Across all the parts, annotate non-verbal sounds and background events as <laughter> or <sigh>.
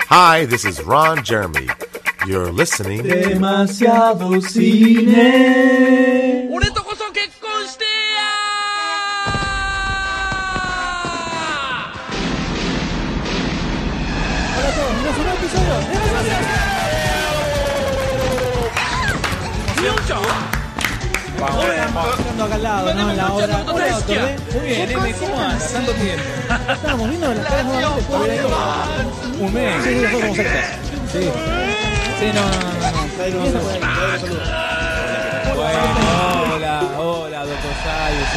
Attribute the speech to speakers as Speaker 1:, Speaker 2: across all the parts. Speaker 1: Hi, this is Ron Jeremy. You're listening.
Speaker 2: Demasiado cine.
Speaker 3: 俺とこそ結婚してや
Speaker 2: Estando acá al lado, ¿no? En la hora. ¿eh?
Speaker 3: Hola, bestia.
Speaker 2: Muy bien, M, ¿cómo andas? Tanto tiempo. <laughs> Estábamos viendo las caras nuevamente. por ahí. Un mes. Sí, sí, nosotros somos extras. Sí. Sí, no, no, no, no. Bueno, hola, hola, doctor Sayus.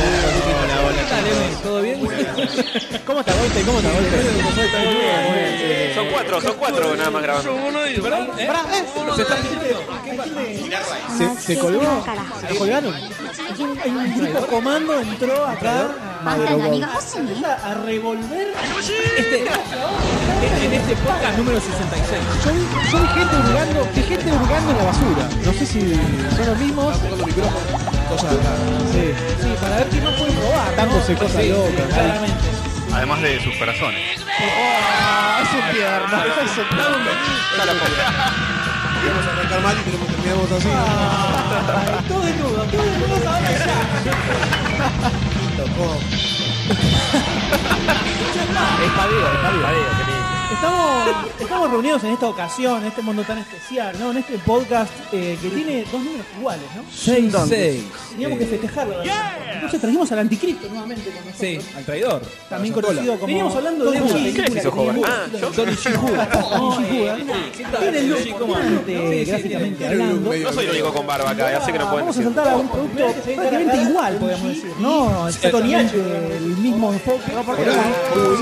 Speaker 2: Hola, hola. ¿Qué tal, M? ¿Todo bien? <laughs> ¿Cómo está, Golte? ¿Cómo está, Golte? Muy bien, muy bien.
Speaker 4: Son cuatro, son cuatro nada más grabando.
Speaker 2: Pará, eh, se está se, se colgó, se lo colgaron. Hay un grupo comando entró acá
Speaker 5: あんた何が欲しい
Speaker 2: a revolver. este,
Speaker 6: En este podcast número 66.
Speaker 2: Yo vi, yo vi gente hurgando, vi gente hurgando en la basura. No sé si son los mismos. Sí. sí, para ver qué más pueden robar. Tanto se cosa loca. Claramente.
Speaker 7: Además de sus corazones.
Speaker 2: es un pierna, es un Ah, Ay, todo desnudo, todo desnudo ahora ya. Estamos, estamos reunidos en esta ocasión, en este mundo tan especial, ¿no? En este podcast eh, que tiene dos números iguales, ¿no?
Speaker 6: 66.
Speaker 2: Teníamos que festejarlo. Entonces trajimos al anticristo nuevamente con nosotros.
Speaker 6: Sí, al traidor.
Speaker 2: También conocido como. Veníamos hablando de ¿Qué es eso,
Speaker 6: Tony
Speaker 2: <laughs> Tiene el look dominante, gráficamente hablando.
Speaker 4: No soy el único con barba acá, ya sé que no pueden
Speaker 2: Vamos a
Speaker 4: decir.
Speaker 2: saltar a un producto prácticamente igual, podemos decir. No, exactamente el mismo enfoque.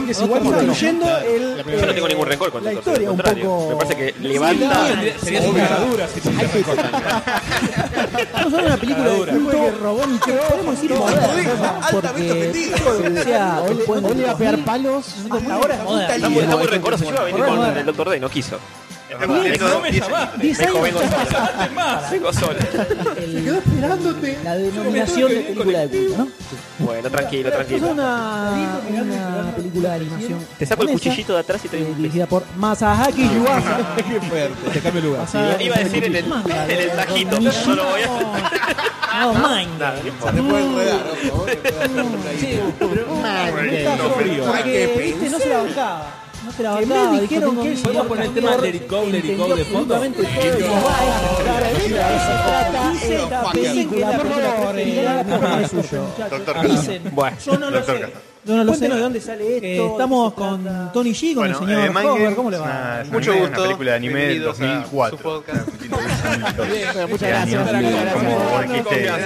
Speaker 2: Es igual, incluyendo el.
Speaker 4: Yo no tengo ningún rencor con
Speaker 2: La
Speaker 4: Tortor, al
Speaker 2: historia un
Speaker 4: contrario.
Speaker 2: poco.
Speaker 4: Me parece que levanta.
Speaker 6: Sería su caradura si tuviera récord.
Speaker 2: Estamos hablando de una película de culto que robó un podemos decir moderna, porque o sea, vuelve a pegar palos hasta ahora es
Speaker 4: Está
Speaker 2: moderna.
Speaker 4: muy, está muy rencoroso. Yo iba a venir con el Doctor Day, no quiso.
Speaker 6: No me llamaste.
Speaker 2: 10 años
Speaker 4: vengo
Speaker 2: atrás,
Speaker 4: solo.
Speaker 6: más.
Speaker 4: Vengo solo.
Speaker 2: la denominación de película de culto, ¿no?
Speaker 4: Bueno, tranquilo,
Speaker 2: Es
Speaker 4: tranquilo.
Speaker 2: una, una película de animación
Speaker 4: Te saco el
Speaker 2: japonesa,
Speaker 4: cuchillito de atrás y te
Speaker 2: eh,
Speaker 4: doy un beso.
Speaker 2: dirigida por Masahaki Yuasa.
Speaker 6: <laughs> Te cambio el lugar.
Speaker 2: Basada
Speaker 4: Iba a
Speaker 2: en
Speaker 4: decir en el,
Speaker 2: manga
Speaker 4: en el
Speaker 2: de
Speaker 4: tajito, pero no lo voy a.
Speaker 2: No, mind. Sí, pero frío. Porque este no se la bancaba. No se la bancaba.
Speaker 5: me
Speaker 2: dijeron
Speaker 5: dijo,
Speaker 2: que
Speaker 5: tengo
Speaker 6: ¿Podemos poner el tema Let It Go, Let It Go de fondo?
Speaker 2: Absolutamente todo. Dijo, "Ah, es la cara de esta película, por favor, eh, no, no es suyo.
Speaker 7: Doctor
Speaker 2: Dicen,
Speaker 4: Bueno.
Speaker 2: yo no lo sé. Yo no lo sé. de dónde sale esto. estamos con Tony G, con el señor
Speaker 7: Mind
Speaker 2: Hover.
Speaker 7: Games,
Speaker 2: ¿Cómo le va?
Speaker 7: una- Mucho gusto. Una película de anime del 2004.
Speaker 2: Muchas
Speaker 7: Como vos
Speaker 2: gracias.
Speaker 7: dijiste, siempre.
Speaker 2: Un
Speaker 7: Saki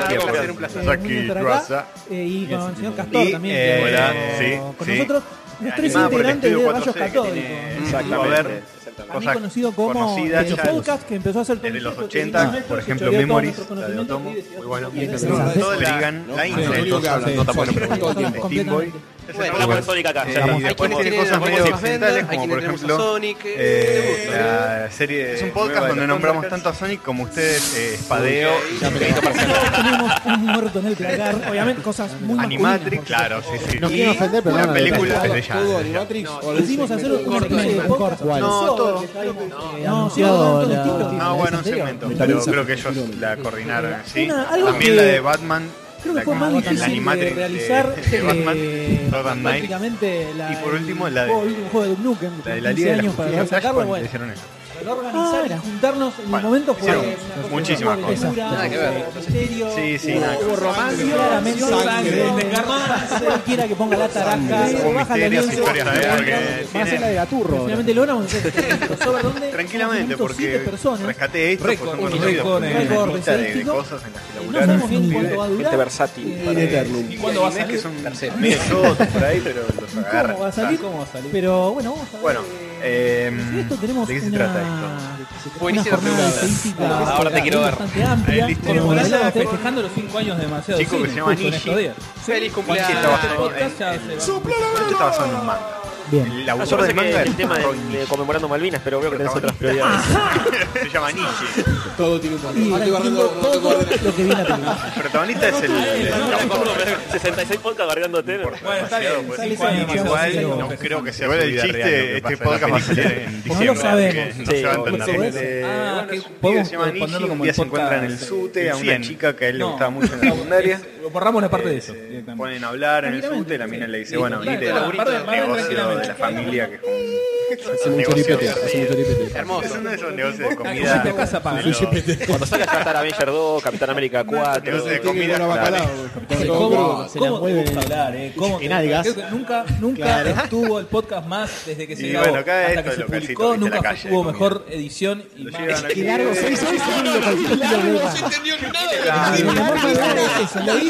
Speaker 2: gusto estar acá,
Speaker 7: Yuasa.
Speaker 2: eh, y con el señor Castor
Speaker 7: Y,
Speaker 2: también.
Speaker 7: eh,
Speaker 2: que,
Speaker 7: hola,
Speaker 2: eh,
Speaker 7: sí,
Speaker 2: Con
Speaker 7: sí.
Speaker 2: nosotros, los tres
Speaker 7: Animada por el
Speaker 2: integrantes de
Speaker 7: estudio
Speaker 2: Rayos
Speaker 7: 4C que
Speaker 2: Católicos.
Speaker 7: tiene-
Speaker 4: Exactamente.
Speaker 7: va a haber
Speaker 2: También
Speaker 7: cosas
Speaker 2: conocido como el
Speaker 7: conocidas ya de los-
Speaker 2: podcast que empezó a hacer Tony
Speaker 7: desde los
Speaker 2: G, que tiene
Speaker 7: 80,
Speaker 2: nuestro
Speaker 7: por ejemplo,
Speaker 2: tutorial, todo
Speaker 7: Memories,
Speaker 2: nuestro
Speaker 7: la de
Speaker 2: conocimiento
Speaker 7: Otomo,
Speaker 2: y de-
Speaker 7: muy bueno.
Speaker 2: y de-
Speaker 7: Toda la, la intro, entonces, no tampoco lo
Speaker 2: Estamos
Speaker 7: pregunto. Steam Boy.
Speaker 2: completamente-
Speaker 4: Bueno, la consola acá.
Speaker 7: Eh,
Speaker 4: ya está.
Speaker 7: y después
Speaker 8: quienes
Speaker 7: tiene
Speaker 8: tienen
Speaker 7: cosas
Speaker 8: a
Speaker 7: medio
Speaker 8: Boba Fender,
Speaker 7: occidentales,
Speaker 8: hay
Speaker 7: como por
Speaker 8: quienes tenemos
Speaker 7: ejemplo
Speaker 8: a Sonic,
Speaker 7: eh, la serie. Es un podcast donde nombramos tanto a Sonic como ustedes, eh, Espadeo,
Speaker 2: Tenemos un muerto en el placar, obviamente cosas muy
Speaker 7: Animatrix,
Speaker 2: masculinas.
Speaker 7: claro, sí, sí.
Speaker 9: Nos quieren ofender, pero
Speaker 7: una
Speaker 9: no, no, no,
Speaker 7: película
Speaker 9: no.
Speaker 7: desde ya. desde ya.
Speaker 2: Decidimos hacer un corto,
Speaker 9: segmento, un corto.
Speaker 2: No, todo. No, sí, todo distinto.
Speaker 7: No, bueno, un segmento, pero creo que ellos la coordinaron. Sí.
Speaker 2: Una- algo
Speaker 7: También
Speaker 2: que-
Speaker 7: la de Batman.
Speaker 2: Creo que
Speaker 7: la
Speaker 2: fue más
Speaker 7: la
Speaker 2: difícil de
Speaker 7: Animatrix eh,
Speaker 2: realizar
Speaker 7: <laughs> de, de Batman,
Speaker 2: eh,
Speaker 7: Batman Knight,
Speaker 2: prácticamente la,
Speaker 7: Y por
Speaker 2: el
Speaker 7: último, la de-
Speaker 2: juego, el último juego de Duke Nukem, que
Speaker 7: la de
Speaker 2: fue
Speaker 7: la
Speaker 2: 15
Speaker 7: Liga de la
Speaker 2: años para
Speaker 7: Justicia,
Speaker 2: sacarlo,
Speaker 7: Flashpoint, le
Speaker 2: bueno.
Speaker 7: hicieron eso.
Speaker 2: Para
Speaker 8: Ah,
Speaker 2: organizar, para juntarnos en el
Speaker 7: Bueno,
Speaker 2: momento fue
Speaker 7: hicieron
Speaker 2: una cosa
Speaker 7: muchísimas
Speaker 2: de
Speaker 7: cosas.
Speaker 2: locura,
Speaker 8: Nada que ver.
Speaker 2: misterio,
Speaker 7: Sí, sí,
Speaker 2: hubo-
Speaker 7: nada que
Speaker 2: hubo
Speaker 7: ver.
Speaker 2: romance, claramente
Speaker 6: sangre,
Speaker 2: sangre, romance, cualquiera que ponga la tarasca,
Speaker 7: Hubo
Speaker 2: baja la
Speaker 7: misterios,
Speaker 2: lienzo,
Speaker 7: historias de eh, amor que
Speaker 9: Va a ser la de
Speaker 7: tienen-
Speaker 9: Gaturro. ahora.
Speaker 2: Finalmente logramos hacer este
Speaker 7: <laughs>
Speaker 2: crossover donde
Speaker 7: Tranquilamente,
Speaker 2: 7
Speaker 7: porque
Speaker 2: personas
Speaker 7: rescaté esto,
Speaker 6: Récord,
Speaker 7: porque somos
Speaker 6: récord,
Speaker 7: nosotros, porque
Speaker 6: récord,
Speaker 7: una lista de- de
Speaker 2: estadístico.
Speaker 7: cosas en las que
Speaker 2: eh, no sabemos bien
Speaker 7: laburaron.
Speaker 2: cuánto va a durar.
Speaker 4: Gente
Speaker 7: Eh,
Speaker 4: versátil. para-
Speaker 7: ¿Y cuándo va a salir? Que son medio chotos por ahí, pero los agarran.
Speaker 2: ¿Cómo va a salir? Pero bueno, vamos a ver.
Speaker 7: Bueno, eh,
Speaker 2: Sí, esto tenemos
Speaker 7: ¿de qué se
Speaker 2: una,
Speaker 7: trata esto?
Speaker 2: una
Speaker 8: Buenísima
Speaker 2: jornada
Speaker 8: pregunta.
Speaker 2: estadística
Speaker 4: ahora te quiero ver.
Speaker 2: bastante amplia.
Speaker 7: El listero
Speaker 2: como
Speaker 6: Por
Speaker 2: la
Speaker 6: allá,
Speaker 2: verdad,
Speaker 6: festejando los 5 años de demasiado
Speaker 7: Chico que
Speaker 6: Cine,
Speaker 7: se llama
Speaker 6: justo en estos
Speaker 7: Nishi.
Speaker 6: días.
Speaker 8: Feliz
Speaker 7: Juanchi está
Speaker 8: cumpleaños.
Speaker 7: basado en-
Speaker 6: Podcast ya se va.
Speaker 7: Juanchi está basado en un manga.
Speaker 2: Bien.
Speaker 7: El
Speaker 4: Ah, yo
Speaker 7: autor
Speaker 4: pensé
Speaker 7: del
Speaker 4: que
Speaker 7: manga
Speaker 4: el
Speaker 7: es
Speaker 4: tema de,
Speaker 7: Ron
Speaker 4: de conmemorando Malvinas, pero veo que tenés otras prioridades. <laughs>
Speaker 7: Se llama Nietzsche.
Speaker 9: Todo tiene un valor.
Speaker 2: Y
Speaker 9: Ahora
Speaker 2: entiendo
Speaker 9: guardando- guardando-
Speaker 2: todo
Speaker 9: guardando-
Speaker 2: lo que vi en la película.
Speaker 7: El protagonista es el.
Speaker 4: No, me acuerdo, pero 66 podcasts cargando tele.
Speaker 10: Bueno, está bien.
Speaker 7: pues.
Speaker 10: cinco años más
Speaker 7: Igual
Speaker 10: demasiado.
Speaker 7: no creo que sea
Speaker 11: Igual
Speaker 7: su
Speaker 11: el
Speaker 7: vida
Speaker 11: chiste,
Speaker 7: real lo que
Speaker 11: este
Speaker 7: pasa en la
Speaker 11: podcast va a
Speaker 7: película
Speaker 11: salir
Speaker 7: en
Speaker 11: en
Speaker 7: diciembre,
Speaker 2: sabemos.
Speaker 7: así que No
Speaker 4: Sí,
Speaker 7: se va a
Speaker 4: ¿cómo
Speaker 7: entender.
Speaker 2: sabes?
Speaker 7: Eh,
Speaker 10: Ah,
Speaker 7: bueno,
Speaker 10: que
Speaker 7: es un pibe que
Speaker 10: podemos
Speaker 7: se llama Nishi,
Speaker 10: ponerlo como
Speaker 7: un día
Speaker 10: el
Speaker 7: se encuentran en el
Speaker 10: podcast,
Speaker 7: SUTE a
Speaker 10: el
Speaker 7: una
Speaker 10: 100.
Speaker 7: chica que a él le
Speaker 10: No,
Speaker 7: gustaba mucho en la
Speaker 10: no,
Speaker 7: secundaria.
Speaker 10: es- borramos la parte de <laughs> eso.
Speaker 7: Se
Speaker 10: directamente.
Speaker 7: ponen a hablar en el SUTE y la mina le dice, bueno, venite de
Speaker 10: Claro,
Speaker 7: laburito
Speaker 10: aparte,
Speaker 7: del
Speaker 10: aparte,
Speaker 7: negocio de la
Speaker 10: tranquilamente.
Speaker 7: familia que es un-
Speaker 9: Hacen un choripete, hacen un choripete.
Speaker 7: Es uno de esos negocios de comida.
Speaker 10: Cosita a casa paga.
Speaker 7: Los
Speaker 4: Cuando salga ya estar Avenger 2, Capitán América 4.
Speaker 7: negocios de
Speaker 9: Tiene
Speaker 7: comida.
Speaker 9: olor a
Speaker 7: claro.
Speaker 9: bacalao, güey. Capitán
Speaker 2: Se
Speaker 9: Cobro.
Speaker 2: cobra, se la
Speaker 10: ¿Cómo te
Speaker 2: mueve.
Speaker 10: gusta hablar, eh? ¿Cómo te
Speaker 9: En algas.
Speaker 10: Creo que Nunca, nunca
Speaker 9: Claro.
Speaker 10: estuvo el podcast más desde que se
Speaker 7: Y
Speaker 10: grabó.
Speaker 7: bueno, acá
Speaker 10: hasta
Speaker 7: esto
Speaker 10: que
Speaker 7: es
Speaker 10: se
Speaker 7: lo que
Speaker 10: publicó,
Speaker 7: hacito,
Speaker 10: nunca
Speaker 7: viste, la calle,
Speaker 10: hubo
Speaker 7: comida.
Speaker 10: mejor edición y
Speaker 7: Lo
Speaker 10: más.
Speaker 7: llevan
Speaker 2: Qué
Speaker 7: aquí.
Speaker 2: largo, seis horas y un local.
Speaker 7: Claro.
Speaker 2: Lo más bizarro es eso. Lo vi,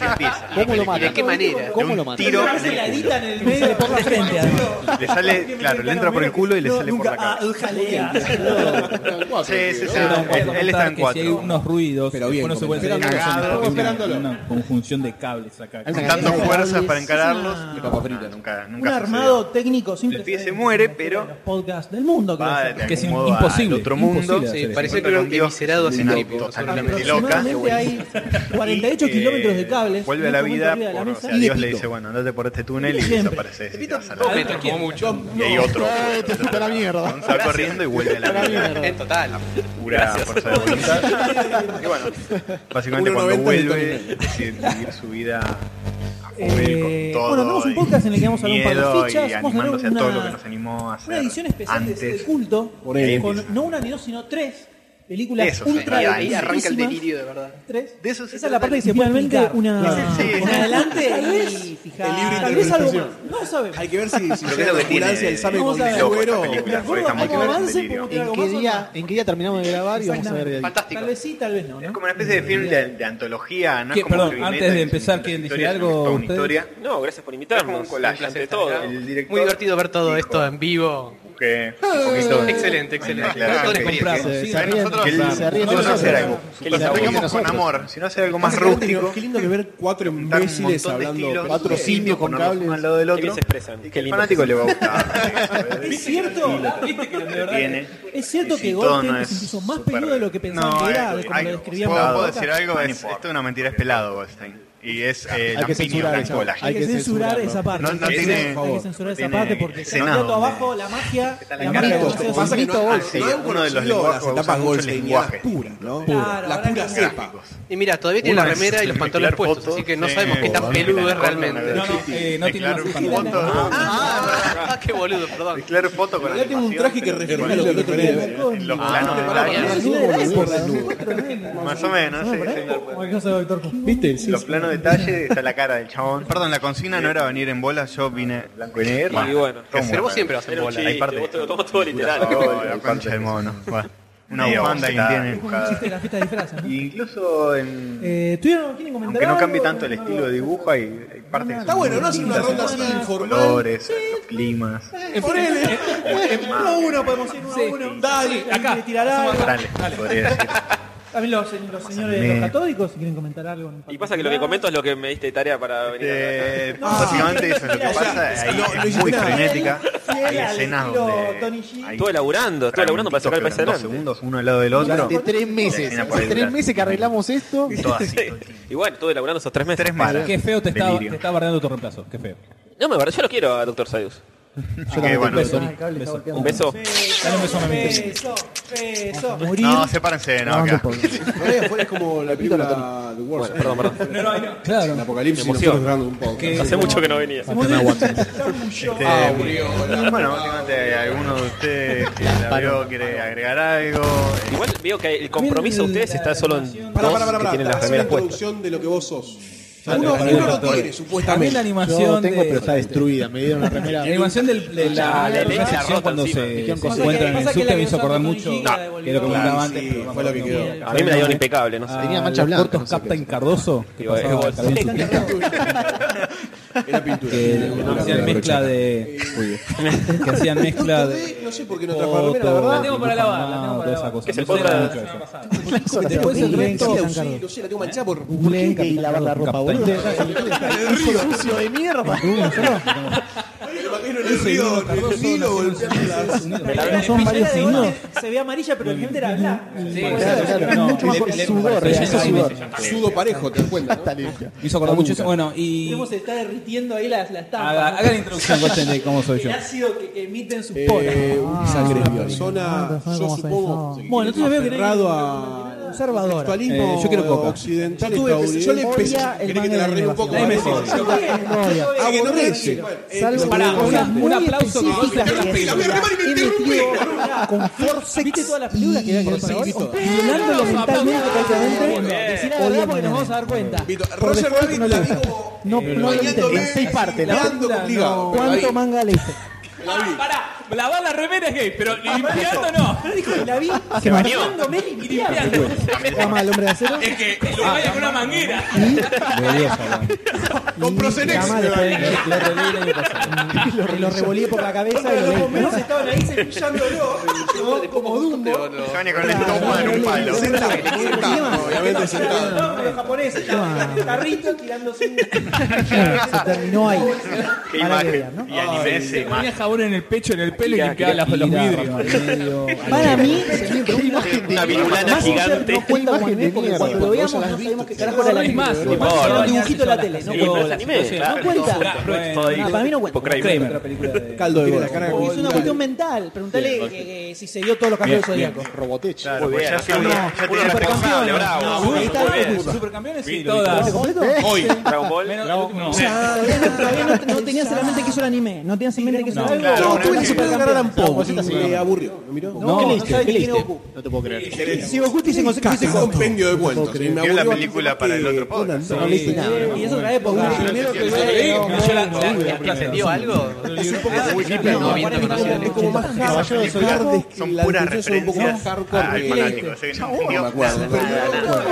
Speaker 7: empieza.
Speaker 9: ¿Cómo lo mata?
Speaker 3: ¿De qué manera?
Speaker 9: ¿Cómo lo mata?
Speaker 7: Tiro,
Speaker 10: en el medio por la frente. además.
Speaker 7: le sale, claro, le entra por el culo y le sale por la
Speaker 2: ah,
Speaker 7: cabeza. Sí, sí, sí.
Speaker 10: Pero puedo
Speaker 7: Él, él está
Speaker 10: contar
Speaker 7: en
Speaker 10: que si hay
Speaker 7: cuatro.
Speaker 10: unos ruidos,
Speaker 9: Pero
Speaker 10: después
Speaker 9: bien
Speaker 10: no se puede hacer
Speaker 9: comentado.
Speaker 10: nada,
Speaker 11: Cagado.
Speaker 10: porque hay una-
Speaker 9: Esperándolo.
Speaker 10: Una conjunción de cables acá.
Speaker 7: Juntando fuerzas para encararlos.
Speaker 9: De papa frita.
Speaker 7: Nunca,
Speaker 2: Un
Speaker 7: nunca
Speaker 2: armado técnico sin
Speaker 7: El pibe se
Speaker 2: precedentes
Speaker 7: muere,
Speaker 2: en la historia
Speaker 7: pero-
Speaker 2: de los podcasts del mundo, creo.
Speaker 7: Va de
Speaker 10: Que es
Speaker 7: algún modo
Speaker 10: imposible,
Speaker 7: al otro
Speaker 10: imposible
Speaker 7: mundo.
Speaker 10: hacer
Speaker 3: Sí,
Speaker 10: eso.
Speaker 3: parece que
Speaker 7: Encuentra
Speaker 3: lo
Speaker 7: con Dios,
Speaker 3: eviscerado hace
Speaker 7: una
Speaker 3: tiempo.
Speaker 7: totalmente loca.
Speaker 2: Aproximadamente hay 48
Speaker 7: y, eh,
Speaker 2: kilómetros de cables.
Speaker 7: Vuelve a
Speaker 2: en
Speaker 7: la
Speaker 2: este momento
Speaker 7: vida,
Speaker 2: arriba de la
Speaker 7: por- o
Speaker 2: mesa.
Speaker 7: sea,
Speaker 9: Y de
Speaker 7: Dios le
Speaker 9: pito.
Speaker 7: dice, bueno, andate por este túnel y
Speaker 2: Siempre.
Speaker 7: desapareces. y te vas a la-
Speaker 3: Me tomó mucho.
Speaker 7: Y hay otro. <laughs>
Speaker 9: Te fuiste a la mierda.
Speaker 7: Se va corriendo y vuelve a la vida.
Speaker 3: En total.
Speaker 7: Pura fuerza de voluntad. <laughs> Y bueno, básicamente cuando
Speaker 9: 1.90 de
Speaker 7: vuelve, decide vivir su vida a full
Speaker 2: Eh,
Speaker 7: con todo.
Speaker 2: bueno, tenemos un
Speaker 7: y
Speaker 2: podcast en el que vamos a hablar un par de
Speaker 7: miedo
Speaker 2: fichas,
Speaker 7: Y
Speaker 2: vamos a hablar
Speaker 7: animándose a todo
Speaker 2: una-
Speaker 7: lo que nos animó a hacer.
Speaker 2: Una edición especial de-
Speaker 7: antes.
Speaker 2: de culto. eh,
Speaker 9: Por ahí
Speaker 2: Con
Speaker 7: empieza.
Speaker 2: no una ni dos, sino tres películas
Speaker 7: Eso,
Speaker 2: ultra
Speaker 7: sí,
Speaker 3: Ahí arranca el
Speaker 2: divertidísimas.
Speaker 3: delirio, de verdad.
Speaker 2: Tres.
Speaker 7: De eso
Speaker 2: Esa
Speaker 7: se
Speaker 2: es la
Speaker 7: trata.
Speaker 2: parte que se puede finalmente una.
Speaker 9: Claro.
Speaker 7: Sí, sí.
Speaker 2: con adelante y
Speaker 9: El
Speaker 2: fijar.
Speaker 9: libre
Speaker 2: Tal vez algo más.
Speaker 9: interpretación.
Speaker 2: No sabemos.
Speaker 9: Hay que ver si, si
Speaker 7: que es
Speaker 9: llega
Speaker 7: lo
Speaker 9: la
Speaker 7: que tiene-
Speaker 9: ambulancia y sale con
Speaker 2: Vamos a ver.
Speaker 7: Loco,
Speaker 9: seguro.
Speaker 7: esta película
Speaker 2: De
Speaker 7: fue
Speaker 2: acuerdo a
Speaker 7: jamás
Speaker 2: cómo
Speaker 7: que ver
Speaker 2: avance,
Speaker 7: delirio.
Speaker 2: como
Speaker 9: ¿En qué, día, ¿En qué día terminamos de grabar y vamos a ver de ahí?
Speaker 3: Fantástico.
Speaker 2: Tal vez sí, tal vez no.
Speaker 7: Es
Speaker 2: ¿no?
Speaker 7: como una especie de film de, de antología, ¿no?
Speaker 10: ¿Qué?
Speaker 7: Es como
Speaker 10: Perdón,
Speaker 7: un
Speaker 10: antes
Speaker 7: remake,
Speaker 10: de
Speaker 7: es una
Speaker 10: empezar, ¿quieren decir
Speaker 7: historia,
Speaker 10: algo
Speaker 7: es una
Speaker 10: ustedes?
Speaker 7: historia.
Speaker 4: No, gracias por
Speaker 7: Es como
Speaker 4: invitarnos.
Speaker 7: un collage.
Speaker 4: Ante
Speaker 7: está
Speaker 4: todo.
Speaker 7: grabado. El director
Speaker 3: Muy divertido ver todo
Speaker 7: dijo
Speaker 3: esto en vivo.
Speaker 7: que un
Speaker 2: <laughs>
Speaker 7: poquito-
Speaker 3: Excelente, excelente.
Speaker 7: Claro,
Speaker 3: Toda una
Speaker 7: que-
Speaker 3: experiencia.
Speaker 9: Se-
Speaker 10: Sí,
Speaker 9: se
Speaker 10: ven
Speaker 9: ríen-
Speaker 11: nosotros-
Speaker 7: que él-
Speaker 9: se ríen de
Speaker 7: no, no
Speaker 9: nosotros.
Speaker 7: hacer algo.
Speaker 4: Qué
Speaker 7: Lo
Speaker 4: lindo.
Speaker 7: sacamos
Speaker 11: Tengamos con amor.
Speaker 7: Si no hace algo más
Speaker 9: Qué lindo que-
Speaker 7: rústico,
Speaker 9: Qué lindo que ver cuatro
Speaker 7: juntar un
Speaker 9: imbéciles
Speaker 7: montón de
Speaker 9: hablando,
Speaker 7: estilos,
Speaker 9: cuatro
Speaker 7: eh,
Speaker 9: simios con
Speaker 7: ponerlos uno
Speaker 9: cables.
Speaker 7: al lado del
Speaker 4: Qué
Speaker 7: otro.
Speaker 4: bien se expresan.
Speaker 7: Y
Speaker 4: Qué
Speaker 7: que el
Speaker 4: lindo.
Speaker 7: fanático le va a gustar.
Speaker 2: Es cierto.
Speaker 7: que tiene.
Speaker 2: Es cierto
Speaker 7: Y
Speaker 2: que
Speaker 7: si todo
Speaker 2: Goldstein
Speaker 7: no
Speaker 2: es incluso
Speaker 7: es
Speaker 2: más
Speaker 7: súper- eh,
Speaker 2: peludo de lo que pensaban que era, de como lo describían.
Speaker 11: ¿Puedo,
Speaker 2: por
Speaker 11: puedo
Speaker 2: la boca.
Speaker 11: decir algo?
Speaker 7: Ah, no
Speaker 11: Es,
Speaker 7: importa.
Speaker 11: esto es una mentira, es pelado, Goldstein. Y es eh,
Speaker 9: Hay que
Speaker 11: lampiño,
Speaker 9: censurar eso.
Speaker 11: blanco, la-
Speaker 2: Hay que censurar
Speaker 9: censurarlo.
Speaker 2: esa parte.
Speaker 11: No- no
Speaker 2: hay, que
Speaker 11: tiene-
Speaker 2: censurar- hay que censurar esa
Speaker 7: tiene
Speaker 2: parte porque se
Speaker 7: Senado,
Speaker 2: está abajo
Speaker 7: eh.
Speaker 2: la magia.
Speaker 7: Está la
Speaker 2: La
Speaker 7: encarga
Speaker 2: magia
Speaker 7: de
Speaker 2: no
Speaker 7: todo.
Speaker 2: se
Speaker 9: Pasa que
Speaker 2: usa.
Speaker 9: no-
Speaker 7: Ah,
Speaker 9: Goldstein.
Speaker 7: sí,
Speaker 9: No han
Speaker 7: uno de
Speaker 9: conocido
Speaker 7: los lenguajes
Speaker 9: las
Speaker 7: usa
Speaker 9: etapas
Speaker 7: mucho
Speaker 9: Goldstein,
Speaker 7: lenguaje.
Speaker 9: las puras,
Speaker 2: Claro,
Speaker 9: ¿no? La
Speaker 2: ahora
Speaker 9: pura
Speaker 2: que-
Speaker 9: cepa.
Speaker 3: Y mira, todavía tiene
Speaker 7: Uno
Speaker 3: la
Speaker 7: es
Speaker 3: remera y los pantalones
Speaker 7: declarar
Speaker 3: puestos,
Speaker 7: fotos,
Speaker 3: así que no
Speaker 7: eh,
Speaker 3: sabemos qué tan
Speaker 7: o
Speaker 3: peludo es
Speaker 7: declarar
Speaker 3: realmente.
Speaker 10: No, no, eh, no tiene
Speaker 7: Declaro
Speaker 10: más
Speaker 7: foto.
Speaker 10: pantalones.
Speaker 3: Ah, qué boludo, perdón.
Speaker 7: Declaro foto con
Speaker 9: Ya tengo un traje que
Speaker 7: animación,
Speaker 9: refleja lo que el otro día era.
Speaker 7: en los planos de
Speaker 3: pará,
Speaker 7: playa.
Speaker 3: pará.
Speaker 7: Más o menos, sí, sí.
Speaker 9: ¿Viste? Sí,
Speaker 7: Los
Speaker 9: sí.
Speaker 7: planos detalles está la cara del chabón.
Speaker 11: Perdón, la consigna no era venir en bola, yo vine.
Speaker 7: Blanco y negro.
Speaker 4: Y bueno.
Speaker 7: Todo
Speaker 3: Pero
Speaker 7: muy
Speaker 3: vos
Speaker 7: raro.
Speaker 3: siempre vas en
Speaker 4: Era un
Speaker 3: bola.
Speaker 7: Hay parte-
Speaker 4: chiste, vos te lo tomás todo literal.
Speaker 7: Oh, la concha del mono. Bueno,
Speaker 11: Una
Speaker 7: Medio
Speaker 11: bufanda
Speaker 7: bocetada.
Speaker 11: tiene.
Speaker 2: de la fiesta de disfraces, ¿no?
Speaker 7: Y Incluso en...
Speaker 2: Eh, ¿tuvieron- ¿Quieren comentar
Speaker 7: Aunque no cambie
Speaker 2: algo?
Speaker 7: tanto el estilo de dibujo, hay, hay partes que
Speaker 9: Está
Speaker 7: son
Speaker 9: bueno,
Speaker 7: muy
Speaker 9: ¿no? Hacer una
Speaker 7: lindas,
Speaker 9: ronda
Speaker 7: en
Speaker 9: así
Speaker 7: cuanto a los
Speaker 9: informal.
Speaker 7: colores, a los climas.
Speaker 2: Eh,
Speaker 7: <laughs>
Speaker 9: Ponele.
Speaker 2: Uno a uno, podemos ir uno a uno.
Speaker 9: Dale.
Speaker 2: Acá. Tirar algo.
Speaker 7: Dale, podría decir.
Speaker 2: También los, eh, los señores de los católicos, si quieren comentar algo. en
Speaker 4: Y pasa que lo que comento es lo que me diste tarea para venir acá.
Speaker 11: Eh, básicamente eso es lo que pasa. Ahí
Speaker 9: no, no
Speaker 11: es muy
Speaker 9: hiciste nada.
Speaker 11: frenética.
Speaker 2: Fiel
Speaker 11: Hay
Speaker 2: al
Speaker 11: escenas
Speaker 2: estilo
Speaker 11: donde.
Speaker 2: Tony G.
Speaker 7: hay
Speaker 4: Estuve laburando, estuve laburando para sacar el país
Speaker 7: fragmentos que
Speaker 4: adelante.
Speaker 7: duran dos segundos uno al lado del otro.
Speaker 9: Hace tres meses.
Speaker 7: Escena por
Speaker 9: Hace tres
Speaker 7: detrás.
Speaker 9: meses que arreglamos esto.
Speaker 7: Y <laughs> todo así.
Speaker 4: Y bueno, estuve laburando esos tres meses.
Speaker 7: Tres malas.
Speaker 10: Qué feo te está,
Speaker 7: Delirio.
Speaker 10: te está bardeando tu reemplazo. Qué feo.
Speaker 4: No, me parece, yo lo quiero a Dr. Sayus.
Speaker 9: Yo también
Speaker 11: bueno.
Speaker 9: te
Speaker 2: Ah, el cable está golpeando.
Speaker 4: Un beso.
Speaker 10: Dale un beso a mi amigo.
Speaker 2: Beso, beso. Morir.
Speaker 11: No, sepárense, no,
Speaker 9: No,
Speaker 11: acá.
Speaker 9: no puedo.
Speaker 7: Este,
Speaker 9: No, ahí afuera es como la película The Wars.
Speaker 4: Perdón, perdón.
Speaker 9: El
Speaker 2: Claro.
Speaker 9: apocalipsis
Speaker 4: Emoción.
Speaker 9: nosotros grabando un poco.
Speaker 10: Que-
Speaker 4: Hace mucho que no venía.
Speaker 9: Ah, murió.
Speaker 7: Y Bueno, básicamente alguno de ustedes que la vio quiere agregar algo. Eh,
Speaker 4: Igual veo que el compromiso de ustedes está solo en dos
Speaker 9: Para, para, para,
Speaker 4: que tienen
Speaker 9: para. Haz
Speaker 4: las
Speaker 9: una
Speaker 4: primeras puestas.
Speaker 9: introducción de lo que vos sos.
Speaker 2: Ya
Speaker 9: Uno,
Speaker 2: te perdí
Speaker 9: uno
Speaker 2: el
Speaker 9: lo
Speaker 2: doctor.
Speaker 9: tiene,
Speaker 3: A mí
Speaker 9: supuestamente.
Speaker 3: la animación.
Speaker 12: Yo tengo,
Speaker 3: de-
Speaker 12: pero está destruida. Me dieron la remera.
Speaker 2: La animación del, de la,
Speaker 4: la
Speaker 2: la
Speaker 4: leche se
Speaker 2: sección
Speaker 4: rota
Speaker 2: cuando
Speaker 4: encima.
Speaker 2: se,
Speaker 12: Dijeron
Speaker 2: se
Speaker 12: cosas.
Speaker 2: encuentran en el
Speaker 3: Pasa que la
Speaker 2: subte me hizo
Speaker 3: versión
Speaker 2: acordar
Speaker 3: con
Speaker 2: mucho
Speaker 3: un giga devolvió.
Speaker 2: que lo
Speaker 9: Claro,
Speaker 2: comentaba antes.
Speaker 9: sí,
Speaker 2: pero no
Speaker 9: fue lo que
Speaker 2: me acuerdo.
Speaker 9: quedó.
Speaker 4: A mí me la dieron impecable, no sé.
Speaker 12: Tenía mancha
Speaker 2: los
Speaker 12: blanca,
Speaker 2: cortos
Speaker 12: no sé qué
Speaker 2: Captain
Speaker 12: es.
Speaker 2: Cardoso, que
Speaker 4: Digo, eh,
Speaker 2: pasaba Cardoso en su pica,
Speaker 9: Era pintura.
Speaker 2: que hacían mezcla de... que hacían mezcla de...
Speaker 9: No sé por qué no trajo la remera, la
Speaker 2: fotos,
Speaker 9: verdad.
Speaker 3: tengo para
Speaker 2: dibujos
Speaker 3: lavar, la tengo para
Speaker 2: animados, toda esa
Speaker 3: lavar.
Speaker 2: cosa.
Speaker 4: Que se
Speaker 2: No sé
Speaker 4: ponga-
Speaker 2: mucho de eso.
Speaker 12: Cosas que
Speaker 3: después el
Speaker 12: tienen
Speaker 3: resto-
Speaker 12: que-
Speaker 9: La usé, no sé, la tengo manchada por...
Speaker 12: Google y lavar la ropa,
Speaker 2: Captain.
Speaker 12: boludo. sucio de mierda.
Speaker 9: en el río, en el Nilo, golpeándola.
Speaker 3: La
Speaker 2: Son
Speaker 3: playera
Speaker 2: varios
Speaker 3: de
Speaker 2: signos.
Speaker 3: Bonnie Se ve amarilla, pero realmente era blanca.
Speaker 12: Claro, claro,
Speaker 2: No,
Speaker 12: mucho más
Speaker 2: le-
Speaker 12: por
Speaker 2: le-
Speaker 12: sudor,
Speaker 2: le-
Speaker 12: eh, eso
Speaker 2: le-
Speaker 12: sudor.
Speaker 9: Sudo parejo, te das cuenta, ¿no?
Speaker 12: Está limpia.
Speaker 2: Me hizo acordar mucho eso. Bueno, y...
Speaker 3: Cómo se está derritiendo ahí la, la estampa.
Speaker 2: Haga,
Speaker 3: ¿no?
Speaker 2: haga la
Speaker 3: <laughs>
Speaker 2: introducción, Cochen, de cómo soy yo.
Speaker 3: El ácido que, que emiten sus poras.
Speaker 9: Eh, Ulises es una persona, yo supongo,
Speaker 3: Bueno, entonces veo que no hay-
Speaker 9: aferrado a
Speaker 12: Observadora.
Speaker 9: actualismo
Speaker 2: Eh, yo quiero coca.
Speaker 9: occidental
Speaker 12: Yo tuve-
Speaker 9: estadounidense.
Speaker 12: yo le empecé- Odia el
Speaker 9: ¿Querés que
Speaker 12: manga
Speaker 9: te la
Speaker 12: de
Speaker 9: arregle un poco?
Speaker 12: animación.
Speaker 9: Ah, que no me dice.
Speaker 12: Salvo
Speaker 9: Pará,
Speaker 12: una cosa
Speaker 9: una-
Speaker 12: muy
Speaker 3: un aplauso que-
Speaker 12: específica
Speaker 9: Interrumpí,
Speaker 12: que
Speaker 9: la verdad, me
Speaker 12: he
Speaker 9: interrumpí.
Speaker 12: metido con forceps
Speaker 3: ¿Viste todas las películas que había que ver para
Speaker 9: Forceps,
Speaker 3: vos?
Speaker 9: todas.
Speaker 12: violándolo mentalmente prácticamente.
Speaker 3: Decí la verdad porque nos vamos a dar cuenta.
Speaker 9: Vito,
Speaker 12: Por
Speaker 9: Roger
Speaker 12: después
Speaker 9: Rabbit
Speaker 12: no
Speaker 9: la
Speaker 12: lo
Speaker 9: vi
Speaker 12: hizo.
Speaker 9: como...
Speaker 12: No, no lo
Speaker 9: bañándome,
Speaker 12: intenté. En seis partes, ¿no?
Speaker 9: nadando
Speaker 3: La
Speaker 9: complicado, pero la vi.
Speaker 12: ¿Cuánto manga leíste?
Speaker 9: La vi.
Speaker 3: Pará, lavar la remera es gay, pero limpiando no. La vi
Speaker 12: Se bañó.
Speaker 3: bañándome y limpiando.
Speaker 12: Llama al hombre de acero.
Speaker 3: Es que lo vaya con una manguera.
Speaker 9: Con Prosenex.
Speaker 12: Llama
Speaker 9: me la vi.
Speaker 12: después.
Speaker 2: Lo reví el año pasado.
Speaker 3: <laughs>
Speaker 12: Y lo revolví por la cabeza y lo
Speaker 3: Los
Speaker 12: leí.
Speaker 3: bomberos estaban ahí cepillándolo. como- Como Dumbo.
Speaker 7: Se baña con el toma en un palo.
Speaker 9: Sentado, sentado, obviamente sentado.
Speaker 3: No, pero los japoneses estaban en carrito tirándose un...
Speaker 12: Se terminó ahí.
Speaker 13: Qué
Speaker 12: Para que
Speaker 13: imagen.
Speaker 12: vean, ¿no?
Speaker 13: Y anime ese imagen.
Speaker 2: Ponía jabón en el pecho, en el pelo y limpiaba las- los Mira, vidrios. Medio,
Speaker 12: Para mí, qué imagen de
Speaker 4: Una virulana gigante.
Speaker 12: No cuenta
Speaker 9: imagen
Speaker 12: Juan
Speaker 9: de
Speaker 12: Mé, porque
Speaker 9: mierda.
Speaker 12: cuando lo
Speaker 9: Vos
Speaker 12: veíamos
Speaker 9: las
Speaker 12: no
Speaker 9: viste,
Speaker 12: sabíamos qué
Speaker 9: te
Speaker 12: carajo era la
Speaker 3: Es
Speaker 12: película.
Speaker 3: más,
Speaker 12: Lo que
Speaker 3: más
Speaker 12: pasa es que
Speaker 3: era un
Speaker 12: era
Speaker 3: dibujito en la tele. No puedo
Speaker 4: Sí, pero es
Speaker 3: hablar.
Speaker 4: anime,
Speaker 3: No sé,
Speaker 4: claro.
Speaker 3: no cuenta.
Speaker 12: No, para mí no cuenta.
Speaker 4: Kramer.
Speaker 2: otra película de...
Speaker 9: Caldo de
Speaker 12: Tiene la
Speaker 9: golf.
Speaker 12: cara de
Speaker 3: Es una cuestión mental. Preguntale que- que si se dio todos los cambios del zodiaco.
Speaker 12: Robotech.
Speaker 13: Claro, porque ya se
Speaker 4: Uno-
Speaker 13: unía- ya
Speaker 4: uno
Speaker 13: tenía responsable,
Speaker 4: supercampeón.
Speaker 13: bravo.
Speaker 4: No, muy bien.
Speaker 2: Supercampeones sí, todas.
Speaker 12: ¿Completo?
Speaker 7: Hoy.
Speaker 4: Dragon Ball.
Speaker 2: Menos- no.
Speaker 12: Todavía no- todavía no- no tenías en la mente que eso era anime. No tenías en mente que eso era algo.
Speaker 9: No, tuve la
Speaker 12: Sí.
Speaker 9: suerte de ganar a Ampou.
Speaker 12: Sí, sí.
Speaker 9: Me aburrió. ¿Me miró?
Speaker 12: No, ¿qué leíste?
Speaker 3: sabes
Speaker 12: ¿Qué
Speaker 3: ni quién es
Speaker 12: leíste?
Speaker 3: Goku.
Speaker 12: No te puedo creer.
Speaker 9: Si vos justices se
Speaker 12: Ese
Speaker 9: un compendio de cuentos. Y me
Speaker 7: Vio la
Speaker 9: aburrió
Speaker 7: película
Speaker 9: más que
Speaker 7: para el otro podcast.
Speaker 9: Conan,
Speaker 12: No leíste nada.
Speaker 3: Y es otra época.
Speaker 14: Yo la- la- ¿Trascendió algo? No, bien reconocido.
Speaker 9: Es como más hard,
Speaker 12: Zodiaco
Speaker 9: hard,
Speaker 7: Son
Speaker 9: la
Speaker 7: puras
Speaker 9: discusión es un poco más
Speaker 7: referencias
Speaker 9: hardcore
Speaker 7: al
Speaker 9: que-
Speaker 7: fanático. Así que no entendió nada, nada.
Speaker 12: Ah, no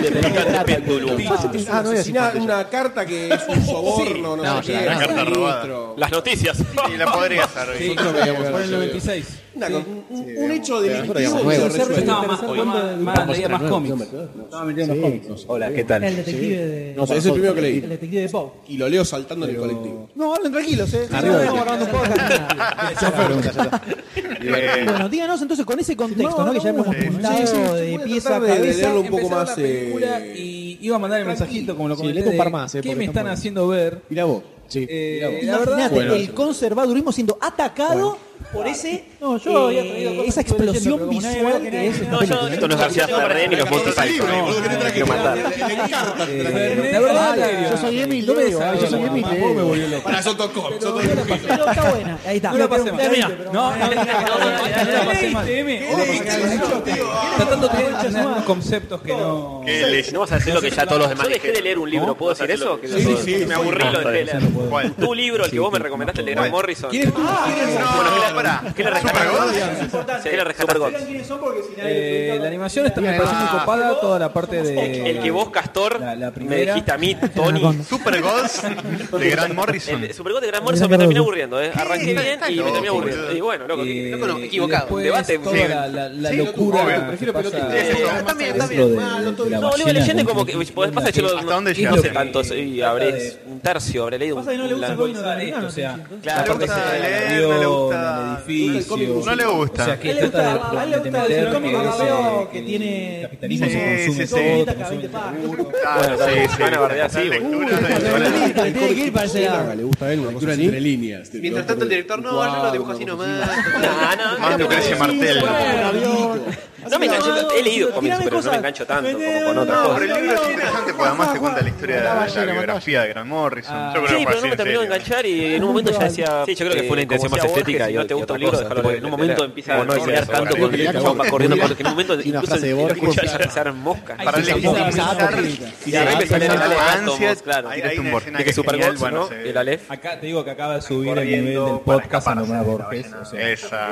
Speaker 12: voy a decir.
Speaker 9: Asesina- una carta que es un soborno, no, sé qué.
Speaker 7: la
Speaker 9: un
Speaker 7: carta robada.
Speaker 9: ministro.
Speaker 4: Las noticias.
Speaker 7: Y la podría hacer.
Speaker 2: Sí,
Speaker 9: Nosotros veíamos
Speaker 2: por el
Speaker 9: eso,
Speaker 2: 96.
Speaker 9: Una- un- un, un hecho delictivo
Speaker 12: veíamos
Speaker 9: que se
Speaker 12: nuevo.
Speaker 2: Yo
Speaker 9: resuelve.
Speaker 2: estaba más, más, más, leía más cómics. Estaba metido en los cómics. Hola, ¿qué tal?
Speaker 3: El detective de...
Speaker 9: No sé, es el primero que
Speaker 3: El
Speaker 9: leí.
Speaker 3: detective de Poe.
Speaker 9: Y lo leo saltando en el colectivo.
Speaker 12: No, hablen tranquilos, eh.
Speaker 2: Arriba de
Speaker 12: Estamos
Speaker 2: ti.
Speaker 12: grabando un podcast.
Speaker 3: Bueno, díganos entonces con ese contexto,
Speaker 12: No,
Speaker 3: ¿no? Que ya
Speaker 12: no,
Speaker 3: hemos
Speaker 12: sí,
Speaker 3: apuntado
Speaker 12: sí, sí, sí,
Speaker 3: de
Speaker 9: voy a
Speaker 3: pieza a
Speaker 9: tratar de- de
Speaker 3: cabeza.
Speaker 9: leerlo un poco
Speaker 2: Empezaba
Speaker 9: más,
Speaker 2: la película
Speaker 9: eh,
Speaker 2: y iba a mandar el mensajito como lo
Speaker 12: Sí, le
Speaker 2: comenté.
Speaker 12: compar
Speaker 2: de,
Speaker 12: más, eh,
Speaker 2: ¿Qué
Speaker 12: porque
Speaker 2: me
Speaker 12: está
Speaker 2: están
Speaker 12: bueno.
Speaker 2: haciendo ver?
Speaker 9: Mirá vos.
Speaker 12: Sí.
Speaker 2: Eh, la verdad,
Speaker 3: Imagínate el conservadurismo siendo atacado por ese,
Speaker 2: No, yo había
Speaker 3: eh,
Speaker 2: traído cosas
Speaker 3: esa
Speaker 2: que estuve
Speaker 3: explosión
Speaker 2: leyendo, pero como nadie
Speaker 3: visual
Speaker 2: ve que
Speaker 3: que
Speaker 2: nadie-
Speaker 3: es. esta
Speaker 4: No, yo,
Speaker 3: película.
Speaker 4: esto no es García Ferré ni los montes Python. Quiero matar.
Speaker 2: eh, la verdad,
Speaker 12: Yo soy Emil,
Speaker 2: no me
Speaker 12: digo,
Speaker 2: desarrolló
Speaker 12: yo soy
Speaker 2: la
Speaker 12: Emil,
Speaker 2: mamá,
Speaker 12: eh.
Speaker 2: vos me volvió loco.
Speaker 9: Para Sotocop.
Speaker 3: Pero está buena. Ahí está.
Speaker 2: No la pasé más.
Speaker 3: Termina.
Speaker 2: No, no, no, no, no, no, no la pasé mal. Tratando de tener unos conceptos que no...
Speaker 7: Qué lindo.
Speaker 4: No vas a decir lo que ya todos los demás. Yo dejé de leer un libro, ¿puedo decir eso? Que
Speaker 9: Sí, sí, sí.
Speaker 4: Me aburrí lo dejé de leer.
Speaker 7: ¿Cuál?
Speaker 4: Tu libro, el que vos me recomendaste, el de Grant Morrison.
Speaker 9: ¿Quién es?
Speaker 7: No, pará.
Speaker 4: ¿Qué le rescataste? ¿Qué le rescataste?
Speaker 2: Eh, la animación está, me parece muy copada, toda la parte de...
Speaker 4: El que vos, Castor,
Speaker 2: La- la primera.
Speaker 4: me dijiste a mí, Tony.
Speaker 7: Super Gods de Grant Morrison.
Speaker 4: El Supergod de Gran Morrison me terminó aburriendo, ¿eh? Arranqué bien y me terminó
Speaker 7: loco,
Speaker 4: aburriendo.
Speaker 7: boludo.
Speaker 4: Y bueno, loco. ¿qué-
Speaker 2: Eh,
Speaker 4: loco, no,
Speaker 2: y
Speaker 4: equivocado.
Speaker 2: después
Speaker 4: Debate,
Speaker 2: toda
Speaker 4: sí.
Speaker 2: la, la, la
Speaker 9: Sí, lo
Speaker 2: locura
Speaker 9: tuvo, obvio,
Speaker 2: que
Speaker 9: prefiero
Speaker 2: pasa
Speaker 9: pelotita.
Speaker 2: dentro
Speaker 7: Sí, sí,
Speaker 2: de-
Speaker 7: está bien,
Speaker 14: está
Speaker 2: dentro
Speaker 14: bien.
Speaker 2: de- de la
Speaker 9: Malo, todo bien.
Speaker 4: No, le iba
Speaker 2: vagina,
Speaker 4: leyendo como
Speaker 2: como-
Speaker 4: que. Podés pasar yo
Speaker 7: ¿Hasta dónde
Speaker 4: no,
Speaker 7: llegaste?
Speaker 4: sé tanto, y habré un tercio, habré leído un.
Speaker 3: Pasa que no le gusta
Speaker 4: la-
Speaker 3: el gobierno.
Speaker 2: O sea,
Speaker 4: Claro,
Speaker 2: la
Speaker 7: le gusta
Speaker 2: parte
Speaker 7: leer, <laughs>
Speaker 2: del
Speaker 7: no le
Speaker 2: avión,
Speaker 7: gusta-
Speaker 2: del edificio.
Speaker 7: No le gusta.
Speaker 2: O sea,
Speaker 3: A
Speaker 2: que
Speaker 3: él le
Speaker 2: trata
Speaker 3: gusta- a él le
Speaker 2: de, de
Speaker 3: gusta
Speaker 2: meter
Speaker 3: el cómic
Speaker 2: que es,
Speaker 3: europeo
Speaker 2: eh,
Speaker 3: que
Speaker 2: el
Speaker 3: tiene-
Speaker 2: capitalismo
Speaker 7: Sí,
Speaker 2: se consume
Speaker 7: sí,
Speaker 2: todo,
Speaker 7: sí.
Speaker 2: consume
Speaker 3: acá, 20
Speaker 2: todo.
Speaker 3: pagos.
Speaker 7: Claro,
Speaker 4: Bueno,
Speaker 7: Ah, sí,
Speaker 4: sí,
Speaker 7: sí.
Speaker 4: van a bardear,
Speaker 7: Esa
Speaker 4: sí,
Speaker 7: lectura de-
Speaker 3: Tiene que ir para ese lado.
Speaker 9: Le gusta a él una cosa entre líneas.
Speaker 14: Mientras tanto el director, no, yo lo dibujo así nomás.
Speaker 4: No, no,
Speaker 7: Más
Speaker 4: no,
Speaker 7: Lucrecia Martel.
Speaker 12: Un avión.
Speaker 4: No me yo he leído cómics, pero no me engancho tanto como con otras
Speaker 7: No,
Speaker 4: cosas.
Speaker 7: pero el libro es interesante porque además te cuenta la historia
Speaker 4: Ah,
Speaker 7: de
Speaker 5: Mandaba
Speaker 7: la
Speaker 5: lleno,
Speaker 7: biografía de Grant Morrison.
Speaker 4: Sí,
Speaker 7: Yo creo
Speaker 4: pero
Speaker 7: que fue
Speaker 4: no me
Speaker 7: así, en
Speaker 4: terminó de
Speaker 7: serio.
Speaker 4: enganchar y en un momento ya decía.
Speaker 2: Sí, yo creo que fue una
Speaker 4: eh, como
Speaker 2: intención más
Speaker 4: decía Borges,
Speaker 2: estética
Speaker 4: Si
Speaker 2: y-
Speaker 4: no te
Speaker 2: y
Speaker 4: gusta un
Speaker 2: otra
Speaker 4: libro,
Speaker 2: cosa,
Speaker 4: déjalo
Speaker 2: tipo,
Speaker 4: leer. En un
Speaker 2: era-
Speaker 4: momento
Speaker 2: era-
Speaker 4: empieza
Speaker 2: como no
Speaker 4: a
Speaker 2: decía
Speaker 4: pelear
Speaker 2: eso,
Speaker 4: tanto
Speaker 2: Borges,
Speaker 4: con el
Speaker 2: era
Speaker 4: chabón va
Speaker 2: como-
Speaker 4: corriendo,
Speaker 2: una-
Speaker 4: corriendo, que en un momento
Speaker 2: una
Speaker 4: incluso
Speaker 2: frase de Borges.
Speaker 4: escuchas pisar moscas.
Speaker 7: Para
Speaker 4: Sí, sí, sí, sí, sí,
Speaker 7: legitimizar
Speaker 4: sí, sí, sí,
Speaker 7: y ahí
Speaker 4: sí,
Speaker 7: me
Speaker 4: sí,
Speaker 7: sale la
Speaker 4: sí,
Speaker 7: de
Speaker 4: sí,
Speaker 7: Ansias.
Speaker 4: sí, claro.
Speaker 7: Ahí hay una
Speaker 4: Tumor.
Speaker 7: escena
Speaker 4: De
Speaker 7: que
Speaker 4: que
Speaker 7: es
Speaker 4: Superbox,
Speaker 7: genial, bueno,
Speaker 4: ¿no?
Speaker 7: se-
Speaker 4: El Aleph.
Speaker 6: Acá te digo que acaba de subir el nivel del podcast a nombrar a Borges. o sea.
Speaker 7: Esa.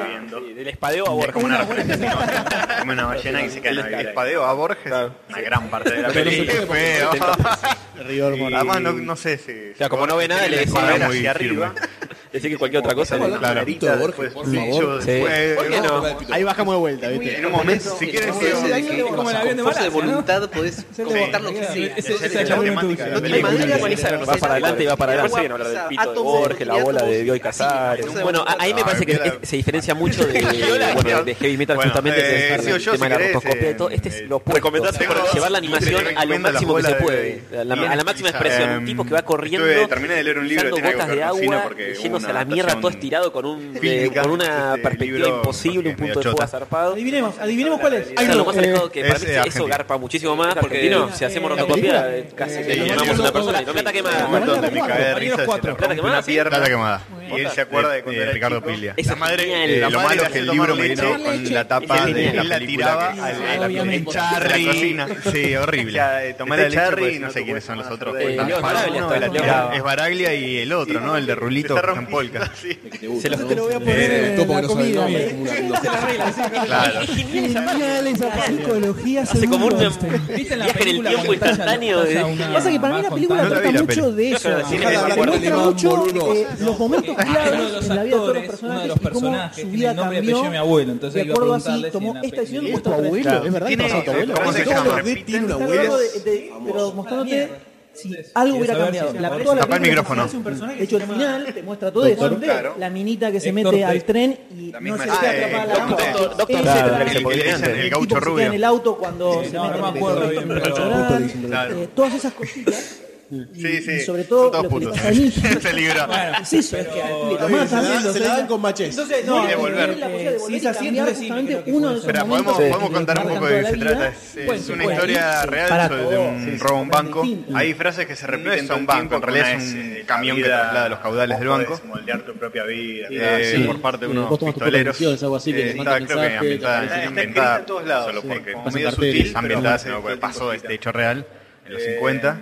Speaker 4: Del espadeo a
Speaker 7: Es
Speaker 4: Borges.
Speaker 7: como una ballena. Como una ballena que se cae. en El espadeo a Borges. Una gran parte de la
Speaker 4: Pero no se
Speaker 7: película.
Speaker 4: puede porque
Speaker 7: <laughs> Feo.
Speaker 2: Rigor
Speaker 7: Y Además, no, no sé si.
Speaker 4: O sea, como no ve nada, le
Speaker 7: tiene
Speaker 4: decís
Speaker 7: la espada
Speaker 4: hacia
Speaker 7: muy
Speaker 4: arriba.
Speaker 7: firme.
Speaker 4: Decir que cualquier otra cosa.
Speaker 7: Claro.
Speaker 4: Claro.
Speaker 7: Clarita, después Pillo,
Speaker 4: Sí.
Speaker 7: después-
Speaker 4: ¿Por qué no?
Speaker 2: Ahí bajamos de vuelta, ¿viste?
Speaker 7: En un momento, si quieres,
Speaker 3: Por eso
Speaker 7: digo,
Speaker 3: de que
Speaker 15: Como el avión de
Speaker 3: con fuerza de
Speaker 15: Malasia, ¿no?
Speaker 3: voluntad podés comentar lo que sea.
Speaker 15: Ese- ese-
Speaker 7: es
Speaker 15: esa
Speaker 7: la
Speaker 15: charla
Speaker 7: temática
Speaker 15: tuya.
Speaker 7: de la
Speaker 3: tiene manera
Speaker 7: película.
Speaker 3: de
Speaker 4: Va para adelante y va para adelante. Siguen hablar del pito de Borges, la bola de Bioy Casares. Bueno, a- ahí me parece que es- se diferencia mucho de, bueno, de heavy metal,
Speaker 7: Bueno,
Speaker 4: justamente
Speaker 7: eh,
Speaker 4: que es
Speaker 7: sigo
Speaker 4: el
Speaker 7: yo,
Speaker 4: tema
Speaker 7: si
Speaker 4: de la
Speaker 7: querés,
Speaker 4: rotoscopia y todo.
Speaker 7: eh,
Speaker 4: Este es
Speaker 7: eh,
Speaker 4: lo opuesto.
Speaker 7: recomendate vos,
Speaker 4: Llevar la animación
Speaker 7: te
Speaker 4: a lo
Speaker 7: recomiendo
Speaker 4: máximo que
Speaker 7: la
Speaker 4: se
Speaker 7: bola
Speaker 4: puede.
Speaker 7: de-
Speaker 4: a la-
Speaker 7: bien
Speaker 4: a la máxima
Speaker 7: utilizada.
Speaker 4: expresión.
Speaker 7: Em,
Speaker 4: Un tipo que va corriendo.
Speaker 7: estuve- terminé de leer un libro que
Speaker 4: pisando
Speaker 7: tenía que
Speaker 4: gotas de
Speaker 7: buscar cocina
Speaker 4: agua,
Speaker 7: porque hubo
Speaker 4: yéndose a la
Speaker 7: una
Speaker 4: mierda, todo
Speaker 7: adaptación
Speaker 4: estirado con un, eh,
Speaker 7: fílmica,
Speaker 4: con una
Speaker 7: este,
Speaker 4: perspectiva
Speaker 7: libro,
Speaker 4: imposible, un
Speaker 7: porque es
Speaker 4: punto de
Speaker 7: medio
Speaker 4: fuga
Speaker 7: chota.
Speaker 4: zarpado.
Speaker 5: Adivinemos, adivinemos cuál es.
Speaker 4: Eso es lo más alejado que para
Speaker 7: es,
Speaker 4: mí
Speaker 7: eh,
Speaker 4: eso
Speaker 7: argentino.
Speaker 4: garpa muchísimo más porque
Speaker 7: argentino?
Speaker 4: si hacemos
Speaker 5: Eh,
Speaker 4: rotoscopia
Speaker 5: ¿la
Speaker 4: eh, casi
Speaker 7: Sí,
Speaker 4: que
Speaker 7: el
Speaker 4: llamamos a
Speaker 7: libro-
Speaker 4: una persona y no plata
Speaker 7: El
Speaker 4: quemada.
Speaker 7: momento donde me cae de risa, se le
Speaker 4: Plata
Speaker 7: rompe
Speaker 4: quemada,
Speaker 7: una
Speaker 4: sí.
Speaker 7: pierna. quemada. Y él se acuerda de
Speaker 4: De
Speaker 7: cuando era
Speaker 4: Eh, Ricardo
Speaker 7: chico.
Speaker 4: Piglia.
Speaker 7: La madre,
Speaker 4: Genial.
Speaker 7: eh,
Speaker 4: La
Speaker 7: lo
Speaker 4: madre
Speaker 7: malo es
Speaker 4: hace
Speaker 7: que el
Speaker 4: tomar
Speaker 7: libro me
Speaker 4: leche.
Speaker 7: vino con la tapa
Speaker 4: Es
Speaker 7: de
Speaker 4: genial.
Speaker 7: la película que
Speaker 5: a la-
Speaker 7: en
Speaker 5: obviamente.
Speaker 7: Charry.
Speaker 3: cocina.
Speaker 7: Sí, horrible.
Speaker 3: Ya, eh, tomar
Speaker 7: Está
Speaker 3: la leche,
Speaker 7: Charry
Speaker 3: pues,
Speaker 7: y
Speaker 3: no
Speaker 7: no
Speaker 3: te
Speaker 7: sé
Speaker 3: puedes
Speaker 7: quiénes son los
Speaker 3: tomar
Speaker 7: otros.
Speaker 3: otro.
Speaker 4: Eh, Leo
Speaker 7: Uno
Speaker 4: Baraglia
Speaker 7: de
Speaker 4: está,
Speaker 7: la
Speaker 4: Leo
Speaker 7: tierra.
Speaker 4: Baraglia.
Speaker 7: Es Baraglia y el otro, ¿no? El de Rulito que está en <laughs> Polka.
Speaker 4: Se los-
Speaker 5: Te lo voy a poner
Speaker 9: Eh,
Speaker 5: en
Speaker 9: topo que
Speaker 5: la
Speaker 9: no sabe el
Speaker 5: comida.
Speaker 9: nombre, como una- no sé.
Speaker 7: Claro.
Speaker 5: Genial esa psicología
Speaker 4: Hace como un
Speaker 5: Einstein.
Speaker 15: ¿Viste en la
Speaker 4: viaje en el
Speaker 15: película
Speaker 4: tiempo
Speaker 15: cuando estalla-
Speaker 4: instantáneo.
Speaker 15: estalla
Speaker 4: de-
Speaker 15: una-
Speaker 5: Pasa que para mí la
Speaker 15: más
Speaker 5: película
Speaker 7: No la
Speaker 15: contada.
Speaker 7: vi,
Speaker 5: trata
Speaker 7: la
Speaker 5: mucho de
Speaker 4: Yo
Speaker 5: eso.
Speaker 4: la vi, la
Speaker 5: Te
Speaker 4: vi,
Speaker 5: muestra
Speaker 9: boludo.
Speaker 5: mucho
Speaker 9: Boludo.
Speaker 5: eh, los momentos
Speaker 15: Uno de
Speaker 5: claves
Speaker 15: los
Speaker 5: en la vida de todos los
Speaker 15: actores, uno
Speaker 5: personajes
Speaker 15: de los
Speaker 5: y cómo
Speaker 15: personajes,
Speaker 5: su
Speaker 15: tiene
Speaker 5: vida
Speaker 15: el nombre y apellido de
Speaker 5: cambió
Speaker 15: mi abuelo, entonces
Speaker 5: de
Speaker 15: iba a
Speaker 5: acuerdo a si
Speaker 15: preguntarle si
Speaker 5: tomó
Speaker 15: en la
Speaker 5: esta decisión
Speaker 15: peli-
Speaker 5: o
Speaker 2: ¿Tu
Speaker 5: esta otra.
Speaker 2: abuelo? ¿Es verdad que
Speaker 7: Tiene-
Speaker 2: pasó a tu abuelo?
Speaker 7: ¿Cómo se
Speaker 9: Todos
Speaker 7: llama?
Speaker 9: los Dead tienen un
Speaker 5: Está hablando
Speaker 9: abuelo.
Speaker 5: de- de- pero mostrándote si algo hubiera
Speaker 15: Quiero saber
Speaker 5: cambiado.
Speaker 15: si
Speaker 5: La,
Speaker 15: se
Speaker 5: toda la
Speaker 7: Tapa el
Speaker 5: película
Speaker 7: micrófono.
Speaker 5: se hace un personaje De hecho, al final te muestra todo eso.
Speaker 7: Claro.
Speaker 5: La minita que se
Speaker 15: Héctor
Speaker 5: mete
Speaker 15: Tate.
Speaker 5: al tren y no
Speaker 7: misma
Speaker 5: se
Speaker 7: escena.
Speaker 5: queda atrapada la
Speaker 7: Ah, eh,
Speaker 5: mano.
Speaker 4: Doctor- Doctor
Speaker 5: Ese
Speaker 4: Tate,
Speaker 5: era
Speaker 4: la
Speaker 5: el
Speaker 4: que se
Speaker 7: El que le
Speaker 4: podría
Speaker 7: dicen
Speaker 4: hacer.
Speaker 7: el
Speaker 5: tipo
Speaker 7: gaucho
Speaker 5: que se queda en el
Speaker 7: rubio.
Speaker 5: auto cuando
Speaker 15: Sí,
Speaker 5: se
Speaker 15: no,
Speaker 5: mete
Speaker 15: no
Speaker 5: en
Speaker 15: me
Speaker 5: el
Speaker 15: acuerdo
Speaker 5: auto,
Speaker 15: bien,
Speaker 5: cuando
Speaker 15: pero-
Speaker 5: lloran,
Speaker 9: Justo le dicen lo de-
Speaker 5: eh, todas esas cositas. Y,
Speaker 7: Sí, sí.
Speaker 5: y sobre
Speaker 7: Son
Speaker 5: todo,
Speaker 7: todos
Speaker 5: lo que le
Speaker 7: putos.
Speaker 5: pasa a Nietzsche.
Speaker 7: <laughs> Ese libro.
Speaker 5: Es eso, es que al pibe lo
Speaker 9: Se la
Speaker 5: matan,
Speaker 9: dan-
Speaker 5: entonces-
Speaker 9: Se la dan con machés.
Speaker 15: Entonces,
Speaker 5: no,
Speaker 15: no,
Speaker 7: Y
Speaker 5: eh,
Speaker 7: devolver.
Speaker 5: la posibilidad de
Speaker 15: Si es
Speaker 5: volver
Speaker 15: así,
Speaker 5: y cambiar
Speaker 15: entonces sí,
Speaker 5: justamente
Speaker 15: creo que
Speaker 5: uno
Speaker 15: puede
Speaker 5: de esos
Speaker 15: ser.
Speaker 7: Espera, ¿podemos,
Speaker 5: momentos
Speaker 7: podemos
Speaker 5: que
Speaker 7: contar un
Speaker 5: marcan
Speaker 7: poco de qué
Speaker 5: toda
Speaker 7: se
Speaker 5: la
Speaker 7: trata.
Speaker 5: vida.
Speaker 7: Es, es
Speaker 5: Bueno,
Speaker 7: una
Speaker 5: bueno,
Speaker 7: historia
Speaker 5: sí,
Speaker 7: real
Speaker 5: para
Speaker 7: sobre
Speaker 5: todo.
Speaker 7: de un robo a un banco.
Speaker 5: distinto.
Speaker 7: Hay frases que se repiten
Speaker 3: es
Speaker 7: todo
Speaker 3: un
Speaker 7: el
Speaker 3: banco,
Speaker 7: tiempo. En
Speaker 3: en
Speaker 7: realidad
Speaker 3: realidad
Speaker 7: es
Speaker 3: es, eh,
Speaker 7: un
Speaker 3: la
Speaker 7: camión que
Speaker 3: vida-
Speaker 7: traslada los caudales del banco.
Speaker 3: moldear tu propia vida.
Speaker 7: eh,
Speaker 2: Sí.
Speaker 7: por parte de
Speaker 2: Eh,
Speaker 7: unos
Speaker 2: vos tomás tus propias
Speaker 7: pistoleros.
Speaker 2: decisiones, algo así, que
Speaker 7: Eh,
Speaker 2: les
Speaker 7: está,
Speaker 2: mandan
Speaker 7: creo que
Speaker 2: mensajes,
Speaker 7: ambientada,
Speaker 2: que
Speaker 7: está
Speaker 2: aparecen.
Speaker 7: ambientada
Speaker 3: Está en todos lados,
Speaker 7: solo
Speaker 3: sí.
Speaker 7: porque como
Speaker 2: Pasan
Speaker 7: medio
Speaker 2: carteles,
Speaker 7: sutil, está
Speaker 2: pero
Speaker 7: ambientada
Speaker 3: bueno,
Speaker 7: sino que
Speaker 3: tipo
Speaker 7: pasó este
Speaker 3: cosita.
Speaker 7: hecho real en los
Speaker 3: Eh,
Speaker 7: 50.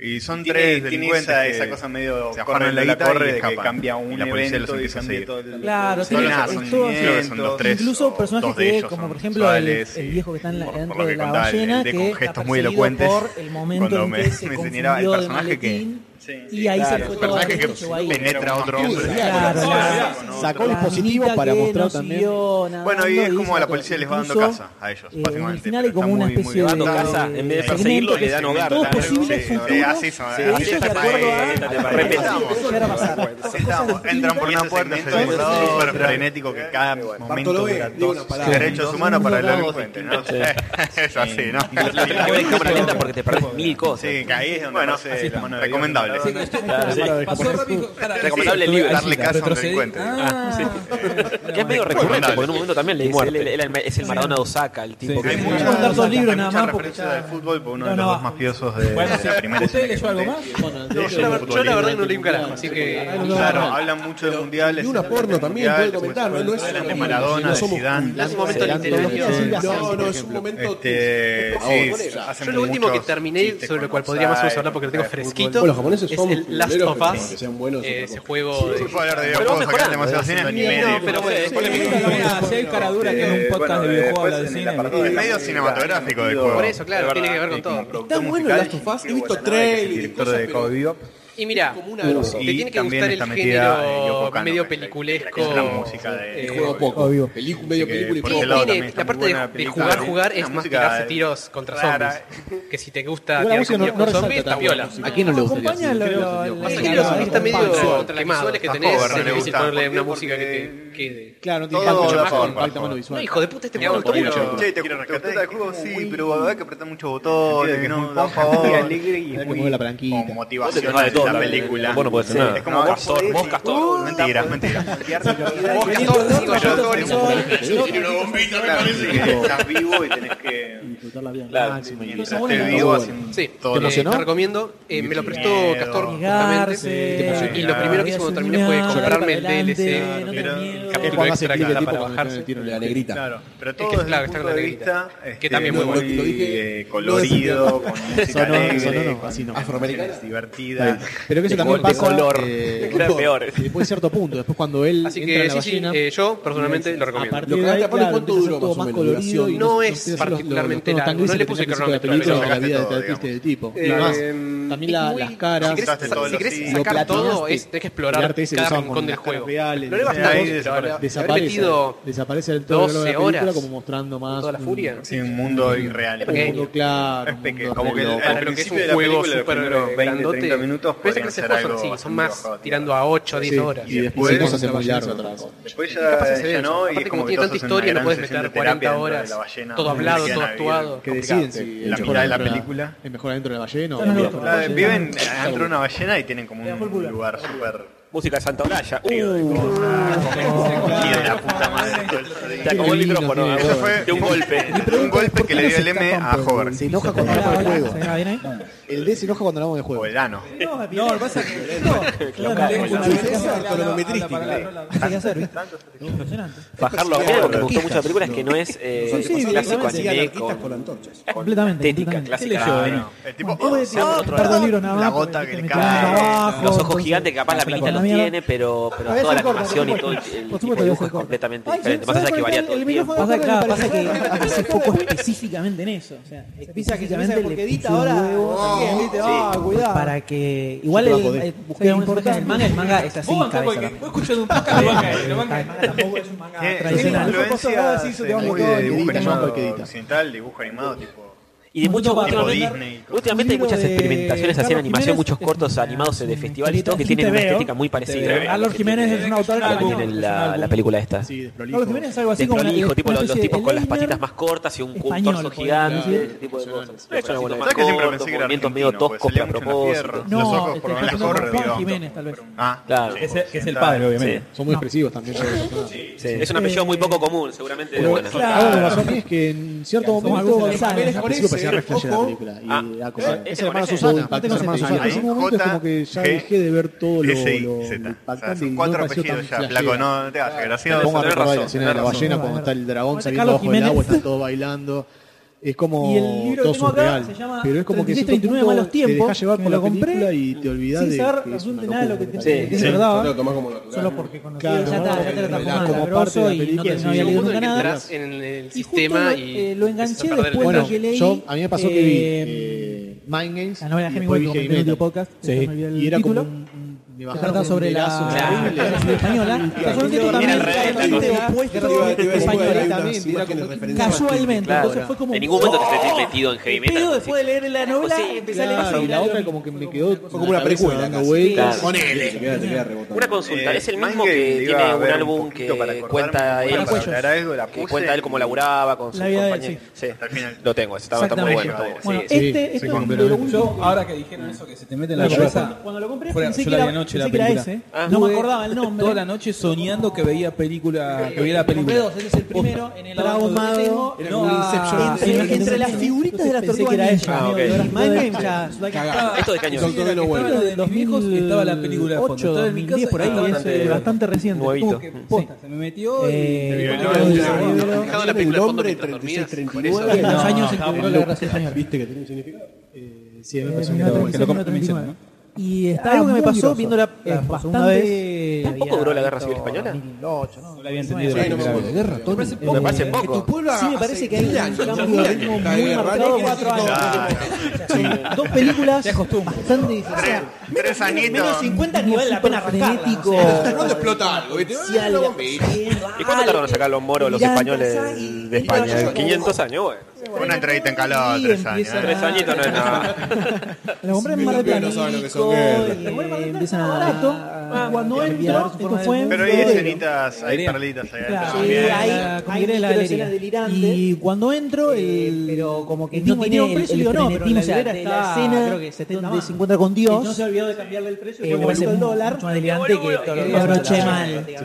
Speaker 7: Y son
Speaker 3: Tiene-
Speaker 7: tres
Speaker 3: tiene
Speaker 7: delincuentes
Speaker 3: esa-
Speaker 7: que
Speaker 3: esa cosa medio
Speaker 7: se
Speaker 3: corre
Speaker 7: afanan la
Speaker 3: la
Speaker 7: guita
Speaker 3: corre
Speaker 7: y
Speaker 3: de que
Speaker 7: escapan.
Speaker 3: cambia un
Speaker 7: y la policía los
Speaker 3: evento y
Speaker 7: empieza a
Speaker 3: cambia
Speaker 7: seguir.
Speaker 3: todo el-
Speaker 5: Claro,
Speaker 7: Son,
Speaker 5: tiene-
Speaker 7: nada,
Speaker 5: es
Speaker 7: son,
Speaker 5: todo-
Speaker 7: creo que son los tres.
Speaker 5: Incluso
Speaker 7: o
Speaker 5: personajes
Speaker 7: dos de
Speaker 5: que,
Speaker 7: ellos
Speaker 5: como
Speaker 7: son
Speaker 5: por ejemplo el,
Speaker 7: sexuales
Speaker 5: el
Speaker 7: y-
Speaker 5: viejo que está en la,
Speaker 7: por- por
Speaker 5: dentro
Speaker 7: lo que
Speaker 5: de la
Speaker 7: contaba, el- el
Speaker 5: ballena
Speaker 7: de
Speaker 5: que
Speaker 7: con
Speaker 5: está
Speaker 7: gestos muy
Speaker 5: perseguido
Speaker 7: elocuentes,
Speaker 5: por el momento
Speaker 7: cuando
Speaker 5: en
Speaker 7: me-
Speaker 5: que se
Speaker 7: me
Speaker 5: confundió
Speaker 7: enseñaba el
Speaker 5: de
Speaker 7: personaje que-
Speaker 5: maletín
Speaker 3: Sí,
Speaker 5: y ahí se fue
Speaker 7: Un
Speaker 5: todo
Speaker 7: personaje
Speaker 5: lo
Speaker 7: que
Speaker 5: llevó ahí.
Speaker 7: penetra a otro hombre.
Speaker 5: Claro, la-
Speaker 2: Sacó los
Speaker 5: la
Speaker 2: positivos
Speaker 5: minita
Speaker 2: para
Speaker 5: que
Speaker 2: mostrar
Speaker 5: no
Speaker 2: también.
Speaker 5: siguió nadando
Speaker 7: Bueno, y es como
Speaker 5: hizo
Speaker 7: la policía
Speaker 5: todo.
Speaker 7: les va dando
Speaker 5: Incluso,
Speaker 7: casa a ellos,
Speaker 5: eh,
Speaker 7: básicamente,
Speaker 5: Al final
Speaker 7: pero
Speaker 5: hay como
Speaker 7: está
Speaker 5: una
Speaker 7: muy, muy
Speaker 5: especie de.
Speaker 7: bajando
Speaker 4: casa, en vez de
Speaker 5: segmento
Speaker 4: perseguirlo,
Speaker 5: que
Speaker 4: le dan
Speaker 5: se-
Speaker 4: hogar,
Speaker 5: Todos
Speaker 4: ¿no?
Speaker 5: posibles
Speaker 7: Sí,
Speaker 5: futuros.
Speaker 7: así son,
Speaker 5: eh,
Speaker 7: así
Speaker 5: hechos de
Speaker 7: se
Speaker 5: acuerdo a-
Speaker 7: fue-
Speaker 5: a- a-
Speaker 7: respetamos.
Speaker 5: cosas que llegar a pasar. Cosas
Speaker 7: Sentamos,
Speaker 5: distintas.
Speaker 7: entran por una puerta, se ve súper frenético que cada momento
Speaker 9: Bartolomé,
Speaker 7: dura
Speaker 9: digo una
Speaker 7: dos
Speaker 9: palabra.
Speaker 7: derechos humanos para el delincuente, ¿no? <laughs> Es así, ¿no?
Speaker 4: La ves en cámara lenta porque te perdés mil cosas.
Speaker 7: Sí, que ahí es donde bueno, la mano de Dios. recomendable.
Speaker 15: Sí, esto- pasó rápido, para-
Speaker 4: Recomendable
Speaker 15: sí,
Speaker 4: el libro,
Speaker 15: ahí
Speaker 7: darle
Speaker 15: sí,
Speaker 7: casa a un
Speaker 15: retrocedí.
Speaker 7: delincuente, digo.
Speaker 15: Ah,
Speaker 4: Que es medio recurrente,
Speaker 7: Recomendable.
Speaker 4: porque en un momento también le dice, él- él- él es el Maradona de Osaka, el tipo
Speaker 15: Sí.
Speaker 4: que...
Speaker 15: Sí.
Speaker 7: muchas-
Speaker 5: Vamos a contar dos
Speaker 7: hay
Speaker 5: libros nada
Speaker 7: muchas
Speaker 5: más, porque
Speaker 7: referencias del fútbol por uno
Speaker 15: No,
Speaker 7: de los
Speaker 15: no.
Speaker 7: dos mafiosos de
Speaker 15: Bueno,
Speaker 7: de la primera
Speaker 15: ¿usted
Speaker 7: escena que
Speaker 15: leyó algo
Speaker 7: conté.
Speaker 15: más?
Speaker 3: No, yo, la, yo la verdad no leí un carajo, así que.
Speaker 7: Claro, hablan mucho de mundiales.
Speaker 9: Y una
Speaker 7: etcétera,
Speaker 9: porno
Speaker 7: de
Speaker 9: también, puede
Speaker 7: mundiales,
Speaker 9: comentar, ¿no? No es
Speaker 7: De Maradona,
Speaker 9: no
Speaker 7: de
Speaker 9: somos-
Speaker 7: Zidane.
Speaker 3: Hace un momento literario.
Speaker 9: No, no, es un momento.
Speaker 7: Este, sí, hacen
Speaker 3: Yo lo último que
Speaker 7: muchos
Speaker 3: terminé,
Speaker 7: chistes
Speaker 3: sobre lo
Speaker 7: con
Speaker 3: cual podríamos
Speaker 7: Osai,
Speaker 3: hablar porque lo tengo
Speaker 7: de fútbol.
Speaker 3: fresquito,
Speaker 9: Bueno, los japoneses
Speaker 3: es
Speaker 9: son
Speaker 3: el Last
Speaker 9: futboleros,
Speaker 3: of
Speaker 9: pero
Speaker 3: Us,
Speaker 9: que sean buenos. es
Speaker 3: eh,
Speaker 9: otra
Speaker 3: ese
Speaker 9: cosa.
Speaker 3: juego de.
Speaker 7: Sí, puedo hablar de
Speaker 4: Pero
Speaker 7: videojuegos
Speaker 4: vamos
Speaker 7: acá,
Speaker 4: mejorando,
Speaker 7: demasiado
Speaker 4: ¿eh?
Speaker 7: cine, anime,
Speaker 3: No,
Speaker 7: de-
Speaker 3: pero bueno,
Speaker 15: Mira, Si hay cara dura que en un podcast de videojuegos habla de cine.
Speaker 7: Es medio cinematográfico del juego.
Speaker 3: por eso, claro, tiene que ver con todo.
Speaker 9: Está bueno el Last of Us, he visto trailers. y
Speaker 7: director
Speaker 9: cosas,
Speaker 7: de
Speaker 9: pero-
Speaker 7: Cowboy Bebop.
Speaker 3: Y mira, te
Speaker 7: Y
Speaker 3: tiene que
Speaker 7: también
Speaker 3: gustar el
Speaker 7: está metida, eh,
Speaker 3: género
Speaker 7: Yoko Kanno,
Speaker 3: medio
Speaker 7: que es la-
Speaker 3: peliculesco.
Speaker 7: que es la música de-
Speaker 3: eh,
Speaker 9: El juego poco.
Speaker 6: obvio.
Speaker 9: Pelicu- medio
Speaker 7: que
Speaker 9: película y
Speaker 7: por
Speaker 9: poco.
Speaker 7: ese
Speaker 3: Tiene,
Speaker 7: lado
Speaker 3: tiene-
Speaker 7: también está
Speaker 3: la
Speaker 7: muy
Speaker 3: parte de,
Speaker 7: buena
Speaker 3: de
Speaker 7: película,
Speaker 3: jugar,
Speaker 7: ¿eh?
Speaker 3: jugar
Speaker 7: Una
Speaker 3: es más
Speaker 7: música
Speaker 3: tirarse
Speaker 7: de-
Speaker 3: tiros contra
Speaker 7: rara.
Speaker 3: zombies. Que si te gusta
Speaker 6: Igual la
Speaker 3: tirar
Speaker 6: música
Speaker 3: con
Speaker 6: no-
Speaker 3: tiros
Speaker 6: no
Speaker 3: con zombies,
Speaker 6: resalta
Speaker 3: está
Speaker 6: tanto la
Speaker 3: piola.
Speaker 6: música.
Speaker 2: ¿A quién no le gustaría?
Speaker 5: Acompaña lo- lo- lo-
Speaker 3: Pasa
Speaker 5: la-
Speaker 3: que
Speaker 5: la-
Speaker 3: los
Speaker 5: la-
Speaker 3: zombies está medio
Speaker 5: la-
Speaker 3: contra las visuales que
Speaker 7: Estás
Speaker 3: tenés,
Speaker 7: joven,
Speaker 3: es
Speaker 7: le
Speaker 3: difícil
Speaker 7: gusta.
Speaker 3: ponerle una música que te quede.
Speaker 6: Claro, no tiene
Speaker 7: Todo
Speaker 6: tanto
Speaker 7: da
Speaker 6: impacto,
Speaker 7: favor,
Speaker 6: impacta
Speaker 7: por
Speaker 6: menos
Speaker 7: favor.
Speaker 3: No,
Speaker 6: visual.
Speaker 3: hijo de puta, este
Speaker 7: Te
Speaker 3: juego está
Speaker 7: quiero-
Speaker 3: mucho.
Speaker 7: Che, te gusta el juego, sí, pero va a haber que apretar muchos botones, que no, da
Speaker 2: Hay que mover la palanquita.
Speaker 4: Vos
Speaker 7: motivación.
Speaker 4: te quejás de
Speaker 16: esa
Speaker 4: todo, puedo hablar de-
Speaker 16: película.
Speaker 4: vos no podés hacer
Speaker 16: Sí,
Speaker 4: nada.
Speaker 16: Es como Castor, vos Castor. Mentira, mentira. Vos Castor,
Speaker 7: Vos,
Speaker 16: digo yo,
Speaker 7: Castor,
Speaker 16: digo
Speaker 7: vos,
Speaker 16: yo.
Speaker 7: Castor.
Speaker 16: Tiene una bombita, me
Speaker 7: Claro,
Speaker 16: parece.
Speaker 7: que Estás vivo y tenés que...
Speaker 4: Claro,
Speaker 2: Ah,
Speaker 7: mientras
Speaker 3: Está
Speaker 7: estés
Speaker 3: bueno.
Speaker 7: vivo,
Speaker 3: Está
Speaker 7: haciendo
Speaker 3: bueno. Sí,
Speaker 7: todo.
Speaker 3: eh, te recomiendo. eh, me lo prestó Castor justamente.
Speaker 7: Ligarse.
Speaker 3: Y lo primero que hizo cuando terminé fue comprarme el DLC. el capítulo
Speaker 17: Cuando hace
Speaker 3: extra que
Speaker 17: clic el
Speaker 3: está
Speaker 17: tipo
Speaker 3: para
Speaker 17: cuando
Speaker 3: bajarse.
Speaker 17: tiene el tiro en la negrita.
Speaker 7: Claro, pero
Speaker 3: Es
Speaker 7: todo
Speaker 3: que,
Speaker 7: desde
Speaker 3: claro,
Speaker 7: un
Speaker 3: está en
Speaker 7: punto
Speaker 3: la
Speaker 7: de
Speaker 3: negrita,
Speaker 7: vista
Speaker 3: que
Speaker 7: este,
Speaker 3: también es muy
Speaker 7: lo-
Speaker 3: bueno.
Speaker 7: lo dije, eh, colorido, con música
Speaker 17: Sonoro,
Speaker 7: alegre,
Speaker 17: sonoro,
Speaker 7: con
Speaker 17: así no.
Speaker 7: canciones
Speaker 17: Está
Speaker 7: divertidas.
Speaker 17: bien. Pero que eso
Speaker 7: De
Speaker 17: también
Speaker 7: golpe,
Speaker 17: pasa.
Speaker 7: color.
Speaker 17: eh,
Speaker 7: Era
Speaker 17: con-
Speaker 7: peor.
Speaker 17: eh, Después de cierto punto, después cuando él.
Speaker 3: Así
Speaker 17: entra en
Speaker 3: que
Speaker 17: la
Speaker 3: sí, sí,
Speaker 17: ballena,
Speaker 3: eh, yo personalmente lo
Speaker 17: A
Speaker 3: recomiendo.
Speaker 17: partir de ahí,
Speaker 9: Aparte,
Speaker 17: claro,
Speaker 9: ¿cuánto
Speaker 17: empieza
Speaker 9: duró
Speaker 17: a ser todo
Speaker 9: más
Speaker 17: más
Speaker 9: o menos la
Speaker 17: colorido.
Speaker 9: duración?
Speaker 17: y
Speaker 3: No
Speaker 17: empieza
Speaker 3: es
Speaker 17: a ser los- los-
Speaker 3: particularmente
Speaker 17: los tan
Speaker 3: largo, no le
Speaker 17: grises que
Speaker 3: puse
Speaker 17: tenés en
Speaker 3: cronómetro,
Speaker 17: la película,
Speaker 3: pero
Speaker 17: la vida
Speaker 7: sacaste todo,
Speaker 17: de- viste, del tipo. Y
Speaker 3: Eh,
Speaker 17: más,
Speaker 3: es
Speaker 17: también la-
Speaker 3: muy-
Speaker 17: las caras.
Speaker 3: Si querés,
Speaker 7: Usaste
Speaker 3: sa-
Speaker 7: todos
Speaker 3: si
Speaker 7: los
Speaker 3: querés
Speaker 7: sí.
Speaker 17: Lo
Speaker 3: sacar
Speaker 17: plateaste,
Speaker 3: todo, es, tenés que
Speaker 17: el
Speaker 3: explorar
Speaker 17: arte ese que
Speaker 3: cada
Speaker 17: usaban con
Speaker 3: rincón del
Speaker 17: las caras
Speaker 3: juego.
Speaker 17: reales,
Speaker 3: no le
Speaker 17: los-
Speaker 3: basta
Speaker 7: Ahí
Speaker 3: dos, haber
Speaker 7: desaparece.
Speaker 17: Desaparece,
Speaker 3: metido
Speaker 17: desaparece el todo
Speaker 3: 12
Speaker 17: de la película
Speaker 3: horas
Speaker 17: como mostrando más.
Speaker 3: toda la
Speaker 17: un-
Speaker 3: furia.
Speaker 7: Sí, un mundo irreal.
Speaker 17: Un
Speaker 3: Pequeño.
Speaker 17: mundo claro.
Speaker 7: Es
Speaker 17: un
Speaker 7: pequeño.
Speaker 17: mundo
Speaker 7: Como que
Speaker 17: re
Speaker 7: el-
Speaker 17: loco.
Speaker 3: Para lo que es
Speaker 7: principio
Speaker 3: un
Speaker 7: de la
Speaker 3: juego
Speaker 7: película, los
Speaker 3: súper
Speaker 7: primeros 20, 30
Speaker 3: grandote.
Speaker 7: minutos
Speaker 3: Pero
Speaker 7: podrían
Speaker 3: esas
Speaker 7: ser
Speaker 3: clases de juegos
Speaker 7: algo
Speaker 3: son, sí, son más
Speaker 7: medio
Speaker 3: tirando a 8 o 10
Speaker 17: Sí,
Speaker 3: horas.
Speaker 17: Y después
Speaker 7: Después-
Speaker 17: se hace muy largo atrás.
Speaker 7: Después
Speaker 3: Y capaz
Speaker 7: ya,
Speaker 3: hacer
Speaker 7: ya
Speaker 3: eso.
Speaker 7: no, y
Speaker 3: Aparte, como
Speaker 7: es como que
Speaker 3: tiene tanta
Speaker 7: todos hacen
Speaker 3: historia,
Speaker 7: una
Speaker 3: no puedes
Speaker 7: gran sesión
Speaker 3: meter
Speaker 7: de
Speaker 3: 40
Speaker 7: terapia dentro de
Speaker 3: horas,
Speaker 7: la ballena,
Speaker 3: todo
Speaker 7: donde
Speaker 3: hablado,
Speaker 7: se quedan
Speaker 3: todo
Speaker 7: ahí,
Speaker 3: actuado.
Speaker 17: que
Speaker 7: complicado.
Speaker 17: deciden si
Speaker 7: La
Speaker 17: el
Speaker 7: mitad de la
Speaker 17: chabón entra-
Speaker 7: película.
Speaker 17: es mejor adentro de la ballena o
Speaker 2: No, no,
Speaker 17: adentro de la
Speaker 7: La-
Speaker 17: ballena.
Speaker 7: Viven dentro de una ballena y tienen como un lugar súper.
Speaker 4: Música de Santa Olalla.
Speaker 2: Uh,
Speaker 7: Y de la puta madre. todo el
Speaker 4: Te acabó el micrófono.
Speaker 7: Eso fue
Speaker 4: De
Speaker 2: <laughs>
Speaker 4: un golpe.
Speaker 7: un golpe que le dio el M a Hover.
Speaker 17: Se enoja cuando hablamos de juego.
Speaker 2: ¿Se va bien ahí?
Speaker 17: El D se enoja cuando hablamos de
Speaker 7: O
Speaker 17: juego.
Speaker 7: el ano.
Speaker 18: No, lo que pasa es que. No,
Speaker 2: ¿Qué hacer, viste?
Speaker 4: Bajarlo a mí, lo que me gustó mucho de la película es que no es eh,
Speaker 2: Sí, sí,
Speaker 4: clásico
Speaker 2: directamente.
Speaker 4: anime con
Speaker 9: antorchas.
Speaker 2: Completamente.
Speaker 4: estética
Speaker 2: completamente.
Speaker 4: clásica.
Speaker 7: Ah,
Speaker 4: anime.
Speaker 7: no. El tipo.
Speaker 2: Pobre
Speaker 7: se
Speaker 2: tío,
Speaker 7: abre otro
Speaker 2: perdón,
Speaker 7: lado.
Speaker 2: libro nada
Speaker 7: La
Speaker 2: más,
Speaker 7: gota
Speaker 2: porque
Speaker 7: que
Speaker 2: me
Speaker 7: le
Speaker 2: quedan abajo,
Speaker 7: cae.
Speaker 4: Los ojos
Speaker 2: entonces,
Speaker 4: gigantes que capaz la
Speaker 2: la
Speaker 4: pelita los
Speaker 2: mierda.
Speaker 4: tiene, pero, pero
Speaker 2: A ver,
Speaker 4: toda la
Speaker 2: se corta,
Speaker 4: animación
Speaker 2: se
Speaker 4: y todo el, el
Speaker 2: Por
Speaker 4: tipo
Speaker 2: supuesto,
Speaker 4: de dibujo
Speaker 2: se corta.
Speaker 4: es completamente
Speaker 2: Ay,
Speaker 4: diferente.
Speaker 2: se-
Speaker 4: Más
Speaker 2: se
Speaker 4: allá que
Speaker 2: corta
Speaker 4: varía
Speaker 2: el-
Speaker 4: todo
Speaker 2: el
Speaker 4: el tiempo.
Speaker 2: micrófono
Speaker 18: Pasa
Speaker 2: acá,
Speaker 18: acá,
Speaker 2: me
Speaker 18: pasa
Speaker 2: parece
Speaker 18: que-
Speaker 2: que hace foco específicamente en eso. O sea, específicamente le
Speaker 9: porque
Speaker 2: puso
Speaker 9: edita
Speaker 2: un
Speaker 9: ahora,
Speaker 2: huevo
Speaker 9: también,
Speaker 2: sí,
Speaker 9: ¿viste? Ah, cuidado.
Speaker 2: Para que. Igual
Speaker 17: te
Speaker 2: el,
Speaker 17: la jodí.
Speaker 2: eh, busqué una imagen del manga, el manga está así.
Speaker 18: Vos,
Speaker 2: cabeza
Speaker 18: porque
Speaker 2: abajo.
Speaker 18: vos escuchás un podcast de manga, y el manga-
Speaker 7: Tiene- Tiene
Speaker 2: tradicional.
Speaker 7: influencia
Speaker 17: te van
Speaker 7: muy
Speaker 17: con
Speaker 7: de dibujo
Speaker 17: edita,
Speaker 7: animado
Speaker 17: porque edita.
Speaker 7: occidental, dibujo animado tipo.
Speaker 4: Y de muchos
Speaker 2: Tipo
Speaker 4: últimamente,
Speaker 7: Disney.
Speaker 4: últimamente hay
Speaker 2: Un libro
Speaker 4: muchas
Speaker 2: de
Speaker 4: experimentaciones así en
Speaker 2: Carlos
Speaker 4: animación,
Speaker 2: Jiménez,
Speaker 4: muchos
Speaker 2: es
Speaker 4: cortos
Speaker 2: una-
Speaker 4: animados de
Speaker 2: una
Speaker 4: festivales y todo que
Speaker 2: historieta
Speaker 4: tienen una
Speaker 2: TVO.
Speaker 4: estética muy parecida.
Speaker 2: Carlos Jiménez es un autor
Speaker 4: La que
Speaker 2: álbum,
Speaker 4: tiene
Speaker 2: es un
Speaker 4: la,
Speaker 2: álbum.
Speaker 4: la película esta.
Speaker 17: Sí, desprolijo.
Speaker 2: Carlos Jiménez es algo así
Speaker 4: De
Speaker 2: como. una-
Speaker 4: prolijo, tipo
Speaker 2: una
Speaker 4: los, los
Speaker 2: especie
Speaker 4: tipos
Speaker 2: de
Speaker 4: con las
Speaker 2: Leiner.
Speaker 4: patitas más cortas y un, un
Speaker 2: español, pues,
Speaker 4: torso
Speaker 2: podríamos
Speaker 4: gigante,
Speaker 2: decir.
Speaker 4: ese tipo de cosas.
Speaker 7: ¿Sabes
Speaker 4: Es una buena
Speaker 7: que siempre pensé que era
Speaker 4: movimientos medio
Speaker 7: argentino? Porque
Speaker 4: toscos,
Speaker 7: salía
Speaker 4: a
Speaker 7: mucho en la
Speaker 4: propósito.
Speaker 7: tierra.
Speaker 2: No,
Speaker 7: Los ojos
Speaker 2: te estás
Speaker 7: por las
Speaker 2: pensando en
Speaker 7: corre,
Speaker 2: Juan
Speaker 7: digamos.
Speaker 2: Jiménez, tal vez.
Speaker 7: Ah,
Speaker 4: Claro.
Speaker 7: sí.
Speaker 19: Es el- es el padre, obviamente.
Speaker 17: Son muy expresivos también. todos.
Speaker 4: Sí, Es una apellido muy poco común, seguramente.
Speaker 17: Pero
Speaker 4: bueno.
Speaker 17: ahora lo que pasó a mí es que en cierto momento
Speaker 2: algunos
Speaker 17: al
Speaker 2: papeles
Speaker 9: con
Speaker 17: principio parecía
Speaker 9: ese,
Speaker 17: re flash la
Speaker 9: ojo.
Speaker 17: película. Y
Speaker 4: Ah,
Speaker 17: la cosa-
Speaker 4: ese
Speaker 17: es hermana
Speaker 4: con ese.
Speaker 17: Susana.
Speaker 2: Ah,
Speaker 17: Es hermana
Speaker 2: ese.
Speaker 17: Susana.
Speaker 7: Ahí,
Speaker 17: En ese momento es
Speaker 7: J,
Speaker 17: como que ya
Speaker 7: G,
Speaker 17: dejé de ver todo lo...
Speaker 7: S, I,
Speaker 17: lo
Speaker 7: Z. O sea,
Speaker 17: impactante y
Speaker 7: son
Speaker 17: no
Speaker 7: cuatro
Speaker 17: pareció tan
Speaker 7: apellidos ya,
Speaker 17: flashero.
Speaker 7: flaco, no te hagas
Speaker 17: Me
Speaker 7: gracioso.
Speaker 17: pongo a
Speaker 4: tenés
Speaker 17: recordar la
Speaker 4: razón,
Speaker 17: escena de la
Speaker 4: tenés
Speaker 17: ballena
Speaker 2: razón.
Speaker 17: cuando está el dragón
Speaker 2: Bueno,
Speaker 17: saliendo
Speaker 2: Carlos
Speaker 17: bajo el agua,
Speaker 2: Jiménez.
Speaker 17: están todos bailando. Es como
Speaker 2: Y el libro
Speaker 17: todo
Speaker 2: que tengo acá
Speaker 17: surreal.
Speaker 2: se llama
Speaker 17: Pero es como que en cierto
Speaker 2: 36, 39
Speaker 17: punto
Speaker 2: malos
Speaker 17: te
Speaker 2: tiempos,
Speaker 17: dejas llevar
Speaker 2: me
Speaker 17: por
Speaker 2: lo
Speaker 17: la
Speaker 2: compré
Speaker 17: película y te olvidás
Speaker 2: Sin
Speaker 17: de
Speaker 2: saber
Speaker 17: que es una
Speaker 2: absolutamente nada de lo que
Speaker 17: locura.
Speaker 2: te
Speaker 4: Sí,
Speaker 2: te
Speaker 4: sí.
Speaker 2: acordaba.
Speaker 9: lo tomás como natural.
Speaker 2: Solo porque conocía,
Speaker 17: Claro,
Speaker 2: ya está, ya te la
Speaker 17: claro,
Speaker 2: transformás como
Speaker 17: como parte de la
Speaker 2: grosso y no,
Speaker 17: película,
Speaker 2: te-
Speaker 17: sí,
Speaker 2: no había
Speaker 17: sí.
Speaker 2: leído
Speaker 17: Punto
Speaker 2: nunca
Speaker 17: en que
Speaker 2: nada.
Speaker 3: entras en el
Speaker 2: Y justo
Speaker 3: sistema
Speaker 2: lo-
Speaker 3: y
Speaker 2: eh, lo
Speaker 3: empezás a
Speaker 2: enganché
Speaker 3: perder el
Speaker 2: después
Speaker 17: Bueno,
Speaker 2: de que leí.
Speaker 17: yo, a mí me pasó que vi
Speaker 2: eh,
Speaker 17: eh, Mind Games
Speaker 2: La novela
Speaker 17: y
Speaker 2: de
Speaker 17: después
Speaker 2: Hemingway
Speaker 17: vi
Speaker 2: que
Speaker 17: Heavy
Speaker 2: comenté en otro
Speaker 17: Metal.
Speaker 2: podcast.
Speaker 19: Sí.
Speaker 2: me olvidé el
Speaker 17: Y era como
Speaker 2: título.
Speaker 17: un- un- me
Speaker 2: que
Speaker 17: bajaron
Speaker 2: trata
Speaker 17: como un
Speaker 2: sobre la
Speaker 17: delazo
Speaker 2: la
Speaker 17: horrible.
Speaker 2: nación española. Casualmente
Speaker 9: Era
Speaker 2: también
Speaker 9: re-
Speaker 2: totalmente
Speaker 9: la-
Speaker 2: opuesto
Speaker 9: Te iba- te iba a decir,
Speaker 2: española.
Speaker 9: bueno,
Speaker 17: Exactamente, era como que-
Speaker 2: Casualmente,
Speaker 4: Claro.
Speaker 2: entonces fue como
Speaker 4: En ningún momento te sentís
Speaker 2: ¡Oh!
Speaker 4: metido en heavy
Speaker 2: Pero
Speaker 4: metal.
Speaker 2: después de leer la novela, empecé a leer
Speaker 17: Claro,
Speaker 2: eso
Speaker 17: y la otra
Speaker 2: como
Speaker 17: como que me quedó fue
Speaker 9: como una precuela,
Speaker 17: dando
Speaker 9: casi.
Speaker 17: vueltas.
Speaker 4: Claro.
Speaker 9: Se queda- se queda rebotando.
Speaker 4: Una consulta, es el
Speaker 7: Eh,
Speaker 4: mismo
Speaker 7: Mangel
Speaker 4: que
Speaker 7: iba
Speaker 4: tiene
Speaker 7: a
Speaker 4: un
Speaker 7: ver
Speaker 4: álbum
Speaker 7: poquito para
Speaker 4: que
Speaker 7: acordarme,
Speaker 4: cuenta
Speaker 7: para
Speaker 4: él,
Speaker 7: hablar algo, la
Speaker 4: que
Speaker 7: puse
Speaker 4: cuenta él cómo
Speaker 7: y-
Speaker 4: laburaba con sus
Speaker 2: La vida de él,
Speaker 4: compañeros. Sí.
Speaker 7: Hasta el final.
Speaker 4: Lo tengo, está, está muy bueno.
Speaker 2: Exactamente.
Speaker 4: está
Speaker 2: Bueno,
Speaker 4: bueno, sí, sí.
Speaker 17: sí,
Speaker 2: este,
Speaker 17: sí,
Speaker 2: este
Speaker 17: completamente.
Speaker 2: lo único
Speaker 19: Yo, ahora que dijeron eso, que se te mete en la
Speaker 2: Claro,
Speaker 19: cabeza.
Speaker 2: esa- cuando lo compré
Speaker 19: Fuera,
Speaker 2: pensé
Speaker 19: yo
Speaker 2: que
Speaker 19: la vi
Speaker 2: era-
Speaker 19: anoche la
Speaker 2: pensé que era
Speaker 19: película.
Speaker 2: ese. No me
Speaker 19: Estuve
Speaker 2: acordaba el nombre.
Speaker 19: Toda la noche soñando que veía película, que veía la película.
Speaker 2: Compré dos, ese es el primero en el
Speaker 19: Traumado.
Speaker 2: traumado.
Speaker 19: Era como un Inception.
Speaker 2: entre, entre las figuritas de las tortugas ninja.
Speaker 4: Ah, ok.
Speaker 2: amigo, de Mind Game, ya,
Speaker 4: ¿Esto de qué año es?
Speaker 19: Era que estaba la de mis viejos y estaba la película de fondo.
Speaker 2: 2008,
Speaker 19: Estaba en mi
Speaker 2: 2010
Speaker 19: casa
Speaker 2: por
Speaker 19: y
Speaker 2: ahí,
Speaker 19: estaba
Speaker 2: es
Speaker 4: bastante-
Speaker 2: eh, bastante reciente.
Speaker 4: nuevito.
Speaker 19: como que posta, se me metió y-
Speaker 2: Eh,
Speaker 7: Violó
Speaker 2: el
Speaker 7: el
Speaker 2: libro.
Speaker 7: libro.
Speaker 3: Dejado la película de fondo
Speaker 9: El hombre
Speaker 3: mientras dormías,
Speaker 9: 36,
Speaker 3: con eso.
Speaker 9: 39.
Speaker 2: los años en
Speaker 19: estaba
Speaker 2: que
Speaker 19: muy
Speaker 2: duró la guerra española.
Speaker 17: ¿Viste que tiene un significado? Eh, sí, a mí me parece que
Speaker 19: lo- que lo
Speaker 2: 1939,
Speaker 19: compré en mi cena,
Speaker 2: 39. Y está algo que me
Speaker 17: muy
Speaker 2: pasó
Speaker 17: groso.
Speaker 2: viéndola eh,
Speaker 19: La segunda
Speaker 2: bastante.
Speaker 4: ¿Tampoco duró la guerra civil española?
Speaker 2: 2008, ¿no?
Speaker 19: No la había entendido
Speaker 9: Sí,
Speaker 19: la
Speaker 9: no me
Speaker 19: primera
Speaker 9: acuerdo.
Speaker 19: vez.
Speaker 9: Me parece
Speaker 4: Me parece poco.
Speaker 2: Sí, me parece que hay un cambio de ritmo
Speaker 9: Está
Speaker 2: muy
Speaker 9: bien,
Speaker 2: marcado.
Speaker 9: raro,
Speaker 2: Cuatro
Speaker 9: no,
Speaker 2: años. Son Dos películas bastante diferentes.
Speaker 16: Tres
Speaker 2: Menos
Speaker 16: años.
Speaker 2: 50 que vale la pena frenético.
Speaker 9: Tratando de explotar algo, ¿viste?
Speaker 2: social,
Speaker 9: Ah, la bombilla.
Speaker 2: haciendo
Speaker 4: ¿Y cuánto
Speaker 2: algo,
Speaker 4: tardaron en sacar los moros los
Speaker 2: mirá,
Speaker 4: españoles
Speaker 2: alcanzá y-
Speaker 4: de
Speaker 2: y-
Speaker 4: España?
Speaker 2: y-
Speaker 4: 500 años, bueno.
Speaker 7: Una entrevista en calor, tres años. ¿eh?
Speaker 2: empieza-
Speaker 4: Tres añitos no es nada.
Speaker 2: La compré en Mar del
Speaker 9: Pero
Speaker 2: Plata.
Speaker 9: no saben lo que son,
Speaker 2: y,
Speaker 9: guerra.
Speaker 2: eh, Empiezan a barato. Cuando entro, esto fue en
Speaker 7: Pero hay
Speaker 2: febrero.
Speaker 7: escenitas, hay perlitas ahí.
Speaker 2: Claro,
Speaker 7: adentro también.
Speaker 2: ahí,
Speaker 3: la- como
Speaker 2: ahí
Speaker 3: que era
Speaker 2: micro
Speaker 3: la galería.
Speaker 2: escenas delirantes. Y cuando entro, el, pero como
Speaker 3: que no tiene el-
Speaker 2: precio,
Speaker 3: el
Speaker 2: digo, no, pero
Speaker 3: frenetismo,
Speaker 2: la
Speaker 3: o sea,
Speaker 2: escena
Speaker 3: de
Speaker 2: la
Speaker 3: la
Speaker 2: escena
Speaker 3: escena
Speaker 2: donde
Speaker 3: más.
Speaker 2: se encuentra con Dios.
Speaker 3: Y no se olvidó de cambiarle el precio,
Speaker 2: eh,
Speaker 3: fue
Speaker 2: me parece
Speaker 3: boludo el
Speaker 2: mucho
Speaker 3: dólar.
Speaker 2: más delirante que todo lo que
Speaker 3: Boludo,
Speaker 2: broché
Speaker 3: boludo.
Speaker 2: mal. Digo,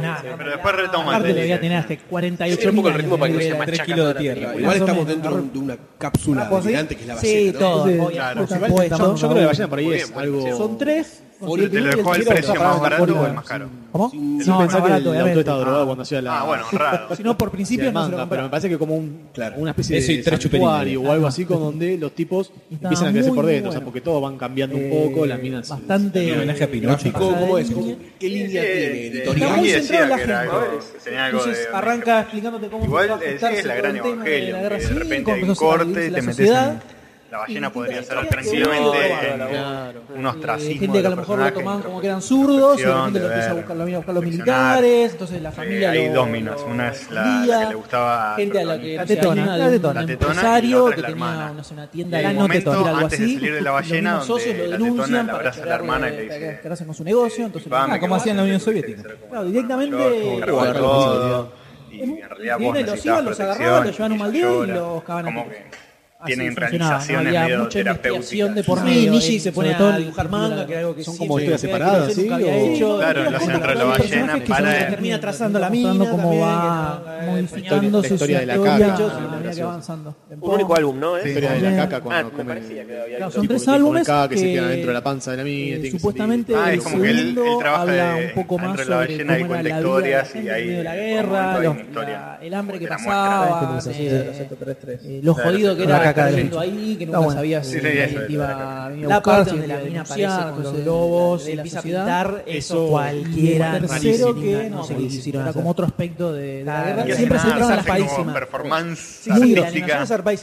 Speaker 2: nada,
Speaker 7: Pero después retoman.
Speaker 2: aparte lo voy a
Speaker 7: dice.
Speaker 2: tener hasta 48
Speaker 3: Era un poco el ritmo para que no
Speaker 2: años,
Speaker 3: sea
Speaker 2: boludo.
Speaker 3: más kilos de tierra.
Speaker 9: Igual
Speaker 2: Más o
Speaker 9: estamos
Speaker 2: menos.
Speaker 9: dentro de un- de una cápsula
Speaker 2: ¿Puedo seguir?
Speaker 9: delirante que es la ballena.
Speaker 2: Sí,
Speaker 9: ¿no?
Speaker 2: todo. obvio,
Speaker 7: claro.
Speaker 2: por
Speaker 17: Igual
Speaker 2: supuesto.
Speaker 17: estamos- Yo creo que la ballena por ahí
Speaker 7: Muy
Speaker 17: es
Speaker 7: bien,
Speaker 17: algo.
Speaker 2: Son tres.
Speaker 17: Fórico,
Speaker 7: ¿Te lo
Speaker 17: el
Speaker 7: dejó el
Speaker 17: chiquero,
Speaker 7: precio
Speaker 17: otra
Speaker 7: más
Speaker 17: palabra,
Speaker 7: barato o
Speaker 17: fórico.
Speaker 7: el más caro?
Speaker 2: ¿Cómo?
Speaker 17: Sin
Speaker 2: No, no,
Speaker 17: pensar que el
Speaker 2: barato,
Speaker 17: auto estaba
Speaker 2: obviamente.
Speaker 17: drogado cuando hacía la.
Speaker 7: Ah, bueno, honrado.
Speaker 2: Si no, por principio no se lo
Speaker 17: demanda, pero me
Speaker 2: compraba.
Speaker 17: parece que como un,
Speaker 9: Claro.
Speaker 17: una especie
Speaker 3: Eso y
Speaker 17: de
Speaker 3: tres
Speaker 17: santuario
Speaker 3: chupetines.
Speaker 17: o algo así con donde los tipos
Speaker 2: Estaba
Speaker 17: empiezan a crecer
Speaker 2: muy,
Speaker 17: por
Speaker 2: muy
Speaker 17: dentro, o sea,
Speaker 2: bueno.
Speaker 17: porque todos van cambiando un
Speaker 2: Eh,
Speaker 17: poco, las minas se-
Speaker 2: Bastante.
Speaker 3: Homenaje a Pinocho.
Speaker 9: ¿Cómo, cómo es?
Speaker 2: Sí,
Speaker 9: ¿Cómo- ¿Qué línea tiene
Speaker 7: Eh, eh,
Speaker 2: Está
Speaker 9: editorial?
Speaker 2: muy
Speaker 7: Yagi
Speaker 2: centrado en la
Speaker 7: decía que era
Speaker 2: gente.
Speaker 7: algo, tenía algo
Speaker 2: Entonces
Speaker 7: de-
Speaker 2: arranca explicándote cómo
Speaker 7: Igual,
Speaker 2: fue a
Speaker 7: eh, sí,
Speaker 2: afectarse
Speaker 7: es la
Speaker 2: todo
Speaker 7: gran
Speaker 2: el tema de
Speaker 7: evangelio,
Speaker 2: la
Speaker 7: que
Speaker 2: guerra
Speaker 7: de
Speaker 2: civil,
Speaker 7: repente
Speaker 2: cómo
Speaker 7: hay un
Speaker 2: empezó a
Speaker 7: corte,
Speaker 2: dividirse la
Speaker 7: te metes
Speaker 2: sociedad.
Speaker 7: en... La
Speaker 2: Y
Speaker 7: ballena
Speaker 2: toda
Speaker 7: podría
Speaker 2: la
Speaker 7: ser
Speaker 2: historia
Speaker 7: tranquilamente
Speaker 2: que-
Speaker 7: en un ostracismo.
Speaker 2: gente
Speaker 7: de
Speaker 2: que a lo
Speaker 7: los
Speaker 2: mejor lo
Speaker 7: personajes,
Speaker 2: tomaban como que eran
Speaker 7: introspección,
Speaker 2: zurdos, y la gente lo
Speaker 7: de
Speaker 2: empieza a
Speaker 7: ver,
Speaker 2: buscar, lo misma, a buscar los
Speaker 7: reflexionar.
Speaker 2: militares, entonces la
Speaker 7: Eh,
Speaker 2: familia.
Speaker 7: hay
Speaker 2: lo-
Speaker 7: dos minas, una es la, la que le gustaba
Speaker 2: Gente a la que
Speaker 7: protagonista.
Speaker 2: no sé,
Speaker 20: tetona,
Speaker 2: hermana de
Speaker 20: la
Speaker 2: un
Speaker 20: tetona.
Speaker 7: La tetona y la
Speaker 2: empresario
Speaker 7: otra es
Speaker 2: que
Speaker 7: la
Speaker 2: tenía
Speaker 7: hermana.
Speaker 2: no sé, una
Speaker 7: Y
Speaker 2: tienda
Speaker 7: hay
Speaker 2: de
Speaker 7: un
Speaker 2: no
Speaker 7: momento
Speaker 2: tetona, algo
Speaker 7: antes de
Speaker 2: así.
Speaker 7: salir de la
Speaker 2: los
Speaker 7: ballena
Speaker 2: mismos
Speaker 7: donde
Speaker 2: socios lo
Speaker 7: la tetona
Speaker 2: denuncian para
Speaker 7: le abraza a la
Speaker 2: chorar,
Speaker 7: hermana y le
Speaker 2: eh,
Speaker 7: dice,
Speaker 2: que- que hacen con su negocio, entonces
Speaker 7: Va, me
Speaker 2: ah,
Speaker 7: quedo
Speaker 2: como hacían la Unión
Speaker 7: antes de que
Speaker 2: Soviética.
Speaker 7: se lo
Speaker 2: Claro,
Speaker 7: coman.
Speaker 2: directamente- Claro,
Speaker 7: Yo, grabó
Speaker 2: claro,
Speaker 7: todo, y
Speaker 2: Es-
Speaker 7: en
Speaker 2: y
Speaker 7: realidad vos
Speaker 2: los iban,
Speaker 7: necesitabas
Speaker 2: los
Speaker 7: protección,
Speaker 2: agarraban, los llevaban a un
Speaker 7: ella
Speaker 2: baldío y
Speaker 7: llora.
Speaker 2: los cagaban a
Speaker 7: Como
Speaker 2: tiros.
Speaker 7: que
Speaker 2: Así
Speaker 7: tienen
Speaker 2: funcionaba,
Speaker 7: realizaciones
Speaker 2: no había
Speaker 7: medio
Speaker 2: mucha investigación
Speaker 7: terapéuticas.
Speaker 2: de por
Speaker 20: Sí,
Speaker 2: medio.
Speaker 20: Nietzsche
Speaker 2: eh,
Speaker 20: se pone
Speaker 2: sobre todo
Speaker 20: a
Speaker 2: dibujar manga, que era algo que
Speaker 17: Son
Speaker 2: siempre
Speaker 17: como historias
Speaker 2: quería que
Speaker 17: separadas,
Speaker 2: yo nunca
Speaker 17: ¿sí?
Speaker 2: había
Speaker 17: O-
Speaker 2: hecho.
Speaker 7: Claro,
Speaker 2: Y cosas
Speaker 7: los centros de la
Speaker 2: también,
Speaker 7: ballena
Speaker 2: personajes que
Speaker 7: para-
Speaker 2: son los que termina trazando la mina, Mostrando cómo
Speaker 20: también,
Speaker 2: va
Speaker 20: que-
Speaker 2: modificando
Speaker 17: La
Speaker 2: su
Speaker 17: historia de la
Speaker 2: eh, historia,
Speaker 17: caca,
Speaker 2: yo-
Speaker 17: la
Speaker 2: a medida que
Speaker 17: graciosa.
Speaker 2: va avanzando.
Speaker 4: Un único álbum, ¿no? ¿Eh?
Speaker 17: La historia de la
Speaker 2: Bien.
Speaker 17: caca cuando
Speaker 4: Ah, me
Speaker 17: comen-
Speaker 4: parecía que había
Speaker 2: Claro,
Speaker 4: visto.
Speaker 2: son
Speaker 17: tipo
Speaker 2: tres
Speaker 17: que tiene
Speaker 2: álbumes
Speaker 17: caca que, se
Speaker 2: que,
Speaker 17: queda dentro de la panza de la mina,
Speaker 2: Eh,
Speaker 17: tiene que
Speaker 2: supuestamente
Speaker 7: Ah,
Speaker 2: el
Speaker 7: es como que él- él
Speaker 2: segundo
Speaker 7: trabaja
Speaker 2: habla
Speaker 7: de-
Speaker 2: un poco más
Speaker 7: dentro de la
Speaker 2: sobre
Speaker 7: ballena y
Speaker 2: cómo era
Speaker 7: cuenta
Speaker 2: la vida de la
Speaker 7: historias
Speaker 2: gente
Speaker 7: y
Speaker 2: en medio
Speaker 7: ahí
Speaker 2: de la
Speaker 7: hay un
Speaker 2: guerra,
Speaker 7: montón de
Speaker 2: los-
Speaker 7: historia.
Speaker 2: la- el hambre que
Speaker 7: Te la
Speaker 2: pasaba,
Speaker 20: muestra.
Speaker 2: eh, eh, lo jodido que
Speaker 20: La
Speaker 2: era
Speaker 20: caca de
Speaker 2: cayendo ahí, que nunca
Speaker 20: bueno.
Speaker 2: sabías
Speaker 7: Sí,
Speaker 2: si
Speaker 7: sí, eso,
Speaker 2: te
Speaker 7: eso,
Speaker 2: iba a venir a
Speaker 20: La
Speaker 2: buscar,
Speaker 20: parte
Speaker 2: si te
Speaker 20: donde
Speaker 2: iba a
Speaker 20: la mina
Speaker 2: denunciar,
Speaker 20: aparece con los
Speaker 2: entonces,
Speaker 20: globos,
Speaker 2: la-
Speaker 20: y
Speaker 2: la
Speaker 20: empieza a
Speaker 2: sociedad.
Speaker 20: pintar, eso
Speaker 17: eso-
Speaker 20: cualquiera.
Speaker 2: el tercero
Speaker 20: rarísimo.
Speaker 2: que no,
Speaker 20: No sé
Speaker 2: sé
Speaker 20: qué
Speaker 2: qué
Speaker 20: quisieron
Speaker 2: era
Speaker 20: hacer.
Speaker 2: como otro aspecto de, de la
Speaker 20: Claro.
Speaker 2: guerra
Speaker 7: Y
Speaker 2: que
Speaker 7: hacen
Speaker 2: siempre
Speaker 7: nada,
Speaker 2: se entraban las
Speaker 7: hacen como
Speaker 2: paísimas.
Speaker 7: performance
Speaker 2: muy
Speaker 7: artística.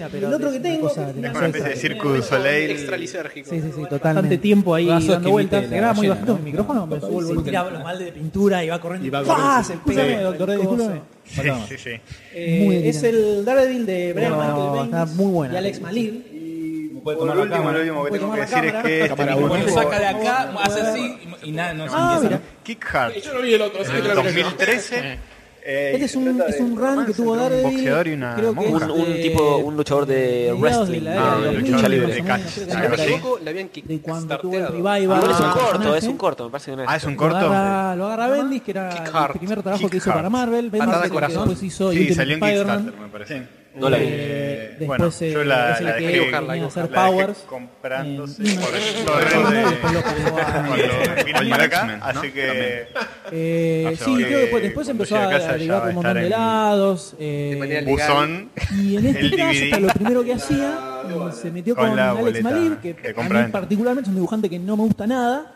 Speaker 2: pero el otro que tengo
Speaker 7: Es una especie de circo du soleil.
Speaker 21: Extralicérgico.
Speaker 2: Sí, sí, sí, totalmente. Bastante tiempo ahí
Speaker 3: Vasos
Speaker 2: dando
Speaker 3: que
Speaker 2: vueltas.
Speaker 3: imite
Speaker 2: Se
Speaker 3: la
Speaker 2: graba muy
Speaker 3: ballena,
Speaker 2: bajito
Speaker 3: ¿no?
Speaker 2: el micrófono, pero
Speaker 3: Total,
Speaker 2: sube
Speaker 3: sí.
Speaker 2: el tiraba los baldes de pintura y va corriendo.
Speaker 17: Y va
Speaker 2: ¡Fua!
Speaker 17: corriendo.
Speaker 2: Se escúchame,
Speaker 7: Sí.
Speaker 2: doctor D, discúlpame.
Speaker 7: Sí, sí, sí.
Speaker 2: Eh,
Speaker 20: Muy
Speaker 2: es el Daredevil de Brian
Speaker 20: Pero
Speaker 2: Michael Bendis
Speaker 20: está muy buena.
Speaker 2: y Alex Malib.
Speaker 7: Por último, lo último que
Speaker 2: Puede
Speaker 7: tengo que
Speaker 2: tomar la
Speaker 7: decir es
Speaker 2: cámara.
Speaker 7: que este
Speaker 17: Cámara
Speaker 7: mismo
Speaker 17: uno.
Speaker 3: Bueno,
Speaker 7: tipo,
Speaker 3: saca de acá, hace así y y nada, no se
Speaker 2: Ah,
Speaker 3: empieza.
Speaker 2: mira.
Speaker 7: Kick Hart,
Speaker 9: Yo no vi el otro, así que
Speaker 7: en
Speaker 9: creo que no.
Speaker 7: 2013. eh,
Speaker 2: Este es un,
Speaker 7: trata de
Speaker 2: es un run que
Speaker 7: romance
Speaker 2: tuvo
Speaker 7: entre un
Speaker 2: Daredevil.
Speaker 7: boxeador y una
Speaker 2: creo que es
Speaker 7: monja.
Speaker 4: Un, un
Speaker 2: de-
Speaker 4: tipo, un luchador de
Speaker 2: mediados de
Speaker 4: wrestling.
Speaker 2: Eh, la
Speaker 7: Ah,
Speaker 2: era
Speaker 7: un
Speaker 2: del
Speaker 7: luchador
Speaker 2: 2000,
Speaker 7: libre
Speaker 2: más
Speaker 7: de
Speaker 2: o
Speaker 7: catch,
Speaker 2: menos, creo que
Speaker 7: algo
Speaker 2: era
Speaker 7: así.
Speaker 21: La habían quitado.
Speaker 2: De cuando tuvo el
Speaker 21: Starteado.
Speaker 2: revival.
Speaker 4: Igual es un
Speaker 2: del
Speaker 4: corto, es
Speaker 2: personaje.
Speaker 4: un corto, me parece que no es.
Speaker 7: Ah, es un
Speaker 2: Lo
Speaker 7: corto.
Speaker 2: agarra, lo agarra Bendis, que era
Speaker 7: Kick
Speaker 2: el
Speaker 7: Hart,
Speaker 2: primer trabajo
Speaker 7: Kick
Speaker 2: que hizo
Speaker 7: Hart.
Speaker 2: para Marvel. Bendis
Speaker 21: Patada
Speaker 2: que
Speaker 21: corazón.
Speaker 2: después hizo
Speaker 7: Sí,
Speaker 2: Ultimate
Speaker 7: salió en
Speaker 2: Spider-Man.
Speaker 7: Kickstarter, me parece.
Speaker 4: No la vi.
Speaker 2: Eh, después
Speaker 7: Bueno,
Speaker 2: eh,
Speaker 7: yo la,
Speaker 2: es el
Speaker 7: la
Speaker 2: que
Speaker 7: dejé,
Speaker 2: venía a hacer
Speaker 7: la dejé
Speaker 2: Powers.
Speaker 7: comprándose
Speaker 2: Eh,
Speaker 7: por el
Speaker 2: no,
Speaker 7: torreo de
Speaker 2: después lo pegó a-
Speaker 7: cuando vino para acá, así que
Speaker 2: Eh,
Speaker 7: Ah,
Speaker 2: sí,
Speaker 7: sí,
Speaker 2: creo que después,
Speaker 7: eh,
Speaker 2: después
Speaker 7: cuando
Speaker 2: empezó
Speaker 7: llegue
Speaker 2: a
Speaker 7: a casa ya va
Speaker 2: derivar
Speaker 7: a
Speaker 2: un montón
Speaker 7: estar
Speaker 2: de
Speaker 7: en-
Speaker 2: helados. eh,
Speaker 7: <laughs>
Speaker 21: De manera legal.
Speaker 7: Buzón
Speaker 2: y en este
Speaker 7: <laughs> el
Speaker 2: caso,
Speaker 7: DVD.
Speaker 2: que lo primero que hacía, eh, se metió
Speaker 7: Con
Speaker 2: con,
Speaker 7: la
Speaker 2: Alex
Speaker 7: boleta
Speaker 2: Malir, que
Speaker 7: que
Speaker 2: a
Speaker 7: compran.
Speaker 2: mí particularmente es un dibujante que no me gusta nada,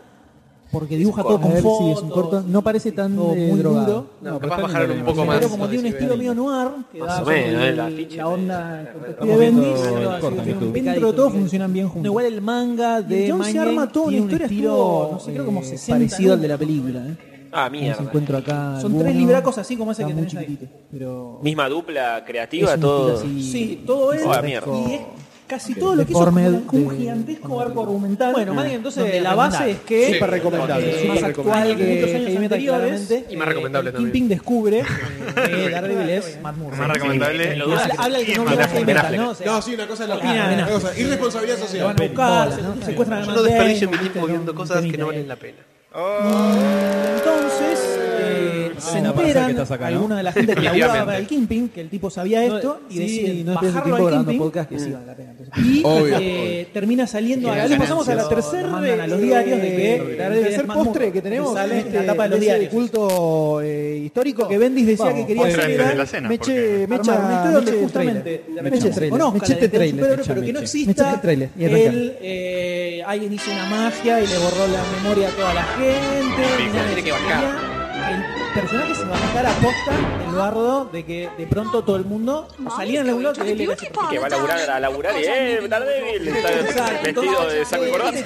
Speaker 2: porque dibuja todo con
Speaker 3: corto.
Speaker 2: fotos,
Speaker 3: Sí, es un corto.
Speaker 2: no parece tan
Speaker 3: Todo
Speaker 2: eh,
Speaker 3: muy
Speaker 2: duro,
Speaker 3: drogado.
Speaker 21: No,
Speaker 3: No, pero
Speaker 21: capaz
Speaker 3: está
Speaker 21: bajaron
Speaker 3: lindo,
Speaker 21: un poco
Speaker 3: lindo.
Speaker 21: más.
Speaker 2: pero como tiene un estilo medio noir, que
Speaker 4: Más
Speaker 2: da
Speaker 4: o menos,
Speaker 2: sobre
Speaker 4: eh, la
Speaker 2: el-
Speaker 4: ficha
Speaker 2: la
Speaker 4: de-
Speaker 2: onda con
Speaker 3: Estamos
Speaker 2: de
Speaker 3: viendo
Speaker 2: Bendis,
Speaker 3: el
Speaker 2: todo
Speaker 3: corto en
Speaker 2: así,
Speaker 3: YouTube.
Speaker 2: dentro de todos funcionan bien juntos.
Speaker 20: Igual el manga de
Speaker 2: John se
Speaker 20: Mind
Speaker 2: arma
Speaker 20: Game
Speaker 2: toda una
Speaker 20: tiene un
Speaker 2: historia
Speaker 20: estilo,
Speaker 2: estuvo, no sé, creo
Speaker 20: eh,
Speaker 2: como 60
Speaker 20: parecido al de la
Speaker 2: números.
Speaker 20: película. ¿eh?
Speaker 4: Ah,
Speaker 2: Como si
Speaker 4: mierda.
Speaker 2: encuentro acá.
Speaker 20: Son tres
Speaker 2: alguno,
Speaker 20: libracos así como ese
Speaker 2: está
Speaker 20: que
Speaker 2: muy
Speaker 20: tenés ahí.
Speaker 2: chiquitito, pero
Speaker 4: Misma dupla creativa,
Speaker 2: es un estilo
Speaker 4: todo.
Speaker 2: así-
Speaker 20: Sí,
Speaker 2: todo
Speaker 4: es-
Speaker 2: es-
Speaker 4: mierda.
Speaker 2: y es casi todo lo que hizo es
Speaker 20: Deformed
Speaker 2: como un
Speaker 20: de-
Speaker 2: gigantesco arco argumental.
Speaker 20: Bueno,
Speaker 2: más
Speaker 20: más
Speaker 2: bien,
Speaker 20: bien,
Speaker 2: entonces
Speaker 20: donde
Speaker 2: la
Speaker 20: la
Speaker 2: base
Speaker 20: nada.
Speaker 2: es que
Speaker 17: Súper recomendable,
Speaker 2: eh,
Speaker 17: súper
Speaker 2: más actual
Speaker 17: recomendable.
Speaker 2: que
Speaker 20: Heavy
Speaker 2: Heavy
Speaker 20: Metal,
Speaker 2: Metal
Speaker 20: claramente.
Speaker 2: claramente.
Speaker 21: Y más recomendable
Speaker 2: Kingpin
Speaker 21: también.
Speaker 2: descubre
Speaker 20: <laughs>
Speaker 2: eh, que Daredevil es Matt Murdock.
Speaker 7: más recomendable.
Speaker 4: Lo
Speaker 2: Habla, habla el que no vio la Heavy
Speaker 4: Ben
Speaker 2: Metal,
Speaker 4: Affleck.
Speaker 2: ¿no? O sea,
Speaker 9: No, sí, una cosa es la
Speaker 2: Opina,
Speaker 9: una
Speaker 2: Ben
Speaker 9: cosa, irresponsabilidad
Speaker 2: lo van
Speaker 9: social.
Speaker 2: a buscar, se- secuestran a
Speaker 21: Yo
Speaker 2: Matt
Speaker 21: no desperdicio mi
Speaker 2: Damon,
Speaker 21: tiempo
Speaker 2: ¿viste?
Speaker 21: viendo
Speaker 2: Un
Speaker 21: cosas que
Speaker 2: temita
Speaker 21: no
Speaker 2: ahí.
Speaker 21: valen la pena.
Speaker 2: Entonces, eh,
Speaker 20: Ah,
Speaker 2: se
Speaker 3: no, parece que
Speaker 2: enteran
Speaker 3: estás acá, ¿no?
Speaker 2: alguna de la gente que laburaba
Speaker 21: Definitivamente.
Speaker 2: para el Kimping, que el tipo sabía esto, y deciden
Speaker 20: no pierdes
Speaker 2: bajarlo
Speaker 20: tiempo
Speaker 2: al
Speaker 20: grabando
Speaker 2: Kimping,
Speaker 20: podcast que sí vale la pena. entonces.
Speaker 2: Mm. y
Speaker 9: Obvio,
Speaker 2: eh, termina saliendo a la luz.
Speaker 20: Ganancias.
Speaker 2: Pasamos a la
Speaker 20: Lo
Speaker 2: tercera
Speaker 20: mandan a los
Speaker 2: eh,
Speaker 20: diarios de que
Speaker 2: Daredevil
Speaker 20: debe
Speaker 2: es
Speaker 20: ser
Speaker 2: Matt
Speaker 20: postre
Speaker 2: Murdock,
Speaker 20: que tenemos
Speaker 2: sale
Speaker 20: en
Speaker 2: en la
Speaker 17: este
Speaker 2: tapa de los diarios.
Speaker 20: culto eh, histórico
Speaker 2: que Bendis decía que quería
Speaker 7: Postre
Speaker 2: hacer
Speaker 7: antes
Speaker 2: era
Speaker 7: de la cena.
Speaker 20: Meche,
Speaker 7: porque-
Speaker 20: mecha,
Speaker 2: armar una historia donde
Speaker 20: meche
Speaker 2: justamente la
Speaker 20: trailer.
Speaker 2: persona
Speaker 20: Meche
Speaker 2: se
Speaker 20: trailer.
Speaker 2: conozca, la
Speaker 20: Mechete
Speaker 2: identidad del
Speaker 20: trailer,
Speaker 2: superhéroe,
Speaker 20: mecha,
Speaker 2: pero que no
Speaker 20: meche.
Speaker 2: exista
Speaker 20: Mechete trailer, y arranca.
Speaker 2: él eh, alguien hizo una magia y le borró la memoria a toda la gente
Speaker 21: Tiene que bancar.
Speaker 2: el personaje se va a sacar a posta el bardo de que de pronto todo el mundo salía en algún lado que él era ese
Speaker 4: Que va a laburar, a laburar y eh, Daredevil, está vestido de saco y corbata.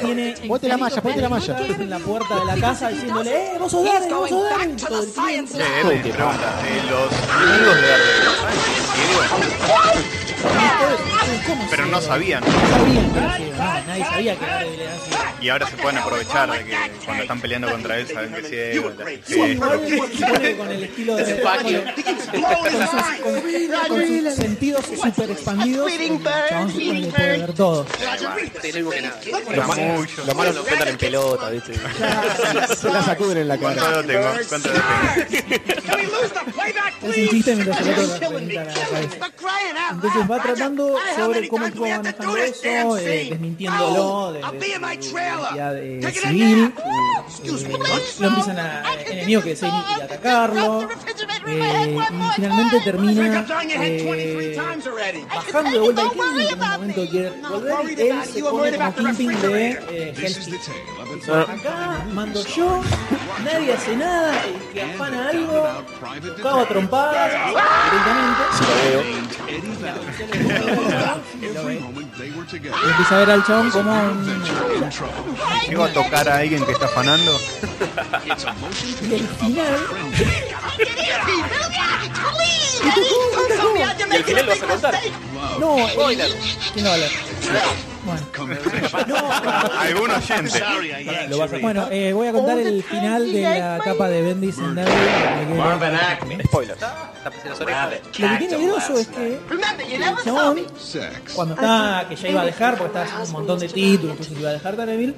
Speaker 20: Ponte la malla, ponte la malla.
Speaker 2: este En la puerta de la casa diciéndole, ¡eh, vos sos Daredevil, vos sos Daredevil! Todo el tiempo.
Speaker 7: Che, Erwin pregunta, eh, los amigos de Daredevil, ¿saben quiénes sirven? Pero no sabían.
Speaker 2: sabían que era ciego. Ah, nadie sabía que era débil era ciego.
Speaker 7: Y ahora se pueden aprovechar de que cuando están peleando contra él saben que sí es.
Speaker 2: Sí, pone con el estilo de con sus, con- con sus sentidos super expandidos, el chabón supone que puede ver todo.
Speaker 4: Lo, ma- lo malo es que saltan en pelota, ¿viste?
Speaker 22: Se la sacuden en la
Speaker 7: ¿Cuánto
Speaker 22: cara.
Speaker 7: lo tengo? ¿Cuánto lo tengo?
Speaker 2: Es un chiste mientras el otro representa la cabeza. Entonces va tratando sobre cómo estuvo manejando eso, eh, desmintiéndolo de, de su identidad eh, civil. eh, lo empiezan a el enemigo que se y atacarlo. eh, y finalmente termina eh, bajando de vuelta al Kremlin, que en un momento quiere volver. Él se pone como Kingpin de eh, Hell's Kitchen. Acá mando yo, nadie hace nada, el que afana algo, buscaba trompadas, directamente. Lo ve.
Speaker 17: Y empieza a ver al chabón como un...
Speaker 7: ¿Llego a tocar a alguien que está afanando?
Speaker 2: Y el final,
Speaker 4: Y al final lo vas a contar.
Speaker 2: no, el- ¿quién lo va a leer? Bueno,
Speaker 7: Algún oyente.
Speaker 2: no, bueno eh, voy a contar el final de la capa de Bendis en Daredevil. para que lo-
Speaker 4: Spoiler.
Speaker 2: Lo que tiene groso es que el chabón, cuando está, que ya iba a dejar, porque estaba haciendo un montón de títulos, entonces iba a dejar Daredevil,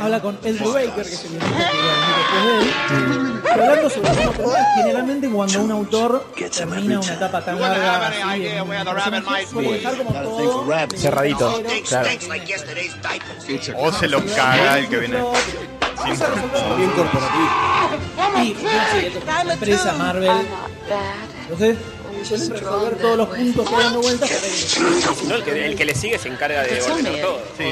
Speaker 2: habla con Ed Brubaker, que es el mismo que iba a venir después de él, hablando sobre cómo trabajar. generalmente cuando un autor termina una etapa tan larga así, en un personaje, suele dejar como todo
Speaker 4: Cerradito. Claro.
Speaker 7: O se lo caga el que viene.
Speaker 2: Vamos a resolverlo.
Speaker 22: Bien corporativo.
Speaker 2: Y una siguiente empresa Marvel. Entonces, suelen resolver todos los puntos que van dando vueltas hasta que-
Speaker 4: No, el, que, el que le sigue se encarga de ordenar todo.
Speaker 7: Sí,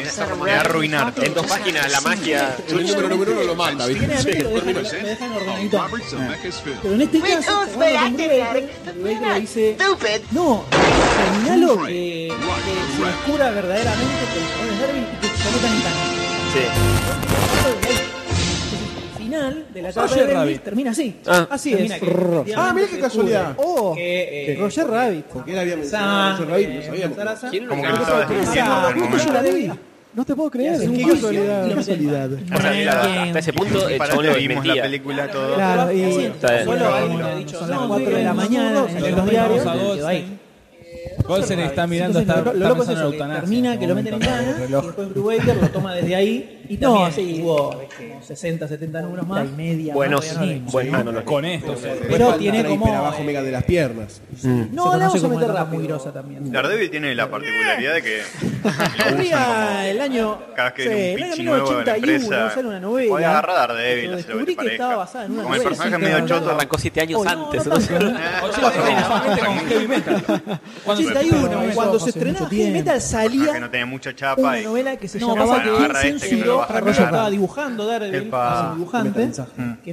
Speaker 7: de arruinar.
Speaker 4: En dos páginas, la magia.
Speaker 9: El número número uno lo manda, ¿viste?
Speaker 2: Generalmente lo dejan- lo dejan ordenadito. Pero en este caso, hablando con Brubaker, Brubaker le dice, no, señalo que, que se descubra verdaderamente que el chabón es Darwin y que se cometan en cana".
Speaker 4: Sí.
Speaker 2: El final de la
Speaker 17: Roger
Speaker 2: carrera de Rabbit
Speaker 17: Rabbit.
Speaker 2: termina así.
Speaker 4: Ah.
Speaker 2: así
Speaker 17: Termina
Speaker 2: es.
Speaker 17: que-
Speaker 22: Ah, mirá qué casualidad.
Speaker 2: Oh,
Speaker 17: que, eh,
Speaker 2: Roger Rabbit.
Speaker 9: Porque él había
Speaker 2: Sa-
Speaker 9: mencionado Roger Rabbit, no
Speaker 2: eh,
Speaker 9: sabíamos.
Speaker 2: Sarasa.
Speaker 7: Como que lo estaba describiendo en el
Speaker 2: Justo yo la
Speaker 7: momento.
Speaker 2: vi.
Speaker 22: No te puedo creer.
Speaker 2: Es un
Speaker 22: Qué
Speaker 2: vicio.
Speaker 22: casualidad. qué casualidad.
Speaker 4: O sea, mira, hasta ese punto el
Speaker 7: Para
Speaker 4: chabón
Speaker 7: que
Speaker 4: lo
Speaker 7: vimos la
Speaker 4: desmentía.
Speaker 7: película todo.
Speaker 22: Claro, y-
Speaker 2: Sí,
Speaker 4: Está bien.
Speaker 2: solo alguien le ha dicho, son las 4 de la mañana, en los diarios,
Speaker 17: Vamos a
Speaker 2: te va a ir.
Speaker 17: Goldstein está mirando,
Speaker 2: Entonces,
Speaker 17: está,
Speaker 2: lo- lo
Speaker 17: está
Speaker 2: loco es eso,
Speaker 17: pensando en
Speaker 2: que
Speaker 17: eutanasia.
Speaker 2: termina, que lo meten en
Speaker 17: el
Speaker 2: gana, y
Speaker 17: reloj.
Speaker 2: después Brubaker lo toma desde ahí, y también sí, hubo como 60, 70 números más, y media,
Speaker 4: Buenos,
Speaker 2: más, todavía no
Speaker 4: buen monólogo.
Speaker 17: Con esto. o sea,
Speaker 2: Pero tiene como,
Speaker 9: abajo
Speaker 2: eh,
Speaker 9: mega de las piernas.
Speaker 2: No, le vamos
Speaker 17: conoce
Speaker 2: a
Speaker 17: como
Speaker 2: meter
Speaker 17: la
Speaker 2: la
Speaker 17: rápido.
Speaker 2: mugrosa también.
Speaker 7: Daredevil tiene la particularidad de que
Speaker 2: Corría el año,
Speaker 7: cada vez que
Speaker 2: sí,
Speaker 7: viene un
Speaker 2: el año
Speaker 7: pitch nuevo de la
Speaker 2: 1981,
Speaker 7: empresa,
Speaker 2: sale una novela.
Speaker 7: podía agarrar a Daredevil,
Speaker 2: Lo
Speaker 7: hacer lo que
Speaker 2: descubrí
Speaker 7: te
Speaker 2: que estaba basada
Speaker 7: parezca.
Speaker 2: en una
Speaker 7: Como el
Speaker 2: novela,
Speaker 7: personaje es
Speaker 2: sí,
Speaker 7: medio
Speaker 2: estaba
Speaker 7: choto,
Speaker 4: Arrancó siete años
Speaker 2: Oh, no,
Speaker 4: antes.
Speaker 2: no tanto.
Speaker 4: ¿no?
Speaker 17: Cuando se-
Speaker 2: 81,
Speaker 7: Bueno,
Speaker 2: cuando
Speaker 22: eso
Speaker 2: se
Speaker 22: hace
Speaker 2: estrenaba
Speaker 22: mucho
Speaker 2: Heavy
Speaker 22: tiempo.
Speaker 2: Metal
Speaker 7: que
Speaker 2: salía
Speaker 7: no tenía mucha chapa
Speaker 2: una
Speaker 7: y
Speaker 2: novela que se
Speaker 7: No,
Speaker 2: llamaba
Speaker 7: bueno,
Speaker 2: ¿Quién
Speaker 7: agarra este que no lo
Speaker 2: censuró?
Speaker 7: vas a
Speaker 2: Roger
Speaker 7: cagar.
Speaker 2: estaba dibujando Daredevil, es
Speaker 7: Epa.
Speaker 2: un dibujante, que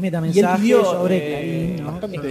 Speaker 2: meta y él mensajes vio sobre sobre Clarín, ¿no?
Speaker 7: sobre la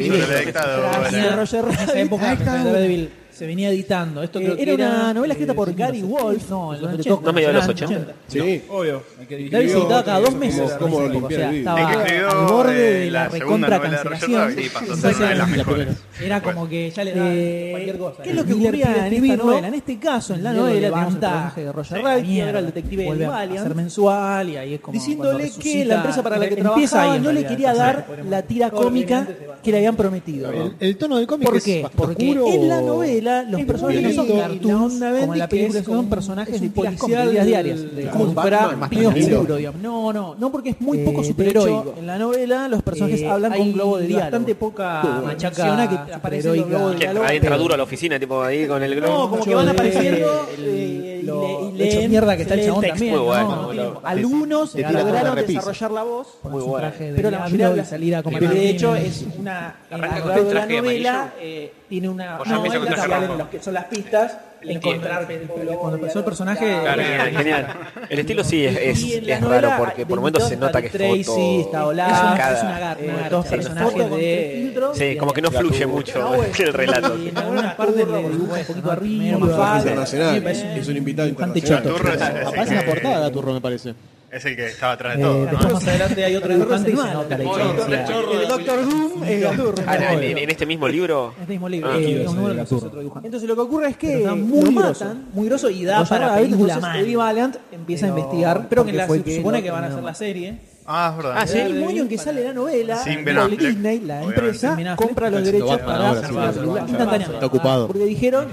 Speaker 2: Gracias,
Speaker 7: dictadura.
Speaker 2: Roger Rabbit.
Speaker 17: En esa época,
Speaker 2: Ahí está.
Speaker 17: Roger Daredevil
Speaker 2: se venía editando. Esto
Speaker 17: Eh,
Speaker 2: creo que
Speaker 17: era
Speaker 2: era, eh,
Speaker 17: una
Speaker 2: una novela escrita por Gary Wolf. No, en los 80.
Speaker 4: No, medio de los 80.
Speaker 9: Sí.
Speaker 17: Obvio. el que
Speaker 2: David se
Speaker 17: escribió-
Speaker 2: editaba cada dos meses.
Speaker 9: Como- como
Speaker 2: o sea,
Speaker 9: limpiar el vidrio.
Speaker 2: estaba
Speaker 7: El que escribió,
Speaker 2: al borde
Speaker 7: eh,
Speaker 2: de la,
Speaker 7: la segunda
Speaker 2: recontra
Speaker 7: novela de Roger
Speaker 2: cancelación.
Speaker 7: Rabbit, pasó a ser
Speaker 2: Entonces,
Speaker 7: una de las
Speaker 2: era
Speaker 7: mejores.
Speaker 2: Era como que ya le daba cualquier cosa. Eh, ¿Qué es lo que
Speaker 17: Miller
Speaker 2: ocurría
Speaker 17: pide
Speaker 2: en esta
Speaker 17: escribirlo.
Speaker 2: novela? En este caso, en la
Speaker 17: Miller
Speaker 2: novela
Speaker 17: le
Speaker 2: tenemos el
Speaker 17: levanta
Speaker 2: personaje de Roger Rabbit, que era el detective de
Speaker 17: Vuelve a
Speaker 2: Valiant
Speaker 17: ser mensual y ahí es como... cuando
Speaker 2: diciéndole que
Speaker 17: resucita-
Speaker 2: la empresa para la que
Speaker 17: Empieza
Speaker 2: trabajaba
Speaker 17: ahí, en
Speaker 2: no le
Speaker 17: realidad,
Speaker 2: quería
Speaker 17: el
Speaker 2: dar
Speaker 17: personaje.
Speaker 2: la tira cómica que le habían prometido.
Speaker 22: El, el tono del cómic
Speaker 2: ¿Por
Speaker 22: es
Speaker 2: qué?
Speaker 22: bastante
Speaker 2: Porque
Speaker 22: oscuro
Speaker 2: en la
Speaker 22: o-
Speaker 2: novela los
Speaker 22: es
Speaker 2: personajes no son
Speaker 22: violento.
Speaker 2: cartoons
Speaker 17: La onda
Speaker 2: como en
Speaker 17: Bendy
Speaker 2: la
Speaker 17: que
Speaker 2: película,
Speaker 17: es como
Speaker 2: son
Speaker 17: un-
Speaker 2: personajes
Speaker 17: es
Speaker 2: de
Speaker 17: un
Speaker 2: tiras
Speaker 17: policial
Speaker 2: cómicas diarias.
Speaker 17: del-
Speaker 2: Como si fuera
Speaker 9: Batman,
Speaker 2: medio
Speaker 9: más
Speaker 2: oscuro, digamos. No, no, no porque es muy poco
Speaker 17: Eh, de
Speaker 2: superheroico.
Speaker 17: hecho,
Speaker 2: En la novela los personajes
Speaker 17: eh,
Speaker 2: hablan con
Speaker 17: hay
Speaker 2: globo de diálogo.
Speaker 17: bastante poca machaca
Speaker 2: Menciona que aparecen los globos de
Speaker 17: superheroica.
Speaker 4: Que
Speaker 2: diálogo.
Speaker 4: ahí entra
Speaker 2: pero-
Speaker 4: duro a la oficina, tipo ahí con el globo.
Speaker 2: no, como que van
Speaker 17: de-
Speaker 2: apareciendo
Speaker 17: el-
Speaker 2: eh, y
Speaker 17: lo-
Speaker 2: le- y
Speaker 17: lo hecho
Speaker 2: leen-
Speaker 17: mierda que está el
Speaker 2: leen
Speaker 17: chabón
Speaker 2: texto.
Speaker 17: también,
Speaker 2: Muy
Speaker 4: ¿no?
Speaker 2: bueno,
Speaker 4: No
Speaker 2: muy
Speaker 4: tiene-
Speaker 2: bueno. Algunos
Speaker 22: Te tira por la
Speaker 2: lograron
Speaker 22: repisa.
Speaker 2: desarrollar la voz,
Speaker 17: Muy
Speaker 2: su
Speaker 17: bueno.
Speaker 2: traje de
Speaker 17: Pero la
Speaker 2: diablo
Speaker 17: mayoría
Speaker 2: y
Speaker 17: de-
Speaker 2: salir a comer.
Speaker 17: Pero
Speaker 2: de
Speaker 17: de
Speaker 2: hecho
Speaker 17: hecho
Speaker 2: es una a lo
Speaker 3: Arranca con
Speaker 2: largo
Speaker 3: un
Speaker 2: de la
Speaker 3: traje
Speaker 2: novela eh, tiene una
Speaker 3: O ya empieza con
Speaker 2: novela
Speaker 3: traje
Speaker 2: que
Speaker 3: rojo.
Speaker 2: en los que son las pistas encontrar el pueblo
Speaker 17: Cuando empezó el personaje...
Speaker 4: Genial, genial. El estilo sí es, es-
Speaker 2: Y en la
Speaker 4: es raro
Speaker 2: novela,
Speaker 4: porque por
Speaker 2: de
Speaker 4: momentos se
Speaker 2: Mitofsky,
Speaker 4: nota que es
Speaker 2: Tracy,
Speaker 4: foto.
Speaker 2: está Olaf,
Speaker 4: cada-
Speaker 2: es una garra,
Speaker 17: eh,
Speaker 2: dos
Speaker 17: sí,
Speaker 2: personajes
Speaker 17: foto con
Speaker 2: de
Speaker 17: tres
Speaker 2: filtros.
Speaker 4: Sí, como que no fluye mucho <laughs> el relato.
Speaker 2: Y en algunas partes le dibuja un poquito arriba,
Speaker 9: Es
Speaker 2: abajo.
Speaker 9: internacional.
Speaker 2: Sí,
Speaker 9: Es un invitado
Speaker 2: bastante
Speaker 9: internacional.
Speaker 7: Turro es- es-
Speaker 22: Aparece en la portada de Gaturro, me parece.
Speaker 7: Es el que estaba atrás de
Speaker 15: Eh,
Speaker 7: todo.
Speaker 15: después
Speaker 7: ¿no?
Speaker 15: más adelante hay otro dibujante que se nota la diferencia.
Speaker 2: El Doctor Doom es Gaturro.
Speaker 4: Ah, en, en- en este mismo libro.
Speaker 15: Este mismo libro,
Speaker 4: Ah,
Speaker 15: eh,
Speaker 4: Kido,
Speaker 15: los
Speaker 4: sí,
Speaker 15: números
Speaker 4: de
Speaker 15: los hace otro dibujante.
Speaker 2: Entonces lo que ocurre es que
Speaker 15: Está muy
Speaker 2: lo
Speaker 15: grosso.
Speaker 2: matan.
Speaker 15: muy grosso y da
Speaker 2: Lo llaman
Speaker 15: para
Speaker 2: a él,
Speaker 15: película
Speaker 2: entonces,
Speaker 15: mal.
Speaker 2: Eddie Valiant empieza a investigar.
Speaker 15: Pero que
Speaker 2: porque
Speaker 15: la,
Speaker 2: fue
Speaker 15: se supone que
Speaker 2: lo
Speaker 15: van a hacer
Speaker 2: terminó.
Speaker 15: la serie.
Speaker 7: Ah, es verdad.
Speaker 2: Ah, sí. El moño en que sale la novela,
Speaker 7: Sin
Speaker 2: la
Speaker 7: Ben Affleck,
Speaker 2: Disney, la
Speaker 7: obviamente.
Speaker 2: empresa,
Speaker 15: Ben Affleck.
Speaker 2: compra los
Speaker 6: Está haciendo
Speaker 2: derechos
Speaker 6: Batman
Speaker 2: para
Speaker 6: ahora,
Speaker 2: hacer
Speaker 6: sí,
Speaker 2: la
Speaker 6: Batman.
Speaker 2: película
Speaker 6: Está
Speaker 2: instantáneamente.
Speaker 6: Está ocupado.
Speaker 2: Porque dijeron,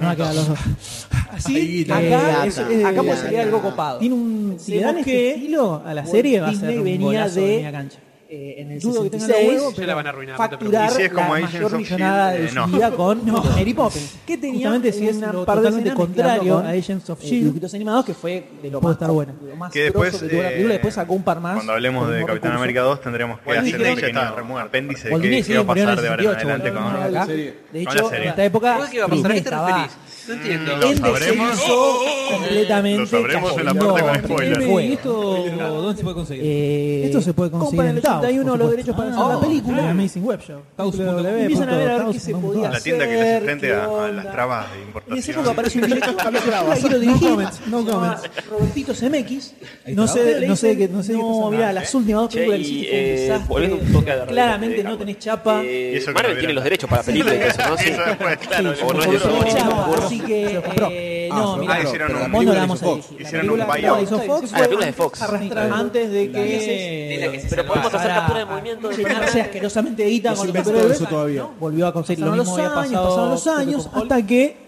Speaker 2: así,
Speaker 15: guita. Eh,
Speaker 2: acá, es-
Speaker 15: gata.
Speaker 2: acá puede salir algo copado.
Speaker 15: Tiene un, si le
Speaker 2: Pensemos
Speaker 15: dan
Speaker 2: que
Speaker 15: este estilo a la serie, va a ser
Speaker 2: Disney
Speaker 15: un
Speaker 2: venía
Speaker 15: golazo
Speaker 2: de-
Speaker 15: de media cancha.
Speaker 2: Eh, en el
Speaker 15: Dudo que tengan
Speaker 2: 66,
Speaker 15: los huevos,
Speaker 3: Ya la van a arruinar, no te preocupes.
Speaker 2: facturar
Speaker 7: Y si es como
Speaker 2: la
Speaker 7: Agents
Speaker 2: mayor
Speaker 7: of
Speaker 2: millonada
Speaker 7: Shield,
Speaker 2: de
Speaker 7: eh,
Speaker 2: su
Speaker 7: no.
Speaker 2: vida con Mary Poppins. Que tenía
Speaker 15: Justamente si es
Speaker 2: una
Speaker 15: lo
Speaker 2: par de escenas
Speaker 15: totalmente contrario a
Speaker 2: mezclando
Speaker 15: Agents of
Speaker 2: con, eh,
Speaker 15: Shield,
Speaker 2: dibujitos animados que fue de lo
Speaker 15: puede
Speaker 2: más,
Speaker 15: estar buena.
Speaker 2: de lo más
Speaker 7: Que después,
Speaker 2: grosso que tuvo la película.
Speaker 7: eh,
Speaker 2: Después sacó un par más.
Speaker 7: Cuando hablemos
Speaker 2: con
Speaker 7: de
Speaker 2: mismo
Speaker 7: Capitán
Speaker 2: recurso.
Speaker 7: América 2 tendremos que
Speaker 3: Walt
Speaker 7: hacer
Speaker 3: Disney
Speaker 7: un
Speaker 3: ya
Speaker 7: pequeño
Speaker 3: estaba
Speaker 7: remu- apéndice de
Speaker 15: Walt
Speaker 7: qué
Speaker 15: Disney
Speaker 7: qué va a
Speaker 15: sí murió en
Speaker 7: pasar
Speaker 15: el
Speaker 7: de ahora en
Speaker 15: 78,
Speaker 7: adelante
Speaker 15: boludo,
Speaker 7: con...
Speaker 15: no,
Speaker 2: Acá.
Speaker 15: serie.
Speaker 2: De
Speaker 7: Con
Speaker 2: hecho,
Speaker 7: la
Speaker 2: en
Speaker 7: serie.
Speaker 2: esta época
Speaker 3: ¿Vos qué va a pasar? ¿A
Speaker 2: Disney
Speaker 3: qué te
Speaker 2: estaba
Speaker 3: referís? No entiendo.
Speaker 7: Lo
Speaker 2: en
Speaker 7: sabremos.
Speaker 2: <laughs> descenso completamente.
Speaker 7: Lo sabremos en la
Speaker 2: capo.
Speaker 7: parte con
Speaker 2: No,
Speaker 7: spoilers.
Speaker 15: Dime,
Speaker 2: fue.
Speaker 15: ¿y esto dónde se puede conseguir?
Speaker 2: Eh,
Speaker 15: Esto se puede conseguir
Speaker 2: Compran en
Speaker 15: en
Speaker 2: el
Speaker 15: Taos,
Speaker 2: 81
Speaker 15: por
Speaker 2: los
Speaker 15: supuesto.
Speaker 2: derechos para hacer
Speaker 15: Ah,
Speaker 2: la película.
Speaker 15: claro.
Speaker 2: Amazing Web Shop.
Speaker 15: Taos punto com.
Speaker 2: Empiezan a ver a ver
Speaker 15: Taos
Speaker 2: qué se
Speaker 15: punto com.
Speaker 2: podía
Speaker 7: La
Speaker 2: hacer.
Speaker 7: tienda que le hace frente a, a las
Speaker 2: onda.
Speaker 7: trabas de
Speaker 2: Y en esa
Speaker 7: importación.
Speaker 2: época aparece un director que la <laughs> quiero dirigir. No Robertito CMX. No sé, no sé qué, Eh, no sé No, mira, las últimas dos
Speaker 4: Che,
Speaker 2: películas que
Speaker 4: y,
Speaker 2: hiciste fue un
Speaker 4: eh,
Speaker 2: desastre.
Speaker 4: volviendo un toque a la
Speaker 2: Claramente
Speaker 4: realidad,
Speaker 2: no tenés
Speaker 4: digamos.
Speaker 2: chapa.
Speaker 4: Eh,
Speaker 7: Y eso que no
Speaker 4: Marvel
Speaker 7: vieron.
Speaker 4: tiene los derechos <laughs> para películas y todo eso, ¿no? Sí.
Speaker 7: Eso después, <laughs> claro.
Speaker 4: O no es de
Speaker 2: No tenés
Speaker 4: Sony,
Speaker 2: chapa,
Speaker 4: ¿no?
Speaker 2: así que eh,
Speaker 9: Ah,
Speaker 2: no,
Speaker 9: sí.
Speaker 2: mira,
Speaker 7: Ah, hicieron un-
Speaker 2: vos no la vamos a
Speaker 9: Fox.
Speaker 2: dirigir. La
Speaker 7: Hicieron un
Speaker 2: película
Speaker 7: bio.
Speaker 2: la hizo Fox.
Speaker 4: Ah, la película de Fox.
Speaker 2: Arrastrar antes de que
Speaker 3: Es la que se
Speaker 4: Pero
Speaker 3: salvaba.
Speaker 4: podemos hacer
Speaker 2: Para-
Speaker 4: captura de movimiento de
Speaker 2: llenarse asquerosamente de guita
Speaker 9: No
Speaker 2: con
Speaker 9: se
Speaker 2: los
Speaker 9: inventó
Speaker 2: superhéroes.
Speaker 9: eso todavía.
Speaker 2: ¿no? Volvió a conseguir lo
Speaker 15: Pasaron
Speaker 2: mismo
Speaker 15: los
Speaker 2: había
Speaker 15: años, pasaron
Speaker 2: pasado
Speaker 15: los
Speaker 2: creo que
Speaker 15: años,
Speaker 2: con Hulk.
Speaker 15: hasta que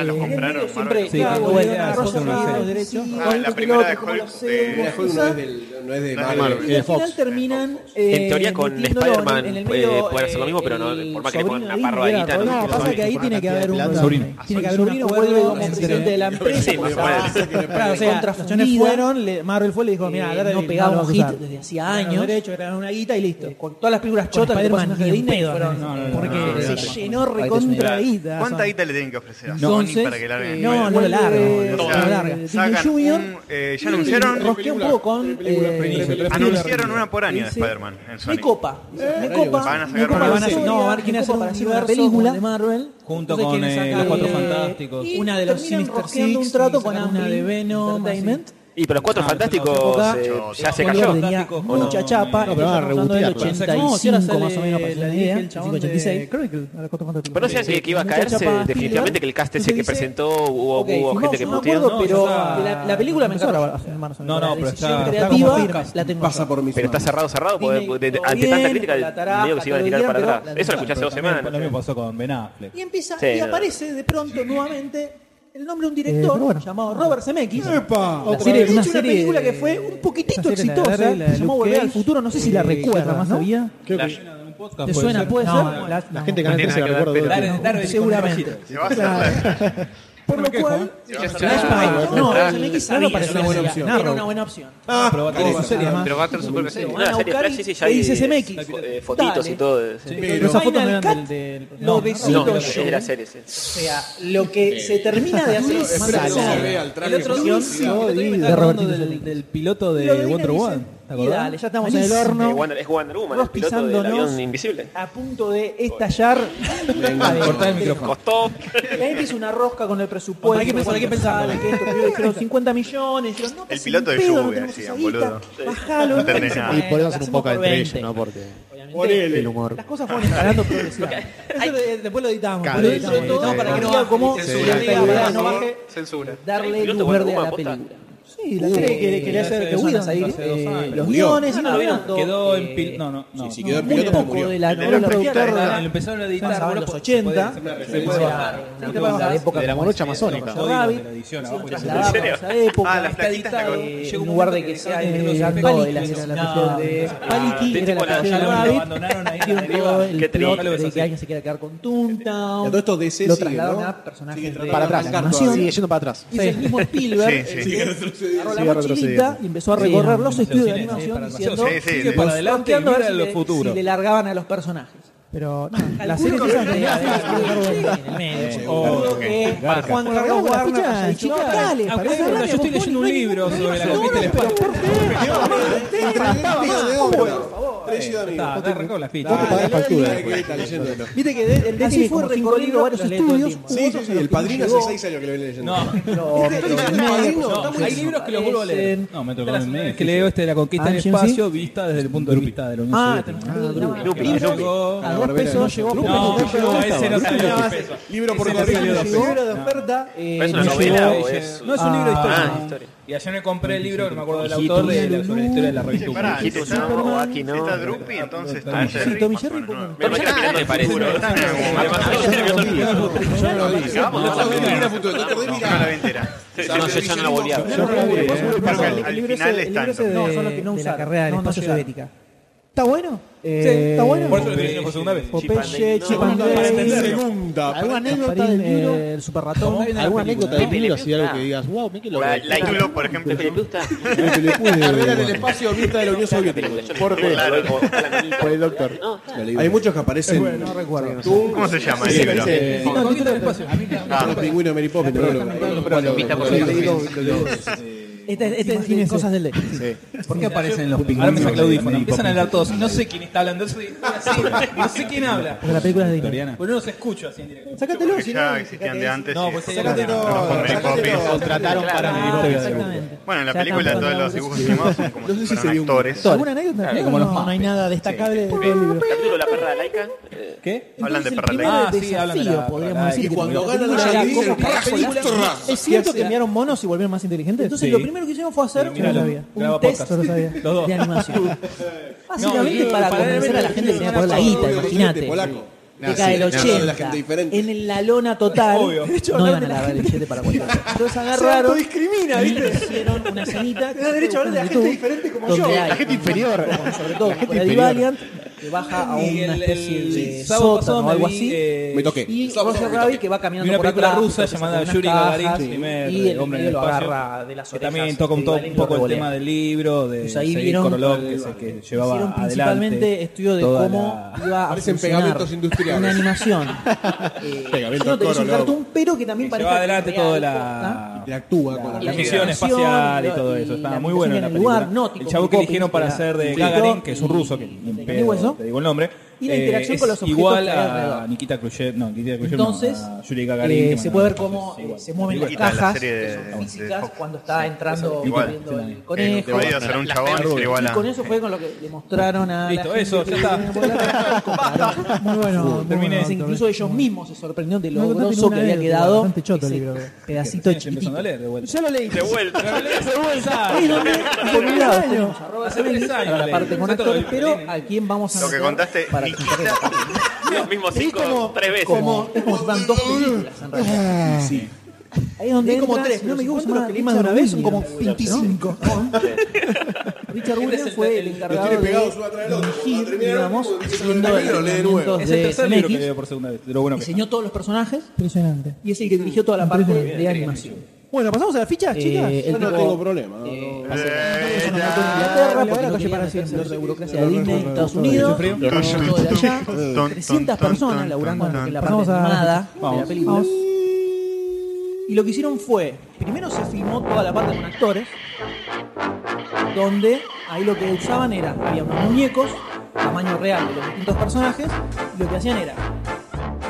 Speaker 7: Ah, los compraron.
Speaker 2: siempre
Speaker 7: Marvel.
Speaker 2: sí,
Speaker 15: claro,
Speaker 2: claro, volvieron
Speaker 15: volvieron
Speaker 2: a
Speaker 15: a
Speaker 2: Rosa
Speaker 15: hacer
Speaker 2: Rara,
Speaker 15: una
Speaker 2: los
Speaker 15: serie.
Speaker 2: derechos.
Speaker 7: Ah,
Speaker 2: con
Speaker 7: la
Speaker 2: esto, con
Speaker 7: primera de eh,
Speaker 2: otro, como
Speaker 7: Hulk
Speaker 2: los
Speaker 7: de-
Speaker 2: Hulk,
Speaker 9: Mira, Hulk no
Speaker 2: ¿sabes?
Speaker 9: es, del, no es de
Speaker 7: No es de
Speaker 9: Marvel.
Speaker 7: Marvel.
Speaker 2: Y
Speaker 9: es de
Speaker 2: al
Speaker 9: Fox.
Speaker 2: final terminan. eh,
Speaker 4: En teoría con
Speaker 2: metiéndolo en-
Speaker 4: Spider-Man
Speaker 2: en el
Speaker 4: puede-
Speaker 2: medio,
Speaker 4: pueden hacer lo mismo,
Speaker 2: eh,
Speaker 4: pero no,
Speaker 2: el
Speaker 4: por más que le pongan una
Speaker 2: sobrino
Speaker 4: parva
Speaker 2: de
Speaker 4: de
Speaker 2: Disney,
Speaker 4: guita, no
Speaker 2: No,
Speaker 4: tiene
Speaker 2: pasa
Speaker 4: sobrino.
Speaker 2: que ahí tiene que haber un.
Speaker 6: Sobrino.
Speaker 2: Tiene que haber un
Speaker 15: Sobrino
Speaker 2: acuerdo
Speaker 15: acuerdo
Speaker 2: como
Speaker 15: entre-
Speaker 2: presidente de la empresa.
Speaker 4: Sí,
Speaker 2: porque
Speaker 4: más
Speaker 2: estaba-
Speaker 4: vale.
Speaker 2: Claro, o sea, los chones fueron.
Speaker 15: fueron, le- Marvel fue y le dijo, mira,
Speaker 2: Mira,
Speaker 15: dale,
Speaker 2: Eh, no pegaba
Speaker 15: lo
Speaker 2: un
Speaker 15: vas a
Speaker 2: hit
Speaker 15: usar".
Speaker 2: desde hacía
Speaker 15: Ganaron
Speaker 2: años.
Speaker 15: derecho, eran una guita y listo.
Speaker 2: Eh, Con todas las películas
Speaker 15: Con
Speaker 2: chotas que
Speaker 15: Spider-Man
Speaker 2: personajes de
Speaker 15: ni en
Speaker 2: Disney
Speaker 15: pedo,
Speaker 2: fueron.
Speaker 15: no, no, no,
Speaker 2: porque
Speaker 15: no, no, no,
Speaker 2: se
Speaker 15: no.
Speaker 2: llenó
Speaker 15: Ahí te
Speaker 2: recontra
Speaker 15: suena.
Speaker 2: guita.
Speaker 7: ¿Cuánta
Speaker 2: Sony.
Speaker 7: guita le tienen que ofrecer a Sony
Speaker 2: Entonces,
Speaker 7: para que larguen
Speaker 2: eh,
Speaker 7: el
Speaker 2: no,
Speaker 7: video?
Speaker 2: no lo larga.
Speaker 15: Eh,
Speaker 2: No
Speaker 7: O
Speaker 2: lo
Speaker 7: sea,
Speaker 2: larga. Disney
Speaker 7: sacan
Speaker 2: Junior.
Speaker 7: un, eh, ya
Speaker 2: y
Speaker 7: anunciaron,
Speaker 2: Rosquea un poco con. eh,
Speaker 7: anunciaron una por año de Spider-Man en Sony.
Speaker 2: Me copa. Me copa.
Speaker 7: Van a sacar
Speaker 2: me copa
Speaker 7: una
Speaker 2: la
Speaker 7: van a-
Speaker 2: historia,
Speaker 15: no, van a-
Speaker 2: me
Speaker 15: quieren hacer
Speaker 2: copa
Speaker 15: un
Speaker 2: para hacer una
Speaker 15: universo
Speaker 2: película
Speaker 15: como
Speaker 2: de
Speaker 15: de
Speaker 2: Marvel.
Speaker 6: Junto
Speaker 2: Entonces
Speaker 6: con,
Speaker 2: quieren
Speaker 6: eh,
Speaker 2: sacar,
Speaker 6: los Cuatro
Speaker 2: eh,
Speaker 6: Fantásticos.
Speaker 2: y Una de los
Speaker 15: terminan
Speaker 2: Sinister
Speaker 15: rosqueando
Speaker 2: Six.
Speaker 15: un trato con
Speaker 2: sacan una de
Speaker 15: Amblin
Speaker 2: Venom.
Speaker 15: Entertainment.
Speaker 2: así.
Speaker 4: Y pero los cuatro
Speaker 6: No,
Speaker 4: fantásticos
Speaker 2: no,
Speaker 4: eh,
Speaker 7: no,
Speaker 4: ya se
Speaker 2: Porque
Speaker 4: cayó.
Speaker 2: tenía
Speaker 6: Fantástico,
Speaker 2: mucha
Speaker 6: no,
Speaker 2: chapa.
Speaker 9: no, pero van a
Speaker 2: Estamos hablando del
Speaker 9: rebotearla.
Speaker 2: 85
Speaker 15: No,
Speaker 2: más o menos para hacer
Speaker 15: la
Speaker 2: una
Speaker 15: idea.
Speaker 2: idea.
Speaker 15: El chabón
Speaker 2: 86.
Speaker 15: de-
Speaker 2: Chronicle, a la Cuatro Fantásticos.
Speaker 4: Pero no decían que, que iba a
Speaker 2: Mucha
Speaker 4: caerse
Speaker 2: chapa
Speaker 4: definitivamente
Speaker 2: Spielberg.
Speaker 4: que el cast ese que
Speaker 2: Entonces dice,
Speaker 4: presentó hubo,
Speaker 2: Ok,
Speaker 4: hubo
Speaker 2: filmamos,
Speaker 4: gente que
Speaker 2: no me
Speaker 4: puteó.
Speaker 2: acuerdo,
Speaker 6: No,
Speaker 2: pero
Speaker 6: ya está.
Speaker 2: la, la película me
Speaker 15: Empezó
Speaker 2: sobra,
Speaker 15: a-
Speaker 2: hermano, sobra.
Speaker 6: No, no,
Speaker 2: La
Speaker 6: pero
Speaker 2: decisión
Speaker 6: está-
Speaker 2: creativa
Speaker 6: está
Speaker 15: como firme.
Speaker 2: la tengo
Speaker 9: Pasa
Speaker 2: yo.
Speaker 9: por mis
Speaker 4: Pero está
Speaker 9: manos.
Speaker 4: cerrado, cerrado, porque
Speaker 2: Disney,
Speaker 4: de- de-
Speaker 2: todo
Speaker 4: ante tanta
Speaker 2: bien,
Speaker 4: crítica,
Speaker 2: la taraja,
Speaker 4: medio que se iban a
Speaker 2: todo
Speaker 4: tirar
Speaker 2: bien,
Speaker 4: para
Speaker 2: pero
Speaker 4: atrás.
Speaker 2: la-
Speaker 4: Eso lo escuché hace dos
Speaker 6: También-
Speaker 4: semanas.
Speaker 6: Lo mismo pasó con Ben Affleck.
Speaker 2: Y empieza
Speaker 4: Sí,
Speaker 2: y
Speaker 4: no.
Speaker 2: aparece de pronto nuevamente el nombre de un
Speaker 15: Eh,
Speaker 2: director
Speaker 15: pero bueno.
Speaker 2: llamado Robert Zemeckis.
Speaker 9: ¡Epa!
Speaker 2: La
Speaker 15: Otra
Speaker 2: serie,
Speaker 15: vez.
Speaker 2: una,
Speaker 15: Una serie-
Speaker 2: película que fue un poquitito
Speaker 15: Esta serie, la
Speaker 2: exitosa.
Speaker 15: verdad, la de
Speaker 2: se llamó
Speaker 15: Luke
Speaker 2: Volver al
Speaker 15: Cage,
Speaker 2: Futuro, no sé si
Speaker 15: eh,
Speaker 2: la
Speaker 15: ¿qué otra
Speaker 2: recuerdas,
Speaker 15: más
Speaker 2: ¿no?
Speaker 15: había?
Speaker 9: Creo que
Speaker 2: ¿Te suena? ¿Puede
Speaker 15: No,
Speaker 2: ser?
Speaker 15: no, la-
Speaker 9: la
Speaker 15: no.
Speaker 9: gente canal
Speaker 7: tiene
Speaker 9: 13 se
Speaker 7: nada
Speaker 9: la
Speaker 7: que ver,
Speaker 9: recuerda. todo el
Speaker 15: Darwin-
Speaker 9: tiempo.
Speaker 15: Darwin con
Speaker 2: Seguramente.
Speaker 15: Rayito.
Speaker 7: Se va a hacer
Speaker 2: Por lo cual, no, Zemeckis
Speaker 3: Flashpoint, Flash-
Speaker 15: Claro,
Speaker 2: sabía,
Speaker 15: parecía
Speaker 2: era
Speaker 15: una
Speaker 2: una
Speaker 15: buena
Speaker 2: buena
Speaker 15: opción.
Speaker 2: Era una buena opción.
Speaker 9: Ah,
Speaker 6: Pero va a tener
Speaker 9: ¿cómo
Speaker 6: esa
Speaker 9: serie,
Speaker 6: serie,
Speaker 9: además?
Speaker 3: Pero va a tener su propia serie.
Speaker 2: Van a
Speaker 4: Una serie
Speaker 2: buscar
Speaker 4: Flash,
Speaker 2: y
Speaker 4: sí, sí, ya
Speaker 2: te
Speaker 4: hay
Speaker 2: dice
Speaker 4: eh,
Speaker 2: CMX.
Speaker 4: fo- eh, fotitos y
Speaker 2: Dale.
Speaker 4: todo. sí.
Speaker 6: Pero
Speaker 2: Los
Speaker 6: esas
Speaker 2: Final
Speaker 6: fotos no eran
Speaker 2: Cut,
Speaker 6: del- del-
Speaker 2: lo
Speaker 6: no,
Speaker 2: que
Speaker 6: no,
Speaker 2: sí
Speaker 4: No,
Speaker 2: lo
Speaker 4: no,
Speaker 2: yo,
Speaker 4: es de la serie, sí.
Speaker 2: O sea, lo que se termina de hacer es
Speaker 9: espera que se
Speaker 2: salir.
Speaker 9: vea el
Speaker 2: El
Speaker 9: tráiler.
Speaker 2: otro día,
Speaker 9: Sí,
Speaker 2: sí, el otro día
Speaker 6: de
Speaker 2: me estaba
Speaker 6: Roberto
Speaker 2: acordando
Speaker 6: del,
Speaker 2: del- del-
Speaker 6: del piloto
Speaker 2: lo
Speaker 6: de
Speaker 2: viene
Speaker 6: Wonder
Speaker 2: y dice,
Speaker 6: Woman. ¿Te
Speaker 2: Y
Speaker 6: acordás?
Speaker 2: dale, ya estamos en el
Speaker 4: Eh,
Speaker 2: horno,
Speaker 4: Wonder- es Wonder Woman, el
Speaker 2: Vos
Speaker 4: piloto del
Speaker 2: pisándonos.
Speaker 4: avión invisible.
Speaker 2: a punto de estallar. A ver,
Speaker 6: Cortá el micrófono.
Speaker 4: Costó.
Speaker 2: La gente hizo una rosca con el presupuesto.
Speaker 15: Hay que pensar, hay que pensar.
Speaker 2: sale, que esto, que lo hicieron 50 millones. dijeron, no, pasa
Speaker 7: piloto
Speaker 2: un
Speaker 7: de
Speaker 2: pedo,
Speaker 7: lluvia,
Speaker 2: no tenemos
Speaker 7: sí,
Speaker 2: esa guita,
Speaker 7: boludo.
Speaker 2: Bajalo.
Speaker 7: No tenés nada.
Speaker 17: Y
Speaker 2: Lo
Speaker 17: por eso son un
Speaker 2: hacemos
Speaker 17: poco
Speaker 2: por
Speaker 17: entre
Speaker 2: 20.
Speaker 17: ellos, ¿no? Porque
Speaker 2: Obviamente,
Speaker 17: el humor.
Speaker 2: Las cosas fueron escalando progresivamente. Eso de- después lo editamos.
Speaker 17: Claro,
Speaker 2: Pero dentro de
Speaker 17: sí,
Speaker 2: todo,
Speaker 17: sí,
Speaker 2: para
Speaker 17: sí.
Speaker 2: que no haga como
Speaker 3: Censura,
Speaker 2: la idea, para que no baje,
Speaker 3: Censura.
Speaker 2: darle
Speaker 4: ¿El piloto
Speaker 2: luz
Speaker 4: Wonder
Speaker 2: verde a la
Speaker 4: Woman, posta?
Speaker 2: película. Sí, la serie que quería
Speaker 6: hace
Speaker 2: hacer que
Speaker 6: dos
Speaker 2: hubieran
Speaker 6: años,
Speaker 2: salir
Speaker 6: hace dos
Speaker 2: eh,
Speaker 6: anos.
Speaker 2: los
Speaker 9: Murió.
Speaker 2: guiones y
Speaker 4: Ah, lo vieron.
Speaker 6: Quedó en pil... No, no, no.
Speaker 9: Sí, sí,
Speaker 6: no.
Speaker 9: quedó en
Speaker 2: Muy
Speaker 9: piloto, pero
Speaker 2: poco
Speaker 9: murió.
Speaker 2: de la
Speaker 7: El de
Speaker 2: novela
Speaker 7: los
Speaker 2: productora
Speaker 7: productores,
Speaker 6: Ah, Lo empezaron a
Speaker 2: Ya
Speaker 6: editar.
Speaker 2: saben,
Speaker 6: bueno,
Speaker 2: los
Speaker 6: puede-
Speaker 2: 80.
Speaker 6: puede ser una referencia
Speaker 2: Sí,
Speaker 6: a- una
Speaker 2: sí, sí,
Speaker 6: cosa
Speaker 2: sí, sí,
Speaker 6: época
Speaker 17: de la
Speaker 6: como ese, de
Speaker 17: morocha
Speaker 6: los
Speaker 17: amazónica.
Speaker 6: códigos
Speaker 2: Rabbit.
Speaker 6: de la edición,
Speaker 2: Sí,
Speaker 6: abajo,
Speaker 2: nos
Speaker 6: que se-
Speaker 2: trasladamos
Speaker 7: serio?
Speaker 2: a esa época.
Speaker 7: Ah, la
Speaker 6: Está
Speaker 7: flaquita está
Speaker 6: editado,
Speaker 7: con-
Speaker 2: Eh,
Speaker 6: llega
Speaker 2: en
Speaker 6: un
Speaker 2: lugar
Speaker 6: momento
Speaker 2: de que
Speaker 6: se
Speaker 2: sea
Speaker 6: salen
Speaker 2: el
Speaker 6: los
Speaker 2: Gandó de
Speaker 6: efectos
Speaker 2: la
Speaker 6: y
Speaker 2: era
Speaker 6: los-
Speaker 2: la
Speaker 6: no,
Speaker 2: mujer de Paliki, era Ah, la
Speaker 4: te- te-
Speaker 2: mujer de
Speaker 4: ya lo
Speaker 2: Rabbit,
Speaker 6: abandonaron ahí a la
Speaker 2: tienen
Speaker 6: deriva.
Speaker 2: todo el
Speaker 4: Qué
Speaker 2: plot
Speaker 4: triste.
Speaker 2: de que alguien se quiera quedar con Toontown,
Speaker 9: Y a todo esto DC
Speaker 2: lo
Speaker 9: sigue,
Speaker 2: trasladaron
Speaker 9: ¿no?
Speaker 2: a personajes
Speaker 9: Sigue
Speaker 2: de
Speaker 9: tratando
Speaker 2: para
Speaker 9: de
Speaker 2: atrás,
Speaker 9: arrancar
Speaker 2: animación,
Speaker 9: todavía.
Speaker 17: sigue yendo para atrás.
Speaker 2: y es el mismo Spielberg, eh,
Speaker 7: Sí,
Speaker 2: el
Speaker 7: sí.
Speaker 2: que agarró la
Speaker 17: Sigue
Speaker 2: mochilita
Speaker 17: retrocediendo.
Speaker 2: y empezó a
Speaker 6: Sí,
Speaker 2: recorrer
Speaker 6: no,
Speaker 2: los
Speaker 6: no,
Speaker 2: estudios de
Speaker 6: cine, sí,
Speaker 2: animación
Speaker 6: para
Speaker 2: diciendo
Speaker 6: demasiado.
Speaker 7: Sí, sí,
Speaker 6: Sigue
Speaker 7: de-
Speaker 6: para adelante y
Speaker 2: tanteando a ver
Speaker 6: mira
Speaker 2: si
Speaker 6: lo
Speaker 2: le-
Speaker 6: futuro.
Speaker 2: si le largaban a los personajes.
Speaker 15: Pero no,
Speaker 2: La serie
Speaker 15: es
Speaker 2: empieza
Speaker 15: de-
Speaker 2: en el
Speaker 6: Sí,
Speaker 2: medio.
Speaker 6: oh,
Speaker 2: Dudo
Speaker 6: ok.
Speaker 2: que
Speaker 6: Barca.
Speaker 2: Juan Carlos Cargamos la Warner ficha, haya dicho, chicos, dale,
Speaker 6: Ah,
Speaker 2: pará,
Speaker 6: bueno,
Speaker 2: pará,
Speaker 6: yo estoy
Speaker 2: vos
Speaker 6: leyendo
Speaker 2: no
Speaker 6: un
Speaker 2: hay
Speaker 6: libro
Speaker 2: ningún
Speaker 6: sobre la
Speaker 2: problema.
Speaker 6: conquista del espacio.
Speaker 2: Pero por favor,
Speaker 9: Por favor. precio de
Speaker 6: Está, te arrancó las
Speaker 9: Vos te
Speaker 6: pilas.
Speaker 9: pagás factura.
Speaker 2: Viste que de- el Destiny fue recorriendo varios estudios. hubo
Speaker 9: Sí,
Speaker 2: otros
Speaker 9: sí, sí,
Speaker 2: en los
Speaker 9: el
Speaker 2: que no
Speaker 9: padrino hace
Speaker 2: llegó.
Speaker 9: 6 años que lo viene leyendo.
Speaker 6: No,
Speaker 2: No, pero
Speaker 9: ¿Viste el
Speaker 2: medio,
Speaker 9: padrino?
Speaker 2: no,
Speaker 6: hay libros que los vuelvo a leer.
Speaker 2: Aparecen-
Speaker 6: No, me tocó en medio. Que leo este de la conquista del
Speaker 2: Ancient
Speaker 6: espacio vista desde el punto de vista de la Unión
Speaker 2: Ah,
Speaker 6: Soviética.
Speaker 2: tenés razón.
Speaker 4: Lupi,
Speaker 6: Que
Speaker 4: Lupi.
Speaker 6: llegó-
Speaker 2: A dos pesos llegó.
Speaker 6: No, no,
Speaker 2: pero llegó.
Speaker 6: ese no salió dos pesos.
Speaker 9: Libro por
Speaker 6: Ese no salió
Speaker 9: correo.
Speaker 6: dos pesos.
Speaker 2: Libro de oferta. eh,
Speaker 4: ¿Pero es una
Speaker 2: no
Speaker 4: novela
Speaker 2: llegó.
Speaker 4: o es.?
Speaker 6: No, es un libro de historia.
Speaker 4: Ah, historia.
Speaker 6: Y ayer me compré el libro, no me acuerdo del autor, de la, sobre la historia de la revista.
Speaker 7: Pará, si
Speaker 4: Hijitos,
Speaker 7: está,
Speaker 4: no, o aquí no.
Speaker 7: si está Drupi, entonces
Speaker 6: Sí,
Speaker 7: está Jerry.
Speaker 2: Tommy
Speaker 7: más o
Speaker 2: Jerry,
Speaker 7: menos, ¿no?
Speaker 4: Me imagino que no te parece.
Speaker 9: Yo no lo vi.
Speaker 4: Acabamos de hacer
Speaker 9: Yo no lo
Speaker 4: película.
Speaker 9: vi. Yo no lo vi.
Speaker 7: No me la vi entera.
Speaker 4: No, yo ya no la volví a ver.
Speaker 2: Yo no lo vi, después hubo
Speaker 7: Creo que
Speaker 2: pasado.
Speaker 7: al- al final está.
Speaker 2: Ese de-
Speaker 7: entonces.
Speaker 2: No, son los que no
Speaker 15: de la
Speaker 2: usaron.
Speaker 15: carrera del
Speaker 2: No, no
Speaker 15: espacio
Speaker 2: llegaron.
Speaker 15: soviética.
Speaker 2: ¿Está bueno? Eh, ¿Está bueno?
Speaker 6: Por eso lo terminé por segunda vez.
Speaker 2: Popeye, Chip and
Speaker 9: Para
Speaker 2: Dale,
Speaker 9: entenderlo. Segunda.
Speaker 2: ¿Alguna anécdota del libro? El super ratón.
Speaker 3: ¿Alguna anécdota del
Speaker 4: Pepe
Speaker 3: libro?
Speaker 4: Le
Speaker 3: Así algo
Speaker 4: Pew,
Speaker 3: que digas, wow, mira que lo
Speaker 7: La
Speaker 3: que-
Speaker 7: la Tulo, por ejemplo.
Speaker 4: ¿Te gusta?
Speaker 9: Carrera del espacio vista de la Unión Soviética.
Speaker 4: Por
Speaker 3: por el doctor.
Speaker 9: eh, Hay muchos que aparecen.
Speaker 2: No recuerdo.
Speaker 7: ¿Cómo se llama el
Speaker 9: Sí,
Speaker 7: libro?
Speaker 9: dice,
Speaker 6: No, conquista del espacio.
Speaker 7: Ah,
Speaker 9: Los pingüinos de Mary Poppins, no lo- no lo-
Speaker 3: Vista por
Speaker 9: lo-
Speaker 3: el
Speaker 9: lo-
Speaker 3: doctor.
Speaker 9: lo- lo- lo-
Speaker 2: Esta esta es de cosas del Destiny.
Speaker 6: ¿Por qué aparecen los pingüinos? Ahora me saca el audífono, empiezan a hablar todos. No sé quién está hablando, yo soy- así, no sé quién habla.
Speaker 2: Porque la película es de Disney.
Speaker 6: Porque no los escucho así en directo.
Speaker 2: Sácatelo, si no.
Speaker 7: Ya existían de antes.
Speaker 6: No,
Speaker 7: sí.
Speaker 6: pues
Speaker 7: Con
Speaker 6: sácate todo.
Speaker 7: Mary Poppins.
Speaker 3: Contrataron para
Speaker 2: Ah,
Speaker 3: Mary Poppins.
Speaker 2: exactamente.
Speaker 7: Bueno, en la
Speaker 2: Ya
Speaker 7: película
Speaker 2: están
Speaker 7: todos
Speaker 2: todos
Speaker 7: los dibujos animados son como
Speaker 9: No sé
Speaker 7: si
Speaker 9: si se
Speaker 7: fueran
Speaker 9: vio un-
Speaker 7: actores.
Speaker 2: ¿Alguna anécdota?
Speaker 6: como
Speaker 2: no,
Speaker 6: los
Speaker 2: no hay nada destacable de todo el libro.
Speaker 4: Capítulo la perra laica.
Speaker 6: ¿Qué?
Speaker 7: Hablan de
Speaker 2: Entonces, el
Speaker 7: perra
Speaker 2: primero
Speaker 7: laica.
Speaker 6: Ah, sí, hablan de la-
Speaker 2: desafío, podríamos
Speaker 6: la-
Speaker 2: decir.
Speaker 9: Y
Speaker 2: que
Speaker 9: cuando
Speaker 2: tuvieron.
Speaker 9: ganan la
Speaker 2: Era
Speaker 9: Champions,
Speaker 2: como para
Speaker 9: dicen,
Speaker 2: película.
Speaker 9: "Perra".
Speaker 2: ¿Es cierto que enviaron monos y volvieron más inteligentes? Entonces
Speaker 6: Sí.
Speaker 2: lo primero que hicieron fue hacer
Speaker 6: mira,
Speaker 2: un,
Speaker 6: lo- graba
Speaker 2: un test
Speaker 6: podcast.
Speaker 2: no lo sabía,
Speaker 6: Los dos.
Speaker 2: de animación.
Speaker 6: No,
Speaker 2: Básicamente
Speaker 6: y-
Speaker 2: para
Speaker 6: para
Speaker 2: convencer a la
Speaker 6: ver-
Speaker 2: gente que tenía por la
Speaker 6: Polaco,
Speaker 2: guita,
Speaker 9: obvio,
Speaker 2: imagínate.
Speaker 9: gente, polaco.
Speaker 2: Década del
Speaker 9: Ah, sí, no, no, la
Speaker 2: 80.
Speaker 9: gente diferente.
Speaker 2: En la lona <laughs> total.
Speaker 6: Obvio.
Speaker 2: No iban a lavar el billete para cualquier cosa. Entonces agarraron. discrimina, ¿viste? Hicieron una cenita. Te da derecho a hablar de la gente diferente como yo. La gente inferior. Sobre todo, por Eddie Valiant, que baja a
Speaker 6: Y
Speaker 2: una
Speaker 6: el,
Speaker 2: especie
Speaker 6: el
Speaker 2: de
Speaker 6: sábado
Speaker 2: sótano
Speaker 6: pasado
Speaker 2: o
Speaker 6: me
Speaker 2: algo
Speaker 6: vi,
Speaker 2: así.
Speaker 6: eh,
Speaker 9: Me toqué.
Speaker 2: Y Roger Rabbit que va caminando
Speaker 6: Vi una
Speaker 2: por
Speaker 6: película
Speaker 2: atrás,
Speaker 6: rusa
Speaker 2: empieza a
Speaker 6: llamada
Speaker 2: sacar
Speaker 6: Yuri
Speaker 2: unas
Speaker 6: Gagarin,
Speaker 2: cajas,
Speaker 6: primer
Speaker 2: y el
Speaker 6: hombre en
Speaker 2: medio
Speaker 6: el
Speaker 2: lo
Speaker 6: espacio,
Speaker 2: agarra de las
Speaker 6: que
Speaker 2: orejas.
Speaker 6: también toca un, to- un poco el tema del libro de
Speaker 2: Pues ahí
Speaker 6: Sergei
Speaker 2: vieron- eh,
Speaker 6: Korolev, que, se- que llevaba
Speaker 2: Hicieron
Speaker 6: adelante
Speaker 2: principalmente estudio de
Speaker 6: toda
Speaker 2: cómo
Speaker 6: la-
Speaker 2: iba a
Speaker 9: Parecen
Speaker 2: funcionar
Speaker 9: pegamentos industriales.
Speaker 2: una
Speaker 9: <laughs>
Speaker 2: animación. Eh,
Speaker 9: Pegamento
Speaker 2: solo tenés un
Speaker 9: Corolov.
Speaker 2: cartoon, pero que también
Speaker 6: que
Speaker 2: parece
Speaker 6: llevaba adelante
Speaker 2: real,
Speaker 6: toda
Speaker 2: ¿tá?
Speaker 6: la,
Speaker 9: Interactúa con la
Speaker 6: la
Speaker 2: la
Speaker 6: misión
Speaker 2: navegación,
Speaker 6: espacial y
Speaker 2: lo-
Speaker 6: todo
Speaker 2: y
Speaker 6: eso.
Speaker 2: ¿Ah? la
Speaker 6: Estaba muy
Speaker 2: navegación
Speaker 6: buena
Speaker 2: en
Speaker 6: la
Speaker 2: el
Speaker 6: película.
Speaker 2: lugar, no, tipo
Speaker 6: el chavo que
Speaker 2: Poppy,
Speaker 6: eligieron para
Speaker 2: que era
Speaker 6: hacer de
Speaker 2: un
Speaker 6: Gagarin,
Speaker 2: escritor
Speaker 6: que es un ruso, que
Speaker 2: y-
Speaker 6: ni en
Speaker 2: y
Speaker 6: pedo
Speaker 2: hueso.
Speaker 6: te digo el nombre.
Speaker 2: Y la
Speaker 6: eh,
Speaker 2: interacción
Speaker 6: es
Speaker 2: con los objetos
Speaker 6: Igual
Speaker 2: que hay
Speaker 6: a
Speaker 2: alrededor.
Speaker 6: Nikita Khrushchev, no, Nikita Khrushchev no,
Speaker 2: Entonces,
Speaker 6: a Ah, Yuri Gagarin.
Speaker 2: eh,
Speaker 6: que
Speaker 2: se
Speaker 6: mandaron
Speaker 2: puede ver
Speaker 6: los rusos,
Speaker 2: cómo eh,
Speaker 6: igual.
Speaker 2: se mueven las
Speaker 7: Y tal, la
Speaker 2: cajas,
Speaker 7: serie
Speaker 2: que
Speaker 7: de-
Speaker 2: son
Speaker 7: de
Speaker 2: físicas,
Speaker 7: Fox.
Speaker 2: cuando está entrando
Speaker 7: igual. Eh,
Speaker 2: corriendo el
Speaker 7: Que
Speaker 2: conejo.
Speaker 7: podía ser un chabón y ser igual
Speaker 2: Y
Speaker 7: a.
Speaker 2: con eso fue con lo que le mostraron a. la
Speaker 6: Listo,
Speaker 2: gente
Speaker 6: eso,
Speaker 2: que
Speaker 6: ya está.
Speaker 2: venía por <laughs> la- Compararon. Muy bueno, muy
Speaker 6: terminé.
Speaker 2: bueno. Incluso ellos mismos se sorprendieron de
Speaker 15: No,
Speaker 2: lo
Speaker 15: no, tiene
Speaker 2: grosso
Speaker 15: una
Speaker 2: que había
Speaker 15: anécdota,
Speaker 2: quedado.
Speaker 15: bastante choto el
Speaker 2: ese
Speaker 15: libro.
Speaker 2: Pedacito
Speaker 6: Estoy empezando
Speaker 2: chiquitito.
Speaker 6: a leer de vuelta.
Speaker 2: Ya lo leí.
Speaker 7: De
Speaker 4: <laughs>
Speaker 7: vuelta.
Speaker 2: Ahí es donde por un lado tenemos a Robert
Speaker 6: Hace tres
Speaker 2: Zemeckis
Speaker 6: años
Speaker 2: para la
Speaker 6: leí.
Speaker 2: parte con
Speaker 6: Nosotros
Speaker 2: actores,
Speaker 6: lo
Speaker 2: pero
Speaker 6: tenemos.
Speaker 2: a quién vamos a
Speaker 7: Lo que
Speaker 2: anotar
Speaker 7: contaste,
Speaker 2: para que
Speaker 7: Nikita.
Speaker 2: sea
Speaker 4: Los mismos
Speaker 2: Leí
Speaker 4: cinco,
Speaker 2: como-
Speaker 4: tres veces.
Speaker 2: como, es como si fueran dos películas en realidad. Ahí es donde
Speaker 15: Leí como
Speaker 2: entra,
Speaker 15: tres,
Speaker 2: si no me
Speaker 15: pero
Speaker 2: equivoco,
Speaker 15: ¿cuántos
Speaker 2: se llama
Speaker 15: los que leí más de una
Speaker 2: Richard
Speaker 15: vez? Son como
Speaker 2: Williams, ¿no?
Speaker 15: 25.
Speaker 2: Richard
Speaker 6: Este es
Speaker 2: Williams
Speaker 6: el-
Speaker 2: fue el
Speaker 6: el-
Speaker 2: encargado
Speaker 9: tiene pegados uno atrás del
Speaker 2: de
Speaker 9: otro. Cuando
Speaker 2: dirigir,
Speaker 9: termina el
Speaker 2: digamos,
Speaker 9: último, dice,
Speaker 2: siguiendo
Speaker 9: "Lo
Speaker 2: los
Speaker 9: leo, lo leo de nuevo".
Speaker 2: lineamientos
Speaker 6: Es el
Speaker 2: de
Speaker 6: tercer libro que
Speaker 2: Zemeckis,
Speaker 6: veo por segunda vez, de lo bueno que
Speaker 2: diseñó todos los personajes
Speaker 15: Impresionante.
Speaker 2: y es el que dirigió toda la parte de animación.
Speaker 15: Bueno, pasamos a las fichas, chicas.
Speaker 2: Eh,
Speaker 9: Yo
Speaker 2: el
Speaker 9: no
Speaker 2: tipo-
Speaker 9: tengo problema. no,
Speaker 2: Eh,
Speaker 9: no.
Speaker 2: pasa que
Speaker 7: Eh,
Speaker 2: se
Speaker 7: ya.
Speaker 2: mandó a Inglaterra porque
Speaker 15: Ahora
Speaker 2: no
Speaker 15: calle
Speaker 2: querían
Speaker 15: para
Speaker 2: meterse
Speaker 15: siempre.
Speaker 2: en la burocracia
Speaker 15: No,
Speaker 2: de
Speaker 15: no,
Speaker 2: Disney,
Speaker 15: no, no,
Speaker 2: Estados
Speaker 15: no,
Speaker 2: Unidos,
Speaker 6: frío.
Speaker 2: todo de allá,
Speaker 7: Ton, ton,
Speaker 2: 300
Speaker 7: ton,
Speaker 2: personas
Speaker 7: ton,
Speaker 2: laburando
Speaker 7: ton,
Speaker 2: en la
Speaker 15: ton.
Speaker 2: parte
Speaker 15: Vamos a-
Speaker 2: animada de la
Speaker 6: vamos.
Speaker 2: película. Y lo que hicieron fue, primero se filmó toda la parte con actores, donde ahí lo que usaban era, había unos muñecos, tamaño real de los distintos personajes, y lo que hacían era,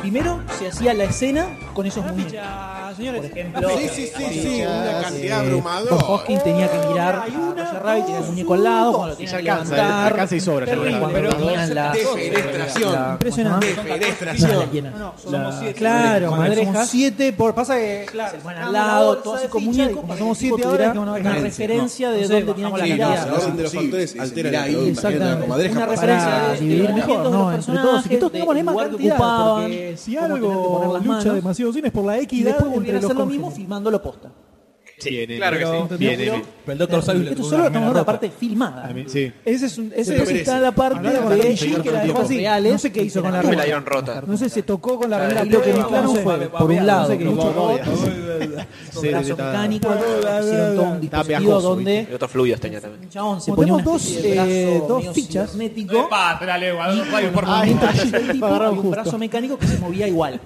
Speaker 2: primero se hacía la escena con esos muñecos. Por ejemplo,
Speaker 9: Sí, sí, sí, sí, una cantidad
Speaker 2: Bob
Speaker 9: abrumadora.
Speaker 2: Hoskins tenía que mirar a Roger Rabbit, tenía el muñeco al lado, cuando lo tenía que levantar.
Speaker 3: alcanza y sobra, ya lo
Speaker 2: Terrible,
Speaker 3: levantó.
Speaker 2: cuando tenían la...
Speaker 9: Defenestración.
Speaker 2: la-
Speaker 15: Impresionante.
Speaker 2: ¿cómo se llama?
Speaker 9: Defenestración.
Speaker 2: La-
Speaker 6: somos siete.
Speaker 2: Claro,
Speaker 6: Con
Speaker 2: madre,
Speaker 15: Somos
Speaker 2: somos
Speaker 15: siete por. Pasa que.
Speaker 2: se ponen al lado, todos así con muñecos,
Speaker 15: como
Speaker 2: para
Speaker 15: somos
Speaker 2: que el tipo
Speaker 15: siete ahora,
Speaker 2: tuviera
Speaker 15: que van a ver
Speaker 2: una
Speaker 15: carencia.
Speaker 2: referencia de
Speaker 15: No sé,
Speaker 2: dónde
Speaker 15: bajamos
Speaker 2: tenían
Speaker 15: la
Speaker 2: que
Speaker 9: Sí,
Speaker 15: mirada.
Speaker 9: la
Speaker 2: mirar.
Speaker 9: orden de los factores altera la producción de la
Speaker 2: Exactamente.
Speaker 9: comadreja.
Speaker 2: Una
Speaker 9: Para-
Speaker 2: referencia
Speaker 15: para
Speaker 2: de- de
Speaker 15: dividir
Speaker 2: los
Speaker 15: mejor,
Speaker 2: movimientos de
Speaker 15: no,
Speaker 2: los
Speaker 15: entre todos, y que todos
Speaker 2: personajes,
Speaker 15: tengamos la
Speaker 2: del
Speaker 15: misma
Speaker 2: lugar que
Speaker 15: cantidad,
Speaker 2: ocupaban,
Speaker 15: porque si
Speaker 2: cómo tenían que poner
Speaker 15: algo
Speaker 2: las
Speaker 15: lucha
Speaker 2: manos.
Speaker 15: demasiado cine es por la
Speaker 2: Y
Speaker 15: equidad
Speaker 2: después volvían a
Speaker 15: entre los
Speaker 2: hacer lo mismo
Speaker 15: congéneres.
Speaker 2: filmándolo posta.
Speaker 3: Claro que sí. Bien, bien.
Speaker 6: Pero el Dr. Sabius le
Speaker 2: Esto
Speaker 6: tuvo
Speaker 2: solo
Speaker 6: una
Speaker 2: estamos hablando de
Speaker 6: remera
Speaker 2: la
Speaker 6: rota.
Speaker 2: parte filmada.
Speaker 3: Sí.
Speaker 15: Ese es un. Ese
Speaker 2: Entonces
Speaker 15: es
Speaker 2: está la parte
Speaker 15: Hablá con
Speaker 2: de
Speaker 15: el
Speaker 2: Jim, que la dejó
Speaker 15: tipo
Speaker 2: así.
Speaker 15: reales.
Speaker 2: No sé qué hizo con la
Speaker 15: Me
Speaker 2: ropa.
Speaker 15: la
Speaker 4: dieron rota.
Speaker 15: No sé, se tocó con la
Speaker 2: Claro,
Speaker 15: regla.
Speaker 2: y lo que vi claro
Speaker 15: no sé,
Speaker 2: fue, por un lado,
Speaker 15: no sé, que
Speaker 2: los
Speaker 15: mucho
Speaker 2: robots,
Speaker 15: robot,
Speaker 2: brazos mecánicos,
Speaker 15: Está-
Speaker 2: hicieron todo un
Speaker 3: Está
Speaker 2: dispositivo
Speaker 3: pegajoso,
Speaker 2: donde
Speaker 4: Y otros fluidos tenía este también.
Speaker 2: un chabón se
Speaker 15: Como
Speaker 2: ponía
Speaker 15: tenemos
Speaker 2: una
Speaker 15: dos,
Speaker 2: especie de brazo
Speaker 15: eh, dos
Speaker 2: medio
Speaker 15: fichas.
Speaker 2: cibernético
Speaker 3: Ah, espera, Leo, a
Speaker 2: y
Speaker 3: dos rayos,
Speaker 2: con
Speaker 3: por
Speaker 2: movimientos del tipo,
Speaker 15: Agarraba
Speaker 2: y un
Speaker 15: justo.
Speaker 2: brazo mecánico que se movía igual.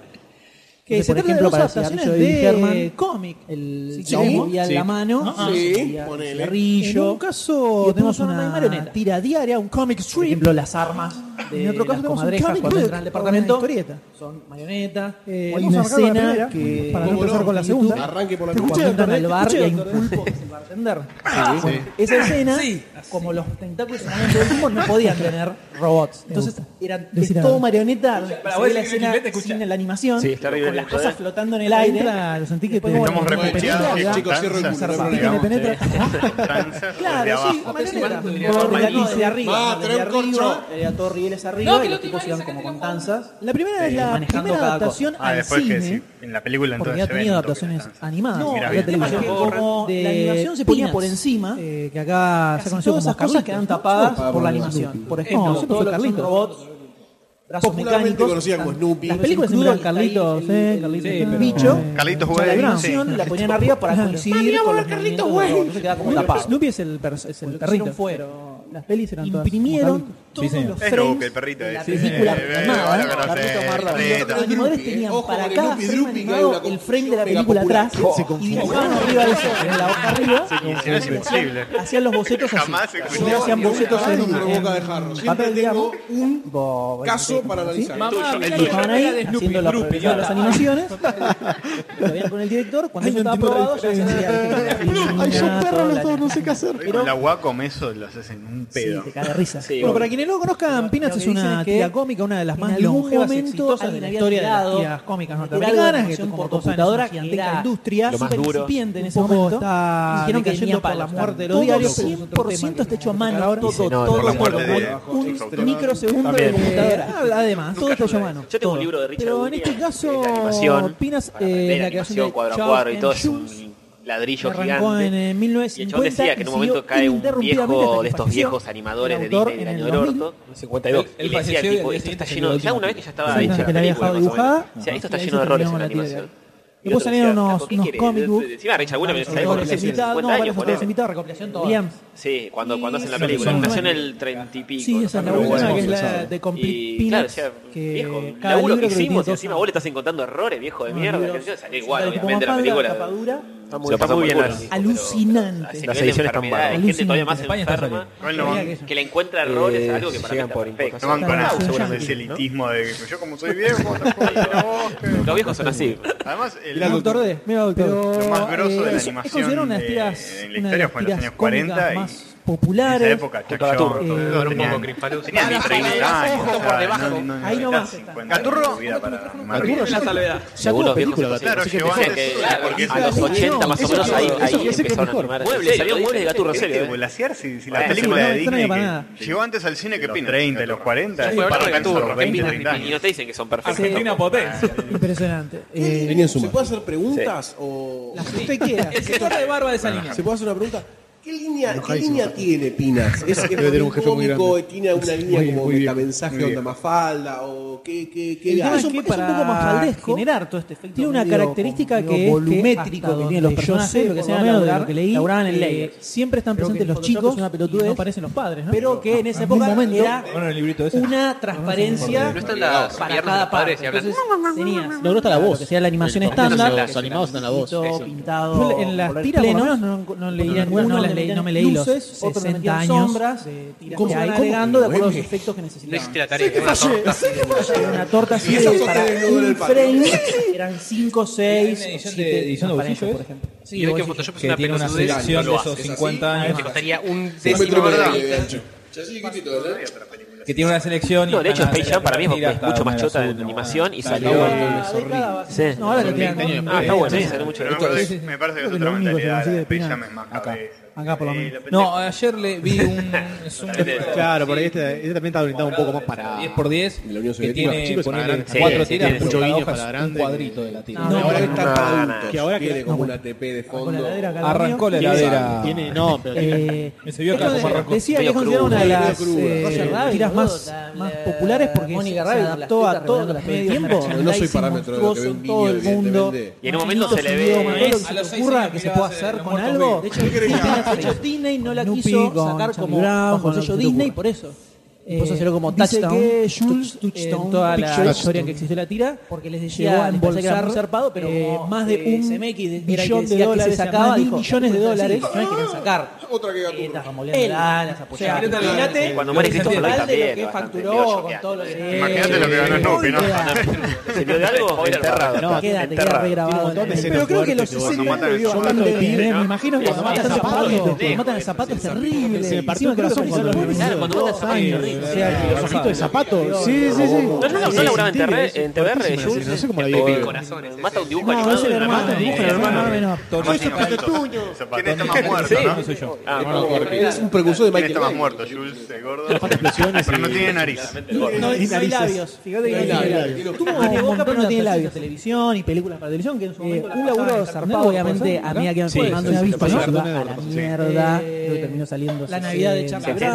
Speaker 2: que
Speaker 17: Entonces,
Speaker 2: se
Speaker 17: por
Speaker 2: trata de
Speaker 17: ejemplo,
Speaker 2: dos
Speaker 17: para decir
Speaker 2: adaptaciones
Speaker 17: Archie
Speaker 2: de
Speaker 17: de Herman,
Speaker 2: cómic. El
Speaker 17: Sí.
Speaker 2: chabón y a
Speaker 17: Sí.
Speaker 2: la mano,
Speaker 17: Ah,
Speaker 2: sí,
Speaker 17: sí,
Speaker 2: y
Speaker 17: ponele.
Speaker 2: el guerrillo.
Speaker 17: En un
Speaker 2: caso tenemos una tira diaria, un comic strip. Por ejemplo, las armas.
Speaker 17: En otro caso tenemos un
Speaker 2: comadrejas
Speaker 17: comic
Speaker 2: cuando
Speaker 17: book
Speaker 2: entran al
Speaker 17: o
Speaker 2: departamento.
Speaker 17: una historieta.
Speaker 2: Son marionetas.
Speaker 17: Eh,
Speaker 2: hay
Speaker 17: vamos a
Speaker 2: una
Speaker 17: arrancar con la
Speaker 2: escena
Speaker 17: primera,
Speaker 2: que
Speaker 17: para no empezar con la segunda. Arranque por la
Speaker 2: cuando
Speaker 17: primera.
Speaker 2: entran al bar y hay un
Speaker 17: Escuché, doctor.
Speaker 2: pulpo que se va a atender.
Speaker 17: Ah,
Speaker 2: Bueno,
Speaker 17: sí.
Speaker 2: Esa escena, como los tentáculos eran del pulpo, no podían tener robots. Entonces eran de
Speaker 17: Decir
Speaker 2: todo
Speaker 17: algo.
Speaker 2: marioneta.
Speaker 6: para
Speaker 2: se
Speaker 6: vos
Speaker 2: ve la
Speaker 6: escribir
Speaker 2: escena
Speaker 6: Vete,
Speaker 2: sin la animación,
Speaker 6: Sí, está
Speaker 2: con
Speaker 6: horrible,
Speaker 2: las
Speaker 6: ¿eh?
Speaker 2: cosas flotando en el aire.
Speaker 17: Entra, lo sentí que te-
Speaker 2: Estamos
Speaker 17: te-
Speaker 2: refugiados,
Speaker 6: eh,
Speaker 17: te-
Speaker 2: chicos, cierro el
Speaker 17: te-
Speaker 2: culo,
Speaker 17: te-
Speaker 2: rápido,
Speaker 17: te-
Speaker 2: vamos.
Speaker 17: te- te-
Speaker 2: Claro, sí, marioneta. Gordo, no, desde arriba. Desde arriba, era todo rieles arriba y los tipos iban como con tanzas. La primera es eh, la manejando primera cada adaptación
Speaker 7: Ah,
Speaker 2: al
Speaker 7: después que
Speaker 2: cine.
Speaker 7: sí, en la película
Speaker 2: Porque
Speaker 7: entonces
Speaker 2: había
Speaker 7: se ven
Speaker 2: tenido
Speaker 7: un toque.
Speaker 2: adaptaciones animadas.
Speaker 7: No, Mirá
Speaker 2: había
Speaker 7: bien.
Speaker 2: tenido
Speaker 7: Es que
Speaker 2: como
Speaker 17: de
Speaker 2: la animación se ponía
Speaker 17: Peanuts,
Speaker 2: por encima.
Speaker 17: eh, que acá se
Speaker 2: Casi
Speaker 17: conoció
Speaker 2: todas
Speaker 17: como
Speaker 2: esas cosas
Speaker 17: Carlitos,
Speaker 2: quedan
Speaker 17: ¿no?
Speaker 2: tapadas
Speaker 17: Solo
Speaker 2: por la
Speaker 17: Pablo
Speaker 2: animación.
Speaker 17: Snoopy.
Speaker 2: Por ejemplo,
Speaker 17: No, siempre
Speaker 2: todo
Speaker 17: fue
Speaker 2: lo que son
Speaker 17: Carlitos.
Speaker 2: robots, brazos
Speaker 17: Popularmente
Speaker 2: mecánicos.
Speaker 17: conocida como
Speaker 2: las-
Speaker 17: Snoopy.
Speaker 2: Las películas de
Speaker 17: Siempre
Speaker 2: Doodle,
Speaker 17: eran Carlitos,
Speaker 2: Carlitos,
Speaker 17: eh,
Speaker 2: Carlitos.
Speaker 17: Carlitos.
Speaker 2: El
Speaker 17: pero-
Speaker 2: bicho.
Speaker 17: Carlitos
Speaker 2: o sea, La
Speaker 17: Güey,
Speaker 2: animación
Speaker 17: sí.
Speaker 2: la ponían arriba para
Speaker 17: Claro. Mami,
Speaker 2: coincidir
Speaker 17: vamos
Speaker 2: con
Speaker 17: a
Speaker 2: los
Speaker 17: ver
Speaker 2: movimientos
Speaker 17: Carlitos,
Speaker 2: de los
Speaker 17: güey.
Speaker 2: robots. Entonces quedaba como
Speaker 17: Snoopy-
Speaker 2: tapado.
Speaker 17: Snoopy es el, pers- es el
Speaker 2: Perrito.
Speaker 17: perrito.
Speaker 2: Fue,
Speaker 17: Las pelis eran todas.
Speaker 2: imprimieron
Speaker 17: Sí,
Speaker 2: todos
Speaker 17: señor.
Speaker 2: los
Speaker 17: Es
Speaker 2: frames
Speaker 17: Luke, el perrito,
Speaker 2: de
Speaker 17: eh.
Speaker 2: la
Speaker 17: Sí,
Speaker 2: película
Speaker 17: sí, sí,
Speaker 2: filmada.
Speaker 17: sí, sí,
Speaker 2: Carlito
Speaker 17: sí,
Speaker 2: Marra.
Speaker 17: sí,
Speaker 2: Los
Speaker 17: sí,
Speaker 2: animadores
Speaker 17: sí,
Speaker 2: tenían
Speaker 17: ojo
Speaker 2: para
Speaker 17: con el
Speaker 2: cada
Speaker 17: Lupi
Speaker 2: frame
Speaker 17: Drupi, que hay
Speaker 2: animado
Speaker 17: una
Speaker 2: el frame de la
Speaker 17: mega
Speaker 2: película
Speaker 17: popular.
Speaker 2: atrás
Speaker 17: Se
Speaker 2: y
Speaker 17: confunde.
Speaker 2: dibujaban arriba de eso, en la hoja arriba.
Speaker 17: Se confunde.
Speaker 2: y
Speaker 17: Es imposible.
Speaker 2: hacían- Hacían los bocetos así.
Speaker 17: Jamás se
Speaker 2: Y
Speaker 17: escuchó.
Speaker 2: Hacían bocetos en
Speaker 17: Nunca hubo boca de jarro.
Speaker 2: en
Speaker 17: Siempre
Speaker 2: papel, digamos. Bo-
Speaker 9: Caso para analizar.
Speaker 2: Mamá,
Speaker 9: El tuyo,
Speaker 2: mirá
Speaker 9: el
Speaker 2: que
Speaker 9: tuyo.
Speaker 2: estaban
Speaker 9: Era de
Speaker 2: ahí
Speaker 9: Snoopy,
Speaker 2: haciendo la
Speaker 9: Droopy,
Speaker 2: producción de
Speaker 9: ya
Speaker 2: las
Speaker 9: está.
Speaker 17: <laughs>
Speaker 2: animaciones. Lo habían con el director. Cuando eso estaba aprobado, ya se decía.
Speaker 17: Ay, son perros los dos, no sé qué hacer.
Speaker 7: Con la guaco eso lo haces en un pedo.
Speaker 2: te cae de risa. Sí,
Speaker 17: Bueno, para quienes no lo conozcan, Peanuts
Speaker 2: que
Speaker 17: es
Speaker 2: dicen
Speaker 17: una
Speaker 2: es que
Speaker 17: tira cómica, una de las
Speaker 2: en
Speaker 17: más
Speaker 2: algún
Speaker 17: longevas y
Speaker 2: momento
Speaker 17: exitosas de
Speaker 2: alguien
Speaker 17: la
Speaker 2: había
Speaker 17: historia de
Speaker 2: tirado
Speaker 17: las tiras cómicas
Speaker 2: meter algo de
Speaker 17: norteamericanas, que
Speaker 2: animación
Speaker 17: como
Speaker 2: por
Speaker 17: todos saben,
Speaker 2: computadora,
Speaker 17: es una
Speaker 2: que
Speaker 17: gigantesca
Speaker 2: era
Speaker 17: industria,
Speaker 2: lo más
Speaker 17: súper
Speaker 2: duro.
Speaker 17: incipiente en ese
Speaker 2: Un poco
Speaker 17: momento.
Speaker 2: está-
Speaker 17: Dijeron
Speaker 2: dijeron que
Speaker 17: que
Speaker 2: venía
Speaker 17: yendo por la
Speaker 2: palos,
Speaker 17: muerte de
Speaker 2: todo
Speaker 17: los diarios,
Speaker 2: 100% está hecho a mano,
Speaker 17: ahora.
Speaker 2: todo,
Speaker 17: Se nota,
Speaker 2: todo,
Speaker 17: por la
Speaker 2: todo,
Speaker 17: muerte de-
Speaker 2: un microsegundo de
Speaker 17: También.
Speaker 2: computadora.
Speaker 17: Eh, habla- además, todo está hecho a mano.
Speaker 4: Yo tengo un libro de Richard
Speaker 17: Pero en
Speaker 4: Gutierrez,
Speaker 17: este caso,
Speaker 4: animación,
Speaker 17: Peanuts,
Speaker 4: de
Speaker 17: eh,
Speaker 4: la
Speaker 17: la creación de
Speaker 4: animación cuadro a
Speaker 17: Chalk
Speaker 4: cuadro y
Speaker 17: and
Speaker 4: todo es
Speaker 17: Shoes,
Speaker 4: un ladrillo
Speaker 17: que arrancó
Speaker 4: gigante.
Speaker 17: en eh,
Speaker 4: Y el chabón
Speaker 17: 1950
Speaker 4: decía que en un
Speaker 17: y
Speaker 4: momento
Speaker 17: siguió
Speaker 4: cae un
Speaker 17: ininterrumpidamente hasta
Speaker 4: viejo
Speaker 17: que
Speaker 4: de estos
Speaker 17: falleció
Speaker 4: viejos animadores
Speaker 17: el
Speaker 4: de
Speaker 17: autor
Speaker 4: Disney del
Speaker 17: en el
Speaker 4: año del
Speaker 17: 2000.
Speaker 4: orto.
Speaker 17: 52.
Speaker 4: Y le decía al
Speaker 17: Él
Speaker 4: tipo,
Speaker 17: falleció
Speaker 4: esto está
Speaker 17: y
Speaker 4: lleno,
Speaker 17: el
Speaker 4: ya una vez que ya estaba
Speaker 17: Exactamente,
Speaker 4: hecha la
Speaker 17: que la había
Speaker 4: película, más
Speaker 17: dejado
Speaker 4: o menos.
Speaker 17: dibujada.
Speaker 4: O sea, esto
Speaker 17: Y
Speaker 4: está
Speaker 17: ahí
Speaker 4: lleno
Speaker 17: se
Speaker 4: de errores en
Speaker 17: terminó
Speaker 4: la
Speaker 17: la tira.
Speaker 4: animación. Y el
Speaker 17: Después
Speaker 4: otro
Speaker 17: salieron
Speaker 4: decía,
Speaker 17: unos,
Speaker 4: ¿qué
Speaker 17: unos
Speaker 4: querés?
Speaker 17: comic books.
Speaker 4: Encima Richard Williams
Speaker 17: Los
Speaker 4: sabe por qué
Speaker 17: autores
Speaker 4: tiene
Speaker 17: invitados,
Speaker 4: 50
Speaker 17: no,
Speaker 4: años,
Speaker 17: varios
Speaker 4: ponele.
Speaker 17: autores invitados, recopilación toda.
Speaker 2: Williams.
Speaker 4: Sí, cuando, cuando hacen la
Speaker 17: Sí,
Speaker 4: película.
Speaker 17: son
Speaker 4: Nació en
Speaker 17: nueve.
Speaker 4: el 30 y pico.
Speaker 17: Sí,
Speaker 4: no
Speaker 17: esa es la
Speaker 4: me acuerdo.
Speaker 17: última, que es la de Complete
Speaker 4: Y claro, o
Speaker 17: Peanuts.
Speaker 4: sea, viejo,
Speaker 17: Que
Speaker 4: laburo que
Speaker 17: cada libro creo que tiene
Speaker 4: hicimos, y
Speaker 17: dos
Speaker 4: encima vos le estás encontrando errores, viejo de
Speaker 17: Los
Speaker 4: mierda.
Speaker 17: libros.
Speaker 4: Que yo salía
Speaker 17: Está
Speaker 4: igual,
Speaker 17: tipo
Speaker 4: obviamente, la
Speaker 17: más padre,
Speaker 4: película.
Speaker 17: la tapadura.
Speaker 4: Está muy-
Speaker 17: Se la
Speaker 4: está
Speaker 17: pasó
Speaker 4: muy
Speaker 17: muy
Speaker 4: bien.
Speaker 17: buena.
Speaker 4: la-
Speaker 17: Alucinante.
Speaker 4: a ese
Speaker 17: Las
Speaker 4: nivel de
Speaker 17: ediciones están
Speaker 4: enfermedad, Hay gente
Speaker 17: bárbaras.
Speaker 4: todavía más
Speaker 17: Alucinante. España está
Speaker 4: enferma que le encuentra errores a algo que para mí está perfecto.
Speaker 7: No van con
Speaker 4: Ah,
Speaker 7: eso,
Speaker 4: seguramente.
Speaker 7: ese elitismo de que yo como soy viejo,
Speaker 4: Los viejos son así.
Speaker 7: Además, el
Speaker 17: Mira, doctor D. Mira, doctor.
Speaker 7: Pero, Lo más grosso de la
Speaker 17: es-
Speaker 7: animación,
Speaker 17: Es considerada una de las
Speaker 7: eh,
Speaker 17: tiras.
Speaker 7: en la
Speaker 17: una de
Speaker 7: historia
Speaker 17: las
Speaker 7: fue en los
Speaker 17: tiras
Speaker 7: años 40
Speaker 17: cómicas
Speaker 7: y
Speaker 17: más
Speaker 7: en
Speaker 17: populares.
Speaker 7: esa época, Chuck Jones,
Speaker 17: Eh,
Speaker 7: todos tenían, tenían ni 30 años. o sea, no- no- no
Speaker 17: Ahí
Speaker 7: necesitas 50
Speaker 17: nomás.
Speaker 7: años de vida para animar bien.
Speaker 17: Gaturro ya tuvo-
Speaker 4: Según los viejos,
Speaker 17: película,
Speaker 4: claro,
Speaker 17: así que
Speaker 4: llegó
Speaker 17: mejor.
Speaker 4: antes que-
Speaker 17: Claro,
Speaker 4: porque
Speaker 17: eso
Speaker 4: a los
Speaker 17: quiere decir
Speaker 4: 80 más o
Speaker 17: que
Speaker 4: menos,
Speaker 17: mejor.
Speaker 4: ahí-
Speaker 17: Eso
Speaker 4: ahí
Speaker 17: quiere decir que
Speaker 4: empezaron a
Speaker 17: mejor.
Speaker 4: filmar.
Speaker 17: Muebles,
Speaker 4: Sí,
Speaker 17: salió
Speaker 4: sí,
Speaker 17: muebles de
Speaker 4: sí,
Speaker 17: Gaturro,
Speaker 4: sí,
Speaker 17: serio,
Speaker 4: sí,
Speaker 17: eh.
Speaker 4: sí,
Speaker 7: Bolaciar, si, si
Speaker 4: Bueno,
Speaker 7: la película
Speaker 4: no
Speaker 7: de
Speaker 4: extraña
Speaker 7: Disney
Speaker 4: para
Speaker 7: que
Speaker 4: nada.
Speaker 7: llegó antes al cine que
Speaker 4: Los
Speaker 7: Pina.
Speaker 4: 30,
Speaker 7: los 40,
Speaker 4: Sí, bueno,
Speaker 7: para acá
Speaker 4: Gaturro,
Speaker 7: los 20,
Speaker 4: Pina,
Speaker 7: 30
Speaker 4: Y no
Speaker 7: años.
Speaker 4: te dicen que son perfectos.
Speaker 7: Argentina
Speaker 4: potencia.
Speaker 17: Impresionante. Eh,
Speaker 9: ¿Se puede hacer preguntas o...?
Speaker 17: Las que usted <laughs> quiera.
Speaker 9: El
Speaker 17: sector de barba de esa línea.
Speaker 9: ¿Se puede hacer una pregunta? ¿Qué línea, ¿qué
Speaker 17: Enojadísimo.
Speaker 9: línea tiene Pinas? ¿Es, es
Speaker 17: Debe tener un jefe muy
Speaker 9: cómico?
Speaker 17: grande.
Speaker 9: ¿Tiene una línea
Speaker 17: Muy bien,
Speaker 9: como
Speaker 17: muy bien,
Speaker 9: metamensaje
Speaker 17: muy
Speaker 9: onda
Speaker 17: bien.
Speaker 9: mafalda? ¿O qué, qué, qué
Speaker 17: El tema
Speaker 9: gana?
Speaker 17: es que para generar
Speaker 2: todo este efecto
Speaker 17: Tiene una
Speaker 2: medio-
Speaker 17: característica
Speaker 2: medio
Speaker 17: que es que
Speaker 2: volumétrico
Speaker 17: hasta
Speaker 2: que tienen los
Speaker 17: donde
Speaker 2: personajes,
Speaker 17: yo sé,
Speaker 2: lo que
Speaker 17: por
Speaker 2: sea
Speaker 17: menos de
Speaker 2: laburar,
Speaker 17: lo que leí,
Speaker 2: laburaban en
Speaker 17: eh,
Speaker 2: leyes.
Speaker 17: siempre están
Speaker 2: Creo que
Speaker 17: presentes
Speaker 2: el
Speaker 17: los
Speaker 2: Photoshop
Speaker 17: chicos
Speaker 2: es una pelotudez,
Speaker 17: y no aparecen los padres, ¿no?
Speaker 2: Pero que en esa
Speaker 17: algún
Speaker 2: época
Speaker 17: momento-
Speaker 2: era
Speaker 6: Bueno, el librito ese.
Speaker 2: una transparencia
Speaker 6: No
Speaker 3: están las
Speaker 2: para
Speaker 3: piernas de
Speaker 2: cada
Speaker 3: los padres
Speaker 2: parte.
Speaker 3: y hablan.
Speaker 2: Entonces tenías
Speaker 17: Logró hasta la voz.
Speaker 2: lo que sea la animación
Speaker 17: Los
Speaker 2: estándar.
Speaker 17: los animados están la voz.
Speaker 2: escrito,
Speaker 17: Eso.
Speaker 2: pintado,
Speaker 17: Yo en las
Speaker 2: color
Speaker 17: tiras por lo
Speaker 2: pleno.
Speaker 17: menos no, no leí
Speaker 2: Porque
Speaker 17: ninguna, no
Speaker 2: algunos le
Speaker 17: las leí,
Speaker 2: metían
Speaker 17: no me leí los
Speaker 2: luces, otros le
Speaker 17: 60
Speaker 2: metían
Speaker 17: años
Speaker 2: sombras,
Speaker 17: de tiras
Speaker 2: ¿Cómo
Speaker 17: que hay
Speaker 2: van
Speaker 17: como
Speaker 2: agregando de acuerdo a los
Speaker 17: nueve.
Speaker 2: efectos que necesitaban.
Speaker 3: No hiciste la tarea. era una torta.
Speaker 2: Una torta así
Speaker 17: Y esas son
Speaker 2: para
Speaker 17: de desnudo en
Speaker 2: un
Speaker 17: el patio.
Speaker 2: frame eran 5, 6,
Speaker 6: edición de-
Speaker 2: 7
Speaker 6: edición de bolsillo, ¿eh?
Speaker 2: por ejemplo.
Speaker 3: Sí, ves que Photoshop es una
Speaker 6: tiene una
Speaker 3: pelotudez,
Speaker 6: selección
Speaker 3: no
Speaker 6: de
Speaker 3: lo
Speaker 6: esos
Speaker 3: haces así.
Speaker 6: 50 años.
Speaker 3: Te costaría un
Speaker 9: Sí,
Speaker 3: décimo,
Speaker 9: pero-
Speaker 3: ¿verdad?
Speaker 6: Que tiene una selección. y
Speaker 4: No, de hecho,
Speaker 6: van a
Speaker 4: Space Jam para mí
Speaker 6: ir
Speaker 4: es
Speaker 6: hasta
Speaker 4: mucho más
Speaker 6: una
Speaker 4: chota
Speaker 6: azul,
Speaker 4: en
Speaker 6: ¿no?
Speaker 4: animación y
Speaker 6: Está
Speaker 4: salió.
Speaker 2: Ah,
Speaker 6: bien.
Speaker 4: Sí.
Speaker 17: No, ahora lo tiran con-
Speaker 4: Ah, está bueno, sí, salió mucho.
Speaker 7: Pero me
Speaker 4: Esto
Speaker 7: parece-
Speaker 4: es-
Speaker 7: me parece que
Speaker 17: Creo
Speaker 7: es
Speaker 17: que
Speaker 7: otra
Speaker 17: lo único que se
Speaker 7: mentalidad.
Speaker 17: consigue de
Speaker 7: La Space
Speaker 17: Pina-
Speaker 7: Jam es más cabeza.
Speaker 17: Acá por lo menos.
Speaker 6: No, ayer le vi un
Speaker 4: <laughs>
Speaker 6: zoom de
Speaker 17: Claro, por ahí este, este también está orientado un poco más para
Speaker 6: 10x10
Speaker 17: la Unión
Speaker 6: que
Speaker 17: Soviética.
Speaker 6: tiene
Speaker 17: Chicos,
Speaker 6: ponele,
Speaker 17: para grandes.
Speaker 6: cuatro
Speaker 17: Sí, sí,
Speaker 6: tiras,
Speaker 17: tiene
Speaker 6: pero
Speaker 17: mucho
Speaker 6: cada
Speaker 17: guiño
Speaker 6: hoja
Speaker 17: para
Speaker 6: es un
Speaker 17: grande.
Speaker 6: cuadrito de la tira.
Speaker 17: No, no,
Speaker 9: ahora
Speaker 17: no,
Speaker 9: está
Speaker 17: no,
Speaker 9: para
Speaker 17: no,
Speaker 9: adultos.
Speaker 17: que ahora
Speaker 9: tiene
Speaker 17: que-
Speaker 9: como
Speaker 17: no,
Speaker 9: una TP de
Speaker 17: Con la
Speaker 9: fondo.
Speaker 17: heladera cada
Speaker 6: Arrancó la
Speaker 17: uno.
Speaker 6: heladera.
Speaker 17: Tiene- no, pero
Speaker 6: Eh, <laughs> me subió acá
Speaker 17: Esto
Speaker 6: como
Speaker 17: de-
Speaker 6: arrancó.
Speaker 17: Decía que es
Speaker 6: Medio
Speaker 17: considerada una de
Speaker 6: crudo.
Speaker 17: las
Speaker 9: Medio
Speaker 17: eh,
Speaker 9: crudo.
Speaker 2: Roger Rabbit,
Speaker 17: tiras
Speaker 2: boludo,
Speaker 17: más,
Speaker 2: la-
Speaker 17: más
Speaker 2: la-
Speaker 17: populares porque
Speaker 2: Mónica
Speaker 17: se
Speaker 2: Rabbit,
Speaker 17: adaptó
Speaker 2: las tetas
Speaker 17: a todos
Speaker 2: revelando
Speaker 17: los
Speaker 2: las
Speaker 17: medios.
Speaker 2: tetas.
Speaker 17: merchandising
Speaker 9: No soy parámetro de lo que ve un
Speaker 17: monstruoso en
Speaker 9: niño,
Speaker 17: todo el mundo.
Speaker 9: evidentemente.
Speaker 4: Y en un momento se le
Speaker 17: Idiomas, todo
Speaker 4: ve.
Speaker 17: lo que
Speaker 6: A los
Speaker 17: se te
Speaker 6: seis
Speaker 17: ocurra
Speaker 6: años
Speaker 17: que se
Speaker 6: miraba
Speaker 17: pueda
Speaker 6: hacer
Speaker 17: hacer
Speaker 6: los
Speaker 17: con
Speaker 6: muertos
Speaker 17: algo.
Speaker 6: vivos.
Speaker 17: De hecho, Disney no la quiso sacar como bajo sello Disney por eso.
Speaker 2: Eh,
Speaker 23: Puso cero como
Speaker 2: dice
Speaker 23: touchdown.
Speaker 2: que Jules,
Speaker 23: Touchdown,
Speaker 2: en toda la
Speaker 23: picture.
Speaker 2: historia que existió la tira, porque les decía,
Speaker 23: Llegó a
Speaker 2: les parecía que era
Speaker 23: embolsar,
Speaker 2: muy zarpado, pero
Speaker 23: eh,
Speaker 2: como,
Speaker 23: más de
Speaker 2: eh,
Speaker 23: un
Speaker 2: CMX de- era el que
Speaker 23: billón de
Speaker 2: decía que
Speaker 23: dólares,
Speaker 2: se sacaba,
Speaker 23: más de
Speaker 2: dijo,
Speaker 23: millones de
Speaker 2: "Esto es así,
Speaker 23: dólares".
Speaker 2: que no querían sacar.
Speaker 9: Otra que
Speaker 2: Eh, las bamboleadas, las apoyadas.
Speaker 23: mira,
Speaker 2: Imagínate
Speaker 23: eh, cuando muere
Speaker 2: el
Speaker 23: Christopher Lloyd
Speaker 2: total de lo
Speaker 23: también,
Speaker 2: que
Speaker 23: bastante,
Speaker 2: facturó con todo lo que...
Speaker 7: Imagínate lo que ganó Snoopy, ¿no?
Speaker 4: ¿Se vio de algo? Enterrado.
Speaker 2: No, queda, te queda regrabado. Pero creo que los 60 años lo hablando de tigres, me imagino que cuando matan a zapatos, cuando matan a zapatos es terrible.
Speaker 17: Se me
Speaker 2: Encima
Speaker 17: partió el
Speaker 2: que los
Speaker 17: corazón
Speaker 2: zombies son
Speaker 17: cuando
Speaker 2: los
Speaker 17: lo vi.
Speaker 2: mismos.
Speaker 4: Cuando matan a zapatos es terrible.
Speaker 17: O sea, que los ojitos de zapato. Sí, sí, sí.
Speaker 4: ¿No, no, no, no laburaba en TR, en TBR, Jules?
Speaker 17: No sé cómo la vi.
Speaker 4: Mata un
Speaker 2: No,
Speaker 4: dibujo animado.
Speaker 2: es el
Speaker 4: de la
Speaker 2: hermano,
Speaker 4: mano.
Speaker 2: el dibujo del hermano menor.
Speaker 7: No, ese Patatunio. ¿Quién está más muerto,
Speaker 4: Sí.
Speaker 7: no?
Speaker 4: Soy yo.
Speaker 7: Ah,
Speaker 4: Ah,
Speaker 7: bueno,
Speaker 4: bueno,
Speaker 7: porque-
Speaker 4: es un precursor de
Speaker 7: ¿Quién
Speaker 4: Michael
Speaker 7: está más
Speaker 4: Bay.
Speaker 7: muerto? Jules, el gordo.
Speaker 17: explosiones
Speaker 7: Pero no
Speaker 17: y-
Speaker 7: tiene nariz.
Speaker 2: No, no hay
Speaker 17: Narices.
Speaker 2: labios. Fíjate que
Speaker 17: No hay
Speaker 2: no hay
Speaker 17: labios.
Speaker 2: labios.
Speaker 17: Tuvo
Speaker 2: Tuvo
Speaker 17: un
Speaker 2: tiene boca, pero no tiene
Speaker 15: montón de
Speaker 2: labios. televisión y películas para televisión que en su
Speaker 15: momento las
Speaker 2: momento un
Speaker 15: pasaban en
Speaker 2: laburo
Speaker 15: carnet,
Speaker 2: zarpado, obviamente,
Speaker 15: ¿no?
Speaker 2: a medida que iban
Speaker 15: Sí, sí,
Speaker 2: formando una
Speaker 15: sí,
Speaker 2: vista,
Speaker 15: sí,
Speaker 2: ¿no?
Speaker 15: sí,
Speaker 2: a la mierda, luego terminó saliendo
Speaker 15: la Navidad de Charlie Brown,
Speaker 4: y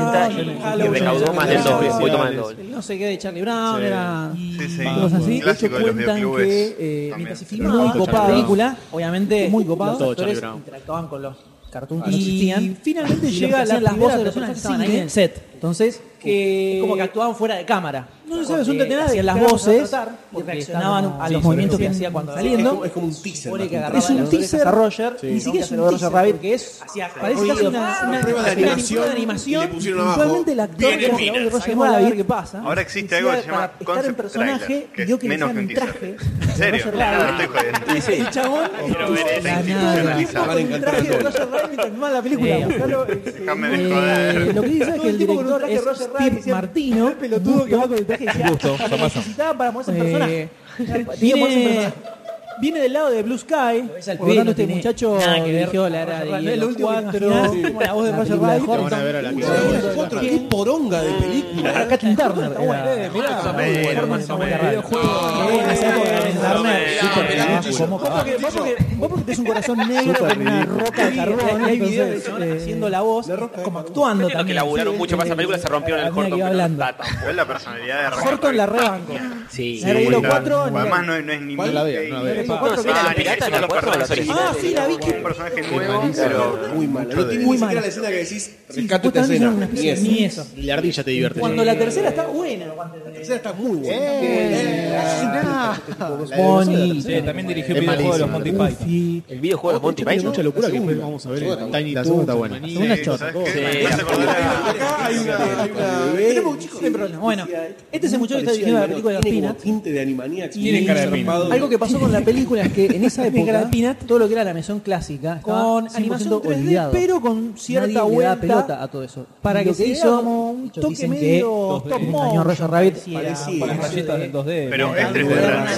Speaker 4: recaudó más del doble, un poquito más del doble.
Speaker 2: El no sé qué de Charlie Brown,
Speaker 4: Sí.
Speaker 2: era
Speaker 4: Sí, sí.
Speaker 2: cosas así. De hecho,
Speaker 4: Clásico de los
Speaker 2: cuentan
Speaker 4: videoclubes
Speaker 2: que eh, mientras se filmaba
Speaker 4: Muy
Speaker 2: la
Speaker 4: copado.
Speaker 2: película, obviamente
Speaker 23: Muy
Speaker 2: muy
Speaker 23: copado.
Speaker 2: copados, los
Speaker 23: Todo
Speaker 2: actores
Speaker 23: Charlie Brown.
Speaker 2: interactuaban con los cartoons
Speaker 23: Y
Speaker 2: que existían.
Speaker 23: finalmente
Speaker 2: Y los
Speaker 23: llega
Speaker 2: que
Speaker 23: la
Speaker 2: hacían las
Speaker 23: primera
Speaker 2: voces de las
Speaker 23: persona que
Speaker 2: personas que estaban ahí en el set. Entonces, que es como que actuaban fuera de cámara. No
Speaker 23: se
Speaker 2: sabe, es un
Speaker 23: Porque
Speaker 2: detenaz de
Speaker 23: hacían
Speaker 2: las
Speaker 23: las
Speaker 2: voces
Speaker 23: voces y
Speaker 2: y reaccionaban
Speaker 23: reaccionaban
Speaker 2: a
Speaker 23: sí,
Speaker 2: los
Speaker 23: sobre
Speaker 2: movimientos
Speaker 23: todo.
Speaker 2: que hacía cuando
Speaker 23: Es
Speaker 2: saliendo.
Speaker 23: como- es como un
Speaker 2: Se
Speaker 23: teaser,
Speaker 2: supone
Speaker 23: más
Speaker 2: que
Speaker 23: que nada. Es
Speaker 2: agarraba
Speaker 23: un
Speaker 2: las orejas
Speaker 23: teaser.
Speaker 2: a Roger
Speaker 23: Sí.
Speaker 2: y
Speaker 23: Ni siquiera
Speaker 2: hacía
Speaker 23: es
Speaker 2: de
Speaker 23: un
Speaker 2: Roger
Speaker 23: teaser,
Speaker 2: Rabbit,
Speaker 23: porque
Speaker 2: que es parece
Speaker 23: ruidos,
Speaker 2: casi
Speaker 23: ah, prueba de
Speaker 2: una, una, una película
Speaker 23: animación,
Speaker 2: de animación.
Speaker 23: y le pusieron abajo,
Speaker 2: Puntualmente el actor
Speaker 23: "Viene
Speaker 2: que era la voz
Speaker 23: Minas".
Speaker 2: de Roger
Speaker 23: Vamos a
Speaker 2: Rabbit,
Speaker 23: ver qué
Speaker 2: pasa.
Speaker 7: Ahora existe algo que se llama
Speaker 2: para estar en
Speaker 7: concept trailer,
Speaker 2: personaje
Speaker 7: que
Speaker 2: dio que
Speaker 7: menos
Speaker 2: le
Speaker 7: que un
Speaker 2: hacían un
Speaker 7: teaser.
Speaker 2: traje.
Speaker 7: ¿En serio?
Speaker 2: Roger
Speaker 7: No, no
Speaker 2: Rabbit.
Speaker 7: estoy jodiendo.
Speaker 2: Y El chabón
Speaker 7: Quiero ver
Speaker 2: la
Speaker 7: esa institucionalizada.
Speaker 2: nada. Un traje de Roger Rabbit mientras filmaba la película. Buscalo,
Speaker 7: Déjame
Speaker 2: Eh,
Speaker 23: <laughs>
Speaker 7: de joder.
Speaker 2: lo que dice es
Speaker 23: Todo
Speaker 2: que el
Speaker 23: el tipo con un
Speaker 2: director
Speaker 23: traje
Speaker 2: es
Speaker 23: Roger Rabbit,
Speaker 2: Steve
Speaker 23: decía,
Speaker 2: Martino. El pelotudo que va con el traje y decía,
Speaker 15: Gusto,
Speaker 2: "Me
Speaker 15: famoso".
Speaker 2: necesitaba para ponerse en
Speaker 23: Eh, <laughs>
Speaker 2: personaje. Teníamos un personaje. Viene del lado de Blue Sky, por lo
Speaker 23: pibe,
Speaker 2: tanto
Speaker 23: no
Speaker 2: este
Speaker 23: tiene
Speaker 2: muchacho
Speaker 23: nada que ver.
Speaker 2: dirigió la era de
Speaker 23: Roger
Speaker 2: hielo
Speaker 23: Rabbit, lo último que
Speaker 2: cuatro,
Speaker 23: imaginás,
Speaker 2: como la voz de
Speaker 23: la
Speaker 2: Roger
Speaker 23: película de
Speaker 2: Rabbit,
Speaker 23: Horton. Van a ver a la
Speaker 2: Bueno,
Speaker 23: que-
Speaker 2: bueno,
Speaker 23: Horton,
Speaker 2: cuatro,
Speaker 23: ¿qué?
Speaker 2: qué poronga de película. Acá Turner era-
Speaker 15: Mirá,
Speaker 2: Vos porque- vos porque- vos porque tenés un corazón negro con una roca de carbón, hay eh, videos de Sonora haciendo la voz, como actuando
Speaker 4: que
Speaker 2: también.
Speaker 4: laburaron mucho para esa película, se rompieron el
Speaker 2: La mina que
Speaker 4: corto.
Speaker 2: iba hablando.
Speaker 7: ¿Cuál es la personalidad de Roger
Speaker 2: Horton
Speaker 7: Rabbit?
Speaker 2: la rebanco.
Speaker 4: Sí.
Speaker 2: La Hielo
Speaker 7: Bueno,
Speaker 2: 4,
Speaker 7: Además no, no es ni
Speaker 17: ¿Cuál?
Speaker 7: muy-
Speaker 17: La veo, no la veo.
Speaker 7: Ah,
Speaker 4: Cuatro,
Speaker 7: sí,
Speaker 4: mira,
Speaker 7: ah,
Speaker 4: la
Speaker 7: ni
Speaker 4: pirata,
Speaker 7: siquiera
Speaker 4: ¿te
Speaker 7: son los
Speaker 4: acuerdas?
Speaker 7: personajes
Speaker 4: La original.
Speaker 7: originales.
Speaker 2: Ah, sí, la vi
Speaker 7: Un personaje nuevo,
Speaker 17: malísimo.
Speaker 7: pero
Speaker 9: Muy mala. No tiene
Speaker 2: Muy
Speaker 9: ni siquiera
Speaker 2: mala.
Speaker 9: la escena que decís.
Speaker 2: Sí,
Speaker 9: Rescato esta
Speaker 2: justamente
Speaker 9: escena.
Speaker 2: no, una
Speaker 9: Ni
Speaker 2: especie de-
Speaker 9: eso.
Speaker 2: ni eso.
Speaker 17: Y la ardilla te divierte.
Speaker 2: Cuando la tercera está buena.
Speaker 9: La tercera está muy buena.
Speaker 2: Bonnie.
Speaker 6: Sí, también dirigió
Speaker 17: Es
Speaker 6: el videojuego de los Monty
Speaker 17: malísimo.
Speaker 6: Python.
Speaker 4: El videojuego de los Monty Python.
Speaker 17: Oh, Mucha locura que fue, vamos a ver. en Tiny
Speaker 23: La segunda
Speaker 17: Toons,
Speaker 23: está buena.
Speaker 17: Manía,
Speaker 2: Segunda es
Speaker 17: eh,
Speaker 2: chota.
Speaker 17: ¿sabes qué?
Speaker 7: ¿Me vas a acordar de-
Speaker 9: Acá hay una. hay una-
Speaker 2: Tenemos un chico de problema. Bueno, este es el muchacho que está dirigiendo la película de
Speaker 9: Tiene como
Speaker 2: Aspina.
Speaker 9: tinte de Animaniacs.
Speaker 6: Tiene cara de pino.
Speaker 2: Algo que pasó con la película es que en <laughs> esa época todo lo que era la mesón clásica estaba
Speaker 23: Con
Speaker 2: 100%
Speaker 23: animación 3D,
Speaker 2: olvidado.
Speaker 23: pero con cierta
Speaker 2: Nadie le
Speaker 23: vuelta
Speaker 2: da pelota a todo eso.
Speaker 23: para
Speaker 2: Y
Speaker 23: que
Speaker 2: lo
Speaker 23: se vea
Speaker 2: hizo
Speaker 23: como un
Speaker 2: de hecho,
Speaker 23: toque
Speaker 2: dicen
Speaker 23: medio
Speaker 2: que
Speaker 23: top
Speaker 2: el
Speaker 23: motion,
Speaker 2: año Roger Rabbit
Speaker 9: pareciera.
Speaker 6: Con las galletas del 2D.
Speaker 7: Pero es 3D realmente, pues,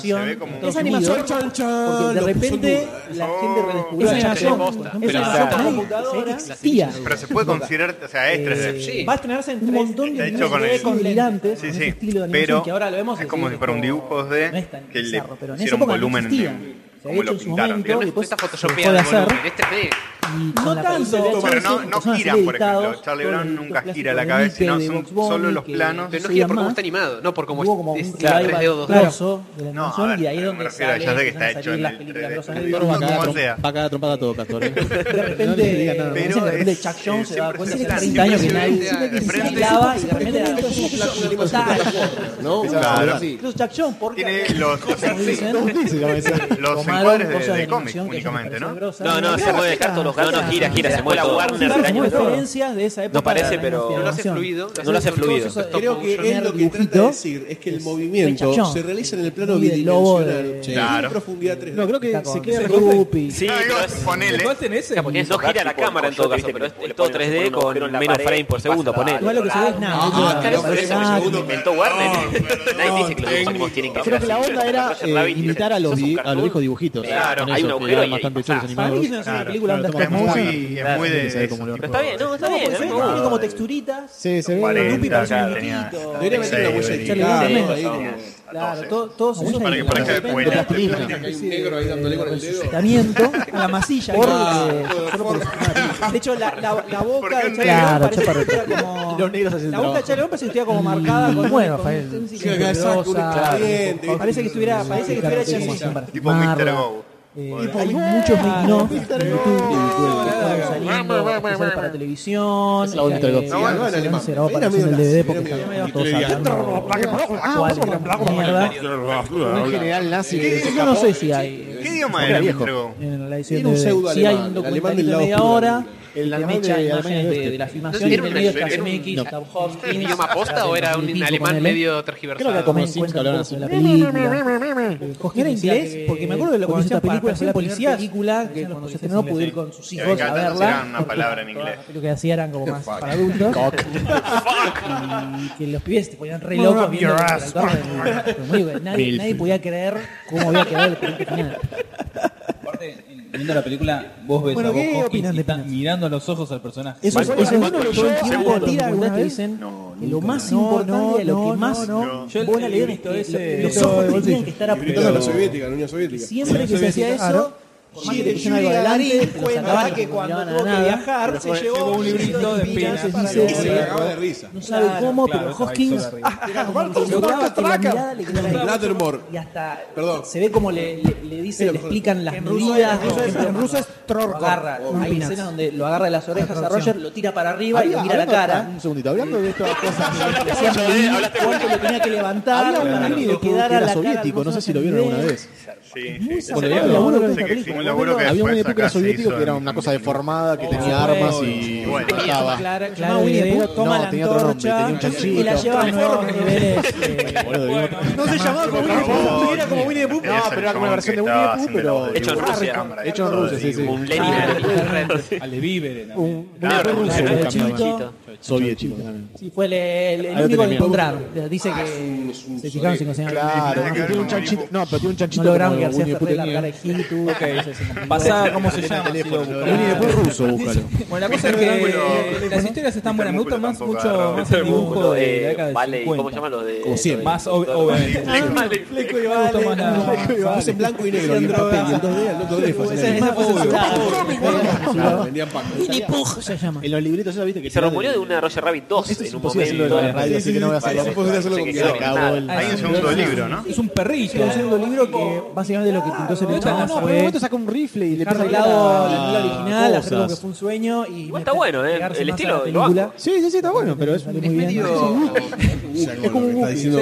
Speaker 7: se ve como un-
Speaker 2: Es animación
Speaker 9: Chan,
Speaker 2: porque
Speaker 9: chan,
Speaker 2: de
Speaker 9: lo puso
Speaker 2: repente
Speaker 9: en duda.
Speaker 2: la gente redescubrió
Speaker 23: Esa
Speaker 2: a Jack
Speaker 23: animación
Speaker 2: Black.
Speaker 23: posta.
Speaker 2: Esa
Speaker 23: Pero
Speaker 2: animación
Speaker 23: está-
Speaker 2: por computadora
Speaker 23: se
Speaker 2: existía.
Speaker 7: Pero se puede considerar, o sea, es 3D.
Speaker 2: Va a estrenarse en
Speaker 23: Un
Speaker 2: tres-
Speaker 23: montón
Speaker 7: Está
Speaker 2: en
Speaker 7: hecho con
Speaker 2: tres
Speaker 7: el-
Speaker 2: con delirantes,
Speaker 7: Sí,
Speaker 2: con
Speaker 7: sí,
Speaker 2: ese estilo de animación
Speaker 7: pero
Speaker 2: que ahora lo vemos y
Speaker 7: es como
Speaker 2: decimos, "Oh".
Speaker 7: si fuera un dibujo de
Speaker 2: no es tan
Speaker 7: que le
Speaker 2: bizarro, pero en esa
Speaker 7: hicieron
Speaker 2: época no
Speaker 7: volumen en
Speaker 2: existía.
Speaker 7: el-
Speaker 2: Se
Speaker 7: como
Speaker 2: había
Speaker 7: lo
Speaker 2: hecho en su
Speaker 7: pintaron.
Speaker 2: momento,
Speaker 7: digamos.
Speaker 2: y después
Speaker 3: Está
Speaker 2: se
Speaker 3: photoshopeado el
Speaker 2: dejó de hacer.
Speaker 3: volumen. Este es
Speaker 2: Y con
Speaker 23: No
Speaker 2: la
Speaker 23: tanto,
Speaker 2: película
Speaker 23: pero
Speaker 2: de Charles
Speaker 7: Pero no,
Speaker 2: son
Speaker 7: no
Speaker 2: personajes
Speaker 7: giran, por
Speaker 2: editados,
Speaker 7: ejemplo. Charlie
Speaker 2: todos
Speaker 7: Brown
Speaker 2: los
Speaker 7: nunca
Speaker 2: clásicos
Speaker 7: gira la
Speaker 2: de
Speaker 7: cabeza,
Speaker 2: Mickey,
Speaker 7: sino
Speaker 2: de
Speaker 7: son
Speaker 2: Bugs Bunny,
Speaker 7: solo los
Speaker 2: que-
Speaker 7: planos.
Speaker 3: Pero no
Speaker 2: Sí,
Speaker 3: gira porque
Speaker 2: mamá.
Speaker 3: como está animado, no por como
Speaker 2: Hubo como
Speaker 3: es,
Speaker 2: un
Speaker 3: es 3D
Speaker 2: revival
Speaker 3: o 2D.
Speaker 2: grosso de la
Speaker 7: No,
Speaker 2: animación
Speaker 7: a ver,
Speaker 2: y ahí es
Speaker 7: me
Speaker 2: donde
Speaker 7: refiero a
Speaker 2: sale,
Speaker 7: ya sé que
Speaker 2: empiezan a salir
Speaker 7: está hecho
Speaker 2: las
Speaker 7: en el
Speaker 2: películas grosas.
Speaker 7: 3D. El
Speaker 2: De
Speaker 7: Doctor Como sea.
Speaker 17: Va a cagar trom- va a cagar trompada todo, Castor. <laughs> ¿eh? No le
Speaker 2: repente,
Speaker 17: digas nada.
Speaker 2: de
Speaker 7: Pero
Speaker 2: repente
Speaker 7: es-
Speaker 2: Chuck Jones se da
Speaker 7: siempre
Speaker 2: cuenta
Speaker 7: se
Speaker 2: que
Speaker 7: plan,
Speaker 2: hace 30 años que
Speaker 7: siempre
Speaker 2: nadie
Speaker 7: se
Speaker 2: se
Speaker 7: frente.
Speaker 2: bailaba y de repente era
Speaker 9: ¿No?
Speaker 7: Claro.
Speaker 2: Incluso Chuck Jones, porque
Speaker 7: Tiene los, los,
Speaker 2: como dicen,
Speaker 17: Se llama esa.
Speaker 7: los
Speaker 2: tomaron
Speaker 7: encuadres de-
Speaker 2: cosas
Speaker 7: de,
Speaker 2: de animación que
Speaker 7: cómics
Speaker 2: ellos
Speaker 7: únicamente,
Speaker 2: parecen
Speaker 7: ¿no?
Speaker 2: grosas.
Speaker 4: No, no, se mueve acá todos los gatos. No, no, gira, gira, se mueve
Speaker 7: La
Speaker 4: todo.
Speaker 7: Warner del
Speaker 2: Como
Speaker 7: año todo.
Speaker 2: referencias de esa época.
Speaker 4: No parece,
Speaker 2: de la
Speaker 3: No lo
Speaker 4: pero-
Speaker 3: hace
Speaker 2: animación.
Speaker 3: fluido.
Speaker 4: No lo hace
Speaker 3: con todos
Speaker 4: fluido.
Speaker 3: esos stop
Speaker 9: Creo que
Speaker 3: motion.
Speaker 9: es lo que trata de decir es que el
Speaker 2: de
Speaker 9: movimiento
Speaker 2: Chachón.
Speaker 9: se realiza en el plano
Speaker 2: Y del lobo
Speaker 9: bidimensional.
Speaker 2: de-
Speaker 9: che,
Speaker 7: Claro.
Speaker 9: y en profundidad 3D.
Speaker 17: No, creo que
Speaker 2: Está
Speaker 17: se
Speaker 2: con
Speaker 17: queda
Speaker 2: ese
Speaker 17: re-
Speaker 2: grupi.
Speaker 4: Sí,
Speaker 7: No, digo,
Speaker 4: pero es-
Speaker 7: ponele.
Speaker 6: tenés?
Speaker 4: Porque eso gira la cámara en todo caso, pero es es todo 3D con menos frame por segundo,
Speaker 2: Igual lo
Speaker 4: ponele.
Speaker 2: que se ve es nada.
Speaker 9: No,
Speaker 2: nada,
Speaker 9: claro,
Speaker 2: no
Speaker 9: pero
Speaker 2: parece
Speaker 9: eso
Speaker 2: nada.
Speaker 9: seguro.
Speaker 4: Inventó Warner. <laughs> Nadie dice que los dibujos tienen que ser
Speaker 17: Creo que la
Speaker 4: así,
Speaker 17: onda
Speaker 4: pero
Speaker 17: era
Speaker 4: Roger
Speaker 17: eh,
Speaker 4: Rabbit,
Speaker 17: imitar a los,
Speaker 4: ¿sos un
Speaker 17: di- a los
Speaker 4: cartoon?
Speaker 17: viejos dibujitos.
Speaker 4: Claro,
Speaker 17: Con
Speaker 4: hay
Speaker 17: eso,
Speaker 4: un
Speaker 17: que
Speaker 4: agujero
Speaker 17: eran
Speaker 4: y-
Speaker 17: bastante
Speaker 4: pasás.
Speaker 17: choros
Speaker 2: Para mí
Speaker 17: animados.
Speaker 2: que no es una
Speaker 7: Claro,
Speaker 2: película
Speaker 17: claro,
Speaker 2: under
Speaker 7: Es
Speaker 17: Claro,
Speaker 7: muy, es muy de
Speaker 17: se ve
Speaker 7: eso.
Speaker 17: como lo-
Speaker 4: Pero está bien, no, está
Speaker 2: No,
Speaker 4: bien.
Speaker 2: porque
Speaker 4: a
Speaker 2: se ve
Speaker 4: mí me
Speaker 2: como- tiene
Speaker 4: gusta.
Speaker 2: como texturitas.
Speaker 17: Sí, se ve.
Speaker 7: 40,
Speaker 2: parece un
Speaker 7: ya tenía.
Speaker 2: minutito.
Speaker 9: Debería
Speaker 7: seis,
Speaker 9: meter una huella
Speaker 7: veinte.
Speaker 2: digitales,
Speaker 7: Ah,
Speaker 2: ¿no?
Speaker 7: ahí
Speaker 9: Claro,
Speaker 7: como a
Speaker 2: Claro,
Speaker 7: 12.
Speaker 2: todo- todos esos
Speaker 7: Para que parezca de
Speaker 17: Una
Speaker 7: puela.
Speaker 17: película.
Speaker 9: <laughs>
Speaker 2: Con la masilla.
Speaker 9: Por-
Speaker 2: que-
Speaker 9: por-
Speaker 2: solo por- de hecho, la, la, la boca
Speaker 7: Porque
Speaker 2: de
Speaker 7: es
Speaker 2: Charlie
Speaker 7: negro.
Speaker 2: Brown parece que estuviera como.
Speaker 17: Los negros hacen
Speaker 2: La
Speaker 17: el
Speaker 2: boca de
Speaker 17: trabajo.
Speaker 2: Charlie Brown parece que estuviera como marcada con.
Speaker 23: Bueno,
Speaker 2: con-
Speaker 23: Rafael,
Speaker 2: con-
Speaker 9: que acá saca un
Speaker 2: Claro.
Speaker 9: expediente,
Speaker 2: Parece que estuviera, parece que estuviera hecha
Speaker 9: Sí,
Speaker 2: como-
Speaker 7: Tipo Mr. Go.
Speaker 2: Eh,
Speaker 5: Bueno.
Speaker 2: hay
Speaker 5: Ay,
Speaker 2: muchos making of
Speaker 5: no,
Speaker 2: en
Speaker 5: no, no,
Speaker 2: YouTube que
Speaker 5: no,
Speaker 2: fueron
Speaker 5: no,
Speaker 2: saliendo especiales para televisión.
Speaker 5: Es la única
Speaker 2: eh,
Speaker 5: que-
Speaker 2: eh,
Speaker 5: No, bueno,
Speaker 2: se
Speaker 5: alemán.
Speaker 2: conservó
Speaker 5: Era
Speaker 2: para hacer el
Speaker 5: medio nazi,
Speaker 2: DVD
Speaker 5: era
Speaker 2: porque
Speaker 5: medio
Speaker 2: estaban
Speaker 5: nazi.
Speaker 2: todos
Speaker 5: Hitler y
Speaker 2: hablando cuál era mierda.
Speaker 17: Un general nazi que se
Speaker 2: Yo no
Speaker 17: escapó.
Speaker 2: sé si hay.
Speaker 17: ¿Qué idioma era,
Speaker 2: viejo?
Speaker 17: Pedro?
Speaker 2: En la edición
Speaker 17: Era un
Speaker 2: de-
Speaker 17: pseudo
Speaker 2: sí hay
Speaker 17: alemán,
Speaker 2: un
Speaker 17: el alemán
Speaker 2: documental
Speaker 17: del
Speaker 2: de
Speaker 17: lado
Speaker 2: media
Speaker 17: oscuro.
Speaker 2: hora.
Speaker 17: El
Speaker 2: El
Speaker 17: alemán
Speaker 2: alemán
Speaker 17: de
Speaker 2: de
Speaker 17: Alemania
Speaker 2: imágenes
Speaker 17: del
Speaker 2: de,
Speaker 17: Este.
Speaker 2: de la
Speaker 17: No
Speaker 2: filmación
Speaker 17: sé,
Speaker 2: de
Speaker 17: era un-
Speaker 2: medio
Speaker 17: era un-
Speaker 2: Kaczynski,
Speaker 17: no.
Speaker 2: Tom Hopkins.
Speaker 3: ¿Era un idioma posta o era un
Speaker 2: Mil pico,
Speaker 3: alemán
Speaker 2: ponele.
Speaker 3: medio tergiversado?
Speaker 2: Creo que tomen en cuenta un
Speaker 3: Como Simpson,
Speaker 2: poco de la
Speaker 3: hablaban
Speaker 2: película. Cogí era inglés porque me acuerdo de la cuando esta película fue la policía película que cuando se estrenó pude ir con sus
Speaker 7: Me
Speaker 2: hijos a
Speaker 7: encanta, será
Speaker 2: verla.
Speaker 7: una palabra en inglés.
Speaker 2: Lo que hacía eran como más
Speaker 7: Fuck.
Speaker 2: para adultos.
Speaker 7: Cock.
Speaker 2: Y que los pibes te ponían re
Speaker 5: Move
Speaker 2: locos
Speaker 5: up
Speaker 2: viendo
Speaker 5: your
Speaker 2: el
Speaker 5: ass.
Speaker 2: altar de- pero muy bueno, Nadie
Speaker 6: Mil.
Speaker 2: nadie podía creer cómo había quedado el película final.
Speaker 6: Viendo la película, vos ves
Speaker 2: Bueno,
Speaker 6: a Bob
Speaker 2: ¿qué
Speaker 6: Hoskins
Speaker 2: opinan
Speaker 6: y
Speaker 2: de
Speaker 6: estás mirando a los ojos al personaje.
Speaker 2: Eso es
Speaker 6: Banco,
Speaker 2: eso es
Speaker 6: banco,
Speaker 2: uno lo que
Speaker 6: yo-
Speaker 2: todo el tiempo
Speaker 6: seguro.
Speaker 2: tira alguna vez dicen que lo más importante de lo que más
Speaker 6: Yo
Speaker 2: vos
Speaker 6: he
Speaker 2: la leer es
Speaker 6: visto
Speaker 2: que
Speaker 6: ese-
Speaker 2: lo- los ojos tenían que estar
Speaker 9: Gritando a la
Speaker 2: apretados.
Speaker 9: soviética, la Unión Soviética.
Speaker 2: Siempre que se hacía eso, por más que te pusieran algo adelante, te lo sacaban y no miraban a nada.
Speaker 15: viajar, se llevó un librito de
Speaker 2: Entonces
Speaker 15: pilas.
Speaker 2: dice,
Speaker 9: se
Speaker 2: eh,
Speaker 9: cagaba de risa.
Speaker 2: No sabe cómo,
Speaker 9: claro,
Speaker 2: pero Hoskins
Speaker 9: estaba ahí
Speaker 2: como que lograba que la mirada le quedara ahí.
Speaker 9: Blattermore.
Speaker 2: Y hasta se ve como le, le- le dice, le explican las
Speaker 15: En ruso
Speaker 2: medidas.
Speaker 15: es- en ruso
Speaker 2: por
Speaker 15: es-
Speaker 2: ejemplo,
Speaker 15: en ruso es
Speaker 2: lo agarra.
Speaker 17: o
Speaker 2: Hay
Speaker 17: peanuts.
Speaker 2: escenas donde lo agarra de las orejas a
Speaker 17: traducción.
Speaker 2: Roger, lo tira para arriba y
Speaker 17: Había-
Speaker 2: le mira la
Speaker 17: hablando-
Speaker 2: cara.
Speaker 17: Un segundito, hablando de estas cosas.
Speaker 2: Le hacía medir cuánto lo tenía que levantar
Speaker 17: Había un
Speaker 2: para que
Speaker 17: anime
Speaker 2: le
Speaker 17: que era
Speaker 2: quedara la cara.
Speaker 17: soviético, no sé si lo vieron alguna vez.
Speaker 7: Sí, sí.
Speaker 17: Bueno, había un laburo de esta película.
Speaker 7: un laburo que
Speaker 17: Había una
Speaker 7: después
Speaker 17: época
Speaker 7: acá se
Speaker 17: soviética
Speaker 7: hizo
Speaker 17: que era
Speaker 7: en-
Speaker 17: una cosa deformada, que tenía
Speaker 7: supuesto.
Speaker 17: armas y
Speaker 7: Bueno.
Speaker 17: mataba.
Speaker 2: Clara,
Speaker 17: Ah,
Speaker 2: Clara,
Speaker 17: Winnie the
Speaker 2: Winnie
Speaker 17: Pooh,
Speaker 2: the Pooh toma
Speaker 17: no,
Speaker 2: la
Speaker 17: tenía otro nombre,
Speaker 2: antorcha
Speaker 17: tenía un chanchito.
Speaker 2: y la lleva a nuevos niveles.
Speaker 17: <laughs> Boludo, digo,
Speaker 2: No se llamaba como Winnie the Pooh, era como Winnie the Pooh.
Speaker 17: No, pero era como una versión de Winnie the Pooh, pero
Speaker 4: Hecho en Rusia.
Speaker 17: Hecho en Rusia, sí, sí.
Speaker 4: Un
Speaker 6: Al de Bieber. era.
Speaker 17: Un
Speaker 4: Claro,
Speaker 17: un ruso
Speaker 4: un
Speaker 17: que
Speaker 4: chanchito.
Speaker 17: caminaba. Soviético también.
Speaker 2: Sí, fue el, el- el
Speaker 17: Ahí lo
Speaker 2: único que
Speaker 17: tenía.
Speaker 2: encontraron. Dice que se fijaron si conseguían.
Speaker 17: Claro, porque tiene un chanchito. No, pero tiene un chanchito.
Speaker 2: No lograron
Speaker 17: como
Speaker 2: que García
Speaker 17: Winnie the Pooh
Speaker 2: Ferrer
Speaker 17: tenía.
Speaker 2: largara el Hitu. entonces se complicó.
Speaker 6: Pasada, ¿cómo se llama? Si lo buscas.
Speaker 17: Winnie the Pooh ruso, búscalo.
Speaker 6: Bueno, la cosa es que las historias están buenas. Me gusta más mucho más el dibujo de la década del
Speaker 4: eh, Vale, ¿y
Speaker 6: 50.
Speaker 4: ¿cómo se llaman los de.?
Speaker 17: Como siempre.
Speaker 6: Más ob- obviamente.
Speaker 15: Fleco y Vale,
Speaker 17: <laughs>
Speaker 15: Fleco y Vale.
Speaker 9: en blanco y negro, y en papel, y en 2D, al otro D fue
Speaker 15: Esa es
Speaker 9: hacer
Speaker 15: la
Speaker 9: Claro, Vendían pack.
Speaker 2: se llama.
Speaker 17: En los libretos ya viste que
Speaker 4: Se rumoreó de una Roger Rabbit 2 en un
Speaker 17: imposible hacerlo de la radio,
Speaker 4: momento.
Speaker 17: así que no voy a hacerlo.
Speaker 9: Es imposible hacerlo con
Speaker 4: Se quedó
Speaker 17: Acabó
Speaker 4: en
Speaker 17: el-
Speaker 7: Hay un segundo libro, ¿no?
Speaker 6: Es un perrito.
Speaker 2: Es un libro que básicamente lo que pintó ese
Speaker 6: No,
Speaker 2: chabón
Speaker 6: no, pero
Speaker 17: Por un
Speaker 2: fue
Speaker 17: momento saca un rifle y le
Speaker 2: dejar
Speaker 17: empieza a
Speaker 2: de
Speaker 17: tirar
Speaker 2: lado
Speaker 17: a-
Speaker 2: la novela original, hacer como que
Speaker 17: cosas.
Speaker 2: fue un sueño y
Speaker 4: Igual está bueno, ¿eh?
Speaker 2: pegarse
Speaker 4: El
Speaker 2: más a
Speaker 4: estilo
Speaker 2: la
Speaker 4: lo
Speaker 2: película.
Speaker 4: banco.
Speaker 17: Sí, sí, sí, está bueno, pero es un
Speaker 2: Es medio-
Speaker 9: Es como un diciendo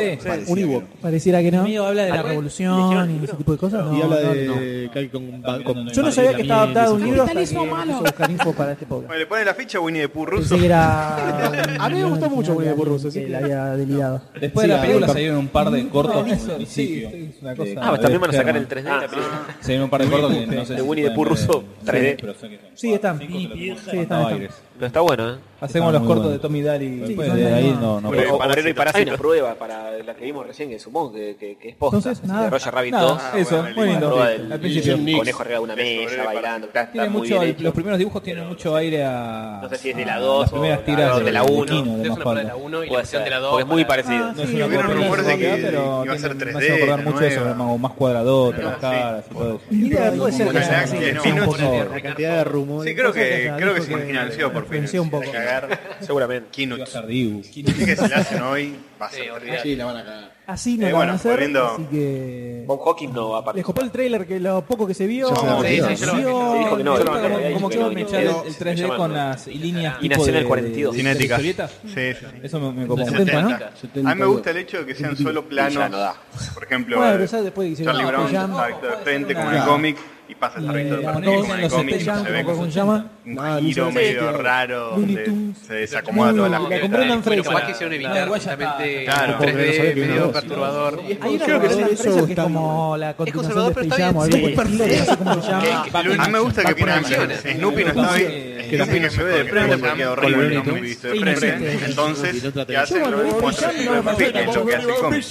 Speaker 9: un Ewok.
Speaker 2: Pareciera que no.
Speaker 6: Amigo, habla de
Speaker 2: la
Speaker 6: la
Speaker 2: revolución y ese tipo de cosas.
Speaker 17: Y
Speaker 2: No,
Speaker 17: habla
Speaker 2: no,
Speaker 17: de
Speaker 2: no.
Speaker 17: Kai con, con- con-
Speaker 2: Yo no sabía que estaba adaptado a un
Speaker 17: ese
Speaker 2: libro
Speaker 17: tipo
Speaker 2: hasta que empecé a buscar info para este podcast.
Speaker 7: Bueno, le pone la ficha a Winnie the Pooh ruso.
Speaker 2: Pensé que era...
Speaker 17: A mí me gustó mucho Winnie the Pooh ruso, así
Speaker 2: Que
Speaker 17: que-
Speaker 2: la había delirado.
Speaker 6: Después de
Speaker 17: Sí,
Speaker 6: la película
Speaker 17: ahí-
Speaker 6: salieron un par de cortos en el principio.
Speaker 4: Ah, pues también van a sacar el 3D
Speaker 6: Ah,
Speaker 4: de la película.
Speaker 6: Salieron un par de cortos que no sé
Speaker 4: De
Speaker 6: si
Speaker 4: Winnie the
Speaker 6: pueden
Speaker 4: Pooh
Speaker 6: ver
Speaker 4: ruso
Speaker 6: en-
Speaker 4: 3D.
Speaker 6: pero sé que son
Speaker 2: Sí, están.
Speaker 6: cinco, se los
Speaker 2: Sí,
Speaker 6: mandaba
Speaker 2: están,
Speaker 6: Aires.
Speaker 2: están.
Speaker 4: Pero está bueno, ¿eh?
Speaker 6: Hacemos los cortos de Tommy Daly. Después de ahí no, no.
Speaker 4: Obrero y Parásito. Hay
Speaker 7: Parásito.
Speaker 4: una prueba para la que vimos recién, que supongo que, que- que es posta.
Speaker 2: Entonces, nada.
Speaker 4: De Roger Rabbit
Speaker 6: Nada,
Speaker 4: 2.
Speaker 6: eso,
Speaker 4: Bueno,
Speaker 6: muy
Speaker 4: la
Speaker 6: lindo.
Speaker 4: prueba
Speaker 6: Al
Speaker 4: del
Speaker 6: principio.
Speaker 4: el conejo arriba de una mesa, bailando. Está, está
Speaker 6: Tiene
Speaker 4: muy
Speaker 6: mucho,
Speaker 4: bien
Speaker 6: al-
Speaker 4: hecho.
Speaker 6: los primeros dibujos tienen mucho aire a.
Speaker 4: No sé si es de
Speaker 6: a
Speaker 4: la 2
Speaker 6: las
Speaker 4: o
Speaker 6: primeras
Speaker 4: la-
Speaker 6: tiras
Speaker 4: de la 1.
Speaker 6: Moquino, de
Speaker 3: Es una
Speaker 6: Mafalda.
Speaker 3: para la 1 y la
Speaker 4: Puede
Speaker 3: versión de
Speaker 4: ser,
Speaker 3: la 2.
Speaker 4: porque es muy parecido.
Speaker 6: No es una
Speaker 7: Hubieron
Speaker 6: copia de la
Speaker 7: rumores de que
Speaker 6: segunda, pero
Speaker 7: iba a ser
Speaker 6: tiene-
Speaker 7: 3D,
Speaker 6: me hace acordar
Speaker 7: la
Speaker 6: mucho de eso,
Speaker 7: nueva.
Speaker 6: como más cuadradote, las caras y todo eso.
Speaker 2: Mira, puede ser que sea.
Speaker 7: Galaxy
Speaker 2: sí,
Speaker 7: en
Speaker 2: sea un
Speaker 7: uno,
Speaker 2: poco-
Speaker 17: La cantidad de rumores.
Speaker 7: Sí, creo
Speaker 2: Cosa que
Speaker 7: que,
Speaker 2: ya
Speaker 7: creo que
Speaker 2: dijo
Speaker 7: se
Speaker 2: que
Speaker 7: financió por fin.
Speaker 2: influenció un poco.
Speaker 7: A cagar.
Speaker 4: Seguramente.
Speaker 7: Kino.
Speaker 6: Iba a ser Dibu.
Speaker 7: que se la hacen hoy. Va a ser
Speaker 9: Sí, la van a cagar.
Speaker 2: Así no
Speaker 7: Eh,
Speaker 2: la van
Speaker 7: bueno,
Speaker 2: a hacer,
Speaker 7: volviendo-
Speaker 2: así que...
Speaker 4: Bob Hawkins no va a
Speaker 2: Les
Speaker 4: participar.
Speaker 2: copó el trailer, que lo poco que se vio.
Speaker 17: Ya se
Speaker 2: la
Speaker 17: me olvidó.
Speaker 2: reacción,
Speaker 3: Sí, sí, yo lo vi, yo lo vi.
Speaker 4: Dijo que
Speaker 6: Yo
Speaker 4: no, no,
Speaker 6: como-
Speaker 4: no,
Speaker 6: como
Speaker 4: no,
Speaker 6: quiero
Speaker 4: no,
Speaker 6: mechar
Speaker 4: no,
Speaker 6: el 3D
Speaker 4: no,
Speaker 6: con
Speaker 4: no.
Speaker 6: las líneas
Speaker 4: Y
Speaker 6: tipo
Speaker 4: nació en
Speaker 6: de,
Speaker 4: el 42.
Speaker 6: de- de
Speaker 7: Cinéticas.
Speaker 6: historieta.
Speaker 7: Sí, sí.
Speaker 6: Eso me, me copó.
Speaker 2: Del 70, ¿no?
Speaker 7: A mí me gusta el hecho de que sean solo planos. Por ejemplo,
Speaker 2: Bueno,
Speaker 7: eh,
Speaker 2: pero ya después hicieron
Speaker 7: Charlie
Speaker 2: Space
Speaker 7: Brown
Speaker 2: Jam.
Speaker 7: está visto de frente como en el
Speaker 6: Claro.
Speaker 7: cómic y pasa a estar visto de
Speaker 2: Eh,
Speaker 7: frente
Speaker 2: todos
Speaker 7: como en el
Speaker 2: los
Speaker 7: cómic y
Speaker 2: Space Jam,
Speaker 7: se ve
Speaker 2: como
Speaker 7: como
Speaker 2: se llama.
Speaker 7: un giro medio raro donde se desacomoda toda la
Speaker 2: La
Speaker 7: fiesta.
Speaker 2: compré en
Speaker 3: Bueno,
Speaker 2: Fraser.
Speaker 3: capaz que hicieron evitar justamente
Speaker 7: Claro.
Speaker 3: el
Speaker 17: Porque no sabía
Speaker 3: 3D
Speaker 17: que era
Speaker 3: medio
Speaker 17: dos.
Speaker 3: perturbador.
Speaker 2: Hay una
Speaker 9: Creo que
Speaker 2: versión de
Speaker 9: sí, eso
Speaker 2: Fraser que es
Speaker 9: está
Speaker 2: como la continuación de
Speaker 3: conservador, pero
Speaker 2: Space
Speaker 3: está
Speaker 2: Jam o algo
Speaker 3: bien.
Speaker 2: por el estilo, que no sé cómo se llama.
Speaker 7: A mí me gusta que ponen
Speaker 3: canciones.
Speaker 7: Snoopy no está bien. Snoopy no se ve de frente porque es horrible. No me visto de frente. Entonces, ¿qué hacen? Lo mismo muestran en lo que hace el cómic.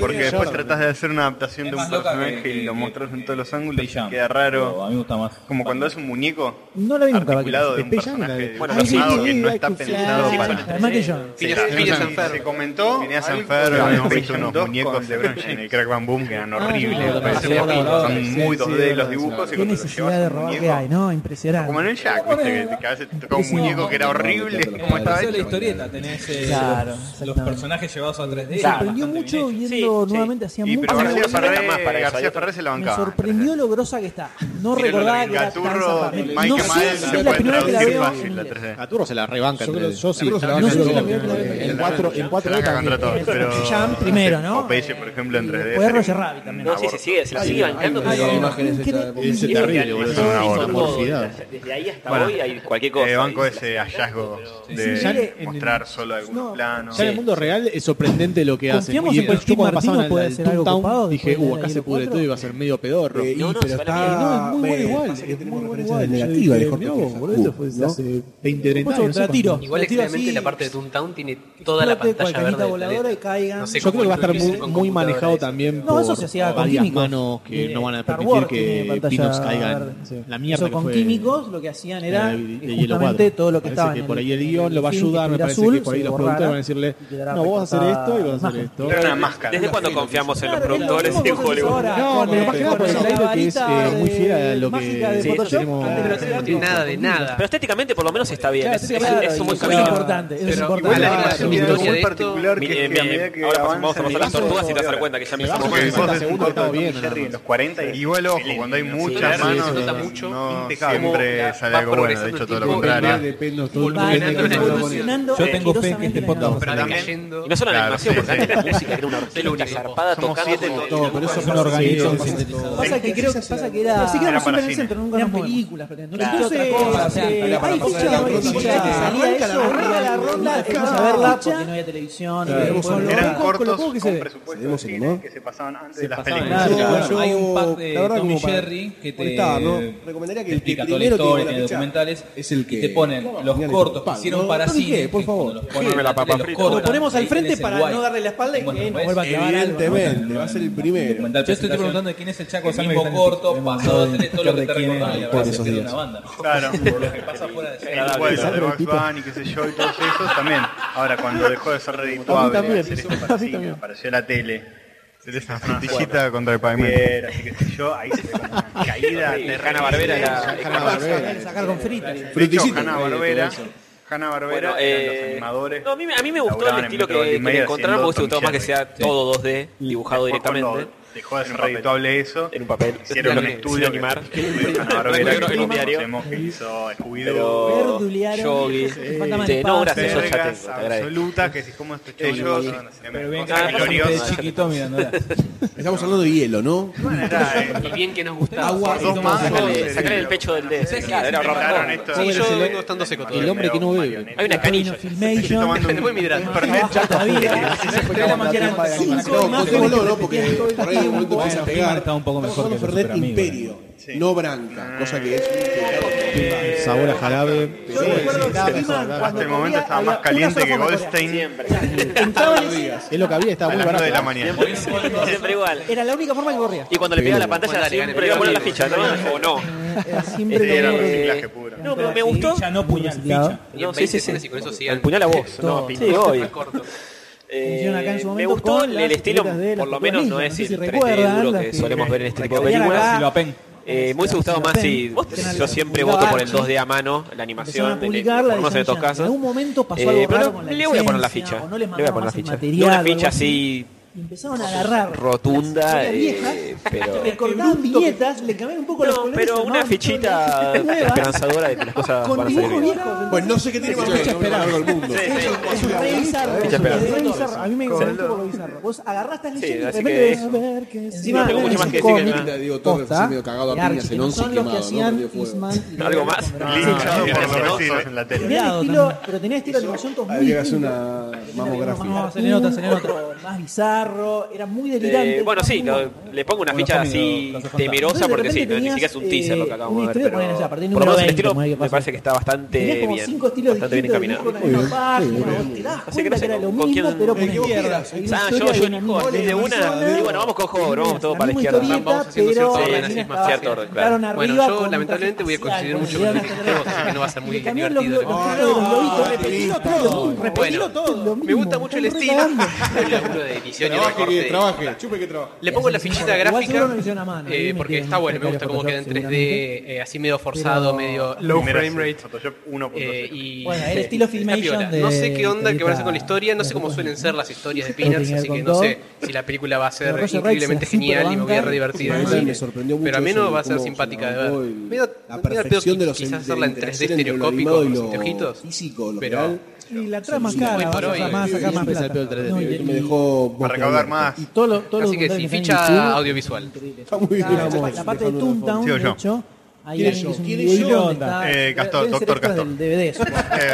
Speaker 7: Porque después tratás de hacer una adaptación de un personaje y lo mostrás en todos los ángulos y queda
Speaker 6: Pero A
Speaker 7: raro.
Speaker 6: mí me gusta más.
Speaker 7: Como cuando es un muñeco
Speaker 2: No la vi nunca.
Speaker 7: articulado de
Speaker 2: Vaquero.
Speaker 7: un
Speaker 17: Space Jam
Speaker 7: personaje
Speaker 17: era-
Speaker 7: bueno,
Speaker 2: Ah, sí,
Speaker 7: armado que
Speaker 2: sí,
Speaker 7: no
Speaker 2: hay
Speaker 7: está
Speaker 2: que-
Speaker 7: pensado
Speaker 2: claro,
Speaker 7: para...
Speaker 2: Además que yo-
Speaker 7: Sí,
Speaker 3: Phineas- Phineas and
Speaker 7: se
Speaker 3: Ferb.
Speaker 7: comentó, Phineas and Ferb, habíamos visto unos muñecos de Brunch en el Crack Bam Boom que eran horribles, parecían
Speaker 6: sí,
Speaker 7: son
Speaker 6: sí,
Speaker 7: muy
Speaker 17: sí,
Speaker 7: 2D los
Speaker 17: sí,
Speaker 7: dibujos y
Speaker 2: Qué
Speaker 7: cuando los
Speaker 2: necesidad de
Speaker 7: llevas a un
Speaker 2: robar que
Speaker 7: muñeco,
Speaker 2: hay, ¿no?
Speaker 7: como
Speaker 2: Impresionante.
Speaker 7: en el Jack, viste que que a veces te tocaba un muñeco que era horrible, como estaba
Speaker 6: Eso es la
Speaker 7: hecho.
Speaker 6: historieta, tenés eh,
Speaker 2: Claro,
Speaker 6: los- los personajes llevados a 3D.
Speaker 2: Me
Speaker 6: Claro.
Speaker 2: sorprendió mucho viendo nuevamente hacía
Speaker 7: Y,
Speaker 2: mucho
Speaker 7: pero García
Speaker 2: tiempo.
Speaker 7: Ferré,
Speaker 4: más para eso, hay
Speaker 7: García
Speaker 4: otro.
Speaker 7: Ferré se la
Speaker 2: Me
Speaker 7: bancaba.
Speaker 2: sorprendió lo grosa que está. No
Speaker 7: Mira,
Speaker 2: recordaba
Speaker 7: lo
Speaker 2: que
Speaker 7: de
Speaker 2: era tan
Speaker 7: Gaturro,
Speaker 2: zafada.
Speaker 7: Mike
Speaker 2: No
Speaker 7: que
Speaker 2: sé
Speaker 7: Madden
Speaker 2: si
Speaker 7: se
Speaker 2: es la
Speaker 7: puede
Speaker 2: primera vez que la
Speaker 7: traducir
Speaker 2: veo.
Speaker 7: fácil la 3D.
Speaker 17: Gaturro se la rebanca.
Speaker 9: Yo
Speaker 17: en
Speaker 9: creo-
Speaker 17: 3D.
Speaker 9: yo sí.
Speaker 17: Gaturro se la
Speaker 9: No
Speaker 17: rebanca
Speaker 9: sé si
Speaker 17: en
Speaker 9: la
Speaker 17: 3D.
Speaker 9: primera vez que la vi.
Speaker 17: En 4 en
Speaker 7: Se
Speaker 17: cuatro
Speaker 7: la
Speaker 17: D
Speaker 7: cagan contra
Speaker 17: también.
Speaker 7: todos, pero...
Speaker 2: Jam primero, ¿no?
Speaker 7: O Pelle, por ejemplo, en 3D.
Speaker 2: Fue
Speaker 7: sería
Speaker 2: Roger Rabbit también.
Speaker 4: No, sí, sí, sí, se la sigue bancando.
Speaker 9: Hay
Speaker 4: pero-
Speaker 9: imágenes
Speaker 2: Increíble.
Speaker 9: hechas-
Speaker 17: Ese
Speaker 4: Sí,
Speaker 17: es terrible,
Speaker 4: porque
Speaker 17: boludo.
Speaker 4: hizo
Speaker 7: una
Speaker 4: todo,
Speaker 17: morbosidad.
Speaker 4: desde- Desde ahí hasta
Speaker 7: Bueno,
Speaker 4: hoy hay cualquier cosa.
Speaker 7: Eh, banco
Speaker 4: ¿viste?
Speaker 7: ese hallazgo
Speaker 2: Sí, ya
Speaker 7: de
Speaker 2: en-
Speaker 7: mostrar solo algunos
Speaker 2: no,
Speaker 7: planos.
Speaker 17: Ya en el mundo real es sorprendente lo que hacen.
Speaker 2: Confiamos
Speaker 17: Y
Speaker 2: en que
Speaker 17: yo
Speaker 2: Steve
Speaker 17: cuando
Speaker 2: Martino
Speaker 17: pasaban al-
Speaker 2: puede
Speaker 17: al
Speaker 2: hacer algo
Speaker 17: Toontown,
Speaker 2: copado,
Speaker 17: dije,
Speaker 2: después de
Speaker 17: uh,
Speaker 2: la
Speaker 17: acá se
Speaker 2: Hielo
Speaker 17: pudre
Speaker 2: cuatro".
Speaker 17: todo y va a ser medio pedorro.
Speaker 9: Eh, y-
Speaker 4: No, no,
Speaker 9: pero
Speaker 4: se
Speaker 9: está.
Speaker 4: va a la
Speaker 2: mierda. No, es muy bueno
Speaker 9: eh,
Speaker 2: igual,
Speaker 9: pasa que
Speaker 2: es
Speaker 9: tenemos
Speaker 2: muy bueno
Speaker 9: referencias
Speaker 2: igual.
Speaker 9: negativas de
Speaker 17: Yo
Speaker 9: Jorge Pujol,
Speaker 17: dije, "Mirá vos,
Speaker 9: boludo,
Speaker 17: boludo, fue desde
Speaker 9: ¿no?
Speaker 17: hace 20, 30
Speaker 2: Ocho,
Speaker 17: años.
Speaker 2: te la tiro.
Speaker 3: Igual
Speaker 2: Lo tiro
Speaker 3: extrañamente
Speaker 2: así.
Speaker 3: la parte de Toontown tiene toda la
Speaker 2: Explote,
Speaker 3: pantalla
Speaker 2: cualquier
Speaker 3: verde del
Speaker 2: voladora
Speaker 3: planeta.
Speaker 2: y caigan.
Speaker 3: sé
Speaker 17: Yo creo que va a
Speaker 3: cómo
Speaker 17: estar
Speaker 3: hicieron
Speaker 17: muy,
Speaker 3: con
Speaker 17: muy
Speaker 3: computadoras
Speaker 17: manejado
Speaker 3: eso.
Speaker 17: también
Speaker 2: No,
Speaker 17: por
Speaker 2: eso se hacía con
Speaker 17: varias
Speaker 2: químicos.
Speaker 17: manos que
Speaker 2: Eh,
Speaker 17: no van a
Speaker 2: Star
Speaker 17: permitir
Speaker 2: Wars tiene
Speaker 17: que
Speaker 2: pantalla
Speaker 17: Pinox caiga en
Speaker 2: verde.
Speaker 17: la mierda
Speaker 2: Eso
Speaker 17: que
Speaker 2: con
Speaker 17: fue
Speaker 2: químicos lo que hacían era
Speaker 17: de- de
Speaker 2: eh,
Speaker 17: Yellow
Speaker 2: justamente
Speaker 17: Water.
Speaker 2: todo lo que
Speaker 17: Parece
Speaker 2: estaba en
Speaker 17: que por
Speaker 2: el-
Speaker 17: ahí el guión lo va a
Speaker 2: film que
Speaker 17: ayudar, me
Speaker 2: estuviera
Speaker 17: parece
Speaker 2: azul,
Speaker 17: que por ahí
Speaker 2: se
Speaker 17: los
Speaker 2: borrara,
Speaker 17: productores van a decirle,
Speaker 2: y quedará
Speaker 17: no, vos vas a hacer
Speaker 2: recortada
Speaker 17: esto y vas a hacer
Speaker 2: maja.
Speaker 17: esto.
Speaker 7: Era una máscara.
Speaker 4: ¿Desde cuándo confiamos en los
Speaker 2: Claro,
Speaker 4: productores
Speaker 2: lo mismo
Speaker 4: en
Speaker 2: que hacemos
Speaker 4: Hollywood?
Speaker 2: ahora
Speaker 17: No,
Speaker 2: con
Speaker 17: pero
Speaker 2: el-
Speaker 17: más que nada
Speaker 2: con
Speaker 17: por el
Speaker 2: la
Speaker 17: aire que es
Speaker 2: varita
Speaker 17: eh, muy
Speaker 2: de-
Speaker 17: fiel a lo
Speaker 2: mágica
Speaker 17: que
Speaker 2: de
Speaker 17: sí,
Speaker 2: Photoshop.
Speaker 17: tenemos.
Speaker 2: Antes de los
Speaker 3: No tiene nada de nada.
Speaker 4: Pero estéticamente por lo menos está bien.
Speaker 2: Claro,
Speaker 4: es,
Speaker 2: sí,
Speaker 4: es-
Speaker 2: claro,
Speaker 4: es un buen
Speaker 2: eso
Speaker 4: camino.
Speaker 2: es importante, eso es
Speaker 3: Pero
Speaker 2: importante.
Speaker 3: igual la
Speaker 7: Claro,
Speaker 3: animación
Speaker 7: es
Speaker 3: de
Speaker 7: algo
Speaker 3: historia
Speaker 7: muy
Speaker 3: de esto...
Speaker 7: particular que,
Speaker 4: Mi-
Speaker 7: es que a medida que
Speaker 4: mi- ahora pasamos,
Speaker 7: avanza
Speaker 4: vamos a
Speaker 7: el
Speaker 4: las
Speaker 7: tiempo-
Speaker 4: tortugas y te vas a dar cuenta que ya empezamos
Speaker 7: Porque vos
Speaker 4: con
Speaker 7: haces un
Speaker 17: segundos
Speaker 7: corto
Speaker 17: estaba
Speaker 7: de Tom
Speaker 17: bien,
Speaker 7: Jerry en
Speaker 17: nada
Speaker 7: los 40 y igual ojo, cuando hay muchas
Speaker 3: sí,
Speaker 7: manos
Speaker 3: se nota
Speaker 7: no-
Speaker 3: mucho,
Speaker 7: no
Speaker 3: impecable.
Speaker 7: siempre
Speaker 3: Va
Speaker 7: sale algo bueno, de
Speaker 3: progresando
Speaker 7: hecho
Speaker 3: el
Speaker 7: todo lo
Speaker 3: tipo,
Speaker 9: Más
Speaker 7: contrario.
Speaker 9: depende, todo
Speaker 2: Va
Speaker 9: depende
Speaker 3: Evolucionando
Speaker 9: de
Speaker 3: la evolución.
Speaker 9: cómo lo pones.
Speaker 2: evolucionando
Speaker 6: Yo tengo fe que
Speaker 2: asquerosamente
Speaker 6: este
Speaker 2: la
Speaker 6: podcast va a
Speaker 2: animación.
Speaker 3: Pero
Speaker 7: También-
Speaker 3: decayendo.
Speaker 4: Y no solo la
Speaker 7: Claro,
Speaker 4: animación,
Speaker 7: sí,
Speaker 4: porque antes
Speaker 7: sí.
Speaker 4: la música era una orquesta
Speaker 3: único.
Speaker 4: zarpada
Speaker 7: Somos
Speaker 4: tocando
Speaker 7: siete en
Speaker 4: con-
Speaker 7: todo,
Speaker 17: Pero eso
Speaker 6: Es
Speaker 17: fue
Speaker 6: un organismo.
Speaker 17: sí, sí, sí.
Speaker 2: Pasa que creo que pasa que era.
Speaker 7: Era
Speaker 2: Entonces, siempre en
Speaker 7: para
Speaker 2: el
Speaker 7: cine.
Speaker 2: centro, nunca nos Eran movemos.
Speaker 17: películas, pero no-
Speaker 2: eh,
Speaker 6: cosa,
Speaker 2: eh,
Speaker 9: era para
Speaker 2: hay
Speaker 9: pasar
Speaker 2: ficha, hay
Speaker 9: la ronda,
Speaker 2: ficha,
Speaker 9: se
Speaker 2: había eso, había la ronda, fuimos a verla porque no había televisión.
Speaker 9: Claro,
Speaker 2: no había
Speaker 9: vos
Speaker 2: pueblo.
Speaker 9: solo-
Speaker 7: Eran
Speaker 17: Con lo
Speaker 7: cortos
Speaker 17: poco que se
Speaker 7: con
Speaker 17: ve.
Speaker 7: presupuesto de
Speaker 9: Seguimos en
Speaker 7: cine
Speaker 9: humor.
Speaker 7: que se pasaban antes de las
Speaker 9: pasaban
Speaker 7: películas.
Speaker 6: Claro,
Speaker 9: Yo-
Speaker 6: claro, hay un pack
Speaker 9: la
Speaker 6: de
Speaker 9: verdad
Speaker 6: Tom
Speaker 9: como
Speaker 6: y
Speaker 9: para-
Speaker 6: Jerry que te
Speaker 9: Conectaba, ¿no? Recomendaría que el
Speaker 6: explica toda la
Speaker 9: primero que
Speaker 6: historia,
Speaker 9: la
Speaker 6: tiene
Speaker 9: ficha
Speaker 6: documentales
Speaker 9: es el que-
Speaker 6: y te ponen
Speaker 9: Vamos,
Speaker 6: los
Speaker 9: genial,
Speaker 6: cortos que
Speaker 9: pago.
Speaker 6: hicieron
Speaker 9: No,
Speaker 6: para
Speaker 9: no me
Speaker 6: cine,
Speaker 9: quede, por
Speaker 6: que cuando
Speaker 9: favor.
Speaker 6: los ponen
Speaker 4: Dame la
Speaker 6: en
Speaker 4: papa
Speaker 6: tele, los
Speaker 4: frita.
Speaker 6: cortan,
Speaker 2: Lo ponemos al
Speaker 6: ahí
Speaker 2: frente
Speaker 6: tenés el
Speaker 2: para
Speaker 6: guay.
Speaker 2: no darle la espalda y
Speaker 6: Bueno,
Speaker 2: que nos
Speaker 6: ves,
Speaker 2: vuelva a clavar algo. ¿no?
Speaker 9: Evidentemente, va a ser el primero.
Speaker 6: Documental Yo te estoy presentación, preguntando de quién es el Chaco el Sangre mismo que está en el corto,
Speaker 17: sistema,
Speaker 6: pasado de
Speaker 17: de
Speaker 6: tele, todo lo que te
Speaker 17: requieren
Speaker 6: recordaba,
Speaker 17: el
Speaker 6: la
Speaker 17: cuerpo
Speaker 6: verdad, se
Speaker 17: esos
Speaker 6: queda
Speaker 17: días.
Speaker 6: una banda.
Speaker 7: Claro.
Speaker 6: Lo que pasa fuera de
Speaker 7: El
Speaker 4: Agradable,
Speaker 7: cuadro de
Speaker 17: ¿sabes?
Speaker 7: Bugs
Speaker 17: Tipo-
Speaker 7: Bunny, qué sé yo, y todos esos también. Ahora, cuando dejó de ser redituable,
Speaker 17: también,
Speaker 7: hacer esto
Speaker 17: a mí
Speaker 7: para cine,
Speaker 17: también.
Speaker 7: apareció la tele. Una frutillita contra el pavimento. Así que qué sé yo, ahí se ve como una caída
Speaker 4: Sí,
Speaker 7: terrible.
Speaker 4: Hanna Barbera era-
Speaker 2: Sacar- Sacar con fritas.
Speaker 7: De hecho,
Speaker 9: Frutillita.
Speaker 7: Hanna Barbera. Hanna Barbera,
Speaker 4: Eh, Bueno, eh,
Speaker 7: los animadores.
Speaker 4: no, a, mí, me- a mí me gustó
Speaker 7: laburaban
Speaker 4: el
Speaker 7: en
Speaker 4: estilo que,
Speaker 7: Metro
Speaker 4: que
Speaker 7: Goldwyn Mayer
Speaker 4: le encontraron, me
Speaker 7: haciendo
Speaker 4: hubiese gustado más que
Speaker 7: Tom
Speaker 4: sea todo 2D, dibujado
Speaker 7: Después,
Speaker 4: directamente.
Speaker 7: cuando Dejó de ser redituable eso.
Speaker 4: En un papel.
Speaker 7: Hicieron
Speaker 4: Lo
Speaker 7: un
Speaker 4: que-
Speaker 7: estudio
Speaker 4: sin
Speaker 7: que-
Speaker 4: animar.
Speaker 7: que
Speaker 4: <laughs>
Speaker 7: hizo Hanna Barbera,
Speaker 4: Negro
Speaker 7: que
Speaker 4: en un diario.
Speaker 7: conocemos, que hizo Scooby-Doo.
Speaker 4: Pero
Speaker 2: Verdulearon,
Speaker 4: Yogi.
Speaker 2: sí. Fantasma
Speaker 4: Sí,
Speaker 2: del
Speaker 4: No,
Speaker 2: espacio.
Speaker 4: gracias, yo ya
Speaker 7: Vergas
Speaker 4: tengo, te agradezco.
Speaker 7: absoluta, que si como este estos chavos
Speaker 6: Pero bien,
Speaker 7: cosas
Speaker 6: carajo, porque de
Speaker 7: gloriosas.
Speaker 6: chiquito mirándola.
Speaker 9: Estamos hablando de hielo, ¿no?
Speaker 7: Era, eh,
Speaker 3: Y bien que nos gustaba.
Speaker 9: Agua,
Speaker 7: dos
Speaker 9: estamos-
Speaker 7: mangos.
Speaker 4: Sacale- Sacale el pecho del D. Claro, era
Speaker 7: Inventaron
Speaker 4: horror.
Speaker 7: esto.
Speaker 3: Sí, yo
Speaker 7: Pobre
Speaker 3: vengo estando
Speaker 7: <laughs>
Speaker 3: seco
Speaker 17: El
Speaker 3: todavía.
Speaker 17: hombre que no bebe.
Speaker 4: Hay una
Speaker 2: Bueno,
Speaker 4: canilla.
Speaker 7: Estoy
Speaker 2: Filmation.
Speaker 7: tomando un-
Speaker 3: Después me dirás.
Speaker 7: un
Speaker 2: Más
Speaker 7: perfecto.
Speaker 2: baja todavía.
Speaker 6: Ustedes la mantienen para
Speaker 9: Sí,
Speaker 6: para-
Speaker 9: no,
Speaker 6: para-
Speaker 9: cortémoslo, ¿no? Porque por ahí en un momento
Speaker 6: Bueno,
Speaker 9: empieza a
Speaker 6: Freeman
Speaker 9: pegar.
Speaker 6: está un poco mejor
Speaker 9: Estamos hablando
Speaker 6: que
Speaker 9: de Fernet
Speaker 6: Superamigo,
Speaker 9: Imperio, no Branca, cosa que es...
Speaker 17: Sabor a jarabe.
Speaker 2: Yo recuerdo que Freeman, cuando
Speaker 7: Hasta el este momento
Speaker 2: corría,
Speaker 7: estaba más
Speaker 2: había
Speaker 7: caliente
Speaker 2: una
Speaker 7: que
Speaker 2: sola forma de
Speaker 7: Goldstein
Speaker 2: correr. Entraba en el cine,
Speaker 17: Es lo que había, estaba
Speaker 7: a
Speaker 17: muy
Speaker 7: las 9 de la
Speaker 17: barato.
Speaker 7: mañana.
Speaker 4: Siempre igual.
Speaker 2: Era la única forma que corría.
Speaker 4: Y cuando le pegaba la pantalla, siempre iba a poner la ficha, ¿no? O no.
Speaker 2: Era siempre
Speaker 7: Este era
Speaker 2: lo que-
Speaker 7: reciclaje puro.
Speaker 4: No, pero me gustó.
Speaker 6: Ficha, no puñal, ficha.
Speaker 3: Y en
Speaker 4: No,
Speaker 3: 20
Speaker 4: sí, sí, sí.
Speaker 3: escenas y con eso sigan.
Speaker 4: El puñal a vos. No,
Speaker 2: Sí,
Speaker 4: sí, obvio. Eh,
Speaker 3: Corto.
Speaker 2: Funciona acá en su
Speaker 4: me
Speaker 2: momento
Speaker 4: gustó
Speaker 2: con
Speaker 4: el,
Speaker 2: las
Speaker 4: el estilo,
Speaker 2: películas de las
Speaker 4: por lo menos no
Speaker 2: protagonistas, no sé
Speaker 4: es
Speaker 2: si
Speaker 4: el 3D
Speaker 2: recuerdan,
Speaker 4: duro
Speaker 2: las
Speaker 4: que
Speaker 2: que-
Speaker 4: solemos ver en este tipo de
Speaker 2: Veían
Speaker 4: películas.
Speaker 2: acá.
Speaker 6: Si lo apen.
Speaker 4: Eh, me hubiese gustado más si. vos- Yo siempre voto por el 2D a mano, la
Speaker 2: Empezaron
Speaker 4: animación,
Speaker 2: a
Speaker 4: de-
Speaker 2: publicar la
Speaker 4: por no
Speaker 2: de
Speaker 4: sé de
Speaker 2: San
Speaker 4: estos
Speaker 2: Jean. En
Speaker 4: casos.
Speaker 2: algún momento pasó
Speaker 4: Eh,
Speaker 2: algo
Speaker 4: pero
Speaker 2: raro
Speaker 4: no,
Speaker 2: con la
Speaker 4: le voy a poner la
Speaker 2: licencia,
Speaker 4: ficha.
Speaker 2: o no les
Speaker 4: le voy a
Speaker 2: mandaron
Speaker 4: poner la
Speaker 2: más el
Speaker 4: ficha.
Speaker 2: material,
Speaker 4: No
Speaker 2: o
Speaker 4: una
Speaker 2: algo
Speaker 4: ficha
Speaker 2: así.
Speaker 4: así
Speaker 2: Y empezaron a agarrar
Speaker 4: rotunda,
Speaker 2: las viejas,
Speaker 4: eh, pero.
Speaker 2: <laughs> le cortaban viñetas, le cambiaban un poco los
Speaker 4: No,
Speaker 2: colores,
Speaker 4: pero
Speaker 2: armaban
Speaker 4: una
Speaker 2: todo
Speaker 4: fichita
Speaker 2: lo- nueva,
Speaker 4: esperanzadora de que las cosas
Speaker 2: con
Speaker 4: van a salir
Speaker 2: dibujos
Speaker 4: bien.
Speaker 2: viejos.
Speaker 9: Pues no sé qué tiene más fecha esperado el mundo.
Speaker 2: Es re bizarro,
Speaker 4: Ficha
Speaker 2: es
Speaker 4: esperanza.
Speaker 2: re bizarro. A mí me gustó por lo bizarro. Vos agarraste las
Speaker 4: Sí,
Speaker 2: leyendas y
Speaker 4: así
Speaker 2: de
Speaker 4: que
Speaker 2: repente
Speaker 4: eso.
Speaker 2: ves, ver que
Speaker 4: no tengo mucho
Speaker 2: ves
Speaker 4: más que
Speaker 2: el
Speaker 4: decir que
Speaker 2: cómic,
Speaker 4: nada.
Speaker 9: Digo, todo
Speaker 2: posta,
Speaker 9: medio cagado a
Speaker 2: y
Speaker 9: piñas
Speaker 2: que
Speaker 9: en
Speaker 2: no
Speaker 9: once
Speaker 2: son los que
Speaker 9: quemado, ¿no?
Speaker 2: hacían
Speaker 9: Prendió fuego.
Speaker 2: Eastman y-
Speaker 4: ¿Algo más?
Speaker 7: Linchado por los vecinos en la tele.
Speaker 2: Tenía
Speaker 7: Claro,
Speaker 2: estilo, pero tenía estilo de animación todos muy
Speaker 9: Habría que hacer
Speaker 2: distintos.
Speaker 9: una
Speaker 2: No,
Speaker 9: mamografía.
Speaker 2: se le nota, se le nota. Otro más bizarro, era muy delirante.
Speaker 4: Eh, bueno, sí,
Speaker 2: Estaba muy
Speaker 4: lo-
Speaker 2: bueno.
Speaker 4: le pongo una
Speaker 6: Bueno,
Speaker 4: ficha
Speaker 6: Tommy,
Speaker 4: así
Speaker 6: lo- lo contá.
Speaker 4: temerosa
Speaker 2: Entonces, de
Speaker 4: porque sí,
Speaker 2: repente
Speaker 4: no, ni siquiera es un
Speaker 2: tenías,
Speaker 4: teaser lo que
Speaker 2: eh,
Speaker 4: acabamos
Speaker 2: una
Speaker 4: de ver.
Speaker 2: historia,
Speaker 4: Pero
Speaker 2: ponen, o sea, a partir del
Speaker 4: por lo
Speaker 2: número
Speaker 4: menos el
Speaker 2: 20,
Speaker 4: estilo
Speaker 2: como hay que
Speaker 4: me
Speaker 2: pasar.
Speaker 4: parece que está bastante
Speaker 2: Tenías como
Speaker 4: bien.
Speaker 2: cinco estilos
Speaker 4: bastante bien
Speaker 2: distintos de dibujo
Speaker 4: encaminado.
Speaker 2: con la página, vos te das
Speaker 4: Así
Speaker 2: cuenta
Speaker 4: que no sé,
Speaker 2: que era lo
Speaker 4: ¿con
Speaker 2: mismo,
Speaker 4: quién-
Speaker 2: pero con
Speaker 4: con
Speaker 9: quién
Speaker 2: izquierda.
Speaker 9: quieras?
Speaker 2: Hay una
Speaker 4: Ah, yo,
Speaker 2: historia una
Speaker 4: yo elijo
Speaker 2: misma
Speaker 4: desde
Speaker 2: persona,
Speaker 4: una. Digo, bueno, vamos con Hover, vamos todo
Speaker 2: la
Speaker 4: para la
Speaker 2: misma
Speaker 4: izquierda.
Speaker 2: historieta,
Speaker 3: Vamos haciendo
Speaker 2: pero
Speaker 3: cierto orden,
Speaker 2: la
Speaker 3: así
Speaker 2: mina
Speaker 3: es más
Speaker 2: estaba-
Speaker 3: cierto orden,
Speaker 2: claro.
Speaker 3: Bueno,
Speaker 2: arriba
Speaker 3: yo
Speaker 2: con
Speaker 3: lamentablemente voy a
Speaker 2: traje espacial,
Speaker 3: coincidir mucho
Speaker 2: con
Speaker 3: con
Speaker 2: la mina
Speaker 3: lo que dijiste vos, así que no va a ser muy
Speaker 2: Le cambiaron
Speaker 3: divertido.
Speaker 2: los, los, los, los,
Speaker 3: ¿no?
Speaker 2: lobitos,
Speaker 9: Bueno.
Speaker 2: repetilo todo, repetilo todo. mismo.
Speaker 3: Me gusta mucho el
Speaker 2: están
Speaker 3: estilo.
Speaker 2: recagando.
Speaker 3: <laughs> El laburo de edición y
Speaker 9: Trabaje,
Speaker 3: recorte.
Speaker 9: que trabaje, chupe que trabaje.
Speaker 3: Le pongo la
Speaker 2: Igual
Speaker 3: fichita
Speaker 2: seguro
Speaker 3: gráfica
Speaker 2: lo hicieron a mano,
Speaker 3: eh,
Speaker 2: ahí
Speaker 3: porque
Speaker 2: metieron
Speaker 3: está bueno, me
Speaker 2: Photoshop
Speaker 3: gusta cómo queda en 3D, eh, así medio forzado,
Speaker 2: Pero-
Speaker 3: medio low
Speaker 7: Low
Speaker 3: frame rate.
Speaker 7: Photoshop 1.0.
Speaker 3: eh, y
Speaker 2: Bueno, el estilo
Speaker 3: <laughs> está
Speaker 2: Filmation
Speaker 3: piola.
Speaker 2: de-
Speaker 3: No sé qué onda
Speaker 2: de
Speaker 3: que van
Speaker 2: esta-
Speaker 3: a hacer con la historia, no sé cómo suelen ser las historias de
Speaker 2: Tiene que
Speaker 3: Peanuts,
Speaker 2: ver
Speaker 3: así
Speaker 2: con
Speaker 3: que no
Speaker 2: todo.
Speaker 3: sé si la película va a ser
Speaker 2: Pero Roger
Speaker 3: increíblemente
Speaker 2: Rabbit se la
Speaker 3: genial y me voy a
Speaker 2: superbanca,
Speaker 3: revertir.
Speaker 2: porque
Speaker 3: en el
Speaker 2: me
Speaker 3: cine.
Speaker 9: sorprendió mucho
Speaker 3: Pero a mí no
Speaker 9: eso,
Speaker 3: va a ser
Speaker 9: cómo
Speaker 3: simpática de
Speaker 9: llevaba
Speaker 3: ver.
Speaker 9: todo el-
Speaker 3: Medio,
Speaker 9: la
Speaker 3: medio
Speaker 9: perfección
Speaker 3: pedo
Speaker 9: de los
Speaker 3: quizás
Speaker 9: inter-
Speaker 3: hacerla en
Speaker 9: de la
Speaker 3: 3D
Speaker 9: interacción entre lo
Speaker 3: estereocópico
Speaker 9: animado
Speaker 3: con
Speaker 9: y
Speaker 3: los
Speaker 9: lo
Speaker 3: anteojitos.
Speaker 2: <laughs>
Speaker 9: físico, lo
Speaker 3: Pero-
Speaker 9: real.
Speaker 2: Y la trama es
Speaker 3: Sí, hoy
Speaker 2: cara,
Speaker 3: por
Speaker 2: vas a
Speaker 3: hoy.
Speaker 2: sacar más, sacar más
Speaker 17: Siempre se
Speaker 2: plata.
Speaker 17: apeló el 3D,
Speaker 2: No, y
Speaker 9: Esto
Speaker 2: el-
Speaker 9: me dejó...
Speaker 7: Para recaudar más.
Speaker 2: y todo lo- todo lo
Speaker 3: Así que
Speaker 2: documental
Speaker 3: sí,
Speaker 2: sale en
Speaker 3: ficha
Speaker 2: YouTube,
Speaker 3: audiovisual.
Speaker 9: Está muy bien.
Speaker 2: Claro, la, la parte de Toontown,
Speaker 7: Sí, o
Speaker 2: de
Speaker 7: yo.
Speaker 2: hecho, ahí
Speaker 9: ¿Quién es
Speaker 2: hay
Speaker 9: yo?
Speaker 2: un
Speaker 9: ¿Quién es
Speaker 2: video
Speaker 9: yo?
Speaker 2: donde
Speaker 9: Onda.
Speaker 2: está-
Speaker 7: Eh,
Speaker 2: deben
Speaker 7: Castor,
Speaker 2: ser
Speaker 7: doctor
Speaker 2: extras
Speaker 7: Castor.
Speaker 2: del DVD, supongo.
Speaker 7: Eh,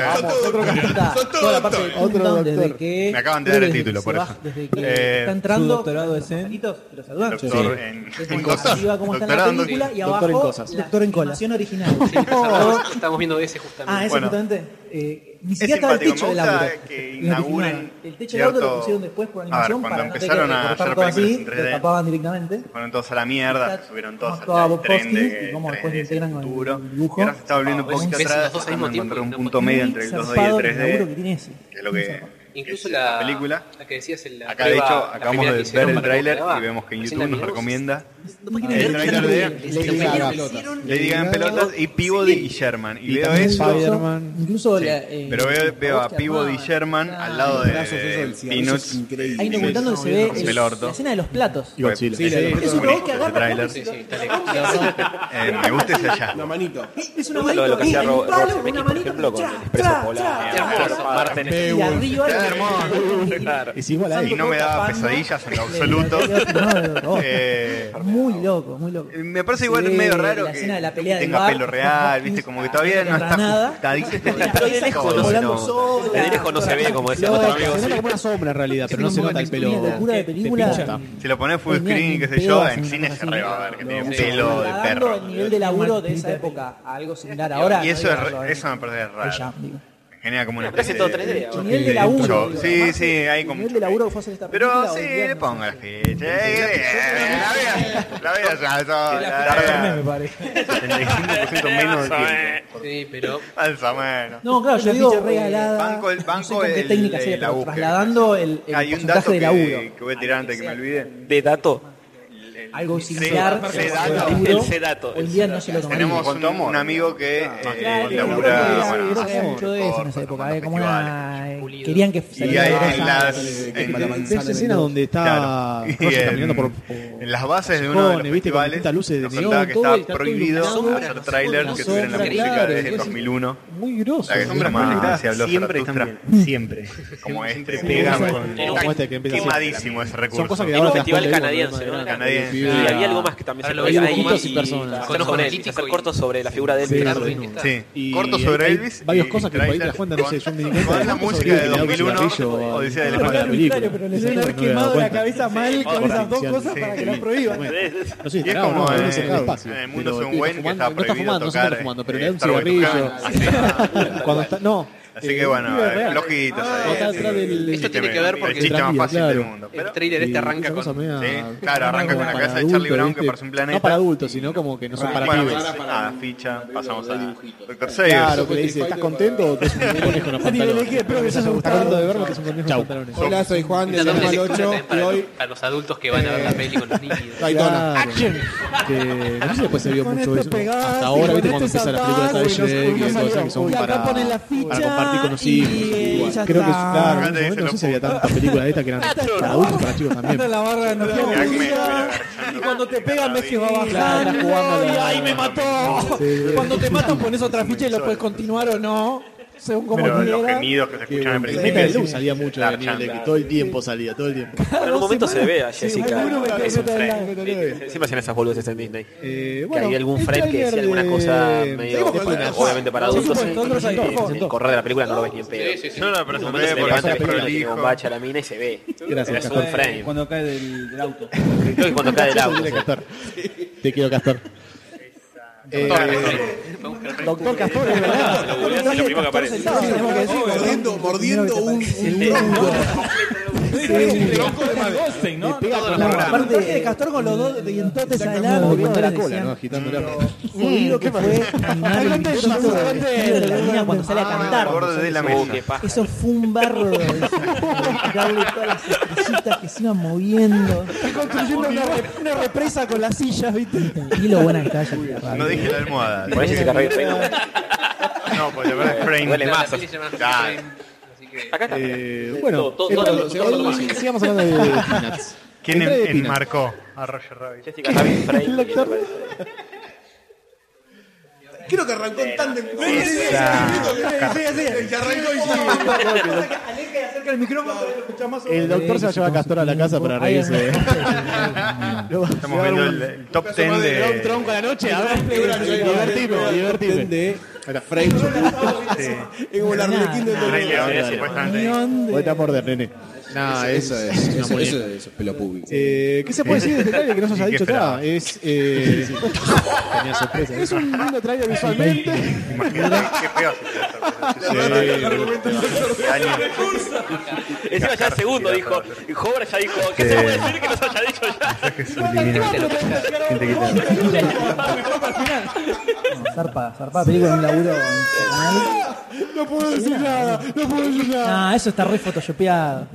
Speaker 2: Está
Speaker 9: Son todos
Speaker 2: toda la parte de
Speaker 9: doctores.
Speaker 2: Toontown
Speaker 17: Otro
Speaker 2: desde
Speaker 17: doctor.
Speaker 2: que
Speaker 7: Me acaban de dar
Speaker 2: desde
Speaker 7: el
Speaker 2: que
Speaker 7: título,
Speaker 2: se
Speaker 7: por
Speaker 2: va-
Speaker 7: eso.
Speaker 2: desde que
Speaker 7: Eh,
Speaker 2: está entrando
Speaker 6: Su doctorado es en-
Speaker 2: Paquitos, te los saludan.
Speaker 7: Doctor
Speaker 17: Sí.
Speaker 7: en,
Speaker 2: Es
Speaker 7: en
Speaker 2: muy
Speaker 7: cosas.
Speaker 2: llamativa cómo está
Speaker 7: Doctorado
Speaker 2: la película y abajo
Speaker 17: Doctor en cosas.
Speaker 2: la doctor en cola. original.
Speaker 3: Sí, nosotros Estamos viendo ese justamente.
Speaker 2: ah, ese
Speaker 7: Bueno.
Speaker 2: justamente eh, ni
Speaker 7: Es
Speaker 2: siquiera estaba el
Speaker 7: simpático,
Speaker 2: techo
Speaker 7: me
Speaker 2: del
Speaker 7: gusta
Speaker 2: auto.
Speaker 7: que inauguren
Speaker 2: el techo del auto
Speaker 7: cierto-
Speaker 2: lo pusieron después por
Speaker 7: A ver,
Speaker 2: animación para
Speaker 7: cuando
Speaker 2: no tener
Speaker 7: empezaron
Speaker 2: que
Speaker 7: a
Speaker 2: recortar
Speaker 7: hacer
Speaker 2: todo
Speaker 7: películas
Speaker 2: así,
Speaker 7: en 3D.
Speaker 2: lo tapaban directamente.
Speaker 7: Fueron todos a la mierda, se subieron todos
Speaker 2: Todo
Speaker 7: al,
Speaker 2: Bob
Speaker 7: al tren
Speaker 2: Hoskins, y
Speaker 7: de,
Speaker 2: cómo después
Speaker 7: 3D
Speaker 2: integran con el
Speaker 7: futuro.
Speaker 2: dibujo.
Speaker 7: Y ahora se está volviendo un
Speaker 3: Ah,
Speaker 7: poquito
Speaker 3: ves
Speaker 7: atrás,
Speaker 3: los dos al mismo
Speaker 7: tratando de encontrar un
Speaker 3: tiempo,
Speaker 7: punto
Speaker 2: Muy
Speaker 7: medio entre el 2D y
Speaker 2: zarpado
Speaker 7: el
Speaker 2: laburo
Speaker 7: 3D,
Speaker 2: que tiene ese.
Speaker 7: que es lo que
Speaker 3: Incluso
Speaker 7: es
Speaker 3: la,
Speaker 7: la película.
Speaker 3: La que decías en la
Speaker 7: Acá de
Speaker 3: prueba,
Speaker 7: hecho
Speaker 3: la
Speaker 7: acabamos
Speaker 3: primera
Speaker 7: de
Speaker 3: que
Speaker 7: ver
Speaker 3: hicieron
Speaker 7: el
Speaker 3: para
Speaker 7: tráiler
Speaker 3: comprobar.
Speaker 7: y vemos que en
Speaker 3: ¿Es
Speaker 7: YouTube nos
Speaker 3: Navidad?
Speaker 7: recomienda
Speaker 2: ver
Speaker 7: el tráiler de
Speaker 3: Les
Speaker 9: Lady Gaga.
Speaker 3: hicieron-
Speaker 7: Lady Gaga en pelotas y Peabody y Sherman. Y veo
Speaker 2: También
Speaker 7: eso,
Speaker 2: incluso-
Speaker 17: Spider-Man.
Speaker 2: Incluso
Speaker 7: Sí,
Speaker 2: la, eh,
Speaker 7: pero veo, veo a
Speaker 2: Oscar
Speaker 7: Peabody y
Speaker 2: Mayer.
Speaker 7: Sherman al lado de,
Speaker 9: brazos, eso
Speaker 7: de
Speaker 9: del cigarrillo
Speaker 7: Peanuts.
Speaker 9: es increíble.
Speaker 2: Hay un
Speaker 7: Peanuts
Speaker 2: documental donde se ve
Speaker 7: rompe
Speaker 2: el-
Speaker 7: el orto.
Speaker 2: la escena de los platos.
Speaker 17: Y Godzilla.
Speaker 9: Sí, la-
Speaker 2: Es un robot que
Speaker 7: Ese
Speaker 2: agarra
Speaker 7: este tráiler.
Speaker 2: platos y
Speaker 3: Sí,
Speaker 2: los-
Speaker 3: sí, está
Speaker 7: Eh, me gusta ese allá.
Speaker 9: La manito.
Speaker 2: Es una
Speaker 4: Me gusta lo de lo
Speaker 2: manito,
Speaker 4: que hacía
Speaker 2: y
Speaker 4: Ro-
Speaker 2: un palo,
Speaker 4: Robert Zemeckis,
Speaker 2: una
Speaker 4: por
Speaker 2: manito,
Speaker 4: ejemplo, con
Speaker 2: tra,
Speaker 4: el Expreso
Speaker 2: tra,
Speaker 4: Polar.
Speaker 2: tra,
Speaker 4: con
Speaker 2: tra.
Speaker 4: los Martens.
Speaker 2: Y arriba
Speaker 7: Está
Speaker 2: hay-
Speaker 7: hermoso.
Speaker 4: Claro.
Speaker 17: Es igual a
Speaker 7: Y
Speaker 17: él.
Speaker 7: no me daba pesadillas
Speaker 2: <laughs>
Speaker 7: en lo absoluto.
Speaker 2: No, no, no.
Speaker 7: Eh,
Speaker 2: Muy loco, muy loco.
Speaker 7: me parece igual
Speaker 2: Se ve
Speaker 7: medio raro
Speaker 2: la
Speaker 7: que
Speaker 2: escena de la pelea del
Speaker 7: tenga
Speaker 2: bar,
Speaker 7: pelo real,
Speaker 2: Hopkins,
Speaker 7: viste, como que todavía no está
Speaker 2: granada. <laughs>
Speaker 7: ajustadito.
Speaker 4: Pero
Speaker 7: <laughs>
Speaker 4: de lejos no se
Speaker 2: Volando
Speaker 4: nota.
Speaker 2: sola.
Speaker 4: De lejos no se ve, como decía
Speaker 2: No,
Speaker 4: nuestro
Speaker 2: se
Speaker 4: amigo.
Speaker 17: Se
Speaker 2: sí.
Speaker 17: nota como una sombra en realidad, pero no se nota el
Speaker 2: Una
Speaker 17: pelo.
Speaker 2: locura de película.
Speaker 17: pincha.
Speaker 7: Si lo pones full
Speaker 2: Tenía
Speaker 7: screen,
Speaker 2: ni
Speaker 7: qué sé
Speaker 2: pedo,
Speaker 7: yo,
Speaker 2: así,
Speaker 7: en
Speaker 2: una
Speaker 7: cine
Speaker 2: cosa
Speaker 7: se
Speaker 2: así.
Speaker 7: re va a ver que tiene un
Speaker 2: Sí,
Speaker 7: pelo de
Speaker 2: trasladando
Speaker 7: perro.
Speaker 2: el nivel de laburo de esa época a algo similar ahora.
Speaker 7: Y eso,
Speaker 2: no
Speaker 7: es,
Speaker 2: digo,
Speaker 7: re- eso me parece
Speaker 2: allá,
Speaker 7: raro.
Speaker 2: digo.
Speaker 7: Genera como una
Speaker 4: Pero hace
Speaker 7: especie
Speaker 4: todo
Speaker 7: de...
Speaker 4: 3D.
Speaker 2: El
Speaker 4: ahora.
Speaker 2: nivel de laburo.
Speaker 7: Mucho.
Speaker 2: digo,
Speaker 7: Sí,
Speaker 2: además,
Speaker 7: sí, hay como
Speaker 2: El nivel
Speaker 7: mucho
Speaker 2: de laburo
Speaker 7: que-
Speaker 2: que fue hacer esta película,
Speaker 7: Pero sí,
Speaker 2: hoy día
Speaker 7: le
Speaker 2: no
Speaker 7: pongo
Speaker 2: sé.
Speaker 7: las fichas. La veo, la veo ya, eso,
Speaker 6: Perdóname,
Speaker 7: <laughs> la
Speaker 6: me
Speaker 7: veo.
Speaker 6: parece.
Speaker 7: 75% <laughs> menos de tiempo.
Speaker 3: Sí, pero
Speaker 7: Más o menos.
Speaker 2: No, claro, yo
Speaker 9: Una
Speaker 2: digo
Speaker 9: ficha
Speaker 2: regalada.
Speaker 7: banco el- banco
Speaker 2: no sé con qué
Speaker 7: el-
Speaker 2: técnica
Speaker 7: el-
Speaker 2: sería,
Speaker 7: la
Speaker 2: pero
Speaker 7: búsqueda.
Speaker 2: trasladando el, el
Speaker 7: Hay un dato
Speaker 2: porcentaje
Speaker 7: que,
Speaker 2: de laburo.
Speaker 7: que voy a tirar antes que me olvide.
Speaker 4: De dato.
Speaker 2: Algo
Speaker 7: Sí,
Speaker 2: similar.
Speaker 7: sí,
Speaker 2: pero
Speaker 7: dato.
Speaker 2: laburo,
Speaker 4: El sedato.
Speaker 2: Hoy día no se lo tomaría.
Speaker 7: Tenemos un, un amigo que eh,
Speaker 2: Claro, yo creo que
Speaker 7: labura,
Speaker 2: había-
Speaker 7: bueno,
Speaker 2: creo que había mucho de eso en esa
Speaker 7: cortos,
Speaker 2: época,
Speaker 7: tomando
Speaker 2: había como una-
Speaker 3: pulido.
Speaker 2: Querían que
Speaker 7: Y
Speaker 2: saliera
Speaker 7: hay en
Speaker 2: la cosa.
Speaker 7: las, en,
Speaker 17: Esa escena donde está
Speaker 7: Claro. Y
Speaker 17: Roger
Speaker 7: en-
Speaker 17: caminando por.
Speaker 7: en las bases de uno de los
Speaker 17: Con, viste, con
Speaker 7: festivales
Speaker 17: distintas luces de
Speaker 7: nos
Speaker 17: neón,
Speaker 7: contaba que
Speaker 17: todo,
Speaker 7: estaba
Speaker 17: y está todo
Speaker 7: prohibido
Speaker 17: iluminado.
Speaker 7: hacer trailers que
Speaker 17: Sombra,
Speaker 7: tuvieran la música
Speaker 17: claro,
Speaker 7: desde
Speaker 17: es-
Speaker 7: 2001.
Speaker 17: Muy grosso.
Speaker 7: La que sombra
Speaker 17: muy
Speaker 7: más se habló
Speaker 24: Siempre
Speaker 7: Zaratustra,
Speaker 24: están Siempre.
Speaker 7: como este,
Speaker 17: Sí,
Speaker 7: pega
Speaker 17: como
Speaker 7: con-
Speaker 17: este, como este que empieza
Speaker 7: quemadísimo ese recurso.
Speaker 17: Son cosas que
Speaker 4: Era un
Speaker 17: ahora te das
Speaker 4: festival
Speaker 17: cuenta,
Speaker 4: canadiense,
Speaker 17: digo,
Speaker 4: ¿no?
Speaker 7: Canadiense.
Speaker 4: Y
Speaker 7: Ah.
Speaker 4: había algo más que también se
Speaker 3: Ahora lo
Speaker 4: podía
Speaker 3: ves
Speaker 4: ahí
Speaker 17: dibujitos y
Speaker 4: y
Speaker 17: personas.
Speaker 4: hacerlo con él,
Speaker 3: Con
Speaker 4: hacer
Speaker 3: y-
Speaker 4: cortos sobre la figura de él.
Speaker 17: Sí,
Speaker 3: Claro,
Speaker 17: sí,
Speaker 3: bien que
Speaker 17: no.
Speaker 3: está.
Speaker 7: Sí,
Speaker 17: Y
Speaker 7: corto
Speaker 17: hay-
Speaker 7: sobre
Speaker 17: hay
Speaker 7: Elvis.
Speaker 17: varias
Speaker 7: y
Speaker 17: cosas que por ahí te das cuenta, no sé, yo me di
Speaker 7: con-
Speaker 17: cuenta de
Speaker 7: Con la
Speaker 17: tanto sobre
Speaker 7: música de
Speaker 17: Elvis que le daba un
Speaker 7: 2001,
Speaker 17: cigarrillo a-
Speaker 7: Odisea del
Speaker 17: a la
Speaker 7: Espacio.
Speaker 17: película.
Speaker 2: Pero les
Speaker 17: Eso
Speaker 2: deben
Speaker 17: no me
Speaker 2: haber
Speaker 17: había dado
Speaker 2: quemado la
Speaker 17: cuenta.
Speaker 2: cabeza mal con
Speaker 17: Corta
Speaker 2: esas dos
Speaker 17: ficción,
Speaker 2: cosas
Speaker 17: sí.
Speaker 2: para que las prohíban.
Speaker 17: No
Speaker 7: Y
Speaker 17: soy
Speaker 7: es
Speaker 17: tarado,
Speaker 7: como
Speaker 17: no, no
Speaker 7: en-
Speaker 17: sé, el espacio.
Speaker 7: en el mundo
Speaker 17: Pero,
Speaker 7: según Wayne
Speaker 17: tipo,
Speaker 7: que está
Speaker 17: fumando,
Speaker 7: prohibido
Speaker 17: No está fumando, no
Speaker 7: tocar,
Speaker 17: está fumando, pero
Speaker 7: eh,
Speaker 17: le da un
Speaker 7: Star Wars
Speaker 17: cigarrillo.
Speaker 7: Tucán.
Speaker 17: Cuando está, no.
Speaker 7: Así
Speaker 17: eh,
Speaker 7: que bueno,
Speaker 17: vive real.
Speaker 7: flojitos.
Speaker 17: Cuando está
Speaker 7: ahí,
Speaker 17: atrás del-
Speaker 3: Esto
Speaker 7: el
Speaker 3: tiene
Speaker 7: chiste
Speaker 3: que ver
Speaker 7: me-
Speaker 3: porque-
Speaker 7: El chiste más
Speaker 17: Tranvía,
Speaker 7: fácil del
Speaker 17: claro.
Speaker 7: mundo.
Speaker 3: el
Speaker 7: pero-
Speaker 3: trailer
Speaker 17: y
Speaker 3: este arranca
Speaker 17: esa cosa
Speaker 3: con...
Speaker 17: media-
Speaker 7: Sí, claro, arranca
Speaker 17: como
Speaker 7: con la
Speaker 17: para
Speaker 7: casa de Charlie
Speaker 17: adultos,
Speaker 7: Brown que
Speaker 17: ¿viste?
Speaker 7: parece un planeta.
Speaker 17: No para adultos, sino como que no son para
Speaker 7: Bueno,
Speaker 17: pibes.
Speaker 7: nada, Ah, ficha, pasamos a Doctor
Speaker 17: Claro,
Speaker 7: Sayers.
Speaker 17: que le dice, ¿estás contento o te es un conejo en los pantalones?
Speaker 2: espero que
Speaker 17: ¿Estás
Speaker 2: se
Speaker 17: contento de verlo? Te es un conejo en los pantalones.
Speaker 9: Hola, soy Juan de
Speaker 3: Esta doble
Speaker 9: Normal
Speaker 3: lectura
Speaker 9: 8
Speaker 3: también
Speaker 9: y
Speaker 3: para,
Speaker 9: hoy
Speaker 3: para los adultos que van a ver la peli con los niños.
Speaker 9: Daytona.
Speaker 17: Claro. Que no sé si después se vio
Speaker 2: Con
Speaker 17: mucho
Speaker 2: esto
Speaker 17: eso.
Speaker 2: pegás,
Speaker 17: Hasta
Speaker 2: y
Speaker 17: ahora,
Speaker 2: con
Speaker 17: viste, cuando
Speaker 2: esto
Speaker 17: empiezan las
Speaker 2: saltás,
Speaker 17: películas
Speaker 2: y nos
Speaker 17: de Trek,
Speaker 2: subimos
Speaker 17: esas cosas
Speaker 2: arriba.
Speaker 17: que son
Speaker 2: Y acá
Speaker 17: para,
Speaker 2: ponen la
Speaker 17: para
Speaker 2: ficha
Speaker 17: compartir con los
Speaker 2: y
Speaker 17: hijos.
Speaker 2: ya
Speaker 17: Creo que es,
Speaker 2: está.
Speaker 17: claro, en
Speaker 7: Acá te
Speaker 17: ese momento
Speaker 7: dicen
Speaker 17: no sé
Speaker 7: los
Speaker 17: si había tantas películas de estas que eran para adultos, para chicos
Speaker 4: <laughs>
Speaker 17: también.
Speaker 2: la barra de energía
Speaker 7: Mirá que me-
Speaker 2: movida,
Speaker 7: me-
Speaker 2: y cuando te pegan ves que va
Speaker 17: Claro,
Speaker 2: bajando
Speaker 17: estás jugando a
Speaker 2: y
Speaker 17: la-
Speaker 2: ¡ay, me mató! Cuando te matan pones otra ficha y lo puedes continuar o no, según como
Speaker 7: Pero los
Speaker 2: quieras.
Speaker 7: gemidos que se escuchan al
Speaker 17: El Metal
Speaker 7: principio.
Speaker 17: Luz salía mucho de Neil Dick, todo el tiempo salía, todo
Speaker 4: <laughs>
Speaker 17: el tiempo.
Speaker 4: Pero en un momento se ve a Jessica.
Speaker 2: alguno me quedó
Speaker 4: Es un
Speaker 2: metal
Speaker 4: frame.
Speaker 2: lab.
Speaker 17: Metal Lab.
Speaker 4: Sí, Siempre hacen esas boludeces en Disney.
Speaker 17: Eh,
Speaker 4: Que
Speaker 17: bueno,
Speaker 4: hay algún
Speaker 17: el
Speaker 4: frame que decía
Speaker 17: tráiler
Speaker 4: alguna
Speaker 17: de-
Speaker 4: cosa
Speaker 17: Seguimos
Speaker 4: medio.
Speaker 17: con
Speaker 4: para-
Speaker 17: Dungeons.
Speaker 4: Obviamente para
Speaker 2: Sí,
Speaker 4: adultos.
Speaker 2: sí,
Speaker 4: En
Speaker 2: Dungeons and Dragons.
Speaker 4: el correr de la película no lo ves ni en pedo.
Speaker 3: Sí, sí, sí.
Speaker 7: No, no, pero
Speaker 4: En
Speaker 7: se
Speaker 4: un
Speaker 7: ve
Speaker 4: momento se
Speaker 7: porque
Speaker 4: levanta
Speaker 7: se
Speaker 4: el
Speaker 7: ve
Speaker 4: película, le tiene un
Speaker 7: prolijo.
Speaker 4: bache a la mina y se ve.
Speaker 17: Gracias,
Speaker 4: Es
Speaker 17: Castor.
Speaker 4: un frame.
Speaker 6: Eh, Cuando cae del, del
Speaker 4: <laughs>
Speaker 6: auto.
Speaker 4: Creo que cuando cae el auto.
Speaker 17: Te quiero,
Speaker 4: sí.
Speaker 17: Castor. Te quiero, Castor. Eh,
Speaker 2: Doctor Castor, es verdad.
Speaker 4: Lo primero que aparece.
Speaker 2: Tenemos que decir,
Speaker 9: mordiendo, mordiendo un, un
Speaker 2: El de-
Speaker 9: tronco.
Speaker 6: loco de madre. Goldstein, ¿no?
Speaker 2: La parte de Castor con los dos dientotes adelante.
Speaker 17: moviendo la
Speaker 2: boludo,
Speaker 17: cola, ¿no?
Speaker 2: decían,
Speaker 17: Agitando la
Speaker 2: Jodido que fue animar el
Speaker 17: Adelante,
Speaker 2: bichito
Speaker 17: adelante.
Speaker 2: del pibe de la mina cuando sale a cantar.
Speaker 7: Gordo de la
Speaker 4: Oh,
Speaker 7: mesa.
Speaker 4: qué paja.
Speaker 2: Eso fue un barro de darle todas las estrellitas que se iban moviendo.
Speaker 17: Construyendo una, re- una represa con las sillas, ¿viste?
Speaker 2: Y lo buena que está esa tierra.
Speaker 7: No dije la <laughs> almohada.
Speaker 4: Por eso se carga el freno.
Speaker 7: No, pues la verdad es frame.
Speaker 4: Duele más.
Speaker 7: Claro.
Speaker 4: Acá está.
Speaker 17: Eh, bueno,
Speaker 4: Todo- todo-
Speaker 17: eh,
Speaker 4: todo-
Speaker 17: sig-
Speaker 4: todo-
Speaker 17: sig- sigamos hablando de Peanuts.
Speaker 7: ¿Quién
Speaker 17: Entré de
Speaker 7: en-
Speaker 17: Peanuts.
Speaker 7: enmarcó a Roger Rabbit?
Speaker 4: Jessica Rabbit Frame.
Speaker 17: El actor.
Speaker 4: me parece.
Speaker 9: Creo que arrancó en tándem. Sí, Que arrancó y
Speaker 2: Aleja y acerca el micrófono para que lo escuchás más o
Speaker 17: El doctor se va a llevar a Castor a la casa para
Speaker 2: Ahí es.
Speaker 17: reírse. <laughs> Lo va a
Speaker 7: Estamos
Speaker 17: llevar
Speaker 7: viendo
Speaker 17: un-
Speaker 7: el, el top 10
Speaker 17: Era un
Speaker 7: de.
Speaker 17: tronco a la noche, a ver. Divertime, eh. divertime.
Speaker 9: De Frame.
Speaker 7: Sí.
Speaker 9: Es como el arlequín del
Speaker 7: Rey León,
Speaker 17: Claro.
Speaker 7: supuestamente.
Speaker 17: Voy a morder, nene.
Speaker 9: No, eso es. Eso eso es pelo público.
Speaker 17: Eh, ¿Qué se puede decir de este trailer que no se ha
Speaker 7: ¿Y qué
Speaker 17: dicho
Speaker 7: esperaba?
Speaker 17: nada? Es, eh, es un lindo trailer visualmente.
Speaker 7: Imagínate qué feo se puede
Speaker 4: Encima ya el segundo dijo. y Hobart ya dijo. ¿Qué se puede decir que nos haya dicho ya?
Speaker 2: Zarpa, zarpa, película de un laburo infernal.
Speaker 17: No puedo decir nada, no puedo decir nada.
Speaker 2: Ah, eso está re photoshopeado.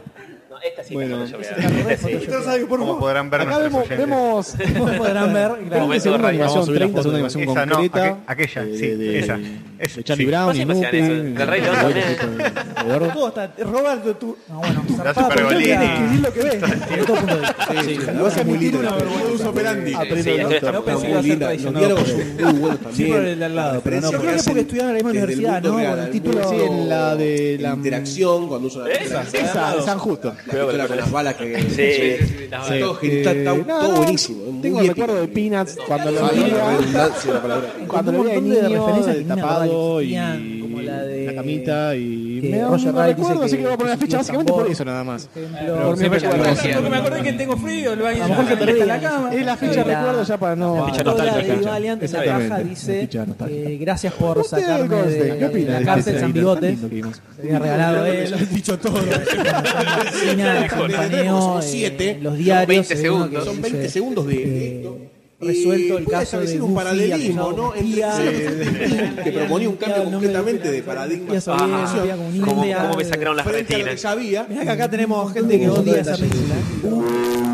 Speaker 4: No, esta sí.
Speaker 17: Bueno.
Speaker 4: esta
Speaker 2: Eso
Speaker 4: ya me-
Speaker 2: está re
Speaker 4: esta sí.
Speaker 17: Ustedes saben, por
Speaker 7: Como
Speaker 17: favor.
Speaker 7: podrán ver
Speaker 17: Acá
Speaker 7: nuestros
Speaker 17: vemos,
Speaker 7: oyentes.
Speaker 17: vemos
Speaker 2: Como podrán ver,
Speaker 4: Momento de
Speaker 17: 20 segundos de
Speaker 4: radio.
Speaker 17: animación,
Speaker 24: Vamos a subir la
Speaker 17: 30
Speaker 24: foto
Speaker 17: segundos de animación
Speaker 7: Esa no,
Speaker 17: concreta.
Speaker 7: aqu- aquella,
Speaker 17: eh,
Speaker 7: sí,
Speaker 17: de-
Speaker 7: esa,
Speaker 17: de
Speaker 7: esa,
Speaker 17: Charlie
Speaker 7: sí.
Speaker 17: Brown,
Speaker 4: Siempre hacían
Speaker 17: Inútil,
Speaker 4: eso, del
Speaker 17: <laughs>
Speaker 4: Rey León
Speaker 17: el
Speaker 4: también.
Speaker 17: chico, el gordo.
Speaker 2: todo está. Roberto, tú. No, Ah, bueno, zarpado.
Speaker 7: Super
Speaker 2: porque hay que
Speaker 7: Golini.
Speaker 2: describir lo que ves. Desde todo punto de vista.
Speaker 9: Vas a admitir una vergüenza operandi.
Speaker 17: Aprendo
Speaker 4: Sí,
Speaker 17: el
Speaker 4: esto está-
Speaker 17: doctor.
Speaker 6: pensé que iba a
Speaker 9: Muy
Speaker 6: ser
Speaker 9: linda.
Speaker 6: tradicional.
Speaker 9: Los diálogos son muy buenos
Speaker 6: Sí, por
Speaker 9: también.
Speaker 6: el de al lado, pero no.
Speaker 2: Yo creo que porque estudiaron en la misma
Speaker 9: Desde el
Speaker 2: universidad,
Speaker 9: mundo
Speaker 2: ¿no?
Speaker 9: real
Speaker 2: Con el
Speaker 9: al
Speaker 2: título.
Speaker 17: Sí, en la de la
Speaker 9: Interacción, cuando usa la pistola.
Speaker 17: Esa, de San Justo.
Speaker 9: La pistola con las balas que.
Speaker 4: Sí, las
Speaker 9: Sí. Todo,
Speaker 17: Eh,
Speaker 9: está, está-
Speaker 17: no,
Speaker 9: todo
Speaker 17: no,
Speaker 9: buenísimo. es muy
Speaker 17: Tengo el
Speaker 9: épico.
Speaker 17: recuerdo de Peanuts cuando lo
Speaker 9: Ah,
Speaker 17: vi.
Speaker 9: la redundancia de la palabra.
Speaker 17: Cuando lo vi de
Speaker 2: Un montón de
Speaker 17: niño,
Speaker 2: referencias
Speaker 17: de
Speaker 2: que ni me
Speaker 17: tapado
Speaker 2: acordaba que
Speaker 17: y
Speaker 2: existían, como la de-
Speaker 17: la camita y
Speaker 2: que
Speaker 17: me da un
Speaker 2: Roger Rabbit
Speaker 17: recuerdo,
Speaker 2: dice
Speaker 17: así que
Speaker 2: que-
Speaker 17: voy a poner
Speaker 2: que
Speaker 17: la fecha
Speaker 2: existía
Speaker 17: básicamente por
Speaker 2: tambor.
Speaker 17: eso nada más.
Speaker 2: Ejemplo,
Speaker 17: me recuerdo.
Speaker 6: Porque me acordé que tengo frío, el baño.
Speaker 2: A lo mejor se te
Speaker 6: está en la
Speaker 2: olvida.
Speaker 6: cama.
Speaker 17: Es la fecha
Speaker 2: La-
Speaker 17: recuerdo ya para no...
Speaker 2: La doctora de Iván Aliante en la
Speaker 17: Exactamente,
Speaker 2: caja
Speaker 17: la
Speaker 2: dice
Speaker 17: ficha nostálgica.
Speaker 2: eh, gracias por
Speaker 17: Usted,
Speaker 2: sacarme
Speaker 17: Goldstein, ¿qué
Speaker 2: de,
Speaker 17: opina de
Speaker 2: la
Speaker 17: este
Speaker 2: cárcel
Speaker 17: trailer
Speaker 2: San
Speaker 17: tan
Speaker 2: Bigotes.
Speaker 17: lindo que vimos?
Speaker 2: Se había regalado él.
Speaker 9: <laughs> Lo he dicho
Speaker 2: <laughs>
Speaker 9: todo.
Speaker 2: China, el
Speaker 9: Tenemos
Speaker 2: campaneo,
Speaker 9: como
Speaker 2: eh,
Speaker 9: siete,
Speaker 2: los diarios.
Speaker 3: 20
Speaker 2: hay uno
Speaker 3: segundos.
Speaker 2: que
Speaker 9: Son
Speaker 2: dice,
Speaker 9: 20 segundos de.
Speaker 2: eh,
Speaker 9: de-
Speaker 2: resuelto
Speaker 9: eh,
Speaker 2: el caso
Speaker 9: puede
Speaker 2: de
Speaker 9: establecer un
Speaker 2: Goofy,
Speaker 9: paralelismo,
Speaker 2: acusado
Speaker 9: ¿no?
Speaker 2: de
Speaker 9: Entre-
Speaker 2: espía,
Speaker 9: que proponía un cambio
Speaker 2: el nombre de-
Speaker 9: completamente de paradigma.
Speaker 2: espía soviética,
Speaker 4: Ajá.
Speaker 2: espía comunista.
Speaker 4: ¿Cómo, ¿Cómo me sacaron las
Speaker 9: Frente a lo que
Speaker 4: retinas?
Speaker 9: ya había.
Speaker 2: Mirá que acá tenemos gente que
Speaker 17: Uh,
Speaker 2: odia esa
Speaker 17: detalles.
Speaker 2: película.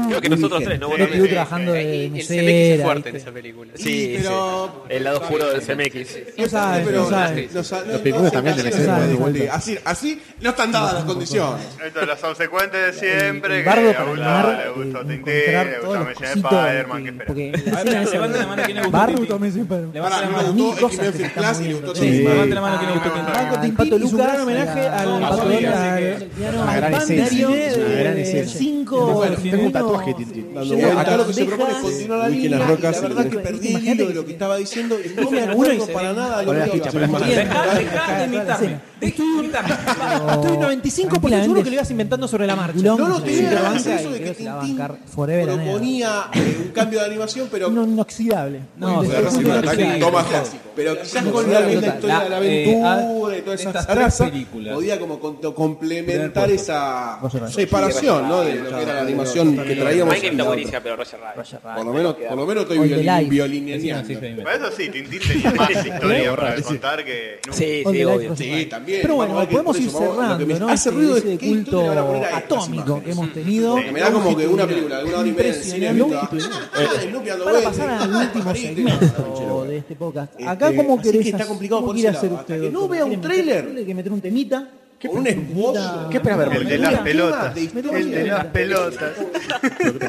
Speaker 4: Creo que nosotros tres, ¿no? Vos
Speaker 2: Yo
Speaker 4: también.
Speaker 2: trabajando de
Speaker 3: El CMX es
Speaker 2: mesera.
Speaker 3: fuerte en
Speaker 2: ¿viste?
Speaker 3: esa película.
Speaker 4: Sí, sí.
Speaker 9: Pero.
Speaker 4: El lado oscuro del CMX.
Speaker 2: No sabes, no sabes.
Speaker 9: Los,
Speaker 17: pingüinos también deben ser
Speaker 2: de
Speaker 9: de Así, así no están dadas las condiciones.
Speaker 7: Esto es lo subsecuente de siempre.
Speaker 2: El bardo
Speaker 7: que a
Speaker 2: para
Speaker 7: Gustavo
Speaker 2: ganar,
Speaker 7: le gusta
Speaker 2: eh,
Speaker 7: Tintín,
Speaker 2: encontrar
Speaker 7: le
Speaker 2: todos
Speaker 7: gusta
Speaker 2: los
Speaker 7: Messi de
Speaker 2: cositos,
Speaker 7: Spider-Man,
Speaker 2: que-
Speaker 7: que espera.
Speaker 2: porque la escena esa-
Speaker 6: Levanta la mano que no gustó
Speaker 2: Bardo
Speaker 6: Tintín.
Speaker 2: también siempre. Levanta
Speaker 9: Para,
Speaker 6: la
Speaker 9: no
Speaker 6: mano.
Speaker 9: me
Speaker 2: mil
Speaker 9: gustó
Speaker 2: cosas
Speaker 9: X-Men
Speaker 2: que
Speaker 9: First
Speaker 2: están
Speaker 9: Class y
Speaker 2: muy
Speaker 9: le gustó
Speaker 2: bien.
Speaker 9: Tintín.
Speaker 6: Sí,
Speaker 17: Sí.
Speaker 6: levanta la mano que no gustó Tintín.
Speaker 2: Paco
Speaker 9: Al
Speaker 2: Timpito
Speaker 9: Pato
Speaker 2: Lucas,
Speaker 9: Lucas,
Speaker 2: un gran homenaje
Speaker 9: a-
Speaker 2: al
Speaker 9: a
Speaker 2: Pato
Speaker 9: Familia,
Speaker 2: Lucas,
Speaker 9: así que-
Speaker 2: el piano,
Speaker 17: Una gran
Speaker 2: al
Speaker 17: escena,
Speaker 2: Pandario
Speaker 17: es una
Speaker 2: de
Speaker 17: gran escena.
Speaker 2: Cinco,
Speaker 9: Bueno,
Speaker 17: tengo un tatuaje, Tintín.
Speaker 9: Dando vueltas. Acá lo que se propone es
Speaker 2: bandejas.
Speaker 9: continuar la
Speaker 17: Uy, que
Speaker 9: línea.
Speaker 17: las
Speaker 9: y
Speaker 17: rocas-
Speaker 9: la verdad que
Speaker 2: Imagínate
Speaker 9: perdí el hilo
Speaker 2: que
Speaker 9: de lo
Speaker 2: se-
Speaker 9: que estaba diciendo y no me
Speaker 2: Ponen uno y
Speaker 9: acuerdo
Speaker 2: se
Speaker 9: para
Speaker 2: ven.
Speaker 9: nada de lo
Speaker 17: Ponen
Speaker 9: que
Speaker 17: la
Speaker 9: iba.
Speaker 17: ficha, ponen la
Speaker 2: Bien.
Speaker 17: ficha.
Speaker 6: Dejá, dejá de
Speaker 2: Toda la
Speaker 6: imitarme.
Speaker 2: escena.
Speaker 6: Dejá de imitarme.
Speaker 2: Estoy 95% que lo ibas inventando sobre la marcha. No,
Speaker 9: No, no, tenía
Speaker 2: la
Speaker 9: que
Speaker 2: banca
Speaker 9: hacer eso de
Speaker 2: y creo
Speaker 9: que
Speaker 2: que se la va a
Speaker 9: Tintín
Speaker 2: bancar forever and ever.
Speaker 9: proponía eh, un cambio de animación, pero
Speaker 2: Un inoxidable.
Speaker 6: No,
Speaker 2: Un
Speaker 6: puede recibir un
Speaker 2: inoxidable.
Speaker 6: ataque.
Speaker 9: Toma clásico. Pero quizás con la, la historia de la
Speaker 2: eh,
Speaker 9: aventura y toda esa zaraza, podía como con- complementar esa separación, ¿no? De lo que era la animación que traíamos. y
Speaker 4: Minecraft
Speaker 9: la
Speaker 4: está
Speaker 9: otra.
Speaker 4: buenísima, pero Roger Rabbit.
Speaker 9: Por lo menos, por lo menos estoy
Speaker 2: All the
Speaker 9: violin,
Speaker 2: life.
Speaker 9: violineando.
Speaker 7: Para eso sí, Tintín tenía más historia para contar que nunca.
Speaker 4: Sí,
Speaker 2: On
Speaker 4: sí,
Speaker 2: the
Speaker 4: obvio.
Speaker 2: life,
Speaker 9: Sí, también.
Speaker 2: Pero
Speaker 9: Vamos a
Speaker 2: bueno,
Speaker 9: ver que
Speaker 2: podemos
Speaker 9: por
Speaker 2: ir
Speaker 9: eso, vamos- lo que
Speaker 2: cerrando,
Speaker 9: me
Speaker 2: ¿no?
Speaker 9: Hace ruido
Speaker 2: Ese
Speaker 9: de ¿qué
Speaker 2: culto
Speaker 9: historia le van a poner a estas
Speaker 2: atómico que
Speaker 9: imágenes?
Speaker 2: hemos tenido.
Speaker 9: Sí, me da como que una película, una hora y media de cine,
Speaker 2: Impresionante.
Speaker 9: ¿viste? Ah, el núcleo
Speaker 2: Para
Speaker 9: noventa,
Speaker 2: pasar al
Speaker 9: ah,
Speaker 2: último
Speaker 9: Marito.
Speaker 2: segmento de este podcast. Acá,
Speaker 9: Este,
Speaker 2: ¿cómo
Speaker 9: así
Speaker 2: querés
Speaker 9: que está
Speaker 2: hacer-
Speaker 9: complicado
Speaker 2: cómo
Speaker 9: por
Speaker 2: quiere
Speaker 9: ese
Speaker 2: hacer
Speaker 9: lado. Hasta
Speaker 2: usted,
Speaker 9: que no
Speaker 2: doctor?
Speaker 9: vea un
Speaker 2: ¿Quiere meter-
Speaker 9: tráiler?
Speaker 2: ¿Quiere que meter un temita?
Speaker 9: Con un esbozo.
Speaker 17: ¿Qué esperas ver?
Speaker 7: El de las pelotas. El de las pelotas.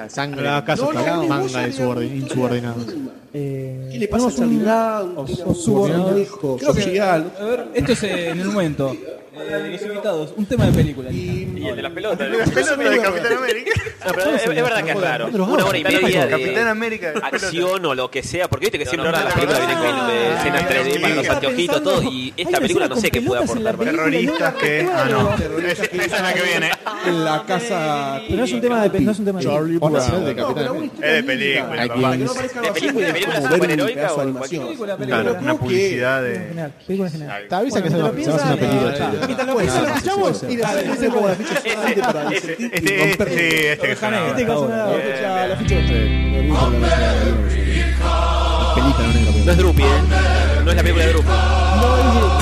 Speaker 17: Sangre, acaso,
Speaker 9: No, no, no,
Speaker 17: manga
Speaker 9: no,
Speaker 17: de
Speaker 9: no,
Speaker 17: subordin- insubordinados.
Speaker 2: Eh,
Speaker 9: ¿Qué le pasa a Charlie Brown? ¿Qué
Speaker 2: o subordinado.
Speaker 9: Creo que-
Speaker 6: A ver, esto es eh, en el momento. Eh, los invitados, un tema de película. Lisa.
Speaker 4: Y el de las pelotas.
Speaker 7: Las pelotas de Capitán América.
Speaker 4: No, pero es, es verdad que es raro. Una hora y media
Speaker 7: Capitán
Speaker 4: de
Speaker 7: América. de las pelotas.
Speaker 4: acción o lo que sea, porque viste que siempre ahora
Speaker 7: no,
Speaker 4: las
Speaker 7: no,
Speaker 4: películas
Speaker 7: no,
Speaker 4: vienen con
Speaker 7: no,
Speaker 4: eh,
Speaker 7: no,
Speaker 4: escenas
Speaker 7: no,
Speaker 4: 3D para
Speaker 7: no,
Speaker 4: los
Speaker 7: no,
Speaker 4: anteojitos, todo, y esta película no sé qué puede aportar. para-
Speaker 7: Terroristas que. Ah, no. Es- Esa es la que viene. ¿eh?
Speaker 9: En la casa.
Speaker 2: Pero no es un tema de no es un tema de
Speaker 17: Charlie Brown.
Speaker 9: No,
Speaker 17: de Capitán
Speaker 9: pero una
Speaker 17: América.
Speaker 9: historia
Speaker 7: Es
Speaker 9: linda.
Speaker 7: de película,
Speaker 17: Aquí
Speaker 7: papá.
Speaker 9: Que no aparezca
Speaker 4: De película, de
Speaker 9: película superheroica o animación.
Speaker 7: Claro, una publicidad de.
Speaker 2: Película en general.
Speaker 17: Te avisa que se va a hacer una
Speaker 2: Ah,
Speaker 17: película.
Speaker 9: Mientras lo escuchamos y después se pongo la ficha solamente para
Speaker 7: Este, este, este, este que suena.
Speaker 2: Este caso nada, la ficha- la ficha.
Speaker 17: Película negra.
Speaker 4: No es Drupi, ¿eh? No es la película de Drupi.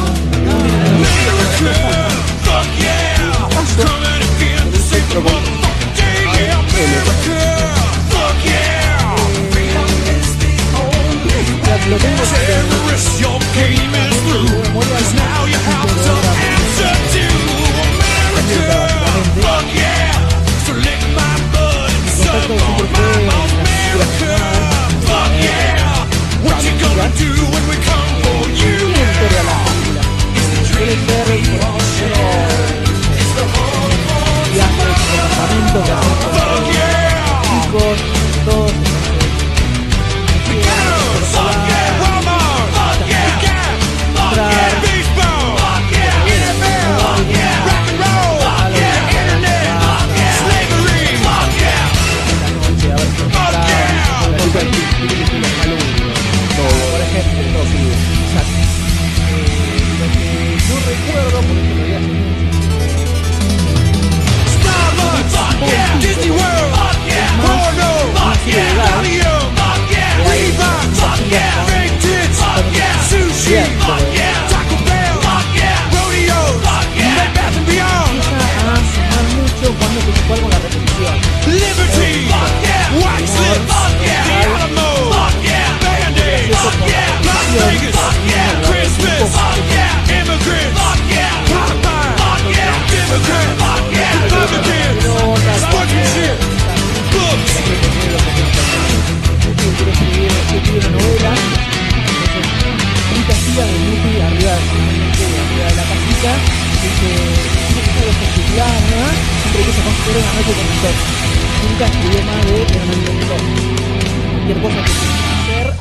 Speaker 2: ah,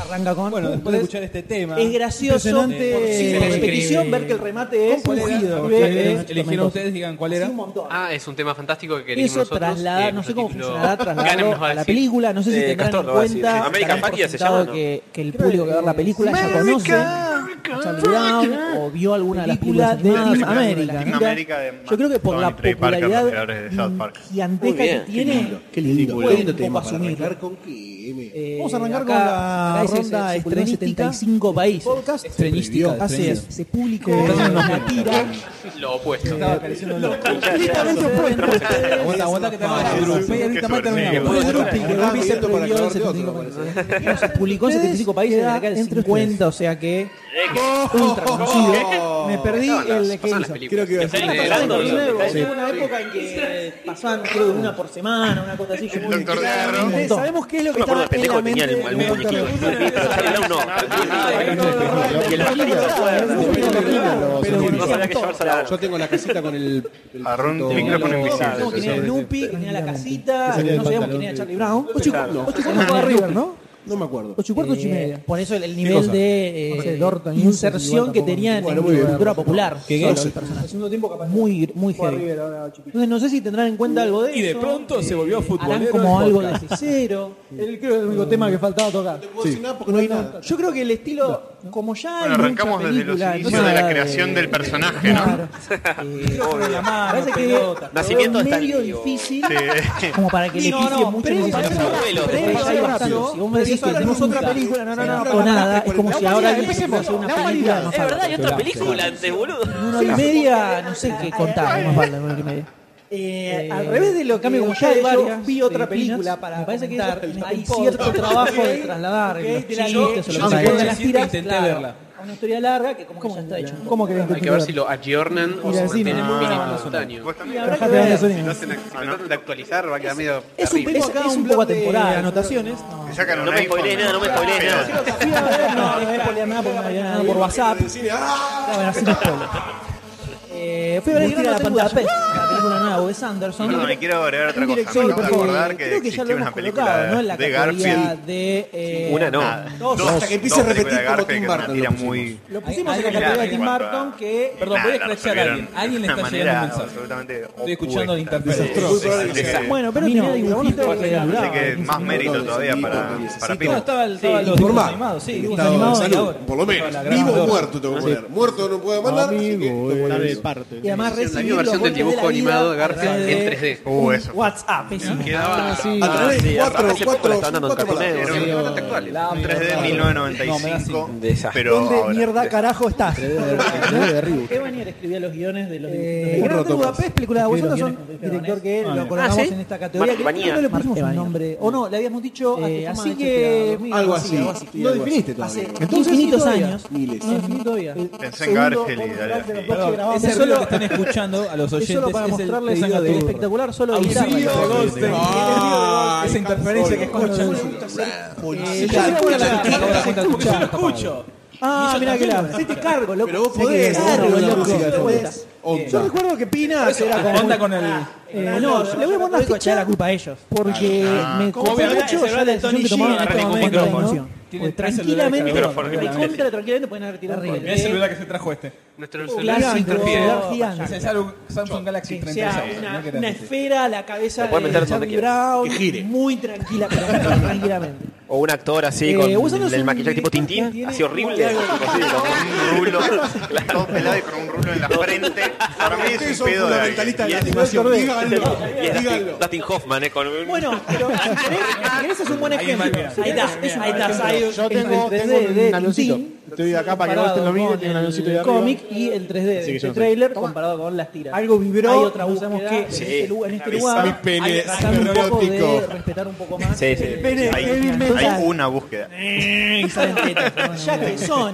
Speaker 2: Arranca con.
Speaker 6: Bueno, después de escuchar este tema.
Speaker 2: Es gracioso,
Speaker 6: Impresionante.
Speaker 2: eh, por la repetición, ver que el remate es
Speaker 6: ¿Cuál era?
Speaker 2: ungido.
Speaker 6: Porque
Speaker 2: Eh, eh,
Speaker 6: Eligieron ustedes, digan cuál era.
Speaker 2: Sí, un montón.
Speaker 3: Ah, es un tema fantástico que queremos
Speaker 2: Eso
Speaker 3: nosotros.
Speaker 2: traslada,
Speaker 3: eh,
Speaker 2: no sé cómo
Speaker 3: lo-
Speaker 2: funcionará
Speaker 3: Ganem nos
Speaker 2: trasladarlo
Speaker 3: va
Speaker 2: a la película, no sé si
Speaker 4: Eh,
Speaker 2: tendrán
Speaker 4: Castor
Speaker 2: en
Speaker 4: lo va a decir, sí.
Speaker 2: cuenta
Speaker 4: American
Speaker 2: darán por
Speaker 4: Pie se
Speaker 2: sentado
Speaker 4: llama, ¿no?
Speaker 2: que, que el público que va a ver la película ya conoce a Charlie Brown o vio alguna de las películas de Team America.
Speaker 7: Team
Speaker 2: ¿no?
Speaker 7: América de
Speaker 2: Yo creo que por la
Speaker 7: Tony Trey Parker, los
Speaker 2: popularidad
Speaker 7: creadores de South Park.
Speaker 2: giganteca
Speaker 4: Muy
Speaker 2: que
Speaker 4: bien.
Speaker 2: tiene,
Speaker 9: Qué lindo,
Speaker 2: puedo
Speaker 9: qué lindo
Speaker 2: un
Speaker 9: tema
Speaker 2: poco
Speaker 9: para
Speaker 2: asumir.
Speaker 9: arrancar con qué.
Speaker 2: eh,
Speaker 17: Vamos a arrancar
Speaker 2: acá-
Speaker 17: con la
Speaker 2: acá se-
Speaker 17: ronda
Speaker 2: se circuló en
Speaker 17: estrenística.
Speaker 2: 75 países.
Speaker 17: Podcast. Eh,
Speaker 2: Estrenística. Así es, se publicó
Speaker 17: <laughs>
Speaker 2: una tira.
Speaker 3: Lo opuesto.
Speaker 17: Completamente opuesto.
Speaker 6: Aguanta, aguanta que estamos en Drupi. Y ahorita más terminamos.
Speaker 17: Bueno, Drupi, que Drupi se
Speaker 9: Minuto para
Speaker 17: prohibió en
Speaker 9: aclarar de otro,
Speaker 17: 75
Speaker 9: me
Speaker 17: países.
Speaker 2: Se publicó en 75 países,
Speaker 17: Queda
Speaker 2: en acá en
Speaker 17: entre
Speaker 2: 50, o sea que. Ultra conocido. Me perdí el que
Speaker 3: Pasan las
Speaker 2: hizo.
Speaker 3: películas.
Speaker 9: Creo que iba a
Speaker 3: Pasan
Speaker 9: decir-
Speaker 3: las
Speaker 2: Pasando
Speaker 3: películas.
Speaker 2: de nuevo, hubo una época en que eh, pasaban, creo, de una por semana, una cosa así. yo muy-
Speaker 7: Doctor Derro.
Speaker 2: un
Speaker 17: Eh,
Speaker 2: montón.
Speaker 17: Sabemos qué es lo
Speaker 4: Yo
Speaker 17: que
Speaker 4: me acuerdo
Speaker 17: está
Speaker 4: del
Speaker 17: en
Speaker 4: pendejo
Speaker 17: la
Speaker 4: que tenía el
Speaker 17: mente
Speaker 4: algún muñequito.
Speaker 2: <laughs>
Speaker 4: Pero Charlie Brown no. Y el no sabía que llevarse la
Speaker 9: Yo tengo la casita con el. el
Speaker 7: Agarró un
Speaker 9: todo-
Speaker 7: micrófono
Speaker 2: Sabemos
Speaker 7: invisible.
Speaker 2: quién era Snoopy, quién era la casita,
Speaker 17: salió del
Speaker 2: no sabíamos
Speaker 17: pantalón.
Speaker 2: quién era Charlie Brown.
Speaker 9: Ocho y cuarto, no,
Speaker 17: Ocho y cuarto para River, ¿no?
Speaker 9: No me acuerdo.
Speaker 17: Ocho y cuarto, ocho y
Speaker 2: Eh,
Speaker 17: media.
Speaker 2: Por eso el, el
Speaker 17: ¿Qué
Speaker 2: nivel
Speaker 17: cosa?
Speaker 2: de eh,
Speaker 17: No sé, Dorton,
Speaker 2: inserción
Speaker 17: Inserción
Speaker 2: que
Speaker 17: tampoco.
Speaker 2: tenía
Speaker 9: Bueno,
Speaker 2: en
Speaker 9: muy
Speaker 2: la
Speaker 9: bien.
Speaker 2: cultura popular.
Speaker 6: Que
Speaker 2: solo
Speaker 6: gay.
Speaker 2: el personaje. Muy, muy heavy. Entonces no sé si tendrán en cuenta algo de eso. Eh,
Speaker 6: Y de pronto se volvió futbolero
Speaker 2: Harán
Speaker 6: el
Speaker 2: como algo de
Speaker 6: podcast.
Speaker 2: cero.
Speaker 17: <laughs> El- creo que es el único tema que faltaba tocar.
Speaker 9: No puedo decir nada porque no hay nada.
Speaker 2: Yo creo que el estilo, como ya hay
Speaker 7: Bueno, arrancamos
Speaker 2: mucha
Speaker 7: desde los
Speaker 2: película
Speaker 7: inicios de
Speaker 2: animada
Speaker 7: la creación del personaje, ¿no?
Speaker 2: Claro. Eh, parece que
Speaker 4: Nacimiento
Speaker 2: es
Speaker 4: está
Speaker 2: medio
Speaker 4: el lío.
Speaker 2: difícil
Speaker 7: Sí.
Speaker 2: como para que le
Speaker 15: No, no,
Speaker 2: pise mucho
Speaker 15: previo,
Speaker 2: más.
Speaker 15: previo,
Speaker 4: abuelo,
Speaker 2: Previo,
Speaker 4: previo,
Speaker 2: hay
Speaker 9: previo,
Speaker 2: bastante.
Speaker 9: rápido.
Speaker 2: Si vos me decís que
Speaker 9: Previo,
Speaker 2: tenemos
Speaker 9: rápido.
Speaker 2: otra película, no, no, no,
Speaker 9: Sí,
Speaker 2: o nada,
Speaker 9: arrancaste
Speaker 2: es como
Speaker 9: por
Speaker 2: si
Speaker 9: el-
Speaker 2: ahora
Speaker 9: La
Speaker 2: alguien
Speaker 9: humanidad,
Speaker 2: hace una película
Speaker 17: la
Speaker 2: de
Speaker 17: humanidad.
Speaker 2: más
Speaker 4: Es verdad, hay otra
Speaker 17: Claro.
Speaker 4: película antes, boludo.
Speaker 2: Una hora y media, no sé qué contar, más falta una hora y media. Eh, al revés de lo que
Speaker 17: cambio, como
Speaker 2: ya
Speaker 17: ya hay
Speaker 2: yo
Speaker 17: varias
Speaker 2: vi otra
Speaker 17: de
Speaker 2: película
Speaker 17: Peanuts,
Speaker 2: para
Speaker 17: me parece que
Speaker 2: comentar,
Speaker 17: eso es
Speaker 2: hay
Speaker 17: un
Speaker 2: cierto
Speaker 17: podcast.
Speaker 2: trabajo de trasladar
Speaker 17: Ok,
Speaker 2: en los
Speaker 17: de la-
Speaker 2: chistes,
Speaker 17: yo-
Speaker 2: o
Speaker 17: yo
Speaker 2: lo que se
Speaker 17: sé
Speaker 2: cuenta
Speaker 17: que
Speaker 2: en las
Speaker 6: intenté
Speaker 2: tiras,
Speaker 6: verla.
Speaker 2: claro, a una historia larga que como que ya está hecha.
Speaker 17: ¿Cómo que
Speaker 3: Hay que ver si lo ayornan o se
Speaker 17: Y la
Speaker 3: mantienen
Speaker 17: decimos.
Speaker 3: un
Speaker 17: Ah.
Speaker 3: mínimo instantáneo.
Speaker 7: Vos también.
Speaker 2: Habrá que
Speaker 17: Trabajate
Speaker 2: ver.
Speaker 17: varias
Speaker 7: Lo
Speaker 17: orejas.
Speaker 7: hacen ac- tratando de actualizar, va a quedar medio
Speaker 2: Es un
Speaker 7: terrible.
Speaker 2: poco,
Speaker 17: acá
Speaker 2: acá es
Speaker 17: un
Speaker 2: un poco
Speaker 17: blog de
Speaker 2: atemporal.
Speaker 17: anotaciones.
Speaker 7: Te sacan un
Speaker 4: No me
Speaker 7: iPhone,
Speaker 4: spoilees nada, no me spoilees
Speaker 7: pero-
Speaker 4: nada.
Speaker 2: Fui a ver, no, no spoileé nada porque no había nada por <laughs> WhatsApp.
Speaker 9: Decime, ¡ah!
Speaker 2: Ah, bueno, así no spoiler. Eh, fui a ver el gran hotel Budapest, la película nueva de Wes Anderson.
Speaker 7: No, me quiero agregar otra
Speaker 2: en
Speaker 7: cosa.
Speaker 2: dirección,
Speaker 7: Me acabo de
Speaker 2: porque
Speaker 7: acordar que
Speaker 2: creo que ya lo
Speaker 7: existió
Speaker 2: hemos
Speaker 7: una película
Speaker 2: colocado, ¿no? En la
Speaker 7: de
Speaker 2: categoría
Speaker 7: Garfield.
Speaker 2: de... eh,
Speaker 4: Una no.
Speaker 2: Dos.
Speaker 7: Dos,
Speaker 9: Hasta que empiece a
Speaker 7: dos películas
Speaker 9: repetir
Speaker 7: de
Speaker 9: como
Speaker 7: Garfield,
Speaker 9: Tim
Speaker 7: que es una
Speaker 9: Burton
Speaker 7: tira
Speaker 9: lo pusimos.
Speaker 7: muy...
Speaker 2: Lo pusimos
Speaker 7: Hay-
Speaker 2: en la
Speaker 7: hay
Speaker 2: categoría de
Speaker 7: algo
Speaker 2: Tim
Speaker 7: en cuanto
Speaker 2: Burton
Speaker 7: a-
Speaker 2: que...
Speaker 6: Perdón, voy a
Speaker 7: Nada,
Speaker 6: escrachar a
Speaker 7: resolvieron
Speaker 6: alguien. Alguien le
Speaker 7: de una
Speaker 6: está llegando un
Speaker 7: manera
Speaker 6: mensaje.
Speaker 7: absolutamente
Speaker 6: Estoy escuchando
Speaker 7: opuesta.
Speaker 6: el interfaz.
Speaker 2: Bueno, pero
Speaker 9: Mira,
Speaker 2: tenía
Speaker 9: bueno,
Speaker 2: dibujitos que
Speaker 9: bueno,
Speaker 7: Así
Speaker 2: duraban.
Speaker 7: que más mérito todavía para, para Pino.
Speaker 2: No, estaba el- estaba los
Speaker 9: Por
Speaker 2: dibujos
Speaker 9: más.
Speaker 2: animados, sí, dibujos
Speaker 9: Estado de
Speaker 2: animados y
Speaker 9: salud,
Speaker 2: ahora.
Speaker 9: Por lo menos.
Speaker 2: La gran
Speaker 9: Vivo o
Speaker 2: Madonna.
Speaker 9: muerto tengo que poner. Muerto no puedo mandar. así
Speaker 17: eh".
Speaker 9: que-
Speaker 17: de parte.
Speaker 2: Y además
Speaker 3: Hicieron la
Speaker 2: recibir
Speaker 3: misma
Speaker 2: los
Speaker 3: versión del
Speaker 2: golpes
Speaker 3: dibujo
Speaker 2: la vida
Speaker 3: animado de
Speaker 2: a
Speaker 3: Garfield
Speaker 2: través de
Speaker 3: en 3D.
Speaker 7: Uh, eso.
Speaker 2: un WhatsApp, eso.
Speaker 3: Quedaba
Speaker 17: Sí,
Speaker 9: A través de
Speaker 4: Ah,
Speaker 9: cuatro,
Speaker 4: hace poco
Speaker 9: cuatro,
Speaker 4: la estaban dando en
Speaker 9: cuatro
Speaker 4: Cartoon
Speaker 9: palabras.
Speaker 4: Network.
Speaker 3: Pero bastante actuales.
Speaker 2: La-
Speaker 7: 3D
Speaker 2: la-
Speaker 6: No,
Speaker 7: 1995,
Speaker 4: me da cinco.
Speaker 7: pero
Speaker 2: ¿Dónde
Speaker 7: ahora.
Speaker 2: mierda carajo estás?
Speaker 17: de
Speaker 6: <laughs>
Speaker 17: Reboot.
Speaker 5: Eva Nier escribía los guiones de los
Speaker 2: Eh,
Speaker 5: dibujitos.
Speaker 2: Gran
Speaker 9: roto
Speaker 2: Hotel
Speaker 9: más.
Speaker 2: Budapest, película de Wes Anderson, director que
Speaker 17: Ah,
Speaker 2: lo
Speaker 17: bien.
Speaker 2: colocamos
Speaker 4: Ah, ¿sí?
Speaker 2: en esta categoría.
Speaker 4: Mark
Speaker 2: que creo que no le pusimos
Speaker 5: Ivanía.
Speaker 2: un nombre, o no, le habíamos dicho
Speaker 5: Eh,
Speaker 2: antes,
Speaker 5: así
Speaker 2: Tomás,
Speaker 5: que-
Speaker 2: este, cuidado.
Speaker 9: Algo así.
Speaker 17: No definiste todavía.
Speaker 2: Hace
Speaker 17: Entonces,
Speaker 2: infinitos
Speaker 17: todavía.
Speaker 2: años.
Speaker 9: Miles.
Speaker 2: No, infinito día.
Speaker 7: Pensé en Garfield y dale así.
Speaker 6: Perdón, ese ruido que están escuchando a los
Speaker 2: <laughs> Es
Speaker 6: oyentes
Speaker 2: solo para
Speaker 6: es el
Speaker 2: mostrarles
Speaker 6: pedido
Speaker 2: algo
Speaker 6: de
Speaker 2: espectacular, solo de
Speaker 6: Auxilio,
Speaker 2: guitarra.
Speaker 6: de Goldstein.
Speaker 9: Ay,
Speaker 6: Esa interferencia que
Speaker 2: Cuando
Speaker 6: escuchan.
Speaker 2: se-
Speaker 9: Policía.
Speaker 2: yo creo que la-
Speaker 9: Argentina.
Speaker 2: la-
Speaker 6: Porque yo lo escucho.
Speaker 2: Ah, mirá que la. Hacete cargo, loco.
Speaker 9: Pero vos
Speaker 2: Hacete
Speaker 9: podés.
Speaker 2: cargo,
Speaker 9: vos
Speaker 2: loco.
Speaker 9: podés,
Speaker 2: Te
Speaker 9: vos
Speaker 2: podés.
Speaker 9: podés. Onda.
Speaker 2: Yo recuerdo que Pina era como.
Speaker 6: Onda con el.
Speaker 2: Eh, no, le voy a poner una ficha
Speaker 5: la culpa a ellos.
Speaker 2: porque me costó
Speaker 6: obviamente,
Speaker 2: mucho
Speaker 6: se
Speaker 2: ya la
Speaker 6: habla de
Speaker 2: decisión que
Speaker 6: Tony
Speaker 2: tomaron en
Speaker 6: G,
Speaker 2: este
Speaker 6: agarra
Speaker 2: momento.
Speaker 6: ningún
Speaker 2: ¿no?
Speaker 6: micrófono. Tiene
Speaker 2: Porque
Speaker 6: tres celulares
Speaker 2: tranquilamente,
Speaker 6: cada
Speaker 2: recontra, tranquilamente pueden haber tirado
Speaker 6: Mirá el celular
Speaker 2: Reboot.
Speaker 6: que se trajo este.
Speaker 3: Nuestro celular se
Speaker 2: Clásico,
Speaker 3: interfiere.
Speaker 2: celular
Speaker 6: Se
Speaker 2: gigante.
Speaker 6: sale un Samsung Galaxy
Speaker 2: O sea,
Speaker 6: 36.
Speaker 2: una,
Speaker 6: ¿no? Que
Speaker 2: una
Speaker 6: era-
Speaker 2: esfera a la cabeza
Speaker 4: Lo pueden meter
Speaker 2: de
Speaker 4: donde
Speaker 2: Charlie
Speaker 4: quieran.
Speaker 2: Brown,
Speaker 9: Que gire.
Speaker 2: muy tranquila, pero muy tranquilamente.
Speaker 4: O un actor así
Speaker 2: Eh,
Speaker 4: con
Speaker 2: vos sos
Speaker 4: el
Speaker 2: un
Speaker 4: maquillaje tipo
Speaker 2: director que
Speaker 4: Tintín,
Speaker 2: tiene-
Speaker 4: así horrible. tipo así, como-
Speaker 7: Un rulo, todo pelado y con un rulo en la frente. Para mí
Speaker 9: Ustedes
Speaker 7: es un
Speaker 9: son
Speaker 7: pedo de alguien.
Speaker 9: fundamentalistas de la animación. Díganlo.
Speaker 4: Y es Dustin,
Speaker 9: Díganlo.
Speaker 4: Dustin Hoffman, eh, con un...
Speaker 2: Bueno, pero si querés, si querés es un buen ejemplo. Ahí está, es- ahí está. Ahí
Speaker 17: Yo tengo, tengo un avioncito. Estoy acá para que vos te lo mires. Tengo un avioncito de
Speaker 2: el
Speaker 17: arriba.
Speaker 2: cómic y el 3D
Speaker 17: Así que
Speaker 2: de
Speaker 17: yo no sé.
Speaker 2: trailer comparado con las tiras.
Speaker 17: Algo vibró,
Speaker 2: Hay otra
Speaker 17: buscamos
Speaker 2: buscamos que
Speaker 4: Sí.
Speaker 2: en este lugar, en este
Speaker 4: Avisa
Speaker 2: lugar
Speaker 9: mi pene
Speaker 2: hay que sacar un poco
Speaker 9: erótico.
Speaker 2: de respetar un poco más.
Speaker 4: Sí, sí.
Speaker 2: eh,
Speaker 4: Pene
Speaker 2: la
Speaker 7: Hay,
Speaker 2: dignidad.
Speaker 7: hay
Speaker 2: Entonces,
Speaker 7: una búsqueda.
Speaker 2: Y salen tetas. Ya que Sony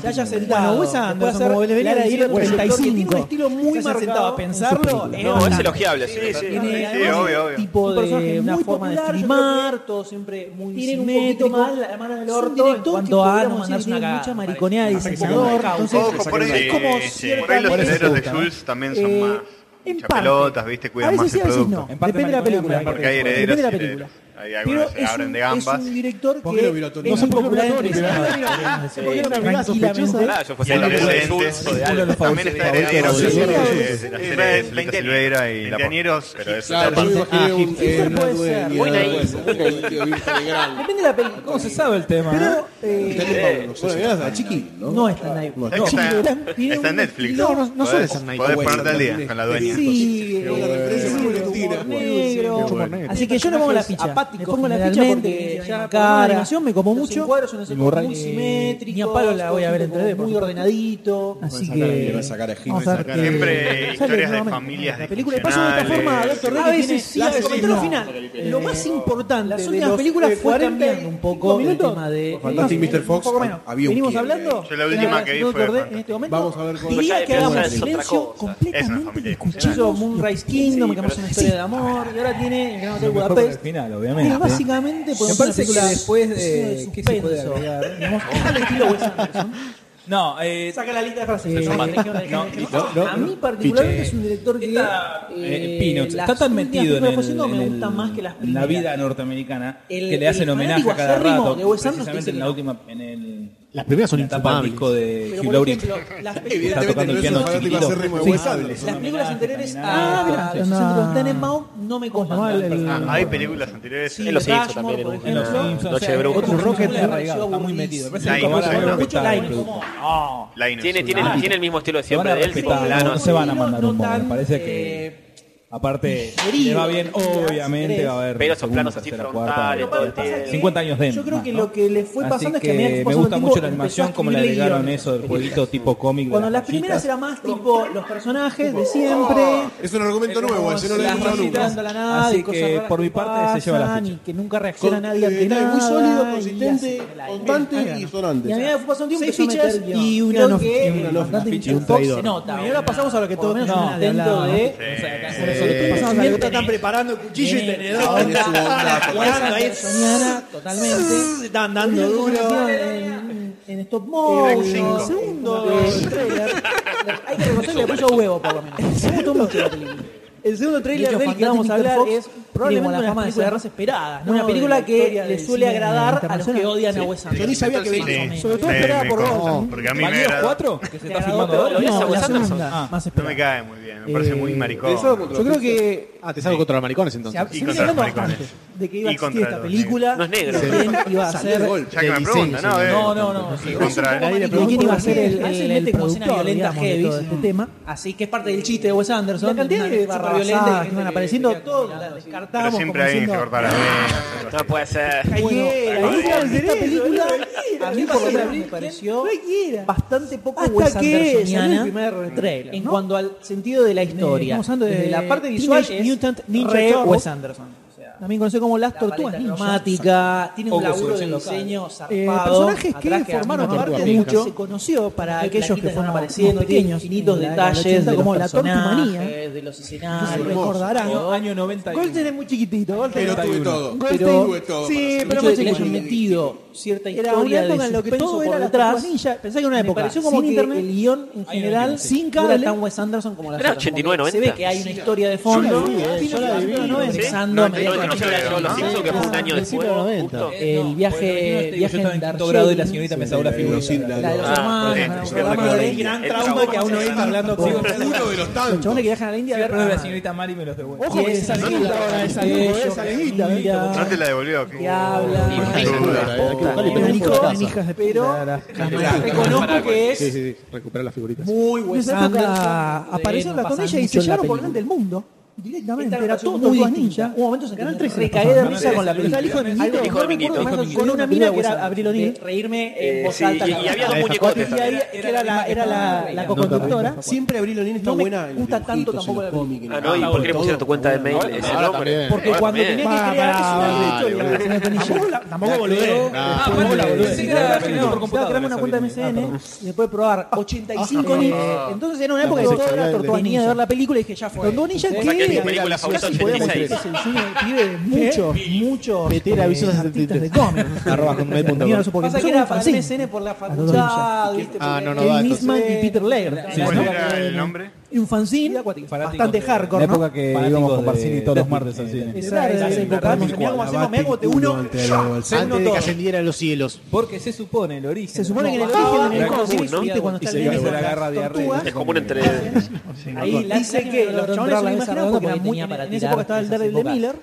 Speaker 2: se haya sentado.
Speaker 5: Bueno, Wes Anderson,
Speaker 2: puede hacer
Speaker 5: como les venía
Speaker 2: Lara
Speaker 5: diciendo,
Speaker 2: Hilo
Speaker 5: 35.
Speaker 2: que Tiene un estilo muy
Speaker 5: Se haya sentado
Speaker 2: marcado
Speaker 5: a pensarlo,
Speaker 2: en su película.
Speaker 5: eh,
Speaker 4: No, es elogiable, sí, sí.
Speaker 2: Tiene
Speaker 7: Sí,
Speaker 2: además
Speaker 7: obvio,
Speaker 2: un
Speaker 7: obvio.
Speaker 2: tipo
Speaker 5: Un personaje
Speaker 2: de una
Speaker 5: muy
Speaker 2: forma de
Speaker 5: popular, yo
Speaker 2: filmar, todo siempre muy
Speaker 5: Tienen un
Speaker 2: simétrico.
Speaker 5: poquito más la mano del
Speaker 2: Es un
Speaker 5: orto en
Speaker 2: director
Speaker 5: cuanto
Speaker 2: que
Speaker 5: a no
Speaker 2: podríamos
Speaker 5: mandarse
Speaker 2: decir
Speaker 5: una
Speaker 2: tiene
Speaker 5: cagada.
Speaker 2: mucha mariconeada y
Speaker 5: Para que se
Speaker 2: diseconeada.
Speaker 5: saque una
Speaker 2: Entonces,
Speaker 7: Ojo, por ahí,
Speaker 2: es como
Speaker 7: sí,
Speaker 2: cierta
Speaker 7: por ahí los
Speaker 2: por eso
Speaker 7: herederos de
Speaker 2: gusta.
Speaker 7: Jules también son
Speaker 2: Eh,
Speaker 7: más
Speaker 2: en
Speaker 7: muchas
Speaker 2: parte.
Speaker 7: pelotas, ¿viste?
Speaker 2: a
Speaker 7: Cuidan
Speaker 2: veces
Speaker 7: más el
Speaker 2: sí, a veces
Speaker 7: producto.
Speaker 2: no.
Speaker 6: En parte
Speaker 2: Depende de la
Speaker 6: mariconeada,
Speaker 2: película.
Speaker 6: en
Speaker 7: Porque hay
Speaker 2: Depende
Speaker 7: herederos
Speaker 2: de la
Speaker 7: y
Speaker 2: película.
Speaker 7: herederos. Hay algunos
Speaker 2: Pero
Speaker 7: que
Speaker 2: es
Speaker 7: abren
Speaker 2: un,
Speaker 7: de
Speaker 2: es
Speaker 7: gambas.
Speaker 2: un director
Speaker 9: ¿Por qué lo
Speaker 2: que
Speaker 9: miró Tony?
Speaker 2: es muy
Speaker 9: No,
Speaker 2: popular
Speaker 17: ¿por
Speaker 2: entre
Speaker 17: qué lo miró Tony?
Speaker 2: sí, tranquilamente.
Speaker 4: Ojalá yo fuese el de
Speaker 7: Y el adolescente,
Speaker 4: Jules o
Speaker 6: uno
Speaker 4: de
Speaker 6: de
Speaker 4: algo.
Speaker 6: los
Speaker 7: También
Speaker 6: favoritos.
Speaker 7: está herederos
Speaker 9: Sí,
Speaker 7: de
Speaker 9: sí,
Speaker 7: de- de
Speaker 9: sí.
Speaker 7: la serie de Felipe Silveira y la Pero eso
Speaker 9: Claro, yo me
Speaker 7: aparte.
Speaker 9: imaginé un- eh, una
Speaker 2: puede
Speaker 9: dueña,
Speaker 2: ser.
Speaker 9: una
Speaker 2: Buena
Speaker 9: dueña, un tío Virgen de gran.
Speaker 2: Depende de la película.
Speaker 6: ¿Cómo se sabe el tema? eh?
Speaker 2: Pero eh,
Speaker 9: Dale, Pablo, sos mirás a Chiqui, ¿no?
Speaker 2: no está en la época.
Speaker 7: Es que
Speaker 2: Chiqui
Speaker 7: está-
Speaker 2: Durán tiene
Speaker 7: Está en
Speaker 2: un
Speaker 7: Netflix.
Speaker 2: estilo-
Speaker 17: no- no suele
Speaker 7: Podés-
Speaker 17: ser Nike.
Speaker 7: Podés
Speaker 17: Bueno,
Speaker 7: ponerte al día con la dueña.
Speaker 2: Sí,
Speaker 9: Pero la
Speaker 2: eh,
Speaker 9: referencia
Speaker 2: sí,
Speaker 9: es muy
Speaker 2: el
Speaker 9: argentina.
Speaker 2: humor negro.
Speaker 17: Mucho humor negro.
Speaker 2: Así que yo no pongo la ficha. Le pongo la ficha porque ya cara, animación me como mucho. cuadros son muy simétricos. Ni a palo la voy a ver en 3D. Muy ordenadito. Así
Speaker 9: Le va
Speaker 2: que
Speaker 9: a sacar a Gil.
Speaker 2: Vamos a ver qué- Eh,
Speaker 7: Siempre
Speaker 2: Sale
Speaker 7: historias de
Speaker 2: nuevamente
Speaker 7: familias
Speaker 2: la película. Y Paso de esta forma,
Speaker 7: disfuncionales.
Speaker 2: Doctor Rey, a veces sí, a veces no. Eh, Lo más importante las últimas películas fue cambiando un poco el tema de
Speaker 9: Fantastic Mr. Fox,
Speaker 2: Un poco menos.
Speaker 9: había un
Speaker 2: Venimos
Speaker 9: quiebre
Speaker 2: hablando.
Speaker 7: ahí. Yo la última que vi
Speaker 2: no
Speaker 7: fue
Speaker 2: acordé
Speaker 7: Fantastic.
Speaker 2: en este momento.
Speaker 9: Vamos a ver cómo-
Speaker 2: Diría que
Speaker 4: Pero ya
Speaker 2: hagamos un
Speaker 4: es otra
Speaker 2: silencio
Speaker 4: cosa.
Speaker 7: Es una
Speaker 2: completamente
Speaker 7: familia
Speaker 2: discutido. Moonrise Kingdom, que hagamos una historia de amor. Y ahora tiene el Gran Hotel
Speaker 6: Mejor por el
Speaker 2: Budapest.
Speaker 6: final,
Speaker 2: Y
Speaker 6: obviamente.
Speaker 2: básicamente
Speaker 6: Me
Speaker 2: pues, podemos
Speaker 6: parece que
Speaker 2: hacer
Speaker 6: después
Speaker 2: una
Speaker 6: de. ¿Qué se puede
Speaker 2: suspenso.
Speaker 6: agregar?
Speaker 2: Digamos, <laughs> al estilo Wes Anderson.
Speaker 6: No, eh.
Speaker 2: Saca la lista de frases.
Speaker 6: No,
Speaker 2: No,
Speaker 6: no, no,
Speaker 2: a mí particularmente
Speaker 6: fiche.
Speaker 2: es un director que
Speaker 6: Esta, eh, Peanuts,
Speaker 2: las
Speaker 6: está tan
Speaker 2: últimas
Speaker 6: metido en,
Speaker 2: películas que
Speaker 6: el-
Speaker 2: fue haciendo
Speaker 6: en
Speaker 2: me
Speaker 6: el-
Speaker 2: gustan más que las
Speaker 6: en la
Speaker 2: primeras.
Speaker 6: vida norteamericana
Speaker 2: El-
Speaker 6: que le hacen
Speaker 2: el
Speaker 6: homenaje a cada
Speaker 2: fanático
Speaker 6: rato.
Speaker 2: acérrimo de Wes Anderson
Speaker 6: precisamente
Speaker 2: dice
Speaker 6: en
Speaker 2: que
Speaker 6: la
Speaker 2: no.
Speaker 6: última, en el
Speaker 17: Las primeras son
Speaker 6: la etapa
Speaker 17: infumables.
Speaker 6: disco de
Speaker 2: Pero,
Speaker 6: Hugh
Speaker 2: por
Speaker 6: Laurie.
Speaker 2: ejemplo, las películas,
Speaker 6: Está tocando el piano
Speaker 9: Evidentemente no es un fanático
Speaker 6: chiquitito.
Speaker 9: acérrimo de
Speaker 6: Sí.
Speaker 9: Wes Anderson.
Speaker 2: las películas anteriores
Speaker 6: Ah,
Speaker 2: a
Speaker 6: mirá,
Speaker 2: los
Speaker 5: anda.
Speaker 2: centros Tenenbaum no me
Speaker 5: ¿Cómo se llama
Speaker 2: contaban.
Speaker 5: el-
Speaker 7: Ah, Hay películas anteriores.
Speaker 2: Sí,
Speaker 4: En los Simpsons
Speaker 2: Rushmore,
Speaker 4: también, en
Speaker 2: por
Speaker 4: un-
Speaker 6: En los
Speaker 2: ejemplo.
Speaker 6: Simpsons,
Speaker 4: Noche
Speaker 6: o sea,
Speaker 4: de Brujas.
Speaker 6: otro Rocket
Speaker 2: Película
Speaker 6: arraigado, está muy
Speaker 2: aburrísima.
Speaker 6: metido. Parece
Speaker 7: Linus,
Speaker 6: que lo van a
Speaker 7: bueno,
Speaker 2: mucho
Speaker 6: respetar el
Speaker 2: Linus,
Speaker 6: producto.
Speaker 2: como-
Speaker 6: No.
Speaker 7: Linus.
Speaker 4: Tiene, tiene,
Speaker 6: Ah.
Speaker 4: tiene el mismo estilo de
Speaker 6: Lo van
Speaker 4: siempre
Speaker 6: a
Speaker 4: de él.
Speaker 6: respetar,
Speaker 4: sí.
Speaker 2: la-
Speaker 6: no, no se van a
Speaker 2: no
Speaker 6: mandar un bombo.
Speaker 2: tan,
Speaker 6: Me parece
Speaker 2: eh,
Speaker 6: que. Aparte,
Speaker 2: digerido,
Speaker 6: le va bien,
Speaker 2: que le das
Speaker 6: obviamente
Speaker 2: tres.
Speaker 6: va a haber.
Speaker 4: Pero esos
Speaker 6: segunda,
Speaker 4: planos así
Speaker 6: tercera,
Speaker 4: frontales,
Speaker 6: cuarta,
Speaker 4: todo el
Speaker 2: Lo que pasa es que
Speaker 6: 50 años de
Speaker 2: Yo creo que
Speaker 6: más,
Speaker 2: lo
Speaker 6: ¿no?
Speaker 2: que le fue
Speaker 6: Así
Speaker 2: pasando es que a medida
Speaker 6: me
Speaker 2: que fue pasando
Speaker 6: gusta
Speaker 2: el
Speaker 6: mucho
Speaker 2: tiempo,
Speaker 6: la animación,
Speaker 2: empezó a
Speaker 6: como le
Speaker 2: escribir
Speaker 6: agregaron
Speaker 2: guiones.
Speaker 6: eso del jueguito tipo cómic. de
Speaker 2: Cuando las
Speaker 6: rayitas.
Speaker 2: primeras eran más tipo los personajes de siempre.
Speaker 9: Es un argumento nuevo, ese no lo he
Speaker 2: las
Speaker 9: escuchado nunca.
Speaker 2: rayitas, la nada,
Speaker 6: Así
Speaker 2: y cosas
Speaker 6: que,
Speaker 2: raras
Speaker 6: por mi parte, se lleva la
Speaker 2: pasan,
Speaker 6: ficha.
Speaker 2: Y que nunca reacciona
Speaker 9: Con-
Speaker 2: nadie ante
Speaker 9: detalle
Speaker 2: nada.
Speaker 9: muy sólido,
Speaker 2: y
Speaker 9: consistente,
Speaker 2: hacen la-
Speaker 9: constante y sonante.
Speaker 2: Y a mí me fue pasando un tiempo
Speaker 5: Seis
Speaker 2: empezó a meter
Speaker 5: fichas
Speaker 2: guión.
Speaker 5: y una
Speaker 2: Creo
Speaker 5: no-
Speaker 2: que
Speaker 5: y
Speaker 2: el bastante
Speaker 17: ficha y un
Speaker 2: hincha de
Speaker 17: traidor.
Speaker 2: Se nota.
Speaker 5: Y ahora pasamos a lo que todo menos
Speaker 2: No,
Speaker 5: un
Speaker 2: intento de...
Speaker 5: Siempre están preparando cuchillo y tenedor.
Speaker 9: Tiene su onda, porque-
Speaker 5: Guardando ahí.
Speaker 2: Soñara, totalmente.
Speaker 5: Se Están dando duro.
Speaker 2: En, en stop
Speaker 7: Direct
Speaker 2: motion,
Speaker 7: cinco.
Speaker 2: segundo, trailer. Hay que reconocer que le puso huevo, por lo menos. Me gustó mucho la película. el segundo trailer del que vamos a hablar es probablemente una película más esperada. Una película que le suele agradar a los que odian a Wes Anderson.
Speaker 17: Yo ni sabía que venía. Sobre todo esperaba por vos.
Speaker 7: Porque a mí me era.
Speaker 6: cuatro? Que se está filmando ahora.
Speaker 2: Ah, No, la segunda, más
Speaker 7: No
Speaker 2: esperada.
Speaker 7: me cae muy bien, me parece muy maricón.
Speaker 17: Yo creo que. Ah, te salgo contra los maricones entonces.
Speaker 2: Se
Speaker 7: Y
Speaker 2: viene
Speaker 7: contra los
Speaker 2: hablando bastante
Speaker 7: maricones.
Speaker 2: de que iba a
Speaker 7: Y
Speaker 2: existir
Speaker 7: contra
Speaker 2: esta
Speaker 7: los
Speaker 2: película.
Speaker 4: negros. Los negros.
Speaker 2: de quién iba a ser.
Speaker 7: Ya que me preguntan, ¿no? Eh,
Speaker 6: No, no, no. sí.
Speaker 7: Contra el-
Speaker 2: ¿Y quién iba a ser el,
Speaker 6: Ahí se
Speaker 2: el,
Speaker 6: mete
Speaker 2: el
Speaker 6: como escena
Speaker 2: productor,
Speaker 6: violenta
Speaker 2: digamos,
Speaker 6: heavy,
Speaker 2: de todo este
Speaker 6: sí.
Speaker 2: tema? Así que es parte del chiste de Wes Anderson.
Speaker 6: La cantidad
Speaker 2: una
Speaker 6: de
Speaker 2: barra
Speaker 6: barrabasadas
Speaker 2: violenta
Speaker 6: que
Speaker 2: que
Speaker 6: iban
Speaker 2: van
Speaker 6: apareciendo,
Speaker 2: apareciendo, todos la
Speaker 7: Pero
Speaker 2: descartamos.
Speaker 7: siempre hay que cortar las venas.
Speaker 4: No puede ser.
Speaker 2: Bueno,
Speaker 17: Cualquiera,
Speaker 2: ahí
Speaker 17: cualquiera,
Speaker 2: esta película a mí por lo menos me
Speaker 6: Cualquiera.
Speaker 2: pareció
Speaker 6: Cualquiera.
Speaker 2: bastante poco
Speaker 6: Hasta
Speaker 2: Wes
Speaker 6: que salió el
Speaker 2: Andersoniana
Speaker 6: primer trailer,
Speaker 2: en
Speaker 6: ¿no?
Speaker 2: cuanto al sentido de la historia.
Speaker 6: estamos hablando de
Speaker 2: Desde la parte visual
Speaker 6: Teenage
Speaker 2: es
Speaker 6: Mutant Ninja
Speaker 2: re
Speaker 6: Turtles.
Speaker 2: Wes Anderson. O sea,
Speaker 6: También conocido como Las
Speaker 2: la
Speaker 6: Tortugas
Speaker 2: paleta
Speaker 6: Ninja.
Speaker 2: cromática, tiene un
Speaker 15: Poco
Speaker 2: laburo de
Speaker 15: selección local.
Speaker 2: diseño zarpado.
Speaker 6: Eh, personajes que
Speaker 2: atraje a
Speaker 6: formaron
Speaker 2: animales
Speaker 6: parte
Speaker 2: que
Speaker 6: de
Speaker 2: mucho
Speaker 6: mucho
Speaker 2: se conoció para
Speaker 6: de
Speaker 2: aquellos que
Speaker 6: plaquitas
Speaker 2: fueron
Speaker 6: más
Speaker 2: apareciendo
Speaker 6: pequeños,
Speaker 2: pequeños, infinitos
Speaker 6: en la década del
Speaker 2: detalles
Speaker 6: 80,
Speaker 2: de
Speaker 6: como
Speaker 2: como
Speaker 6: la
Speaker 2: la
Speaker 6: Tortumanía.
Speaker 2: de los escenarios,
Speaker 6: Recordarán, ¿no? año 90.
Speaker 17: Golden es muy chiquitito. Golden
Speaker 9: Pero
Speaker 17: no-
Speaker 9: tuve todo.
Speaker 17: Golden-
Speaker 9: tuve todo.
Speaker 17: Sí,
Speaker 2: El
Speaker 17: pero
Speaker 2: hecho
Speaker 17: muy
Speaker 2: de que le hayan
Speaker 17: chiquitito.
Speaker 2: metido cierta
Speaker 6: Era una
Speaker 2: historia
Speaker 6: época
Speaker 2: de
Speaker 6: en la que
Speaker 2: suspenso
Speaker 6: todo
Speaker 2: por
Speaker 6: era la
Speaker 2: detrás,
Speaker 6: tortuganilla. Pensá que era una
Speaker 2: me
Speaker 6: época
Speaker 2: pareció como
Speaker 6: sin
Speaker 2: que
Speaker 6: internet,
Speaker 2: el guión en
Speaker 6: Ahí no
Speaker 2: general
Speaker 6: entiendo. Sin
Speaker 2: no era
Speaker 6: cable.
Speaker 2: tan Wes Anderson como las
Speaker 4: Era
Speaker 2: otras, como que
Speaker 4: 89,
Speaker 2: Se
Speaker 4: 90.
Speaker 2: ve que hay una historia de fondo.
Speaker 17: Yo la vi, yo la vi.
Speaker 2: ¿no?
Speaker 17: Sí.
Speaker 2: Empezando a
Speaker 4: No,
Speaker 2: medida que
Speaker 4: no,
Speaker 2: la película avanza.
Speaker 4: no, no, no, no, Los Simpsons que fue un año
Speaker 17: Principio de
Speaker 4: después.
Speaker 17: los 90.
Speaker 4: justo.
Speaker 2: El viaje-
Speaker 6: Yo estaba
Speaker 2: viaje en
Speaker 6: en quinto
Speaker 2: Darjeeling,
Speaker 6: grado y la señorita me
Speaker 17: sí,
Speaker 6: sacó la
Speaker 17: sí,
Speaker 6: figura.
Speaker 17: sí, la-
Speaker 2: La de los
Speaker 17: Ah,
Speaker 2: hermanos,
Speaker 7: eh,
Speaker 2: ¿no?
Speaker 7: sí,
Speaker 2: Un programa
Speaker 7: recuerdo.
Speaker 2: de-
Speaker 7: Gran
Speaker 2: El
Speaker 7: trauma
Speaker 2: trauma
Speaker 7: que aún hoy
Speaker 2: está hablando
Speaker 6: con-
Speaker 9: Uno de los
Speaker 2: Los
Speaker 9: tantos.
Speaker 2: chabones que viajan a la India a ver
Speaker 6: Pero
Speaker 2: a-
Speaker 6: la señorita Mari me los devuelve.
Speaker 17: Ojo, que esa guita ahora, esa guita, esa guita,
Speaker 2: mira,
Speaker 7: No te la devolvió. ok.
Speaker 2: que hablan,
Speaker 7: Sí,
Speaker 17: Hay que
Speaker 7: seguro.
Speaker 17: buscarla, hay que buscarla y
Speaker 2: Pero
Speaker 17: pedir un
Speaker 2: hijos-
Speaker 17: portazo.
Speaker 2: hijas de- pero
Speaker 9: Para,
Speaker 2: reconozco que
Speaker 17: Sí,
Speaker 2: es
Speaker 17: sí, sí. Recuperar las figuritas.
Speaker 2: muy
Speaker 6: En
Speaker 2: Wes
Speaker 6: esa época
Speaker 2: Anderson.
Speaker 6: aparecieron las
Speaker 2: con
Speaker 6: tornillas
Speaker 2: ella
Speaker 6: y se llevaron por delante el mundo. Directamente,
Speaker 2: Esta
Speaker 6: era
Speaker 2: relación
Speaker 6: todo
Speaker 2: muy
Speaker 6: tortugas
Speaker 2: distinta.
Speaker 6: ninja.
Speaker 2: Hubo momentos en que
Speaker 6: Canal
Speaker 2: me
Speaker 6: 13
Speaker 2: recaí de
Speaker 6: pasaban.
Speaker 2: risa con la
Speaker 6: Está
Speaker 2: película.
Speaker 6: el hijo de
Speaker 2: Algo
Speaker 6: Minguito.
Speaker 2: que
Speaker 4: Hijo de
Speaker 2: no recuerdo
Speaker 4: Minguito.
Speaker 2: más
Speaker 6: Hijo de
Speaker 2: Con
Speaker 6: Minguito.
Speaker 2: una mina que era
Speaker 6: Sí,
Speaker 2: Abril O'Neill. Reírme en
Speaker 4: Eh,
Speaker 2: voz
Speaker 4: sí,
Speaker 2: alta.
Speaker 4: y-
Speaker 2: cada
Speaker 4: y
Speaker 2: vez.
Speaker 4: había dos
Speaker 17: Ahí está
Speaker 4: muñecos.
Speaker 17: Jorge.
Speaker 2: Y ahí era la, era la, la coconductora.
Speaker 9: Siempre Abril O'Neil está
Speaker 2: No me
Speaker 9: buena. en los
Speaker 2: gusta tanto
Speaker 9: dibujitos, en
Speaker 2: tampoco
Speaker 9: los
Speaker 2: la-
Speaker 9: cómics, en
Speaker 4: Ah,
Speaker 9: los-
Speaker 4: no, ¿y por qué le pusieron tu cuenta de mail ese
Speaker 17: Ahora
Speaker 4: nombre?
Speaker 17: también.
Speaker 2: Porque
Speaker 4: Ahora
Speaker 2: cuando
Speaker 4: también.
Speaker 2: tenía que crear es
Speaker 17: Pará,
Speaker 2: una
Speaker 17: pará,
Speaker 2: historia. Tampoco boludo.
Speaker 17: Ah,
Speaker 6: Ah, bueno, pensé que era
Speaker 2: No,
Speaker 6: generado por
Speaker 2: necesitaba
Speaker 6: computadora.
Speaker 2: crearme una cuenta de
Speaker 6: Ah,
Speaker 2: MSN
Speaker 6: perdón.
Speaker 2: y después probar 85 nits. Entonces era una época que
Speaker 17: La
Speaker 2: toda la
Speaker 17: homosexualidad
Speaker 2: tortuganía
Speaker 17: de-
Speaker 2: de ver la película y dije, ya fue.
Speaker 6: Tortuganilla
Speaker 2: Sí.
Speaker 6: que-
Speaker 4: que es mi
Speaker 6: Sí.
Speaker 4: película
Speaker 17: Sí.
Speaker 4: favorita
Speaker 17: Sí.
Speaker 4: 86.
Speaker 2: Es el cine del pibe de muchos, muchos
Speaker 17: Meter
Speaker 2: eh,
Speaker 17: avisos a
Speaker 2: artistas
Speaker 17: 73.
Speaker 2: de cómic.
Speaker 17: Arroba hotmail punto com.
Speaker 2: Mira, no supo
Speaker 6: Pasa
Speaker 2: que
Speaker 6: que
Speaker 2: era
Speaker 6: era
Speaker 2: para
Speaker 6: fanzine.
Speaker 2: MSN por la
Speaker 6: Tortuganilla.
Speaker 2: facultad, ¿viste?
Speaker 17: Ah, no, no,
Speaker 2: Porque
Speaker 17: va,
Speaker 2: Kevin
Speaker 17: entonces.
Speaker 2: Eastman y Peter Laird.
Speaker 6: Sí,
Speaker 7: ¿Cuál
Speaker 6: ¿no?
Speaker 7: era el nombre?
Speaker 2: Y un fanzine bastante
Speaker 6: La
Speaker 2: hardcore, ¿no?
Speaker 6: época que íbamos con Barcini todos los martes al cine.
Speaker 2: Esa esa época, me mirá cómo hacemos, mirá cómo te uno,
Speaker 17: Antes de que ascendiera a los cielos.
Speaker 6: Porque se supone el origen.
Speaker 2: Se supone que en el
Speaker 6: Ah,
Speaker 2: origen de
Speaker 4: era
Speaker 2: Nicolas
Speaker 4: común,
Speaker 2: Cage,
Speaker 4: ¿no?
Speaker 2: viste, cuando está
Speaker 6: se
Speaker 2: el nene
Speaker 6: iba a
Speaker 2: con
Speaker 6: la
Speaker 2: las
Speaker 6: garra de
Speaker 2: tortugas,
Speaker 4: Es común entre.
Speaker 2: ahí dice que los chavales se lo imaginaban porque tenía para en esa época estaba el Daredevil de Miller,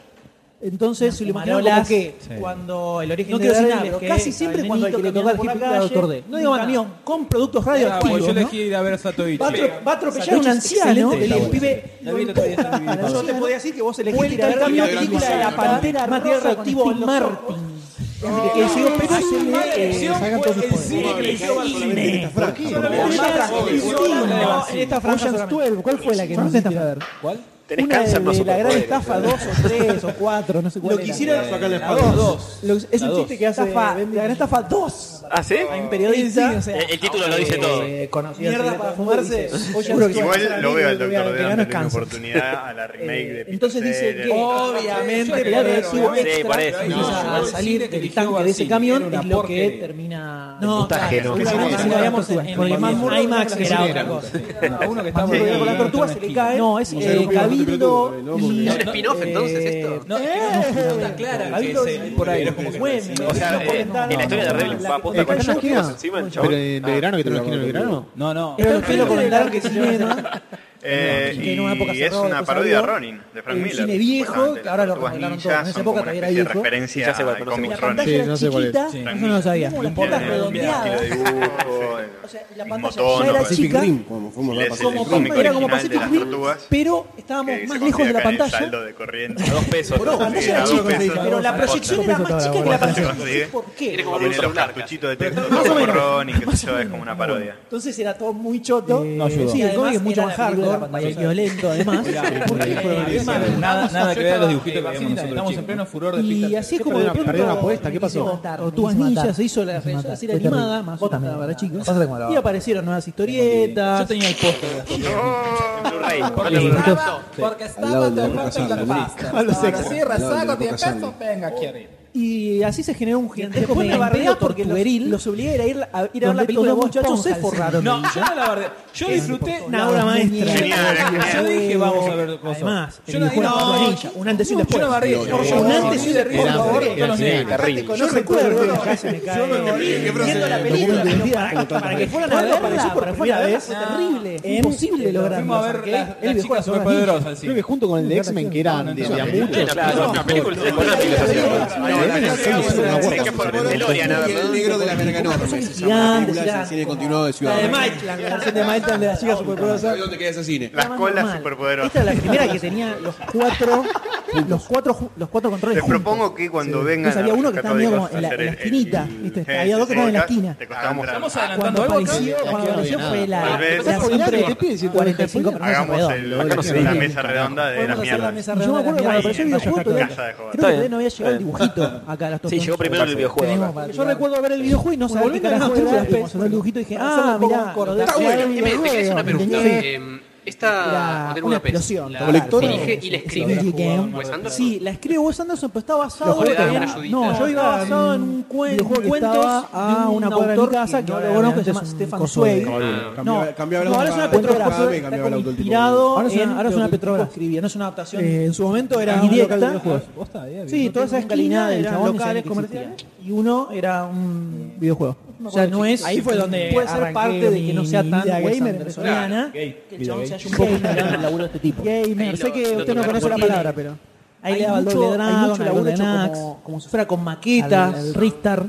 Speaker 2: entonces se lo imaginaron como que cuando el origen
Speaker 6: No
Speaker 2: no
Speaker 6: quiero
Speaker 2: quiero
Speaker 6: decir nada,
Speaker 2: pero
Speaker 6: pero
Speaker 2: casi
Speaker 6: que
Speaker 2: siempre
Speaker 6: al
Speaker 2: cuando el que
Speaker 6: nenito
Speaker 2: le toca el
Speaker 6: caminando por
Speaker 2: jefe
Speaker 6: la
Speaker 2: era
Speaker 6: calle,
Speaker 2: Doctor D, no digo
Speaker 6: un
Speaker 2: nada.
Speaker 6: camión
Speaker 2: con productos
Speaker 6: Ah, bueno,
Speaker 2: radioactivos,
Speaker 6: yo
Speaker 2: ¿no?
Speaker 6: elegí ir a ver a Satoichi.
Speaker 2: Va a atro- va a atropellar a un
Speaker 6: Satoichi es
Speaker 2: anciano
Speaker 6: excelente, está
Speaker 2: y el
Speaker 6: bueno.
Speaker 2: pibe
Speaker 6: La vi el otro día, sí, vi.
Speaker 2: Yo te podía decir que vos elegiste ir a
Speaker 6: Vuelta
Speaker 2: ver
Speaker 6: al
Speaker 2: la
Speaker 9: cambio
Speaker 2: película de la Pantera Material Radioactivo en Martin. Que es eh,
Speaker 17: Sacan todos sus
Speaker 9: solamente esta franja.
Speaker 2: En esta franja
Speaker 17: Ocean's
Speaker 2: solamente.
Speaker 17: 12, ¿cuál fue la que no
Speaker 2: Solamente
Speaker 17: hiciste?
Speaker 2: esta franja.
Speaker 6: ¿Cuál?
Speaker 4: Tenés
Speaker 2: Una
Speaker 4: cáncer, no
Speaker 2: de la gran
Speaker 4: superpoderes.
Speaker 2: estafa, dos o tres o cuatro, no sé cuál
Speaker 9: Lo
Speaker 2: era.
Speaker 9: quisieran sacar la
Speaker 6: La
Speaker 9: espada.
Speaker 6: dos.
Speaker 2: Lo- es
Speaker 6: La
Speaker 2: un
Speaker 6: dos.
Speaker 2: chiste que hace
Speaker 6: Estafa.
Speaker 2: Bendy. la gran estafa 2.
Speaker 4: ¿Ah, sí?
Speaker 2: Hay un periodista, o sea,
Speaker 4: El el título lo dice todo.
Speaker 2: eh, conocido mierda para fumarse.
Speaker 7: Igual lo veo al Doctor
Speaker 2: Dante
Speaker 7: D dándole una oportunidad a la remake de
Speaker 2: Entonces dice que
Speaker 6: Sí,
Speaker 2: obviamente el
Speaker 6: pero
Speaker 2: reactivo
Speaker 6: bueno,
Speaker 4: sí, por
Speaker 2: extra
Speaker 4: eso.
Speaker 2: empieza
Speaker 6: No,
Speaker 2: a
Speaker 6: no.
Speaker 2: salir del
Speaker 6: Eligió
Speaker 2: tanque de ese
Speaker 6: Barcini,
Speaker 2: camión
Speaker 6: era
Speaker 2: es
Speaker 6: una
Speaker 2: lo que
Speaker 6: porquería.
Speaker 2: termina
Speaker 4: No, claro,
Speaker 2: claro,
Speaker 4: ajeno.
Speaker 2: seguramente si lo veíamos en, en,
Speaker 6: Porque más
Speaker 2: en IMAX era otra cosa.
Speaker 6: A uno que está
Speaker 2: Porque con la tortuga se le cae. No, es
Speaker 9: sea,
Speaker 2: eh,
Speaker 9: un
Speaker 2: Cabildo.
Speaker 9: piloto, ¿no?
Speaker 2: y-
Speaker 9: Es
Speaker 3: un spin-off, entonces, esto.
Speaker 6: No, está clara que es el- por ahí. era como que-
Speaker 4: O sea, eh, en la historia de Rebel va aposta
Speaker 17: Eh,
Speaker 4: con
Speaker 17: ¿Cayó
Speaker 4: esas
Speaker 17: aquí, no?
Speaker 4: cosas encima, el
Speaker 17: Pero
Speaker 4: chabón.
Speaker 17: en verano, que te lo imagino en el verano.
Speaker 6: No, no.
Speaker 2: Está el pelo con el dark cinema.
Speaker 7: Eh,
Speaker 2: y que en una época
Speaker 7: y es
Speaker 2: cerró,
Speaker 7: una
Speaker 2: después
Speaker 7: parodia de
Speaker 2: abrió,
Speaker 7: Ronin, de Frank
Speaker 2: un
Speaker 7: Miller.
Speaker 2: cine viejo,
Speaker 7: Justamente,
Speaker 2: que ahora lo
Speaker 7: las Tortugas
Speaker 2: remodelaron
Speaker 7: Ninja
Speaker 2: todo. En esa
Speaker 7: son
Speaker 2: época
Speaker 7: como una
Speaker 2: todavía era
Speaker 7: especie de
Speaker 2: viejo.
Speaker 7: referencia
Speaker 4: Ya se va,
Speaker 7: a
Speaker 4: conocemos.
Speaker 7: cómics
Speaker 2: La
Speaker 7: Ronin.
Speaker 2: pantalla
Speaker 17: Sí,
Speaker 2: era
Speaker 17: no sé cuál es.
Speaker 2: chiquita,
Speaker 6: Sí.
Speaker 2: eso no lo sabía. Las
Speaker 7: Tiene
Speaker 2: botas
Speaker 7: un
Speaker 2: redondeadas.
Speaker 7: estilo de dibujo, el
Speaker 2: O sea, la
Speaker 7: mismo
Speaker 2: pantalla ya
Speaker 7: tono,
Speaker 2: era
Speaker 7: el-
Speaker 2: chica.
Speaker 9: Rim, como fuimos a
Speaker 7: Les-
Speaker 9: pasar.
Speaker 7: el
Speaker 2: Como,
Speaker 7: cómic
Speaker 2: era como
Speaker 7: original de
Speaker 2: Pacific
Speaker 7: las
Speaker 2: Rim,
Speaker 7: tortugas,
Speaker 2: pero
Speaker 7: que
Speaker 2: estábamos
Speaker 7: se
Speaker 2: más lejos de la
Speaker 7: considera que el
Speaker 2: pantalla.
Speaker 7: saldo de corriente.
Speaker 4: A dos pesos.
Speaker 2: No, la
Speaker 7: Sí,
Speaker 2: pantalla
Speaker 7: a
Speaker 2: era
Speaker 7: dos
Speaker 2: chica,
Speaker 7: pesos.
Speaker 2: pero la proyección era más chica que la
Speaker 7: Botas
Speaker 2: pantalla.
Speaker 7: se
Speaker 2: No sé
Speaker 7: consigue.
Speaker 2: por qué.
Speaker 7: Tiene los cartuchitos de texto tipo Ronin, que se yo, es como una parodia.
Speaker 2: Entonces era todo muy choto.
Speaker 6: No ayudó.
Speaker 2: Sí, el cómic es mucho más hardcore, violento además.
Speaker 6: Nada, nada que ver a los dibujitos que veíamos nosotros. Estamos en pleno furor de
Speaker 2: Y
Speaker 6: pistas.
Speaker 2: así es como de
Speaker 17: perdieron-
Speaker 2: pronto...
Speaker 17: perdieron la apuesta? ¿Qué pasó?
Speaker 2: Tortugas Ninja, se hizo la serie animada, más una para chicos. Y aparecieron nuevas
Speaker 6: Yo
Speaker 2: historietas.
Speaker 6: tenía el póster de las tortugas.
Speaker 7: En Blu-ray.
Speaker 6: Porque
Speaker 9: Al lado de la Roca Sandra, Dominic.
Speaker 6: A los extras.
Speaker 9: Al lado de la Roca Sandra.
Speaker 6: venga aquí arriba.
Speaker 2: Y así se generó un gigantesco
Speaker 15: Después la
Speaker 2: megaempeo
Speaker 15: bardeó porque
Speaker 2: tortuberil.
Speaker 15: los-
Speaker 2: Los obligué a ir a, ir a ver
Speaker 15: Donde
Speaker 2: la película de
Speaker 15: todos los
Speaker 2: muchachos, se
Speaker 15: esponjas
Speaker 2: forraron.
Speaker 15: No,
Speaker 2: de
Speaker 15: yo
Speaker 2: ella.
Speaker 15: no la bardeo. Yo
Speaker 2: Es
Speaker 15: disfruté
Speaker 2: por
Speaker 15: la
Speaker 2: todos
Speaker 15: obra
Speaker 2: lados.
Speaker 15: maestra.
Speaker 2: Genial,
Speaker 15: Yo
Speaker 2: genial.
Speaker 15: dije, vamos a ver cosas.
Speaker 2: Además,
Speaker 15: yo no
Speaker 2: el
Speaker 15: no,
Speaker 2: videojuego de Ninja, un antes y un después.
Speaker 15: Yo no bardeé.
Speaker 2: No,
Speaker 15: un
Speaker 2: no, no,
Speaker 15: antes y un después, por
Speaker 2: era
Speaker 15: favor.
Speaker 2: antes,
Speaker 15: con los
Speaker 2: era
Speaker 15: negros.
Speaker 4: terrible.
Speaker 2: Yo recuerdo,
Speaker 15: Yo me morí.
Speaker 2: viendo la película, pero para, para que fueran a
Speaker 15: Cuando
Speaker 2: verla,
Speaker 15: apareció por
Speaker 2: para que
Speaker 15: primera
Speaker 2: fueran a verla,
Speaker 15: vez,
Speaker 2: fue terrible,
Speaker 15: en-
Speaker 2: imposible lograrlo.
Speaker 15: fuimos a ver
Speaker 2: porque
Speaker 15: las-
Speaker 2: él
Speaker 15: las
Speaker 2: vivió
Speaker 15: chicas
Speaker 2: con las obras
Speaker 15: superpoderosas
Speaker 2: ninja.
Speaker 15: al cine.
Speaker 17: Creo que junto con el de X-Men, que eran de, de a muchos.
Speaker 4: Claro, una película de
Speaker 9: Y el negro de la verga enorme. Se llama la
Speaker 2: gigantes,
Speaker 9: película, es el
Speaker 2: eran
Speaker 9: cine continuado de Ciudad
Speaker 2: La de
Speaker 9: Real.
Speaker 2: Mike, la canción de Mike Tyson de las chicas superpoderosas.
Speaker 9: ¿Sabés dónde queda ese cine?
Speaker 7: Las
Speaker 2: Era más
Speaker 7: colas
Speaker 2: normal.
Speaker 7: superpoderosas.
Speaker 2: Esta es la primera que tenía los cuatro, los cuatro, ju- los cuatro controles.
Speaker 7: Les
Speaker 2: juntos.
Speaker 7: propongo que cuando vengan
Speaker 2: Entonces había
Speaker 7: a los
Speaker 2: uno que estaba medio como en la,
Speaker 7: católicos
Speaker 2: en la
Speaker 7: a hacer
Speaker 2: esquinita,
Speaker 7: el- el-
Speaker 2: ¿viste?
Speaker 7: el-
Speaker 2: había dos que estaban en la esquina.
Speaker 7: Te costaba mucho.
Speaker 6: Estamos
Speaker 2: Cuando
Speaker 6: adelantando algo acá.
Speaker 2: apareció, cuando
Speaker 17: Aquí no había
Speaker 2: apareció fue la,
Speaker 7: Tal vez-
Speaker 17: nada.
Speaker 2: la siempre
Speaker 17: Te piden si te
Speaker 2: 45 personas
Speaker 7: Hagamos
Speaker 2: alrededor.
Speaker 7: el,
Speaker 4: Acá no se
Speaker 7: la
Speaker 4: ve.
Speaker 7: mesa redonda de
Speaker 2: Podemos
Speaker 7: las
Speaker 2: hacer la
Speaker 7: mierdas.
Speaker 2: mesa Y Yo me redonde acuerdo de que cuando
Speaker 7: Ahí,
Speaker 2: apareció el
Speaker 7: en la
Speaker 2: videojuego, todavía-
Speaker 7: Casa de Joder.
Speaker 2: creo que
Speaker 4: Está
Speaker 2: todavía
Speaker 4: bien,
Speaker 2: no había llegado el
Speaker 4: está bien.
Speaker 2: dibujito acá. a las
Speaker 4: Sí,
Speaker 2: tortugas.
Speaker 4: llegó primero el videojuego.
Speaker 2: Tenemos
Speaker 4: acá.
Speaker 2: para- Yo recuerdo ver el videojuego y no sabía qué
Speaker 15: Volviendo a las
Speaker 2: carajo era.
Speaker 15: películas,
Speaker 2: pero Cuando vi el dibujito dije, ah, mirá,
Speaker 15: Está bueno.
Speaker 3: Me es una pregunta.
Speaker 2: Sí.
Speaker 3: Eh, Esta.
Speaker 2: Era
Speaker 3: Hotel
Speaker 2: una
Speaker 3: Budapest,
Speaker 2: explosión.
Speaker 3: la-
Speaker 2: total.
Speaker 9: colectora.
Speaker 3: Dirige y la escribe.
Speaker 2: Videogame.
Speaker 3: Wes Anderson.
Speaker 2: Sí, la escribe Wes Anderson, pero está
Speaker 3: Los
Speaker 2: basado
Speaker 3: juegos de
Speaker 2: en...
Speaker 3: Ana Judita.
Speaker 2: No, yo iba
Speaker 15: Estaba en
Speaker 2: basado en un
Speaker 15: un
Speaker 2: cuento,
Speaker 15: juego que
Speaker 2: cuentos
Speaker 15: estaba
Speaker 2: de
Speaker 15: a
Speaker 2: un
Speaker 15: una cuadra de
Speaker 2: autor
Speaker 15: mi
Speaker 2: casa que no lo conozco, se llama
Speaker 15: un
Speaker 2: Stefan
Speaker 15: coso de- Ah.
Speaker 2: Zweig.
Speaker 9: Cambiaba- cambiaba la
Speaker 2: no, ahora es
Speaker 9: última
Speaker 2: una
Speaker 9: cuatro
Speaker 2: Petrobras.
Speaker 9: cada vez,
Speaker 2: está
Speaker 9: cambiaba la
Speaker 2: como
Speaker 9: última.
Speaker 2: inspirado
Speaker 15: Ahora es
Speaker 2: en-
Speaker 15: una-
Speaker 2: ahora
Speaker 15: creo que
Speaker 2: es una Petrobras.
Speaker 15: Petrobras.
Speaker 2: Escribía, no es una adaptación
Speaker 15: Eh, en su momento era un
Speaker 2: Directa.
Speaker 15: local de videojuegos. Posta, eh,
Speaker 2: Sí,
Speaker 15: no
Speaker 2: toda esa
Speaker 15: tengo
Speaker 2: esquina
Speaker 15: ninguna
Speaker 2: eran
Speaker 15: idea,
Speaker 2: locales
Speaker 15: ni sabía que existía.
Speaker 2: comerciales y uno era un videojuego.
Speaker 15: me
Speaker 2: O sea,
Speaker 15: acuerdo
Speaker 2: no
Speaker 15: que
Speaker 2: es.
Speaker 15: Ahí fue donde
Speaker 2: puede ser
Speaker 15: arranqué
Speaker 2: parte de que no sea
Speaker 15: mi
Speaker 2: tan
Speaker 15: vida
Speaker 2: Wes
Speaker 15: gamer,
Speaker 2: Andersoniana,
Speaker 15: claro. Gay,
Speaker 2: que el
Speaker 15: video
Speaker 2: chabón se
Speaker 15: gay.
Speaker 2: haya un poco en <laughs> el laburo de este tipo. Gamer, sé que usted no conoce la palabra, pero. Ahí le daba el doble
Speaker 15: hay
Speaker 2: drag,
Speaker 15: mucho
Speaker 2: el
Speaker 15: laburo
Speaker 2: doble
Speaker 15: hecho
Speaker 2: Nax,
Speaker 15: como-
Speaker 2: como eh, si fuera con maquetas, el Ristar.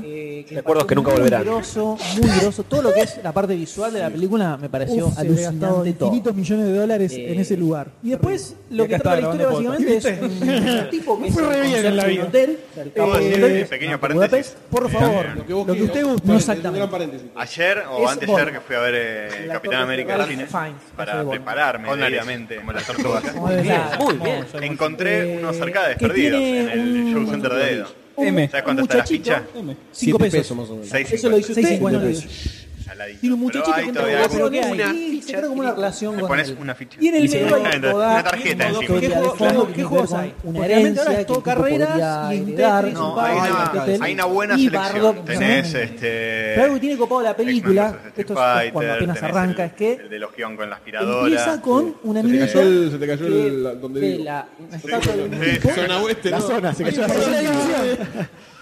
Speaker 4: Recuerdos que nunca volverán.
Speaker 2: Muy groso, muy groso. Todo lo que es la parte visual de la película me pareció
Speaker 15: Uf, se había gastado
Speaker 2: alucinante todo. Eh,
Speaker 15: infinitos millones de dólares en ese lugar.
Speaker 2: Y después lo
Speaker 15: Y
Speaker 2: que
Speaker 15: acá
Speaker 2: trata la
Speaker 15: estaba
Speaker 2: historia
Speaker 15: grabando
Speaker 2: básicamente es un tipo que se conserje
Speaker 15: en la
Speaker 2: de
Speaker 15: vida.
Speaker 2: un hotel, del
Speaker 7: ¿Puedo
Speaker 2: campo de
Speaker 7: decir
Speaker 2: hotel,
Speaker 7: un pequeño
Speaker 2: de
Speaker 7: paréntesis?
Speaker 2: Budapest. por favor.
Speaker 9: Lo que vos
Speaker 2: Lo que
Speaker 9: quieras,
Speaker 2: usted
Speaker 9: un
Speaker 2: guste.
Speaker 9: paréntesis,
Speaker 2: Exactamente.
Speaker 9: Un gran paréntesis.
Speaker 7: Ayer o
Speaker 2: Es
Speaker 7: antes
Speaker 2: Bond.
Speaker 7: ayer que fui a ver eh,
Speaker 2: La
Speaker 7: Capitán
Speaker 2: tortuga
Speaker 7: América al
Speaker 2: Ralph
Speaker 7: cine
Speaker 2: Fiennes, hace de
Speaker 7: para
Speaker 2: Bond.
Speaker 7: prepararme debidamente como las tortugas.
Speaker 2: Como de verdad.
Speaker 4: Muy bien.
Speaker 7: Encontré
Speaker 2: Eh,
Speaker 7: unos arcades
Speaker 2: que
Speaker 7: perdidos
Speaker 2: tiene
Speaker 7: en el
Speaker 2: un-
Speaker 7: show center de Edo.
Speaker 15: M.
Speaker 7: ¿Sabes cuánto está la
Speaker 2: muchachito.
Speaker 7: ficha?
Speaker 2: Cinco
Speaker 9: Siete
Speaker 2: pesos.
Speaker 9: más o menos.
Speaker 2: Eso lo dice usted.
Speaker 9: 6.50
Speaker 2: bueno,
Speaker 9: pesos.
Speaker 2: lo digo.
Speaker 7: Aladito.
Speaker 2: Tiene un
Speaker 7: Pero
Speaker 2: muchachito
Speaker 7: hay
Speaker 2: que entra
Speaker 7: todavía
Speaker 2: a pero
Speaker 7: algunos.
Speaker 2: que hay.
Speaker 3: alguna
Speaker 2: y se crea como una relación
Speaker 7: Le
Speaker 2: con
Speaker 7: pones
Speaker 2: él.
Speaker 7: una ficha.
Speaker 2: Y en el
Speaker 7: Sí,
Speaker 2: medio hay
Speaker 7: una-
Speaker 2: toda-
Speaker 7: Una tarjeta
Speaker 2: ¿Qué,
Speaker 7: encima.
Speaker 2: juego-
Speaker 7: Claro.
Speaker 2: ¿qué juegos hay? Una Porque realmente ahora herencia es todo que el tipo
Speaker 15: podría
Speaker 2: carreras y un
Speaker 15: heredar.
Speaker 2: Tetris, un
Speaker 7: No, hay
Speaker 2: Pac-Man,
Speaker 7: una,
Speaker 2: Tetris.
Speaker 7: hay una buena
Speaker 2: y
Speaker 7: selección.
Speaker 2: Bardock,
Speaker 7: Tenés
Speaker 2: ¿no?
Speaker 7: este.
Speaker 2: Pero algo que tiene copado la película,
Speaker 7: X-Men
Speaker 2: que esto
Speaker 7: versus
Speaker 2: es esto
Speaker 7: Street
Speaker 2: es cuando
Speaker 7: Fighter,
Speaker 2: apenas
Speaker 7: tenés
Speaker 2: arranca,
Speaker 7: el-
Speaker 2: es que
Speaker 7: El de los guión con la aspiradora.
Speaker 2: empieza con una
Speaker 9: Se te
Speaker 2: niña
Speaker 9: cayó el- se te cayó
Speaker 2: que
Speaker 9: el- la- donde
Speaker 2: ve
Speaker 9: digo.
Speaker 2: la estatua de un
Speaker 7: Sí.
Speaker 2: tipo
Speaker 9: Zona oeste,
Speaker 17: La
Speaker 9: ¿no?
Speaker 17: zona, se cayó la
Speaker 2: Pero
Speaker 17: zona.
Speaker 2: la ilusión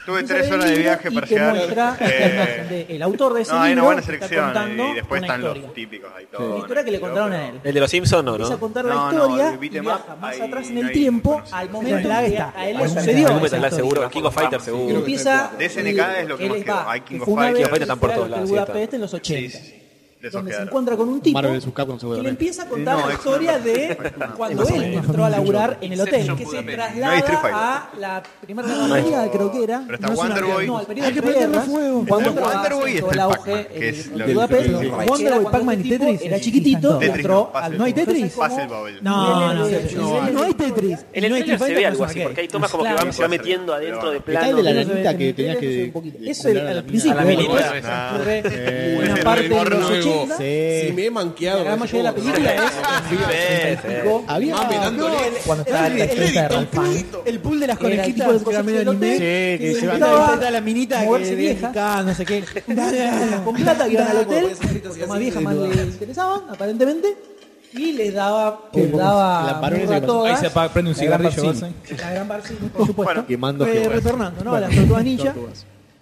Speaker 7: Tuve
Speaker 2: es
Speaker 7: tres
Speaker 2: el
Speaker 7: horas de
Speaker 2: libro
Speaker 7: viaje
Speaker 2: y
Speaker 7: para
Speaker 2: te
Speaker 7: llegar.
Speaker 2: muestra
Speaker 7: Eh,
Speaker 2: la imagen de el autor de ese
Speaker 7: no, hay una
Speaker 2: libro
Speaker 7: buena
Speaker 2: que está
Speaker 7: selección.
Speaker 2: contando
Speaker 7: Y después
Speaker 2: una
Speaker 7: están
Speaker 2: historia.
Speaker 7: los típicos. Hay todo.
Speaker 2: La historia que le contaron a él.
Speaker 4: El de los Simpsons, no,
Speaker 2: Empieza a
Speaker 4: ¿no?
Speaker 2: contar
Speaker 7: No,
Speaker 2: la
Speaker 7: no,
Speaker 2: historia
Speaker 7: el beat
Speaker 2: y
Speaker 7: em
Speaker 2: viaja
Speaker 7: up,
Speaker 2: más
Speaker 7: ahí
Speaker 2: atrás en
Speaker 7: no
Speaker 2: el
Speaker 7: hay-
Speaker 2: tiempo
Speaker 7: bueno, sí.
Speaker 2: al momento
Speaker 15: Sí.
Speaker 2: en que a él le
Speaker 15: Algún
Speaker 2: sucedió.
Speaker 4: Algún
Speaker 15: Esa
Speaker 4: metal
Speaker 2: esa
Speaker 4: seguro.
Speaker 2: historia.
Speaker 4: King of Fighter
Speaker 9: Creo
Speaker 4: seguro.
Speaker 9: que
Speaker 2: Empieza
Speaker 7: De SNK es lo que
Speaker 2: él
Speaker 7: más
Speaker 2: les
Speaker 7: quedó.
Speaker 2: va,
Speaker 7: Hay King
Speaker 2: que
Speaker 7: of
Speaker 2: fue una vez
Speaker 7: Fighters. King of
Speaker 4: Fighters están por
Speaker 2: al
Speaker 4: todos lados,
Speaker 2: Hotel
Speaker 4: sí, está.
Speaker 2: Budapest en los 80.
Speaker 7: De esos
Speaker 2: donde se
Speaker 7: quedaron.
Speaker 2: encuentra con un tipo
Speaker 17: Marvel vs. Capcom se
Speaker 2: que le
Speaker 17: vuelve.
Speaker 2: empieza a contar
Speaker 7: No,
Speaker 2: la
Speaker 7: es-
Speaker 2: historia de cuando
Speaker 17: Es más o
Speaker 2: él
Speaker 17: menos.
Speaker 2: entró a laburar en el hotel,
Speaker 3: Inception
Speaker 2: que se
Speaker 3: Budapest.
Speaker 7: No hay
Speaker 2: traslada
Speaker 7: Street Fighter.
Speaker 2: a la primera guerra mundial, creo que era.
Speaker 7: Pero está
Speaker 2: No es una
Speaker 7: Wonder
Speaker 2: guerra,
Speaker 7: Boy.
Speaker 2: No, al periodo
Speaker 17: Hay que
Speaker 2: entre
Speaker 17: prenderle
Speaker 2: guerras.
Speaker 17: fuego.
Speaker 2: Cuando
Speaker 7: Está el
Speaker 2: Wonder
Speaker 7: Wonder Boy y
Speaker 2: Boy
Speaker 7: está
Speaker 2: todo el
Speaker 7: el
Speaker 2: auge
Speaker 7: Pac-Man,
Speaker 2: en
Speaker 7: que es lo
Speaker 2: el
Speaker 7: que-
Speaker 2: Budapest,
Speaker 9: lo que-
Speaker 2: Wonder Boy, Pac-Man y Tetris, era chiquitito y
Speaker 7: Tetris no,
Speaker 2: entró
Speaker 7: pase
Speaker 2: al
Speaker 7: el
Speaker 2: ¿No hay
Speaker 7: Bubble.
Speaker 2: Tetris?
Speaker 7: Pase el Bubble.
Speaker 2: No, no,
Speaker 9: no,
Speaker 2: no hay Tetris.
Speaker 4: En el
Speaker 2: No hay Street
Speaker 4: trailer se ve
Speaker 2: Fighter,
Speaker 4: algo
Speaker 2: no es
Speaker 4: así,
Speaker 2: arcade.
Speaker 4: porque hay tomas como que
Speaker 2: Claro.
Speaker 4: va- se va metiendo adentro de
Speaker 17: Está el de
Speaker 4: plano.
Speaker 17: la
Speaker 2: Plano.
Speaker 17: nanita que
Speaker 2: Pero
Speaker 17: tenías
Speaker 2: eso es
Speaker 17: que.
Speaker 2: un poquito.
Speaker 17: que
Speaker 2: Eso es
Speaker 17: curar a
Speaker 2: al
Speaker 17: la
Speaker 2: principio,
Speaker 17: mina.
Speaker 2: a la
Speaker 17: Sí.
Speaker 2: militar.
Speaker 7: Ah,
Speaker 2: Ocurre
Speaker 17: Sí.
Speaker 2: una parte de los
Speaker 9: Nuevo.
Speaker 2: 80.
Speaker 9: Si me he manqueado.
Speaker 2: La gran mayoría de la película ¿eh? es
Speaker 17: Había.
Speaker 9: Mami, dándole.
Speaker 2: cuando estaba en la experiencia de Ralph Fiennes.
Speaker 15: El pool de las
Speaker 2: Era el tipo
Speaker 15: conejitas
Speaker 2: de
Speaker 15: que era
Speaker 2: cosas
Speaker 15: medio
Speaker 2: que
Speaker 15: anime.
Speaker 2: noté,
Speaker 17: Sí, que se
Speaker 2: va
Speaker 17: van
Speaker 2: a
Speaker 15: Estaba
Speaker 2: dar-
Speaker 15: la minita que
Speaker 2: moverse
Speaker 15: venía
Speaker 2: vieja.
Speaker 15: acá, no
Speaker 2: <laughs>
Speaker 15: sé qué.
Speaker 2: con plata que iban al
Speaker 9: Dale,
Speaker 2: hotel,
Speaker 9: porque esas fritas y
Speaker 2: porque más
Speaker 9: así
Speaker 2: viejas
Speaker 9: de
Speaker 2: más
Speaker 9: dudas.
Speaker 2: les interesaban, aparentemente, y les daba,
Speaker 17: Sí,
Speaker 2: les
Speaker 17: porque la
Speaker 2: daba
Speaker 17: varones
Speaker 2: murra a
Speaker 17: de-
Speaker 2: todas,
Speaker 6: Ahí se apaga- prende un
Speaker 17: La gran
Speaker 6: cigarrillo.
Speaker 17: Barcini.
Speaker 6: ¿verdad?
Speaker 2: la gran Barcini, por supuesto,
Speaker 17: Quemando
Speaker 2: Eh,
Speaker 17: Jehová.
Speaker 2: retornando, ¿no? A las tortugas ninja.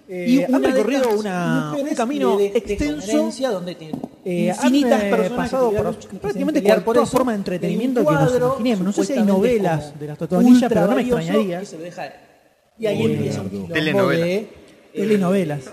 Speaker 15: Y
Speaker 2: una
Speaker 15: Eh, han
Speaker 2: de
Speaker 15: recorrido
Speaker 2: estas
Speaker 15: una, un
Speaker 2: mujeres
Speaker 15: camino
Speaker 2: de- de
Speaker 15: extenso.
Speaker 2: conferencia donde tiene
Speaker 15: Eh,
Speaker 2: infinitas
Speaker 15: han, eh,
Speaker 2: personas
Speaker 15: pasado
Speaker 2: que
Speaker 15: por
Speaker 2: tuvieron que
Speaker 15: prácticamente
Speaker 2: pelear
Speaker 15: cualquier
Speaker 2: eso,
Speaker 15: forma de entretenimiento
Speaker 2: en un
Speaker 15: que nos
Speaker 2: cuadro
Speaker 15: imaginemos. No sé si hay
Speaker 2: supuestamente
Speaker 15: novelas
Speaker 2: como
Speaker 15: de las Tortuganillas,
Speaker 2: ultra
Speaker 15: pero no me
Speaker 2: valioso,
Speaker 15: extrañaría.
Speaker 2: que se lo deja él. Y ahí empieza un quilombo
Speaker 7: Telenovelas.
Speaker 2: de,
Speaker 15: Telenovelas.
Speaker 2: eh,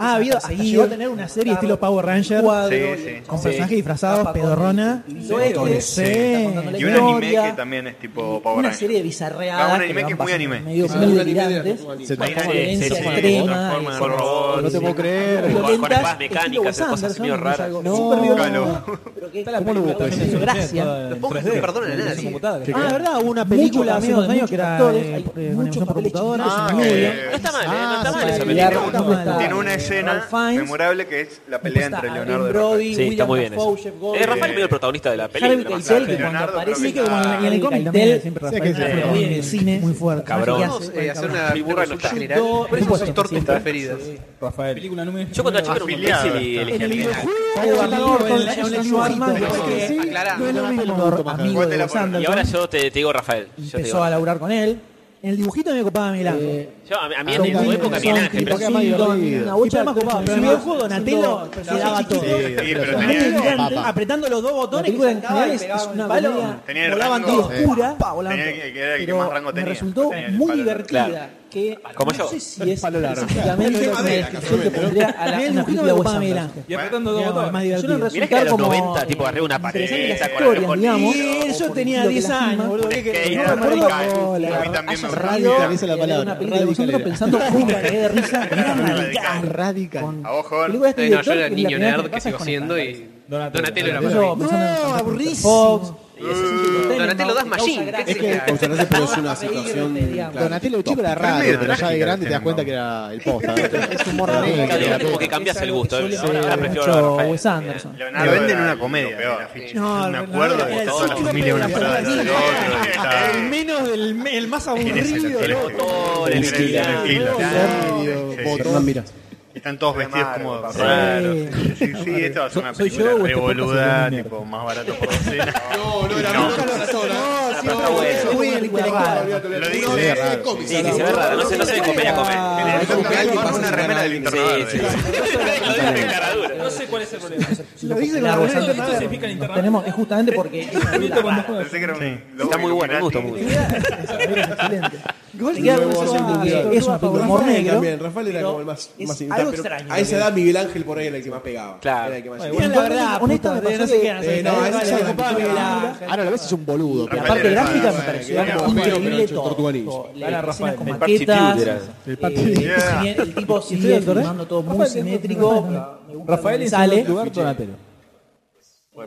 Speaker 15: Ah, ha habido, hasta llegó a tener una serie estilo Power Ranger
Speaker 2: Ranger
Speaker 7: Sí, sí.
Speaker 15: con personajes disfrazados, pedorrona. Sí.
Speaker 7: Y un anime que también es tipo Power
Speaker 2: una
Speaker 7: Rangers.
Speaker 2: serie de bizarreadas
Speaker 7: Ah, un anime
Speaker 2: van
Speaker 7: que es muy
Speaker 2: pasando
Speaker 7: anime.
Speaker 2: medio
Speaker 9: Es un anime de
Speaker 2: delirantes,
Speaker 9: las
Speaker 17: Se
Speaker 2: con
Speaker 17: transforma
Speaker 4: en-
Speaker 2: violencia
Speaker 4: se- se-
Speaker 2: extrema,
Speaker 7: transforma en
Speaker 2: con-
Speaker 7: robots.
Speaker 17: No te puedo creer.
Speaker 4: Con- con
Speaker 2: violentas,
Speaker 4: espadas mecánicas,
Speaker 2: estilo Wes
Speaker 4: esas cosas
Speaker 2: Anderson,
Speaker 4: medio
Speaker 2: que es
Speaker 4: raras.
Speaker 2: algo
Speaker 17: No,
Speaker 2: súper violento,
Speaker 7: Calo.
Speaker 2: pero que está la
Speaker 17: ¿Cómo lo
Speaker 2: película
Speaker 17: buscas?
Speaker 2: con su gracia.
Speaker 15: Toda en
Speaker 3: Los pocos
Speaker 15: 3D.
Speaker 3: que perdonan a nadie.
Speaker 15: Ah, la verdad, hubo una
Speaker 2: Mucho
Speaker 15: película hace
Speaker 2: cameo de
Speaker 15: unos años que
Speaker 2: muchos
Speaker 15: era
Speaker 2: actores,
Speaker 15: eh,
Speaker 2: hay
Speaker 15: por- eh,
Speaker 2: muchos
Speaker 15: animación por
Speaker 2: papeles
Speaker 15: computadora.
Speaker 7: chiquitos.
Speaker 15: es una
Speaker 7: Ah,
Speaker 15: novia.
Speaker 7: que-
Speaker 4: No está mal, ¿eh?
Speaker 17: Ah,
Speaker 4: No está
Speaker 17: se
Speaker 4: mal esa
Speaker 17: puede
Speaker 4: película.
Speaker 2: pelear.
Speaker 7: Tiene
Speaker 2: Tiene
Speaker 7: un una escena memorable que es la pelea entre Leonardo y
Speaker 2: Brody,
Speaker 4: Sí, está
Speaker 2: William
Speaker 4: muy bien.
Speaker 2: Dafoe,
Speaker 4: eso.
Speaker 2: Jeff Goldblum.
Speaker 4: Eh, Rafael es medio el protagonista de la
Speaker 2: Harvey
Speaker 4: película.
Speaker 2: Keitel, que cuando
Speaker 7: Leonardo
Speaker 2: aparece,
Speaker 7: creo
Speaker 2: que
Speaker 7: que
Speaker 2: como
Speaker 7: está-
Speaker 2: en el cómic
Speaker 17: también,
Speaker 2: Keitel,
Speaker 17: siempre
Speaker 2: Rafael
Speaker 17: Rafael
Speaker 2: Keitel,
Speaker 17: Keitel.
Speaker 2: en el cine, muy fuerte.
Speaker 4: Cabrón.
Speaker 2: ¿Qué
Speaker 3: Podemos, eh,
Speaker 2: hace?
Speaker 3: hacer una
Speaker 4: Mi burra no
Speaker 3: pregunta
Speaker 4: está.
Speaker 3: general.
Speaker 2: Por
Speaker 3: ¿Cuáles son
Speaker 2: supuesto,
Speaker 3: sus tortas
Speaker 2: sí.
Speaker 3: preferidas?
Speaker 6: Rafael. Película número
Speaker 4: Yo cuando era chico era un
Speaker 7: Afiliado.
Speaker 4: imbécil y elegí
Speaker 17: El
Speaker 4: Alien.
Speaker 17: videojuego
Speaker 2: Hay un amigo,
Speaker 17: Arnold,
Speaker 2: el-
Speaker 17: es
Speaker 2: el-
Speaker 17: un
Speaker 2: Arnold,
Speaker 17: animal,
Speaker 2: que-
Speaker 17: que sí,
Speaker 3: aclará.
Speaker 17: no es lo mismo,
Speaker 2: amigo de Wes
Speaker 4: Y ahora
Speaker 2: Anderson,
Speaker 4: yo te, te digo Rafael. Yo, te digo,
Speaker 2: empezó a laburar con él. En el dibujito me copaba Miguel
Speaker 4: Rafael. yo a, mí- a mí
Speaker 2: Tom
Speaker 4: en su
Speaker 2: Wilson,
Speaker 4: época Miguel Ángel,
Speaker 2: Tilly
Speaker 4: pero
Speaker 17: Parker. más divertido.
Speaker 2: Una bocha de más copada. Pero en el videojuego Donatello se daba todo.
Speaker 7: Sí, pero
Speaker 2: Donatello
Speaker 7: tenía-
Speaker 2: gigante,
Speaker 17: papa.
Speaker 2: apretando los dos botones que en general es es una comedia.
Speaker 7: Tenía el
Speaker 2: Volaban
Speaker 7: rango,
Speaker 2: todo
Speaker 7: eh,
Speaker 2: oscura, pa, volaban
Speaker 7: tenía
Speaker 2: todo.
Speaker 7: el que era el que
Speaker 2: Pero
Speaker 7: más rango
Speaker 2: me
Speaker 7: tenía.
Speaker 2: resultó
Speaker 7: Tenía el
Speaker 2: muy
Speaker 7: palo largo.
Speaker 2: divertida. Que
Speaker 4: Como
Speaker 2: no
Speaker 4: yo.
Speaker 2: sé si es
Speaker 17: Palo largo.
Speaker 2: específicamente
Speaker 9: Claro.
Speaker 2: lo que me descripción que pondría a la
Speaker 17: Miguel
Speaker 2: una
Speaker 17: Mujica
Speaker 2: película de
Speaker 17: me
Speaker 2: Wes
Speaker 17: copaba Miguel
Speaker 2: Anderson.
Speaker 6: Y apretando dos
Speaker 2: Digamos, es más
Speaker 6: botones.
Speaker 2: divertido.
Speaker 4: Mirá que a los 90, tipo,
Speaker 2: eh,
Speaker 4: arriba una
Speaker 2: interesante las
Speaker 4: pared. con el
Speaker 2: historias,
Speaker 4: mejor
Speaker 2: digamos.
Speaker 4: libro.
Speaker 2: Y yo tenía
Speaker 17: lo que
Speaker 2: 10
Speaker 17: lastima.
Speaker 2: años, boludo.
Speaker 7: Es
Speaker 2: que-
Speaker 7: que
Speaker 2: no
Speaker 7: era
Speaker 2: me acuerdo
Speaker 7: radical.
Speaker 2: cómo la-
Speaker 7: A mí también me
Speaker 2: haya
Speaker 7: gustaba.
Speaker 2: salido
Speaker 17: Radical, esa es la
Speaker 2: y había una
Speaker 17: palabra,
Speaker 2: película de vosotros
Speaker 17: radical era.
Speaker 2: pensando, "Pum, me cagué de risa, era
Speaker 7: Radical.
Speaker 2: radical.
Speaker 17: Radical.
Speaker 2: Con-
Speaker 7: A vos, joven.
Speaker 2: película de este
Speaker 3: Eh, No,
Speaker 2: director,
Speaker 3: yo era
Speaker 2: la
Speaker 3: niño
Speaker 2: primera
Speaker 3: nerd
Speaker 2: me
Speaker 3: que
Speaker 2: pasa es
Speaker 3: sigo
Speaker 2: con
Speaker 3: siendo
Speaker 2: esta.
Speaker 3: y Donatello
Speaker 2: Yo,
Speaker 3: era para mí.
Speaker 2: pensando en Fox,
Speaker 17: aburrísimo.
Speaker 4: Y eso.
Speaker 3: Donatello das machín,
Speaker 2: Causa
Speaker 3: ¿qué
Speaker 9: Es
Speaker 2: gracia.
Speaker 9: que conservarse pero es una situación.
Speaker 2: digamos.
Speaker 9: claro.
Speaker 17: Donatello de chico era
Speaker 7: Es
Speaker 17: raro,
Speaker 7: medio
Speaker 17: pero ya de
Speaker 7: trágica,
Speaker 17: grande te das
Speaker 7: Ken,
Speaker 17: cuenta
Speaker 7: ¿no?
Speaker 17: que era el posta. Es humor de negro.
Speaker 4: Claro, es
Speaker 17: era
Speaker 4: como que
Speaker 17: posta.
Speaker 4: cambias el gusto.
Speaker 2: Es
Speaker 4: Ahora
Speaker 2: algo que
Speaker 4: prefiero
Speaker 2: yo le
Speaker 4: a Rafael.
Speaker 2: Wes Anderson.
Speaker 7: Leonardo
Speaker 24: Le venden
Speaker 7: era
Speaker 24: una
Speaker 7: lo
Speaker 24: comedia,
Speaker 7: peor.
Speaker 24: la ficha.
Speaker 2: No,
Speaker 7: Me
Speaker 2: no,
Speaker 7: acuerdo
Speaker 2: no,
Speaker 7: de
Speaker 2: no,
Speaker 7: toda la
Speaker 2: no,
Speaker 7: familia,
Speaker 2: no,
Speaker 7: una
Speaker 2: no,
Speaker 7: parada
Speaker 2: no,
Speaker 7: del
Speaker 2: no,
Speaker 7: otro. que estaba-
Speaker 17: El menos del el más
Speaker 7: Eres el
Speaker 17: aburrido.
Speaker 7: hotel,
Speaker 17: loco.
Speaker 4: Motor, el
Speaker 7: el estilo,
Speaker 4: estilo.
Speaker 7: el estilo. Sí,
Speaker 17: Claro.
Speaker 7: sí, sí.
Speaker 17: Botón, mira.
Speaker 7: Están todos vestidos como
Speaker 2: Sí.
Speaker 7: raros. Sí, sí, sí, esto va a ser una
Speaker 2: Soy
Speaker 7: película
Speaker 2: yo,
Speaker 7: re
Speaker 2: este podcast
Speaker 7: boluda,
Speaker 2: es una
Speaker 7: tipo más barato por docena.
Speaker 9: No, no, era nunca la zona. No, sí,
Speaker 4: está bueno.
Speaker 9: eso es
Speaker 2: Muy
Speaker 9: una película
Speaker 2: intelectual.
Speaker 9: rara, olvídate,
Speaker 7: Lo
Speaker 9: no,
Speaker 7: dice,
Speaker 9: no,
Speaker 7: sí,
Speaker 9: es
Speaker 7: raro.
Speaker 9: cómica,
Speaker 4: Sí, sí, se ve raro. No se, no se ve comedia, comedia.
Speaker 2: Ah,
Speaker 9: Es como que alguien
Speaker 7: Con
Speaker 9: pasa
Speaker 7: una remera del
Speaker 4: Sí,
Speaker 7: internado.
Speaker 4: sí.
Speaker 7: ¿verdad?
Speaker 4: Lo dice en cara dura.
Speaker 6: No sé cuál es el problema.
Speaker 17: Lo dice
Speaker 2: La
Speaker 17: con
Speaker 2: voz
Speaker 17: la
Speaker 6: Esto
Speaker 2: antes,
Speaker 6: esto se pica en internet.
Speaker 2: Tenemos, es justamente porque es una película
Speaker 6: cuando
Speaker 2: rara.
Speaker 7: Pensé que era un
Speaker 4: Está muy bueno, me gusta mucho.
Speaker 2: excelente.
Speaker 17: Gol
Speaker 2: Me queda con esa sensación de que es un poco humor
Speaker 9: Rafael
Speaker 2: negro.
Speaker 9: también, Rafael era
Speaker 2: pero
Speaker 9: como el más,
Speaker 2: es
Speaker 9: más
Speaker 2: algo
Speaker 9: pero
Speaker 2: extraño
Speaker 9: A esa
Speaker 2: también.
Speaker 9: edad Miguel Ángel por ahí era el que más pegaba.
Speaker 4: Claro.
Speaker 9: Era el que más
Speaker 2: Mira, la verdad, honesto, me pasó que-
Speaker 9: Eh, no, a esa
Speaker 2: Rafael
Speaker 9: edad
Speaker 2: era
Speaker 9: me
Speaker 2: la
Speaker 9: pegaba.
Speaker 2: película.
Speaker 17: Ahora lo ves es un boludo.
Speaker 2: La
Speaker 7: Rafael
Speaker 2: parte
Speaker 7: era
Speaker 2: gráfica me
Speaker 7: para-
Speaker 2: pareció
Speaker 9: era
Speaker 2: algo
Speaker 9: como Homero,
Speaker 2: increíble
Speaker 9: pero hecho
Speaker 2: todo.
Speaker 9: Tortuga Ninja.
Speaker 2: todo.
Speaker 6: Era
Speaker 2: Las escenas
Speaker 6: Rafael,
Speaker 2: con
Speaker 4: el Parchitude era.
Speaker 2: maquetas.
Speaker 17: El Parchitude.
Speaker 2: eh,
Speaker 7: Yeah.
Speaker 2: si bien El tipo
Speaker 17: Estoy de
Speaker 2: sigue
Speaker 17: acuerdo, ¿eh?
Speaker 2: filmando todo muy
Speaker 17: Rafael,
Speaker 2: simétrico.
Speaker 17: Rafael.
Speaker 2: me gusta
Speaker 6: Rafael
Speaker 2: dónde
Speaker 6: en
Speaker 2: sale.
Speaker 6: segundo lugar, Donatello.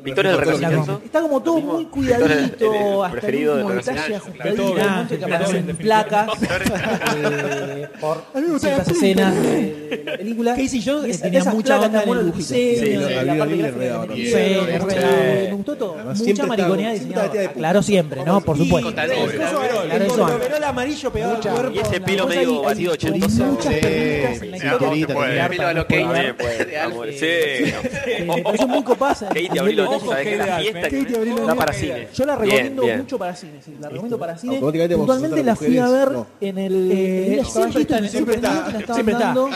Speaker 4: Victoria del Renacimiento.
Speaker 2: Está como todo muy
Speaker 4: El- el- el
Speaker 2: cuidadito, hasta el
Speaker 4: preferido
Speaker 2: último
Speaker 4: de
Speaker 2: detalle
Speaker 4: Nacional.
Speaker 2: ajustadito,
Speaker 6: Beethoven,
Speaker 2: la música
Speaker 6: Beethoven,
Speaker 2: aparece en
Speaker 6: definitivamente.
Speaker 2: placas
Speaker 7: Beethoven.
Speaker 2: eh, por
Speaker 17: A mí me gusta
Speaker 2: ciertas
Speaker 17: la
Speaker 2: escenas de la película.
Speaker 17: Casey Jones
Speaker 2: Esa-
Speaker 17: tenía
Speaker 2: esas
Speaker 17: mucha
Speaker 2: placas
Speaker 17: onda
Speaker 2: tan
Speaker 17: en el
Speaker 2: buenas, el
Speaker 17: dibujito.
Speaker 2: diseño,
Speaker 9: Sí, lo-
Speaker 2: la
Speaker 9: al
Speaker 2: parte
Speaker 9: violín le
Speaker 2: gráfica
Speaker 9: re
Speaker 2: que
Speaker 9: daba
Speaker 2: tenía. Sí,
Speaker 9: también. Sí,
Speaker 2: le re
Speaker 9: sí.
Speaker 2: daba. Me gustó todo.
Speaker 9: Además,
Speaker 2: Mucha
Speaker 9: siempre
Speaker 2: mariconeada
Speaker 9: estaba- siempre la tía de
Speaker 2: diseñada.
Speaker 9: puta.
Speaker 2: Claro, siempre, ¿no? Por supuesto.
Speaker 3: Con Tanino.
Speaker 2: Claro, eso antes.
Speaker 17: amarillo pegado al cuerpo.
Speaker 4: Y ese pelo medio batido ochentoso.
Speaker 17: Muchas películas en la
Speaker 7: Sí, no,
Speaker 17: historia.
Speaker 7: no se puede.
Speaker 3: Camilo a lo que
Speaker 4: También, pues, amor. Sí.
Speaker 2: Eh, me pareció muy copada. esa-
Speaker 4: Katie Abril
Speaker 2: Ojo,
Speaker 4: Oña, que
Speaker 6: Katie
Speaker 4: la
Speaker 6: Abril,
Speaker 4: fiesta que
Speaker 17: Katie Abril
Speaker 4: da
Speaker 17: Oña.
Speaker 4: para cine.
Speaker 2: Yo la
Speaker 4: Bien,
Speaker 2: recomiendo
Speaker 4: bien.
Speaker 2: mucho para cine, sí, la recomiendo para cine.
Speaker 9: Automáticamente vos
Speaker 2: Puntualmente
Speaker 9: asociás a
Speaker 2: la fui a
Speaker 9: mujeres,
Speaker 2: ver
Speaker 9: no.
Speaker 2: en el. en el-
Speaker 17: siempre está en-
Speaker 9: siempre está,
Speaker 2: sorprendió que la estaban
Speaker 17: siempre está.
Speaker 2: dando.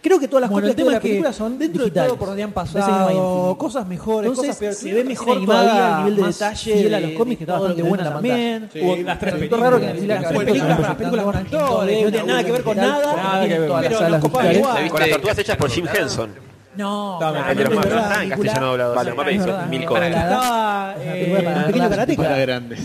Speaker 2: Creo que todas las
Speaker 17: Bueno, el
Speaker 2: copias
Speaker 17: tema
Speaker 2: de la
Speaker 17: es que
Speaker 2: película son
Speaker 17: dentro de todo
Speaker 2: digitales.
Speaker 17: por donde han
Speaker 2: Parece que no hay
Speaker 17: pasado,
Speaker 2: infinito.
Speaker 17: cosas mejores,
Speaker 2: Entonces,
Speaker 17: cosas peores.
Speaker 2: Se ve mejor
Speaker 17: Animada,
Speaker 2: todavía el nivel de
Speaker 17: más
Speaker 2: detalle.
Speaker 17: fiel a los
Speaker 2: de-
Speaker 17: cómics que
Speaker 2: de todo
Speaker 17: está bastante
Speaker 2: lo que
Speaker 17: buena
Speaker 2: tenemos
Speaker 17: la
Speaker 2: también.
Speaker 9: Sí.
Speaker 6: Hubo las tres
Speaker 2: Es
Speaker 6: películas.
Speaker 2: raro que las películas,
Speaker 17: Las
Speaker 2: las películas,
Speaker 17: películas
Speaker 2: las películas con
Speaker 17: argentinas,
Speaker 2: actores, que no tienen nada que ver con nada,
Speaker 6: Nada que ver.
Speaker 2: todas las
Speaker 6: Pero
Speaker 2: salas
Speaker 6: nos coparon
Speaker 2: digitales.
Speaker 6: igual.
Speaker 4: Con las tortugas hechas por Jim Henson.
Speaker 2: No,
Speaker 6: Dame,
Speaker 2: claro,
Speaker 4: El de los
Speaker 2: es
Speaker 4: Muppets.
Speaker 2: verdad,
Speaker 4: Ah, en castellano doblado. Vale, Mapa
Speaker 2: es
Speaker 4: hizo
Speaker 2: verdad,
Speaker 4: mil
Speaker 2: es
Speaker 4: cosas.
Speaker 2: verdad. Estaba, eh,
Speaker 17: Para-
Speaker 2: pequeño
Speaker 17: para-
Speaker 2: karateca.
Speaker 17: Para grandes.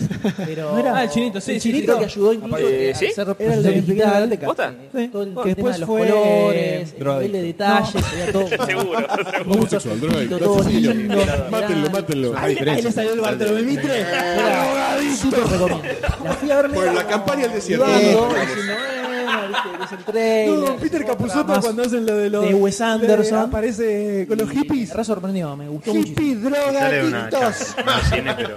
Speaker 2: Pero,
Speaker 6: No era- Ah, el chinito, sí,
Speaker 2: El
Speaker 6: sí,
Speaker 2: chinito
Speaker 6: sí.
Speaker 2: que ayudó incluso
Speaker 4: Eh,
Speaker 2: a
Speaker 4: ¿sí?
Speaker 2: ser
Speaker 17: Era el de
Speaker 2: representante
Speaker 17: Pequeño
Speaker 2: digital.
Speaker 17: Karateca.
Speaker 4: ¿Posta?
Speaker 2: Sí, todo el
Speaker 17: Que
Speaker 2: tema de
Speaker 17: después
Speaker 2: los
Speaker 17: fue
Speaker 2: colores, el
Speaker 6: drogadicto.
Speaker 2: nivel de detalle, sería todo.
Speaker 4: Seguro, seguro.
Speaker 2: Mucho
Speaker 17: Homosexual,
Speaker 2: chiquito, todo
Speaker 17: drogadicto,
Speaker 2: lindo,
Speaker 17: asesino. Mátenlo,
Speaker 2: grande.
Speaker 17: mátenlo.
Speaker 2: Ahí ahí le salió el Bartolomé Mitre. Era súper recomiendo. La fui a ver
Speaker 9: Por
Speaker 2: medio
Speaker 9: la campaña del desierto.
Speaker 2: dudando,
Speaker 9: Eh,
Speaker 2: diciendo, "Bueno, viste, es el trailer,
Speaker 17: No, Peter
Speaker 2: otra
Speaker 17: Capuzotto
Speaker 2: más".
Speaker 17: cuando hacen lo de los.
Speaker 2: de Wes Anderson.
Speaker 17: de- Aparece con los
Speaker 2: Y
Speaker 17: hippies.
Speaker 2: Me re sorprendió, me gustó muchísimo.
Speaker 17: Hippies,
Speaker 7: Sale de una
Speaker 17: drogadictos.
Speaker 7: chance, no tiene, pero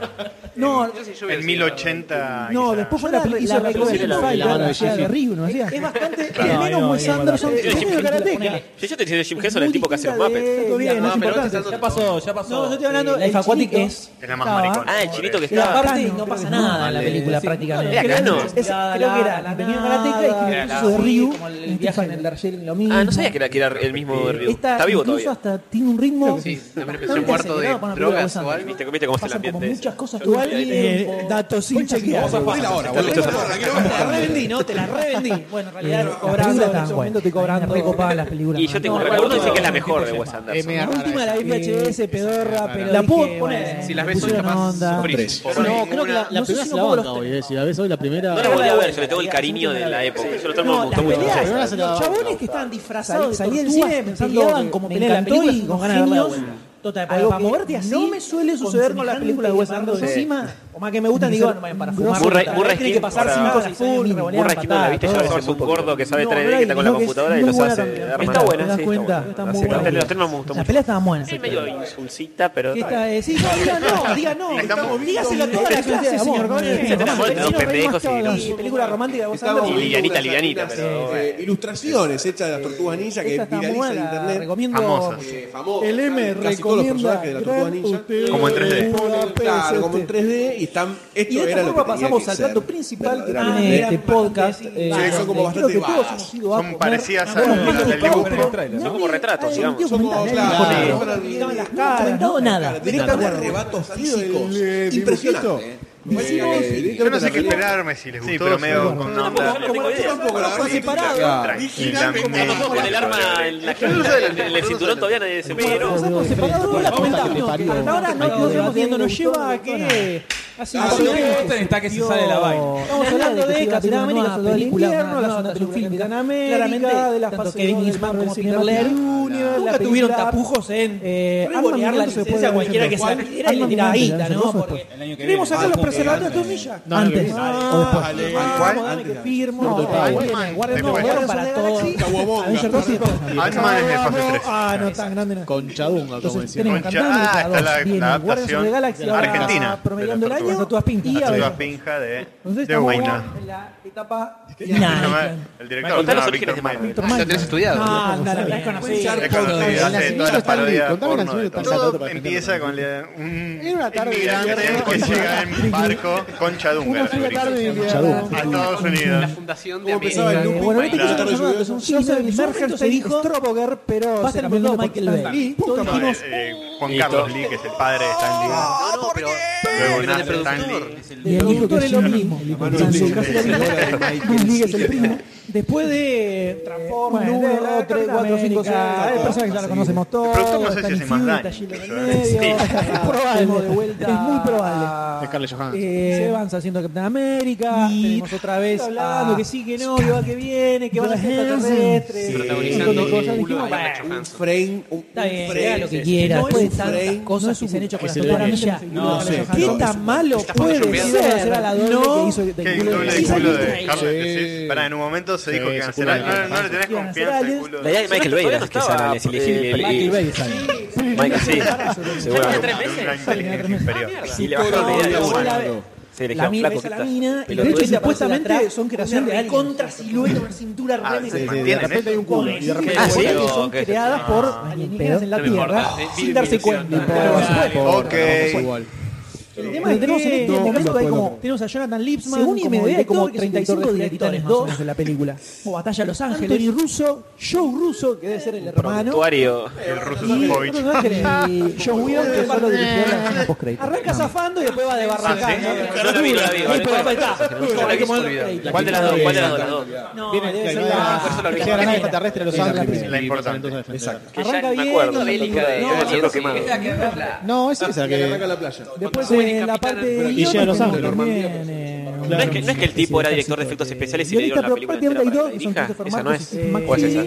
Speaker 17: No,
Speaker 7: en 1080
Speaker 17: no,
Speaker 7: quizá.
Speaker 17: después fue la película hizo la película de
Speaker 4: la-
Speaker 17: Fighter,
Speaker 4: la mano
Speaker 17: la
Speaker 4: de
Speaker 17: hacía de Ryu, ¿no hacía?
Speaker 2: Es bastante.
Speaker 17: Al
Speaker 2: es menos
Speaker 6: no,
Speaker 2: Wes
Speaker 6: no, no,
Speaker 2: Anderson
Speaker 4: no,
Speaker 2: que
Speaker 4: no,
Speaker 2: es medio
Speaker 17: no,
Speaker 2: karateca.
Speaker 4: <laughs> Yo ya te decía Jim Henson, el tipo que hace los
Speaker 2: Muy
Speaker 4: Muppets.
Speaker 2: distinta
Speaker 17: Todo
Speaker 2: de-
Speaker 17: bien, no es
Speaker 3: pero
Speaker 17: importante.
Speaker 3: estás
Speaker 6: Ya pasó, ya pasó.
Speaker 2: No, yo estoy hablando de.
Speaker 17: Life Aquatic
Speaker 2: Aquatic
Speaker 17: es-
Speaker 2: es.
Speaker 7: Es la más maricona.
Speaker 4: Ah, el chinito que
Speaker 2: Y
Speaker 4: estaba.
Speaker 2: aparte
Speaker 17: Cano,
Speaker 2: no
Speaker 17: creo
Speaker 2: pasa
Speaker 17: que
Speaker 2: nada
Speaker 17: no,
Speaker 2: en la
Speaker 17: sí,
Speaker 2: película
Speaker 17: sí.
Speaker 2: prácticamente.
Speaker 4: Era Cano.
Speaker 2: Es- creo que era la pequeña karateca y que
Speaker 3: nada,
Speaker 2: incluso de Ryu.
Speaker 3: como el
Speaker 2: el
Speaker 3: viaje
Speaker 2: viaje en el Darjeeling lo mismo.
Speaker 4: Ah, no sabía que era, que era el mismo de Río.
Speaker 2: Esta
Speaker 4: Está vivo
Speaker 2: incluso
Speaker 4: todavía.
Speaker 2: hasta tiene un ritmo.
Speaker 3: Sí, también empezó
Speaker 2: bastante
Speaker 3: muerto de
Speaker 2: acelerado para una película
Speaker 3: drogas
Speaker 2: de Wes
Speaker 3: o
Speaker 2: Anderson.
Speaker 3: algo.
Speaker 4: Viste, viste cómo está el
Speaker 2: Pasan como
Speaker 4: ambiente. ese.
Speaker 2: muchas cosas
Speaker 4: Yo-
Speaker 2: igual y
Speaker 17: Eh, datos sin chequear.
Speaker 9: Dale la hora,
Speaker 4: Está
Speaker 9: boludo.
Speaker 4: luchosa.
Speaker 9: Dale la hora, que no
Speaker 2: Te
Speaker 9: vamos
Speaker 2: la
Speaker 9: a-
Speaker 2: revendí, ¿no? Te la revendí. Bueno, en realidad,
Speaker 17: Las
Speaker 2: cobrando, en
Speaker 17: películas estaban
Speaker 2: ese
Speaker 17: buenas.
Speaker 2: momento te cobrando.
Speaker 17: Recopadas las películas.
Speaker 4: Y yo tengo.
Speaker 17: No,
Speaker 4: Algunos
Speaker 2: no,
Speaker 4: dicen que es la
Speaker 2: no,
Speaker 4: mejor de Wes Anderson.
Speaker 17: M.A.
Speaker 2: La última, la VHS, pedorra, pero.
Speaker 17: La
Speaker 2: dije,
Speaker 17: puedo
Speaker 2: bueno,
Speaker 17: poner.
Speaker 3: Si las
Speaker 2: le
Speaker 3: ves hoy,
Speaker 2: pusieron
Speaker 3: capaz
Speaker 2: onda.
Speaker 3: sufrís.
Speaker 7: Tres.
Speaker 3: Pero
Speaker 17: No,
Speaker 7: ninguna-
Speaker 17: creo que la, la
Speaker 2: no sé
Speaker 17: primera
Speaker 2: si
Speaker 17: se
Speaker 2: no
Speaker 17: la
Speaker 2: pongo
Speaker 17: banca
Speaker 2: los
Speaker 17: hoy,
Speaker 2: tres.
Speaker 17: eh. Si la ves hoy, la primera.
Speaker 4: No la volví a ver, yo le tengo el cariño de la época. Yo lo tengo me
Speaker 2: No, las
Speaker 4: gustó mucho.
Speaker 2: peleas,
Speaker 17: Pero ahora se la-
Speaker 2: los chabones que estaban disfrazados de
Speaker 17: salí del
Speaker 2: tortugas
Speaker 17: cine pensando
Speaker 2: peleaban
Speaker 17: que
Speaker 2: como
Speaker 17: me
Speaker 2: peleas de la
Speaker 17: encantó
Speaker 2: película
Speaker 17: y
Speaker 2: y
Speaker 17: con
Speaker 2: como
Speaker 17: ganas de darle la
Speaker 2: genios,
Speaker 17: vuelta.
Speaker 2: Total,
Speaker 5: algo
Speaker 2: para
Speaker 5: que
Speaker 2: moverte así.
Speaker 5: no me suele suceder con las películas de Wes
Speaker 2: Anderson.
Speaker 5: Anderson.
Speaker 2: Encima, o más que me gustan, digo, no vayan para fumar.
Speaker 4: Murray-
Speaker 2: puta,
Speaker 4: Murray
Speaker 2: tiene que
Speaker 4: Skin,
Speaker 2: pasar
Speaker 4: para-
Speaker 2: cinco horas full, revolear
Speaker 4: Murray Skin no la
Speaker 2: patadas,
Speaker 4: viste, yo
Speaker 2: todo.
Speaker 4: es un gordo que sabe
Speaker 2: No,
Speaker 4: 3D, que está con la
Speaker 2: no, que es
Speaker 4: computadora y
Speaker 2: muy
Speaker 4: los
Speaker 2: buena
Speaker 4: hace.
Speaker 2: también.
Speaker 4: armar.
Speaker 2: Está buena,
Speaker 4: Te das
Speaker 2: sí, está
Speaker 4: cuenta,
Speaker 2: buena. Está
Speaker 4: la
Speaker 2: muy
Speaker 4: serie.
Speaker 2: buena.
Speaker 4: Los tres no me gustó
Speaker 2: La
Speaker 4: mucho.
Speaker 2: pelea estaba buena.
Speaker 4: Es medio insulsita, pero.
Speaker 2: Esta, eh, sí, no, diga no, diga no.
Speaker 9: Estamos
Speaker 2: Dígaselo a toda la clase, señor.
Speaker 9: viendo-
Speaker 2: Gómez.
Speaker 4: Se te enamoró de
Speaker 2: Vecino,
Speaker 4: dos
Speaker 2: no hay más
Speaker 4: pendejos
Speaker 2: que hablar.
Speaker 4: y-
Speaker 2: Película romántica de Wes
Speaker 9: Estamos
Speaker 2: Anderson.
Speaker 9: viendo
Speaker 4: livianita,
Speaker 9: unas
Speaker 4: livianita,
Speaker 9: algunas,
Speaker 4: pero,
Speaker 9: eh, ilustraciones hechas de las tortugas ninja que
Speaker 2: Esta está muy
Speaker 9: viralizan
Speaker 2: buena,
Speaker 9: en
Speaker 2: la
Speaker 9: internet.
Speaker 2: recomiendo.
Speaker 7: Famosas.
Speaker 9: Eh, famosas,
Speaker 2: El M
Speaker 9: casi todos los
Speaker 2: recomienda
Speaker 9: personajes de las tortugas ninja.
Speaker 7: Como en 3D.
Speaker 9: Claro, como en 3D y están. Esto
Speaker 2: Y de
Speaker 9: era
Speaker 2: esta
Speaker 9: lo
Speaker 2: forma
Speaker 9: que tenía
Speaker 2: pasamos
Speaker 9: que
Speaker 2: al
Speaker 9: ser.
Speaker 2: plato principal que
Speaker 9: Verdaderamente.
Speaker 2: tiene este podcast. eh,
Speaker 9: Sí, son
Speaker 2: donde
Speaker 9: como
Speaker 2: creo
Speaker 9: bastante
Speaker 2: que todos
Speaker 9: vagas.
Speaker 2: hemos ido a
Speaker 7: Son
Speaker 2: comer
Speaker 7: parecidas
Speaker 2: a
Speaker 7: al-
Speaker 2: buenos
Speaker 7: al
Speaker 2: platos
Speaker 7: del
Speaker 2: pavos,
Speaker 7: dibujo.
Speaker 2: pero
Speaker 4: Son
Speaker 2: nadie
Speaker 4: como retratos,
Speaker 2: ha
Speaker 4: digamos.
Speaker 2: hecho
Speaker 9: Somos,
Speaker 2: comentarios,
Speaker 9: claro,
Speaker 2: nadie
Speaker 9: claro,
Speaker 2: pone-
Speaker 9: claro,
Speaker 2: no
Speaker 9: claro,
Speaker 2: ha comentado nada.
Speaker 9: Directamente arrebatos físicos.
Speaker 17: eh,
Speaker 9: Impresionante.
Speaker 17: dibujito.
Speaker 9: eh. Eh,
Speaker 7: Yo no sé
Speaker 9: directamente la
Speaker 7: qué esperarme si les gustó. Sí, pero medio con una onda.
Speaker 4: tengo idea.
Speaker 9: película. La verdad que
Speaker 2: separado.
Speaker 7: Tranquila,
Speaker 4: Como los dos con el arma
Speaker 2: <laughs>
Speaker 4: en la en el cinturón todavía nadie se
Speaker 2: Pero
Speaker 4: pero
Speaker 2: por separado no la comentamos.
Speaker 17: te parió.
Speaker 2: Hasta ahora no
Speaker 17: Ay,
Speaker 2: nos estamos
Speaker 17: debatiendo
Speaker 2: viendo, nos
Speaker 17: con
Speaker 2: lleva a
Speaker 17: todas las
Speaker 2: que. Hace
Speaker 9: Ah,
Speaker 2: hace
Speaker 9: sí,
Speaker 2: un tiempo.
Speaker 6: gusta está que se sale la vaina.
Speaker 2: Estamos hablando de Capitán América, Soldado del Invierno, la zona
Speaker 5: de
Speaker 2: del film de Capitán América,
Speaker 5: Claramente,
Speaker 2: de las
Speaker 5: tanto
Speaker 2: fases
Speaker 5: Kevin
Speaker 2: dos del
Speaker 5: Eastman
Speaker 2: Marvel
Speaker 5: como
Speaker 2: Cinematic
Speaker 5: Peter
Speaker 2: Universe,
Speaker 5: Nunca
Speaker 2: la
Speaker 5: tuvieron
Speaker 2: película-
Speaker 5: tapujos en
Speaker 2: Eh,
Speaker 5: Pero
Speaker 2: Arma
Speaker 5: igual,
Speaker 2: Miranda
Speaker 5: Miranda
Speaker 2: se
Speaker 5: se
Speaker 2: puede
Speaker 5: puede
Speaker 2: cualquiera que
Speaker 5: defender.
Speaker 2: sea. Era
Speaker 5: Arma Miranda,
Speaker 2: tiradita,
Speaker 5: ¿no?
Speaker 2: ¿no?
Speaker 5: Porque
Speaker 6: El
Speaker 2: Porque
Speaker 6: año que viene.
Speaker 5: Queremos sacar los
Speaker 6: Batman,
Speaker 5: preservativos de
Speaker 6: Batman.
Speaker 5: Tornilla.
Speaker 17: No, no,
Speaker 2: Antes.
Speaker 17: no,
Speaker 2: o después.
Speaker 7: ¿Cuál?
Speaker 2: Vamos, dame que firmo.
Speaker 17: Ant-Man.
Speaker 2: Guardian- Guardian-
Speaker 7: Después.
Speaker 2: Guardian para todos. Avenger 2 y después.
Speaker 7: Ant-Man es de fase 3.
Speaker 2: Ah, no tan grande. no.
Speaker 17: Conchadunga, como
Speaker 2: Entonces,
Speaker 17: decían.
Speaker 2: tenemos
Speaker 7: Concha-
Speaker 2: Cantante,
Speaker 7: ah,
Speaker 2: Lucas
Speaker 7: está la-
Speaker 2: 2, viene
Speaker 7: la
Speaker 2: Guardianes
Speaker 7: adaptación
Speaker 2: de la Galaxia, ahora
Speaker 7: argentina de
Speaker 2: promediando el
Speaker 7: las
Speaker 2: año,
Speaker 7: tortugas.
Speaker 2: Tortugas Pintas. Y
Speaker 7: La
Speaker 2: ahora-
Speaker 7: tortuga pinja de.
Speaker 2: Entonces
Speaker 7: De
Speaker 2: estamos
Speaker 7: Guayna.
Speaker 2: en la etapa final.
Speaker 7: El director
Speaker 4: Contá
Speaker 7: se
Speaker 4: los
Speaker 7: llama
Speaker 4: orígenes
Speaker 7: Victor
Speaker 4: de
Speaker 7: Mayer.
Speaker 4: Marvel.
Speaker 3: Ya tenés estudiado.
Speaker 2: Ah, anda, la verdad es conocida.
Speaker 7: Es conocido, hace
Speaker 17: Las
Speaker 7: todas
Speaker 17: señoras
Speaker 7: las
Speaker 17: están
Speaker 7: parodias
Speaker 17: bien, contame
Speaker 7: porno
Speaker 17: las
Speaker 7: de
Speaker 17: señoras
Speaker 7: todo.
Speaker 17: están bien.
Speaker 7: Todo empieza con la- un
Speaker 17: Era una
Speaker 7: inmigrante
Speaker 17: tarde de invierno.
Speaker 7: que llega en barco con Chadunga.
Speaker 17: Una
Speaker 7: a sus
Speaker 17: fría tarde de
Speaker 7: orígenes.
Speaker 17: invierno.
Speaker 7: A Estados Unidos.
Speaker 3: La fundación de
Speaker 9: ¿Cómo
Speaker 2: Pues,
Speaker 9: empezaba el
Speaker 3: América.
Speaker 9: looping?
Speaker 2: Bueno, viste que
Speaker 7: Claro.
Speaker 2: yo te resuelvo que son Joseph Mergerstein y Stroboger, pero
Speaker 5: Pasa
Speaker 2: se
Speaker 5: el
Speaker 2: cambió el
Speaker 5: mundo
Speaker 2: nombre a
Speaker 5: Michael
Speaker 2: Michael
Speaker 5: Bay.
Speaker 2: Bay.
Speaker 9: Puta
Speaker 7: No,
Speaker 9: madre.
Speaker 7: eh, eh, Juan Carlos Lee, que es el padre de Stan
Speaker 2: Ah,
Speaker 7: Lee.
Speaker 3: No, no, pero.
Speaker 7: Luego
Speaker 3: pero el
Speaker 7: nace
Speaker 3: productor.
Speaker 7: Stan Lee.
Speaker 2: Y el productor es lo mismo.
Speaker 9: mano de Lee.
Speaker 2: Miguel es el primo. Después de Transformers, 1, 3, 4, 5, 6, hay personas que ya lo conocemos todos.
Speaker 7: productor no sé si
Speaker 2: Danny
Speaker 7: hace más
Speaker 2: Field,
Speaker 7: daño.
Speaker 2: Tashila en el
Speaker 7: Sí.
Speaker 2: medio. Es probable.
Speaker 5: de vuelta
Speaker 2: Es muy probable.
Speaker 17: Scarlett Johansson.
Speaker 2: Eh,
Speaker 5: Se avanza haciendo Capitán América.
Speaker 2: Y-
Speaker 5: Tenemos otra vez.
Speaker 2: hablando
Speaker 5: a-
Speaker 2: que sí, que no, que va, que viene, que van a ser extraterrestres.
Speaker 3: Protagonizando
Speaker 2: Un montón de cosas.
Speaker 3: el culo
Speaker 2: Dijimos,
Speaker 3: de Scarlett
Speaker 2: bueno,
Speaker 9: Un
Speaker 3: Johansson.
Speaker 9: frame. Un,
Speaker 2: Está
Speaker 9: un
Speaker 2: bien,
Speaker 9: frame.
Speaker 2: haga lo que quiera.
Speaker 9: No es
Speaker 2: Después
Speaker 9: un
Speaker 2: de tantas
Speaker 9: frame.
Speaker 2: cosas que se han hecho con
Speaker 17: que
Speaker 2: las
Speaker 17: se le ve
Speaker 2: tortugas
Speaker 17: bien.
Speaker 2: ninja.
Speaker 6: No,
Speaker 2: sé.
Speaker 17: sé.
Speaker 2: ¿Qué tan malo puede
Speaker 3: photoshopeando.
Speaker 2: ser? Será la doble
Speaker 5: No.
Speaker 2: que hizo de
Speaker 7: ¿Qué?
Speaker 2: culo
Speaker 7: ¿El doble
Speaker 2: de-
Speaker 7: de
Speaker 2: Sí,
Speaker 7: culo
Speaker 2: saliste
Speaker 7: de
Speaker 2: ahí.
Speaker 7: Carlos?
Speaker 17: Sí.
Speaker 7: Decís, Pará, en un momento se dijo
Speaker 17: Sí,
Speaker 7: que
Speaker 17: se
Speaker 7: cancelar.
Speaker 17: culo de
Speaker 7: No, no le tenés
Speaker 2: Carlos.
Speaker 7: confianza al
Speaker 2: Cancelar
Speaker 7: culo
Speaker 4: La idea de
Speaker 7: de.
Speaker 4: Michael Bay era que
Speaker 3: estaba,
Speaker 4: sale, es elegible.
Speaker 2: eh, Michael Bay sale.
Speaker 4: Michael,
Speaker 2: <laughs>
Speaker 4: sí. Seguramente.
Speaker 7: Una inteligencia inferior.
Speaker 4: Y le bajaron la idea de
Speaker 2: Yo
Speaker 4: uno.
Speaker 2: la-
Speaker 4: Se le
Speaker 2: La mina,
Speaker 4: flaco
Speaker 2: esa la
Speaker 4: que estás.
Speaker 2: mina, y de
Speaker 4: Pelotudo.
Speaker 2: hecho
Speaker 4: Sí,
Speaker 2: supuestamente son creaciones de
Speaker 5: recontra
Speaker 2: contra silueta, una cintura
Speaker 7: Ah,
Speaker 2: remera.
Speaker 7: se
Speaker 17: De
Speaker 7: mantienen
Speaker 17: repente hay
Speaker 7: eso.
Speaker 17: un culo. Y de repente
Speaker 4: Ah, ¿sí?
Speaker 2: que son
Speaker 4: ¿Qué es eso?
Speaker 2: creadas por alienígenas en la
Speaker 3: No me importa.
Speaker 2: Tierra
Speaker 3: Eh,
Speaker 2: sin darse
Speaker 3: mi- mi-
Speaker 2: cuenta.
Speaker 3: mi-
Speaker 2: Pero, por supuesto,
Speaker 7: Ok.
Speaker 2: El tema es que tenemos en este
Speaker 17: No,
Speaker 2: momento
Speaker 17: no
Speaker 2: hay
Speaker 17: puedo.
Speaker 2: como tenemos a Jonathan Lipsman,
Speaker 5: Según
Speaker 2: como,
Speaker 5: IMDb,
Speaker 2: hay como
Speaker 5: creo que son
Speaker 2: 35
Speaker 5: directores
Speaker 2: directores
Speaker 5: más o
Speaker 2: dos
Speaker 5: menos de la película.
Speaker 2: o Batalla Los Ángeles,
Speaker 5: Anthony Russo, Joe Russo, que debe ser el hermano.
Speaker 4: Vestuario.
Speaker 7: El ruso
Speaker 2: y
Speaker 7: Sofovich.
Speaker 2: Los Ángeles y John Weir, que son los directores de la escena post-crédito. Arranca zafando y después va de barranca.
Speaker 7: Ah, ¿sí?
Speaker 4: Yo no la vi, no la vi.
Speaker 2: Sí, pero ahí está.
Speaker 4: Yo la vi,
Speaker 2: Olvidable.
Speaker 4: ¿Cuál de las dos? ¿Cuál de las dos? Las dos.
Speaker 2: No,
Speaker 17: Vienen
Speaker 2: debe
Speaker 17: que
Speaker 2: ser
Speaker 17: no
Speaker 2: la-
Speaker 17: hay-
Speaker 2: la
Speaker 17: que
Speaker 2: primera.
Speaker 17: llega la nave extraterrestre a Los
Speaker 2: Es la
Speaker 17: Ángeles.
Speaker 2: primera.
Speaker 7: La
Speaker 17: y
Speaker 7: importante.
Speaker 17: pasan entonces a defender.
Speaker 4: Que ya
Speaker 2: Arranca
Speaker 4: ni
Speaker 2: bien,
Speaker 4: me acuerdo.
Speaker 2: la
Speaker 4: Bélica
Speaker 2: tortura
Speaker 4: de-
Speaker 2: de-
Speaker 4: debe ser lo quemado.
Speaker 6: Esa que verla.
Speaker 17: No, es esa
Speaker 9: Que arranca en
Speaker 17: que.
Speaker 9: la playa.
Speaker 2: Después
Speaker 3: Cuando
Speaker 2: en la
Speaker 3: Capitán
Speaker 2: parte de
Speaker 3: América-
Speaker 17: Y llega a Los Ángeles.
Speaker 4: No es, que, no es que el tipo era director de
Speaker 2: Eh,
Speaker 4: efectos especiales y le dieron la película entera para que la dirija. Esa no es. ¿O es esa?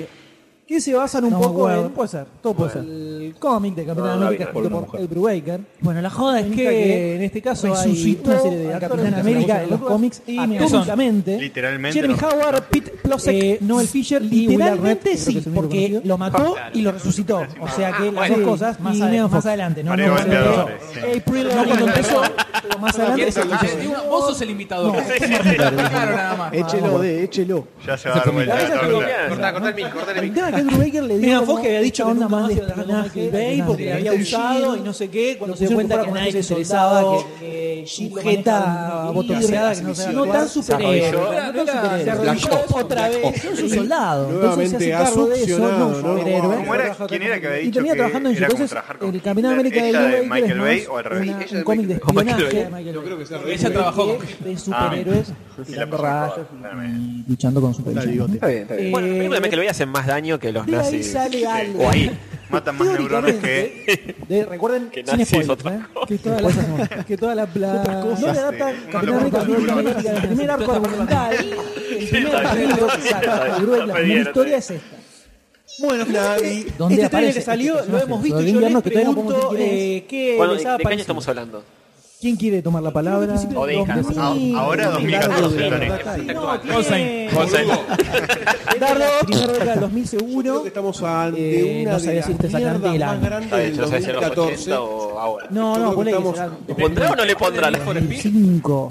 Speaker 2: que se basan un
Speaker 5: No me
Speaker 2: poco
Speaker 5: acuerdo.
Speaker 2: en puede ser, todo puede ser. el cómic de Capitán
Speaker 4: No, no la
Speaker 2: América
Speaker 4: vi,
Speaker 2: escrito por Ed Brubaker
Speaker 5: Bueno, la joda es
Speaker 2: que,
Speaker 5: que.
Speaker 2: en este caso hay
Speaker 5: resucitó
Speaker 2: una serie de
Speaker 5: al
Speaker 2: actores
Speaker 5: Capitán
Speaker 2: de América
Speaker 5: América
Speaker 2: en los
Speaker 5: en
Speaker 2: cómics
Speaker 5: los cómics.
Speaker 2: atómicamente
Speaker 7: Literalmente
Speaker 2: Jeremy
Speaker 7: lo-
Speaker 2: Howard, Pete Plosek,
Speaker 5: Eh,
Speaker 2: Noel Fisher
Speaker 5: y Will Arnett, creo
Speaker 2: literalmente
Speaker 5: que
Speaker 2: sí,
Speaker 5: es el único
Speaker 2: porque
Speaker 5: conocido.
Speaker 2: lo mató
Speaker 4: Ah,
Speaker 2: y lo resucitó. O sea que las dos cosas más,
Speaker 5: y
Speaker 2: ade-
Speaker 5: Megan
Speaker 2: más
Speaker 5: Fox.
Speaker 2: adelante, no,
Speaker 7: Varios
Speaker 2: no, Eh, cuando empezó.
Speaker 7: golpeadores, sí.
Speaker 2: April, no cuando empezó, pero más adelante
Speaker 6: Esa-
Speaker 2: eso lo hizo.
Speaker 6: ah, Vos sos el imitador.
Speaker 2: No.
Speaker 6: Claro, nada más.
Speaker 17: Échelo de, échelo.
Speaker 7: Ya se va a dar vuelta
Speaker 2: Esa
Speaker 7: la
Speaker 2: es lo-
Speaker 7: torta.
Speaker 3: Cortá, cortá el mic, cortá el
Speaker 2: El
Speaker 3: mic.
Speaker 2: tema que Andrew Baker le dio
Speaker 5: Mira,
Speaker 2: como
Speaker 5: Fox que había dicho
Speaker 2: esta
Speaker 5: que
Speaker 2: onda
Speaker 5: nunca
Speaker 2: más
Speaker 5: más
Speaker 2: de
Speaker 5: iba a hablar con
Speaker 2: espionaje
Speaker 5: Michael
Speaker 2: Bay
Speaker 5: Bay,
Speaker 2: porque la había usado y no sé qué cuando se dio cuenta que nadie se interesaba que, sujeta
Speaker 5: sujeta,
Speaker 2: botoneada que no
Speaker 5: se
Speaker 2: se
Speaker 5: no tan
Speaker 2: superhéroe no
Speaker 4: arrodilló.
Speaker 2: tan superhéroe.
Speaker 9: Black Ops.
Speaker 2: otra vez es un soldado
Speaker 9: Nuevamente
Speaker 2: entonces se hace cargo de eso no
Speaker 9: asuccionado,
Speaker 2: un
Speaker 9: ¿no?
Speaker 2: superhéroe
Speaker 7: ¿Cómo era? ¿Quién era que había
Speaker 2: y
Speaker 7: dicho
Speaker 2: termina
Speaker 7: que
Speaker 2: trabajando en
Speaker 7: era
Speaker 2: su
Speaker 7: como
Speaker 2: entonces
Speaker 7: trabajar con
Speaker 2: el Capitán de América de
Speaker 7: ¿Ella de
Speaker 2: Joe Baker
Speaker 7: Michael Bay
Speaker 2: es más
Speaker 7: o al revés?
Speaker 2: una-
Speaker 3: Ella
Speaker 2: un
Speaker 3: de
Speaker 2: cómic de
Speaker 3: Michael
Speaker 4: Bay.
Speaker 2: espionaje
Speaker 9: Yo creo que se
Speaker 6: Ella trabajó con.
Speaker 2: de superhéroes
Speaker 7: Y la
Speaker 2: tirando
Speaker 7: persona
Speaker 2: rayos
Speaker 7: joda,
Speaker 2: y luchando con superhéroes
Speaker 17: bigote.
Speaker 4: Está bien, está bien. Bueno, la película de Michael Bay hace más daño que los
Speaker 2: de ahí
Speaker 4: nazis.
Speaker 2: sale algo
Speaker 4: O ahí.
Speaker 7: Matan más neuronas que.
Speaker 2: De- recuerden
Speaker 4: Que
Speaker 2: sin
Speaker 4: nazis
Speaker 2: spoilers,
Speaker 4: otra
Speaker 2: ¿eh? que toda la que toda la, la no le adaptan
Speaker 7: Sí.
Speaker 2: Capitán América
Speaker 7: Una
Speaker 2: Capitán
Speaker 7: locura.
Speaker 2: América, el primer arco argumental el primer
Speaker 4: está bien.
Speaker 2: libro que saca
Speaker 4: Está bien,
Speaker 2: Uruguay, la
Speaker 4: está
Speaker 2: primera
Speaker 4: bien,
Speaker 2: historia es
Speaker 4: está
Speaker 2: esta Bueno,
Speaker 9: Nadie.
Speaker 2: ¿Dónde este trailer que salió lo hemos visto. Yo les pregunto eh, qué
Speaker 4: Bueno,
Speaker 2: les
Speaker 4: ¿de,
Speaker 2: ha
Speaker 4: de qué año
Speaker 2: parecido?
Speaker 4: estamos hablando?
Speaker 17: ¿Quién quiere tomar la palabra?
Speaker 24: O de hijas.
Speaker 2: Sí.
Speaker 7: Ahora 2014, Tony.
Speaker 2: Dardo, primero era el 2000 seguro.
Speaker 9: Estamos ante
Speaker 2: Eh,
Speaker 9: una
Speaker 2: no sabía
Speaker 9: de
Speaker 2: si te
Speaker 9: las
Speaker 2: sacan del
Speaker 9: mierdas más
Speaker 2: año.
Speaker 9: grandes
Speaker 4: Está bien,
Speaker 9: del
Speaker 4: yo no sé si en los
Speaker 9: 2014.
Speaker 4: 80 o ahora.
Speaker 2: No,
Speaker 9: Yo creo
Speaker 2: no,
Speaker 9: que
Speaker 2: ponle que
Speaker 9: estamos-
Speaker 2: será
Speaker 4: ¿Lo pondrá o no le pondrá? Left 4 Dead?
Speaker 2: 5.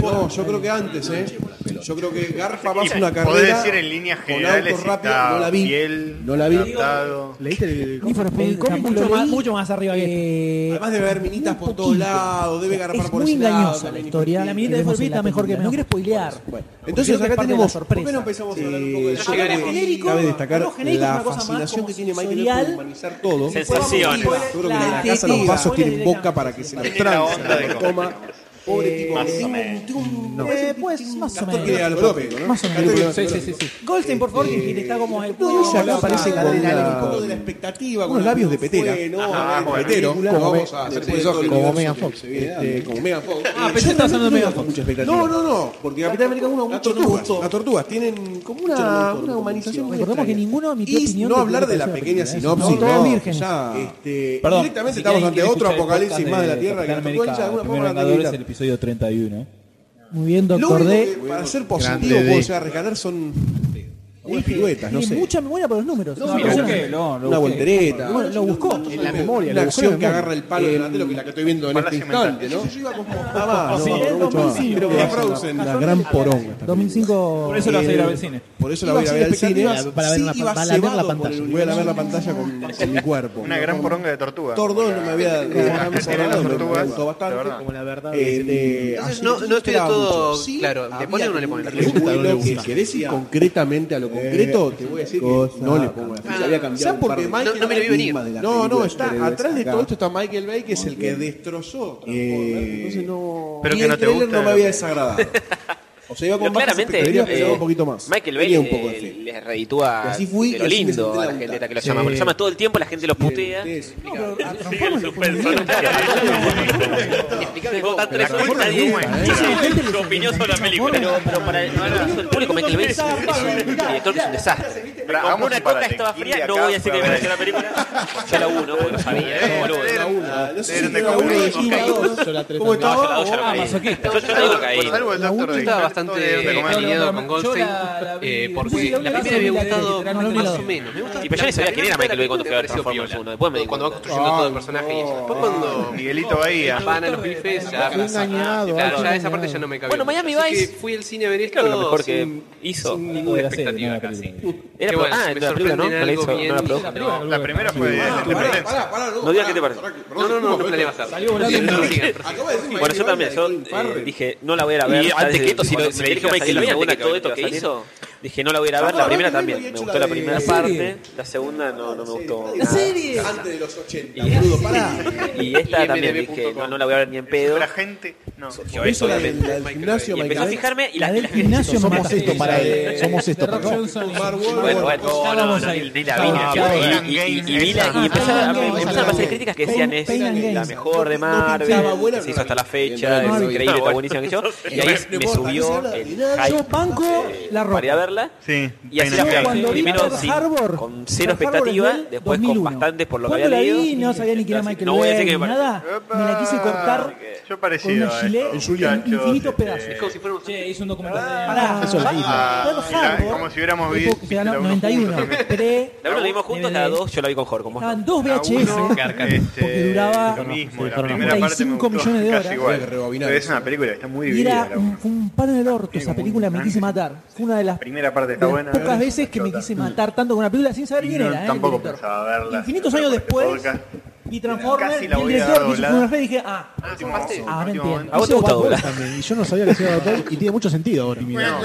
Speaker 9: No, yo creo que antes, ¿eh? Yo creo que Garfa más
Speaker 7: Y
Speaker 9: una carrera.
Speaker 7: Podés decir en líneas
Speaker 9: con
Speaker 7: generales
Speaker 9: autos
Speaker 7: si
Speaker 9: rápidos,
Speaker 7: está
Speaker 9: no la vi.
Speaker 7: fiel,
Speaker 9: No la vi.
Speaker 7: adaptado.
Speaker 17: ¿Leíste el
Speaker 2: Need for Speed
Speaker 17: el
Speaker 2: está
Speaker 17: cómic?
Speaker 2: mucho
Speaker 17: ¿Lo
Speaker 2: más,
Speaker 17: leí?
Speaker 2: mucho más arriba que
Speaker 9: Además debe haber minitas por todos
Speaker 2: poquito.
Speaker 9: lados, debe garpar
Speaker 2: Es
Speaker 9: por
Speaker 2: muy
Speaker 9: ese lado
Speaker 2: engañosa la
Speaker 9: también,
Speaker 2: historia. La minita de
Speaker 17: Vemos
Speaker 2: Forbi
Speaker 17: en la
Speaker 2: está mejor que
Speaker 17: película.
Speaker 2: No quiero spoilear.
Speaker 9: Entonces
Speaker 2: Creo que
Speaker 9: acá
Speaker 2: es parte de la
Speaker 9: tenemos, ¿por
Speaker 2: sorpresa.
Speaker 9: qué no empezamos a hablar un poco
Speaker 2: Eh,
Speaker 9: de la
Speaker 2: yo creo que genérico,
Speaker 9: Cabe
Speaker 2: algo
Speaker 9: destacar
Speaker 2: genérico,
Speaker 9: la
Speaker 2: una cosa más
Speaker 9: fascinación
Speaker 2: como
Speaker 9: que tiene Michael
Speaker 2: sensorial.
Speaker 9: por humanizar todo.
Speaker 4: Sensaciones.
Speaker 9: Yo creo que en la
Speaker 2: La
Speaker 9: casa los
Speaker 2: estética.
Speaker 9: vasos tienen boca para que se los
Speaker 7: Tiene la
Speaker 9: transen,
Speaker 7: onda de
Speaker 9: los
Speaker 7: comer.
Speaker 9: toma. Pobre tipo,
Speaker 7: Más o
Speaker 9: tengo un-
Speaker 7: menos.
Speaker 9: tengo un-
Speaker 2: Eh, pues, más o
Speaker 9: Castor quiere ir al
Speaker 2: menos.
Speaker 9: europeo, ¿no?
Speaker 2: Más o
Speaker 9: Castor
Speaker 2: menos.
Speaker 9: quiere ir al
Speaker 15: Sí, sí,
Speaker 9: europeo.
Speaker 15: sí, sí.
Speaker 2: Goldstein, por favor, que está como el.
Speaker 9: Todo eso acá
Speaker 2: Eh, No,
Speaker 9: aparece
Speaker 2: no,
Speaker 9: con
Speaker 2: no, no,
Speaker 9: la-
Speaker 2: no,
Speaker 9: de la expectativa,
Speaker 17: Unos labios de petera.
Speaker 9: petero.
Speaker 17: película.
Speaker 9: no
Speaker 17: Como
Speaker 9: vamos
Speaker 17: me-
Speaker 9: a hacer
Speaker 17: como
Speaker 9: eso,
Speaker 17: Megan
Speaker 9: Megan
Speaker 17: Fox.
Speaker 9: Fox, este, como Megan Fox.
Speaker 15: Ah, pensé que estabas hablando de Megan Fox.
Speaker 9: Mucha expectativa. No, no, no, porque Capitán América
Speaker 2: Las
Speaker 9: 1 mucho
Speaker 2: tortugas.
Speaker 9: tortugas, Las tortugas tienen como una, una humanización muy
Speaker 2: Recordemos que
Speaker 9: extraña.
Speaker 2: ninguno emitió
Speaker 9: Y
Speaker 2: opinión
Speaker 9: no
Speaker 2: de
Speaker 9: hablar de
Speaker 2: la
Speaker 9: la
Speaker 2: película,
Speaker 9: pequeña
Speaker 2: ¿eh?
Speaker 9: sinopsis,
Speaker 2: No, todos
Speaker 9: no,
Speaker 2: vírgenes.
Speaker 9: ya, este,
Speaker 15: Perdón,
Speaker 9: directamente
Speaker 15: si
Speaker 9: estamos
Speaker 15: alguien
Speaker 9: ante
Speaker 15: quiere
Speaker 9: otro
Speaker 15: escuchar el
Speaker 9: apocalipsis
Speaker 15: podcast
Speaker 9: más de la
Speaker 15: de
Speaker 9: Tierra que
Speaker 15: Capitán
Speaker 9: las tortugas
Speaker 15: América,
Speaker 9: ya de alguna
Speaker 15: Primer
Speaker 9: forma la
Speaker 15: Vengadores, el
Speaker 9: tienen.
Speaker 15: episodio 31.
Speaker 2: Muy bien,
Speaker 9: Lo
Speaker 2: Doctor
Speaker 9: único
Speaker 2: D.
Speaker 9: que para ser
Speaker 24: Grande
Speaker 9: positivo
Speaker 24: D.
Speaker 9: puedo llegar a rescatar son algunas piruetas, no
Speaker 2: Tiene
Speaker 9: sé.
Speaker 2: mucha memoria para los números.
Speaker 15: No, lo busqué, no, lo
Speaker 9: Una
Speaker 15: busqué.
Speaker 9: voltereta.
Speaker 2: Bueno, lo buscó.
Speaker 9: En
Speaker 17: la memoria,
Speaker 9: La
Speaker 17: lo buscó
Speaker 9: acción
Speaker 17: en
Speaker 9: que
Speaker 17: la memoria.
Speaker 9: agarra el palo delante de lo que la que estoy viendo en este
Speaker 7: Palacio mental.
Speaker 9: instante, ¿no? Yo iba como
Speaker 2: Ah,
Speaker 9: no,
Speaker 2: sí,
Speaker 9: no,
Speaker 2: el
Speaker 9: mucho más.
Speaker 2: 2005.
Speaker 9: Creo que
Speaker 2: Castor-
Speaker 9: la producen la
Speaker 2: Castor-
Speaker 9: gran poronga. esta
Speaker 2: 2005.
Speaker 15: Por eso lo hace ir al cine.
Speaker 9: Por eso la
Speaker 2: Iba
Speaker 9: voy a
Speaker 2: sin
Speaker 9: ver al cine.
Speaker 2: expectativas,
Speaker 9: iba-
Speaker 17: para ver
Speaker 9: sí,
Speaker 17: la-
Speaker 9: iba
Speaker 17: para ver la
Speaker 9: cebado por
Speaker 17: pantalla.
Speaker 9: el universo. Voy a ver la pantalla con, con mi cuerpo.
Speaker 7: Una gran poronga de tortuga.
Speaker 9: Tordón no me había
Speaker 7: Las que tienen las
Speaker 9: me
Speaker 7: tortugas,
Speaker 9: gustó bastante.
Speaker 7: de verdad.
Speaker 17: Como la verdad.
Speaker 9: Eh,
Speaker 3: Entonces,
Speaker 9: así
Speaker 3: no-
Speaker 9: que
Speaker 3: no estoy de todo
Speaker 9: mucho.
Speaker 3: claro, ¿le
Speaker 9: había
Speaker 3: pone o no le pone?
Speaker 9: un
Speaker 3: Le gusta,
Speaker 9: revuelo
Speaker 17: no le
Speaker 9: que
Speaker 17: gusta.
Speaker 9: querés ir concretamente a lo concreto, te voy a decir que no le pongo la ficha. Había cambiado.
Speaker 3: ¿Sabes por qué?
Speaker 9: Michael
Speaker 3: No- no me lo vi venir.
Speaker 9: Bay- No, no, está atrás de todo esto está Michael Bay, que es el que destrozó. Transformers. Entonces no.
Speaker 7: Pero
Speaker 9: Ni
Speaker 7: que no
Speaker 9: el
Speaker 7: te
Speaker 9: trailer
Speaker 7: gusta.
Speaker 9: no me había desagradado. O sea, iba con
Speaker 4: Pero
Speaker 9: bajas
Speaker 4: claramente
Speaker 9: expectativas,
Speaker 4: eh,
Speaker 9: pero iba un poquito más.
Speaker 4: Michael Bay
Speaker 9: Tenía
Speaker 4: le,
Speaker 9: un poco de fe.
Speaker 4: le reditúa
Speaker 9: Y así fui,
Speaker 4: de
Speaker 9: y
Speaker 4: lo
Speaker 9: así me
Speaker 4: lindo
Speaker 9: senté
Speaker 4: a
Speaker 9: la
Speaker 4: la
Speaker 9: vuelta.
Speaker 4: gente esta que lo
Speaker 9: Sí.
Speaker 4: llama. Lo llama todo el tiempo, la gente lo putea.
Speaker 2: No, pero a
Speaker 25: Tiene
Speaker 2: Transformers le
Speaker 25: su
Speaker 2: fue bien.
Speaker 25: personaje.
Speaker 4: Explicable cómo está tres
Speaker 7: La culpa
Speaker 4: horas
Speaker 7: es
Speaker 4: y-
Speaker 7: humana,
Speaker 4: Sí, sí,
Speaker 7: ¿eh?
Speaker 4: gente
Speaker 25: Su opinión sobre la
Speaker 4: Pero,
Speaker 25: película.
Speaker 4: pero para el, para el resto del público, Michael Bay es un, es un director que es un desastre. Me
Speaker 7: Pará,
Speaker 4: compré
Speaker 7: vamos
Speaker 4: una
Speaker 7: a
Speaker 4: coca,
Speaker 7: parate.
Speaker 4: estaba fría,
Speaker 7: India
Speaker 4: no
Speaker 7: acá,
Speaker 4: voy a decir que me
Speaker 7: fue a
Speaker 4: pareció la película. <laughs> Ya la uno, porque lo sabía, ¿eh? boludo.
Speaker 7: Era una.
Speaker 9: No sé
Speaker 7: Era
Speaker 9: si
Speaker 7: de
Speaker 9: era uno de
Speaker 7: cocaína.
Speaker 9: China, dos. ¿Cómo
Speaker 4: No,
Speaker 9: estaba?
Speaker 4: yo la dos ya
Speaker 15: Ah,
Speaker 4: la caí.
Speaker 15: masoquista.
Speaker 4: Yo yo la dos caí.
Speaker 7: Salvo el Doctor Day.
Speaker 3: Estaba
Speaker 7: Todo era de
Speaker 3: bastante
Speaker 7: comer.
Speaker 3: alineado con
Speaker 15: yo
Speaker 3: Goldstein.
Speaker 15: la- la vi-
Speaker 3: eh,
Speaker 15: no sé
Speaker 3: Porque
Speaker 15: si la vi,
Speaker 3: la
Speaker 15: la
Speaker 3: primera me
Speaker 15: vi, la
Speaker 3: había
Speaker 15: vi,
Speaker 3: gustado
Speaker 15: literalmente
Speaker 3: más
Speaker 15: la
Speaker 3: o
Speaker 15: vi.
Speaker 3: menos. Me gusta-
Speaker 4: Y pero yo ni sabía
Speaker 3: la
Speaker 4: quién
Speaker 3: primera
Speaker 4: era Michael Bay cuando fui a ver
Speaker 3: me pareció
Speaker 4: Transformers
Speaker 3: piola.
Speaker 4: 1. Después me di
Speaker 3: Cuando va
Speaker 4: cuenta.
Speaker 3: construyendo todo el personaje y eso. Después cuando
Speaker 7: Miguelito Bahía.
Speaker 3: van a los bifes, ya
Speaker 17: Fue engañado.
Speaker 3: Claro,
Speaker 17: algo
Speaker 3: ya esa parte
Speaker 17: engañado.
Speaker 3: ya no me cabía.
Speaker 4: Bueno, Miami
Speaker 3: Así
Speaker 4: Vice-
Speaker 3: que Fui al cine a ver esto
Speaker 4: Creo que lo mejor que
Speaker 3: sin,
Speaker 4: hizo.
Speaker 3: sin
Speaker 15: No,
Speaker 3: ninguna
Speaker 15: de la serie,
Speaker 3: expectativa
Speaker 15: no de la
Speaker 3: casi.
Speaker 15: película.
Speaker 4: Era
Speaker 3: Qué
Speaker 4: por-
Speaker 3: bueno,
Speaker 4: ah,
Speaker 3: me
Speaker 4: la película no,
Speaker 3: sorprende
Speaker 4: no la
Speaker 3: algo
Speaker 4: hizo, no la
Speaker 3: bien-
Speaker 4: produjo.
Speaker 3: No,
Speaker 15: película.
Speaker 7: La primera fue de la
Speaker 9: Pará,
Speaker 7: independencia.
Speaker 9: pará, pará,
Speaker 4: No digas qué te parece.
Speaker 9: pará, que- perdón,
Speaker 3: No, no, no, no
Speaker 9: disculpa,
Speaker 3: planeé pasar.
Speaker 15: Salió volando.
Speaker 3: Sí, no, sigan, por
Speaker 9: Acaba de decir
Speaker 4: Bueno, yo
Speaker 9: Michael
Speaker 4: también,
Speaker 9: Bay,
Speaker 4: yo
Speaker 9: Colin Farrell.
Speaker 4: eh, dije, no la voy a ir a ver.
Speaker 3: Y
Speaker 4: antes
Speaker 3: antes
Speaker 4: de
Speaker 3: que esto, si no-
Speaker 4: cuando me
Speaker 3: me
Speaker 4: dijo
Speaker 3: dijiste
Speaker 4: Michael Bay,
Speaker 3: la
Speaker 4: antes de que
Speaker 3: segunda que
Speaker 4: todo esto que
Speaker 3: iba a
Speaker 4: hizo, dije, no la voy a ir a ver.
Speaker 9: Ah,
Speaker 4: La primera
Speaker 9: Michael Bay había
Speaker 4: también, me
Speaker 9: hecho
Speaker 4: gustó
Speaker 9: la
Speaker 4: la
Speaker 9: de-
Speaker 4: primera
Speaker 9: la
Speaker 4: parte,
Speaker 15: serie.
Speaker 4: la segunda no no me gustó.
Speaker 9: La
Speaker 4: nada.
Speaker 2: serie.
Speaker 9: Antes de los 80, boludo, pará.
Speaker 4: Y esta
Speaker 3: IMDb.com.
Speaker 4: también dije, no, no la voy a ver ni en pedo.
Speaker 7: La gente. No.
Speaker 9: Eso la del la del gimnasio,
Speaker 4: Y empecé
Speaker 9: Michael
Speaker 4: a
Speaker 9: Bay.
Speaker 4: fijarme y
Speaker 2: La
Speaker 4: la, y
Speaker 2: del
Speaker 4: la-
Speaker 2: gimnasio me
Speaker 17: Somos
Speaker 2: mata.
Speaker 17: esto para él.
Speaker 9: Sí.
Speaker 17: Somos esto
Speaker 15: De
Speaker 17: para
Speaker 15: Rock
Speaker 17: él.
Speaker 15: Johnson.
Speaker 9: Mar
Speaker 4: Bueno, bueno,
Speaker 9: Wolver-
Speaker 4: no, no, no, ni, ni la vi. ni la
Speaker 7: Ah,
Speaker 4: vi.
Speaker 7: Alan
Speaker 4: Y- y-
Speaker 7: Gaines,
Speaker 4: y- y vi la-
Speaker 7: esa.
Speaker 4: y empezaron a-
Speaker 2: Alan Gaines,
Speaker 4: empezaron a pasar
Speaker 2: Alan
Speaker 4: críticas que
Speaker 2: Gaines.
Speaker 4: decían es
Speaker 2: Pain and
Speaker 4: la
Speaker 2: Gaines.
Speaker 4: mejor de
Speaker 9: No pinchaba buena,
Speaker 4: Marvel,
Speaker 9: pero
Speaker 4: se hizo hasta la
Speaker 2: Bien,
Speaker 4: fecha, es
Speaker 2: no,
Speaker 4: increíble, está
Speaker 7: bueno.
Speaker 4: buenísima que yo. Y
Speaker 7: No
Speaker 4: ahí me
Speaker 9: importa, no se
Speaker 4: subió
Speaker 9: habla de
Speaker 4: el
Speaker 9: nada.
Speaker 4: hype
Speaker 2: Yo banco la ropa.
Speaker 4: para ir a verla.
Speaker 7: Sí.
Speaker 4: Y así la fui a
Speaker 2: Cuando
Speaker 4: ver.
Speaker 2: vi
Speaker 4: Primero
Speaker 2: Pearl
Speaker 4: sin-
Speaker 2: Harbor,
Speaker 4: con cero
Speaker 2: Pearl Harbor es
Speaker 4: expectativa,
Speaker 2: del
Speaker 4: después con
Speaker 2: 2001.
Speaker 4: bastantes por lo que había
Speaker 2: Cuando la vi,
Speaker 4: leído.
Speaker 2: No sabía ni quién era Michael
Speaker 4: No voy a decir
Speaker 2: Bay
Speaker 4: que
Speaker 2: ni
Speaker 4: me pareció.
Speaker 2: nada. Me la quise cortar
Speaker 7: Yo
Speaker 2: con
Speaker 7: parecido.
Speaker 2: una
Speaker 7: Ah, a
Speaker 2: gilet
Speaker 7: esto,
Speaker 2: en Julián,
Speaker 7: muchachos,
Speaker 2: infinitos
Speaker 7: este,
Speaker 2: pedazos.
Speaker 3: Es como si fuéramos
Speaker 15: Che, hizo un documental.
Speaker 2: para
Speaker 17: Eso es lindo.
Speaker 7: Ah,
Speaker 2: Pearl
Speaker 7: mirá,
Speaker 2: Harbor,
Speaker 7: como si hubiéramos
Speaker 2: tipo
Speaker 7: visto.
Speaker 2: que se ganó
Speaker 7: la uno
Speaker 2: 91.
Speaker 7: juntos también.
Speaker 2: Pre-
Speaker 4: La 1 la vimos juntos, la 2 yo la vi con Jorge, con vos.
Speaker 2: Estaban dos
Speaker 7: La uno,
Speaker 2: VHS.
Speaker 7: este,
Speaker 2: porque duraba
Speaker 7: lo mismo, la
Speaker 17: 45
Speaker 7: primera parte me gustó
Speaker 2: millones de
Speaker 7: casi
Speaker 2: horas.
Speaker 7: igual.
Speaker 9: Hay que rebobinar
Speaker 7: Pero es
Speaker 9: eso.
Speaker 7: una película que está muy
Speaker 2: Y
Speaker 7: dividida.
Speaker 2: era
Speaker 7: la
Speaker 2: un,
Speaker 7: uno.
Speaker 2: fue un pano en el orto esa película, me quise matar. Fue una de las,
Speaker 7: La primera parte
Speaker 2: de
Speaker 7: está
Speaker 2: las
Speaker 7: buena.
Speaker 2: pocas veces que me quise matar tanto con una película sin saber
Speaker 7: Y
Speaker 2: quién
Speaker 7: no,
Speaker 2: era. ¿eh? el
Speaker 7: tampoco
Speaker 2: director.
Speaker 7: pensaba verla.
Speaker 2: Infinitos
Speaker 7: Pero
Speaker 2: años
Speaker 7: por
Speaker 2: después,
Speaker 7: este
Speaker 2: y Transformers,
Speaker 7: Casi
Speaker 2: y
Speaker 7: la
Speaker 2: el
Speaker 7: voy a
Speaker 2: director que hizo
Speaker 7: doblar.
Speaker 2: una red y dije, ah,
Speaker 7: Último momento,
Speaker 2: ahora
Speaker 7: último
Speaker 2: entiendo.
Speaker 7: momento.
Speaker 4: ¿A vos te
Speaker 17: Hizo
Speaker 4: gusta
Speaker 17: Bad Boys
Speaker 4: Douglas?
Speaker 17: también, Y yo no sabía que hacía Bad Boys, y tiene mucho sentido ahora.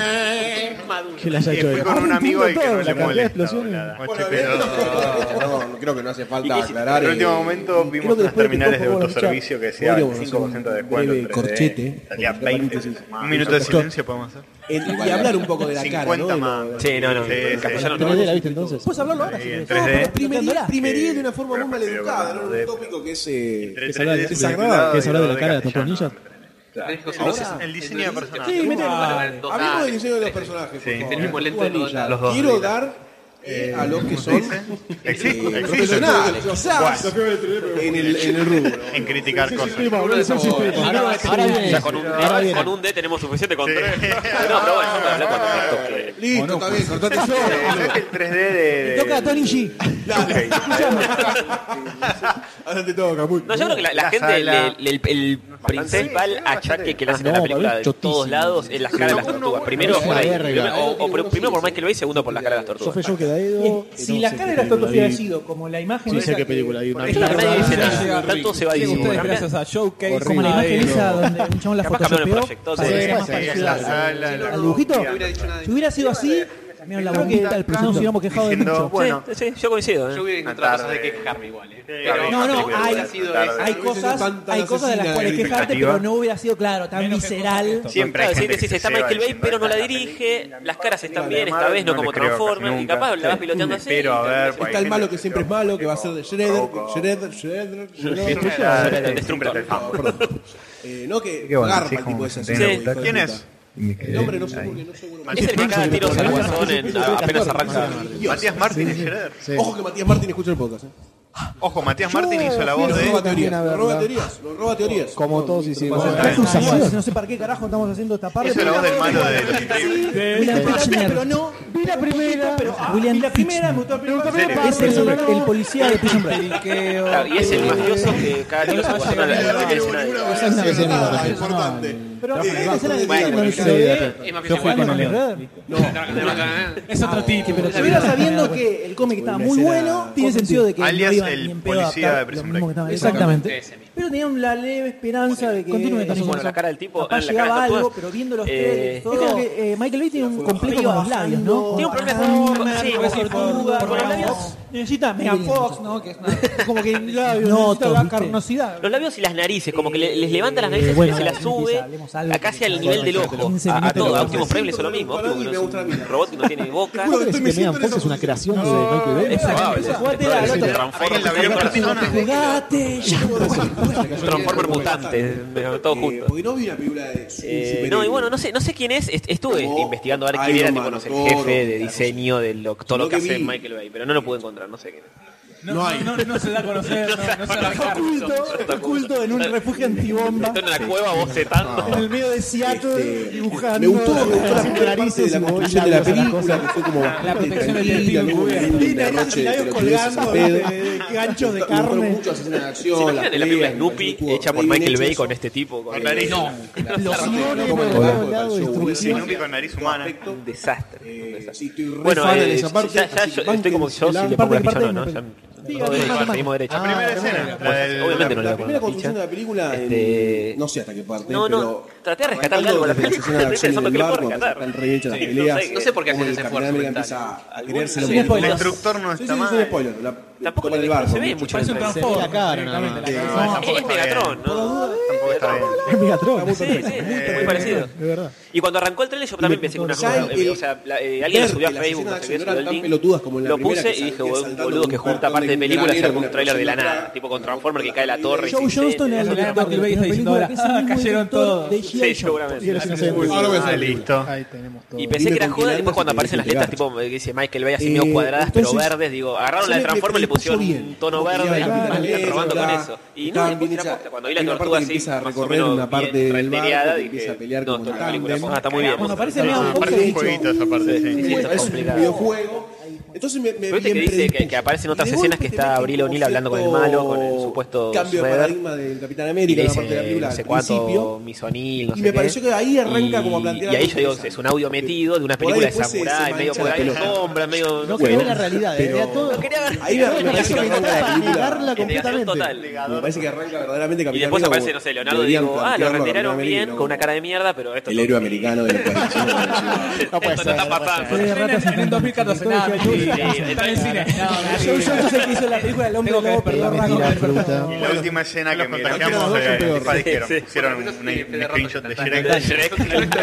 Speaker 7: eh,
Speaker 17: Que la haya
Speaker 7: Y
Speaker 17: hecho
Speaker 7: fui
Speaker 17: él.
Speaker 7: con un
Speaker 17: Aparte,
Speaker 7: amigo
Speaker 17: entiendo
Speaker 7: al que
Speaker 17: todo,
Speaker 7: no
Speaker 17: la
Speaker 7: le
Speaker 17: cantidad de
Speaker 7: molesta.
Speaker 17: explosiones.
Speaker 7: doblada.
Speaker 9: Bueno,
Speaker 7: Pero-
Speaker 9: no, no, creo que no hace falta aclarar.
Speaker 7: En el
Speaker 9: eh,
Speaker 7: último momento vimos
Speaker 17: que
Speaker 7: unas
Speaker 17: después le
Speaker 7: terminales de
Speaker 17: tocó volver a
Speaker 7: autoservicio que decía
Speaker 17: Podríamos
Speaker 7: 5% de
Speaker 17: hacer un
Speaker 7: descuento.
Speaker 17: breve
Speaker 7: 3D.
Speaker 17: corchete,
Speaker 7: Salía
Speaker 17: porque
Speaker 7: 20.
Speaker 17: paréntesis.
Speaker 7: Un minuto de silencio podemos hacer.
Speaker 9: en- Y hablar un poco de la cara,
Speaker 7: 50
Speaker 9: ¿no?
Speaker 7: más.
Speaker 4: Sí, no, no,
Speaker 7: Sí,
Speaker 4: en
Speaker 7: sí.
Speaker 4: castellano no.
Speaker 17: 3D la viste entonces.
Speaker 2: Puedes hablarlo ahora.
Speaker 7: Sí, en
Speaker 2: si querés.
Speaker 7: 3D.
Speaker 2: Estamos
Speaker 9: Primería,
Speaker 2: planteándola.
Speaker 9: primería de una forma
Speaker 7: Pero
Speaker 9: muy mal
Speaker 7: prefiero
Speaker 9: educada,
Speaker 7: verlo
Speaker 9: ¿no?
Speaker 7: de-
Speaker 9: Un tópico que es... eh,
Speaker 17: ¿Quieres hablar de-
Speaker 9: desagradable.
Speaker 17: quieres hablar de la cara de las tortugas
Speaker 7: El diseño de personajes.
Speaker 2: Sí, metelo.
Speaker 9: Hablemos del diseño de los personajes, por
Speaker 7: Sí.
Speaker 9: favor.
Speaker 3: El mismo lente de
Speaker 9: Anilla,
Speaker 3: los dos.
Speaker 9: Quiero dar eh, a los que son
Speaker 7: Existe,
Speaker 9: eh,
Speaker 7: existe.
Speaker 9: profesionales, quizás, en el, en el rubro.
Speaker 7: En criticar cosas.
Speaker 4: Ahora, ahora
Speaker 9: viene
Speaker 4: ya con un,
Speaker 9: eso. Ahora viene.
Speaker 4: con un D tenemos suficiente con tres. No, pero bueno, habla cuando nos toque.
Speaker 9: Listo, está bien, cortate eso.
Speaker 7: Es el 3D de. de-
Speaker 2: Toca a Tony G.
Speaker 9: Dale. Ahora te toca, muy.
Speaker 4: No, yo creo que la, la
Speaker 7: La
Speaker 4: gente,
Speaker 7: sala.
Speaker 4: le- le- el, el principal achaque que le hacen a la
Speaker 17: No,
Speaker 4: película de
Speaker 17: Babel,
Speaker 4: todos
Speaker 17: chotísimo.
Speaker 4: lados es las caras de las tortugas. Primero por ahí, primero- o, o por- primero por Michael Bay, segundo por las caras de las
Speaker 17: Yo fue
Speaker 4: tortugas.
Speaker 17: yo que Daedo.
Speaker 2: Si la cara de las tortugas hubiera sido como la imagen
Speaker 17: Sí,
Speaker 2: esa
Speaker 17: sé qué
Speaker 2: que-
Speaker 17: película hay. Una
Speaker 4: Es lo que nadie dice
Speaker 17: mierda.
Speaker 4: nada, tanto se va a
Speaker 6: Ustedes
Speaker 4: disimular.
Speaker 6: gracias a Showcase.
Speaker 2: como la imagen
Speaker 6: Aero.
Speaker 2: esa donde un chabón la
Speaker 4: Capaz cambiaron el
Speaker 2: photoshopeó
Speaker 4: proyector,
Speaker 2: para que
Speaker 4: sí,
Speaker 2: era más
Speaker 4: sí,
Speaker 2: parecida
Speaker 7: la
Speaker 2: a-
Speaker 7: sala, la
Speaker 2: al dibujito.
Speaker 7: hubiera
Speaker 2: Si hubiera sido así, cambiaron la
Speaker 17: Creo que
Speaker 2: bombita del proyector, nos hubiéramos quejado de
Speaker 7: diciendo,
Speaker 2: mucho.
Speaker 7: Bueno.
Speaker 4: Sí, sí, yo coincido.
Speaker 3: Yo
Speaker 4: ¿eh?
Speaker 3: hubiera encontrado
Speaker 7: Una
Speaker 3: cosas de
Speaker 7: tarde.
Speaker 3: que quejarme igual. eh.
Speaker 7: Claro,
Speaker 2: No, no,
Speaker 7: película
Speaker 2: hay,
Speaker 7: de
Speaker 3: sido
Speaker 7: tarde.
Speaker 3: esa.
Speaker 2: hay
Speaker 9: No hubiese sido
Speaker 2: cosas,
Speaker 9: tan- tan
Speaker 2: hay cosas de las
Speaker 9: asesina
Speaker 2: cuales
Speaker 9: de
Speaker 2: quejarte,
Speaker 7: expectativa.
Speaker 2: pero no hubiera sido claro, tan
Speaker 6: Menos que
Speaker 2: visceral.
Speaker 6: esto.
Speaker 7: Siempre hay
Speaker 4: Claro, sí,
Speaker 7: <laughs> gente
Speaker 4: decís,
Speaker 7: que
Speaker 4: está
Speaker 7: se va
Speaker 4: Michael Bay,
Speaker 7: diciendo,
Speaker 4: pero no la
Speaker 7: "Esta
Speaker 4: dirige, las caras están bien,
Speaker 7: Marvel
Speaker 4: esta vez no
Speaker 7: no
Speaker 4: como
Speaker 7: le creo casi
Speaker 4: Transformers, y
Speaker 7: nunca.
Speaker 4: capaz la vas
Speaker 7: Sí.
Speaker 4: piloteando así.
Speaker 7: Pero, a
Speaker 4: y-
Speaker 7: ver,
Speaker 9: Está el malo que siempre es malo, que va a ser de Shredder, Shredder, Shredder, Shredder.
Speaker 7: Era
Speaker 4: El
Speaker 7: el
Speaker 4: destructor.
Speaker 7: destructor.
Speaker 9: Perdón. Eh, no que
Speaker 24: Qué bueno,
Speaker 9: garpa
Speaker 24: sí,
Speaker 9: el tipo
Speaker 24: como
Speaker 9: de esa
Speaker 24: se
Speaker 9: escena,
Speaker 4: entiende.
Speaker 9: hijo de
Speaker 7: ¿Quién
Speaker 9: puta.
Speaker 7: es?
Speaker 9: El hombre no sé por qué, no sé por qué.
Speaker 4: Es el que caga tiros al guasón en- apenas arranca.
Speaker 9: Dios.
Speaker 7: Matías Martín es Schroeder.
Speaker 17: Sí.
Speaker 9: Ojo que Matías Martín escucha el podcast. ¿eh?
Speaker 7: Ojo, Matías Martín hizo la voz
Speaker 9: Nos roba
Speaker 7: de.
Speaker 9: teorías,
Speaker 17: También, a
Speaker 9: nos
Speaker 17: ver,
Speaker 9: roba
Speaker 17: ¿no?
Speaker 9: teorías, nos roba teorías.
Speaker 17: Como todos hicimos.
Speaker 2: Qué acusación, No sé para qué carajo estamos haciendo esta parte.
Speaker 7: Hizo la voz del malo de los
Speaker 2: Sí,
Speaker 7: increíbles.
Speaker 2: William Fichtner.
Speaker 17: Pero no, vi la primera.
Speaker 2: Pero, ah, William la primera me gustó Es
Speaker 17: parte,
Speaker 2: el,
Speaker 17: pero no.
Speaker 2: el policía de Prison Break.
Speaker 4: Claro, y es el mafioso que caga tiros al guasón a la- a la escena de-
Speaker 9: Esa es una
Speaker 17: escena
Speaker 9: nada
Speaker 17: importante.
Speaker 9: importante.
Speaker 2: Pero es la escena de
Speaker 9: Bueno,
Speaker 2: donde
Speaker 9: sí,
Speaker 2: se lo ve.
Speaker 3: Es más
Speaker 6: Yo fui con
Speaker 2: Batman
Speaker 6: el
Speaker 2: es
Speaker 6: León.
Speaker 2: Red.
Speaker 6: Es otro tipo.
Speaker 2: Pero si hubiera sabiendo que el cómic estaba muy bueno, tiene sentido de que
Speaker 7: Alias
Speaker 2: no iban
Speaker 7: el
Speaker 2: ni en pedo a
Speaker 7: policía
Speaker 2: adaptar
Speaker 7: de Prison
Speaker 2: lo mismo que estaban haciendo.
Speaker 15: Exactamente.
Speaker 3: Ese mismo.
Speaker 2: Pero tenían la leve esperanza de que.
Speaker 15: Continúe,
Speaker 2: eh,
Speaker 15: Tazo.
Speaker 4: Bueno, la cara del tipo,
Speaker 2: capaz
Speaker 4: la cara de
Speaker 2: llegaba
Speaker 4: las
Speaker 2: algo,
Speaker 4: tortugas.
Speaker 2: pero viendo los
Speaker 4: Eh,
Speaker 2: trailers,
Speaker 4: es
Speaker 2: todo.
Speaker 15: Es como que eh, Michael Bay tiene un complejo con los labios, ¿no?
Speaker 4: Tiene un problema con- sí, con las tortugas, con los labios.
Speaker 2: Necesita
Speaker 15: Megan
Speaker 2: Megan
Speaker 15: Fox, ¿no? Que es una-
Speaker 2: Como que labios,
Speaker 15: No,
Speaker 2: necesita
Speaker 15: todo,
Speaker 2: la
Speaker 15: ¿viste?
Speaker 2: carnosidad.
Speaker 4: Los labios y las narices, como que le- les levanta las narices
Speaker 2: Eh,
Speaker 4: y
Speaker 2: bueno,
Speaker 4: se las
Speaker 2: hablemos,
Speaker 4: sube
Speaker 2: hablemos algo
Speaker 4: acá hacia
Speaker 2: que-
Speaker 4: el nivel del ojo.
Speaker 2: 15
Speaker 4: A, a
Speaker 2: minutos
Speaker 4: todo,
Speaker 2: de
Speaker 4: a
Speaker 2: la
Speaker 4: Optimus
Speaker 9: base.
Speaker 4: Prime es lo mismo.
Speaker 9: Para mí
Speaker 4: Optimus
Speaker 9: me
Speaker 4: no
Speaker 9: gusta
Speaker 4: es
Speaker 9: la
Speaker 4: un
Speaker 9: mina.
Speaker 4: robot que no tiene
Speaker 9: Juro
Speaker 4: boca.
Speaker 17: ¿Crees
Speaker 9: estoy
Speaker 17: que
Speaker 9: me
Speaker 17: Megan
Speaker 9: siento en
Speaker 17: Fox es
Speaker 9: esa
Speaker 17: una creación de
Speaker 9: No.
Speaker 17: Michael
Speaker 9: <laughs>
Speaker 17: Bay?
Speaker 2: Jugate
Speaker 4: probable.
Speaker 2: la- la- la-
Speaker 7: Alguien la vio en persona.
Speaker 2: Jugate, ya.
Speaker 4: Transformer mutante, pero todo
Speaker 9: Eh,
Speaker 4: junto.
Speaker 9: Porque no vi una película de su-
Speaker 4: Eh,
Speaker 9: superhéroe.
Speaker 4: no, y bueno, no sé, no sé quién es. Est- Estuve
Speaker 9: Como
Speaker 4: investigando a ver quién era
Speaker 9: Iron
Speaker 4: tipo,
Speaker 9: Man,
Speaker 4: no sé, el
Speaker 9: Thor,
Speaker 4: jefe de
Speaker 9: claro.
Speaker 4: diseño de lo, todo lo
Speaker 9: Lo
Speaker 4: que
Speaker 9: que
Speaker 4: hace
Speaker 9: vi.
Speaker 4: Michael Bay, pero no lo pude encontrar, no sé quién es.
Speaker 6: No, no, no se da a conocer, no, no se da a dejar.
Speaker 2: Oculto, oculto en un refugio antibomba.
Speaker 4: Está en la cueva bocetando.
Speaker 2: En el medio de Seattle,
Speaker 9: Este,
Speaker 2: dibujando.
Speaker 9: Me gustó, me gustó la primera parte de
Speaker 17: Clarísimo,
Speaker 9: la construcción de
Speaker 17: y
Speaker 9: la
Speaker 17: labios, esas
Speaker 9: película, que fue como
Speaker 6: protección del
Speaker 9: tranquila,
Speaker 6: testigo
Speaker 9: no hubo
Speaker 6: encubierto.
Speaker 9: ningún
Speaker 2: Tiene narices
Speaker 9: derroche
Speaker 2: y
Speaker 9: de
Speaker 2: labios
Speaker 9: pelotudeces al
Speaker 2: colgando,
Speaker 9: pedo.
Speaker 2: ¿viste? de- de ganchos de
Speaker 9: Me gustaron
Speaker 2: carne.
Speaker 9: mucho las escenas de
Speaker 4: ¿Se
Speaker 9: acción,
Speaker 4: imaginan en la película
Speaker 9: peleas, me
Speaker 4: Snoopy
Speaker 9: pareció
Speaker 4: hecha por
Speaker 9: re bien
Speaker 4: Michael
Speaker 9: hecho
Speaker 4: Bay
Speaker 9: eso.
Speaker 4: con este tipo? Con
Speaker 7: Con
Speaker 4: el-
Speaker 7: nariz.
Speaker 17: Explosiones
Speaker 9: Como
Speaker 17: por
Speaker 9: el trabajo,
Speaker 17: todos lados,
Speaker 9: pareció
Speaker 17: destrucciones.
Speaker 9: buenísimo.
Speaker 7: con nariz humana.
Speaker 9: Aspecto,
Speaker 4: Un desastre. un
Speaker 9: eh,
Speaker 4: desastre.
Speaker 9: sí, estoy re
Speaker 4: Bueno,
Speaker 9: fan
Speaker 4: eh,
Speaker 9: de esa parte,
Speaker 4: ya, ya
Speaker 9: así que
Speaker 4: yo estoy como yo, si le
Speaker 9: bánquensela.
Speaker 4: pongo la
Speaker 2: parte-
Speaker 4: ficha o no, ¿no?
Speaker 2: parte-
Speaker 4: Ya-
Speaker 2: Sí,
Speaker 4: todo derecho,
Speaker 2: parte-
Speaker 4: seguimos derecho.
Speaker 7: La primera escena. La del-
Speaker 4: Obviamente no le
Speaker 9: La
Speaker 4: voy a
Speaker 9: primera
Speaker 4: poner la
Speaker 9: construcción de
Speaker 4: ficha.
Speaker 9: la película,
Speaker 4: Este-
Speaker 9: en- no sé hasta qué parte,
Speaker 4: No, no,
Speaker 9: pero
Speaker 4: traté de rescatarle algo a la
Speaker 9: arrancando desde
Speaker 4: <laughs> película, estoy
Speaker 9: escena de acción en el
Speaker 4: pensando que lo puedo
Speaker 9: barco, cuando
Speaker 4: rescatar.
Speaker 9: están re hechas las
Speaker 4: Sí, no
Speaker 9: peleas,
Speaker 4: sé- no sé por qué
Speaker 9: como el
Speaker 4: haces
Speaker 9: Capitán
Speaker 4: ese esfuerzo
Speaker 9: América
Speaker 4: mental.
Speaker 9: empieza a
Speaker 4: Algún-
Speaker 9: querérselo
Speaker 2: Sin
Speaker 9: un poco.
Speaker 7: El
Speaker 2: spoilers.
Speaker 7: destructor no
Speaker 9: Sí,
Speaker 7: está
Speaker 9: sí, sí,
Speaker 7: mal.
Speaker 9: spoiler, la-
Speaker 4: Tampoco
Speaker 9: toma el
Speaker 4: se-
Speaker 9: barco,
Speaker 4: se ve
Speaker 9: mucho.
Speaker 4: mucho.
Speaker 6: Parece un
Speaker 4: Es
Speaker 6: transformer.
Speaker 17: la cara, no, no, no.
Speaker 6: directamente, la
Speaker 7: Sí,
Speaker 6: cara.
Speaker 7: no, tampoco
Speaker 4: es
Speaker 7: está bien.
Speaker 4: Megatron, ¿no?
Speaker 7: Tampoco está bien.
Speaker 17: Es Megatron.
Speaker 4: Sí, sí, es muy
Speaker 7: Eh,
Speaker 4: parecido.
Speaker 17: Es verdad.
Speaker 4: Y cuando arrancó el trailer yo también pensé que una
Speaker 9: Ya
Speaker 4: cosa,
Speaker 9: el-
Speaker 4: o sea, la- eh, alguien lo
Speaker 9: ver
Speaker 4: subió a
Speaker 9: que las
Speaker 4: Facebook, no
Speaker 9: escenas
Speaker 4: sé
Speaker 9: de
Speaker 4: qué,
Speaker 9: acción no
Speaker 4: subió el
Speaker 9: eran tan
Speaker 4: link,
Speaker 9: pelotudas como en la
Speaker 4: lo
Speaker 9: primera
Speaker 4: puse
Speaker 9: que
Speaker 4: y dije,
Speaker 9: saltando
Speaker 4: "Buen
Speaker 9: de un
Speaker 4: boludo que
Speaker 9: cartón
Speaker 4: junta
Speaker 9: de
Speaker 4: parte
Speaker 9: un
Speaker 4: de películas y
Speaker 9: granero
Speaker 4: hace un
Speaker 9: con
Speaker 4: trailer de la
Speaker 9: una
Speaker 4: nada,
Speaker 9: persona
Speaker 4: tipo
Speaker 9: atrás,
Speaker 4: con Transformer que
Speaker 9: otra
Speaker 4: cae de la
Speaker 9: persona
Speaker 4: torre. y
Speaker 2: Joe
Speaker 4: se-
Speaker 2: Johnston
Speaker 4: se-
Speaker 2: era el
Speaker 6: Michael
Speaker 2: director de
Speaker 6: Bay está
Speaker 2: la
Speaker 6: diciendo
Speaker 2: película,
Speaker 6: ahora,
Speaker 2: que es el
Speaker 6: ah,
Speaker 2: mismo
Speaker 6: cayeron
Speaker 2: director
Speaker 6: todos.
Speaker 2: de G.I.
Speaker 4: Sí,
Speaker 2: Joe.
Speaker 17: Y
Speaker 4: seguramente.
Speaker 17: ahora sí no se ve.
Speaker 9: Ahora voy a
Speaker 7: Ah,
Speaker 9: salir.
Speaker 7: listo.
Speaker 17: Ahí tenemos todo.
Speaker 4: Y pensé
Speaker 9: Dime
Speaker 4: que era
Speaker 9: con
Speaker 4: joda,
Speaker 9: quién andas
Speaker 4: después
Speaker 9: y
Speaker 4: cuando
Speaker 9: te-
Speaker 4: aparecen las
Speaker 9: te
Speaker 4: letras,
Speaker 9: garcho.
Speaker 4: tipo, eh, que dice Michael Bay así
Speaker 9: Eh,
Speaker 4: medio cuadradas, pero
Speaker 9: entonces,
Speaker 4: verdes, digo, agarraron la de
Speaker 9: Sale
Speaker 4: Transformer y le
Speaker 9: que puso
Speaker 4: pusieron
Speaker 9: bien.
Speaker 4: un tono
Speaker 9: Porque la
Speaker 4: verde, y
Speaker 9: película
Speaker 4: están robando con
Speaker 9: está-
Speaker 4: eso.
Speaker 9: está
Speaker 4: Y no, después
Speaker 9: bien
Speaker 4: era
Speaker 9: hecha.
Speaker 4: posta, cuando vi la
Speaker 9: Hay una parte
Speaker 4: tortuga
Speaker 9: que
Speaker 4: así,
Speaker 9: empieza a
Speaker 4: más o
Speaker 9: recorrer
Speaker 4: menos
Speaker 9: una parte
Speaker 4: bien
Speaker 9: del barco,
Speaker 4: retereada,
Speaker 9: que
Speaker 4: dije,
Speaker 9: empieza a pelear
Speaker 4: no,
Speaker 9: como
Speaker 4: esto es una
Speaker 9: tándem.
Speaker 4: película, posta, está muy bien.
Speaker 2: Cuando aparece
Speaker 7: Ah,
Speaker 2: Megan Fox,
Speaker 7: parece
Speaker 2: de
Speaker 7: un
Speaker 2: hecho,
Speaker 7: jueguito esa parte, sí.
Speaker 4: Sí, esto es
Speaker 9: es un
Speaker 4: complicado.
Speaker 9: videojuego. Entonces me, me,
Speaker 4: Pero
Speaker 9: me
Speaker 4: viste que dice que,
Speaker 9: predispuse.
Speaker 4: que aparecen otras
Speaker 9: Y de
Speaker 4: escenas
Speaker 9: golpe
Speaker 4: que
Speaker 9: te
Speaker 4: está
Speaker 9: meten
Speaker 4: Abril
Speaker 9: como
Speaker 4: O'Neill hablando con el malo, con el supuesto
Speaker 9: Cambio de
Speaker 4: Shredder.
Speaker 9: paradigma del Capitán
Speaker 4: Y
Speaker 9: América, en
Speaker 4: le
Speaker 9: la parte de la
Speaker 4: dice,
Speaker 9: película
Speaker 4: no sé
Speaker 9: al principio.
Speaker 4: cuánto, misonil, no
Speaker 9: Y
Speaker 4: sé
Speaker 9: me
Speaker 4: qué.
Speaker 9: pareció que ahí arranca
Speaker 4: Y-
Speaker 9: como a plantear
Speaker 4: Y ahí
Speaker 9: algo
Speaker 4: yo digo,
Speaker 9: interesante.
Speaker 4: es un audio metido de una
Speaker 9: Por ahí
Speaker 4: película de
Speaker 9: después se-
Speaker 4: samurái,
Speaker 9: se
Speaker 4: medio
Speaker 9: mancha
Speaker 4: por
Speaker 9: la
Speaker 4: ahí
Speaker 9: pelota.
Speaker 4: sombras, medio...
Speaker 17: No
Speaker 4: Bueno.
Speaker 17: quedó en la realidad, eh. Era todo.
Speaker 4: No quería ver.
Speaker 9: Ahí me- me
Speaker 17: Era
Speaker 9: parece que
Speaker 17: todo
Speaker 9: arranca la
Speaker 17: para
Speaker 9: película.
Speaker 17: negarla
Speaker 4: Negación
Speaker 17: completamente.
Speaker 4: total.
Speaker 9: Me parece que arranca verdaderamente Capitán
Speaker 4: Y después
Speaker 9: América
Speaker 4: aparece,
Speaker 9: como
Speaker 4: no sé, Leonardo
Speaker 9: deberían
Speaker 4: digo, ah, lo
Speaker 9: plantearlo a
Speaker 4: retiraron
Speaker 9: Capitán
Speaker 4: bien
Speaker 9: América,
Speaker 4: con una
Speaker 9: como
Speaker 4: cara de mierda, pero esto
Speaker 9: El héroe americano de la coalición.
Speaker 4: esto no está pasando.
Speaker 2: Sí,
Speaker 6: En, en, en 2014, nada,
Speaker 2: Joe
Speaker 6: mentira.
Speaker 4: Johnston.
Speaker 6: Está en el cine.
Speaker 2: Joe Johnston es el que hizo la película del hombre
Speaker 6: Tengo que
Speaker 2: lobo,
Speaker 6: despertar
Speaker 2: pedorra,
Speaker 17: mi
Speaker 2: con el
Speaker 17: fruta.
Speaker 2: perro.
Speaker 7: Y la última escena que me
Speaker 9: Cualquiera de
Speaker 7: dejamos
Speaker 9: los dos es
Speaker 7: eh,
Speaker 9: peor.
Speaker 7: tipo, dijeron,
Speaker 4: Sí, sí.
Speaker 7: pusieron un, un screenshot de Shrek.
Speaker 4: Shrek,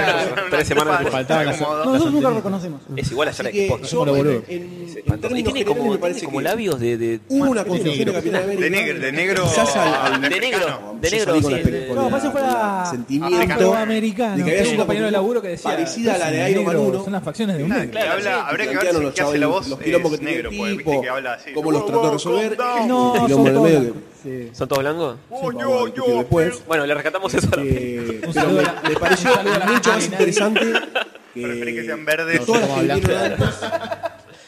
Speaker 4: Tres semanas de
Speaker 17: faltaban las-
Speaker 7: Como dos-
Speaker 2: Nosotros nunca lo reconocemos.
Speaker 4: Es igual a
Speaker 9: Así
Speaker 4: Shrek.
Speaker 9: que
Speaker 4: posta.
Speaker 9: yo,
Speaker 17: lo
Speaker 9: en,
Speaker 17: boludo.
Speaker 9: en- en
Speaker 4: <laughs> Y
Speaker 9: términos
Speaker 4: tiene
Speaker 9: generales
Speaker 4: como,
Speaker 9: me parece
Speaker 4: tiene como
Speaker 9: que
Speaker 4: labios de... de-
Speaker 9: hubo una construcción de
Speaker 17: negro.
Speaker 9: Capitán América.
Speaker 7: De negro, de negro.
Speaker 9: Quizás al- al-
Speaker 4: de negro,
Speaker 7: mexicano.
Speaker 4: de
Speaker 9: Yo
Speaker 4: negro,
Speaker 9: salí con
Speaker 4: sí,
Speaker 9: la
Speaker 4: de-
Speaker 9: peli- con
Speaker 2: No,
Speaker 9: la-
Speaker 2: parece fuera
Speaker 9: con el sentimiento
Speaker 2: afroamericano.
Speaker 9: de que había
Speaker 6: Tengo
Speaker 9: sido
Speaker 6: un
Speaker 9: una
Speaker 6: compañero de
Speaker 9: película
Speaker 6: laburo que decía.
Speaker 9: parecida a la de
Speaker 6: "Estos
Speaker 9: Iron Man
Speaker 6: negros
Speaker 9: 1".
Speaker 6: Son las facciones de un
Speaker 7: Nada,
Speaker 6: negro.
Speaker 7: que habla- Habría que ver
Speaker 9: los
Speaker 7: si- qué hace la
Speaker 9: chavales
Speaker 7: voz
Speaker 9: los quilombos que
Speaker 7: es
Speaker 9: tiene el
Speaker 7: negro, pues, viste
Speaker 9: tipo,
Speaker 7: que habla así.
Speaker 9: cómo los trató de resolver.
Speaker 2: No,
Speaker 9: el
Speaker 2: son
Speaker 9: quilombo en el
Speaker 2: todos
Speaker 9: medio
Speaker 2: blancos.
Speaker 9: que...
Speaker 4: ¿Son todos blancos?
Speaker 9: Sí, vamos a discutir después.
Speaker 4: Bueno, le rescatamos eso.
Speaker 9: Eh, pero me, me pareció mucho más interesante
Speaker 7: Preferí que sean
Speaker 9: de
Speaker 7: verdes.
Speaker 9: todas las que vinieron antes.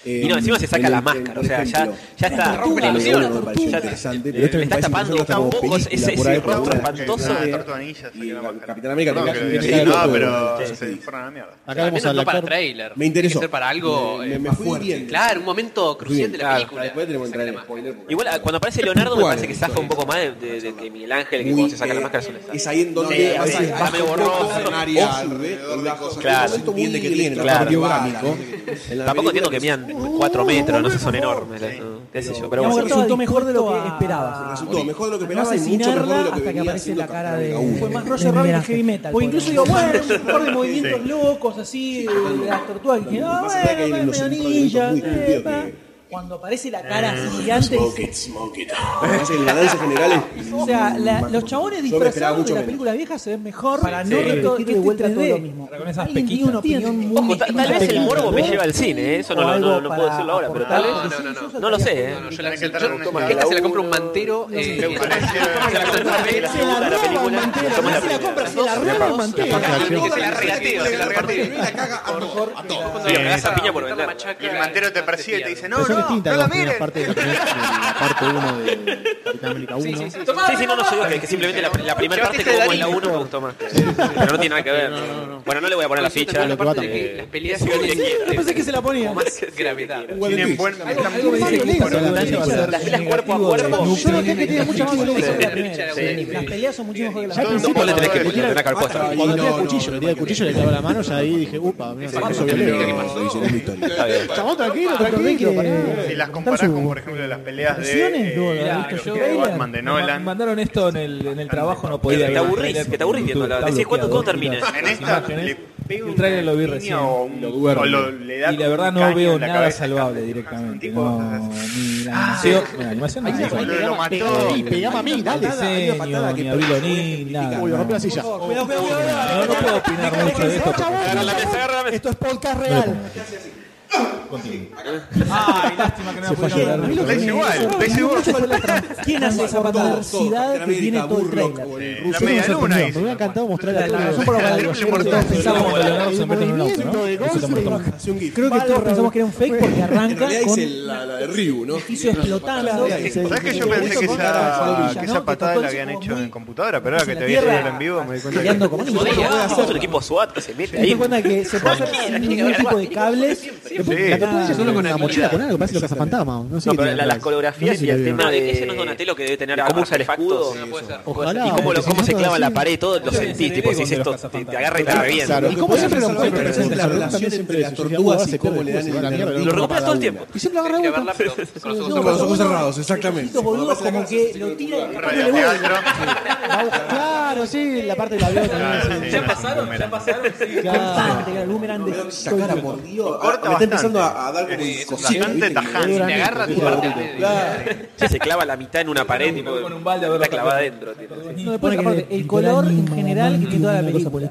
Speaker 4: Y no, encima se saca
Speaker 9: en-
Speaker 4: la
Speaker 9: en-
Speaker 4: máscara, o
Speaker 9: por
Speaker 4: sea, ya,
Speaker 9: ejemplo,
Speaker 4: ya
Speaker 9: la
Speaker 4: está.
Speaker 9: tortuga,
Speaker 4: una
Speaker 9: la
Speaker 4: ilusión.
Speaker 9: tortuga me pareció
Speaker 4: Ya-
Speaker 9: interesante,
Speaker 4: le-
Speaker 9: pero esto
Speaker 4: le
Speaker 9: me
Speaker 4: está
Speaker 9: parece
Speaker 4: tapando
Speaker 9: interesante
Speaker 4: un
Speaker 9: como
Speaker 4: poco ese,
Speaker 9: película,
Speaker 4: ese
Speaker 9: por ahí, por
Speaker 4: rostro
Speaker 9: ahora.
Speaker 4: espantoso.
Speaker 7: Ah, tortuanilla, saqué la máscara.
Speaker 9: Capitán América
Speaker 7: No,
Speaker 9: le
Speaker 7: que-
Speaker 9: cae- le
Speaker 7: sí,
Speaker 9: cae el
Speaker 7: no,
Speaker 9: otro,
Speaker 7: pero
Speaker 9: ¿no? Sí.
Speaker 7: se fueron a la mierda.
Speaker 17: Acá vemos
Speaker 3: menos
Speaker 17: al
Speaker 3: no para
Speaker 17: actor.
Speaker 3: trailer.
Speaker 9: Me interesó.
Speaker 3: Tiene que ser para algo
Speaker 9: Me-
Speaker 3: eh,
Speaker 9: me- me
Speaker 3: más
Speaker 9: fui
Speaker 3: fuerte.
Speaker 9: viendo.
Speaker 3: Claro, un momento crucial de la
Speaker 4: Claro,
Speaker 3: película.
Speaker 9: Después tenemos que
Speaker 3: Saca la
Speaker 9: entrar en
Speaker 3: máscara.
Speaker 9: spoiler. porque-
Speaker 4: Igual ah, cuando aparece Leonardo me
Speaker 9: Puntual,
Speaker 4: parece que zafa un poco más de, de- de que Miguel Ángel, que
Speaker 9: Muy,
Speaker 4: cuando se saca
Speaker 9: eh,
Speaker 4: la máscara suele estar.
Speaker 9: Es ahí en donde
Speaker 4: Sí,
Speaker 9: a veces baja
Speaker 4: sí, está
Speaker 9: un
Speaker 4: medio
Speaker 9: poco,
Speaker 4: borroso.
Speaker 9: un área alrededor de las cosas que
Speaker 4: Claro.
Speaker 9: no entiende que tiene,
Speaker 4: Claro.
Speaker 9: la biográfico. En la
Speaker 4: Tampoco entiendo
Speaker 9: película
Speaker 4: que midan 4 metros, no sé, son enormes. ¿no? ¿Qué sé yo? Pero
Speaker 2: Digamos que
Speaker 4: bueno.
Speaker 2: resultó mejor de lo que esperaba.
Speaker 9: Resultó mejor de lo que
Speaker 2: No
Speaker 9: esperaba y mucho mejor de
Speaker 2: asesinarla
Speaker 9: lo que
Speaker 2: hasta que
Speaker 9: venía
Speaker 2: aparece
Speaker 9: haciendo
Speaker 2: la cara de.
Speaker 9: Capitán América
Speaker 2: Fue
Speaker 9: uno.
Speaker 2: más Roger Rabbit que heavy metal. Porque incluso digo, bueno, es un par de movimientos
Speaker 7: Sí.
Speaker 2: locos así, de las tortugas. Que,
Speaker 9: Lo que
Speaker 2: ah,
Speaker 9: pasa es que hay
Speaker 2: bueno,
Speaker 9: unos
Speaker 2: medio
Speaker 9: instrumentos
Speaker 2: ninja.
Speaker 9: muy
Speaker 2: eh,
Speaker 9: estúpidos
Speaker 2: pa.
Speaker 9: que-
Speaker 2: Cuando aparece la cara gigante.
Speaker 9: Smoke it, smoke it. Parece que El balance general es.
Speaker 2: O sea, la- los chabones
Speaker 9: Yo me esperaba
Speaker 2: disfrazados de la
Speaker 9: mucho menos.
Speaker 2: película vieja se ven mejor para
Speaker 6: Sí.
Speaker 2: no reto-
Speaker 6: Repetir
Speaker 2: que
Speaker 6: de
Speaker 2: este
Speaker 6: vuelta todo
Speaker 2: 3D.
Speaker 6: lo mismo.
Speaker 2: Con
Speaker 6: Con esas
Speaker 2: Alguien tiene una opinión muy
Speaker 4: Ojo, ta- tal
Speaker 2: mexicana.
Speaker 4: vez el morbo me
Speaker 2: ¿no?
Speaker 4: lleva al cine, ¿eh? eso no,
Speaker 2: O
Speaker 4: lo- no-
Speaker 2: algo
Speaker 4: no puedo
Speaker 2: para
Speaker 4: decirlo ahora, pero
Speaker 2: aportar,
Speaker 4: tal vez.
Speaker 2: porque si
Speaker 3: no,
Speaker 2: yo
Speaker 4: No lo
Speaker 2: estaría-
Speaker 4: sé,
Speaker 3: No, yo la, yo,
Speaker 4: ¿eh?
Speaker 7: Tenés que entrar en una
Speaker 3: esta
Speaker 7: escala.
Speaker 3: se la compra un mantero. eh, se
Speaker 7: Se
Speaker 3: la- se la compra
Speaker 2: Se
Speaker 3: un mantero.
Speaker 2: la roba el mantero,
Speaker 4: Somos la
Speaker 2: se la compra, se la
Speaker 4: primera.
Speaker 2: roba el mantero.
Speaker 3: Se la regatea, se la regatea.
Speaker 4: Sí, le das a piña por vender.
Speaker 7: Y el mantero te persigue y te dice, no,
Speaker 17: Pero son
Speaker 7: no,
Speaker 17: distintas
Speaker 7: no la
Speaker 17: las primeras
Speaker 7: miren.
Speaker 17: partes de la primera- de la parte 1 de Capitán América 1.
Speaker 4: Sí, sí, no, no soy yo, que, que simplemente la, la primera
Speaker 3: Yo
Speaker 4: parte
Speaker 3: te
Speaker 4: como en la
Speaker 3: daría.
Speaker 4: 1 me gustó más. Pero no tiene nada que ver. Bueno, no le voy a poner la
Speaker 3: Yo
Speaker 4: ficha.
Speaker 3: tengo la
Speaker 17: lo que
Speaker 3: parte
Speaker 17: va
Speaker 3: de que
Speaker 17: también.
Speaker 3: las peleas
Speaker 4: Sí,
Speaker 3: tienen
Speaker 4: sí, sí.
Speaker 2: Yo pensé que se la ponía.
Speaker 3: más gravedad.
Speaker 7: Tienen buen... están
Speaker 2: Algo me dice que
Speaker 17: Bueno,
Speaker 2: esa
Speaker 17: la
Speaker 2: película
Speaker 17: película
Speaker 2: va a ser
Speaker 17: va a
Speaker 4: ser
Speaker 2: negativa
Speaker 4: cuerpo a
Speaker 2: de-
Speaker 4: cuerpo.
Speaker 2: Yo noté que tiene mucha más violencia que la
Speaker 4: Sí.
Speaker 2: primera. Las peleas son mucho mejor que la
Speaker 17: Yo-
Speaker 2: primera.
Speaker 4: No, vos le tenés que le tenés que haber puesto.
Speaker 9: Ahí
Speaker 17: Cuando tira
Speaker 9: no,
Speaker 17: el cuchillo, le tira el cuchillo, le clava la mano, ya ahí dije, upa, mira,
Speaker 9: no,
Speaker 17: eso
Speaker 9: no,
Speaker 17: violento.
Speaker 9: no, dice, no es mi historia.
Speaker 4: Está bien.
Speaker 17: Chabón, tranquilo, tranquilo, pará.
Speaker 7: Si las comparás con, por ejemplo, las peleas
Speaker 2: Versiones,
Speaker 7: de,
Speaker 2: boludo,
Speaker 7: eh,
Speaker 2: ¿viste?
Speaker 7: los
Speaker 2: Yo-
Speaker 7: de Batman de
Speaker 6: Me
Speaker 7: Nolan,
Speaker 6: mandaron esto en el, en el trabajo, no podía
Speaker 4: Te
Speaker 6: ver el
Speaker 4: aburrís,
Speaker 6: trailer
Speaker 4: que te aburrís
Speaker 6: por
Speaker 4: viéndola.
Speaker 6: YouTube, está
Speaker 4: Decís, ¿cuándo- cuándo
Speaker 6: bloqueado,
Speaker 4: termina?
Speaker 7: en
Speaker 6: las
Speaker 7: esta le
Speaker 6: imágenes.
Speaker 7: pega
Speaker 6: El trailer lo vi
Speaker 7: una
Speaker 6: recién.
Speaker 7: piña o un-
Speaker 9: Lo duerme.
Speaker 7: o lo- le da
Speaker 6: Y la verdad
Speaker 7: un
Speaker 6: no
Speaker 7: caño
Speaker 6: veo
Speaker 7: en la
Speaker 6: nada
Speaker 7: cabeza.
Speaker 6: salvable
Speaker 7: Un
Speaker 6: directamente.
Speaker 7: tipo,
Speaker 6: No,
Speaker 7: haces-
Speaker 6: ni la animación. La animación no
Speaker 17: Ahí
Speaker 6: me
Speaker 17: se
Speaker 6: gusta.
Speaker 7: boludo, lo mató.
Speaker 17: Y pegame a mí, dale.
Speaker 9: hay una patada
Speaker 6: diseño,
Speaker 9: que
Speaker 6: ni
Speaker 9: pega,
Speaker 6: abrilo, ni nada.
Speaker 17: Uy, rompe la
Speaker 6: No
Speaker 17: silla.
Speaker 2: Cuidado, cuidado, cuidado, cuidado.
Speaker 6: No, no puedo opinar mucho de esto. porque-
Speaker 4: Agarra la mesa, agarra la mesa.
Speaker 17: Esto es podcast real.
Speaker 6: Ay, lástima que no la
Speaker 17: Se fue a
Speaker 6: pudieron
Speaker 17: llorar.
Speaker 6: ver.
Speaker 7: Ves igual, ves igual.
Speaker 2: ¿Quién hace esa
Speaker 9: Capitán
Speaker 2: patadorcidad que tiene
Speaker 9: América,
Speaker 2: todo el
Speaker 9: Burlock,
Speaker 2: trailer?
Speaker 9: o el
Speaker 7: La
Speaker 9: ruso.
Speaker 17: Yo me
Speaker 7: media luna.
Speaker 17: sorprendió,
Speaker 7: dice.
Speaker 17: Me hubiera encantado mostrarle
Speaker 6: La
Speaker 17: la
Speaker 6: razón
Speaker 17: razón
Speaker 6: por la cual
Speaker 7: La
Speaker 6: los
Speaker 7: triple
Speaker 6: Yankees
Speaker 7: mortal.
Speaker 6: pensaban cuando Leonardo se
Speaker 17: El
Speaker 6: mete en un auto,
Speaker 17: movimiento
Speaker 6: ¿no?
Speaker 17: de
Speaker 6: Eso se
Speaker 17: Goldstein.
Speaker 6: muestra mucho.
Speaker 9: Acción gif.
Speaker 2: Creo que todos pensamos que era un fake porque
Speaker 9: En
Speaker 2: arranca
Speaker 9: realidad es
Speaker 2: con
Speaker 9: el- la la de Ryu, ¿no?
Speaker 2: edificio explotando.
Speaker 7: ¿Sabes que yo pensé que esa, que esa patada la habían hecho en computadora? Pero ahora que te vi ver en vivo me di cuenta que...
Speaker 2: Peleando como
Speaker 4: Tipo,
Speaker 2: un
Speaker 4: Es un equipo SWAT que se mete
Speaker 2: Te das
Speaker 4: ahí.
Speaker 2: cuenta que se pasa ningún tipo de cables.
Speaker 7: Sí.
Speaker 17: La tortuga es
Speaker 2: Solo
Speaker 17: solo
Speaker 2: con
Speaker 17: con la mochila con algo, parece los cazafantasmas. No, sé
Speaker 4: No, pero
Speaker 17: qué tiene
Speaker 4: la- las
Speaker 17: atrás. No
Speaker 4: coreografías
Speaker 17: sé si
Speaker 4: y el
Speaker 17: lo vieron.
Speaker 4: tema de...
Speaker 3: Ese no es Donatello
Speaker 4: que debe tener cómo usa el escudo.
Speaker 3: No puede ser.
Speaker 17: Ojalá.
Speaker 4: Y cómo, lo-
Speaker 17: el
Speaker 4: cómo se
Speaker 17: asesinato
Speaker 4: clava en la
Speaker 17: así.
Speaker 4: pared, todo lo
Speaker 6: Sí,
Speaker 4: sentís,
Speaker 6: sí,
Speaker 4: tipo,
Speaker 6: sí,
Speaker 4: si es
Speaker 6: con
Speaker 4: esto,
Speaker 6: los
Speaker 4: te, te
Speaker 6: cazafantasmas.
Speaker 4: agarra y te revienta.
Speaker 9: Claro,
Speaker 17: Y cómo siempre lo
Speaker 9: encuentran.
Speaker 17: encuentran,
Speaker 9: Pero es la
Speaker 17: eso
Speaker 9: relación
Speaker 17: también
Speaker 9: entre
Speaker 17: siempre
Speaker 9: las
Speaker 17: decís,
Speaker 9: tortugas
Speaker 17: ah,
Speaker 9: y cómo
Speaker 17: se
Speaker 9: le dan
Speaker 17: va a la
Speaker 9: el
Speaker 17: mierda,
Speaker 9: el-
Speaker 17: lo
Speaker 4: Lo recupera todo el
Speaker 9: cada una.
Speaker 4: tiempo.
Speaker 17: Y siempre lo
Speaker 3: Hay que
Speaker 17: agarraba
Speaker 3: verla, pero con los ojos
Speaker 9: Con los ojos
Speaker 3: cerrados.
Speaker 9: cerrados, exactamente.
Speaker 2: Estos boludos como que lo tiran y capaz que le vuelven.
Speaker 7: Radioteatro.
Speaker 17: Claro, sí, la parte de la avión
Speaker 7: Sí,
Speaker 17: también.
Speaker 7: no,
Speaker 17: sí.
Speaker 7: no, no.
Speaker 6: pasaron, sí.
Speaker 17: Claro.
Speaker 2: Constante, que era el boomerang de-
Speaker 9: Sacara, por Dios. Ah,
Speaker 7: Corta
Speaker 9: me está
Speaker 7: bastante.
Speaker 9: empezando a, a dar como
Speaker 7: Es
Speaker 9: cosita,
Speaker 7: bastante
Speaker 9: ¿viste?
Speaker 7: tajante.
Speaker 3: Me agarra tu parte en medio.
Speaker 4: Sí, se clava la mitad en una pared, tipo,
Speaker 6: Con un balde a verlo
Speaker 4: está clavada
Speaker 6: tapar.
Speaker 4: adentro. tipo, sí.
Speaker 2: No, después, aparte, el color en general que tiene toda la película.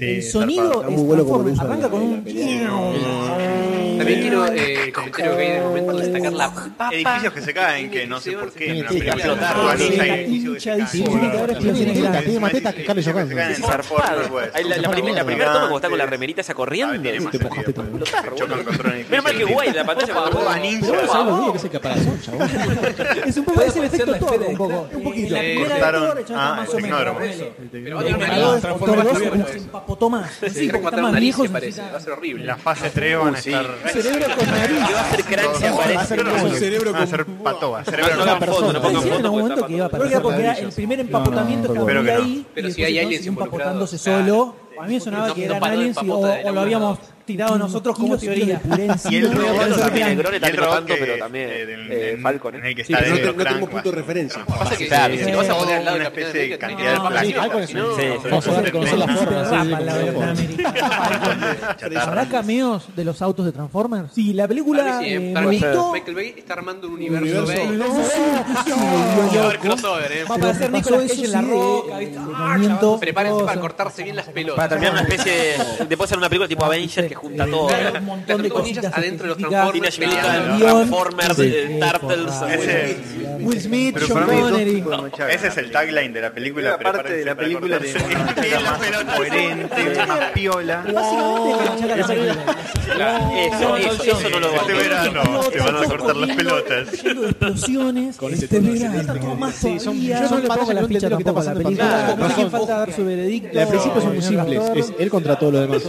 Speaker 2: El sonido
Speaker 9: Está
Speaker 2: es
Speaker 9: muy bueno como lo
Speaker 2: transforma-
Speaker 9: usan en
Speaker 2: arranca
Speaker 9: la-
Speaker 2: con
Speaker 9: en la
Speaker 2: un
Speaker 3: También quiero eh, el comentario que hay en el momento destacar la
Speaker 7: Edificios que se caen, que no sé por qué. en una película
Speaker 4: que explotar,
Speaker 7: urbaniza hay
Speaker 2: la
Speaker 7: edificios que se
Speaker 2: hincha
Speaker 7: caen.
Speaker 2: dice que ahora es
Speaker 17: Tiene
Speaker 2: pionera.
Speaker 17: tetas, tiene más tetas que Carlos
Speaker 7: Edificios que se caen en
Speaker 17: Johansson.
Speaker 7: Hartford, Northwest.
Speaker 4: Ahí La, la prim- la primera toma cuando está con la remerita esa
Speaker 7: Ah,
Speaker 4: corriendo.
Speaker 7: tiene más
Speaker 17: Te bajaste
Speaker 7: sentido,
Speaker 17: todo.
Speaker 7: pues.
Speaker 4: Explotar,
Speaker 7: Chocan
Speaker 4: boludo.
Speaker 7: contra un edificio
Speaker 4: Menos mal que
Speaker 7: de
Speaker 4: guay la pantalla cuando va
Speaker 17: Pero
Speaker 7: Por
Speaker 17: ¿sabes lo
Speaker 4: ninja.
Speaker 17: duro que es el caparazón, chabón?
Speaker 2: Es un poco ese efecto
Speaker 6: Hacer la
Speaker 2: todo,
Speaker 6: esfera
Speaker 2: un poco.
Speaker 6: de-
Speaker 2: poquito. La primera de
Speaker 7: cortaron-
Speaker 2: todo le echaron
Speaker 7: ah,
Speaker 2: más
Speaker 7: el
Speaker 2: o menos.
Speaker 7: tecnódromo.
Speaker 2: ponele.
Speaker 3: Pero va a tener
Speaker 2: Pero
Speaker 3: una
Speaker 2: luego
Speaker 3: nariz,
Speaker 2: de
Speaker 3: va
Speaker 2: Doctor
Speaker 3: a
Speaker 2: Who
Speaker 3: tener
Speaker 2: como
Speaker 3: una
Speaker 2: que se
Speaker 3: nariz,
Speaker 2: empapotó más. Sí,
Speaker 3: se
Speaker 2: porque
Speaker 3: corta
Speaker 2: están
Speaker 3: una
Speaker 2: más
Speaker 3: nariz,
Speaker 2: viejos.
Speaker 3: se parece, va a ser
Speaker 7: En
Speaker 3: horrible.
Speaker 7: La fase 3 van a estar.
Speaker 17: Cerebro con nariz.
Speaker 4: Que va a hacer crunch aparece.
Speaker 7: Cerebro con-
Speaker 9: Un cerebro
Speaker 7: van a ser
Speaker 9: con-
Speaker 7: patobas,
Speaker 4: No,
Speaker 7: cerebro
Speaker 4: no
Speaker 7: con-
Speaker 4: hagan foto, no pongan
Speaker 2: Decían en
Speaker 4: foto.
Speaker 2: algún
Speaker 4: porque
Speaker 2: momento
Speaker 4: está
Speaker 2: que iba a
Speaker 4: mal.
Speaker 2: aparecer. Creo que porque era el primer empapotamiento que
Speaker 7: Pero
Speaker 2: había
Speaker 7: que no.
Speaker 2: ahí.
Speaker 3: Pero
Speaker 2: y
Speaker 3: si hay
Speaker 2: después
Speaker 3: aliens
Speaker 2: siguió empapotándose
Speaker 3: involucrados,
Speaker 2: solo. A mí me sonaba
Speaker 3: No,
Speaker 2: que
Speaker 3: no
Speaker 2: eran
Speaker 3: paró de
Speaker 2: aliens y- o,
Speaker 3: empapota de
Speaker 2: o
Speaker 3: la
Speaker 2: lo habíamos
Speaker 3: una.
Speaker 2: tirado nosotros como teoría.
Speaker 7: Y el
Speaker 4: Bueno,
Speaker 7: robot
Speaker 4: también, el Grone
Speaker 7: Y el
Speaker 4: también
Speaker 7: robot
Speaker 4: tanto,
Speaker 7: que-
Speaker 4: pero también,
Speaker 7: eh, del-
Speaker 4: eh,
Speaker 7: del-
Speaker 4: Falcon, ¿eh?
Speaker 7: En el que
Speaker 9: Sí,
Speaker 7: está
Speaker 9: pero
Speaker 7: dentro
Speaker 9: no, te- no tengo
Speaker 7: Frank,
Speaker 9: punto de
Speaker 7: va.
Speaker 9: referencia.
Speaker 3: Pasa que
Speaker 4: Claro,
Speaker 3: si
Speaker 4: sí.
Speaker 3: te vas a poner al lado de
Speaker 7: Una
Speaker 3: Capitán
Speaker 7: especie de
Speaker 3: América,
Speaker 7: cantidad
Speaker 3: tenés-
Speaker 7: de
Speaker 17: Sí,
Speaker 7: placas.
Speaker 17: algo es
Speaker 4: No, sí, sí.
Speaker 17: Vamos a
Speaker 7: Sobre-
Speaker 17: ver, conocer la forma. sí,
Speaker 2: Rapa, la
Speaker 17: conocer la
Speaker 2: verdad,
Speaker 17: forma.
Speaker 2: América. ¿Habrá cameos de los autos de Transformers? Sí, la película
Speaker 3: Para mí sí,
Speaker 2: eh,
Speaker 3: eh, para mí
Speaker 2: Monito
Speaker 3: Michael Bay está armando un universo
Speaker 9: universo.
Speaker 3: Bay. Va a haber crossover, eh.
Speaker 2: va a aparecer Pasó Nicolas Cage eso,
Speaker 3: en
Speaker 2: sí,
Speaker 3: la
Speaker 2: de-
Speaker 3: roca,
Speaker 2: de-
Speaker 3: ¿viste?
Speaker 2: de movimiento,
Speaker 3: Prepárense para
Speaker 2: todo,
Speaker 3: cortarse bien las pelotas.
Speaker 4: Para terminar una especie de... Después hacer una película tipo Avengers que junta todo.
Speaker 2: Eh,
Speaker 4: eh.
Speaker 2: un montón de cositas
Speaker 3: adentro de los
Speaker 4: Teenage
Speaker 3: Transformers.
Speaker 4: Mutant
Speaker 3: peleando.
Speaker 2: guión.
Speaker 4: Transformers,
Speaker 2: Sí.
Speaker 4: eh, Turtles,
Speaker 7: Ese-
Speaker 2: Will Smith,
Speaker 7: Pero
Speaker 2: John
Speaker 7: para mí-
Speaker 2: Connery.
Speaker 7: Ese es el tagline de la película.
Speaker 24: parte de la película de
Speaker 7: más coherente, más piola.
Speaker 2: Básicamente me achaca la película.
Speaker 4: Eso, eso, eso no lo
Speaker 7: Este
Speaker 4: vale.
Speaker 7: verano te van a cortar las pelotas.
Speaker 2: Lleno de explosiones. Con
Speaker 17: ese
Speaker 2: este
Speaker 17: tono
Speaker 2: verano. Más todavía.
Speaker 17: yo no le pongo
Speaker 2: Batallas
Speaker 17: la
Speaker 2: no
Speaker 17: ficha
Speaker 2: entendí lo que está
Speaker 17: tampoco a la
Speaker 2: pasando por
Speaker 17: película.
Speaker 2: acá.
Speaker 17: Claro,
Speaker 2: Porque
Speaker 17: razón.
Speaker 2: falta dar su veredicto.
Speaker 17: Al principio son muy
Speaker 2: señor
Speaker 17: simples.
Speaker 2: Pastor.
Speaker 17: Es él contra todo lo demás.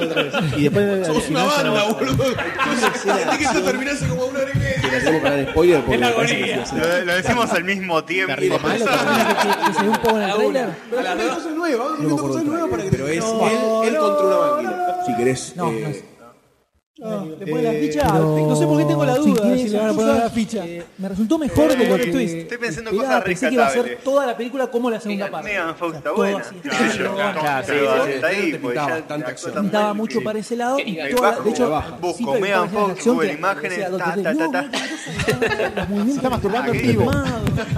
Speaker 17: Y después. al
Speaker 9: Somos una
Speaker 17: final ya no-
Speaker 9: banda, boludo. Antes que esto terminase como una hora y media.
Speaker 24: Hacemos para el spoiler porque me parece que sí,
Speaker 7: Lo, lo decimos al mismo tiempo.
Speaker 2: Malo también que- que se ve un poco en el trailer.
Speaker 9: Pero hay cosas nuevas, vamos
Speaker 17: No me
Speaker 9: subiendo
Speaker 17: acuerdo
Speaker 9: cosas
Speaker 17: del
Speaker 9: nuevas para que
Speaker 24: Pero es
Speaker 9: No,
Speaker 24: él, él
Speaker 9: no.
Speaker 24: contra una máquina. Si querés.
Speaker 2: No,
Speaker 24: eh,
Speaker 2: no es. No, le ponen
Speaker 9: eh,
Speaker 2: la ficha.
Speaker 17: pero-
Speaker 2: No sé por qué tengo la
Speaker 17: Sí,
Speaker 2: duda.
Speaker 17: tiene
Speaker 2: si
Speaker 17: esas
Speaker 2: le van a poner
Speaker 17: cosas
Speaker 2: la ficha. Eh, Me resultó mejor de lo que
Speaker 7: Estoy- estoy pensando
Speaker 2: esperaba.
Speaker 7: cosas
Speaker 2: Pensé que iba a ser
Speaker 7: rescatables.
Speaker 2: toda la película como la segunda parte.
Speaker 7: Negan Fox está
Speaker 2: Todo
Speaker 7: buena.
Speaker 2: así.
Speaker 7: Claro, claro, pero está ahí, pues ya
Speaker 24: tanta
Speaker 7: la
Speaker 24: acción.
Speaker 7: cosa
Speaker 2: Pintaba
Speaker 7: muy
Speaker 2: mucho para ese lado. y
Speaker 7: Quería
Speaker 2: toda la-
Speaker 7: bajo,
Speaker 2: de hecho,
Speaker 7: bajo. Busco
Speaker 2: sí, pero estaba llena
Speaker 7: Megan
Speaker 2: de
Speaker 7: Fox,
Speaker 2: acción
Speaker 7: Google
Speaker 2: que
Speaker 7: Imágenes,
Speaker 2: decía,
Speaker 7: ta,
Speaker 2: Doctor
Speaker 7: ta,
Speaker 2: Who,
Speaker 7: ta,
Speaker 2: una cosa, los movimientos
Speaker 17: Se está masturbando en vivo.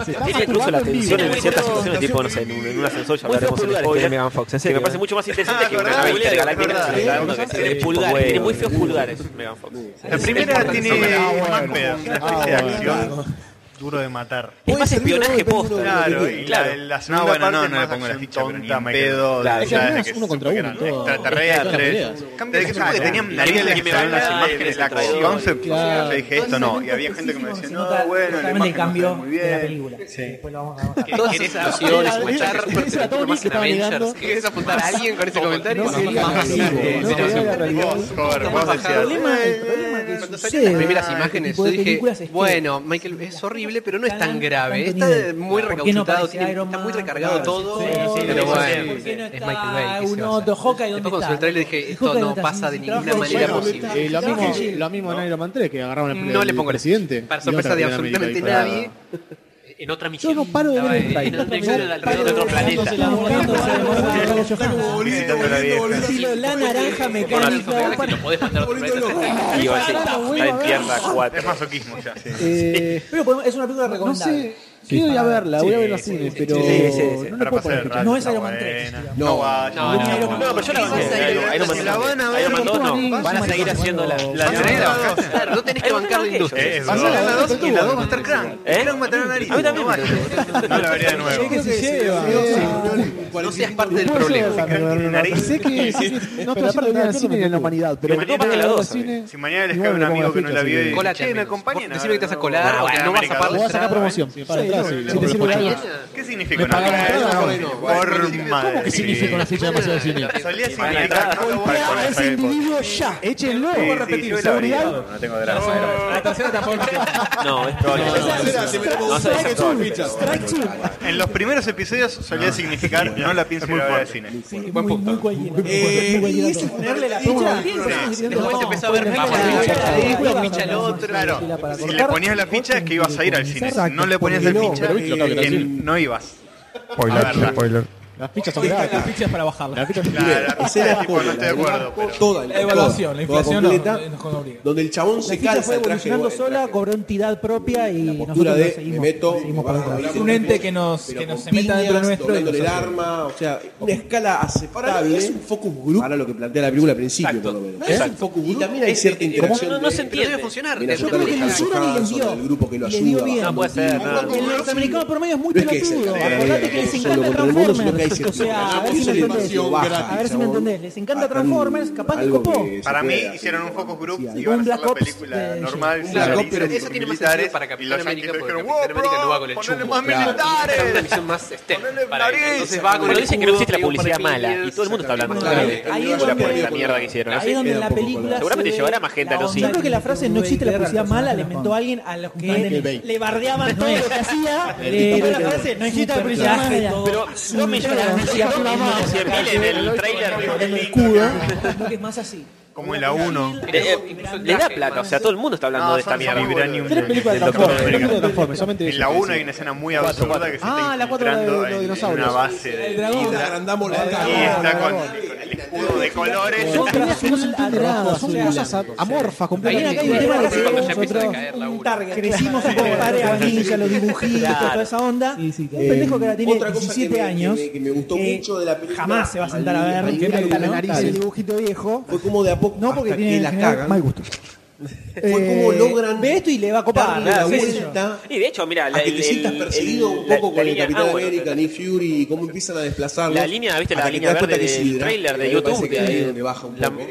Speaker 17: Se está
Speaker 4: Tiene incluso la
Speaker 17: masturbando en vivo.
Speaker 4: tensión en ciertas situaciones, tipo, no sé, en un, en un ascensor, ya hablaremos en spoiler. Megan Fox, que me parece mucho más interesante que una
Speaker 7: ¿verdad?
Speaker 4: nave
Speaker 7: Sí,
Speaker 4: intergaláctica
Speaker 7: verdad.
Speaker 4: que se está dando, que tiene pulgares, tiene muy feos pulgares, Megan Fox.
Speaker 7: La primera tiene
Speaker 17: Ah, bueno.
Speaker 7: más pedo, una especie de
Speaker 17: Ah, bueno.
Speaker 7: acción duro de matar.
Speaker 4: Es más espionaje posta.
Speaker 7: Claro, y la, la segunda
Speaker 24: bueno, no,
Speaker 7: parte
Speaker 24: no
Speaker 7: es
Speaker 24: le
Speaker 7: más
Speaker 24: pongo la
Speaker 7: acción
Speaker 24: ficha, pero ni
Speaker 7: tonta,
Speaker 24: en
Speaker 7: Michael.
Speaker 24: pedo.
Speaker 7: Claro,
Speaker 17: O sea,
Speaker 7: ya
Speaker 17: no
Speaker 7: desde
Speaker 17: es
Speaker 7: que
Speaker 17: uno
Speaker 7: se
Speaker 17: contra uno,
Speaker 7: eran
Speaker 17: todo. Todas las
Speaker 7: Extraterrestres.
Speaker 17: peleas.
Speaker 7: Cambia de que supongo que tenían narices
Speaker 4: Claro.
Speaker 7: que se ven las
Speaker 4: Claro.
Speaker 7: imágenes, la
Speaker 4: Claro.
Speaker 7: acción se
Speaker 17: Claro.
Speaker 7: Yo dije esto no. Y había gente que me decía, no, bueno, la
Speaker 2: el
Speaker 7: imagen no se ve
Speaker 2: cambio
Speaker 7: muy
Speaker 2: de la
Speaker 7: bien.
Speaker 2: película. Después lo vamos a bajar.
Speaker 3: Todas esas explosiones,
Speaker 17: Era-
Speaker 3: manchar,
Speaker 17: era- era todo Nick que estaba negando.
Speaker 3: ¿Quieres apuntar a alguien con ese comentario?
Speaker 17: No quería la realidad. No quería la realidad.
Speaker 7: Vos, joder,
Speaker 3: Estamos
Speaker 7: vos
Speaker 2: El
Speaker 7: decías.
Speaker 2: problema, el problema que
Speaker 3: Cuando
Speaker 2: sucede,
Speaker 3: salieron las primeras
Speaker 2: este
Speaker 3: imágenes,
Speaker 2: tipo
Speaker 3: yo
Speaker 2: de
Speaker 3: dije,
Speaker 2: películas es que
Speaker 3: bueno, Michael, es horrible, pero no es tan grave.
Speaker 2: tanto
Speaker 3: Está
Speaker 2: nivel.
Speaker 3: muy
Speaker 2: ¿Por qué no
Speaker 3: recauchutado,
Speaker 2: aparece
Speaker 3: tiene-
Speaker 2: Iron
Speaker 3: está
Speaker 2: Man?
Speaker 3: muy recargado
Speaker 2: Claro,
Speaker 3: todo,
Speaker 2: sí, sí, sí,
Speaker 3: pero
Speaker 2: sí,
Speaker 3: bueno,
Speaker 2: sí.
Speaker 3: es Michael Bay. ¿qué se va a
Speaker 2: uno
Speaker 3: hacer?
Speaker 2: de Hawkeye, ¿dónde
Speaker 3: Después cuando se
Speaker 2: está?
Speaker 3: el trailer dije,
Speaker 2: Y
Speaker 3: esto
Speaker 2: Hawkeye
Speaker 3: no
Speaker 2: está,
Speaker 3: pasa de
Speaker 2: sin
Speaker 3: ninguna
Speaker 2: trabajo,
Speaker 3: manera
Speaker 2: bueno,
Speaker 3: posible.
Speaker 17: Eh, lo,
Speaker 2: Claro
Speaker 17: mismo,
Speaker 2: que sí.
Speaker 17: lo mismo en Iron Man 3, que agarraron el
Speaker 3: No le pongo la-
Speaker 17: presidente.
Speaker 3: Para
Speaker 17: y
Speaker 3: sorpresa
Speaker 17: otra
Speaker 3: de
Speaker 17: Capitán América
Speaker 3: absolutamente
Speaker 17: disparada.
Speaker 3: nadie,
Speaker 4: En otra misión.
Speaker 17: Yo no paro de ver el
Speaker 3: Estaba en-
Speaker 17: trailer.
Speaker 3: en el alrededor
Speaker 4: de otro planeta.
Speaker 2: Estamos hablando de Scarlett
Speaker 9: Está
Speaker 2: Johansson.
Speaker 9: como bolito,
Speaker 7: Visitando la
Speaker 9: bolito,
Speaker 7: vieja.
Speaker 9: bolito.
Speaker 2: Estilo la naranja
Speaker 3: Bueno,
Speaker 2: mecánica.
Speaker 3: si lo podés mandar otra vez,
Speaker 4: Y yo así, la en tierra
Speaker 7: Es
Speaker 4: 4.
Speaker 7: masoquismo ya. sí.
Speaker 17: Eh,
Speaker 2: Pero podemos- es una película
Speaker 17: no
Speaker 2: recomendable.
Speaker 17: sé, quiero ir a verla, voy a ver los cines, pero
Speaker 4: sí, sí, sí.
Speaker 17: no le
Speaker 7: Para
Speaker 17: puedo
Speaker 7: pasar
Speaker 17: poner
Speaker 7: el
Speaker 17: ficha.
Speaker 7: rato.
Speaker 2: No es
Speaker 7: está
Speaker 2: Iron Man 3,
Speaker 7: buena.
Speaker 9: No.
Speaker 7: No vaya.
Speaker 3: No, no,
Speaker 2: Iron Man.
Speaker 4: No, pero yo la banqué. Iron- Iron Man
Speaker 7: La van a
Speaker 4: 2.
Speaker 7: ver
Speaker 4: Iron Man
Speaker 7: con
Speaker 4: 2
Speaker 17: Tony.
Speaker 4: no. Van a seguir haciendo la...
Speaker 7: La tercera.
Speaker 3: Claro, no tenés que
Speaker 4: Iron
Speaker 3: bancar la
Speaker 4: Man
Speaker 3: industria.
Speaker 7: Eh, es
Speaker 17: Vas a
Speaker 7: verdad.
Speaker 17: ver la
Speaker 3: La
Speaker 17: dos,
Speaker 3: dos y la dos va a estar crank.
Speaker 4: ¿Eh?
Speaker 3: Era un matar a nariz.
Speaker 4: A mí también.
Speaker 3: No vayas.
Speaker 7: No la vería de nuevo.
Speaker 9: Yo creo que se
Speaker 2: eh,
Speaker 17: lleva.
Speaker 9: dio
Speaker 3: No
Speaker 9: sin
Speaker 3: seas
Speaker 9: 45
Speaker 3: parte del
Speaker 17: Puedo
Speaker 3: problema.
Speaker 17: llegar a verla,
Speaker 7: Nariz.
Speaker 17: Sé que sé que no estoy haciendo bien al cine y en la humanidad, pero
Speaker 4: Me tocó más que la dos,
Speaker 7: Si mañana les cae un amigo que no la vio y
Speaker 3: Colate,
Speaker 7: che, me
Speaker 3: menos.
Speaker 7: acompañan.
Speaker 3: Decime que te vas a colar, o que no vas a pagar la
Speaker 17: O vas a sacar
Speaker 3: entrada,
Speaker 17: promoción. Para atrás, si si te sirve de algo.
Speaker 7: ¿Qué significa
Speaker 17: Me
Speaker 7: una
Speaker 17: pagaron
Speaker 7: ficha?
Speaker 17: la
Speaker 7: Por- Por madre.
Speaker 17: ¿Qué significa una ficha de paseo de cine?
Speaker 7: Solía
Speaker 4: entrada.
Speaker 7: significar no lo voy a
Speaker 17: A
Speaker 7: poner
Speaker 17: ese
Speaker 7: para el podcast.
Speaker 17: individuo ya. Échenlo.
Speaker 7: Sí, sí, yo la
Speaker 17: Seguridad.
Speaker 7: vería, no tengo drama.
Speaker 6: La tercera tampoco.
Speaker 4: No, es probable que
Speaker 9: Esa era, si me la puedo
Speaker 4: No,
Speaker 9: usar,
Speaker 4: esa
Speaker 9: que
Speaker 4: es
Speaker 9: son
Speaker 4: doble,
Speaker 9: fichas.
Speaker 2: Strike two.
Speaker 7: En los primeros episodios solía significar no la pienso ir a ver al cine.
Speaker 2: Sí, muy, muy cualquiera.
Speaker 9: Eh,
Speaker 2: Muy cualquiera
Speaker 9: y ese
Speaker 2: todo.
Speaker 9: fue
Speaker 2: Ponerle la
Speaker 9: el
Speaker 2: ficha.
Speaker 9: título del programa.
Speaker 3: Después empezó a ver
Speaker 2: ponerle
Speaker 3: más
Speaker 2: la
Speaker 3: la
Speaker 2: ficha
Speaker 3: ficha
Speaker 2: a
Speaker 3: a
Speaker 2: la
Speaker 3: este,
Speaker 2: película,
Speaker 3: ficha al
Speaker 2: no, no, no, no,
Speaker 3: otro.
Speaker 2: no,
Speaker 7: Claro,
Speaker 2: no, para
Speaker 7: si
Speaker 2: cortar,
Speaker 7: le ponías la ficha es que ibas a ir al cine. Si no le ponías la ficha,
Speaker 17: pero viste lo que
Speaker 7: eh,
Speaker 17: te
Speaker 7: no ibas. Spoiler, spoiler.
Speaker 17: Las fichas son gratis.
Speaker 6: Las fichas para bajarla.
Speaker 17: Las fichas son gratis.
Speaker 7: Claro,
Speaker 9: Esa era
Speaker 7: tipo, no
Speaker 9: spoiler,
Speaker 7: estoy de acuerdo. pero-
Speaker 9: Toda,
Speaker 6: La evaluación,
Speaker 9: toda,
Speaker 6: la inflación
Speaker 9: toda
Speaker 6: nos-
Speaker 9: completa,
Speaker 6: nos obliga.
Speaker 9: donde el chabón
Speaker 2: La
Speaker 9: se
Speaker 2: ficha
Speaker 9: calza
Speaker 2: fue
Speaker 9: el traje.
Speaker 2: evolucionando
Speaker 9: el
Speaker 2: sola,
Speaker 9: traje.
Speaker 2: cobró entidad propia y
Speaker 9: postura
Speaker 2: nosotros
Speaker 9: de
Speaker 2: lo seguimos.
Speaker 9: me meto,
Speaker 2: seguimos
Speaker 9: me
Speaker 2: para
Speaker 9: bajo
Speaker 2: adelante.
Speaker 9: la-
Speaker 6: Un ente que nos
Speaker 9: pero
Speaker 6: que nos
Speaker 9: con
Speaker 6: se meta dentro
Speaker 9: piñas,
Speaker 6: nuestro. y
Speaker 9: doblándole el
Speaker 6: nos-
Speaker 9: arma, o sea, una escala Para mí aceptable es un focus group. Para lo
Speaker 24: que plantea la película al principio,
Speaker 4: Exacto.
Speaker 24: por lo menos.
Speaker 9: es un focus group. Y también hay cierta interacción.
Speaker 4: No, no se
Speaker 3: Pero debe
Speaker 4: entiende.
Speaker 3: funcionar.
Speaker 24: Mira, yo
Speaker 2: Yo
Speaker 3: Debe
Speaker 2: creo que
Speaker 3: funcionar.
Speaker 2: le hicieron y les dio.
Speaker 24: Del grupo que lo
Speaker 2: Y les dio
Speaker 24: ayuda.
Speaker 2: bien.
Speaker 4: No puede ser, no.
Speaker 2: El norteamericano promedio es muy
Speaker 24: No es que es
Speaker 2: pelotudo.
Speaker 24: el-
Speaker 2: Acordate que
Speaker 24: eh,
Speaker 2: les
Speaker 24: solo
Speaker 2: encanta
Speaker 24: contra el mundo,
Speaker 2: Transformers.
Speaker 24: sino que hay cierta-
Speaker 2: o sea, a ver si me
Speaker 9: Animación
Speaker 2: entendés.
Speaker 9: gratis,
Speaker 2: A ver si me
Speaker 24: chabón.
Speaker 2: entendés. Les encanta
Speaker 24: Hasta un-
Speaker 2: Transformers. Capaz que
Speaker 24: algo
Speaker 2: copó.
Speaker 24: que se
Speaker 7: Para mí
Speaker 24: pueda.
Speaker 7: hicieron un focus group y
Speaker 2: Un
Speaker 7: iban a
Speaker 2: Black
Speaker 7: hacer la
Speaker 2: Ops,
Speaker 7: película
Speaker 2: eh,
Speaker 7: normal.
Speaker 9: Black
Speaker 7: la
Speaker 9: Ops, pero
Speaker 7: hizo
Speaker 3: Eso tiene más
Speaker 7: militares,
Speaker 3: sentido para
Speaker 7: y
Speaker 3: Capitán
Speaker 7: los yankees
Speaker 3: América porque
Speaker 7: dijeron,
Speaker 3: Capitán América no va con el
Speaker 7: "Wow,
Speaker 3: chumbo.
Speaker 7: ponele más
Speaker 3: Claro. Era una
Speaker 7: militares.
Speaker 3: misión más STEM
Speaker 7: Ponele
Speaker 3: para él.
Speaker 7: nariz.
Speaker 3: Entonces va con
Speaker 4: Pero
Speaker 3: el
Speaker 4: dicen que no
Speaker 3: escudo,
Speaker 4: existe la
Speaker 3: digo, para
Speaker 4: publicidad
Speaker 3: pillar.
Speaker 4: mala y todo el mundo está hablando.
Speaker 2: Claro. Ahí
Speaker 9: Yo
Speaker 4: de
Speaker 2: es
Speaker 9: la
Speaker 4: la
Speaker 2: donde-
Speaker 9: ponía
Speaker 4: esa mierda que hicieron.
Speaker 2: Ahí es donde en la película.
Speaker 4: Seguramente
Speaker 2: se ve
Speaker 4: llevará más gente a los
Speaker 2: la onda.
Speaker 4: cines.
Speaker 2: Yo creo que la frase no existe la publicidad mala la inventó alguien a los que le bardeaban todo lo que hacía. Le inventó la frase no existe la publicidad mala.
Speaker 4: Pero dos millones, dos millones, cien mil en el
Speaker 2: el
Speaker 4: trailer.
Speaker 2: escudo. Lo que es más así.
Speaker 7: Como el A1.
Speaker 4: Le da plata, o sea, todo el mundo está hablando de esta mierda.
Speaker 17: Tres películas de
Speaker 7: Del Doctor
Speaker 17: Transformers. Tres
Speaker 7: América.
Speaker 17: películas de Transformers. Solamente
Speaker 7: En la 1 hay una escena muy absurda que se
Speaker 17: Ah,
Speaker 7: está
Speaker 17: la cuatro de
Speaker 7: infiltrando
Speaker 17: los
Speaker 7: en- en una
Speaker 17: dinosaurios.
Speaker 7: base de
Speaker 9: Y
Speaker 7: isla
Speaker 9: agrandamos la
Speaker 7: y
Speaker 9: cara.
Speaker 7: está con con el escudo de colores.
Speaker 17: Son películas que no se
Speaker 2: Azul,
Speaker 17: entiende
Speaker 2: rojo,
Speaker 17: nada. Son
Speaker 2: azul,
Speaker 17: cosas a- amorfas
Speaker 3: Ahí
Speaker 2: También acá hay un tema
Speaker 17: completamente.
Speaker 2: que
Speaker 3: Sí, cuando ya
Speaker 2: nosotros-
Speaker 3: empiezan a caer la
Speaker 2: un
Speaker 3: una.
Speaker 2: target. Crecimos un poco con Tareas Ninja, los dibujitos,
Speaker 4: Claro.
Speaker 2: toda esa onda. Un pendejo que ahora tiene
Speaker 9: Otra cosa que
Speaker 2: 17
Speaker 9: me- que
Speaker 2: años.
Speaker 9: me- que me gustó
Speaker 2: eh,
Speaker 9: mucho de la película,
Speaker 2: Jamás se va a sentar a
Speaker 9: al-
Speaker 2: ver
Speaker 9: al-
Speaker 2: el
Speaker 17: al-
Speaker 2: dibujito
Speaker 17: al-
Speaker 2: viejo.
Speaker 9: Fue como de a tampoco.
Speaker 2: No, porque
Speaker 9: hasta
Speaker 2: tiene
Speaker 9: que
Speaker 2: en
Speaker 9: la
Speaker 2: general
Speaker 9: cagan.
Speaker 2: mal gusto.
Speaker 9: Fue
Speaker 2: Eh,
Speaker 9: como logran
Speaker 2: Ve esto y le va a copar.
Speaker 9: darle la
Speaker 2: sí, sí,
Speaker 9: vuelta
Speaker 4: Y de hecho, mira,
Speaker 9: a que te sientas perseguido un poco con el Capitán América, ni Fury, y cómo empiezan a desplazarlo.
Speaker 4: ah, La línea, ¿viste? La
Speaker 9: hasta que
Speaker 4: línea
Speaker 9: te das cuenta
Speaker 4: verde
Speaker 9: que
Speaker 4: del
Speaker 9: sí, ¿verdad?
Speaker 4: trailer de
Speaker 9: Ahí me
Speaker 4: YouTube,
Speaker 9: parece que
Speaker 4: de
Speaker 9: ahí
Speaker 4: ahí.
Speaker 9: donde baja un
Speaker 4: La-
Speaker 9: poco.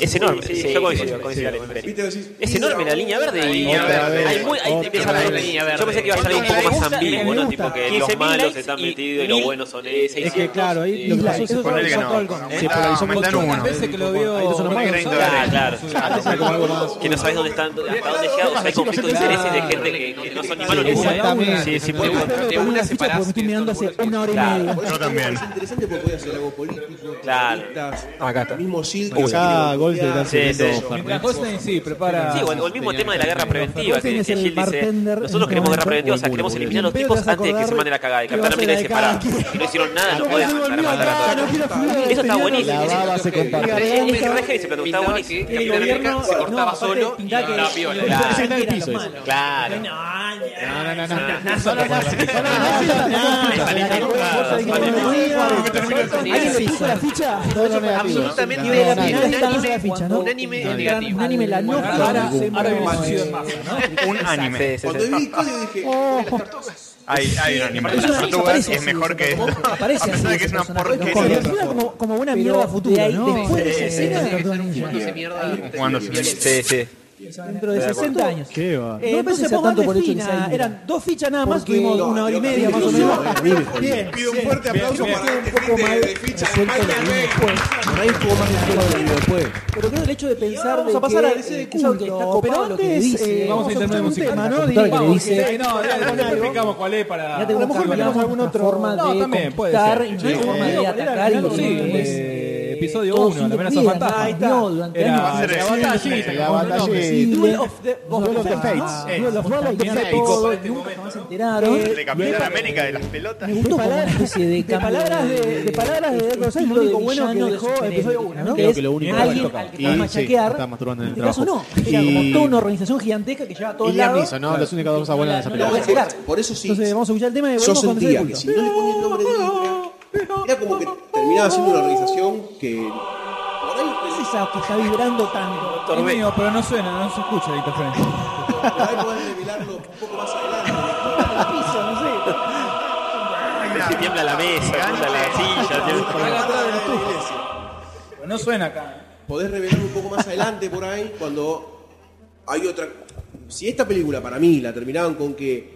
Speaker 4: Es enorme,
Speaker 9: Sí,
Speaker 4: sí,
Speaker 9: sí,
Speaker 4: yo coincido,
Speaker 9: sí,
Speaker 4: coincido,
Speaker 9: sí.
Speaker 4: coincido.
Speaker 9: Viste, decís,
Speaker 4: Es enorme la línea verde y
Speaker 9: Otra vez,
Speaker 4: hay muy, hay-
Speaker 9: otra
Speaker 4: empieza a
Speaker 9: vez.
Speaker 4: haber-
Speaker 9: La
Speaker 3: línea verde.
Speaker 4: Yo pensé que iba a salir un poco
Speaker 3: Me
Speaker 4: más
Speaker 3: gusta,
Speaker 4: ambiguo,
Speaker 3: me
Speaker 4: ¿no?
Speaker 3: gusta.
Speaker 4: Tipo que
Speaker 3: 15.000
Speaker 4: los malos
Speaker 3: likes
Speaker 4: están
Speaker 3: y
Speaker 4: metidos y los
Speaker 3: mil-
Speaker 4: buenos son esos.
Speaker 17: Es que claro, ahí lo que pasó se
Speaker 7: Ponele que
Speaker 17: polarizó
Speaker 7: no.
Speaker 17: todo el con-
Speaker 7: ¿Eh?
Speaker 17: se
Speaker 7: Ah,
Speaker 17: polarizó
Speaker 7: aumentar
Speaker 17: mucho.
Speaker 7: uno.
Speaker 6: veces que lo vio.
Speaker 17: Ahí no son los malos, son-
Speaker 4: Ah, claro. Que no sabes dónde están, hasta dónde llegados. hay conflictos de intereses de gente que, que no son ni malos ni buenos.
Speaker 17: Exactamente.
Speaker 4: Sí, sí,
Speaker 17: Yo
Speaker 4: puede
Speaker 17: espero
Speaker 4: pasar.
Speaker 17: que pongan la ficha porque me estoy mirando hace una hora y
Speaker 4: Claro.
Speaker 17: media.
Speaker 7: Yo también.
Speaker 9: Es interesante porque podía hacer algo político.
Speaker 4: Claro.
Speaker 9: artistas,
Speaker 17: Acá está.
Speaker 9: el mismo Shield.
Speaker 17: Acá, Gold
Speaker 9: golpe
Speaker 17: de la
Speaker 4: Sí, sí.
Speaker 6: Mientras Goldstein sí prepara.
Speaker 4: Sí, o el, o el mismo tema de la guerra preventiva. Que,
Speaker 17: Goldstein
Speaker 4: que
Speaker 17: es el
Speaker 4: Gil dice:
Speaker 17: bartender en
Speaker 4: Nosotros
Speaker 17: este
Speaker 4: queremos guerra
Speaker 17: momento.
Speaker 4: preventiva, o sea,
Speaker 17: Uy,
Speaker 4: queremos
Speaker 17: uy, uy.
Speaker 4: eliminar a los
Speaker 17: Bien,
Speaker 4: tipos
Speaker 17: te vas a
Speaker 4: antes de que se
Speaker 17: acordar
Speaker 4: mande la cagada. Y
Speaker 17: que
Speaker 4: Capitán
Speaker 17: vas a ir
Speaker 4: América dice:
Speaker 17: acá.
Speaker 4: Pará, y no hicieron nada, no
Speaker 2: este,
Speaker 4: podés mandar a matar a todos. Eso está buenísimo.
Speaker 17: La baba se
Speaker 4: Es
Speaker 17: comparte.
Speaker 4: que re heavy ese plato, está buenísimo.
Speaker 2: El
Speaker 4: Capitán América-
Speaker 2: gobierno
Speaker 3: se cortaba
Speaker 2: aparte
Speaker 3: solo y
Speaker 2: pintaba que
Speaker 3: andaba piola.
Speaker 2: los
Speaker 4: Claro.
Speaker 2: eran
Speaker 17: Sentar el
Speaker 2: los
Speaker 17: piso,
Speaker 2: malos.
Speaker 4: Claro.
Speaker 2: No,
Speaker 17: No, no, no, no.
Speaker 2: ¿Alguien le puso la ficha?
Speaker 3: Absolutamente
Speaker 2: Y de la
Speaker 3: unánime.
Speaker 2: final está puso la ficha, ¿no?
Speaker 3: Un anime
Speaker 2: Cuando
Speaker 3: negativo.
Speaker 2: Un anime la no para.
Speaker 6: Ahora viene el suicidio en masa, ¿no?
Speaker 7: Un anime.
Speaker 4: Sí, sí,
Speaker 9: Cuando
Speaker 4: sí.
Speaker 9: vi el código
Speaker 2: Oh,
Speaker 9: dije,
Speaker 7: Hay, hay un anime.
Speaker 2: Es
Speaker 7: Las
Speaker 2: una-
Speaker 7: tortugas
Speaker 2: aparece
Speaker 7: es
Speaker 2: así,
Speaker 7: mejor que esto. <laughs>
Speaker 2: aparece
Speaker 7: A
Speaker 2: así
Speaker 7: pesar de que
Speaker 2: ese
Speaker 7: es una
Speaker 2: personaje,
Speaker 7: porquería.
Speaker 2: no
Speaker 7: de
Speaker 2: corre.
Speaker 7: tortuga.
Speaker 17: Como, como una
Speaker 2: Pero
Speaker 17: mierda
Speaker 2: de
Speaker 17: futura,
Speaker 2: ahí,
Speaker 17: ¿no?
Speaker 2: después de esa
Speaker 17: Sí,
Speaker 2: escena,
Speaker 17: sí,
Speaker 2: de Tortuga
Speaker 17: sí.
Speaker 2: Ninja.
Speaker 3: Jugándose mierda.
Speaker 7: Jugándose
Speaker 4: Sí, sí.
Speaker 2: Dentro de 60 años.
Speaker 17: ¿Qué va?
Speaker 2: Eh,
Speaker 17: No,
Speaker 2: no se
Speaker 17: pensé
Speaker 2: puede
Speaker 17: tanto por
Speaker 2: darle
Speaker 17: el hecho de que
Speaker 2: fina,
Speaker 17: sea
Speaker 2: Eran dos fichas nada más,
Speaker 17: Porque-
Speaker 2: tuvimos
Speaker 9: No,
Speaker 2: una hora y
Speaker 9: yo
Speaker 2: media más o
Speaker 9: capítulo
Speaker 2: menos.
Speaker 9: solo, bien, bien.
Speaker 2: Bien,
Speaker 9: Pido un fuerte aplauso para este
Speaker 2: poco
Speaker 9: fin de-
Speaker 2: mal
Speaker 9: de ficha de
Speaker 2: resuelto
Speaker 9: Michael
Speaker 2: lo que
Speaker 9: Bay.
Speaker 2: fue.
Speaker 9: Rey jugó más de juego del videojuego.
Speaker 2: Pero creo el hecho de pensar
Speaker 17: Vamos
Speaker 2: de
Speaker 17: a pasar
Speaker 2: que,
Speaker 17: a ese de
Speaker 2: eh, que es algo que
Speaker 17: culto,
Speaker 2: está copado
Speaker 17: pero
Speaker 2: lo que
Speaker 17: antes,
Speaker 2: dice,
Speaker 17: eh,
Speaker 6: Vamos a
Speaker 17: Vamos a
Speaker 6: intentar
Speaker 17: escuchar un
Speaker 6: musical.
Speaker 17: tema, ¿no?
Speaker 6: Vamos,
Speaker 17: Digo,
Speaker 6: que
Speaker 17: dice-
Speaker 6: sí, No, ya después le explicamos cuál es para.
Speaker 2: Ya te
Speaker 17: A
Speaker 2: buscas
Speaker 17: lo mejor
Speaker 2: alguna
Speaker 17: miramos alguna
Speaker 2: otra
Speaker 17: otra
Speaker 2: forma
Speaker 17: forma.
Speaker 2: de
Speaker 6: No, también puede
Speaker 2: conquistar
Speaker 6: ser.
Speaker 2: y
Speaker 6: Sí,
Speaker 2: una forma de
Speaker 6: era
Speaker 2: atacar y
Speaker 17: algo,
Speaker 2: como
Speaker 17: sí,
Speaker 2: es,
Speaker 6: eh,
Speaker 2: eh,
Speaker 6: episodio
Speaker 2: todos
Speaker 6: uno, la amenaza
Speaker 2: sufrían,
Speaker 6: fantasma.
Speaker 2: ahí está. No, durante
Speaker 6: Era- la
Speaker 2: años.
Speaker 7: Era
Speaker 6: batallita, con
Speaker 17: La
Speaker 6: un
Speaker 17: batalla.
Speaker 6: nombre.
Speaker 17: Sí.
Speaker 2: Duel of the
Speaker 17: Duel of the Fates.
Speaker 2: Ah,
Speaker 17: Eh,
Speaker 2: Duel of the
Speaker 17: Constantino
Speaker 2: Fates.
Speaker 17: Pico
Speaker 2: Todo,
Speaker 17: para
Speaker 6: este
Speaker 2: Nunca
Speaker 6: momento.
Speaker 2: más se enteraron.
Speaker 7: De Capitán América de las pelotas.
Speaker 2: Me gustó como una
Speaker 17: palabras-
Speaker 2: especie de
Speaker 17: de
Speaker 2: cambio
Speaker 17: palabras de, de palabras de Dark Souls, lo único bueno que
Speaker 2: villano
Speaker 17: dejó
Speaker 2: de
Speaker 17: episodio
Speaker 2: superhéroe,
Speaker 17: 1, ¿no?
Speaker 2: Que es alguien al que puedes machaquear. en este caso no. Era como toda una organización gigantesca que lleva a todos
Speaker 17: Y Liam
Speaker 2: lados.
Speaker 17: Neeson, ¿no? Las únicas dos cosas buenas de esa
Speaker 2: No,
Speaker 17: película.
Speaker 2: no, esperar.
Speaker 9: Por eso sí,
Speaker 2: Entonces vamos a escuchar el tema de
Speaker 9: yo
Speaker 2: Volvemos cuando sea
Speaker 9: sentía
Speaker 2: el
Speaker 9: que
Speaker 2: culto.
Speaker 9: si no le ponía el nombre de Ninja, era como que terminaba siendo una organización
Speaker 2: <laughs>
Speaker 9: que por ahí
Speaker 2: ¿Qué es esa que está vibrando tanto?
Speaker 6: Es
Speaker 17: este,
Speaker 6: mío, pero no suena, no se escucha la interferencia.
Speaker 9: por ahí podés revelarlo un poco más adelante.
Speaker 2: Al piso, no sé.
Speaker 4: Sí, Tiembla la mesa, tiembla la silla. tiembla-
Speaker 9: Acá atrás de la iglesia.
Speaker 6: Pero no suena acá.
Speaker 9: podés revelar un poco más adelante por ahí cuando hay otra. Si esta película para mí la terminaban con que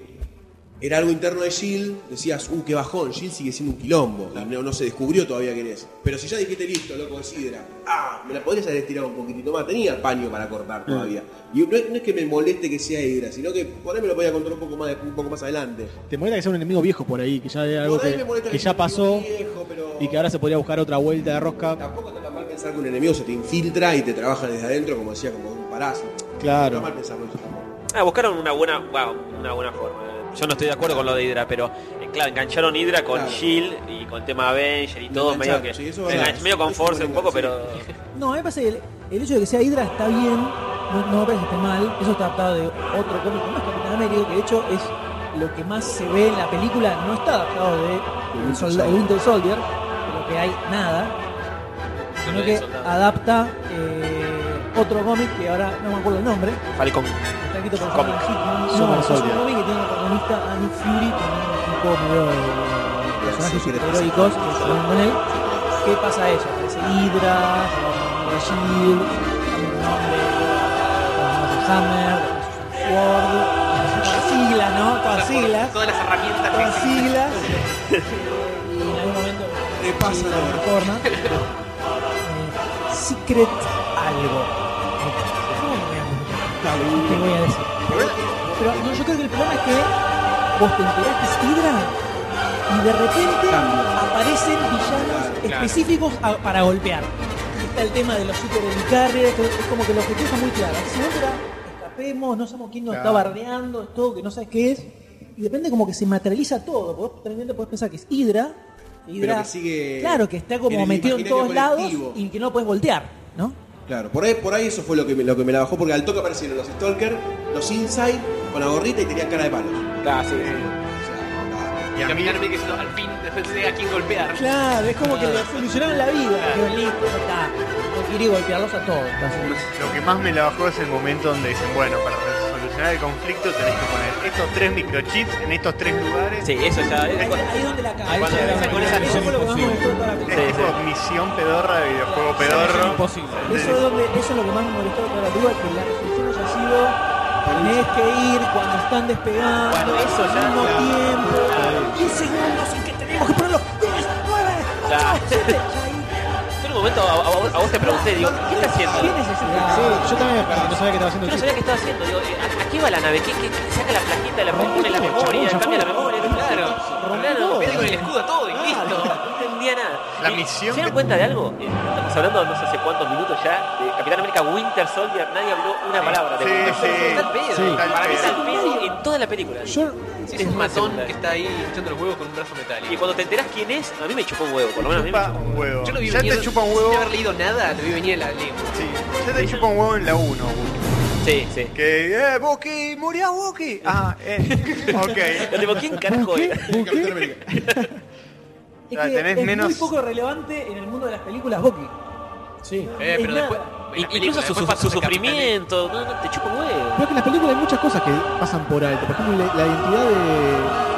Speaker 9: era algo interno de Jill, decías, uh, qué bajón, Jill sigue siendo un quilombo, La- no, no se descubrió todavía quién es. Pero si ya dijiste listo, loco de Sidra, ah, me la podrías haber estirado un poquitito más, tenía paño para
Speaker 17: Mm.
Speaker 9: cortar todavía. Y no es, no es que me moleste que sea Hydra, sino que por ahí me lo podía contar un poco más, un poco más adelante.
Speaker 17: Te molesta que sea un enemigo viejo por ahí, que ya es algo
Speaker 9: Por ahí
Speaker 17: que,
Speaker 9: me molesta
Speaker 17: que
Speaker 9: sea
Speaker 17: ya
Speaker 9: un
Speaker 17: pasó
Speaker 9: viejo, pero-
Speaker 17: y que ahora se podría buscar otra vuelta de rosca.
Speaker 9: Tampoco está tan mal pensar que un enemigo se te infiltra y te trabaja desde adentro, como decía, como un parásito. No
Speaker 17: Claro.
Speaker 9: está mal pensarlo eso tampoco.
Speaker 4: Ah, buscaron una buena, wow, una buena forma. Yo no estoy de acuerdo con lo de Hydra, pero eh, claro, engancharon Hydra con
Speaker 9: Claro.
Speaker 4: Shield y con el tema Avenger y todo, medio
Speaker 9: engancharon,
Speaker 4: que
Speaker 9: sí, eso es
Speaker 4: se
Speaker 9: verdad.
Speaker 4: enganch- medio con
Speaker 9: Eso
Speaker 4: Force
Speaker 9: es
Speaker 4: un poco,
Speaker 9: bueno,
Speaker 4: pero
Speaker 2: No, a mí me parece que el, el hecho de que sea Hydra está bien, no, no me parece que esté mal. Eso está adaptado de otro cómic como es Capitán América, que de hecho es lo que más se ve en la película, no está adaptado de el solda- el Winter Soldier, de lo que hay nada, sino que adapta eh, otro cómic que ahora no me acuerdo el nombre,
Speaker 4: Falcon.
Speaker 2: está escrito por
Speaker 4: Cómic.
Speaker 2: Jonathan Hickman.
Speaker 17: Super
Speaker 2: No, es un
Speaker 17: Soldier.
Speaker 2: cómic que tiene un protagonista Annie Fury, que es un tipo medio de de personajes superheroicos que se van con él. ¿Qué pasa a ella? Aparece Hydra, aparece Shield, cambia el nombre, aparece Hammer, aparece Sword, todas siglas, ¿no? Todas siglas,
Speaker 3: Todas las herramientas que
Speaker 2: todas
Speaker 3: existen.
Speaker 2: siglas. Y en algún momento
Speaker 9: Le pasa
Speaker 2: de
Speaker 9: la
Speaker 2: alguna forma. eh, Secret
Speaker 9: <laughs>
Speaker 2: algo. ¿Qué voy a decir? Pero no, yo creo que el problema es que vos te enterás que es Hydra y de repente aparecen villanos específicos a- para golpear. Y Está el tema de los super helicarriers, que es como que el objetivo está muy claro. Si otra, escapemos, no sabemos quién nos está bardeando, es todo que no sabes qué es. Y depende como que se materializa todo. Vos realmente podés pensar que es Hydra. que Hydra
Speaker 9: que sigue
Speaker 2: claro, que está
Speaker 9: en
Speaker 2: como
Speaker 9: el
Speaker 2: metido en
Speaker 9: imaginario
Speaker 2: todos lados
Speaker 9: colectivo.
Speaker 2: y que no lo podés voltear, ¿no?
Speaker 9: Claro, por ahí, por ahí eso fue lo que, me, lo que me la bajó, porque al toque aparecieron los
Speaker 2: Ah,
Speaker 9: Stalker, los Inside, con la gorrita y tenían cara de palos.
Speaker 4: Casi.
Speaker 9: O sea,
Speaker 3: Y a mí que diciendo al fin, después de a quién golpear.
Speaker 2: Claro, es como que le solucionaron la vida. Pero listo, ya está. No quiere golpearlos a todos.
Speaker 7: Lo que más me la bajó es el momento donde dicen, bueno, para solucionar el conflicto tenés que poner estos tres microchips en estos tres lugares.
Speaker 4: Sí, eso ya.
Speaker 2: Ahí, ahí donde la caga.
Speaker 7: Ahí
Speaker 2: Cuando
Speaker 7: ya
Speaker 2: la
Speaker 7: la
Speaker 2: caga.
Speaker 7: caga.
Speaker 2: Eso
Speaker 7: Misión
Speaker 2: fue lo que más me molestó de toda la
Speaker 7: Es
Speaker 2: película.
Speaker 7: tipo misión pedorra de videojuego pedorro.
Speaker 2: Eso es, donde, eso es lo que más me molestó de toda la película, que la resolución haya sido tenés que ir cuando están despegando, eso al mismo tiempo, 10 segundos en que tenemos que poner los 10, 9, 8,
Speaker 4: Ya.
Speaker 2: 7.
Speaker 4: Yo en un momento a, a vos- a vos te pregunté, digo, ¿qué está haciendo?
Speaker 2: ¿Qué necesidad?
Speaker 17: yo también me perdí, no sabía que estaba
Speaker 4: Yo
Speaker 17: haciendo
Speaker 4: no sabía qué estaba haciendo. Digo, eh, ¿a, a qué va la nave? ¿Qué, qué- qué saca la plaquita de la, pone la memoria? ¿Cambia la memoria? Claro. Claro,
Speaker 2: todo.
Speaker 4: viene con el escudo todo y listo. No entendía nada.
Speaker 7: La
Speaker 4: Y,
Speaker 7: misión
Speaker 4: ¿Se dan
Speaker 7: que-
Speaker 4: cuenta de algo? Eh, Estamos hablando no sé hace cuántos minutos ya de Capitán América Winter Soldier. Nadie habló una palabra de
Speaker 7: Sí,
Speaker 4: Winter
Speaker 7: sí.
Speaker 4: Soldier. Está al pedo.
Speaker 7: Sí.
Speaker 4: Para mí está
Speaker 7: Está
Speaker 4: al pedo en toda la película.
Speaker 17: Yo
Speaker 4: Sí,
Speaker 3: Es un matón que está ahí echando los huevos con un brazo
Speaker 4: Y
Speaker 3: metálico.
Speaker 4: cuando te enterás quién es, a mí me chupó un huevo. Por lo menos a mí me
Speaker 7: Chupa
Speaker 4: chupó un
Speaker 7: un
Speaker 4: huevo.
Speaker 7: huevo.
Speaker 3: Yo lo vi
Speaker 7: Ya
Speaker 3: venir,
Speaker 7: te chupa un
Speaker 3: sin
Speaker 7: huevo.
Speaker 3: haber leído nada, lo vi venir en la lengua.
Speaker 7: Sí. Ya te chupa un huevo en la 1.
Speaker 4: Sí, sí.
Speaker 7: Que, eh, Bucky, moría Bucky. Ah,
Speaker 3: <laughs>
Speaker 7: eh.
Speaker 4: Yo
Speaker 7: Ok.
Speaker 4: digo, ¿quién carajo
Speaker 17: ¿Qué?
Speaker 4: era?
Speaker 17: ¿Qué?
Speaker 2: Es
Speaker 7: Ah,
Speaker 2: que
Speaker 7: tenés
Speaker 2: es muy
Speaker 7: menos-
Speaker 2: poco relevante en el mundo de las películas Bucky.
Speaker 17: Sí.
Speaker 3: Eh,
Speaker 2: Es
Speaker 3: pero
Speaker 2: nada.
Speaker 3: después. en las
Speaker 4: Incluso
Speaker 3: películas,
Speaker 4: su,
Speaker 3: después
Speaker 4: su-
Speaker 3: pasó
Speaker 4: su
Speaker 3: ese Capitán
Speaker 4: sufrimiento. No, no, te chupa un huevo.
Speaker 17: Creo que en las películas hay muchas cosas que pasan por alto. Por ejemplo, la, la identidad de.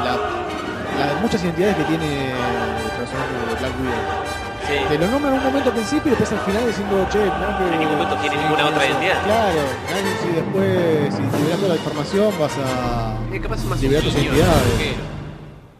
Speaker 17: La, la- muchas identidades que tiene el personaje de Black Widow.
Speaker 4: Sí.
Speaker 17: Te lo nombran en un momento al principio y después al final diciendo, che, no que.
Speaker 4: En ningún momento tiene ninguna otra identidad.
Speaker 17: Claro, nadie- si después, si liberas toda la información, vas a.
Speaker 3: Eh, capaz es más
Speaker 17: liberar
Speaker 3: un
Speaker 17: tus
Speaker 3: niño,
Speaker 17: identidades.
Speaker 3: ¿no? Que-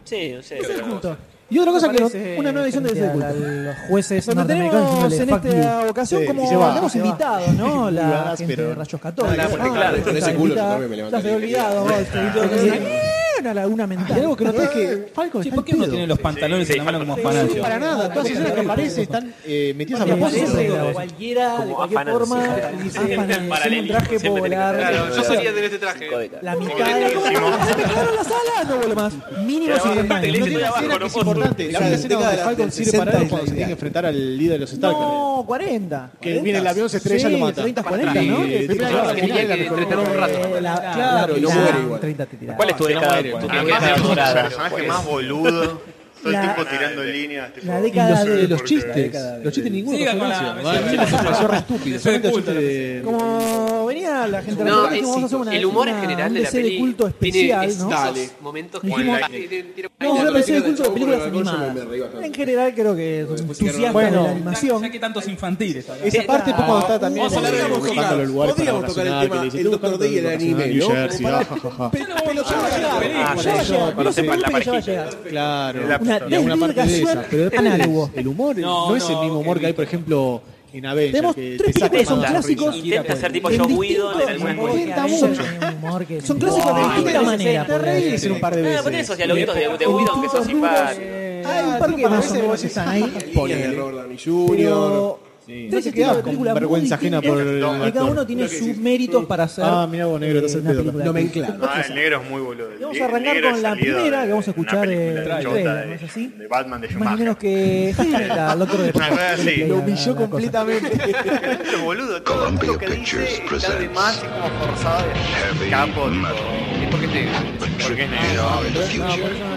Speaker 4: Sí, no sé.
Speaker 17: Es el culto. Y otra cosa que no-
Speaker 15: Parece
Speaker 17: una nueva edición de ese
Speaker 15: frente
Speaker 17: culto.
Speaker 15: a la- Los jueces
Speaker 17: Donde
Speaker 15: norteamericanos
Speaker 17: tenemos
Speaker 15: diciéndole, "Fuck
Speaker 17: en esta
Speaker 15: you".
Speaker 17: ocasión
Speaker 15: Sí,
Speaker 17: como
Speaker 15: y se va,
Speaker 17: hemos
Speaker 15: se va.
Speaker 17: invitado, ¿no?
Speaker 15: Y
Speaker 17: La
Speaker 15: vas,
Speaker 17: gente
Speaker 15: pero-
Speaker 17: de Rayos Católicos.
Speaker 3: Ah, porque,
Speaker 17: Ah,
Speaker 3: claro,
Speaker 9: con ese
Speaker 17: está
Speaker 9: culo yo
Speaker 17: invitada.
Speaker 9: también me levanto
Speaker 17: Ya se
Speaker 9: la
Speaker 17: había olvidado.
Speaker 15: Una laguna mental.
Speaker 17: Y algo que noté es que Falcon
Speaker 6: Che,
Speaker 17: está
Speaker 6: ¿Por
Speaker 17: en
Speaker 6: qué uno
Speaker 17: pedo.
Speaker 6: tiene los pantalones en la mano como
Speaker 17: Sí,
Speaker 6: afanados?
Speaker 17: para nada, todas las escenas que aparecen están eh, metidas a
Speaker 2: Me
Speaker 17: propósito.
Speaker 2: parece
Speaker 17: Pero-
Speaker 2: que cualquiera, de
Speaker 4: Como
Speaker 2: cualquier
Speaker 4: afanan,
Speaker 2: forma,
Speaker 4: sí.
Speaker 2: dice,
Speaker 15: Afanan,
Speaker 2: "Tiene un
Speaker 4: paralelismo,
Speaker 2: traje
Speaker 4: siempre
Speaker 2: polar.
Speaker 4: tiene que-
Speaker 3: Claro, yo solía tener este traje.
Speaker 4: Cinco décadas.
Speaker 2: La mitad de la
Speaker 7: Buenísimo.
Speaker 2: Se me quedaron las alas, no vuelvo más. Mínimo
Speaker 4: Pero
Speaker 2: 50 años.
Speaker 4: aparte
Speaker 17: No
Speaker 4: le
Speaker 17: tiene
Speaker 4: dicen
Speaker 17: una
Speaker 4: abajo,
Speaker 17: escena que
Speaker 4: no
Speaker 17: es
Speaker 4: puedo-
Speaker 17: importante. La única escena donde
Speaker 9: década
Speaker 17: Falcon
Speaker 9: del
Speaker 17: sirve para
Speaker 9: 60
Speaker 17: algo
Speaker 9: es la
Speaker 17: cuando se tiene
Speaker 9: idea.
Speaker 17: que enfrentar al líder de los Stark.
Speaker 2: No, 40.
Speaker 17: Que viene el avión, se estrella y
Speaker 2: Sí,
Speaker 17: lo mata.
Speaker 2: 30, 40,
Speaker 17: Y-
Speaker 2: ¿no?
Speaker 17: y-
Speaker 2: Que
Speaker 17: primera
Speaker 3: no,
Speaker 17: guerra
Speaker 3: que
Speaker 17: mundial
Speaker 3: tiene
Speaker 17: la
Speaker 3: que
Speaker 17: mejor
Speaker 3: entretener un
Speaker 17: época.
Speaker 3: rato.
Speaker 2: Eh, la-
Speaker 15: Claro,
Speaker 2: Claro,
Speaker 9: y no
Speaker 2: la-
Speaker 9: muere igual.
Speaker 15: 30 te tiraron.
Speaker 4: ¿Cuál es tu década?
Speaker 17: muere,
Speaker 4: tu- tu
Speaker 17: bueno.
Speaker 7: Además,
Speaker 4: década
Speaker 7: es un
Speaker 4: dorada?
Speaker 3: pues.
Speaker 7: personaje más boludo. Todo el
Speaker 2: La-
Speaker 7: tiempo tirando líneas. tipo,
Speaker 2: La
Speaker 17: Y los-
Speaker 2: eh, década de
Speaker 17: los
Speaker 7: porque-
Speaker 17: chistes,
Speaker 15: década de-
Speaker 17: los chistes ninguno
Speaker 6: Siga
Speaker 17: los
Speaker 6: con la-
Speaker 17: conoció.
Speaker 6: me
Speaker 17: Bueno,
Speaker 6: sigue
Speaker 17: encima
Speaker 6: con la-
Speaker 17: se pasó re estúpido,
Speaker 6: Eso es
Speaker 17: solamente los
Speaker 6: culto,
Speaker 17: chistes
Speaker 6: la
Speaker 17: de-
Speaker 2: Como venía la gente
Speaker 3: No,
Speaker 2: recordando,
Speaker 3: es-
Speaker 2: vamos a hacer una-
Speaker 3: el humor en
Speaker 2: una-
Speaker 3: general de
Speaker 2: un
Speaker 3: la
Speaker 2: DC de
Speaker 3: peli
Speaker 2: culto
Speaker 3: tiene
Speaker 2: especial,
Speaker 3: esos
Speaker 2: ¿no?
Speaker 9: Dale.
Speaker 3: momentos que
Speaker 2: Dijimos-
Speaker 3: tiene- tiene-
Speaker 7: Like.
Speaker 3: tiene- tiene-
Speaker 2: No, una
Speaker 9: Cuando
Speaker 2: PC de
Speaker 9: lo
Speaker 2: culto de
Speaker 9: tiró del
Speaker 2: películas
Speaker 9: chabón con el balcón, yo
Speaker 2: animadas.
Speaker 9: me- me reí bastante.
Speaker 2: En general creo que son
Speaker 9: Después se quedaron
Speaker 2: entusiastas de la
Speaker 17: hablando.
Speaker 6: Ya
Speaker 2: animación.
Speaker 6: que tantos infantiles. acá.
Speaker 17: Esa parte fue cuando estaba también
Speaker 9: Vamos a hablar de
Speaker 17: eh,
Speaker 9: Boca.
Speaker 17: buscando los lugares para
Speaker 9: Podríamos tocar el
Speaker 17: vacacionar,
Speaker 9: tema
Speaker 17: que le dicen,
Speaker 9: el
Speaker 17: "Tú,
Speaker 9: Dr.
Speaker 17: buscando
Speaker 9: Day en
Speaker 17: vacacionar
Speaker 9: anime",
Speaker 17: en New
Speaker 9: ¿no? Como
Speaker 17: Jersey, ah,
Speaker 9: para-
Speaker 17: ja, ja, ja.
Speaker 2: Pero ya va a llegar,
Speaker 4: película.
Speaker 2: ya va a
Speaker 4: Sí,
Speaker 2: llegar,
Speaker 4: cuando
Speaker 2: no se
Speaker 4: sepan la
Speaker 2: preocupen que ya va a
Speaker 4: parejita.
Speaker 2: llegar.
Speaker 17: Claro,
Speaker 7: El lapso.
Speaker 17: y alguna parte de
Speaker 2: desvirgación
Speaker 17: esa. Pero después
Speaker 2: análogo.
Speaker 17: el, el humor no,
Speaker 6: No,
Speaker 17: es el
Speaker 6: no,
Speaker 17: mismo humor
Speaker 6: qué
Speaker 17: que hay, por ejemplo, en Avengers.
Speaker 2: Tenemos
Speaker 17: que
Speaker 2: tres
Speaker 17: te saca
Speaker 2: películas que son
Speaker 17: más la risa.
Speaker 2: clásicos.
Speaker 4: Intenta ser tipo
Speaker 2: En
Speaker 4: Joe
Speaker 2: distintos-
Speaker 4: Widow en algunas
Speaker 2: Bueno,
Speaker 4: cosas.
Speaker 2: Avengers
Speaker 17: mucho.
Speaker 2: tiene un humor que-
Speaker 17: Son
Speaker 2: Son clásicos
Speaker 17: clásicos
Speaker 2: de
Speaker 17: de
Speaker 2: distintas maneras.
Speaker 17: distintas maneras. Te
Speaker 2: podría
Speaker 17: reís
Speaker 2: decir.
Speaker 17: un par de
Speaker 4: Ah,
Speaker 17: veces.
Speaker 4: ponés esos dialoguitos de, de Widow, aunque sos simpático.
Speaker 2: Hay un par que más o menos están ahí.
Speaker 9: Líneas de Robert Downey Jr.
Speaker 2: Pero
Speaker 17: No
Speaker 2: tres
Speaker 17: te
Speaker 2: estilos
Speaker 17: quedas
Speaker 2: de
Speaker 17: con
Speaker 2: película muy
Speaker 17: vergüenza ajena por
Speaker 2: distintos.
Speaker 17: el
Speaker 2: Y cada uno
Speaker 17: actor.
Speaker 2: tiene sus méritos para hacer
Speaker 17: Ah, mira vos, negro, estás
Speaker 2: eh,
Speaker 17: el
Speaker 2: una
Speaker 17: pedo.
Speaker 2: película.
Speaker 17: No
Speaker 9: me enclaro.
Speaker 7: Ah, el negro es muy boludo.
Speaker 2: Vamos a
Speaker 7: El negro
Speaker 2: arrancar
Speaker 7: es
Speaker 2: con la
Speaker 7: salido
Speaker 2: primera,
Speaker 7: de-
Speaker 2: que vamos a
Speaker 7: de una
Speaker 2: escuchar,
Speaker 7: película
Speaker 2: eh,
Speaker 7: chota
Speaker 2: el
Speaker 7: de-
Speaker 2: trailer, ¿no es así?
Speaker 7: De Batman de
Speaker 2: Más ni menos
Speaker 7: Schumacher.
Speaker 2: que Hashtag, doctor
Speaker 7: <laughs>
Speaker 2: de
Speaker 7: Una cosa así.
Speaker 17: Lo
Speaker 2: La-
Speaker 17: humilló
Speaker 2: la cosa.
Speaker 17: completamente.
Speaker 7: Pero Este boludo, todo lo que dice está de más y como forzado de campo. tipo,
Speaker 3: Porque te-
Speaker 7: Porque es negro.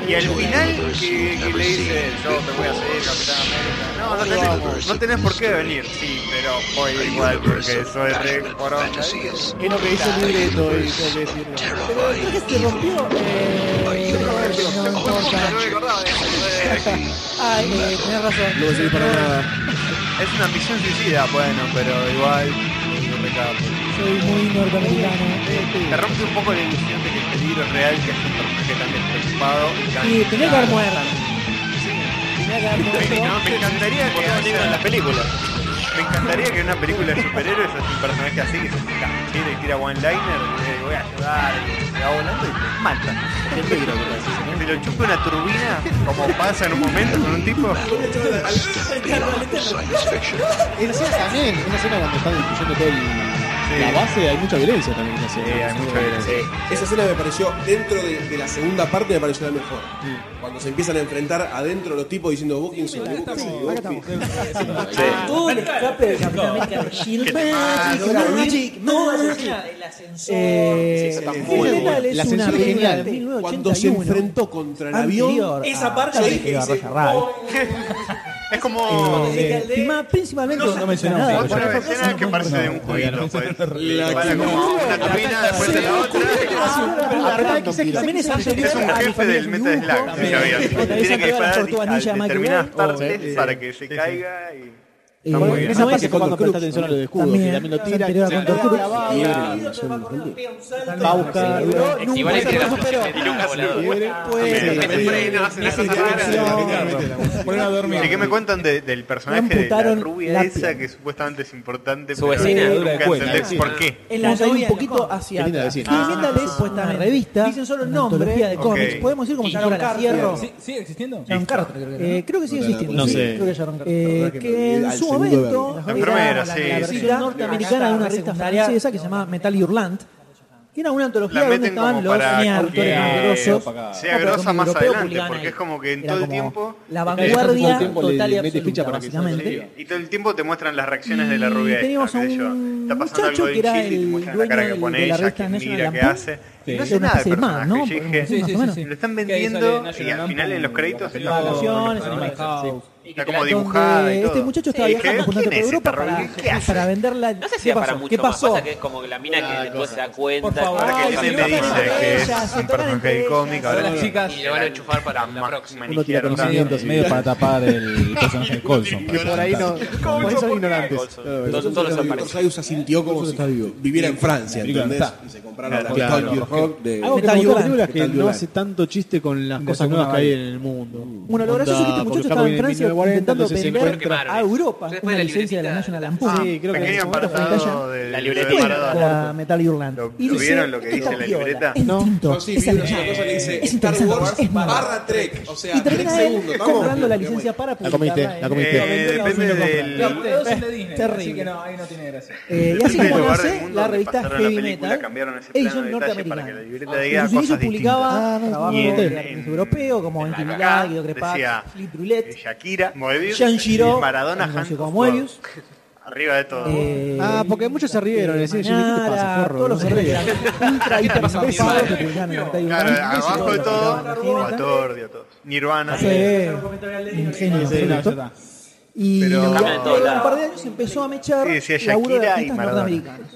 Speaker 7: Y al final, que, que le dice, yo te voy a seguir, Capitán América. No, no tenés, no tenés por qué venir. Sí, pero voy igual porque soy re poronga.
Speaker 17: Es lo que dice el libreto. es lo que dice el libreto.
Speaker 2: Creo que se rompió. eh, no, no importa.
Speaker 7: No me acordaba de eso. eh.
Speaker 2: Ay, eh, tenés razón.
Speaker 9: No me sirve para nada.
Speaker 7: Es una misión suicida, bueno, pero igual. no me cago.
Speaker 2: Soy muy norteamericano.
Speaker 7: Te rompe un poco la ilusión de que el peligro es real, que es un personaje tan despreocupado y tan.
Speaker 2: Y tenía que haber muerto. Tenía que haber
Speaker 7: Me- no,
Speaker 2: muerto.
Speaker 7: me encantaría que en la película. Me encantaría que en una película de superhéroes hace un personaje así que se cachete y tira one liner y le voy a ayudar y se va volando y te mata. Se lo chupa una turbina como pasa en un momento con un tipo.
Speaker 17: En la escena también, en la escena cuando están discutiendo todo el la base hay mucha violencia también.
Speaker 7: Sí, hay mucha violencia.
Speaker 9: Esa escena me pareció, dentro de, de la segunda parte, me pareció la mejor.
Speaker 2: Mm.
Speaker 9: Cuando se empiezan a enfrentar adentro los tipos diciendo, vos quién sos, vos quién sos, vos quién sos".
Speaker 2: Todo el escape de Capitán América. Shield Magic, Magic, no, el ascensor.
Speaker 17: Eh,
Speaker 2: Sí,
Speaker 17: sí,
Speaker 2: sí,
Speaker 17: sí,
Speaker 2: sí,
Speaker 17: sí,
Speaker 2: sí,
Speaker 17: la
Speaker 2: es
Speaker 17: censura
Speaker 2: una película
Speaker 17: genial.
Speaker 2: de 1981.
Speaker 9: Cuando se enfrentó contra el avión,
Speaker 2: Anterior a- Esa parte
Speaker 9: yo
Speaker 2: la
Speaker 9: dije,
Speaker 2: dije
Speaker 9: dice,
Speaker 2: Roger Rabbit.
Speaker 7: Es como.
Speaker 2: Eh, y más principalmente
Speaker 7: No,
Speaker 2: cuando
Speaker 7: no
Speaker 2: nada.
Speaker 7: mencionamos. Bueno, la escena que parece de un juguito. pues. Para como una cabina, después de la otra.
Speaker 2: También es anterior
Speaker 7: Es un
Speaker 2: a mi
Speaker 7: jefe
Speaker 2: familia
Speaker 7: del Meta
Speaker 2: Dibujo.
Speaker 7: Slack que había.
Speaker 2: Cuando
Speaker 7: Tiene
Speaker 2: dicen
Speaker 7: que
Speaker 2: todas las
Speaker 7: disparar
Speaker 2: tortugas
Speaker 7: a
Speaker 2: ninja de Michael
Speaker 7: determinadas
Speaker 2: Bay.
Speaker 7: partes para que se caiga y.
Speaker 2: Eh,
Speaker 7: Está muy bien.
Speaker 17: Esa
Speaker 2: No,
Speaker 17: parte
Speaker 2: ese
Speaker 17: fue
Speaker 2: cuando
Speaker 17: cuando presta
Speaker 2: Cruz,
Speaker 17: atención a lo de escudo,
Speaker 2: también,
Speaker 17: que también lo
Speaker 2: es
Speaker 17: tira.
Speaker 2: anterior a
Speaker 17: se
Speaker 2: cuando
Speaker 17: la-
Speaker 2: Cruz.
Speaker 17: la va- Va a buscar.
Speaker 3: Igual hay que
Speaker 7: ¿Y qué me cuentan de- del personaje de la
Speaker 2: amputaron
Speaker 7: rubia
Speaker 2: la
Speaker 7: esa
Speaker 2: pierna.
Speaker 7: que supuestamente es importante?
Speaker 4: Su
Speaker 7: pero
Speaker 4: vecina. Ah.
Speaker 7: nunca
Speaker 4: La cuenta.
Speaker 7: entendés por qué.
Speaker 2: En la novela, un poquito hacia
Speaker 17: Qué linda
Speaker 2: atrás.
Speaker 17: vecina.
Speaker 2: Sigue siendo de- una revista. Dicen solo el nombre. de
Speaker 17: Ok.
Speaker 2: cómics. Podemos ir como Sharon Carter.
Speaker 6: ¿Sí- ¿Sigue existiendo?
Speaker 2: Sharon Carter, creo que era. Eh, Creo que sigue existiendo.
Speaker 17: No
Speaker 2: sí.
Speaker 17: sé.
Speaker 2: Creo que Sharon Carter. Eh, Que en
Speaker 9: al
Speaker 2: su
Speaker 9: segundo
Speaker 2: momento.
Speaker 7: La enfermera,
Speaker 2: era
Speaker 7: sí,
Speaker 2: La
Speaker 7: sí.
Speaker 2: versión norteamericana de una revista francesa que se llamaba Metal Hurlant. Que era una antología
Speaker 7: La
Speaker 2: donde
Speaker 7: meten
Speaker 2: estaban
Speaker 7: como
Speaker 2: los
Speaker 7: para
Speaker 2: autores más
Speaker 7: que
Speaker 2: grosos.
Speaker 7: sea
Speaker 2: No, pero
Speaker 7: grosa
Speaker 2: como
Speaker 7: más
Speaker 2: europeo
Speaker 7: adelante,
Speaker 2: puliana
Speaker 7: porque
Speaker 2: ahí.
Speaker 7: es como que en
Speaker 2: Era
Speaker 7: todo el
Speaker 2: como
Speaker 7: tiempo...
Speaker 2: La
Speaker 17: todo el
Speaker 2: vanguardia
Speaker 17: tiempo le-
Speaker 2: total y
Speaker 17: le mete ficha
Speaker 2: absoluta,
Speaker 17: para que salga.
Speaker 2: básicamente.
Speaker 7: Y todo el tiempo te muestran las reacciones de la
Speaker 2: Y
Speaker 7: rubia. esta,
Speaker 2: teníamos a
Speaker 7: qué sé yo.
Speaker 2: un
Speaker 7: Está pasando
Speaker 2: muchacho
Speaker 7: algo
Speaker 2: que era
Speaker 7: difícil y te
Speaker 2: el
Speaker 7: muestran la cara que
Speaker 2: dueño
Speaker 7: pone
Speaker 2: de la
Speaker 7: ella,
Speaker 2: revista
Speaker 7: que
Speaker 2: National
Speaker 7: mira, que
Speaker 2: Lampoon.
Speaker 7: hace.
Speaker 2: Sí.
Speaker 7: Y No
Speaker 2: Era
Speaker 7: hace
Speaker 2: una
Speaker 7: nada de
Speaker 2: especie de
Speaker 7: personaje.
Speaker 2: man, ¿no?
Speaker 7: yo
Speaker 2: Por
Speaker 7: dije,
Speaker 2: decir, más o menos.
Speaker 7: Lo están
Speaker 6: Que ahí sale
Speaker 7: vendiendo y
Speaker 6: National
Speaker 7: al final
Speaker 6: Lampoon,
Speaker 7: en los créditos
Speaker 6: Vacaciones,
Speaker 7: está como-
Speaker 2: Vacaciones,
Speaker 7: está como
Speaker 2: donde
Speaker 7: dibujada y todo.
Speaker 2: Este muchacho estaba
Speaker 7: Y dije,
Speaker 2: viajando por
Speaker 7: ¿quién es
Speaker 2: por Europa
Speaker 7: esta
Speaker 2: para,
Speaker 7: rubia? ¿Qué hace?
Speaker 2: para venderla.
Speaker 4: No sé si
Speaker 2: ¿Qué
Speaker 4: era para
Speaker 2: pasó?
Speaker 4: mucho
Speaker 2: ¿Qué
Speaker 4: más,
Speaker 2: pasó?
Speaker 4: pasa que es como que la mina que después se da cuenta.
Speaker 6: Por favor.
Speaker 4: que
Speaker 7: Ahora
Speaker 4: la
Speaker 7: que
Speaker 4: cosa
Speaker 7: se me
Speaker 4: no
Speaker 7: dice
Speaker 4: pasa.
Speaker 2: ellas, se
Speaker 7: que es un
Speaker 2: tocan
Speaker 7: personaje
Speaker 2: entre
Speaker 7: de cómic,
Speaker 2: ellas.
Speaker 7: ahora
Speaker 6: Las chicas.
Speaker 7: y
Speaker 3: Y lo van a enchufar para la próxima.
Speaker 17: Uno tira
Speaker 7: Manijearon
Speaker 17: conocimientos
Speaker 7: tanto.
Speaker 17: medio
Speaker 6: Medio para tapar el personaje de Colson.
Speaker 17: que por ahí no. Por ahí son ignorantes.
Speaker 4: Todos- todos los aparecen.
Speaker 9: Rosario sintió como si viviera en Francia, ¿entendés? Y se compraron la
Speaker 17: Claro.
Speaker 9: Metal Gear Rock de...
Speaker 17: Algo que
Speaker 2: Metal
Speaker 17: me gustó de
Speaker 2: Gear.
Speaker 17: la película es que
Speaker 9: Metal
Speaker 17: no
Speaker 9: Gear.
Speaker 17: hace tanto chiste con las
Speaker 6: De
Speaker 17: cosas
Speaker 6: segunda
Speaker 17: nuevas que hay en el mundo.
Speaker 2: Bueno, lo gracioso es que este
Speaker 17: Onda, porque
Speaker 2: muchacho
Speaker 17: Capo
Speaker 2: estaba en
Speaker 17: viene
Speaker 2: Francia
Speaker 17: 1940,
Speaker 2: intentando
Speaker 17: entonces se
Speaker 2: vender
Speaker 17: encuentra-
Speaker 2: a Europa
Speaker 3: Después
Speaker 2: una
Speaker 3: la
Speaker 2: licencia de la
Speaker 3: libretita.
Speaker 2: National Lampoon.
Speaker 17: Sí, creo que en
Speaker 7: Pequeño
Speaker 17: ese momento fue
Speaker 7: apartado de
Speaker 4: La
Speaker 7: de
Speaker 4: libreta.
Speaker 7: Maradona.
Speaker 2: la Metal Hurlant.
Speaker 7: Lo-
Speaker 2: Y
Speaker 7: lo
Speaker 2: dice,
Speaker 7: vieron lo que
Speaker 2: "Esto
Speaker 7: dice
Speaker 2: está
Speaker 7: la
Speaker 2: piola,
Speaker 7: libreta".
Speaker 2: Es distinto.
Speaker 9: No,
Speaker 2: es
Speaker 9: sí, vi una
Speaker 2: original,
Speaker 9: cosa que dice
Speaker 2: es
Speaker 9: Star
Speaker 2: interesante,
Speaker 9: Wars
Speaker 2: es malo.
Speaker 9: barra Trek, o sea,
Speaker 2: Y
Speaker 9: Trek
Speaker 2: termina él
Speaker 9: segundos. ¿Cómo?
Speaker 2: comprando la licencia para
Speaker 17: La comiste,
Speaker 2: publicarla en-
Speaker 17: la comiste.
Speaker 7: Eh, depende
Speaker 6: Los
Speaker 7: del...
Speaker 6: productos son de Disney,
Speaker 2: Terrible.
Speaker 6: así que no, ahí no tiene gracia.
Speaker 2: Eh, y así
Speaker 7: Depende
Speaker 2: como
Speaker 7: <laughs> del lugar del
Speaker 2: nace
Speaker 7: mundo
Speaker 2: la
Speaker 7: donde
Speaker 2: revista
Speaker 7: pasaron la
Speaker 2: Heavy
Speaker 7: película,
Speaker 2: Metal,
Speaker 7: cambiaron ese plano
Speaker 2: edición
Speaker 7: de detalle para que
Speaker 2: norteamericana.
Speaker 7: la
Speaker 2: En
Speaker 7: libreta diga
Speaker 2: sus inicios
Speaker 7: cosas distintas.
Speaker 2: publicaba
Speaker 17: distintas.
Speaker 2: trabajos
Speaker 7: Y en-
Speaker 2: de
Speaker 7: en-
Speaker 2: artistas europeos como Intimidad,
Speaker 7: Acá
Speaker 2: Guido
Speaker 7: decía, eh,
Speaker 2: Crepax, Flip Roulette,
Speaker 7: Shakira, Moebius,
Speaker 2: Jean Giraud,
Speaker 7: y Maradona, Oh.
Speaker 2: también
Speaker 7: Hand
Speaker 2: conocido como
Speaker 7: of
Speaker 2: Moebius.
Speaker 7: God. Arriba de todo.
Speaker 2: eh,
Speaker 17: Ah, porque muchos se rieron. Decían, Jimmy, ¿qué te pasa,
Speaker 2: Manara,
Speaker 17: forro?
Speaker 2: todos los
Speaker 17: No se
Speaker 2: errores
Speaker 17: <laughs> rían.
Speaker 2: eran ultra hiper pesados que publicaban en Metal
Speaker 7: Claro,
Speaker 2: Hurlant.
Speaker 7: abajo de
Speaker 2: Eso,
Speaker 7: todo,
Speaker 2: Argentina.
Speaker 7: Batordi, a todos. Nirvana. eh,
Speaker 2: Sí, un genio,
Speaker 17: Sí,
Speaker 2: un
Speaker 17: no,
Speaker 2: genio.
Speaker 17: ya está.
Speaker 2: Y
Speaker 7: Pero-
Speaker 2: luego,
Speaker 7: Cambian
Speaker 4: todos
Speaker 2: en un
Speaker 4: lados.
Speaker 2: par de años empezó a mechar
Speaker 7: Sí, decía
Speaker 2: laburo de
Speaker 7: Shakira y
Speaker 2: artistas
Speaker 7: Maradona.
Speaker 2: norteamericanos.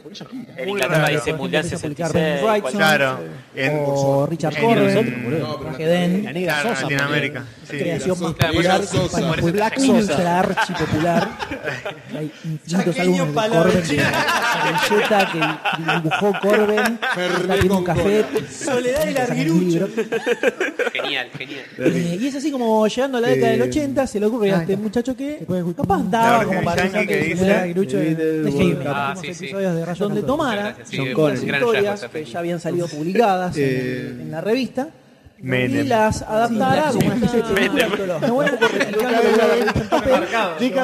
Speaker 4: En
Speaker 7: Muy
Speaker 4: Inglaterra
Speaker 7: raro.
Speaker 4: dice Mundial
Speaker 2: Empezó a publicar
Speaker 4: 66.
Speaker 2: Ben
Speaker 4: cual-
Speaker 2: Wrightson.
Speaker 7: Claro, en,
Speaker 2: o Richard
Speaker 7: en-
Speaker 2: Corben,
Speaker 7: boludo.
Speaker 2: Jorge Den,
Speaker 17: La negra
Speaker 7: claro, en
Speaker 17: Sosa.
Speaker 7: Latinoamérica. Sí.
Speaker 2: creación más
Speaker 3: Claro,
Speaker 2: popular,
Speaker 3: Black Sosa.
Speaker 2: para
Speaker 3: Por eso
Speaker 2: Black
Speaker 3: se llama Sosa.
Speaker 2: ultra archi popular. Hay infinitos
Speaker 15: Chaqueño
Speaker 2: álbumes de
Speaker 15: palabra.
Speaker 2: Corben, de la servilleta que dibujó Corben, la tiene un café,
Speaker 15: Soledad y
Speaker 2: saca un
Speaker 15: Larguirucho.
Speaker 2: libro.
Speaker 3: <laughs> Genial, genial.
Speaker 2: Eh, y es así como llegando a la década del 80 se le ocurre a
Speaker 17: ah,
Speaker 2: este
Speaker 17: está.
Speaker 2: muchacho que
Speaker 17: puede escuchar.
Speaker 2: capaz daba
Speaker 7: Claro,
Speaker 2: como
Speaker 7: que
Speaker 2: para
Speaker 7: Yankee
Speaker 2: usar
Speaker 7: que
Speaker 2: de
Speaker 7: dice-
Speaker 2: Soledad y Grucho de, de,
Speaker 17: Ah,
Speaker 2: Heavy Metal,
Speaker 3: sí,
Speaker 2: unos
Speaker 3: sí.
Speaker 2: episodios de Rayos
Speaker 17: Donde
Speaker 2: Católicos.
Speaker 17: tomara
Speaker 3: Sí,
Speaker 17: John
Speaker 3: gran
Speaker 17: Connery.
Speaker 3: hallazgo,
Speaker 2: historias
Speaker 3: José
Speaker 2: que
Speaker 3: Feliz.
Speaker 2: ya habían salido publicadas en-
Speaker 17: Eh,
Speaker 2: en, la revista y
Speaker 7: Menem.
Speaker 2: las adaptara como una especie de película antológica. No, bueno, porque replicando la revista en papel,
Speaker 17: Década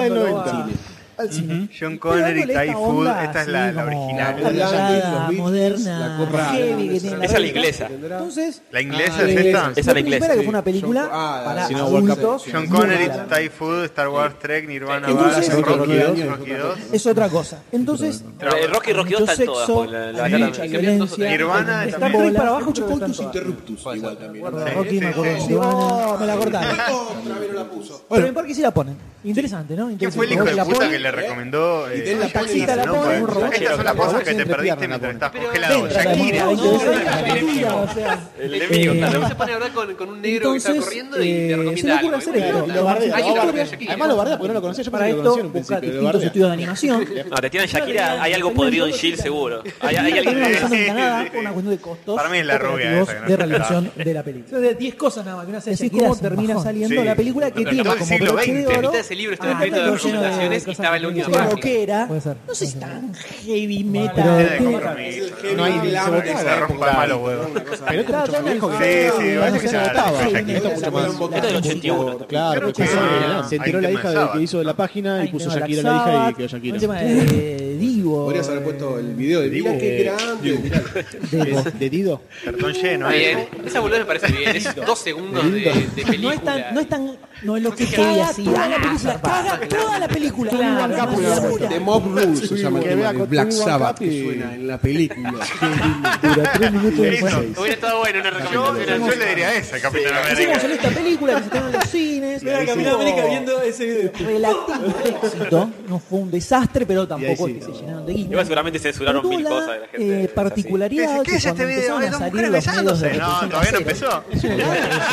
Speaker 17: del
Speaker 2: llevándolo
Speaker 17: 90.
Speaker 2: a- al cine.
Speaker 7: John
Speaker 2: Pero dándole
Speaker 7: Connery,
Speaker 2: esta
Speaker 7: Thai Food,
Speaker 2: onda
Speaker 7: esta es
Speaker 2: así
Speaker 7: la, la
Speaker 2: como
Speaker 7: original.
Speaker 9: La-
Speaker 2: detallada,
Speaker 9: los Beatles, la
Speaker 2: moderna,
Speaker 9: corra-
Speaker 2: heavy que tiene
Speaker 4: Esa es la
Speaker 2: revista.
Speaker 4: inglesa.
Speaker 2: Entonces,
Speaker 7: ¿La
Speaker 9: Ah,
Speaker 7: inglesa
Speaker 9: la
Speaker 7: es
Speaker 9: inglesa.
Speaker 7: esta?
Speaker 4: Esa es la
Speaker 2: primera
Speaker 4: inglesa.
Speaker 2: que fue una película
Speaker 9: John- ah,
Speaker 2: para
Speaker 9: la-
Speaker 17: si no, World Cup.
Speaker 2: adultos.
Speaker 7: John Connery,
Speaker 2: Muy
Speaker 7: Thai Food, Star Wars Trek, Nirvana,
Speaker 2: Entonces-
Speaker 7: Balas, Rocky
Speaker 9: Rocky
Speaker 7: 2,
Speaker 9: dos,
Speaker 7: Rocky 2.
Speaker 2: Es otra cosa. Entonces,
Speaker 4: Eh, Rocky y Rocky 2
Speaker 2: mucho
Speaker 4: están todas.
Speaker 2: sexo,
Speaker 4: porque la- la-
Speaker 2: hay
Speaker 4: la-
Speaker 2: mucha
Speaker 4: la-
Speaker 2: violencia.
Speaker 7: Nirvana
Speaker 2: Están por
Speaker 7: también.
Speaker 9: Por ahí
Speaker 2: las-
Speaker 9: para abajo,
Speaker 2: creo
Speaker 9: mucho
Speaker 2: que
Speaker 9: coitus
Speaker 2: están todas.
Speaker 9: interruptus. Igual también.
Speaker 2: Guarda,
Speaker 7: Sí,
Speaker 2: Rocky,
Speaker 7: sí,
Speaker 2: me acuerdo.
Speaker 7: sí.
Speaker 2: Nirvana. Oh, me la cortaron.
Speaker 9: Otra vez no la puso.
Speaker 2: Pero en Parque sí la ponen. Interesante, ¿no?
Speaker 7: ¿Quién
Speaker 2: Interesante.
Speaker 7: fue el hijo
Speaker 2: Porque la
Speaker 7: de puta
Speaker 2: ponen-
Speaker 7: que le recomendó? eh,
Speaker 9: Y den la
Speaker 7: Jack
Speaker 9: pancita,
Speaker 7: Nicholson,
Speaker 2: la
Speaker 7: ¿no?
Speaker 2: ponen
Speaker 7: Porque
Speaker 2: un robot.
Speaker 7: Estas son las cosas que te
Speaker 17: Entre
Speaker 7: perdiste
Speaker 17: piernas,
Speaker 7: mientras
Speaker 17: la
Speaker 7: estás
Speaker 17: ponen.
Speaker 7: congelado.
Speaker 2: Dentro de la
Speaker 7: Shakira.
Speaker 2: película, hay
Speaker 7: ¿no?
Speaker 2: que ver la película, o sea.
Speaker 4: El
Speaker 3: El
Speaker 4: enemigo.
Speaker 3: Eh, se pone a hablar con, con un negro que
Speaker 2: Entonces,
Speaker 3: está corriendo y
Speaker 2: eh,
Speaker 3: le
Speaker 2: se le
Speaker 3: recomienda
Speaker 2: ocurre
Speaker 3: algo.
Speaker 2: hacer
Speaker 3: y
Speaker 2: esto,
Speaker 3: bueno,
Speaker 17: Claro,
Speaker 2: Hay
Speaker 17: lo bardea,
Speaker 3: Hay que
Speaker 17: lo
Speaker 3: hablar
Speaker 17: bardea.
Speaker 3: de Shakira.
Speaker 17: Además lo bardea porque no lo conocía, yo
Speaker 2: Para
Speaker 17: pensé que lo conocía
Speaker 2: esto
Speaker 17: en un
Speaker 2: busca
Speaker 17: principio.
Speaker 2: distintos
Speaker 17: lo bardea.
Speaker 2: estudios de
Speaker 7: <laughs>
Speaker 2: animación.
Speaker 4: No, te tiran Shakira, hay algo podrido en Shield seguro. Hay, hay
Speaker 2: Hay una
Speaker 4: alguien
Speaker 2: razón
Speaker 7: Sí, sí,
Speaker 2: encanada
Speaker 7: sí.
Speaker 2: por una cuestión de costos
Speaker 7: Para mí es la rubia
Speaker 2: operativos
Speaker 7: esa que no
Speaker 2: de
Speaker 7: se esperaba.
Speaker 2: realización de la película. Entonces, 10 cosas nada más que una es decir, cómo termina saliendo
Speaker 7: Sí.
Speaker 2: la película que
Speaker 7: Pero
Speaker 2: tiene
Speaker 7: todo el
Speaker 2: como
Speaker 7: siglo
Speaker 2: broche de
Speaker 7: XX.
Speaker 2: oro.
Speaker 3: Mitad de ese libro estaba
Speaker 2: Ah,
Speaker 3: escrito de
Speaker 2: está todo lleno
Speaker 3: recomendaciones y
Speaker 2: cosas
Speaker 3: estaba la última
Speaker 2: como
Speaker 3: gráfica.
Speaker 2: que era,
Speaker 6: Puede ser.
Speaker 2: no sé si
Speaker 6: Puede
Speaker 2: tan heavy
Speaker 7: Tiene de
Speaker 2: metal.
Speaker 7: compromiso,
Speaker 9: No hay
Speaker 17: se
Speaker 9: glam.
Speaker 17: votaba.
Speaker 7: Se rompan malos huevos.
Speaker 17: Pero este mucho más viejo
Speaker 7: Sí, sí,
Speaker 17: no
Speaker 7: parece
Speaker 17: sé,
Speaker 7: que se
Speaker 17: no
Speaker 7: adaptó
Speaker 17: estaba.
Speaker 7: a
Speaker 17: Sí, esto
Speaker 7: Shakira.
Speaker 17: es mucho más-
Speaker 4: Esto es del 81.
Speaker 17: Claro,
Speaker 7: Creo
Speaker 17: porque
Speaker 7: que-
Speaker 17: se- se
Speaker 7: Ahí
Speaker 17: enteró la
Speaker 7: te
Speaker 17: hija de
Speaker 7: pensaba.
Speaker 17: que hizo la página y puso Shakira la hija y quedó Shakira.
Speaker 2: El tema de Divo, Divo.
Speaker 9: Podrías haber puesto el video de Divo. Mira qué grande.
Speaker 17: De Dido.
Speaker 24: Cartón lleno,
Speaker 3: Bien, esa boludez me parece bien. Es dos segundos de, de película.
Speaker 2: No es tan, no es tan, no es lo que quería así.
Speaker 5: Toda la película, caga toda la película.
Speaker 9: The Mob Rules se llama el tema de Black Sabbath que suena en la película.
Speaker 17: Dura 3 minutos y
Speaker 3: Eso,
Speaker 17: 46.
Speaker 3: hubiera estado bueno una
Speaker 7: Yo,
Speaker 3: recomendación.
Speaker 7: yo le diría esa, Capitán
Speaker 2: Hicimos en
Speaker 7: América.
Speaker 2: esta película que se estrenó en los cines.
Speaker 6: Capitán América viendo ese video.
Speaker 2: Relativo éxito. No fue un desastre, pero tampoco
Speaker 17: sí,
Speaker 2: que se
Speaker 17: no.
Speaker 2: llenaron de guita.
Speaker 4: Igual seguramente
Speaker 2: Pero
Speaker 4: censuraron
Speaker 2: tuvo
Speaker 4: mil
Speaker 2: la,
Speaker 4: cosas de la gente.
Speaker 2: eh, particularidad
Speaker 24: ¿Qué es
Speaker 2: que
Speaker 24: este
Speaker 2: cuando
Speaker 24: video?
Speaker 2: empezaron
Speaker 24: Es
Speaker 2: a
Speaker 24: dos
Speaker 2: salir
Speaker 24: mujeres
Speaker 2: los medios de
Speaker 24: besándose.
Speaker 7: No, todavía no empezó.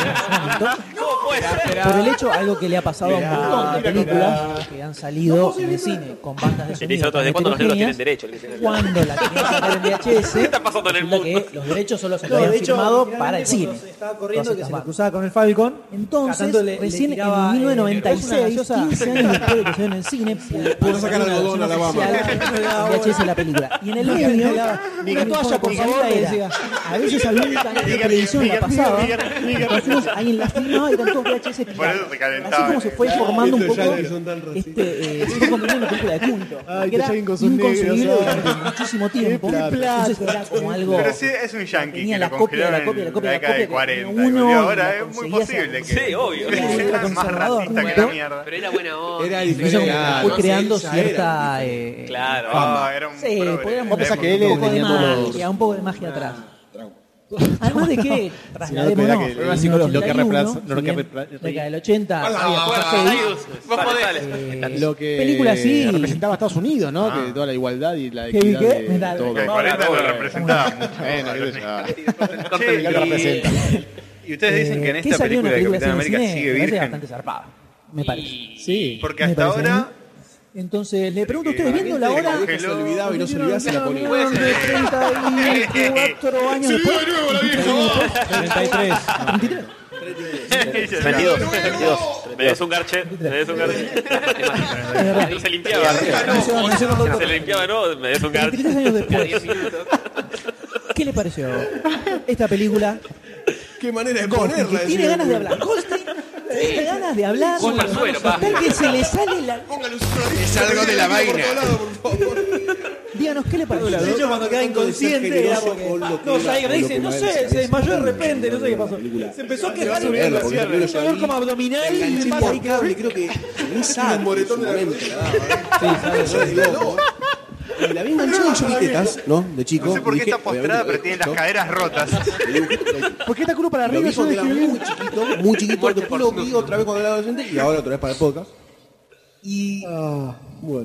Speaker 4: ¿Cómo puede ser?
Speaker 2: Por el hecho, algo que le ha pasado a un montón de películas que han salido en el cine con bandas de
Speaker 4: Se
Speaker 2: sonido
Speaker 4: dice otro, ¿de cuándo los negros tienen
Speaker 2: heterogéneas,
Speaker 4: derecho? El que tiene-
Speaker 2: Cuando la tenías que sacar en
Speaker 4: <laughs>
Speaker 2: VHS,
Speaker 4: ¿Qué está pasando en el
Speaker 2: resulta
Speaker 4: mundo?
Speaker 2: que los derechos solo se
Speaker 5: No,
Speaker 2: los
Speaker 5: de
Speaker 2: habían
Speaker 5: hecho,
Speaker 2: firmado
Speaker 5: generalmente
Speaker 2: para el
Speaker 5: cuando
Speaker 2: cine.
Speaker 5: se estaba corriendo
Speaker 2: Todas
Speaker 5: que se
Speaker 2: estas
Speaker 5: lo cruzaba con el Falcon.
Speaker 2: Entonces,
Speaker 5: Cantando le- le
Speaker 2: recién
Speaker 5: tiraba,
Speaker 2: en
Speaker 5: eh,
Speaker 2: 1996,
Speaker 5: nerviosa.
Speaker 2: 15 años después de que se en el cine,
Speaker 9: Pudo sacar algodón a la bamba.
Speaker 2: VHS de la película. Y en el medio, una toalla, por favor, le decía. A veces algún canal de televisión la pasaba. Entonces, alguien la filmaba y eran todos VHS
Speaker 7: Por
Speaker 2: piratas.
Speaker 7: eso se calentaba.
Speaker 2: Así como se fue formando un
Speaker 9: Esto
Speaker 2: poco,
Speaker 9: ya que son tan racistas.
Speaker 2: este, eh, se fue convirtiendo en una película de culto.
Speaker 17: Ay,
Speaker 2: que
Speaker 17: que
Speaker 2: era
Speaker 17: ya incos son
Speaker 2: inconcebible
Speaker 17: negros, ay.
Speaker 2: durante muchísimo tiempo.
Speaker 17: Qué plata.
Speaker 2: Entonces era como algo...
Speaker 7: Pero sí, es un yankee
Speaker 2: Tenía
Speaker 7: que
Speaker 2: la
Speaker 7: lo
Speaker 2: copia, la
Speaker 7: congelaron
Speaker 2: copia, la
Speaker 7: en
Speaker 2: copia,
Speaker 7: la
Speaker 2: la
Speaker 7: década
Speaker 2: copia.
Speaker 7: de 40. Y
Speaker 2: uno,
Speaker 7: ahora es
Speaker 2: lo
Speaker 7: muy
Speaker 2: conseguías
Speaker 7: posible
Speaker 2: a-
Speaker 7: que
Speaker 4: Sí, obvio.
Speaker 2: Era
Speaker 7: sea
Speaker 2: ultra
Speaker 7: más
Speaker 2: conservador,
Speaker 7: racista que
Speaker 2: ¿no?
Speaker 7: la mierda.
Speaker 3: Pero era buena onda.
Speaker 9: Era
Speaker 2: Y eso como
Speaker 9: diferente.
Speaker 2: que
Speaker 9: Ah,
Speaker 2: fue
Speaker 9: no,
Speaker 2: creando
Speaker 9: sí, ya era
Speaker 2: cierta... eh,
Speaker 4: Claro.
Speaker 7: Ah, era un
Speaker 2: Sí,
Speaker 7: progre.
Speaker 2: podríamos
Speaker 17: Vos pensás
Speaker 7: Era
Speaker 17: eh, que él
Speaker 2: un poco de
Speaker 17: tenía todos
Speaker 2: magia, un poco de magia atrás. Además de
Speaker 17: <laughs>
Speaker 2: que,
Speaker 17: era
Speaker 2: trasladémonos,
Speaker 17: que-
Speaker 2: en el
Speaker 17: lo que reemplaza-
Speaker 2: 81,
Speaker 17: lo que
Speaker 2: si bien
Speaker 17: reemplaza-
Speaker 2: década del 80, había
Speaker 3: Bueno,
Speaker 2: cosas ahí,
Speaker 3: Darius, vos
Speaker 4: Sale,
Speaker 3: podés.
Speaker 4: sale.
Speaker 2: eh,
Speaker 17: lo que
Speaker 2: película así.
Speaker 17: representaba a Estados Unidos, ¿no? Que toda la igualdad y la
Speaker 2: ¿Qué
Speaker 17: equidad
Speaker 2: vi qué?
Speaker 17: de
Speaker 2: Me da-
Speaker 17: todo.
Speaker 7: De 40 lo representaba
Speaker 17: Bueno, qué sé
Speaker 7: mucho.
Speaker 17: yo.
Speaker 7: Sí,
Speaker 17: ¿Qué
Speaker 7: y-
Speaker 17: representa?
Speaker 7: Y ustedes dicen que en
Speaker 2: eh,
Speaker 7: esta
Speaker 2: salió
Speaker 7: película
Speaker 2: una
Speaker 7: de Capitán
Speaker 2: así en
Speaker 7: América
Speaker 2: el cine?
Speaker 7: sigue
Speaker 2: Me parece
Speaker 7: virgen.
Speaker 2: bastante zarpada, me parece.
Speaker 17: Sí.
Speaker 7: Porque
Speaker 2: Me
Speaker 7: hasta
Speaker 2: parece,
Speaker 7: ahora.
Speaker 2: Entonces, le pregunto a ustedes,
Speaker 7: la
Speaker 2: viendo
Speaker 7: gente
Speaker 2: la
Speaker 7: le
Speaker 2: hora...
Speaker 7: congeló,
Speaker 9: Se olvidaba y no se olvidaba, se la ponía.
Speaker 2: Reunión de 34 años después.
Speaker 6: 33.
Speaker 4: 32, 32. Me des un garche, me des un garche. <laughs> No se limpiaba. Se limpiaba, no, me des un garche.
Speaker 2: 33 años después. ¿Qué le pareció esta película?
Speaker 9: Qué manera de
Speaker 2: El
Speaker 9: ponerla.
Speaker 2: que tiene
Speaker 9: decía.
Speaker 2: ganas de hablar. Goldstein tiene ganas de hablar.
Speaker 3: Ponla al suelo, pa.
Speaker 2: Tal que se le sale la.
Speaker 9: Es algo de la vaina.
Speaker 2: Díganos qué le pareció.
Speaker 6: De hecho, cuando queda inconsciente, era porque-
Speaker 9: Con lo que
Speaker 6: no
Speaker 9: era,
Speaker 6: sabía,
Speaker 9: con lo
Speaker 6: dice,
Speaker 9: que
Speaker 6: no
Speaker 9: era,
Speaker 6: sé,
Speaker 9: era,
Speaker 6: se desmayó de
Speaker 9: era,
Speaker 6: repente,
Speaker 9: era,
Speaker 6: no sé qué
Speaker 9: era,
Speaker 6: pasó.
Speaker 9: película.
Speaker 6: Se empezó a
Speaker 9: Te vas
Speaker 6: quejar
Speaker 9: a verla,
Speaker 6: y
Speaker 9: porque yo lo
Speaker 6: un dolor
Speaker 9: vi.
Speaker 6: como abdominal y le
Speaker 9: Enganché
Speaker 6: pasa
Speaker 9: por cable, creo que ni sabe moretón de momento, la daba, ¿eh? Yo digo, no. Y la vi enganchada en choriquetas, ¿no? De chico.
Speaker 7: No sé por
Speaker 9: y
Speaker 7: qué
Speaker 9: dije,
Speaker 7: está postrada,
Speaker 9: obviamente,
Speaker 7: pero tiene las
Speaker 9: ¿no?
Speaker 7: caderas rotas.
Speaker 17: ¿Por qué está culo para
Speaker 9: Lo
Speaker 17: arriba?
Speaker 9: vi
Speaker 17: Yo
Speaker 9: cuando
Speaker 17: dije, "Uh,
Speaker 9: era muy chiquito, muy chiquito, después lo vi otra vez cuando era adolescente y ahora otra vez para el podcast. Y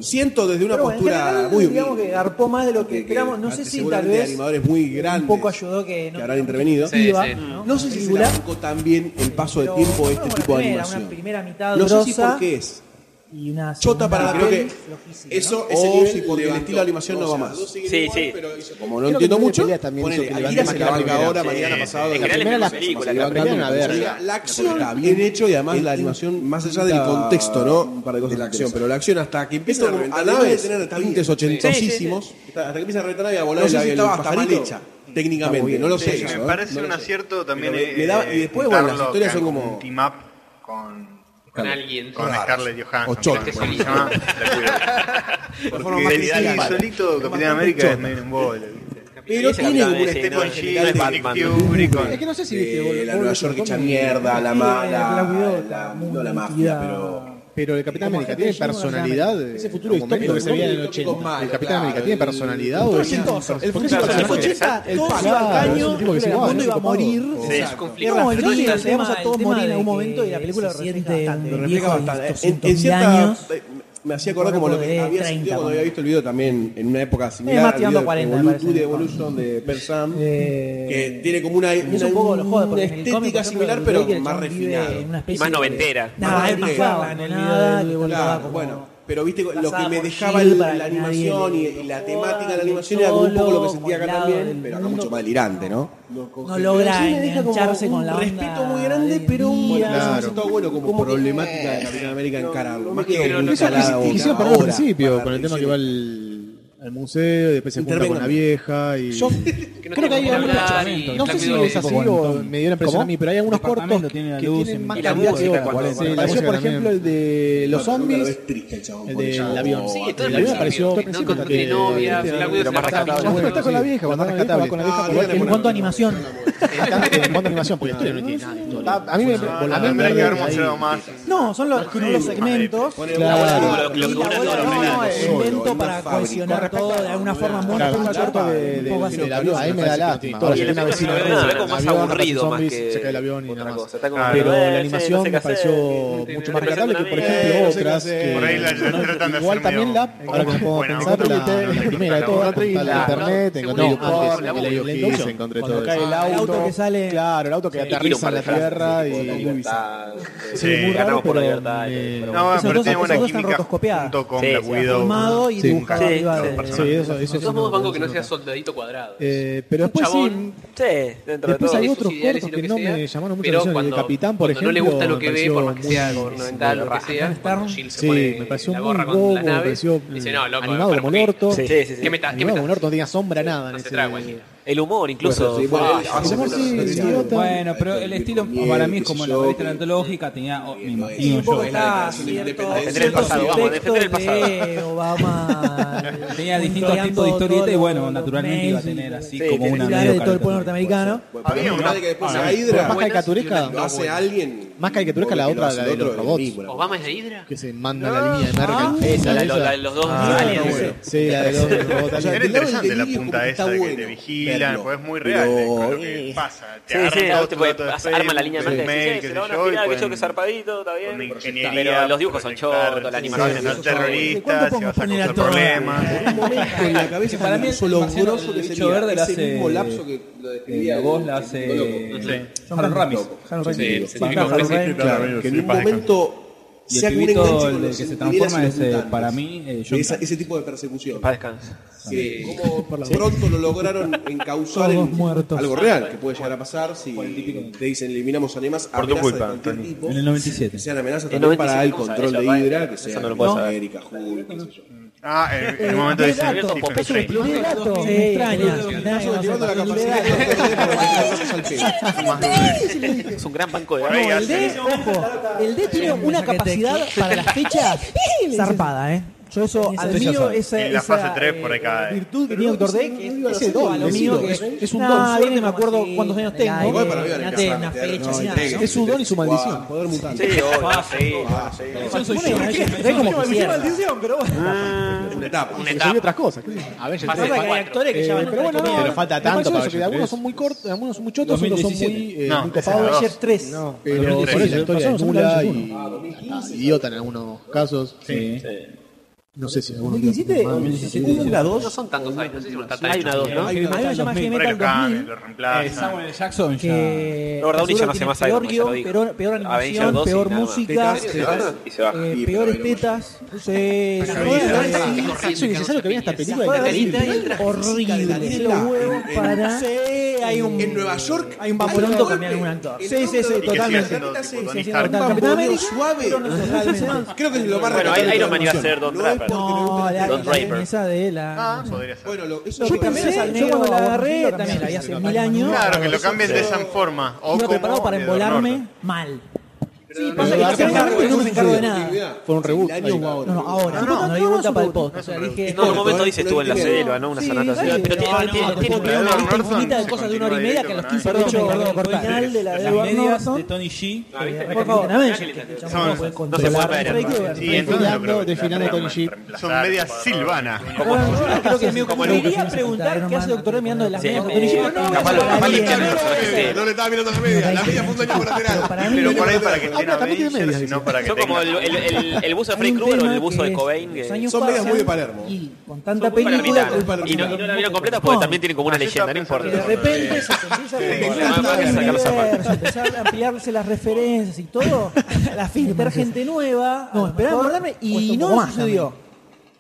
Speaker 9: siento desde una
Speaker 5: Pero bueno, en
Speaker 9: postura
Speaker 5: general,
Speaker 9: muy
Speaker 5: digamos
Speaker 9: humilde,
Speaker 5: que garpó más de lo
Speaker 9: que-
Speaker 5: que esperamos. No
Speaker 9: que
Speaker 5: sé si tal
Speaker 9: seguramente
Speaker 5: vez
Speaker 9: animadores muy grandes
Speaker 5: un poco ayudó que no
Speaker 9: que habrán intervenido.
Speaker 3: Sí,
Speaker 2: Iba,
Speaker 3: sí.
Speaker 2: ¿no?
Speaker 9: No sé si se le
Speaker 2: Película.
Speaker 9: arrancó tan bien el paso de
Speaker 5: Pero
Speaker 9: tiempo a
Speaker 5: fue
Speaker 9: este
Speaker 5: una
Speaker 9: tipo de
Speaker 5: primera,
Speaker 9: animación.
Speaker 5: Una primera mitad
Speaker 9: No sé si
Speaker 5: grosa
Speaker 9: por qué es.
Speaker 2: Y una
Speaker 9: Chota
Speaker 2: segunda
Speaker 9: para creo que
Speaker 2: peli flojísima, ¿no?
Speaker 9: eso, ese nivel, si por el estilo de animación no va más.
Speaker 4: Sí,
Speaker 9: Como
Speaker 4: sí.
Speaker 9: no
Speaker 17: Creo que
Speaker 9: entiendo
Speaker 17: tiene
Speaker 9: mucho,
Speaker 17: peleas también,
Speaker 9: ponele,
Speaker 17: eso que
Speaker 9: Akira
Speaker 17: levantan
Speaker 9: se la
Speaker 17: la
Speaker 9: banca
Speaker 17: primera.
Speaker 9: ahora,
Speaker 17: Sí,
Speaker 9: mañana
Speaker 4: sí.
Speaker 9: pasado.
Speaker 4: En
Speaker 9: la
Speaker 4: general
Speaker 9: primera.
Speaker 4: es
Speaker 17: la
Speaker 4: una película,
Speaker 17: la
Speaker 9: Pero
Speaker 4: la
Speaker 17: primera
Speaker 9: no,
Speaker 17: a
Speaker 9: o sea,
Speaker 17: ver.
Speaker 9: La acción está bien hecho y además la animación, más allá del contexto, ¿no? de la acción, pero la acción hasta que empieza a reventar naves, tener tintes ochentosísimos, hasta que empieza a reventar naves y a volar
Speaker 5: No
Speaker 9: el
Speaker 5: sé si
Speaker 9: avión,
Speaker 5: estaba
Speaker 9: el
Speaker 5: hasta
Speaker 9: pajarito.
Speaker 5: mal hecha,
Speaker 9: técnicamente, no lo sé.
Speaker 7: Sí,
Speaker 9: eso,
Speaker 7: me
Speaker 9: ¿eh?
Speaker 7: parece
Speaker 9: No lo
Speaker 7: un
Speaker 9: sé.
Speaker 7: acierto también.
Speaker 9: Pero me- me
Speaker 7: eh,
Speaker 9: daba- y después, bueno, las
Speaker 7: juntarlo
Speaker 9: historias son
Speaker 7: con
Speaker 9: como-
Speaker 7: Un team up con.
Speaker 3: Con alguien.
Speaker 7: Con Scarlett Johansson.
Speaker 9: O Chota,
Speaker 7: creo que
Speaker 3: por
Speaker 7: se llama. La cuido.
Speaker 9: forma
Speaker 7: Porque
Speaker 9: más
Speaker 7: el- el
Speaker 9: cristiana.
Speaker 7: solito Capitán América es medio un bolo, ¿viste?
Speaker 9: Pero tiene como un
Speaker 4: Sí,
Speaker 9: estilo
Speaker 4: no,
Speaker 7: Con
Speaker 4: es
Speaker 7: G, con
Speaker 9: general de-
Speaker 4: Batman.
Speaker 7: Nick Fury, con-
Speaker 17: Es que no sé si viste.
Speaker 9: de
Speaker 17: boludo,
Speaker 9: la
Speaker 17: boludo,
Speaker 9: Nueva York
Speaker 17: ¿cómo?
Speaker 9: hecha mierda, la mala,
Speaker 17: Black Widow,
Speaker 9: la-
Speaker 17: muy
Speaker 9: no la mafia,
Speaker 17: mentira.
Speaker 9: pero...
Speaker 17: Pero el Capitán América tiene
Speaker 2: Como gente
Speaker 17: personalidad.
Speaker 2: Ese
Speaker 17: futuro
Speaker 9: distópico
Speaker 17: que se veía en el
Speaker 9: distópico
Speaker 17: 80.
Speaker 9: malo,
Speaker 17: El Capitán América
Speaker 9: claro,
Speaker 17: tiene
Speaker 9: el-
Speaker 17: personalidad o es un
Speaker 2: El
Speaker 17: personaje?
Speaker 2: el todo iba al
Speaker 17: Claro, es
Speaker 2: caño,
Speaker 17: un tipo que se
Speaker 2: el
Speaker 17: va,
Speaker 2: mundo
Speaker 17: es
Speaker 2: iba a
Speaker 17: un copado.
Speaker 2: morir.
Speaker 3: Sí, es conflicto.
Speaker 2: Éramos
Speaker 3: Pero
Speaker 2: el líder,
Speaker 3: sí,
Speaker 2: íbamos a todos
Speaker 5: el tema
Speaker 2: morir en algún
Speaker 5: de
Speaker 2: momento y la
Speaker 5: que
Speaker 2: película lo
Speaker 5: se
Speaker 2: refleja
Speaker 5: siente
Speaker 2: bastante.
Speaker 5: un
Speaker 2: El
Speaker 9: refleja
Speaker 2: viejo de
Speaker 9: bastante.
Speaker 2: estos
Speaker 9: En, en
Speaker 2: 100.000
Speaker 9: cierta-
Speaker 2: años,
Speaker 9: eh, me hacía acordar como lo que
Speaker 2: de
Speaker 9: había
Speaker 2: 30,
Speaker 9: sentido cuando
Speaker 2: ponele.
Speaker 9: había visto el video también en una época
Speaker 2: Eh, más
Speaker 9: similar. al
Speaker 2: tirando
Speaker 9: video
Speaker 2: 40,
Speaker 9: de
Speaker 2: me parece,
Speaker 9: Evolu- de
Speaker 2: en el
Speaker 9: Evolution de Per Sam,
Speaker 2: Eh,
Speaker 9: que tiene como una,
Speaker 2: Es un poco lo jode,
Speaker 9: una
Speaker 2: porque en el
Speaker 9: estética
Speaker 2: cómic, por ejemplo,
Speaker 9: similar,
Speaker 2: el
Speaker 9: pero
Speaker 2: Joker, el
Speaker 9: más
Speaker 2: chabón vive
Speaker 9: refinada.
Speaker 2: en una especie
Speaker 4: Y más
Speaker 2: de-
Speaker 4: noventera.
Speaker 2: Nada,
Speaker 9: Más
Speaker 2: él
Speaker 9: noventera.
Speaker 2: bajaba, en el nada, que
Speaker 9: Claro,
Speaker 2: volvaba como-
Speaker 9: bueno, pero viste, lo que
Speaker 2: pasaba
Speaker 9: me
Speaker 2: por
Speaker 9: dejaba
Speaker 2: Shield
Speaker 9: el-
Speaker 2: para
Speaker 9: la
Speaker 2: que nadie
Speaker 9: animación y,
Speaker 2: lo
Speaker 9: y la
Speaker 2: joda,
Speaker 9: temática de la
Speaker 2: el
Speaker 9: animación era como un poco lo que
Speaker 2: solo,
Speaker 9: sentía acá
Speaker 2: como el lado
Speaker 9: también,
Speaker 2: del
Speaker 9: pero acá
Speaker 2: mundo.
Speaker 9: mucho más delirante, ¿no?
Speaker 2: No logra
Speaker 9: Sí, me deja como
Speaker 2: engancharse
Speaker 9: un
Speaker 2: con la onda.
Speaker 9: respeto muy grande, pero un
Speaker 2: hoy en día.
Speaker 9: claro. todo bueno como, problemática de Capitán América encararlo. Más que
Speaker 3: pero no
Speaker 9: una
Speaker 3: sé,
Speaker 9: calada
Speaker 17: Y
Speaker 9: otra,
Speaker 17: quisieron parar al
Speaker 9: ahora,
Speaker 17: principio
Speaker 9: para
Speaker 17: con el tema que
Speaker 9: reaccionar.
Speaker 17: va al, al al museo y después se junta con la vieja y...
Speaker 2: Yo creo que hay algún departamento.
Speaker 17: No sé si es así o me dio la impresión a mí, pero hay algunos cortos que
Speaker 6: tiene la luz
Speaker 17: tienen
Speaker 6: en-
Speaker 17: más
Speaker 6: y la
Speaker 17: calidad que
Speaker 6: música
Speaker 17: otros.
Speaker 6: cuando-
Speaker 17: Sí,
Speaker 6: cuando
Speaker 17: Yo, por
Speaker 6: aparece
Speaker 17: ejemplo, el de los zombies, el del
Speaker 9: chabón. Sí,
Speaker 17: avión. El
Speaker 9: todo el
Speaker 17: del avión
Speaker 9: principio.
Speaker 17: apareció al
Speaker 9: No
Speaker 17: principio
Speaker 9: con-
Speaker 17: porque-
Speaker 9: tiene novia,
Speaker 17: Sí,
Speaker 9: la
Speaker 17: sí,
Speaker 9: cuida
Speaker 17: lo
Speaker 9: se la
Speaker 17: más rescatable.
Speaker 9: está-
Speaker 17: Cuando está con la vieja, cuando está con la vieja, va con la vieja por
Speaker 2: En
Speaker 17: cualquier-
Speaker 2: cuanto a animación,
Speaker 17: en cuanto a animación, porque la historia no tiene nada. de todo. A mí me
Speaker 7: A mí me que haber mostrado más.
Speaker 2: no, son los, son los segmentos.
Speaker 17: Claro.
Speaker 2: Y la bola no, es un invento para cohesionar todo de alguna forma
Speaker 17: Claro,
Speaker 2: monstruosa.
Speaker 17: un corto de, de,
Speaker 2: un poco
Speaker 17: de,
Speaker 2: así.
Speaker 17: del avión, ahí me da lástima. Toda la
Speaker 4: Y el
Speaker 17: escena
Speaker 4: efecto
Speaker 17: vecina
Speaker 4: se ve-
Speaker 17: de-
Speaker 4: se ve
Speaker 17: del
Speaker 4: como más
Speaker 17: avión,
Speaker 4: aburrido
Speaker 17: aparecen
Speaker 4: más
Speaker 17: zombies,
Speaker 4: que
Speaker 17: se cae el avión y nada
Speaker 4: otra
Speaker 17: más.
Speaker 4: cosa. Está como
Speaker 17: Pero
Speaker 4: medio, eh,
Speaker 17: la
Speaker 4: sí,
Speaker 17: animación
Speaker 4: no sé qué
Speaker 17: me pareció
Speaker 4: hacer. Sí,
Speaker 17: mucho más
Speaker 4: me parece
Speaker 17: rescatable que,
Speaker 4: una
Speaker 17: por
Speaker 4: mierda.
Speaker 17: ejemplo, otras
Speaker 7: Por ahí la
Speaker 17: que...
Speaker 7: tratan de hacer
Speaker 17: Igual también
Speaker 7: medio-
Speaker 17: la, ahora que puedo
Speaker 7: Bueno,
Speaker 17: pensar,
Speaker 7: encontré
Speaker 17: la,
Speaker 7: un-
Speaker 17: la primera de todas,
Speaker 7: encontré
Speaker 17: está
Speaker 7: la-
Speaker 17: la internet, encontré
Speaker 24: no, antes,
Speaker 17: YouTube,
Speaker 24: la
Speaker 17: la
Speaker 24: Google
Speaker 17: introducción.
Speaker 24: Keys, encontré
Speaker 17: Cuando
Speaker 24: todo
Speaker 17: cae
Speaker 24: eso.
Speaker 17: el
Speaker 2: Ah, el
Speaker 17: auto,
Speaker 2: auto que sale-
Speaker 17: claro, el auto que aterriza en la tierra y...
Speaker 7: Sí,
Speaker 17: muy raro,
Speaker 4: ganamos por la
Speaker 17: pero,
Speaker 4: libertad. eh, pero
Speaker 7: No,
Speaker 4: bueno.
Speaker 2: Esos
Speaker 7: pero
Speaker 2: dos-
Speaker 7: tiene buena
Speaker 2: esos dos están
Speaker 7: química
Speaker 2: rotoscopiadas.
Speaker 7: junto con
Speaker 4: Sí,
Speaker 7: la
Speaker 4: sí.
Speaker 7: cuidado.
Speaker 2: Filmado y
Speaker 17: Sí,
Speaker 2: dibujado
Speaker 4: sí,
Speaker 2: arriba
Speaker 4: sí,
Speaker 2: de-
Speaker 7: sí.
Speaker 17: Sí, eso, eso
Speaker 3: Yo
Speaker 17: sí
Speaker 3: somos
Speaker 17: no-
Speaker 3: banco que no
Speaker 17: se
Speaker 3: sea
Speaker 17: nota.
Speaker 3: soldadito cuadrado.
Speaker 17: Eh, pero después sí,
Speaker 3: chabón,
Speaker 4: Sí, dentro de
Speaker 17: Después
Speaker 4: todo.
Speaker 17: hay
Speaker 3: sus
Speaker 17: otros
Speaker 3: ideales y
Speaker 17: cortos
Speaker 3: lo
Speaker 17: que
Speaker 3: que
Speaker 17: no
Speaker 3: sea,
Speaker 17: me llamaron mucho la
Speaker 3: Pero
Speaker 17: atención. El
Speaker 3: cuando,
Speaker 17: de Capitán, por
Speaker 3: cuando no
Speaker 17: ejemplo.
Speaker 3: le gusta lo que
Speaker 17: me
Speaker 3: ve, por más que
Speaker 17: pareció
Speaker 3: sea
Speaker 17: muy-
Speaker 3: gubernamental, lo que sea, cuando Jill se
Speaker 17: Sí,
Speaker 3: pone
Speaker 17: me pareció
Speaker 3: la
Speaker 17: muy
Speaker 3: gorra
Speaker 17: bobo,
Speaker 3: con la
Speaker 17: me
Speaker 3: nave,
Speaker 17: pareció
Speaker 3: dice, no, loco,
Speaker 17: animado
Speaker 3: para
Speaker 17: como
Speaker 3: mí,
Speaker 17: el orto.
Speaker 4: Sí, sí, sí, sí.
Speaker 3: ¿Qué me estás? ¿Qué me
Speaker 17: Animado como el orto,
Speaker 3: estás?
Speaker 17: no tenía sombra nada. en
Speaker 3: No se
Speaker 17: ese-
Speaker 3: traga cualquiera.
Speaker 4: El humor, incluso.
Speaker 9: Bueno, sí, bueno,
Speaker 4: Ah,
Speaker 9: él
Speaker 17: El
Speaker 9: hace
Speaker 17: humor sí,
Speaker 9: cosas
Speaker 17: idiota.
Speaker 6: Bueno, pero el estilo para mí es como la varita antológica, tenía, oh, me
Speaker 2: Y
Speaker 6: imagino
Speaker 2: un poco
Speaker 6: yo,
Speaker 2: está
Speaker 9: declaración de
Speaker 2: cierto,
Speaker 9: independencia.
Speaker 4: Defender el pasado, vamos,
Speaker 2: ciertos
Speaker 4: defender el pasado.
Speaker 2: aspectos de Obama.
Speaker 6: tenía distintos tipos de historietas y bueno, naturalmente iba a tener así
Speaker 4: Sí,
Speaker 6: como
Speaker 4: tiene
Speaker 6: una
Speaker 2: Una de todo el pueblo
Speaker 6: medio
Speaker 2: norteamericano.
Speaker 9: Había una de que después
Speaker 7: Ah,
Speaker 9: a
Speaker 17: Pero
Speaker 9: Hydra
Speaker 17: Más caricaturesca,
Speaker 9: lo hace alguien.
Speaker 17: más caricaturesca la otra, la de los robots.
Speaker 3: ¿Obama es de Hydra?
Speaker 17: Que se manda la línea de
Speaker 2: Ah,
Speaker 17: marca.
Speaker 4: esa,
Speaker 17: Esa,
Speaker 4: la-
Speaker 17: esa.
Speaker 4: la- los dos
Speaker 17: Ah,
Speaker 4: aliens.
Speaker 17: está bueno. Sí, la de los robots.
Speaker 7: Era
Speaker 9: del lado del
Speaker 7: interesante la
Speaker 9: delirio como
Speaker 7: punta
Speaker 9: que
Speaker 7: esa
Speaker 9: está
Speaker 7: de que
Speaker 9: bueno
Speaker 7: te vigilan,
Speaker 9: verlo. <laughs>
Speaker 7: pues es muy real eh, con lo que
Speaker 4: eh,
Speaker 7: pasa.
Speaker 4: Sí, sí,
Speaker 7: arma
Speaker 4: no,
Speaker 7: otro
Speaker 4: tipo,
Speaker 7: dato de
Speaker 4: arma la línea de
Speaker 7: Facebook,
Speaker 4: marca y
Speaker 7: mail,
Speaker 4: dice, sí,
Speaker 7: qué
Speaker 4: se
Speaker 7: sé
Speaker 4: lo van a
Speaker 7: yo, y
Speaker 4: tirar, que yo
Speaker 7: pueden-
Speaker 4: que zarpadito, está
Speaker 7: con
Speaker 4: bien.
Speaker 7: ingeniería,
Speaker 4: Pero los dibujos son
Speaker 7: proyectar,
Speaker 4: chotos, las
Speaker 7: sí,
Speaker 4: animaciones
Speaker 7: sí,
Speaker 4: no
Speaker 7: son
Speaker 4: son
Speaker 7: terroristas, se vas a
Speaker 2: poner a
Speaker 7: causar
Speaker 2: todo?
Speaker 7: problemas.
Speaker 9: En la cabeza
Speaker 6: Para mí el
Speaker 9: incluso lo
Speaker 6: marciano
Speaker 9: grosso que
Speaker 6: del
Speaker 9: sería
Speaker 6: bicho verde la
Speaker 9: ese
Speaker 6: hace-
Speaker 9: mismo lapso que lo describía
Speaker 6: La
Speaker 9: el-
Speaker 6: voz la
Speaker 9: el
Speaker 6: hace
Speaker 9: loco.
Speaker 6: Harold Ramis.
Speaker 9: Harold
Speaker 6: Harold
Speaker 9: Ramis.
Speaker 6: Ramis.
Speaker 9: Sí,
Speaker 6: Banca
Speaker 9: Harold
Speaker 6: Harold
Speaker 9: Ramis,
Speaker 6: Ramis.
Speaker 9: claro, que en un momento
Speaker 6: Y
Speaker 9: se
Speaker 6: el
Speaker 9: haga un
Speaker 6: pibito
Speaker 9: enganche
Speaker 6: el
Speaker 9: con
Speaker 6: que
Speaker 9: los
Speaker 6: se
Speaker 9: ingenieros
Speaker 6: transforma es eh,
Speaker 9: mutantes.
Speaker 6: para mí eh,
Speaker 9: De
Speaker 6: John
Speaker 9: esa-
Speaker 6: Carter.
Speaker 9: ese tipo de persecución.
Speaker 4: Para descanso.
Speaker 9: Que como pronto lo lograron encauzar
Speaker 2: Todos
Speaker 9: en
Speaker 2: muertos.
Speaker 9: algo real que puede llegar a pasar si te dicen eliminamos animas
Speaker 7: Por tu
Speaker 9: amenazas de
Speaker 7: culpa,
Speaker 9: cualquier
Speaker 7: Tony.
Speaker 9: tipo.
Speaker 6: En el 97.
Speaker 9: Que sean amenazas
Speaker 4: En
Speaker 9: también para
Speaker 4: 97,
Speaker 9: el
Speaker 4: ¿cómo
Speaker 9: control de
Speaker 4: sabes? Eso
Speaker 9: Hydra,
Speaker 4: va,
Speaker 9: que
Speaker 4: eso
Speaker 9: sea
Speaker 4: no lo puedo saber.
Speaker 9: América, Hulk, qué sé yo.
Speaker 7: Ah, en- en un momento dice,
Speaker 2: Gato,
Speaker 7: tipo,
Speaker 2: Popeye
Speaker 7: sí,
Speaker 2: me explotó el gato,
Speaker 6: Sí.
Speaker 2: me extraña.
Speaker 6: Sí.
Speaker 2: Nada que
Speaker 9: Estamos
Speaker 2: hacer.
Speaker 9: activando la
Speaker 2: Y
Speaker 9: capacidad de
Speaker 2: le da-
Speaker 9: los para que te cosas al pecho.
Speaker 4: Es un gran banco de
Speaker 7: Por ahí
Speaker 4: datos.
Speaker 2: El D, ojo, el D tiene una capacidad para las fechas zarpada, ¿eh? Yo eso admiro esa,
Speaker 7: En la
Speaker 2: esa,
Speaker 7: fase tres
Speaker 2: eh,
Speaker 7: por ahí cae.
Speaker 2: virtud que tiene Doctor D, que es
Speaker 17: Ese
Speaker 2: ese don,
Speaker 17: don,
Speaker 2: lo mío,
Speaker 17: decilo,
Speaker 2: que es,
Speaker 17: es-
Speaker 2: es un don.
Speaker 17: Nah,
Speaker 2: Suerte
Speaker 17: viene
Speaker 2: me acuerdo cuántos años tengo.
Speaker 9: Igual para mí,
Speaker 2: una,
Speaker 9: Alejandro,
Speaker 2: te- una
Speaker 9: te-
Speaker 2: fecha,
Speaker 9: no,
Speaker 2: ni nada,
Speaker 9: te-
Speaker 2: ¿no?
Speaker 17: Es su don y su maldición, poder
Speaker 4: Sí,
Speaker 17: mutante.
Speaker 4: obvio, sí, sí.
Speaker 6: Yo soy yo.
Speaker 2: Bueno, es- es como quisiera.
Speaker 9: Una etapa.
Speaker 3: Una
Speaker 17: Yo vi
Speaker 3: etapa.
Speaker 17: otras cosas. claro. A ver, yo
Speaker 3: Pasa
Speaker 17: te-
Speaker 3: que hay
Speaker 17: Eh,
Speaker 2: actores que ya van
Speaker 17: Pero bueno,
Speaker 2: otra
Speaker 17: no,
Speaker 2: comida.
Speaker 17: pero falta tanto para que algunos son muy cortos, algunos son muy chotos, otros son muy
Speaker 6: 2017.
Speaker 17: eh,
Speaker 7: No,
Speaker 17: muy
Speaker 7: esa
Speaker 17: copados.
Speaker 2: Ayer 3.
Speaker 17: Pero por
Speaker 7: 2013.
Speaker 17: eso la historia es
Speaker 6: Pasamos
Speaker 17: nula
Speaker 6: a
Speaker 17: y
Speaker 2: Ah,
Speaker 17: idiota Ah, en algunos casos.
Speaker 6: Sí.
Speaker 17: No sé si en algunos.
Speaker 2: 2017 hubo una
Speaker 3: No
Speaker 2: 2.
Speaker 3: son tantos años, no sé si son tantos
Speaker 4: Hay
Speaker 3: años.
Speaker 4: una dos, ¿no?
Speaker 2: Hay una que se llama Heavy
Speaker 7: por ahí
Speaker 2: Metal
Speaker 7: lo cambian,
Speaker 2: 2000.
Speaker 7: lo reemplazan.
Speaker 6: Samuel Jackson ya.
Speaker 2: que
Speaker 4: No, Robert Downey ya no hace
Speaker 2: tiene
Speaker 4: más
Speaker 2: peor
Speaker 4: Iron Man, ya lo
Speaker 2: guión,
Speaker 4: dijo.
Speaker 2: peor, peor
Speaker 4: Avengers
Speaker 2: animación,
Speaker 4: 2 y
Speaker 2: peor
Speaker 4: nada más.
Speaker 2: música,
Speaker 4: Y se baja.
Speaker 2: eh,
Speaker 9: Y
Speaker 2: peores
Speaker 9: pero-
Speaker 2: tetas. Sí, se
Speaker 9: Iron Man.
Speaker 2: jodan, sí.
Speaker 3: Qué corriente,
Speaker 17: Eso es necesario que veía esta película.
Speaker 2: Jodan,
Speaker 17: era
Speaker 2: sí,
Speaker 17: terrible.
Speaker 2: Horrible. Tiene los huevos
Speaker 9: En-
Speaker 2: para. Sí, hay un.
Speaker 9: En Nueva York
Speaker 2: Hay un vaporón
Speaker 9: golpe
Speaker 2: cambiar algún actor.
Speaker 9: en
Speaker 2: Sí, sí, sí,
Speaker 9: otro-
Speaker 2: totalmente.
Speaker 7: haciendo,
Speaker 9: Sí,
Speaker 7: tipo,
Speaker 9: sí, sí,
Speaker 7: Tony
Speaker 9: un
Speaker 2: Stark.
Speaker 9: vaporón
Speaker 2: Capitán
Speaker 9: suave.
Speaker 2: Totalmente.
Speaker 9: Creo que es lo más
Speaker 4: Bueno,
Speaker 9: rescatable
Speaker 4: Iron
Speaker 9: de
Speaker 4: Man
Speaker 9: la
Speaker 4: iba a
Speaker 9: animación.
Speaker 4: ser Don
Speaker 9: No es
Speaker 4: Draper.
Speaker 9: porque me
Speaker 2: No,
Speaker 9: guste
Speaker 2: la,
Speaker 9: la
Speaker 4: Don
Speaker 2: la
Speaker 4: Draper.
Speaker 2: esa de la.
Speaker 7: Ah, podría ser.
Speaker 9: Bueno, lo- eso
Speaker 2: Yo
Speaker 9: lo
Speaker 2: pensé,
Speaker 9: pensé.
Speaker 2: yo cuando la agarré,
Speaker 9: Bueno,
Speaker 2: también la vi hace
Speaker 9: pero
Speaker 2: mil años.
Speaker 7: Claro, que lo cambien de esa forma. O
Speaker 2: Iba
Speaker 7: como
Speaker 2: preparado para
Speaker 7: de Edward
Speaker 2: embolarme
Speaker 7: Norton.
Speaker 2: mal.
Speaker 9: Sí,
Speaker 2: pasa
Speaker 17: que
Speaker 9: se
Speaker 17: no me
Speaker 9: encargo,
Speaker 17: encargo de
Speaker 2: nada.
Speaker 9: continuidad.
Speaker 17: Fue un reboot.
Speaker 9: El año
Speaker 17: Ahí va.
Speaker 9: o ahora.
Speaker 2: No, no, ahora. No, no, di vuelta para el post. O sea, dije.
Speaker 4: Eh, No, en un momento
Speaker 9: no,
Speaker 4: dice
Speaker 9: no,
Speaker 4: estuvo en la
Speaker 9: no,
Speaker 4: selva, ¿no? Una
Speaker 2: Sí,
Speaker 4: sanata
Speaker 2: dale, pero
Speaker 4: así. Pero
Speaker 2: tiene- tiene- tiene
Speaker 4: tiene-
Speaker 2: un una lista
Speaker 7: Edward
Speaker 2: infinita de
Speaker 7: Norton
Speaker 2: cosas de
Speaker 7: se
Speaker 2: una hora y
Speaker 7: continúa
Speaker 2: media
Speaker 7: directo
Speaker 2: que a los
Speaker 7: con
Speaker 2: 15
Speaker 7: Iron
Speaker 2: minutos
Speaker 6: Man.
Speaker 2: me acordé de
Speaker 6: Perdón,
Speaker 2: cortar. final de la de eh,
Speaker 6: Las
Speaker 2: Edward
Speaker 6: medias de
Speaker 2: Norton.
Speaker 6: Tony G.
Speaker 2: Por favor, Avengers, que ya
Speaker 7: Son-
Speaker 2: no puede
Speaker 4: No se puede
Speaker 2: controlar.
Speaker 4: ver.
Speaker 2: Drake
Speaker 4: hermano.
Speaker 2: Weber.
Speaker 7: Sí, entonces yo creo que
Speaker 17: Definando
Speaker 7: la
Speaker 17: Tony
Speaker 7: Iron
Speaker 17: Sheep.
Speaker 7: Man reemplazar, Son medias silvana.
Speaker 2: Creo que es medio
Speaker 4: Como
Speaker 2: como
Speaker 4: el-
Speaker 2: Iría a preguntar qué hace Doctor D mirando de las
Speaker 4: Sí,
Speaker 2: medias de
Speaker 4: eh,
Speaker 2: Tony G, pero no,
Speaker 4: capaz
Speaker 2: no,
Speaker 4: lo-
Speaker 2: no,
Speaker 4: capaz lo
Speaker 2: no,
Speaker 4: hincharon
Speaker 2: no,
Speaker 4: los personajes.
Speaker 9: No le estaba mirando las medias. La media fue un daño
Speaker 2: Pero
Speaker 9: colateral.
Speaker 2: para mí,
Speaker 7: Pero por ahí para que estén
Speaker 17: Ah, pero también tiene
Speaker 7: Avengers y
Speaker 17: medias,
Speaker 7: no para que
Speaker 4: Son como
Speaker 7: tengan...
Speaker 4: el, el, el, el buzo de
Speaker 2: hay
Speaker 4: Freddy
Speaker 2: un
Speaker 4: Krueger o
Speaker 2: tema
Speaker 4: el buzo
Speaker 2: que
Speaker 4: de
Speaker 2: es-
Speaker 4: Cobain. que-
Speaker 2: los años
Speaker 9: Son medias muy de
Speaker 2: pasan
Speaker 9: Palermo.
Speaker 2: Y con
Speaker 4: Son
Speaker 2: tanta
Speaker 4: muy
Speaker 2: película.
Speaker 4: palermitanas. Y no, y no la vieron completa porque también tienen como una
Speaker 7: Yo
Speaker 4: leyenda,
Speaker 7: estaba
Speaker 4: no importa.
Speaker 2: Que de
Speaker 7: pensando-
Speaker 2: repente se te empieza a
Speaker 4: Bueno,
Speaker 2: complejizar
Speaker 4: vamos a
Speaker 2: el
Speaker 4: sacar los zapatos.
Speaker 2: universo, empezar a ampliarse las referencias y todo, la filtrar gente nueva. No, esperá, acordarme, y no sucedió.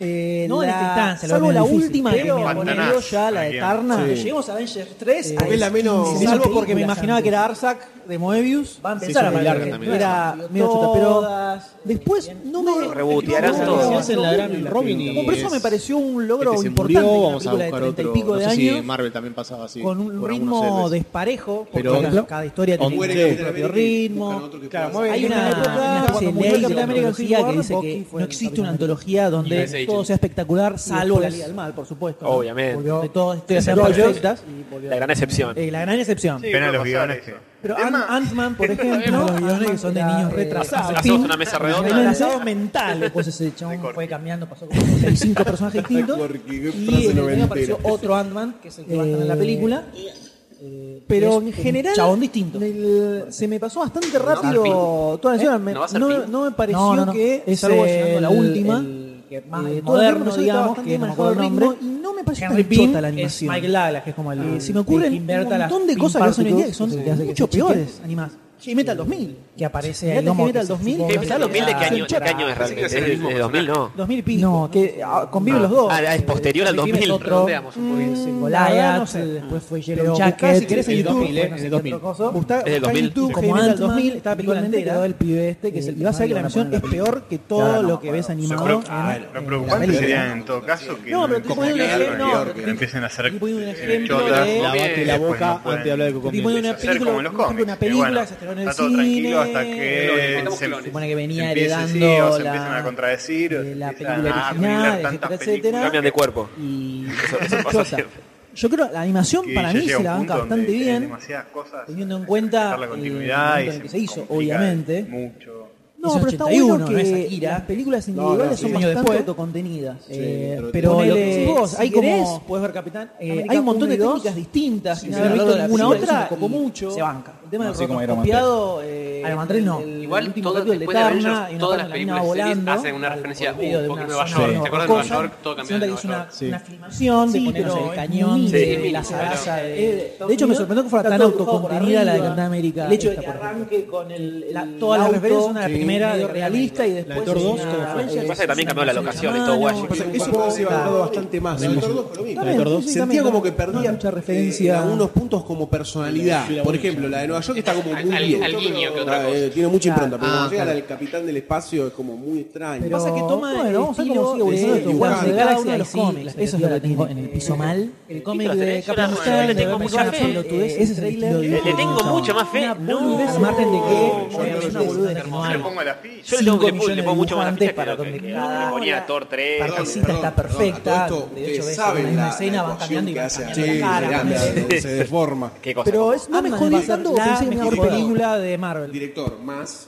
Speaker 2: Eh, no en esta instancia, lo salvo la última que me abonó ya, la de Tarna.
Speaker 15: Sí.
Speaker 2: Llegamos a Avengers 3. a
Speaker 9: es la menos-
Speaker 2: Salvo
Speaker 9: película,
Speaker 2: porque me imaginaba que era Arsak de Moebius. Va a empezar a
Speaker 17: larga
Speaker 2: larga
Speaker 17: también.
Speaker 2: Era medio chota, pero después no me.
Speaker 4: Rebotearán
Speaker 2: no,
Speaker 4: todo.
Speaker 2: no,
Speaker 17: Se hacen la
Speaker 2: no,
Speaker 17: gran
Speaker 2: no,
Speaker 17: Robin
Speaker 2: no,
Speaker 17: y
Speaker 2: no, Por eso
Speaker 17: es-
Speaker 2: me pareció un logro
Speaker 17: Este se
Speaker 2: importante.
Speaker 17: murió,
Speaker 2: una
Speaker 17: vamos a
Speaker 2: película de
Speaker 17: buscar
Speaker 2: 30
Speaker 17: otro.
Speaker 2: y pico de
Speaker 17: no sé si
Speaker 2: años
Speaker 17: Marvel también pasaba así.
Speaker 2: con un
Speaker 17: por algunos
Speaker 2: ritmo
Speaker 17: héroes.
Speaker 2: desparejo, porque
Speaker 17: Pero,
Speaker 2: cada-
Speaker 17: claro,
Speaker 2: cada historia tiene
Speaker 17: Hombre,
Speaker 2: su
Speaker 17: Capitán
Speaker 2: propio
Speaker 17: América,
Speaker 2: ritmo.
Speaker 17: Claro,
Speaker 2: Hay
Speaker 17: hay
Speaker 2: una,
Speaker 17: una-
Speaker 2: una especie de
Speaker 17: cuando
Speaker 2: ley
Speaker 17: murió
Speaker 2: de la
Speaker 17: Capitán América en
Speaker 2: antología
Speaker 17: Civil
Speaker 2: que
Speaker 17: War,
Speaker 2: dice
Speaker 17: Bucky
Speaker 2: que
Speaker 17: fue
Speaker 2: no
Speaker 17: el
Speaker 2: existe
Speaker 17: Capitán
Speaker 2: una
Speaker 17: América.
Speaker 2: antología
Speaker 17: Y
Speaker 2: donde
Speaker 17: Iron Agent.
Speaker 2: todo sea espectacular, salvo la Liga del Mal, por supuesto. ¿no?
Speaker 4: Obviamente.
Speaker 2: Porque De todas historias sean
Speaker 4: Excepto
Speaker 2: perfectas.
Speaker 4: La gran excepción.
Speaker 2: Eh, la gran excepción.
Speaker 7: Pena los guiones que.
Speaker 2: Pero Ant- Ant-Man, por ejemplo,
Speaker 15: los guiones que son de niños retrasados.
Speaker 4: Hacemos una mesa redonda.
Speaker 2: retrasados mentales. Pues
Speaker 17: <laughs>
Speaker 2: ese chabón fue cambiando, pasó como 35 personajes distintos. Y en el medio apareció otro Ant-Man, que es el que va a estar en la película.
Speaker 17: eh, es
Speaker 2: Eh, Pero en
Speaker 17: un
Speaker 2: general,
Speaker 17: chabón distinto.
Speaker 2: el- se me pasó bastante
Speaker 17: al fin.
Speaker 2: rápido
Speaker 4: ¿Eh?
Speaker 2: toda la escena. Me-
Speaker 17: ¿No vas al
Speaker 2: No,
Speaker 17: fin?
Speaker 2: no me pareció
Speaker 17: No, no, no.
Speaker 2: que,
Speaker 17: Es
Speaker 2: salvo llegando a la
Speaker 17: el-
Speaker 2: última,
Speaker 17: más
Speaker 2: eh, todo el
Speaker 17: moderno,
Speaker 2: mundo
Speaker 17: digamos,
Speaker 2: estaba bastante
Speaker 17: que no me
Speaker 2: manejado
Speaker 17: acuerdo
Speaker 2: el
Speaker 17: el
Speaker 2: ritmo
Speaker 17: nombre.
Speaker 2: y no me pareció
Speaker 17: Henry
Speaker 2: tan chota
Speaker 17: Pym
Speaker 2: la
Speaker 17: es
Speaker 2: animación.
Speaker 17: Mike
Speaker 2: Laglas, que es como
Speaker 17: el-
Speaker 2: Se me ocurren
Speaker 17: que inverta
Speaker 2: un
Speaker 17: las-
Speaker 2: montón de
Speaker 17: Pym
Speaker 2: cosas que hacen hoy día que
Speaker 17: Particles,
Speaker 2: son
Speaker 17: que hace que
Speaker 2: mucho
Speaker 17: se chiquen.
Speaker 2: peores animadas. Heavy Metal 2000.
Speaker 17: que aparece
Speaker 2: Mirá
Speaker 17: ahí
Speaker 2: el
Speaker 17: como
Speaker 2: Heavy Metal
Speaker 17: que se
Speaker 2: 2000,
Speaker 17: supo-
Speaker 2: Heavy Metal
Speaker 17: Gonzalo,
Speaker 4: 2000 de qué
Speaker 17: que-
Speaker 4: año, de qué año es realmente? Es de, de 2000, ¿no?
Speaker 2: 2000 pico. No, que ah, conviven los dos.
Speaker 4: Ah, es posterior al
Speaker 2: Porque
Speaker 4: 2000.
Speaker 2: otro-
Speaker 4: Redondeamos
Speaker 2: Mm,
Speaker 17: La
Speaker 2: la verdad,
Speaker 17: verdad,
Speaker 2: no sé, después fue
Speaker 17: Pero
Speaker 2: Yellow Jacket.
Speaker 17: buscá, si querés, en YouTube,
Speaker 2: eh,
Speaker 17: en el 2000.
Speaker 2: Buscá,
Speaker 4: Desde el
Speaker 2: buscá en
Speaker 4: 2000.
Speaker 2: YouTube
Speaker 4: Sí.
Speaker 2: Como
Speaker 17: Como
Speaker 2: Metal
Speaker 17: Ant-Man,
Speaker 2: 2000 estaba película
Speaker 17: igualmente
Speaker 2: entera.
Speaker 17: quedó
Speaker 2: el pibe este que es el y vas a ver que la animación es peor que todo lo que ves animado en
Speaker 7: Lo preocupante sería en todo caso que
Speaker 2: Ah, No, pero te
Speaker 7: como
Speaker 2: ponen un
Speaker 7: que
Speaker 2: ejemplo,
Speaker 7: algo,
Speaker 2: no,
Speaker 7: que empiecen a hacer
Speaker 2: un
Speaker 7: eh,
Speaker 2: ejemplo
Speaker 7: chotas,
Speaker 2: de-
Speaker 17: Lavate la
Speaker 7: después
Speaker 17: boca
Speaker 7: pues pueden-
Speaker 17: antes de hablar de
Speaker 2: Te
Speaker 17: Cocomelon.
Speaker 2: ponen una
Speaker 7: hacer
Speaker 2: película,
Speaker 7: como en los
Speaker 2: por ejemplo,
Speaker 7: cómics.
Speaker 2: una
Speaker 7: que,
Speaker 2: película
Speaker 7: bueno,
Speaker 2: que se estrenó en el
Speaker 7: está todo tranquilo hasta
Speaker 2: cine,
Speaker 7: <laughs> que se,
Speaker 2: se supone que venía
Speaker 7: se empiece, sí,
Speaker 2: heredando
Speaker 7: o se
Speaker 2: la-
Speaker 7: empiezan a contradecir, o se
Speaker 2: la
Speaker 7: empiezan
Speaker 2: película
Speaker 7: a
Speaker 2: original,
Speaker 7: arreglar
Speaker 2: etcétera,
Speaker 7: tantas
Speaker 2: etcétera.
Speaker 7: películas.
Speaker 4: Cambian de cuerpo.
Speaker 2: y
Speaker 4: Eso, eso pasa
Speaker 2: Chosa.
Speaker 4: siempre.
Speaker 2: Yo creo la animación
Speaker 7: que
Speaker 2: para
Speaker 7: ya
Speaker 2: mí
Speaker 7: llega
Speaker 2: se
Speaker 7: un
Speaker 2: la banca
Speaker 7: punto donde
Speaker 2: bastante
Speaker 7: hay
Speaker 2: bien,
Speaker 7: demasiadas cosas,
Speaker 2: teniendo en cuenta
Speaker 7: dejar la
Speaker 2: eh, el
Speaker 7: continuidad
Speaker 2: momento
Speaker 7: y
Speaker 2: en el que
Speaker 7: se
Speaker 2: se hizo,
Speaker 7: complica
Speaker 2: obviamente.
Speaker 7: mucho.
Speaker 2: No,
Speaker 17: Es
Speaker 2: pero está
Speaker 17: 81,
Speaker 2: bueno
Speaker 17: no es
Speaker 2: que
Speaker 17: Akira.
Speaker 2: las películas
Speaker 17: No, no,
Speaker 2: individuales
Speaker 17: sí.
Speaker 2: son
Speaker 17: Años
Speaker 2: bastante
Speaker 17: después.
Speaker 2: autocontenidas. Eh,
Speaker 17: pero
Speaker 2: pero
Speaker 17: ponele,
Speaker 2: lo que decís vos,
Speaker 17: si
Speaker 2: hay
Speaker 17: querés,
Speaker 2: como, puedes ver Capitán, eh,
Speaker 17: América
Speaker 2: hay un montón
Speaker 17: uno
Speaker 2: de
Speaker 17: y dos,
Speaker 2: técnicas distintas, sin
Speaker 17: sin
Speaker 2: haber
Speaker 17: haber
Speaker 2: visto
Speaker 17: hablado de la
Speaker 2: ninguna
Speaker 17: película,
Speaker 2: otra,
Speaker 17: se
Speaker 2: y
Speaker 17: copó mucho.
Speaker 2: se banca. El tema
Speaker 6: No
Speaker 2: del
Speaker 6: sé cómo era Man
Speaker 2: copiado, eh,
Speaker 17: Iron Man 3 no.
Speaker 2: el
Speaker 3: Igual
Speaker 2: último
Speaker 3: todo-
Speaker 2: capítulo de
Speaker 3: después de
Speaker 2: Tarna,
Speaker 3: Avengers,
Speaker 2: y una
Speaker 3: todas
Speaker 2: parte
Speaker 3: las
Speaker 2: de la mina
Speaker 3: películas y series
Speaker 2: volando,
Speaker 3: hacen una
Speaker 2: al-
Speaker 3: referencia,
Speaker 2: al medio
Speaker 3: uh,
Speaker 2: de
Speaker 3: porque
Speaker 2: una
Speaker 3: Nueva York,
Speaker 2: zona
Speaker 3: ¿te acuerdas de Nueva
Speaker 2: rocosa?
Speaker 3: York? Todo
Speaker 2: Se
Speaker 3: cambiado
Speaker 2: nota
Speaker 3: en
Speaker 2: que es una,
Speaker 3: Nueva York.
Speaker 17: Sí.
Speaker 2: una filmación,
Speaker 17: Sí,
Speaker 2: de poner, no
Speaker 17: pero
Speaker 2: sé, el
Speaker 17: es
Speaker 2: cañón,
Speaker 17: muy
Speaker 2: de,
Speaker 17: de-
Speaker 2: la zaraza. De,
Speaker 17: Estados
Speaker 2: Eh, de hecho, me
Speaker 17: Unidos,
Speaker 2: sorprendió que fuera
Speaker 17: está
Speaker 2: tan
Speaker 17: todo dibujado por
Speaker 2: autocontenida la de
Speaker 17: arriba.
Speaker 2: Capitán América.
Speaker 17: El hecho de
Speaker 2: esta,
Speaker 17: que
Speaker 2: por ejemplo.
Speaker 17: arranque con el.
Speaker 2: La-
Speaker 17: el
Speaker 2: todas las
Speaker 17: auto,
Speaker 2: referencias son a la
Speaker 17: sí,
Speaker 2: primera
Speaker 17: medio
Speaker 2: de realista y
Speaker 17: La
Speaker 2: después.
Speaker 17: de Thor 2,
Speaker 2: es
Speaker 17: ¿cómo
Speaker 2: una-
Speaker 17: fue?
Speaker 2: Avengers,
Speaker 4: Pasa que también cambió la locación y todo guay.
Speaker 9: Pasa que eso parece haber bajado bastante más. El Thor 2 fue lo mismo.
Speaker 17: El Thor 2
Speaker 2: sí,
Speaker 9: Sentía
Speaker 2: también,
Speaker 9: como
Speaker 2: ¿no?
Speaker 9: que perdía
Speaker 2: No, mucha referencia.
Speaker 9: eh, algunos puntos como personalidad. Por ejemplo, la de Nueva York está como muy
Speaker 3: al-
Speaker 9: bien.
Speaker 3: al guiño que otra
Speaker 9: Ah,
Speaker 3: cosa.
Speaker 9: eh, Tiene mucha impronta, pero
Speaker 17: Ah,
Speaker 9: cuando llega
Speaker 17: claro.
Speaker 9: la del capitán del espacio es como muy extraño.
Speaker 2: Pero pasa que toma
Speaker 17: bueno,
Speaker 2: el
Speaker 17: vamos a ver cómo
Speaker 2: estilo
Speaker 17: sigue evolucionando
Speaker 2: de
Speaker 17: esto.
Speaker 2: Guardians of the Galaxy
Speaker 17: Bueno, cada uno de
Speaker 2: ahí
Speaker 17: los
Speaker 2: sí,
Speaker 17: cómics,
Speaker 2: la
Speaker 17: eso es lo
Speaker 2: expectativa
Speaker 17: que tengo
Speaker 2: la
Speaker 17: en el
Speaker 2: tengo.
Speaker 17: piso mal.
Speaker 2: El
Speaker 4: Yo
Speaker 2: cómic
Speaker 4: la
Speaker 2: de
Speaker 4: tengo- yo
Speaker 2: Capitán
Speaker 4: la- yo
Speaker 2: Marvel,
Speaker 4: le tengo
Speaker 2: de
Speaker 4: mucha
Speaker 2: Michael
Speaker 4: fe.
Speaker 2: Jackson, lo tuve, ese es el
Speaker 17: Le
Speaker 2: estilo de-
Speaker 4: Le tengo
Speaker 2: no.
Speaker 4: mucha más fe.
Speaker 2: Una
Speaker 4: No.
Speaker 2: boludez, al margen de que
Speaker 7: Yo
Speaker 2: es una
Speaker 7: no-
Speaker 2: boludez que no
Speaker 7: Yo le
Speaker 2: hay.
Speaker 7: pongo la ficha.
Speaker 4: Yo le, tengo,
Speaker 2: Cinco
Speaker 4: le pongo- le pongo mucho más la
Speaker 2: millones
Speaker 4: ficha que,
Speaker 2: de
Speaker 4: lo que, que,
Speaker 2: dibujantes para
Speaker 4: le ponía a Thor 3.
Speaker 2: La
Speaker 9: Perdón,
Speaker 2: casita
Speaker 9: perdón,
Speaker 2: está
Speaker 9: perdón,
Speaker 2: perfecta,
Speaker 9: a todo
Speaker 2: de
Speaker 9: esto, ustedes
Speaker 2: hecho, ves
Speaker 9: saben
Speaker 2: la misma
Speaker 9: la-
Speaker 2: escena,
Speaker 9: la
Speaker 2: vas
Speaker 9: ecuación
Speaker 2: cambiando y
Speaker 9: que
Speaker 2: vas
Speaker 9: hace
Speaker 2: cambiando
Speaker 9: así,
Speaker 2: la cara,
Speaker 9: grande,
Speaker 2: ponele.
Speaker 9: se deforma.
Speaker 4: ¿Qué cosa?
Speaker 2: Pero es, no me
Speaker 17: Ant-Man
Speaker 2: jodí
Speaker 17: va a ser
Speaker 2: tanto
Speaker 17: la
Speaker 2: porque es la
Speaker 17: mejor
Speaker 2: mejor
Speaker 17: película.
Speaker 2: película de Marvel.
Speaker 9: Director más.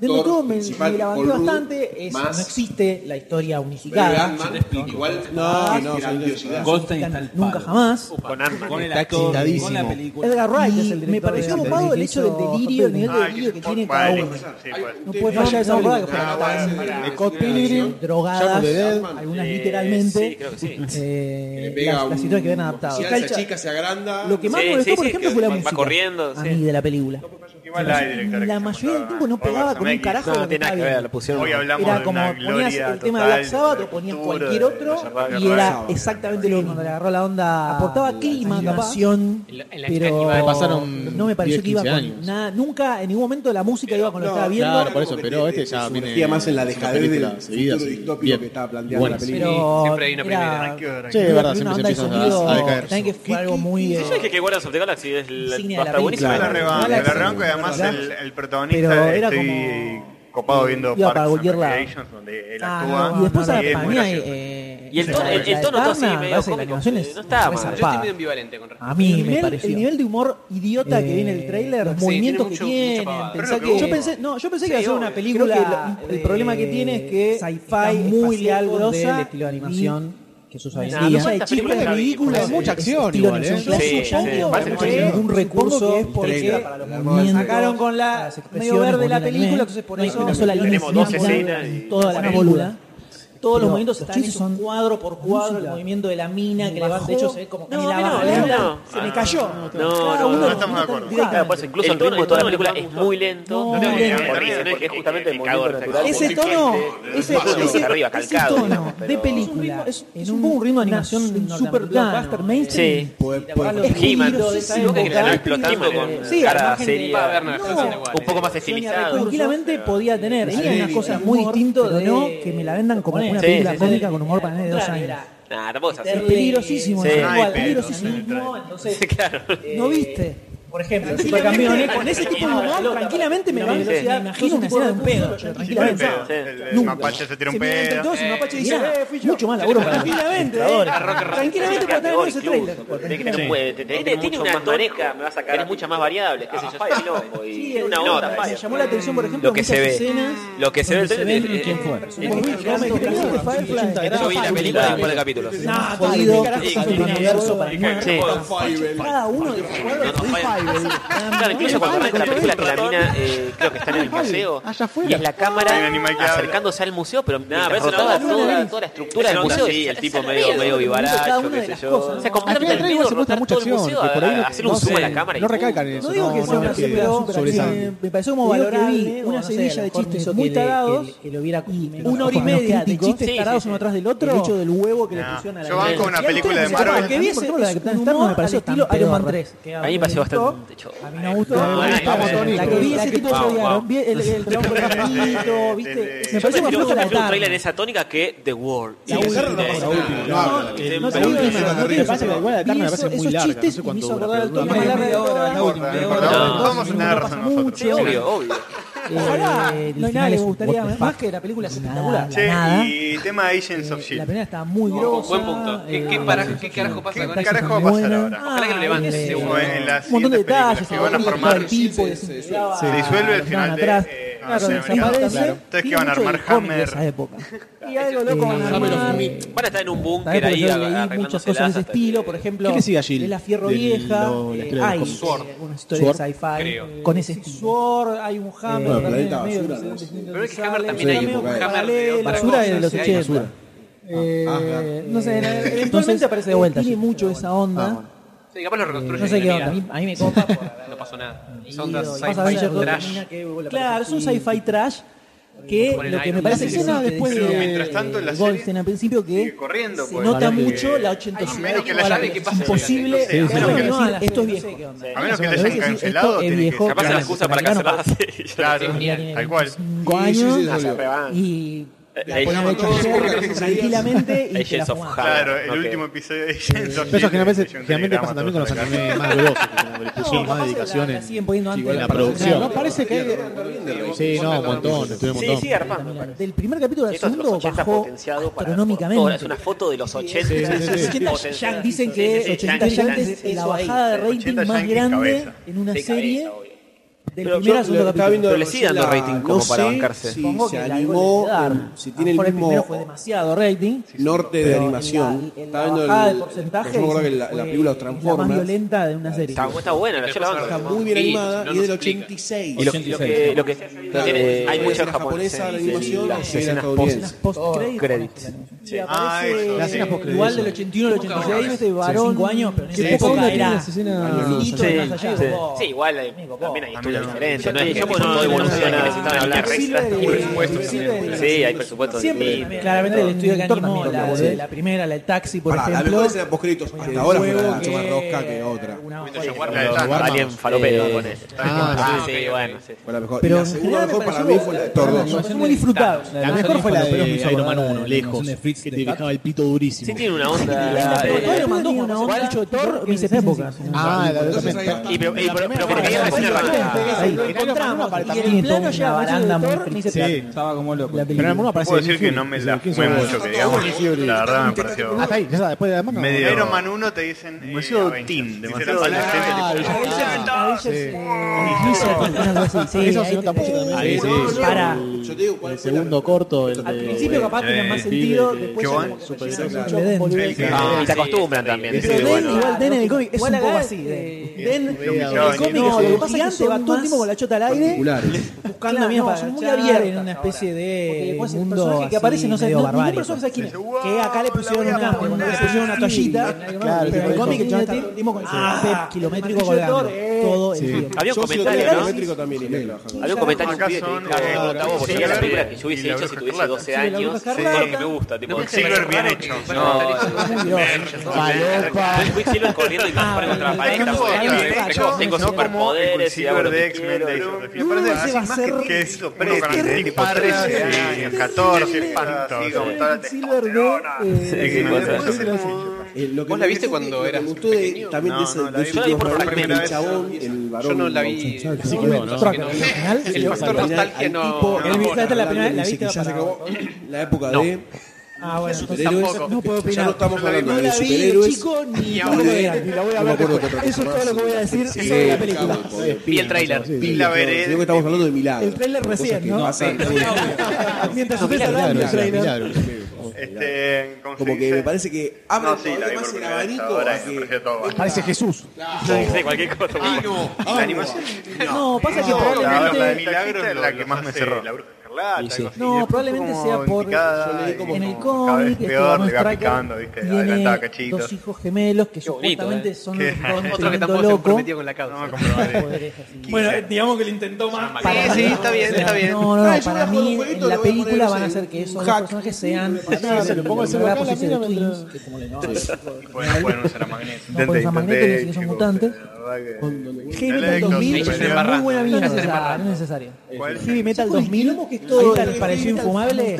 Speaker 2: De
Speaker 9: actor
Speaker 2: todo me,
Speaker 9: principal,
Speaker 2: me la banqué
Speaker 9: Paul Rudd,
Speaker 2: bastante, es-
Speaker 9: más-
Speaker 2: no existe la historia
Speaker 9: Pero
Speaker 2: unificada.
Speaker 9: Ant-Man, igual no, no, grandiosidad.
Speaker 6: Goldstein está al
Speaker 2: Nunca
Speaker 6: palo.
Speaker 2: jamás.
Speaker 4: Con Ant-Man.
Speaker 6: Con el
Speaker 17: Está
Speaker 6: actor, con la
Speaker 17: excitadísimo.
Speaker 6: película.
Speaker 2: Edgar Wright
Speaker 17: Y
Speaker 2: es el director.
Speaker 17: me pareció
Speaker 2: de-
Speaker 17: copado
Speaker 2: que
Speaker 17: el hecho del
Speaker 2: hizo
Speaker 17: delirio, el nivel
Speaker 2: Papel
Speaker 17: de
Speaker 2: de-
Speaker 7: Ay,
Speaker 17: delirio que tiene
Speaker 7: bueno,
Speaker 17: cada uno.
Speaker 7: sí, pues.
Speaker 2: No puede fallar esa verdad que fue
Speaker 9: Ah,
Speaker 2: tan-
Speaker 9: bueno,
Speaker 17: De
Speaker 9: pará.
Speaker 17: Scott Pilgrim,
Speaker 2: drogadas,
Speaker 17: Shaun of the Dead,
Speaker 2: algunas
Speaker 4: Eh,
Speaker 2: literalmente.
Speaker 4: Sí, creo que <laughs> sí.
Speaker 2: eh,
Speaker 9: Le pega
Speaker 2: las,
Speaker 9: un
Speaker 2: las historias que habían adaptado.
Speaker 9: oficial,
Speaker 2: Calcha-
Speaker 9: esa chica se agranda.
Speaker 2: Lo que más
Speaker 4: Sí,
Speaker 2: me molestó,
Speaker 4: sí,
Speaker 2: por
Speaker 4: sí,
Speaker 2: ejemplo,
Speaker 4: que
Speaker 2: fue la
Speaker 4: va
Speaker 2: música.
Speaker 4: corriendo,
Speaker 2: a
Speaker 4: sí.
Speaker 2: mí de la película.
Speaker 7: Igual hay directores
Speaker 2: La
Speaker 7: que
Speaker 2: mayoría del
Speaker 7: se juntaron,
Speaker 2: tiempo no
Speaker 7: Robert
Speaker 2: pegaba con un
Speaker 7: Zemeckis.
Speaker 2: carajo.
Speaker 4: No,
Speaker 2: lo
Speaker 4: no
Speaker 2: que
Speaker 4: tiene nada que
Speaker 2: estaba
Speaker 4: ver,
Speaker 2: bien.
Speaker 4: la pusieron.
Speaker 7: Hoy hablamos
Speaker 2: Era
Speaker 7: de
Speaker 2: como
Speaker 7: una
Speaker 2: ponías
Speaker 7: gloria
Speaker 2: el tema de
Speaker 7: total,
Speaker 2: Black Sabbath
Speaker 7: de
Speaker 2: o ponías
Speaker 7: cultura,
Speaker 2: cualquier
Speaker 7: de
Speaker 2: otro
Speaker 7: Jean-Jacques
Speaker 2: y era
Speaker 9: Sabbath.
Speaker 2: exactamente lo mismo. Le agarró la onda.
Speaker 17: Aportaba
Speaker 2: la
Speaker 17: clima,
Speaker 2: animación,
Speaker 3: En la- en la expectativa de-
Speaker 2: pero
Speaker 17: Pasaron
Speaker 2: no me pareció
Speaker 17: 10,
Speaker 2: que iba
Speaker 17: 15
Speaker 2: con
Speaker 17: años.
Speaker 2: nada. Nunca en ningún momento la música iba con lo que estaba viendo.
Speaker 17: Claro, por eso, pero este ya viene-
Speaker 9: Metía más en la
Speaker 17: es una
Speaker 9: dejadez
Speaker 17: película
Speaker 9: del
Speaker 17: seguida,
Speaker 9: futuro
Speaker 17: sí.
Speaker 9: distópico
Speaker 17: Bien.
Speaker 9: que estaba planteando la
Speaker 17: Buenísimo.
Speaker 9: película.
Speaker 2: pero
Speaker 3: Sí, siempre hay una
Speaker 2: era-
Speaker 3: primera.
Speaker 7: Tranquilo, tranquilo.
Speaker 17: Sí, es verdad, siempre
Speaker 2: una
Speaker 17: se
Speaker 2: onda de
Speaker 17: empiezan a-
Speaker 2: sonido
Speaker 17: a decaer.
Speaker 2: también que fue algo muy.
Speaker 4: Sí, ¿Sabes que, que Guardians of the Galaxy es la,
Speaker 2: Insignia
Speaker 4: va
Speaker 2: de
Speaker 4: a
Speaker 2: la
Speaker 4: estar buenísima?
Speaker 7: Me la
Speaker 2: película.
Speaker 7: rebanco, me la
Speaker 2: Galaxy,
Speaker 7: rebanco y además
Speaker 2: ¿verdad?
Speaker 7: el, el protagonista
Speaker 2: Pero era
Speaker 7: estoy
Speaker 2: como-
Speaker 7: copado viendo
Speaker 2: Iba para
Speaker 7: Parks and
Speaker 2: cualquier lado.
Speaker 7: Recreations donde él
Speaker 2: Ah,
Speaker 7: actúa
Speaker 2: no, y después
Speaker 7: y
Speaker 2: a
Speaker 7: es
Speaker 2: la
Speaker 7: muy
Speaker 2: para mí,
Speaker 7: gracioso.
Speaker 2: eh,
Speaker 4: Y el tono, el, el tono todo así
Speaker 2: Tarna,
Speaker 4: medio
Speaker 2: la base de la
Speaker 4: cómico,
Speaker 2: animación es
Speaker 4: No estaba
Speaker 2: re
Speaker 4: mal.
Speaker 3: Yo estoy
Speaker 2: zarpada.
Speaker 3: medio ambivalente con respecto.
Speaker 2: A mí
Speaker 17: El
Speaker 2: me
Speaker 17: nivel-
Speaker 2: pareció.
Speaker 17: El nivel de humor idiota que viene el tráiler, los
Speaker 2: sí,
Speaker 17: movimientos
Speaker 3: tiene
Speaker 17: que
Speaker 3: mucho-
Speaker 17: tienen,
Speaker 3: mucha pavada.
Speaker 17: pensá
Speaker 7: Pero lo que
Speaker 17: que...
Speaker 2: Yo
Speaker 7: vos-
Speaker 2: pensé, no, yo pensé que
Speaker 3: Sí,
Speaker 2: iba a ser
Speaker 3: obvio.
Speaker 2: una película.
Speaker 17: Creo que lo-
Speaker 2: el problema que tiene es que
Speaker 17: sci-fi
Speaker 2: sci-fi
Speaker 17: es
Speaker 2: muy leal
Speaker 17: pasivo
Speaker 2: grosa
Speaker 17: del estilo de animación
Speaker 2: que se
Speaker 17: hoy
Speaker 4: día.
Speaker 17: en
Speaker 2: usa de
Speaker 4: ¿Cuántas películas
Speaker 2: chicos
Speaker 4: hay?
Speaker 2: ridículos,
Speaker 4: Sí,
Speaker 17: mucha acción igual, ¿eh?
Speaker 4: Sí, sí, parece que sí.
Speaker 2: un recurso que es
Speaker 9: Entrega
Speaker 2: porque
Speaker 9: para los
Speaker 2: sacaron
Speaker 9: movimientos,
Speaker 2: con la medio verde la película, entonces por eso
Speaker 7: Tenemos dos escenas y-
Speaker 2: toda la
Speaker 7: Sí.
Speaker 2: boluda. Todos los movimientos están hechos son cuadro por cuadro, el movimiento de la mina que levanta, de hecho se ve como
Speaker 4: No,
Speaker 2: ni la
Speaker 4: no,
Speaker 2: baja,
Speaker 4: no,
Speaker 2: levanta,
Speaker 4: no.
Speaker 2: se me cayó.
Speaker 4: No,
Speaker 2: Cada uno
Speaker 4: no, no
Speaker 2: lo
Speaker 4: estamos
Speaker 2: movimientos
Speaker 4: de acuerdo.
Speaker 2: directamente.
Speaker 4: Claro, por eso incluso el ritmo de toda la película es muy lento.
Speaker 2: No, No, lento.
Speaker 4: Porque no es que es justamente el movimiento natural.
Speaker 2: Ese tono, ese,
Speaker 4: Más o menos
Speaker 2: ese-
Speaker 4: arriba,
Speaker 2: ese
Speaker 4: calcado,
Speaker 2: tono
Speaker 4: digamos,
Speaker 2: de
Speaker 4: pero-
Speaker 2: película es, es un, poco un ritmo de animación super blockbuster mainstream.
Speaker 4: Sí.
Speaker 9: Puede- puede-
Speaker 2: Los
Speaker 4: He-Man,
Speaker 2: giros,
Speaker 4: sí,
Speaker 2: esa
Speaker 4: sí, nunca que
Speaker 2: época.
Speaker 4: lo explotando con
Speaker 2: Sí, la
Speaker 4: cara
Speaker 2: imagen de-
Speaker 4: seria, un poco más estilizado.
Speaker 2: Tranquilamente podía tener. Tenía unas cosas muy
Speaker 17: muy distinto
Speaker 2: distintas de
Speaker 17: de no que me la vendan como una película cómica con humor para nenes de dos años.
Speaker 4: Nah, tampoco es así.
Speaker 2: Es peligrosísimo,
Speaker 4: Sí.
Speaker 2: es igual,
Speaker 4: Ay,
Speaker 2: peligrosísimo. Entonces,
Speaker 4: Claro.
Speaker 2: ¿no viste? Eh, Por ejemplo,
Speaker 17: Tranquilamente,
Speaker 2: Supercampeones, eh, con ese tipo de humor, tranquilamente me,
Speaker 17: Sí,
Speaker 2: van- me
Speaker 17: sí.
Speaker 2: imagino una escena de un pedo. yo, Tranquilamente.
Speaker 7: Sí, el- el
Speaker 2: Nunca.
Speaker 7: mapache se tira un
Speaker 2: Se miran entre
Speaker 7: pedo.
Speaker 2: todos y el mapache dice,
Speaker 17: Mirá,
Speaker 2: "Eh, fui yo". Mucho más laburo para Tranquilamente, eh. Tranquilamente para tener ese trailer.
Speaker 4: Tiene tiene una maneja, me va a sacar. Tiene muchas más variables, qué sé yo, es loco. Y
Speaker 2: Sí,
Speaker 4: tiene
Speaker 2: el-
Speaker 4: una onda.
Speaker 2: Me llamó la atención, por ejemplo,
Speaker 4: Lo que
Speaker 2: muchas
Speaker 4: se ve.
Speaker 2: escenas
Speaker 4: Lo que se ve
Speaker 2: donde se ven
Speaker 4: el
Speaker 2: quién fue. Yo me
Speaker 4: trailer.
Speaker 2: dije, ¿viste Firefly?
Speaker 4: Yo vi la película en un par de capítulos.
Speaker 2: Nah, jodido. universo para
Speaker 4: Sí.
Speaker 2: Cada uno de los cuadros de Five.
Speaker 4: Claro, incluso cuando arranca la película que la mina eh, creo que está en el museo y es la
Speaker 7: Hay un
Speaker 4: cámara
Speaker 7: animal que habla.
Speaker 4: acercándose al museo pero nada
Speaker 3: pero eso no
Speaker 4: rotaba
Speaker 3: va.
Speaker 4: toda, toda la estructura del
Speaker 3: Esa onda
Speaker 4: museo
Speaker 3: sí, el
Speaker 4: Es
Speaker 3: tipo
Speaker 4: un
Speaker 3: medio-
Speaker 4: miedo.
Speaker 3: medio
Speaker 2: Cada
Speaker 4: vivaracho
Speaker 2: una
Speaker 4: qué
Speaker 2: de
Speaker 4: sé
Speaker 2: las
Speaker 4: yo
Speaker 2: cosas.
Speaker 4: o sea completa el
Speaker 17: Acá igual
Speaker 4: miedo
Speaker 17: se muestra
Speaker 4: rotar
Speaker 17: mucha
Speaker 4: todo el
Speaker 17: acción,
Speaker 4: museo
Speaker 17: que por ahí
Speaker 4: a-
Speaker 17: no-
Speaker 4: a hacer un
Speaker 17: no
Speaker 4: zoom a
Speaker 17: sé,
Speaker 4: la cámara y
Speaker 17: no
Speaker 4: pum.
Speaker 17: recalcan eso.
Speaker 2: No digo que
Speaker 17: No,
Speaker 2: sea
Speaker 17: no,
Speaker 2: una
Speaker 17: que
Speaker 2: película
Speaker 17: es
Speaker 2: súper
Speaker 17: sobresaliente.
Speaker 2: acción, me pareció como
Speaker 17: Creo que
Speaker 2: valorable,
Speaker 17: vi
Speaker 2: una
Speaker 17: no sé,
Speaker 2: seguidilla
Speaker 17: a lo
Speaker 2: de
Speaker 17: mejor
Speaker 2: chistes
Speaker 17: hizo
Speaker 2: muy
Speaker 17: que le-
Speaker 2: tarados,
Speaker 17: que le- que lo viera
Speaker 2: y
Speaker 17: menos
Speaker 2: una hora y
Speaker 17: para los
Speaker 2: media de
Speaker 17: críticos.
Speaker 2: chistes
Speaker 17: Sí, sí,
Speaker 2: tarados
Speaker 17: sí.
Speaker 2: uno atrás del otro,
Speaker 17: El hecho del huevo que le
Speaker 7: Nah.
Speaker 17: pusieron a la
Speaker 7: Yo banco una película de
Speaker 2: Para
Speaker 7: Marvel.
Speaker 2: que viese
Speaker 17: Por ejemplo,
Speaker 2: es
Speaker 17: la que
Speaker 2: un
Speaker 17: está en Star
Speaker 2: humor
Speaker 17: me pareció
Speaker 2: al estilo
Speaker 17: tan
Speaker 2: Iron Man
Speaker 17: pedorra.
Speaker 2: 3. que
Speaker 4: a mí me pareció
Speaker 2: gustó,
Speaker 4: bastante choto.
Speaker 2: A mí no me gustó.
Speaker 17: Ah,
Speaker 2: La
Speaker 17: ahí vamos, Tony.
Speaker 2: que vi ese tipo
Speaker 4: Wow,
Speaker 2: se odiaron.
Speaker 4: wow.
Speaker 2: Vi el el dragón con el gatito, ¿viste? Me pareció más
Speaker 4: Yo prefiero
Speaker 2: floja la
Speaker 4: prefiero un
Speaker 2: tarde.
Speaker 4: trailer en esa tónica que The World
Speaker 9: Y el cerro no pasa nada, no
Speaker 2: No
Speaker 9: habla.
Speaker 17: No
Speaker 2: te
Speaker 17: te digo
Speaker 2: digo
Speaker 17: que
Speaker 2: que
Speaker 17: me
Speaker 2: no, no
Speaker 17: lo
Speaker 2: te
Speaker 17: que
Speaker 2: digo
Speaker 17: pasa es
Speaker 2: que
Speaker 17: que igual la
Speaker 2: Y
Speaker 17: tarde me
Speaker 2: eso-
Speaker 17: parece muy
Speaker 2: esos
Speaker 17: larga, no
Speaker 2: chistes
Speaker 17: sé
Speaker 2: me
Speaker 17: cuánto
Speaker 2: hizo
Speaker 17: dura.
Speaker 2: acordar al
Speaker 17: pero
Speaker 2: Tony
Speaker 17: dura
Speaker 2: Malarra.
Speaker 17: media
Speaker 2: Larga
Speaker 17: hora.
Speaker 2: hora,
Speaker 7: No importa, no
Speaker 4: No.
Speaker 7: importa. Vamos vamos a tener razón nosotros.
Speaker 2: Mucho.
Speaker 4: obvio obvio
Speaker 2: Ojalá,
Speaker 17: Eh, el
Speaker 2: no hay nada que
Speaker 17: final
Speaker 2: me
Speaker 17: es
Speaker 2: gustaría
Speaker 17: what the
Speaker 2: más
Speaker 17: fuck.
Speaker 2: que la película es espectacular.
Speaker 7: Che,
Speaker 2: Nada.
Speaker 7: y tema Agents of
Speaker 2: La
Speaker 7: Shield.
Speaker 2: primera estaba muy grosa.
Speaker 3: Buen punto. ¿Qué, qué,
Speaker 2: eh,
Speaker 3: para- qué carajo pasa
Speaker 7: ¿Qué
Speaker 3: con
Speaker 7: carajo va a
Speaker 17: muy
Speaker 7: pasar
Speaker 17: buena.
Speaker 7: ahora?
Speaker 3: Ojalá que lo levanten
Speaker 2: Ah,
Speaker 3: seguro.
Speaker 7: Bueno, en las
Speaker 2: un montón de
Speaker 7: siguientes películas
Speaker 2: detalles
Speaker 7: que van a
Speaker 2: ahora,
Speaker 7: formar.
Speaker 2: el tipo
Speaker 9: Sí,
Speaker 2: que
Speaker 9: sí,
Speaker 2: se
Speaker 9: sí.
Speaker 2: integraba,
Speaker 17: Se
Speaker 7: disuelve el
Speaker 2: los
Speaker 7: final
Speaker 2: daban
Speaker 7: de,
Speaker 2: atrás.
Speaker 7: eh, no
Speaker 2: claro,
Speaker 7: sé,
Speaker 2: desaparece.
Speaker 7: claro. Entonces, ¿qué van a
Speaker 2: Tiene
Speaker 7: armar
Speaker 2: mucho del cómic de
Speaker 7: Hammer?
Speaker 2: esa época.
Speaker 4: y algo loco
Speaker 17: Eh,
Speaker 4: van a
Speaker 2: Hammer of
Speaker 4: armar.
Speaker 2: Mick.
Speaker 4: van a estar en un
Speaker 2: Sabés,
Speaker 4: búnker
Speaker 2: por
Speaker 4: ahí
Speaker 2: ejemplo, leí
Speaker 4: arreglándoselas
Speaker 2: muchas cosas de ese
Speaker 4: hasta que-
Speaker 2: estilo, por ejemplo,
Speaker 17: ¿Qué le sigue a Jill?
Speaker 2: de la Fierro
Speaker 17: Del-
Speaker 2: Vieja,
Speaker 17: lo- la
Speaker 2: eh,
Speaker 17: historia de
Speaker 2: hay
Speaker 17: los cómics.
Speaker 2: eh, una historia de
Speaker 17: Sword.
Speaker 2: sci-fi
Speaker 3: Creo.
Speaker 2: eh, con ese estilo. Sword, hay
Speaker 17: Eh,
Speaker 2: un Hammer, también,
Speaker 9: Bueno, Planeta
Speaker 2: medio
Speaker 9: Basura,
Speaker 2: que se-
Speaker 9: ¿no?
Speaker 2: se-
Speaker 3: Pero es que
Speaker 2: sale,
Speaker 3: Hammer también hay
Speaker 2: medio
Speaker 3: un
Speaker 2: que
Speaker 3: Hammer
Speaker 2: sale,
Speaker 3: de otra
Speaker 2: basura de
Speaker 3: cosa,
Speaker 2: los
Speaker 3: sí, hay
Speaker 2: 80.
Speaker 9: basura.
Speaker 2: Eh,
Speaker 17: Ah,
Speaker 9: Asgard.
Speaker 2: no sé, eventualmente
Speaker 17: Entonces,
Speaker 2: aparece de vuelta.
Speaker 17: tiene
Speaker 2: sí,
Speaker 17: mucho
Speaker 2: pero bueno.
Speaker 17: esa onda.
Speaker 9: Ah, bueno.
Speaker 3: Sí, capaz lo reconstruyen.
Speaker 2: No sé
Speaker 3: y
Speaker 2: qué
Speaker 3: lo
Speaker 2: onda, a mí,
Speaker 3: miran.
Speaker 2: a mí me
Speaker 3: <laughs>
Speaker 2: copa. por-
Speaker 3: No pasó nada.
Speaker 2: Y
Speaker 3: Son
Speaker 2: vas
Speaker 3: las
Speaker 2: a ver
Speaker 3: sci-fi
Speaker 2: otro que
Speaker 3: trash.
Speaker 2: termina que vuelve la Claro, es un sci-fi trash que
Speaker 3: Ponen
Speaker 2: lo que
Speaker 3: Iron
Speaker 2: me
Speaker 3: Man.
Speaker 2: parece
Speaker 17: Esa
Speaker 2: que
Speaker 17: escena
Speaker 2: sí, que
Speaker 17: después
Speaker 2: decía,
Speaker 17: de-
Speaker 7: Mientras tanto, en la
Speaker 2: eh,
Speaker 7: serie
Speaker 2: Goldstein al principio
Speaker 7: Sigue
Speaker 2: que
Speaker 7: corriendo,
Speaker 2: se
Speaker 7: pues.
Speaker 2: nota
Speaker 7: Porque-
Speaker 2: mucho la
Speaker 3: Hay
Speaker 2: ochentosidad.
Speaker 3: menos que
Speaker 2: de
Speaker 3: la
Speaker 2: Marvel,
Speaker 3: llave que pasa en
Speaker 2: Imposible.
Speaker 3: la serie,
Speaker 17: no sé.
Speaker 2: claro,
Speaker 17: Sí, sí,
Speaker 2: no,
Speaker 17: sí.
Speaker 2: decir, esto es viejo.
Speaker 7: A menos que te
Speaker 17: Eso, a
Speaker 7: hayan
Speaker 17: veces decís,
Speaker 7: cancelado,
Speaker 17: esto es
Speaker 7: tiene que
Speaker 17: viejo,
Speaker 7: ser-
Speaker 4: capaz es la
Speaker 17: Claro,
Speaker 4: excusa
Speaker 17: se
Speaker 4: para
Speaker 17: largaron
Speaker 4: cancelar la
Speaker 7: Claro,
Speaker 2: Tiene
Speaker 7: tal cual.
Speaker 2: 25
Speaker 9: Sí, sí,
Speaker 2: años
Speaker 9: sí, sí, sí.
Speaker 2: y
Speaker 4: Ahí
Speaker 2: la
Speaker 4: ya-
Speaker 2: ponían
Speaker 9: todos
Speaker 2: en
Speaker 9: porque
Speaker 2: HBO
Speaker 9: no
Speaker 2: tranquilamente y te la
Speaker 4: Agents of
Speaker 2: fumaban.
Speaker 4: Hammer.
Speaker 7: Claro, el
Speaker 4: Ok.
Speaker 7: último episodio de Agents of Shield.
Speaker 17: Pero eso generalmente,
Speaker 7: es un
Speaker 17: generalmente
Speaker 7: telegrama,
Speaker 17: pasa también con
Speaker 7: todo
Speaker 17: los
Speaker 7: eso.
Speaker 17: animes más grosos, que como que le
Speaker 2: No,
Speaker 17: pusieron
Speaker 2: capaz
Speaker 17: más
Speaker 2: la-
Speaker 17: dedicación
Speaker 2: la
Speaker 17: en,
Speaker 2: siguen poniendo antes
Speaker 17: en
Speaker 2: de
Speaker 17: la
Speaker 2: producción.
Speaker 17: producción.
Speaker 9: No, parece que hay-
Speaker 17: Sí, no, un montón, estuve un
Speaker 4: Sí,
Speaker 17: montón.
Speaker 4: sigue armando.
Speaker 2: Del primer capítulo al
Speaker 4: Esto es de los
Speaker 2: segundo
Speaker 4: 80
Speaker 2: bajó
Speaker 4: potenciado para-
Speaker 2: astronómicamente.
Speaker 4: Es una foto de los 80.
Speaker 17: Sí, sí, sí, sí.
Speaker 2: 80
Speaker 4: Potenciada.
Speaker 2: Yankees, dicen
Speaker 4: Sí, sí,
Speaker 2: que
Speaker 4: sí,
Speaker 2: 80
Speaker 4: Yankees,
Speaker 2: Yankees
Speaker 4: Yankees.
Speaker 2: es la bajada de
Speaker 7: 80
Speaker 2: rating más
Speaker 7: Yankees
Speaker 2: grande
Speaker 7: cabeza.
Speaker 2: en una
Speaker 4: De
Speaker 2: serie
Speaker 4: cabeza, obvio.
Speaker 2: del
Speaker 9: Pero
Speaker 2: primer
Speaker 9: yo
Speaker 2: al segundo
Speaker 9: lo estaba
Speaker 2: capítulo.
Speaker 9: viendo
Speaker 4: Pero le sigue dando
Speaker 9: Godzilla,
Speaker 4: rating como
Speaker 9: no
Speaker 4: para
Speaker 9: sé
Speaker 4: bancarse.
Speaker 9: si
Speaker 2: Supongo
Speaker 9: se
Speaker 2: que la
Speaker 9: animó,
Speaker 2: iba a dar.
Speaker 9: eh, si
Speaker 2: A
Speaker 9: tiene
Speaker 2: lo
Speaker 9: el
Speaker 2: mejor primero
Speaker 9: mismo
Speaker 2: fue demasiado rating.
Speaker 9: norte de
Speaker 2: pero
Speaker 9: animación.
Speaker 2: en
Speaker 9: Estaba
Speaker 2: la- en
Speaker 9: viendo
Speaker 2: la
Speaker 9: el.
Speaker 2: bajada de
Speaker 9: yo me acuerdo que
Speaker 2: porcentajes
Speaker 9: la, la
Speaker 2: fue
Speaker 9: película
Speaker 2: La
Speaker 9: Los
Speaker 2: más
Speaker 9: Transformers
Speaker 2: violenta de una serie.
Speaker 4: Está, está buena, la yo la banco.
Speaker 9: está muy bien
Speaker 3: Sí,
Speaker 9: animada
Speaker 3: no
Speaker 9: y es del
Speaker 3: nos explica.
Speaker 9: 86.
Speaker 4: Y lo, lo que, lo que
Speaker 9: Claro,
Speaker 4: tiene- hay
Speaker 9: la
Speaker 4: mucha
Speaker 9: escena
Speaker 4: japonesa,
Speaker 9: japonesa, la
Speaker 4: sí,
Speaker 9: animación,
Speaker 4: las
Speaker 9: la escena
Speaker 4: escenas
Speaker 9: estadounidense.
Speaker 2: Las post-crédits.
Speaker 4: Post-credits.
Speaker 2: Sí,
Speaker 7: Ah, eso,
Speaker 17: Las
Speaker 7: sí.
Speaker 17: escenas post-créditos.
Speaker 2: Igual del 81 al 86, este varón. 5 años, pero en
Speaker 17: Sí,
Speaker 2: esa
Speaker 17: poco
Speaker 2: época
Speaker 17: onda tiene
Speaker 2: era.
Speaker 17: las escenas-
Speaker 2: infinito
Speaker 4: Sí,
Speaker 2: de más allá.
Speaker 4: sí.
Speaker 2: Vos-
Speaker 4: Sí, igual eh, también hay estudios diferentes.
Speaker 7: no.
Speaker 4: No es
Speaker 2: Yo
Speaker 4: que tipo,
Speaker 2: no-
Speaker 4: todo
Speaker 2: no-
Speaker 4: evoluciona,
Speaker 2: no-
Speaker 4: que necesitan
Speaker 2: no-
Speaker 4: hablar
Speaker 2: no-
Speaker 4: rectas.
Speaker 2: Silver, eh, Silver,
Speaker 4: Sí, hay presupuesto. de-
Speaker 2: Siempre,
Speaker 4: Sí.
Speaker 2: claramente el estudio que
Speaker 17: Doctor
Speaker 2: animó
Speaker 17: Ramiro,
Speaker 2: la,
Speaker 17: boludo.
Speaker 2: de la primera, la de Taxi, por
Speaker 9: Pará, la
Speaker 2: ejemplo.
Speaker 9: mejor escena post-créditos hasta ahora fue la de Nacho Marrosca que otra.
Speaker 2: Una
Speaker 7: La de Thanos.
Speaker 4: Alien falopero con eso.
Speaker 17: Ah,
Speaker 4: Ah, sí, bueno. sí.
Speaker 9: Fue la mejor.
Speaker 2: Pero
Speaker 9: y la segunda mejor para mí fue la de Thor 2.
Speaker 2: muy disfrutado.
Speaker 17: La mejor fue la de Iron Man 1,
Speaker 6: animación
Speaker 17: lejos,
Speaker 6: de Fritz
Speaker 17: que
Speaker 6: de
Speaker 17: te
Speaker 6: Cat.
Speaker 17: dejaba el pito durísimo.
Speaker 4: Sí, tiene una onda.
Speaker 2: Pero
Speaker 4: eh,
Speaker 2: Thor mandó una onda mucho de Thor, mis épocas.
Speaker 17: Ah, la de
Speaker 9: Entonces ahí
Speaker 17: también.
Speaker 9: está.
Speaker 4: Y pero, y pero, pero,
Speaker 17: Ahí
Speaker 4: pero-
Speaker 17: está.
Speaker 2: Ahí lo encontramos. Y en el plano ya va
Speaker 17: Una
Speaker 2: de
Speaker 17: baranda
Speaker 2: Thor,
Speaker 17: muy
Speaker 2: mis
Speaker 17: Sí.
Speaker 2: épocas.
Speaker 6: Estaba como loco.
Speaker 17: La película. Pero en el mundo aparece.
Speaker 7: Puedo decir
Speaker 17: Nick
Speaker 7: que no me
Speaker 17: Fury,
Speaker 7: la
Speaker 17: Nick Fury,
Speaker 7: fue
Speaker 17: bueno.
Speaker 7: mucho, que digamos. La verdad me pareció.
Speaker 17: Hasta ahí, ya está, después de la mano.
Speaker 7: Medio.
Speaker 17: Iron
Speaker 7: Iron
Speaker 17: Man.
Speaker 7: Man 1 te dicen.
Speaker 24: Demasiado teen, demasiado
Speaker 17: Eso se nota mucho también.
Speaker 24: Ahí sí.
Speaker 2: Para.
Speaker 9: Yo te digo cuál
Speaker 17: El
Speaker 9: fue la-
Speaker 17: segundo corto, el
Speaker 2: Al
Speaker 17: de-
Speaker 2: principio capaz tenía más sentido, después ya como que
Speaker 4: y se acostumbran también.
Speaker 2: Pero
Speaker 4: sí,
Speaker 2: Den,
Speaker 4: bueno.
Speaker 2: igual Den en el cómic es un poco así. Den,
Speaker 17: Medio-
Speaker 2: el cómic
Speaker 17: No,
Speaker 2: es un gigante va todo el tiempo con la chota al aire. Buscando
Speaker 5: Claro,
Speaker 2: minas
Speaker 5: no,
Speaker 2: para
Speaker 5: son muy
Speaker 2: agachar
Speaker 5: abiertas
Speaker 2: en una
Speaker 5: ahora.
Speaker 2: especie
Speaker 5: Porque
Speaker 2: de
Speaker 5: después el
Speaker 2: mundo
Speaker 5: personaje que aparece no sabe-
Speaker 2: medio
Speaker 5: no- ningún
Speaker 2: barbárico.
Speaker 5: personaje sabe quién es.
Speaker 2: Que acá le pusieron un campo, cuando le pusieron una toallita.
Speaker 17: Claro,
Speaker 2: pero en el
Speaker 17: tipo,
Speaker 2: cómic el
Speaker 17: tipo,
Speaker 2: chabón está todo el tiempo con el
Speaker 17: Ah,
Speaker 2: pez kilométrico
Speaker 17: amarillo de
Speaker 2: colgando.
Speaker 17: Thor, eh.
Speaker 2: Todo el
Speaker 17: Sí.
Speaker 2: tiempo.
Speaker 4: Había un
Speaker 9: Yo soy
Speaker 4: comentario, ¿no?
Speaker 9: kilométrico también, y me trabajan.
Speaker 4: Había un comentario
Speaker 9: Acá
Speaker 4: un pibe que
Speaker 9: son,
Speaker 4: dijo,
Speaker 9: eh,
Speaker 4: Gustavo, porque
Speaker 9: Silver
Speaker 4: era la película
Speaker 9: Scarlet.
Speaker 4: que yo hubiese
Speaker 9: Silver
Speaker 4: hecho si tuviese
Speaker 9: Scarlet.
Speaker 4: 12
Speaker 9: Sí, la
Speaker 4: años.
Speaker 9: bruja
Speaker 4: Sí, todo lo que
Speaker 9: Scarlet.
Speaker 4: me gusta.
Speaker 9: No
Speaker 4: Tipo,
Speaker 9: me
Speaker 4: Silver bien hecho. No, Quicksilver corriendo y Gaspar contra la pared. que está
Speaker 7: Tengo
Speaker 4: jugando.
Speaker 7: otra, ¿eh?
Speaker 4: Tengo- Tengo
Speaker 7: No como el
Speaker 4: superpoderes y hago
Speaker 7: Quicksilver
Speaker 4: lo
Speaker 7: de
Speaker 4: que
Speaker 7: X-Men
Speaker 4: quiero.
Speaker 7: de eso, refiero.
Speaker 4: No,
Speaker 7: Pero
Speaker 4: ese
Speaker 7: así
Speaker 4: va a
Speaker 7: más
Speaker 4: ser
Speaker 7: que- que es uno
Speaker 4: terrible.
Speaker 7: con el tipo 13 años, 14, así como toda la
Speaker 2: Silver
Speaker 3: ¿Vos la viste cuando eras
Speaker 9: Me gustó de- también de
Speaker 3: No,
Speaker 9: ese
Speaker 3: no, la vi-
Speaker 9: de
Speaker 3: yo la vi por
Speaker 9: Superman,
Speaker 3: fragmentos.
Speaker 9: el chabón, el varón.
Speaker 3: Yo no la vi.
Speaker 9: Así que
Speaker 3: Así que
Speaker 9: no,
Speaker 3: no,
Speaker 9: no.
Speaker 3: no. El factor
Speaker 9: Al final,
Speaker 3: nostalgia
Speaker 9: al
Speaker 3: no-
Speaker 9: tipo-
Speaker 3: no Él- esta es la primera- la
Speaker 9: dice
Speaker 3: viste
Speaker 9: que ya se
Speaker 3: para-
Speaker 9: acabó la época
Speaker 3: No.
Speaker 9: de
Speaker 2: Ah, bueno, entonces
Speaker 9: superhéroes.
Speaker 2: tampoco. No puedo
Speaker 9: Ya
Speaker 2: opinar.
Speaker 9: no estamos
Speaker 2: Yo la vi,
Speaker 9: hablando
Speaker 2: no
Speaker 9: de
Speaker 2: la vi,
Speaker 9: superhéroes.
Speaker 2: chico, ni
Speaker 9: de-
Speaker 2: ahora voy a ver, ni la voy a
Speaker 9: No me
Speaker 2: ver
Speaker 9: acuerdo
Speaker 2: después.
Speaker 9: qué otra
Speaker 2: Eso es
Speaker 9: cosa
Speaker 2: todo lo que voy a decir
Speaker 9: Sí,
Speaker 2: sobre la película.
Speaker 9: cabrón, sí.
Speaker 3: Vi el tráiler.
Speaker 9: Sí,
Speaker 3: Vi la
Speaker 9: sí,
Speaker 3: veré.
Speaker 9: Creo que estamos hablando de milagros.
Speaker 2: El trailer recién, ¿no?
Speaker 9: Pasan-
Speaker 2: Mientras ustedes hablan del trailer.
Speaker 7: Este, ¿cómo se
Speaker 9: Como que
Speaker 7: dice?
Speaker 9: me parece que abre
Speaker 7: No, sí, la vi por primera vez ahora y me pareció todo bueno.
Speaker 17: Parece Jesús.
Speaker 7: Sí, cualquier cosa. La animación.
Speaker 2: No, pasa que
Speaker 7: La la de
Speaker 2: probablemente.
Speaker 7: Milagros es la que más me cerró. La bruja escarlata. algo así.
Speaker 2: No,
Speaker 7: Y después
Speaker 2: probablemente
Speaker 7: como
Speaker 2: sea por.
Speaker 7: picada,
Speaker 2: yo leí como- en el
Speaker 7: cada vez
Speaker 2: cómic, este
Speaker 7: peor,
Speaker 2: Barnum
Speaker 7: le va
Speaker 2: Tracker
Speaker 7: picando, ¿viste?
Speaker 2: tiene
Speaker 7: Adelantaba cachitos.
Speaker 2: Dos hijos gemelos que supuestamente
Speaker 3: ¿eh?
Speaker 2: son
Speaker 7: <laughs> Qué-
Speaker 2: un todo un
Speaker 3: Otro que
Speaker 2: experimento
Speaker 3: tampoco se
Speaker 2: loco.
Speaker 3: comprometió con la causa.
Speaker 2: <laughs> Poderes así.
Speaker 6: Bueno, eh, digamos que lo intentó más. para-
Speaker 3: Sí, sí, está bien,
Speaker 2: O sea,
Speaker 3: está bien.
Speaker 2: No, no,
Speaker 9: Ah,
Speaker 2: no,
Speaker 9: yo
Speaker 2: para
Speaker 9: voy a jugar
Speaker 2: mí
Speaker 9: un jueguito,
Speaker 2: en
Speaker 9: le
Speaker 2: la
Speaker 9: voy a poner
Speaker 2: película
Speaker 9: ese-
Speaker 2: van a hacer que esos
Speaker 9: un
Speaker 2: dos
Speaker 9: hack.
Speaker 2: personajes sean.
Speaker 17: Ah, se lo pongo a hacer
Speaker 2: la
Speaker 17: acá, la
Speaker 2: posición
Speaker 17: mira
Speaker 2: de
Speaker 17: mientras-
Speaker 2: twins, que como le no,
Speaker 7: Bueno, bueno, será magneto.
Speaker 2: No pueden usar magneto ni siquiera son mutantes. Heavy Metal 2000 es una
Speaker 7: Intelectos,
Speaker 2: muy buena mierda,
Speaker 7: intelectos.
Speaker 3: Ya se
Speaker 2: o sea,
Speaker 3: embarraron.
Speaker 2: no es necesario.
Speaker 7: ¿Cuál?
Speaker 2: Heavy Metal 2000, que es todo ahí les pareció infumable, es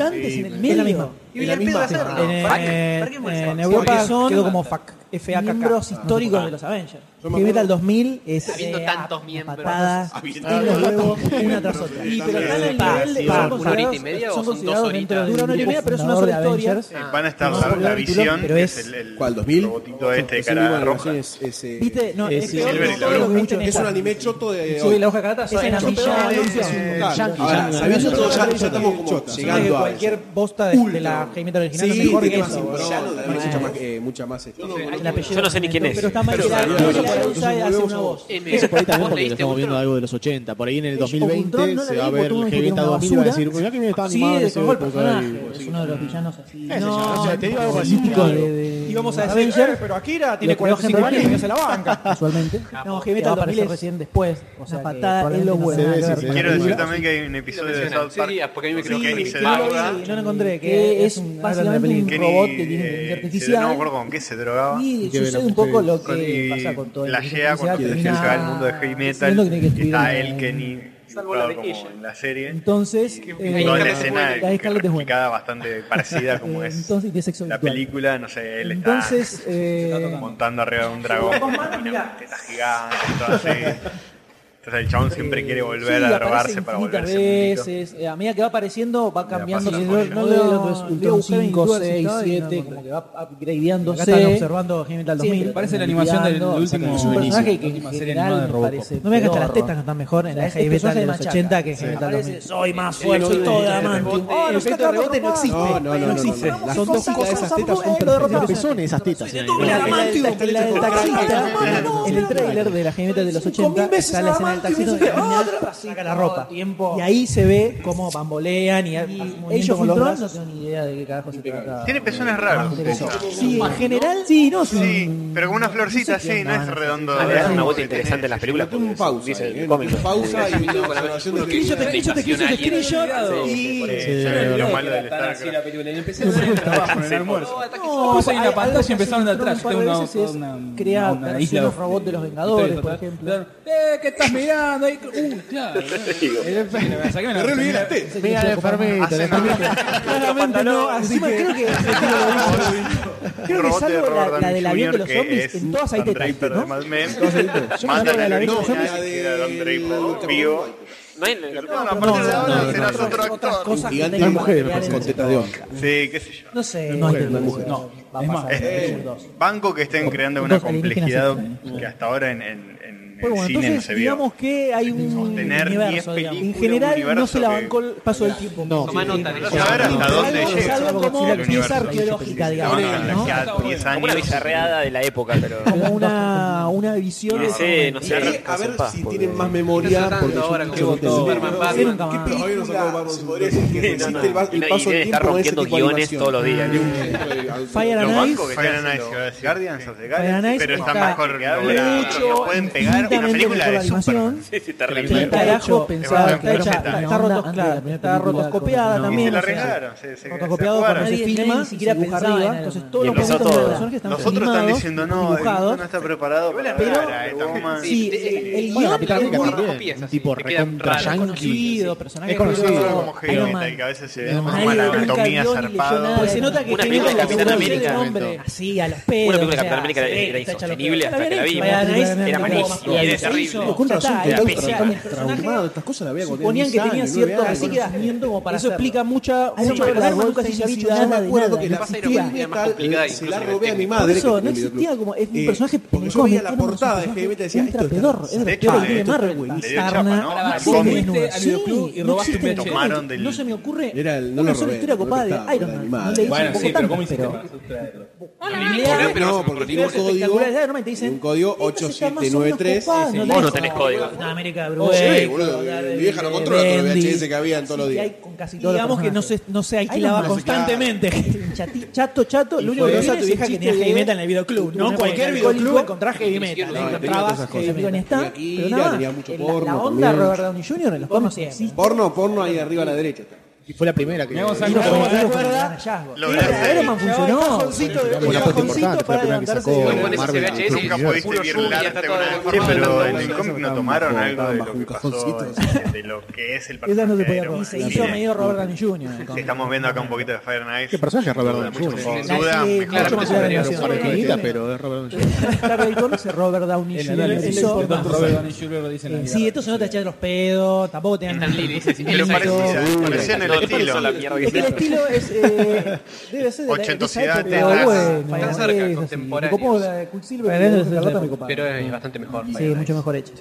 Speaker 2: la misma.
Speaker 3: Y el pedo de hacerlo.
Speaker 2: En,
Speaker 3: ¿Para qué?
Speaker 2: eh,
Speaker 3: ¿Para qué me
Speaker 2: en
Speaker 3: hacer?
Speaker 2: Europa
Speaker 5: Porque son
Speaker 2: quedó como FAC, FAKK. Miembros históricos de los Avengers. Heavy Metal 2000 es
Speaker 3: Habiendo
Speaker 2: eh,
Speaker 3: tantos
Speaker 2: a
Speaker 3: miembros.
Speaker 2: patadas,
Speaker 9: Habiendo
Speaker 2: en los
Speaker 9: tantos
Speaker 2: huevos, una tras otra.
Speaker 5: Y pero están al
Speaker 2: Pa,
Speaker 5: nivel de.
Speaker 2: pa,
Speaker 3: ¿Una
Speaker 2: son
Speaker 3: horita y
Speaker 2: considerados-
Speaker 3: media o
Speaker 2: son
Speaker 3: son dos
Speaker 2: considerados
Speaker 3: horitas?
Speaker 2: dentro del
Speaker 3: Dura una hora y
Speaker 2: grupo
Speaker 17: media, pero es una
Speaker 2: fundador de
Speaker 17: sola historia.
Speaker 2: Avengers.
Speaker 7: Eh, Van a estar
Speaker 2: No,
Speaker 7: la,
Speaker 2: popular
Speaker 7: la
Speaker 2: el
Speaker 7: visión,
Speaker 2: título, pero
Speaker 7: que
Speaker 2: es-
Speaker 7: es el, el
Speaker 9: ¿Cuál, 2000?
Speaker 7: robotito este de
Speaker 9: Ese mismo
Speaker 7: cara
Speaker 9: de
Speaker 7: roja.
Speaker 9: animación es- es, eh,
Speaker 2: ¿Viste? No, es
Speaker 17: sí,
Speaker 2: peor
Speaker 7: Silver
Speaker 2: que
Speaker 7: y
Speaker 2: todo
Speaker 7: la
Speaker 2: lo que
Speaker 7: bruja.
Speaker 2: viste en
Speaker 9: Es
Speaker 2: esta.
Speaker 9: un anime choto de.
Speaker 2: Sube la hoja carata, Es soy
Speaker 9: Ah,
Speaker 2: anillado,
Speaker 9: es
Speaker 2: es
Speaker 9: un total.
Speaker 17: yankee,
Speaker 9: Ahora,
Speaker 17: yankee.
Speaker 9: sabiendo todo, ya, ya estamos como
Speaker 17: Chota.
Speaker 2: Llegando
Speaker 9: llegando a
Speaker 2: cualquier bosta de, de la Heavy Metal original es mejor que eso. boludo.
Speaker 9: mucha más, eh, mucha más este,
Speaker 2: El apellido
Speaker 4: Yo no sé ni quién es.
Speaker 2: Pero está mal
Speaker 9: Pero-
Speaker 2: creado.
Speaker 9: Pero-
Speaker 2: Julia González hace una voz.
Speaker 17: Eso por ahí
Speaker 3: ¿Vos
Speaker 17: también porque
Speaker 3: leíste
Speaker 17: estamos
Speaker 3: Ultron?
Speaker 17: viendo algo de los 80. Por ahí en el
Speaker 2: Age of Ultron
Speaker 17: 2020
Speaker 2: no la
Speaker 17: se va a
Speaker 2: leí,
Speaker 17: ver
Speaker 2: porque
Speaker 17: el
Speaker 2: era
Speaker 17: Heavy Metal
Speaker 2: una
Speaker 17: 2000 y va a
Speaker 2: basura.
Speaker 17: decir, mirá que bien está
Speaker 2: Sí,
Speaker 17: animado
Speaker 2: de
Speaker 17: ese
Speaker 2: cagó el
Speaker 17: época ahí,
Speaker 2: personaje. Es
Speaker 17: pues, sí.
Speaker 2: uno de los villanos así.
Speaker 17: Ese ya, o sea, te digo algo así,
Speaker 2: típico
Speaker 17: claro.
Speaker 2: de, de-
Speaker 6: Y vamos a decir,
Speaker 2: Avenger,
Speaker 6: "Eh, pero Akira
Speaker 2: lo
Speaker 6: tiene
Speaker 2: que va a
Speaker 6: 45 años y
Speaker 2: generar-
Speaker 6: no se la banca.
Speaker 2: Casualmente. No, Heavy Metal 2000 es recién después. O sea,
Speaker 17: patada
Speaker 2: patada
Speaker 17: en
Speaker 2: en los
Speaker 17: los
Speaker 2: huevos.
Speaker 17: huevos.
Speaker 2: nada que ver.
Speaker 17: Sí, sí,
Speaker 7: Quiero decir
Speaker 17: Película.
Speaker 7: también que hay un episodio de South Park
Speaker 3: Sí, porque a mí me creo
Speaker 7: que
Speaker 3: que
Speaker 7: Kenny se
Speaker 3: sí.
Speaker 7: droga.
Speaker 2: Yo no encontré
Speaker 17: Que
Speaker 2: que
Speaker 17: es
Speaker 2: es un-
Speaker 17: básicamente un
Speaker 2: básicamente un robot que tiene
Speaker 7: Kenny,
Speaker 2: inteligencia
Speaker 7: eh, se- no me
Speaker 2: artificial.
Speaker 7: acuerdo con qué se drogaba.
Speaker 2: Y
Speaker 17: que
Speaker 2: sucede
Speaker 17: ver
Speaker 2: un poco
Speaker 17: ustedes.
Speaker 2: lo
Speaker 7: Con-
Speaker 2: que pasa con todo
Speaker 7: la llega cuando se
Speaker 2: el
Speaker 7: llega al mundo de heavy metal.
Speaker 2: Sabiendo que tiene que
Speaker 7: que está
Speaker 2: escribir
Speaker 7: él,
Speaker 2: un-
Speaker 7: Kenny,
Speaker 3: Salvo la de
Speaker 7: como
Speaker 3: ella.
Speaker 7: en la serie.
Speaker 2: Entonces,
Speaker 3: hay
Speaker 2: eh,
Speaker 7: Toda
Speaker 3: Scarlett
Speaker 7: la
Speaker 3: es
Speaker 7: escena
Speaker 2: la de Scarlett es buena.
Speaker 7: explicada bastante
Speaker 2: <laughs>
Speaker 7: parecida como
Speaker 2: Eh,
Speaker 7: es
Speaker 2: Entonces, de sexo
Speaker 7: la
Speaker 2: virtual.
Speaker 7: película. No sé, él está <laughs>
Speaker 2: Entonces, eh,
Speaker 7: montando arriba de un dragón. con una teta gigante, todo así. Entonces el chabón siempre quiere
Speaker 2: Eh,
Speaker 7: volver
Speaker 2: sí,
Speaker 7: a
Speaker 2: aparece
Speaker 7: drogarse para
Speaker 2: infinitas
Speaker 7: volverse un mito.
Speaker 2: veces. Eh, a medida que va apareciendo, va cambiando. su-
Speaker 7: pasa la joya.
Speaker 2: no leo lo que es Ultron 5, 6, 7, como que va upgradeándose.
Speaker 6: Acá están
Speaker 2: observando Metal
Speaker 6: 2000. Parece la animación del último-
Speaker 2: Es un personaje que en
Speaker 6: última serie
Speaker 2: general
Speaker 6: animada de
Speaker 2: me
Speaker 6: Robocop.
Speaker 2: parece
Speaker 6: No
Speaker 2: No me dejan las testas que están mejor en la Heavy Metal de los 80 que en Heavy Metal 2000. Soy más fuerte, soy todo diamante. Oh, el efecto de rebote no existe.
Speaker 9: No, no, no, no, no, no. Las
Speaker 2: Son dos
Speaker 9: cosas
Speaker 2: chicas
Speaker 9: de
Speaker 2: de
Speaker 9: esas tetas son
Speaker 17: Los
Speaker 9: perfectas.
Speaker 17: pezones, esas tetas.
Speaker 2: y la de la del taxista, en el tráiler de la gemita de los 80, está la escena del taxista donde camina, saca la ropa. Y ahí se ve cómo bambolean y ellos con los no tengo ni idea de qué carajo se trata.
Speaker 7: Tiene pezones raros.
Speaker 2: Sí, en general, sí, no, Mm,
Speaker 7: Sí, pero con una florcita, sí, no es redondo.
Speaker 4: Ah, le
Speaker 7: es
Speaker 4: dan una
Speaker 7: como
Speaker 4: vuelta
Speaker 7: que tiene-
Speaker 4: interesante en las películas.
Speaker 9: Tuve un pausa.
Speaker 4: Dice
Speaker 9: eh,
Speaker 4: el
Speaker 9: tuve
Speaker 4: cómic.
Speaker 9: un pausa y una observación de que-
Speaker 7: Sí, Lo malo del StarCraft.
Speaker 6: Puse ahí una pantalla y empezaron de atrás. Tengo una- una- una-
Speaker 2: crear
Speaker 6: una
Speaker 2: para
Speaker 6: isla
Speaker 2: hacer los
Speaker 6: de-
Speaker 2: robots de los Vengadores, por ejemplo.
Speaker 6: Eh, ¿qué estás mirando? Ahí? Uh, claro. Sáqueme la-
Speaker 17: Mira la enfermita,
Speaker 7: <laughs>
Speaker 17: la enfermita.
Speaker 2: Claramente no, así que creo que creo que
Speaker 7: Robot de
Speaker 2: salvo la,
Speaker 7: Robert
Speaker 2: la
Speaker 7: Downey
Speaker 2: del avión de los
Speaker 7: Jr., que
Speaker 2: zombies,
Speaker 7: es
Speaker 2: en todas hay
Speaker 7: Don
Speaker 2: tetas,
Speaker 7: Draper de
Speaker 2: ¿no?
Speaker 7: Mad Men.
Speaker 2: Yo me acuerdo de
Speaker 7: Mandan
Speaker 2: la de
Speaker 7: el
Speaker 2: los
Speaker 7: original,
Speaker 2: zombies.
Speaker 7: que era Don Draper vivo.
Speaker 4: No hay en la-
Speaker 7: No, a partir de ahora serás otro
Speaker 2: Otras
Speaker 7: actor.
Speaker 2: cosas que
Speaker 9: Gigante
Speaker 2: tengan
Speaker 9: de mujeres,
Speaker 2: que
Speaker 9: con
Speaker 2: crear en-
Speaker 9: tetas de hombre.
Speaker 7: Sí, qué sé yo.
Speaker 2: No sé, no hay tetas, no. Va a pasar,
Speaker 7: Eh,
Speaker 2: dos.
Speaker 7: banco que estén creando una
Speaker 2: Dos alienígenas
Speaker 7: complejidad
Speaker 2: extraños.
Speaker 7: que hasta ahora en, en- en
Speaker 2: Pero bueno,
Speaker 7: cine no
Speaker 2: entonces
Speaker 7: se vio.
Speaker 2: digamos que hay un
Speaker 7: Sostener 10
Speaker 2: universo, digamos. En
Speaker 7: películas,
Speaker 2: general
Speaker 7: un universo
Speaker 2: no se la
Speaker 7: que-
Speaker 2: bancó el paso del tiempo.
Speaker 7: No,
Speaker 2: Sí.
Speaker 7: Toma nota de eso.
Speaker 2: Algo-
Speaker 7: Saber hasta dónde
Speaker 2: algo-
Speaker 7: llega.
Speaker 2: algo como
Speaker 7: El
Speaker 2: pieza
Speaker 7: universo.
Speaker 2: arqueológica, digamos.
Speaker 7: No, no,
Speaker 2: ¿no?
Speaker 7: no, ya 10
Speaker 4: Como una
Speaker 7: años.
Speaker 4: bizarreada de la época, pero.
Speaker 2: Como una, una
Speaker 4: Y
Speaker 2: visión.
Speaker 4: DC, no sé,
Speaker 9: Eh, a
Speaker 4: arrancas en
Speaker 9: ver
Speaker 4: paz,
Speaker 9: si
Speaker 4: porque-
Speaker 9: tienen más memoria.
Speaker 3: Está
Speaker 9: Porque
Speaker 3: tratando ahora
Speaker 9: yo
Speaker 3: con
Speaker 9: no tengo
Speaker 3: Superman,
Speaker 9: memoria.
Speaker 3: Batman.
Speaker 9: ¿Qué
Speaker 3: Nunca
Speaker 9: película
Speaker 3: más.
Speaker 9: se podría decir que
Speaker 4: No, no.
Speaker 9: resiste el va-
Speaker 4: Y
Speaker 9: el
Speaker 4: no-
Speaker 9: paso
Speaker 4: y debe
Speaker 9: del tiempo con ese
Speaker 4: estar rompiendo
Speaker 9: tipo de
Speaker 4: guiones
Speaker 9: animación?
Speaker 4: todos los días.
Speaker 9: De un- de-
Speaker 2: Fire
Speaker 7: Los
Speaker 2: and
Speaker 7: bancos
Speaker 2: Ice.
Speaker 7: que
Speaker 24: Fire
Speaker 7: están
Speaker 24: and
Speaker 7: haciendo Guardians of the
Speaker 2: Fire and
Speaker 7: Galaxy,
Speaker 2: Ice
Speaker 7: pero
Speaker 2: está
Speaker 7: están mejor logrados.
Speaker 2: mucho,
Speaker 7: No pueden pegar
Speaker 2: infinitamente
Speaker 7: una película
Speaker 2: mejor
Speaker 7: de
Speaker 2: la animación.
Speaker 7: Superman. Sí, sí,
Speaker 2: Que
Speaker 7: terrible.
Speaker 2: está hecho,
Speaker 7: Es
Speaker 2: pensada,
Speaker 7: una
Speaker 2: está hecha,
Speaker 7: receta.
Speaker 2: está rotoscopiada, está rotoscopiada
Speaker 17: No.
Speaker 7: Y
Speaker 2: también.
Speaker 7: se la
Speaker 2: o sea,
Speaker 7: arreglaron. se- se- se
Speaker 2: rotoscopiado cuando
Speaker 7: jugaron.
Speaker 2: se
Speaker 5: Nadie-
Speaker 2: filma,
Speaker 5: nadie
Speaker 2: ni
Speaker 5: se
Speaker 2: siquiera
Speaker 5: dibujaba
Speaker 2: pensaba
Speaker 5: en
Speaker 2: en
Speaker 5: el
Speaker 2: Entonces
Speaker 5: Iron
Speaker 2: todos los
Speaker 4: Man. Y empezó
Speaker 2: movimientos de los
Speaker 4: todo.
Speaker 2: personajes están
Speaker 7: Nosotros están
Speaker 2: animados,
Speaker 7: diciendo, no, el mundo
Speaker 2: dibujados.
Speaker 7: no está preparado para
Speaker 2: Pero-
Speaker 7: para esta goma.
Speaker 2: Sí,
Speaker 3: Sí,
Speaker 2: eh, el
Speaker 17: Bueno,
Speaker 2: guión
Speaker 17: Capitán
Speaker 2: es
Speaker 17: América
Speaker 2: muy
Speaker 17: también, un tipo
Speaker 3: te quedan
Speaker 17: recontra
Speaker 3: raros,
Speaker 17: yankee.
Speaker 2: conocido, personajes
Speaker 17: Es conocido
Speaker 2: conocidos.
Speaker 7: como
Speaker 2: Iron
Speaker 7: Heavy,
Speaker 2: Man.
Speaker 7: que a veces se
Speaker 17: Iron
Speaker 7: ve
Speaker 17: Man.
Speaker 7: como la
Speaker 2: Nadie nunca
Speaker 7: anatomía
Speaker 2: vio ni leyó nada.
Speaker 7: zarpada.
Speaker 2: Pues se nota que
Speaker 4: Una
Speaker 2: tenía
Speaker 4: película de
Speaker 2: la
Speaker 4: Capitán
Speaker 2: figura
Speaker 4: América.
Speaker 2: del hombre así a los pelos.
Speaker 4: Una película de
Speaker 2: o sea,
Speaker 4: Capitán América
Speaker 2: se
Speaker 4: era-
Speaker 2: ve
Speaker 4: era
Speaker 2: que está hecha a los
Speaker 4: insostenible
Speaker 2: pelos.
Speaker 4: hasta que la
Speaker 2: habían
Speaker 4: vimos.
Speaker 2: hecho, habían hecho,
Speaker 4: Era
Speaker 2: habían hecho,
Speaker 4: malísimo,
Speaker 2: habían
Speaker 4: era
Speaker 2: hecho,
Speaker 4: terrible.
Speaker 2: hizo,
Speaker 17: Con
Speaker 2: ya
Speaker 17: razón,
Speaker 2: está,
Speaker 17: que
Speaker 2: era
Speaker 17: tan
Speaker 2: pesado,
Speaker 17: traumado,
Speaker 2: el personaje
Speaker 17: traumado, estas cosas la veía cuando
Speaker 2: Suponían que
Speaker 17: tenía
Speaker 2: tenía
Speaker 17: nueve
Speaker 2: cierto
Speaker 17: años.
Speaker 2: reconocimiento como para Eso hacerlo.
Speaker 17: explica
Speaker 2: mucha
Speaker 17: mucha
Speaker 2: de
Speaker 17: de
Speaker 2: las
Speaker 17: las
Speaker 2: nunca
Speaker 17: golpes
Speaker 2: se
Speaker 17: y
Speaker 2: hizo
Speaker 17: habilidades
Speaker 2: nada
Speaker 9: Yo me
Speaker 2: de
Speaker 9: acuerdo
Speaker 2: nada.
Speaker 9: que
Speaker 2: No
Speaker 9: la
Speaker 2: pasa
Speaker 9: fui
Speaker 2: nada.
Speaker 9: al
Speaker 3: era más
Speaker 9: metal,
Speaker 3: complicada,
Speaker 9: se la
Speaker 3: incluso en el
Speaker 9: robé a mi
Speaker 3: técnico.
Speaker 9: madre.
Speaker 2: Por
Speaker 9: que
Speaker 2: eso,
Speaker 9: tenía
Speaker 2: no
Speaker 9: mi
Speaker 2: existía como. Es un
Speaker 9: Eh,
Speaker 2: personaje
Speaker 9: porque yo veía la
Speaker 2: pendejo,
Speaker 9: portada de
Speaker 2: es un
Speaker 9: Heavy Metal y decía,
Speaker 2: personaje
Speaker 9: esto
Speaker 2: ultra pedorro, es
Speaker 9: está-
Speaker 2: de
Speaker 7: de
Speaker 2: los
Speaker 7: hecho,
Speaker 2: peores que tiene
Speaker 7: esto
Speaker 2: Marvel.
Speaker 7: le dio
Speaker 2: Bizarra,
Speaker 7: chapa, ¿no?
Speaker 2: una
Speaker 7: Para
Speaker 2: basura
Speaker 7: Fuiste al
Speaker 2: desnuda.
Speaker 6: videoclub
Speaker 2: Sí,
Speaker 6: y
Speaker 2: no
Speaker 6: robaste
Speaker 2: existe
Speaker 6: un
Speaker 2: en
Speaker 6: mecho.
Speaker 2: internet.
Speaker 7: Tomaron del-
Speaker 2: No se me ocurre
Speaker 9: Era el- no
Speaker 2: una
Speaker 9: lo
Speaker 2: sola
Speaker 9: robé,
Speaker 2: historia
Speaker 9: lo que
Speaker 2: copada
Speaker 9: estaba,
Speaker 2: de Iron
Speaker 9: lo
Speaker 2: Man.
Speaker 9: animado.
Speaker 2: No le hice
Speaker 6: Bueno,
Speaker 2: un poco
Speaker 6: sí, pero
Speaker 2: tanto,
Speaker 6: ¿cómo hiciste
Speaker 2: pero-
Speaker 6: para sustraerlo?
Speaker 2: Lea-
Speaker 9: No, porque tiene un
Speaker 2: Cosas
Speaker 9: código.
Speaker 2: espectaculares, de Iron Man, te dicen,
Speaker 9: Un código
Speaker 2: "Esta está más o menos
Speaker 9: 893.
Speaker 2: copada,
Speaker 9: Sí, sí.
Speaker 4: Vos no
Speaker 2: tenés
Speaker 4: tenés código.
Speaker 2: Capitán América, Bruce.
Speaker 9: Oye, boludo, mi vieja no controla todos los VHS que habían todos los
Speaker 2: que
Speaker 9: días.
Speaker 2: hay con casi todos los
Speaker 6: Digamos que no
Speaker 2: personajes.
Speaker 6: se, no se
Speaker 2: Ay,
Speaker 6: alquilaba
Speaker 2: no,
Speaker 6: constantemente.
Speaker 2: Chati- chato, chato, lo único
Speaker 9: fue
Speaker 2: que
Speaker 9: esa
Speaker 2: tenía
Speaker 9: tu
Speaker 2: es el
Speaker 9: vieja que
Speaker 2: chiste
Speaker 9: tenía
Speaker 2: de-
Speaker 9: heavy metal
Speaker 6: en el videoclub, ¿no?
Speaker 2: Un
Speaker 6: Cualquier
Speaker 2: alcohólico
Speaker 6: videoclub
Speaker 2: encontrás heavy metal.
Speaker 3: No,
Speaker 2: Ahí
Speaker 9: tenía
Speaker 2: encontrabas
Speaker 9: todas esas
Speaker 2: heavy
Speaker 9: cosas.
Speaker 2: metal. está,
Speaker 9: Tenía
Speaker 2: pero
Speaker 9: Kira,
Speaker 2: nada más.
Speaker 9: tenía mucho
Speaker 2: El- La
Speaker 9: porno
Speaker 2: onda
Speaker 9: también.
Speaker 2: Robert Downey Jr. en los pornos existe.
Speaker 9: Porno, porno ahí arriba a la derecha. está.
Speaker 17: Y fue la primera que.
Speaker 6: Vamos a-
Speaker 17: Era
Speaker 6: Pero como se
Speaker 2: recuerda,
Speaker 7: Lograste.
Speaker 2: Iron Man funcionó.
Speaker 17: una foto importante, fue la primera que sacó
Speaker 3: Bueno, pones ese
Speaker 17: Marvel.
Speaker 3: VHS y
Speaker 17: Sí,
Speaker 7: Nunca
Speaker 3: sí,
Speaker 17: sí,
Speaker 7: pudiste bien
Speaker 3: zoom y
Speaker 7: largarte
Speaker 3: está
Speaker 7: con
Speaker 3: todo deformado.
Speaker 7: el Sí, pero
Speaker 3: Estaban
Speaker 7: en el
Speaker 3: bajo
Speaker 7: cómic no
Speaker 17: un
Speaker 7: tomaron algo de lo
Speaker 17: bajo
Speaker 7: que
Speaker 17: un
Speaker 7: pasó, de lo que es el
Speaker 2: Esa
Speaker 7: personaje
Speaker 2: no se
Speaker 7: de
Speaker 2: podía
Speaker 7: Iron
Speaker 2: poner.
Speaker 7: Man.
Speaker 2: Y se hizo
Speaker 7: Tiene-
Speaker 2: medio Robert Downey Jr.
Speaker 7: Sí, Estamos viendo acá un poquito de Fire and Ice.
Speaker 17: ¿Qué personaje es Robert Downey
Speaker 7: Mucho
Speaker 17: Jr.?
Speaker 7: sin
Speaker 17: Sí,
Speaker 7: duda,
Speaker 2: sí,
Speaker 7: mejor
Speaker 2: mucho
Speaker 7: personaje.
Speaker 2: mejor.
Speaker 17: Era un par de joyitas, pero es Robert Downey Jr.
Speaker 2: Está el cómic es Robert Downey Jr.
Speaker 17: análisis
Speaker 2: Hizo-
Speaker 17: de
Speaker 2: Robert
Speaker 17: tantos
Speaker 2: Downey
Speaker 6: Jr. lo dice en la
Speaker 2: Eh,
Speaker 6: vida
Speaker 2: Sí,
Speaker 6: real.
Speaker 2: esto se nota echar los pedos, tampoco te dan
Speaker 3: Stan Lee dice, sí,
Speaker 7: Pero
Speaker 3: Él
Speaker 7: parecía,
Speaker 4: Uy,
Speaker 7: parecía en el
Speaker 4: no, no,
Speaker 7: estilo.
Speaker 4: son la mierda que
Speaker 2: Es que el
Speaker 4: hicieron.
Speaker 2: estilo es. Eh, debe ser de, la, de esa
Speaker 7: Ochentosidad,
Speaker 2: época, pero
Speaker 7: teatral.
Speaker 2: bueno,
Speaker 3: Está
Speaker 2: es
Speaker 3: cerca,
Speaker 2: así.
Speaker 3: contemporáneo.
Speaker 2: Me copó la de Quicksilver,
Speaker 15: Pero es de
Speaker 2: la
Speaker 15: esa
Speaker 2: Escarlata
Speaker 15: época.
Speaker 2: me copaba.
Speaker 3: Pero es bastante mejor.
Speaker 2: Sí, mucho mejor hecho.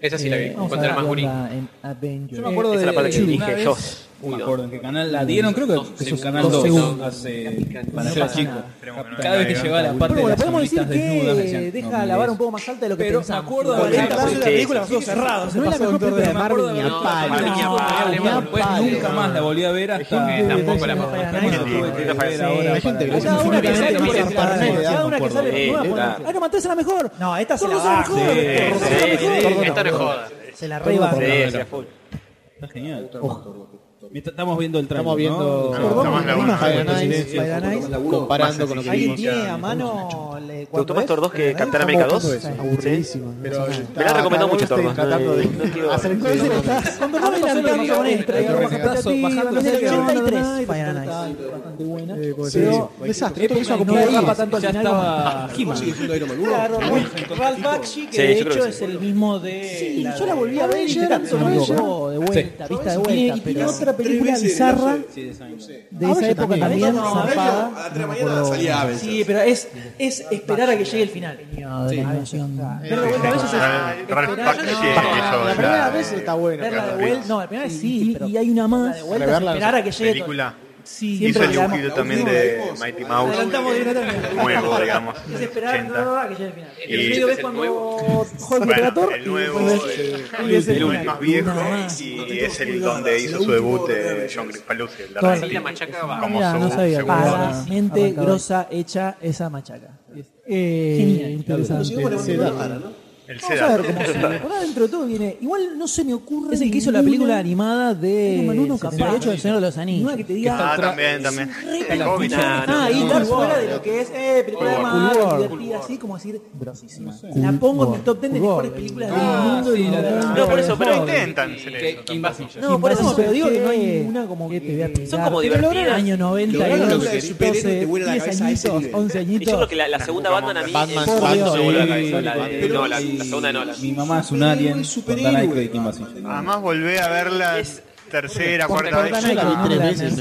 Speaker 3: Esa sí la vi,
Speaker 2: Eh, vamos a
Speaker 3: cuando era
Speaker 2: ver
Speaker 3: más
Speaker 2: qué
Speaker 3: gurí.
Speaker 2: onda en Avengers.
Speaker 6: Yo me acuerdo
Speaker 4: Esa es la
Speaker 6: de-
Speaker 4: parte que
Speaker 6: una
Speaker 4: dije
Speaker 6: vez-
Speaker 4: yo.
Speaker 6: No
Speaker 4: Uy,
Speaker 6: me
Speaker 4: no.
Speaker 6: acuerdo en qué canal la dieron, creo que que es un canal
Speaker 2: dos
Speaker 6: 2
Speaker 2: segundos.
Speaker 6: hace
Speaker 2: No
Speaker 6: para ser
Speaker 2: pasa
Speaker 6: chico.
Speaker 2: nada.
Speaker 6: Cada vez que llegaba la parte
Speaker 2: Pero
Speaker 6: de
Speaker 2: bueno,
Speaker 6: las
Speaker 2: podemos decir
Speaker 6: feministas desnudas, me
Speaker 2: que
Speaker 6: decían, no,
Speaker 2: deja
Speaker 6: me
Speaker 2: la vara
Speaker 6: ves.
Speaker 2: un poco más alta de lo que
Speaker 6: Pero me
Speaker 2: pensamos.
Speaker 6: acuerdo de
Speaker 2: Porque
Speaker 6: la-
Speaker 2: el pedazo de la
Speaker 4: Sí,
Speaker 6: sí,
Speaker 2: película pasó
Speaker 6: sí,
Speaker 2: cerrado, se
Speaker 17: No es la
Speaker 2: pasó
Speaker 17: mejor
Speaker 2: en torno
Speaker 17: película de
Speaker 2: de
Speaker 17: Marvel
Speaker 2: Marvel
Speaker 17: ni
Speaker 2: ni a
Speaker 17: a
Speaker 3: palo.
Speaker 2: palo.
Speaker 3: Ni a palo,
Speaker 2: Ni a
Speaker 3: después
Speaker 2: palo.
Speaker 6: Nunca más la volví a ver hasta.
Speaker 3: Porque tampoco la más-
Speaker 6: Bueno, tuve que ver ahora
Speaker 17: Hay gente que lo
Speaker 6: para-
Speaker 2: Cada
Speaker 17: dice
Speaker 2: una que sale por
Speaker 17: infinitamente más zarpada de
Speaker 2: internet,
Speaker 17: edad,
Speaker 2: cada
Speaker 17: no
Speaker 2: una que
Speaker 17: acuerdo.
Speaker 2: sale
Speaker 4: Sí,
Speaker 2: nueva,
Speaker 4: claro.
Speaker 2: Iron Man 3 es la mejor. No, esta se la
Speaker 17: Tordo es la
Speaker 2: Tordo
Speaker 17: mejor.
Speaker 4: Sí,
Speaker 2: es la
Speaker 4: sí,
Speaker 2: mejor.
Speaker 3: Esta no es joda.
Speaker 2: Se la reba.
Speaker 4: Sí, sí, a full.
Speaker 6: Está genial. Mientras Estamos viendo el trailer.
Speaker 17: Estamos viendo.
Speaker 7: No, estamos en la
Speaker 17: Estamos
Speaker 7: una.
Speaker 17: en la
Speaker 2: Nice,
Speaker 17: silencio,
Speaker 2: Fire Nice.
Speaker 17: estamos Comparando
Speaker 7: Más
Speaker 17: con lo que
Speaker 2: ¿Alguien
Speaker 17: vimos.
Speaker 2: tiene a mano? le-
Speaker 4: ¿Te
Speaker 2: cuando
Speaker 4: gustó más
Speaker 2: es?
Speaker 4: Thor 2 que Capitán América 2? Sí.
Speaker 17: Aburridísimo. Pero
Speaker 4: Me la han recomendado mucho,
Speaker 17: Estoy
Speaker 4: Thor 2.
Speaker 17: tratando de-
Speaker 4: No quiero-
Speaker 17: hacer el-
Speaker 2: Entonces, está- Cuando no la mitad con extra,
Speaker 17: Hay que
Speaker 2: bajo
Speaker 17: renegar.
Speaker 2: expectativa,
Speaker 6: Bajando
Speaker 2: es del
Speaker 6: la
Speaker 2: 83
Speaker 17: Nice,
Speaker 2: Fire
Speaker 17: bastante
Speaker 2: Nice. Bastante buena.
Speaker 17: Eh, pues,
Speaker 2: Pero-
Speaker 17: sí, sí. Desastre. Esto que hizo
Speaker 2: No
Speaker 17: acompañar-
Speaker 2: derrapa tanto al
Speaker 6: Ya
Speaker 2: final.
Speaker 6: estaba
Speaker 9: ¿Cómo sigue siendo Iron Man uno?
Speaker 2: Claro,
Speaker 4: Ah,
Speaker 2: Ralph Bakshi, que
Speaker 4: Sí,
Speaker 2: de
Speaker 4: yo creo
Speaker 2: hecho
Speaker 4: que
Speaker 2: es
Speaker 4: sí.
Speaker 2: el mismo de. Sí, yo la volví a ver y me encantó de vuelta, vista de vuelta.
Speaker 17: Y
Speaker 2: pero-
Speaker 17: tiene otra
Speaker 9: Tres
Speaker 17: película
Speaker 9: veces, no
Speaker 17: bizarra
Speaker 9: sé.
Speaker 2: de esa
Speaker 17: Avengers
Speaker 2: época
Speaker 17: también.
Speaker 2: también,
Speaker 9: No,
Speaker 2: zarpada.
Speaker 9: Avengers, a la tres de la mañana salía Avengers.
Speaker 2: Sí, pero es, es esperar a que llegue el final. Sí. Verla de vuelta a veces
Speaker 7: Ralph- Ralph Bakshi hizo
Speaker 17: La
Speaker 7: la
Speaker 17: primera vez está
Speaker 2: es
Speaker 17: buena.
Speaker 2: verla de
Speaker 7: Claro,
Speaker 2: vuelta.
Speaker 7: sí.
Speaker 2: No, la primera vez sí, pero y hay una más. La de vuelta es
Speaker 17: Reverla,
Speaker 2: esperar a que llegue.
Speaker 7: película.
Speaker 2: Sí,
Speaker 7: Hizo
Speaker 2: siempre
Speaker 7: el
Speaker 2: digamos,
Speaker 7: dibujito también de Mighty Mouse.
Speaker 2: Adelantamos de una terminal.
Speaker 7: Nuevo, digamos.
Speaker 2: Es esperar
Speaker 7: 80.
Speaker 2: no, a que llegue el final.
Speaker 7: Y- este
Speaker 2: El medio ves cuando Hulk
Speaker 7: Bueno,
Speaker 2: mete a Thor
Speaker 7: el
Speaker 2: y
Speaker 7: nuevo,
Speaker 2: después
Speaker 7: eh,
Speaker 2: y ves
Speaker 7: El
Speaker 2: final.
Speaker 7: más viejo
Speaker 2: Una más.
Speaker 7: y es el donde hizo su debut eh, John Griffaluzzi, el de
Speaker 2: Todo el
Speaker 7: Ralph.
Speaker 3: Y la machaca va.
Speaker 7: Como
Speaker 2: Mirá, no
Speaker 7: su
Speaker 2: sabía.
Speaker 7: segundo.
Speaker 2: Paramente grosa hecha esa machaca. Eh, interesante.
Speaker 7: El
Speaker 2: Vamos a
Speaker 7: Seda.
Speaker 2: ver cómo sigue. Por ahora, dentro de todo viene. Igual no se me ocurre. Es el que hizo la
Speaker 15: película
Speaker 2: animada de. Iron Man 1, capaz.
Speaker 15: de hecho, El Señor de los Anillos.
Speaker 2: Una que te diga.
Speaker 7: Ah, también, también. El Hobbit.
Speaker 2: Ah, y
Speaker 4: no,
Speaker 2: estar fuera de lo que es eh, película de
Speaker 7: Cool
Speaker 2: Marvel, divertida, así como decir, grosísima. La pongo en mi top 10 de mejores películas del mundo. y la-
Speaker 4: No, por eso, pero
Speaker 7: Intentan hacer eso.
Speaker 2: No, por eso, pero digo que no hay ninguna como que te voy a
Speaker 4: Son como
Speaker 2: El
Speaker 4: divertidas.
Speaker 2: año 90, y
Speaker 9: Lograron lo
Speaker 2: unos
Speaker 9: que querían.
Speaker 2: 12,
Speaker 9: Te vuela la
Speaker 2: 10
Speaker 9: cabeza a ese
Speaker 2: añitos,
Speaker 9: nivel.
Speaker 2: 11
Speaker 4: Y yo creo
Speaker 2: añitos.
Speaker 4: que la, la segunda Batman a mí.
Speaker 17: Batman,
Speaker 4: por
Speaker 17: Batman,
Speaker 4: Dios,
Speaker 17: sí.
Speaker 4: me voló la cabeza, la de
Speaker 6: Pero-
Speaker 4: Nolan, la segunda de Nolan.
Speaker 6: Mi mamá es un alien.
Speaker 9: superhéroe,
Speaker 6: Bandai Namco de Kim Basinger.
Speaker 7: Además volví a verla
Speaker 4: Es-
Speaker 7: tercera, cuarta vez. tres veces,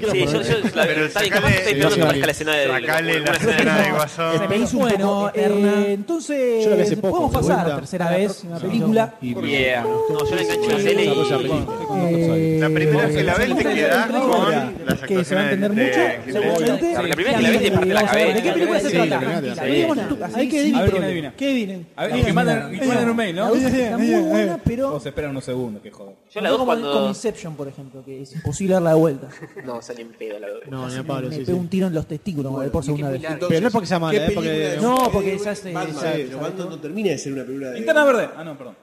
Speaker 4: Pero la escena de.
Speaker 7: Sacale la escena de Guasón.
Speaker 2: Bueno, eh, entonces
Speaker 17: Yo la vi hace poco,
Speaker 2: podemos
Speaker 17: de
Speaker 2: pasar
Speaker 17: vuelta.
Speaker 2: tercera vez una película.
Speaker 4: Yeah. No, yo la enganché la tele y.
Speaker 2: Eh,
Speaker 7: La primera vez que la ves te
Speaker 2: Vamos a
Speaker 7: quedás
Speaker 2: hacer una
Speaker 7: con
Speaker 2: película
Speaker 7: las
Speaker 2: que se va a entender
Speaker 7: actuaciones de-
Speaker 2: mucho,
Speaker 7: de-
Speaker 2: seguramente.
Speaker 4: La primera vez que la ves te parte la
Speaker 2: Vamos a ver, ¿De qué
Speaker 4: cabeza.
Speaker 2: película se
Speaker 17: Sí,
Speaker 2: trata?
Speaker 17: la primera vez.
Speaker 2: La vimos en tu casa. Hay que
Speaker 6: A
Speaker 2: adivinar.
Speaker 6: ver quién adivina.
Speaker 2: ¿Qué adivinen?
Speaker 6: A ver, y que mandan, y que mandan un mail, ¿no?
Speaker 2: La última está muy buena, pero
Speaker 6: O se esperan unos segundos, que joder.
Speaker 4: Yo la dos
Speaker 2: como, como
Speaker 4: cuando.
Speaker 2: Inception, por ejemplo, que es imposible darla de vuelta.
Speaker 4: No, salí en pedo la dos.
Speaker 17: No, ni a
Speaker 2: Me
Speaker 17: palo, sí,
Speaker 2: pego
Speaker 17: sí.
Speaker 2: un tiro en los testículos por segunda vez.
Speaker 17: Pero no es porque sea mala,
Speaker 9: ¿Qué
Speaker 17: es
Speaker 9: película
Speaker 17: porque.
Speaker 9: es?
Speaker 2: No, porque ya se-
Speaker 9: Batman,
Speaker 2: ya-
Speaker 9: pero Batman no termina de ser una película de.
Speaker 6: Linterna verde. Ah, no, perdón.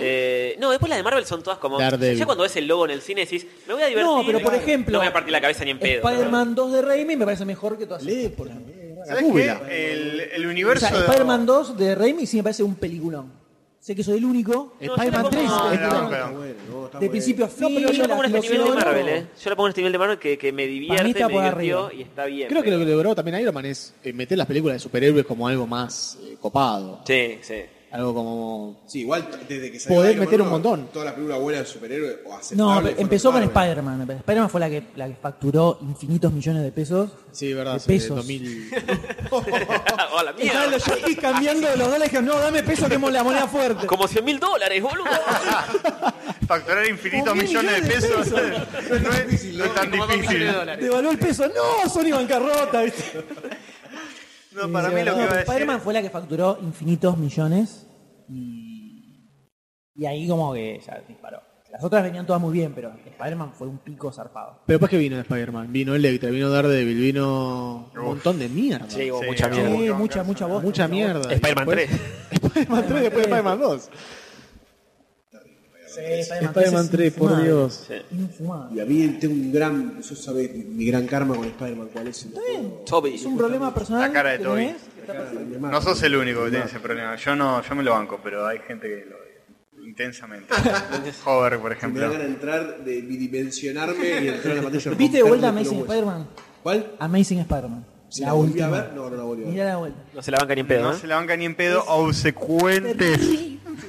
Speaker 4: Eh, no, después las de Marvel son todas como.
Speaker 17: Daredevil.
Speaker 4: Ya cuando ves el logo en el cine decís, me voy a divertir.
Speaker 2: No, pero por ejemplo,
Speaker 4: No me voy a partir la cabeza ni en pedo.
Speaker 2: Spider-Man 2 de Raimi me parece mejor que todas.
Speaker 9: Lee,
Speaker 2: esas.
Speaker 9: por favor.
Speaker 7: ¿Sabes
Speaker 17: Google.
Speaker 7: qué? El, el
Speaker 2: O
Speaker 7: universo.
Speaker 2: sea, Spider-Man 2 de Raimi sí me parece un peliculón. Sé que soy el único.
Speaker 17: Spider-Man 3.
Speaker 4: No,
Speaker 17: es
Speaker 7: no,
Speaker 17: una-
Speaker 7: pero-
Speaker 9: Bueno, no, está
Speaker 2: De
Speaker 9: bueno.
Speaker 2: principio a fin.
Speaker 4: No, pero yo lo
Speaker 2: la
Speaker 4: pongo en este nivel de
Speaker 2: explosión,
Speaker 4: Marvel,
Speaker 2: todo.
Speaker 4: ¿eh? Yo lo pongo en este nivel de Marvel que, que me divierte, me
Speaker 2: Para mí está por
Speaker 4: divirtió
Speaker 2: arriba.
Speaker 4: y está bien.
Speaker 17: Creo que lo
Speaker 4: pero-
Speaker 17: que logró también Iron Man es eh, meter las películas de superhéroes como algo más eh, copado.
Speaker 4: Sí, sí.
Speaker 17: Algo como.
Speaker 9: Sí, igual desde que salió.
Speaker 17: Podés
Speaker 9: Iron Man
Speaker 17: meter un
Speaker 9: uno,
Speaker 17: montón.
Speaker 9: Toda la película buena de superhéroe o aceptable
Speaker 2: No,
Speaker 9: fueron
Speaker 2: empezó con
Speaker 9: Marvel.
Speaker 2: Spider-Man. Spider-Man fue la que, la que facturó infinitos millones de pesos.
Speaker 17: Sí, verdad.
Speaker 2: De
Speaker 17: sí,
Speaker 2: pesos.
Speaker 17: 2000.
Speaker 4: Oh, la mierda.
Speaker 2: Estaban los yankees cambiando los dólares. dijeron, No, dame peso que es la moneda fuerte.
Speaker 4: Como 100 mil dólares, boludo.
Speaker 7: Facturar infinitos
Speaker 2: Como mil
Speaker 7: millones de
Speaker 2: millones de
Speaker 7: pesos no es, <laughs> no es tan difícil.
Speaker 2: Devaluó el peso. No, Sony bancarrota. ¿viste?
Speaker 7: No, para mí lo que
Speaker 2: No,
Speaker 7: iba a
Speaker 2: pero
Speaker 7: decir.
Speaker 2: Spider-Man fue la que facturó infinitos millones y, y ahí como que ya disparó. Las otras venían todas muy bien, pero Spider-Man fue un pico zarpado.
Speaker 17: Pero después que vino de Spider-Man, vino Electra, vino Daredevil, vino un montón de mierda.
Speaker 4: Sí, hubo
Speaker 7: Sí,
Speaker 4: mucha
Speaker 7: no.
Speaker 4: mierda.
Speaker 2: Sí, mucha, mucha voz.
Speaker 17: Mucha mierda.
Speaker 4: Spider-Man
Speaker 17: Después-
Speaker 4: 3.
Speaker 17: <laughs> Spider-Man 3 después de Spider-Man 2.
Speaker 2: Sí, Spider-Man
Speaker 17: Spider-Man
Speaker 2: es
Speaker 17: 3, por
Speaker 2: infumable,
Speaker 17: Dios.
Speaker 2: infumable.
Speaker 9: Y a mí tengo un gran. Yo sabés mi- mi gran karma con Spider-Man, ¿cuál es?
Speaker 4: Toby.
Speaker 2: Es un problema personal.
Speaker 7: La cara de
Speaker 2: que
Speaker 7: Toby.
Speaker 2: tenés, que está pasando.
Speaker 7: No sos el único que tiene ese problema. Yo no, yo me lo banco, pero hay gente que lo odia
Speaker 2: <laughs>
Speaker 7: intensamente. Hover, por
Speaker 9: Me da
Speaker 7: ejemplo.
Speaker 9: ganas de entrar, de bidimensionarme y entrar en la pantalla.
Speaker 2: <laughs> ¿Viste de vuelta
Speaker 9: romperle
Speaker 2: Amazing
Speaker 9: los huesos.
Speaker 2: Spider-Man?
Speaker 9: ¿Cuál?
Speaker 2: Amazing Spider-Man.
Speaker 9: Si
Speaker 2: la
Speaker 9: la volví
Speaker 2: última.
Speaker 9: a ver, no, no la volví a ver.
Speaker 2: Mirá la vuelta.
Speaker 4: No se la banca ni en pedo, ¿eh?
Speaker 7: No
Speaker 4: ¿no?
Speaker 7: se la banca ni en pedo, obsecuentes.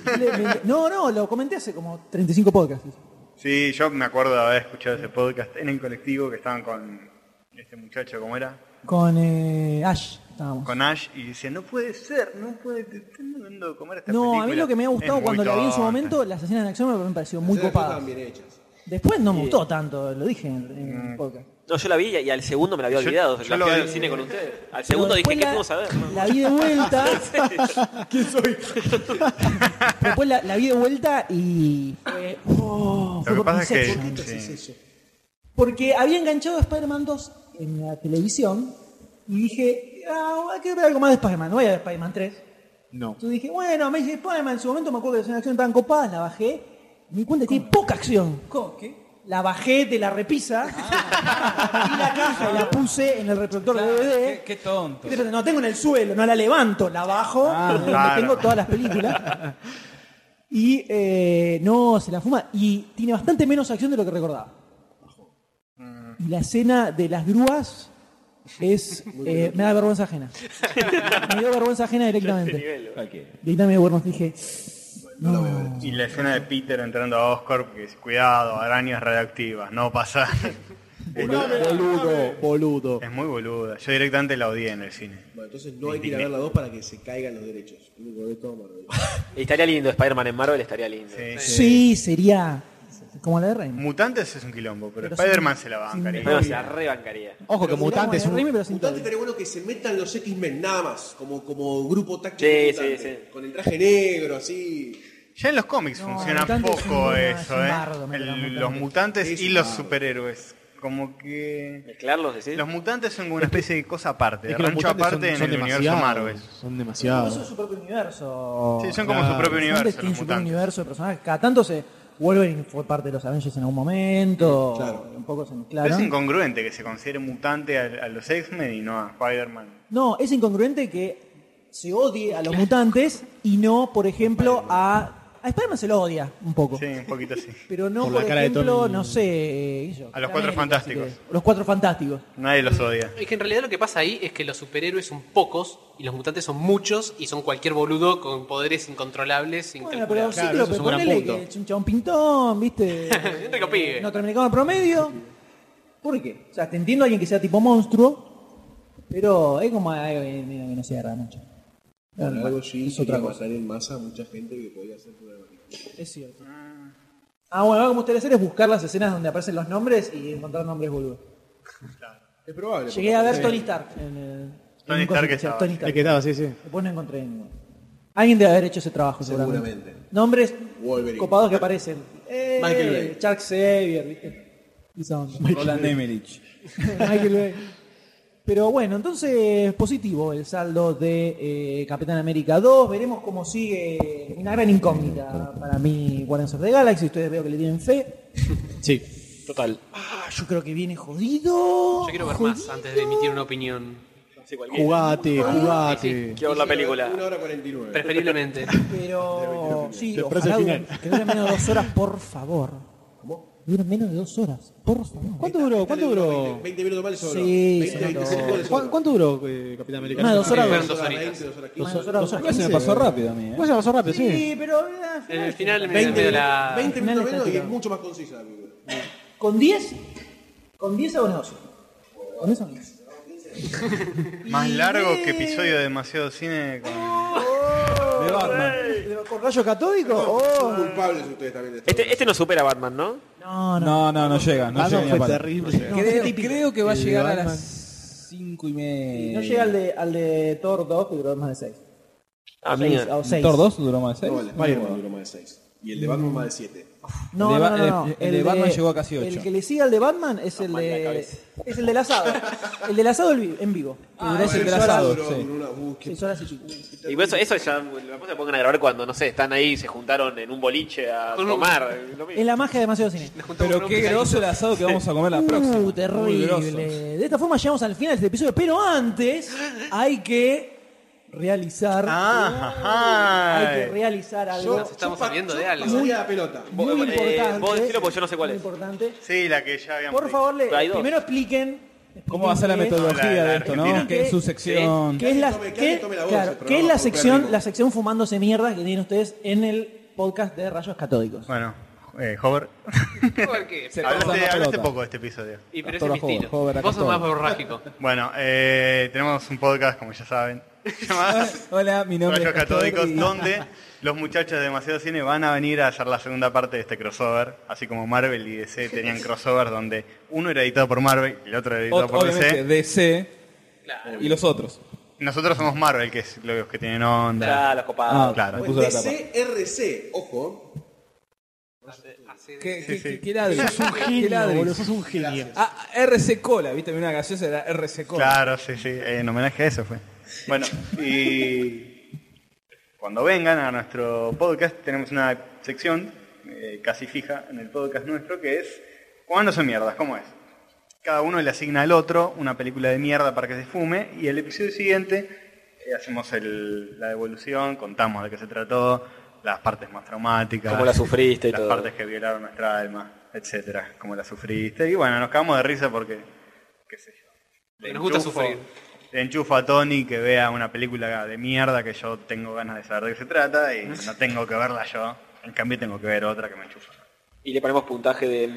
Speaker 2: Terriblemente- No, no, lo comenté hace como 35 podcasts.
Speaker 7: Sí, yo me acuerdo de haber escuchado ese podcast en el colectivo que estaban con este muchacho, ¿cómo era?
Speaker 2: Con eh, Ash estábamos.
Speaker 7: Con Ash y dice, no puede ser, no puede, te están dando de comer esta
Speaker 2: No,
Speaker 7: película.
Speaker 2: a mí lo que me ha gustado
Speaker 7: Es
Speaker 2: cuando
Speaker 7: muy
Speaker 2: la vi en su
Speaker 7: tonta.
Speaker 2: momento, las escenas de acción me han parecido muy
Speaker 9: Esas cosas
Speaker 2: copadas.
Speaker 9: estaban bien hechas.
Speaker 2: Después no me gustó tanto, lo dije en, en el podcast.
Speaker 4: No, yo la vi y, y al segundo me la había olvidado.
Speaker 7: yo
Speaker 4: la
Speaker 7: lo
Speaker 4: fui a ver
Speaker 7: vi.
Speaker 4: al cine con ustedes. Al
Speaker 2: Pero
Speaker 4: segundo dije,
Speaker 2: después
Speaker 4: ¿qué
Speaker 2: la-
Speaker 4: fuimos a ver?
Speaker 2: <laughs> La vi de
Speaker 7: <laughs>
Speaker 2: vuelta. ¿Quién soy? Después la, la vi de vuelta y fue. Oh, fue
Speaker 7: Lo
Speaker 2: por
Speaker 7: que pasa es que...
Speaker 2: Inception.
Speaker 7: sí.
Speaker 2: Porque había enganchado a Spider-Man 2 en la televisión y dije, ah, hay que ver algo más de Spider-Man, no voy a ver Spider-man 3.
Speaker 17: No.
Speaker 2: Entonces dije, bueno, Amazing Spider-Man en su momento me acuerdo que las escenas de acción estaban copadas, la bajé. Me di cuenta que tiene poca acción. La bajé de la repisa y la caja y la puse en el reproductor de DVD.
Speaker 6: Ah. Qué, qué tonto. Ah,
Speaker 2: Y de repente, No tengo en el suelo, no la levanto, la bajo, donde
Speaker 7: claro.
Speaker 2: tengo todas las películas. Y eh, no, se la fuma. Y tiene bastante menos acción de lo que recordaba.
Speaker 6: Mm.
Speaker 2: Y la escena de las grúas es. eh, me da
Speaker 6: <laughs>
Speaker 2: vergüenza ajena. Me dio vergüenza ajena directamente. Directamente de vergüenza. Dije,
Speaker 7: Y la escena de Peter entrando a Oscorp que dice, cuidado, arañas radioactivas,
Speaker 2: <laughs>
Speaker 7: no pasa.
Speaker 17: Boludo, boludo.
Speaker 7: es muy boluda. Yo directamente la odié en el cine.
Speaker 9: Bueno, entonces no hay que ir a ver la 2 para que se caigan los derechos. Lo único que es todo Marvel.
Speaker 4: Estaría lindo Spider-Man en Marvel, estaría lindo.
Speaker 7: Sí.
Speaker 2: sí, sería. Como la de Raimi.
Speaker 7: Eh, Mutantes es un quilombo, pero,
Speaker 2: Pero
Speaker 7: Spider-Man
Speaker 2: sin-
Speaker 7: se la
Speaker 2: sin-
Speaker 7: banca.
Speaker 4: Pero se la rebancaría.
Speaker 17: Ojo que
Speaker 9: Pero
Speaker 17: Mutante es
Speaker 2: Como la de Raimi,
Speaker 17: un.
Speaker 2: pero sin
Speaker 9: Mutante
Speaker 2: todo.
Speaker 9: estaría bueno que se metan los X-Men nada más, como, como grupo táctico.
Speaker 4: Sí,
Speaker 9: mutante,
Speaker 4: sí, sí.
Speaker 9: Con el traje negro, así.
Speaker 7: Ya en los cómics
Speaker 2: No,
Speaker 7: funciona
Speaker 2: Mutantes es un
Speaker 7: poco
Speaker 2: problema, es
Speaker 7: eso,
Speaker 2: un
Speaker 7: ¿eh?
Speaker 2: bardo, me
Speaker 7: El-
Speaker 2: quedan mutantes.
Speaker 7: los mutantes
Speaker 9: Es
Speaker 7: y
Speaker 9: un
Speaker 7: los
Speaker 9: bardo.
Speaker 7: superhéroes. Como que...
Speaker 4: Mezclarlos, decís.
Speaker 7: Los mutantes son como una especie de cosa aparte, de
Speaker 17: Es que los
Speaker 7: rancho
Speaker 17: mutantes
Speaker 7: aparte
Speaker 17: son,
Speaker 7: en
Speaker 17: son
Speaker 7: el universo
Speaker 17: demasiados,
Speaker 7: Marvel.
Speaker 17: Son
Speaker 2: Eso es
Speaker 17: demasiados.
Speaker 2: su propio universo.
Speaker 7: Sí, son como su propio
Speaker 2: Avengers
Speaker 7: universo,
Speaker 2: tiene
Speaker 7: los
Speaker 2: su propio
Speaker 7: mutantes.
Speaker 2: universo de personajes. Cada tanto se. Wolverine fue parte de los Avengers en algún momento.
Speaker 9: Claro.
Speaker 2: Un poco se
Speaker 7: Pero
Speaker 2: mezclaron.
Speaker 7: es incongruente que se considere mutante a, a los X-Men y no a Spider-Man.
Speaker 2: no, es incongruente que se odie a los mutantes y no, por ejemplo, a A Spider-Man se lo odia un poco.
Speaker 7: Sí, un poquito así.
Speaker 2: Pero no, por, por ejemplo, no sé. yo,
Speaker 7: a los cuatro fantásticos.
Speaker 2: Que, los cuatro fantásticos.
Speaker 7: Nadie los odia.
Speaker 3: Es que en realidad lo que pasa ahí es que los superhéroes son pocos y los mutantes son muchos y son cualquier boludo con poderes incontrolables.
Speaker 2: Bueno, pero sí, pero, pero ponele que es un chabón pintón, <laughs> ¿viste?
Speaker 3: un rico pibe.
Speaker 2: Norteamericano promedio. ¿Por qué? O sea, te entiendo a alguien que sea tipo monstruo, pero es como algo que no se agarra mucho.
Speaker 9: Bueno, algo sí, es otra cosa. en masa mucha gente que podía hacer problemática.
Speaker 2: Es cierto. Ah, bueno, algo que me gustaría hacer es buscar las escenas donde aparecen los nombres y encontrar nombres boludos.
Speaker 9: Claro. Es probable.
Speaker 2: Llegué a ver Tony Stark. En, el,
Speaker 7: Tony Stark que estaba.
Speaker 2: Tony Stark.
Speaker 17: El que estaba, sí, sí.
Speaker 2: Después no encontré ninguno. Alguien debe haber hecho ese trabajo, seguramente.
Speaker 9: Seguramente.
Speaker 2: Nombres
Speaker 9: Wolverine.
Speaker 2: copados que aparecen. Eh,
Speaker 9: Michael Bay.
Speaker 2: Chuck Xavier, ¿viste? Esa onda.
Speaker 6: Roland Emmerich.
Speaker 2: <laughs> Michael Bay. Pero bueno, entonces positivo el saldo de eh, Capitán América 2. Veremos cómo sigue. Una gran incógnita para mí Guardians of the Galaxy. Ustedes veo que le tienen fe.
Speaker 4: Sí, total.
Speaker 2: Ah, yo creo que viene jodido.
Speaker 3: Yo quiero ver más antes de emitir una opinión.
Speaker 4: Ah, Sí, cualquiera.
Speaker 17: Jugate, jugate.
Speaker 4: Quiero ver la película.
Speaker 9: Una hora 49.
Speaker 3: Preferiblemente.
Speaker 2: Pero sí,
Speaker 17: Sorpresa
Speaker 2: ojalá
Speaker 17: final.
Speaker 2: dure- que dure menos de dos horas, por favor. ¿Cómo? Dure menos de dos horas, por favor.
Speaker 17: ¿Cuánto duró? ¿Cuánto duró?
Speaker 9: 20 minutos más le sobró.
Speaker 2: Sí,
Speaker 9: 20,
Speaker 2: se
Speaker 9: 25 le sobró.
Speaker 17: ¿Cu- ¿Cuánto duró eh, Capitán América?
Speaker 2: Más de dos horas.
Speaker 3: Fueron dos horitas.
Speaker 9: 20, dos horas
Speaker 2: Más
Speaker 9: 15.
Speaker 2: de dos horas.
Speaker 17: dos horas.
Speaker 6: Igual se me pasó rápido a mí,
Speaker 17: Pues
Speaker 6: ¿eh?
Speaker 17: se pasó rápido,
Speaker 2: Sí,
Speaker 17: sí.
Speaker 2: pero. eh,
Speaker 3: En el final me
Speaker 9: 20,
Speaker 3: me la.
Speaker 9: 20
Speaker 2: Final
Speaker 9: minutos
Speaker 2: está
Speaker 9: menos y es
Speaker 2: tirado.
Speaker 9: mucho más concisa la película.
Speaker 2: ¿Con 10? ¿Con 10 hago negocio? ¿Con 10 hago negocio?
Speaker 7: Más largo que episodio de demasiado cine. Con...
Speaker 6: De Batman.
Speaker 2: ¿Con rayo catódico? Oh.
Speaker 9: Son culpables ustedes también de esto.
Speaker 4: Este, este no supera a Batman, ¿no?
Speaker 2: No, no.
Speaker 6: No, no, no llega. No llega
Speaker 17: Batman
Speaker 6: ni a
Speaker 17: fue
Speaker 6: palo.
Speaker 17: terrible.
Speaker 6: Creo, creo que va a
Speaker 17: El
Speaker 6: llegar a
Speaker 17: Batman.
Speaker 6: las 5 y media.
Speaker 2: No llega al de, al de Thor 2, que duró más de oh, 6. Ah,
Speaker 4: A mí.
Speaker 2: O 6.
Speaker 6: ¿Thor 2 duró más ¿eh? de
Speaker 9: No,
Speaker 6: 6?
Speaker 9: el de Spider-Man duró más de 6. Y el de Batman más de 7.
Speaker 2: No,
Speaker 6: El de
Speaker 2: no,
Speaker 6: Ba-
Speaker 2: no, no,
Speaker 6: el- el de Batman llegó a casi ocho.
Speaker 2: El que le sigue al de Batman es el
Speaker 4: mal la
Speaker 2: Ah, de.
Speaker 4: cabeza.
Speaker 2: Es el del asado. El del asado el vi- en vivo. que duró
Speaker 6: ese
Speaker 2: seis
Speaker 6: Ah, del
Speaker 2: horas-
Speaker 6: asado.
Speaker 9: duró
Speaker 6: sí.
Speaker 9: con una búsqueda.
Speaker 2: seis horas y pico.
Speaker 4: Y por eso, eso ya la cosa se pongan a grabar cuando, no sé, están ahí, se juntaron en un boliche a
Speaker 3: Con un-
Speaker 4: tomar. eh, lo mismo.
Speaker 2: Es la magia de demasiado cine.
Speaker 6: Pero qué groso el asado que vamos a comer la próxima.
Speaker 2: Uh,
Speaker 6: Muy groso.
Speaker 2: terrible. De esta forma llegamos al final de este episodio, pero antes hay que realizar.
Speaker 7: Ah,
Speaker 2: hay
Speaker 7: ajá.
Speaker 2: que realizar algo.
Speaker 3: Nos estamos saliendo de algo.
Speaker 9: Muy a la pelota.
Speaker 2: Muy
Speaker 4: Vos- eh,
Speaker 2: importante.
Speaker 4: vos decilo porque yo no sé cuál
Speaker 2: muy
Speaker 4: es.
Speaker 2: importante.
Speaker 7: Sí, la que ya habíamos
Speaker 2: Por favor, le-
Speaker 4: Hay dos.
Speaker 2: primero expliquen.
Speaker 6: ¿Cómo va a ser la
Speaker 2: expliquen qué es-
Speaker 7: La- la
Speaker 6: metodología de esto,
Speaker 7: Argentina.
Speaker 6: no? Que es su sección.
Speaker 2: ¿Qué es la,
Speaker 9: tome- que
Speaker 2: qué-
Speaker 9: alguien tome la voz
Speaker 2: claro,
Speaker 9: del
Speaker 2: qué
Speaker 9: programa,
Speaker 2: es la
Speaker 9: porque
Speaker 2: sección,
Speaker 9: arriba.
Speaker 2: la sección fumándose mierda que tienen ustedes en el podcast de Rayos Catódicos?
Speaker 7: Bueno, eh, Hover.
Speaker 3: <laughs> ¿Por qué?
Speaker 6: Se pasa
Speaker 7: hablaste,
Speaker 6: la
Speaker 7: hablaste
Speaker 6: pelota.
Speaker 7: poco de este episodio.
Speaker 3: Y pero ese es
Speaker 6: Castor
Speaker 3: mi
Speaker 6: a
Speaker 3: estilo.
Speaker 6: Hover, Hover a
Speaker 3: Vos sos
Speaker 6: Castor.
Speaker 3: más borrágico.
Speaker 7: Bueno, eh, tenemos un podcast, como ya saben, llamado
Speaker 6: Hola, mi nombre
Speaker 7: Rayos
Speaker 6: es Castor
Speaker 7: Catódicos,
Speaker 6: y-
Speaker 7: donde los muchachos de Demasiado Cine van a venir a hacer la segunda parte de este crossover, así como Marvel y DC tenían crossover donde uno era editado por Marvel y el otro era editado
Speaker 6: Ot-
Speaker 7: por
Speaker 6: Obviamente,
Speaker 7: DC.
Speaker 6: DC y los otros.
Speaker 7: Nosotros somos Marvel, que es los que tienen onda.
Speaker 4: Ah, los copados.
Speaker 7: claro.
Speaker 6: Me puso la tapa.
Speaker 9: DCRC, ojo.
Speaker 6: ¿Qué, qué, qué, qué ladri? Sos un
Speaker 17: boludo, sos un genio.
Speaker 6: Ah, RC Cola, viste, una gaseosa era RC Cola.
Speaker 7: Claro, sí, sí, en homenaje a eso fue. Bueno, y cuando vengan a nuestro podcast tenemos una sección eh, casi fija en el podcast nuestro que es ¿Cuándo son mierdas? ¿Cómo es? Cada uno le asigna al otro una película de mierda para que se fume y el episodio siguiente eh, hacemos el- la devolución, contamos de qué se trató, las partes más traumáticas,
Speaker 4: Cómo la sufriste y
Speaker 7: las
Speaker 4: todo.
Speaker 7: partes que violaron nuestra alma, etcétera, cómo la sufriste y bueno, nos cagamos de risa porque qué sé yo. Le
Speaker 3: Nos gusta
Speaker 7: enchufo-
Speaker 3: sufrir.
Speaker 7: Le enchufo a Tony que vea una película de mierda que yo tengo ganas de saber de qué se trata y no tengo que verla yo. En cambio tengo que ver otra que me enchufa.
Speaker 4: Y le ponemos puntaje de,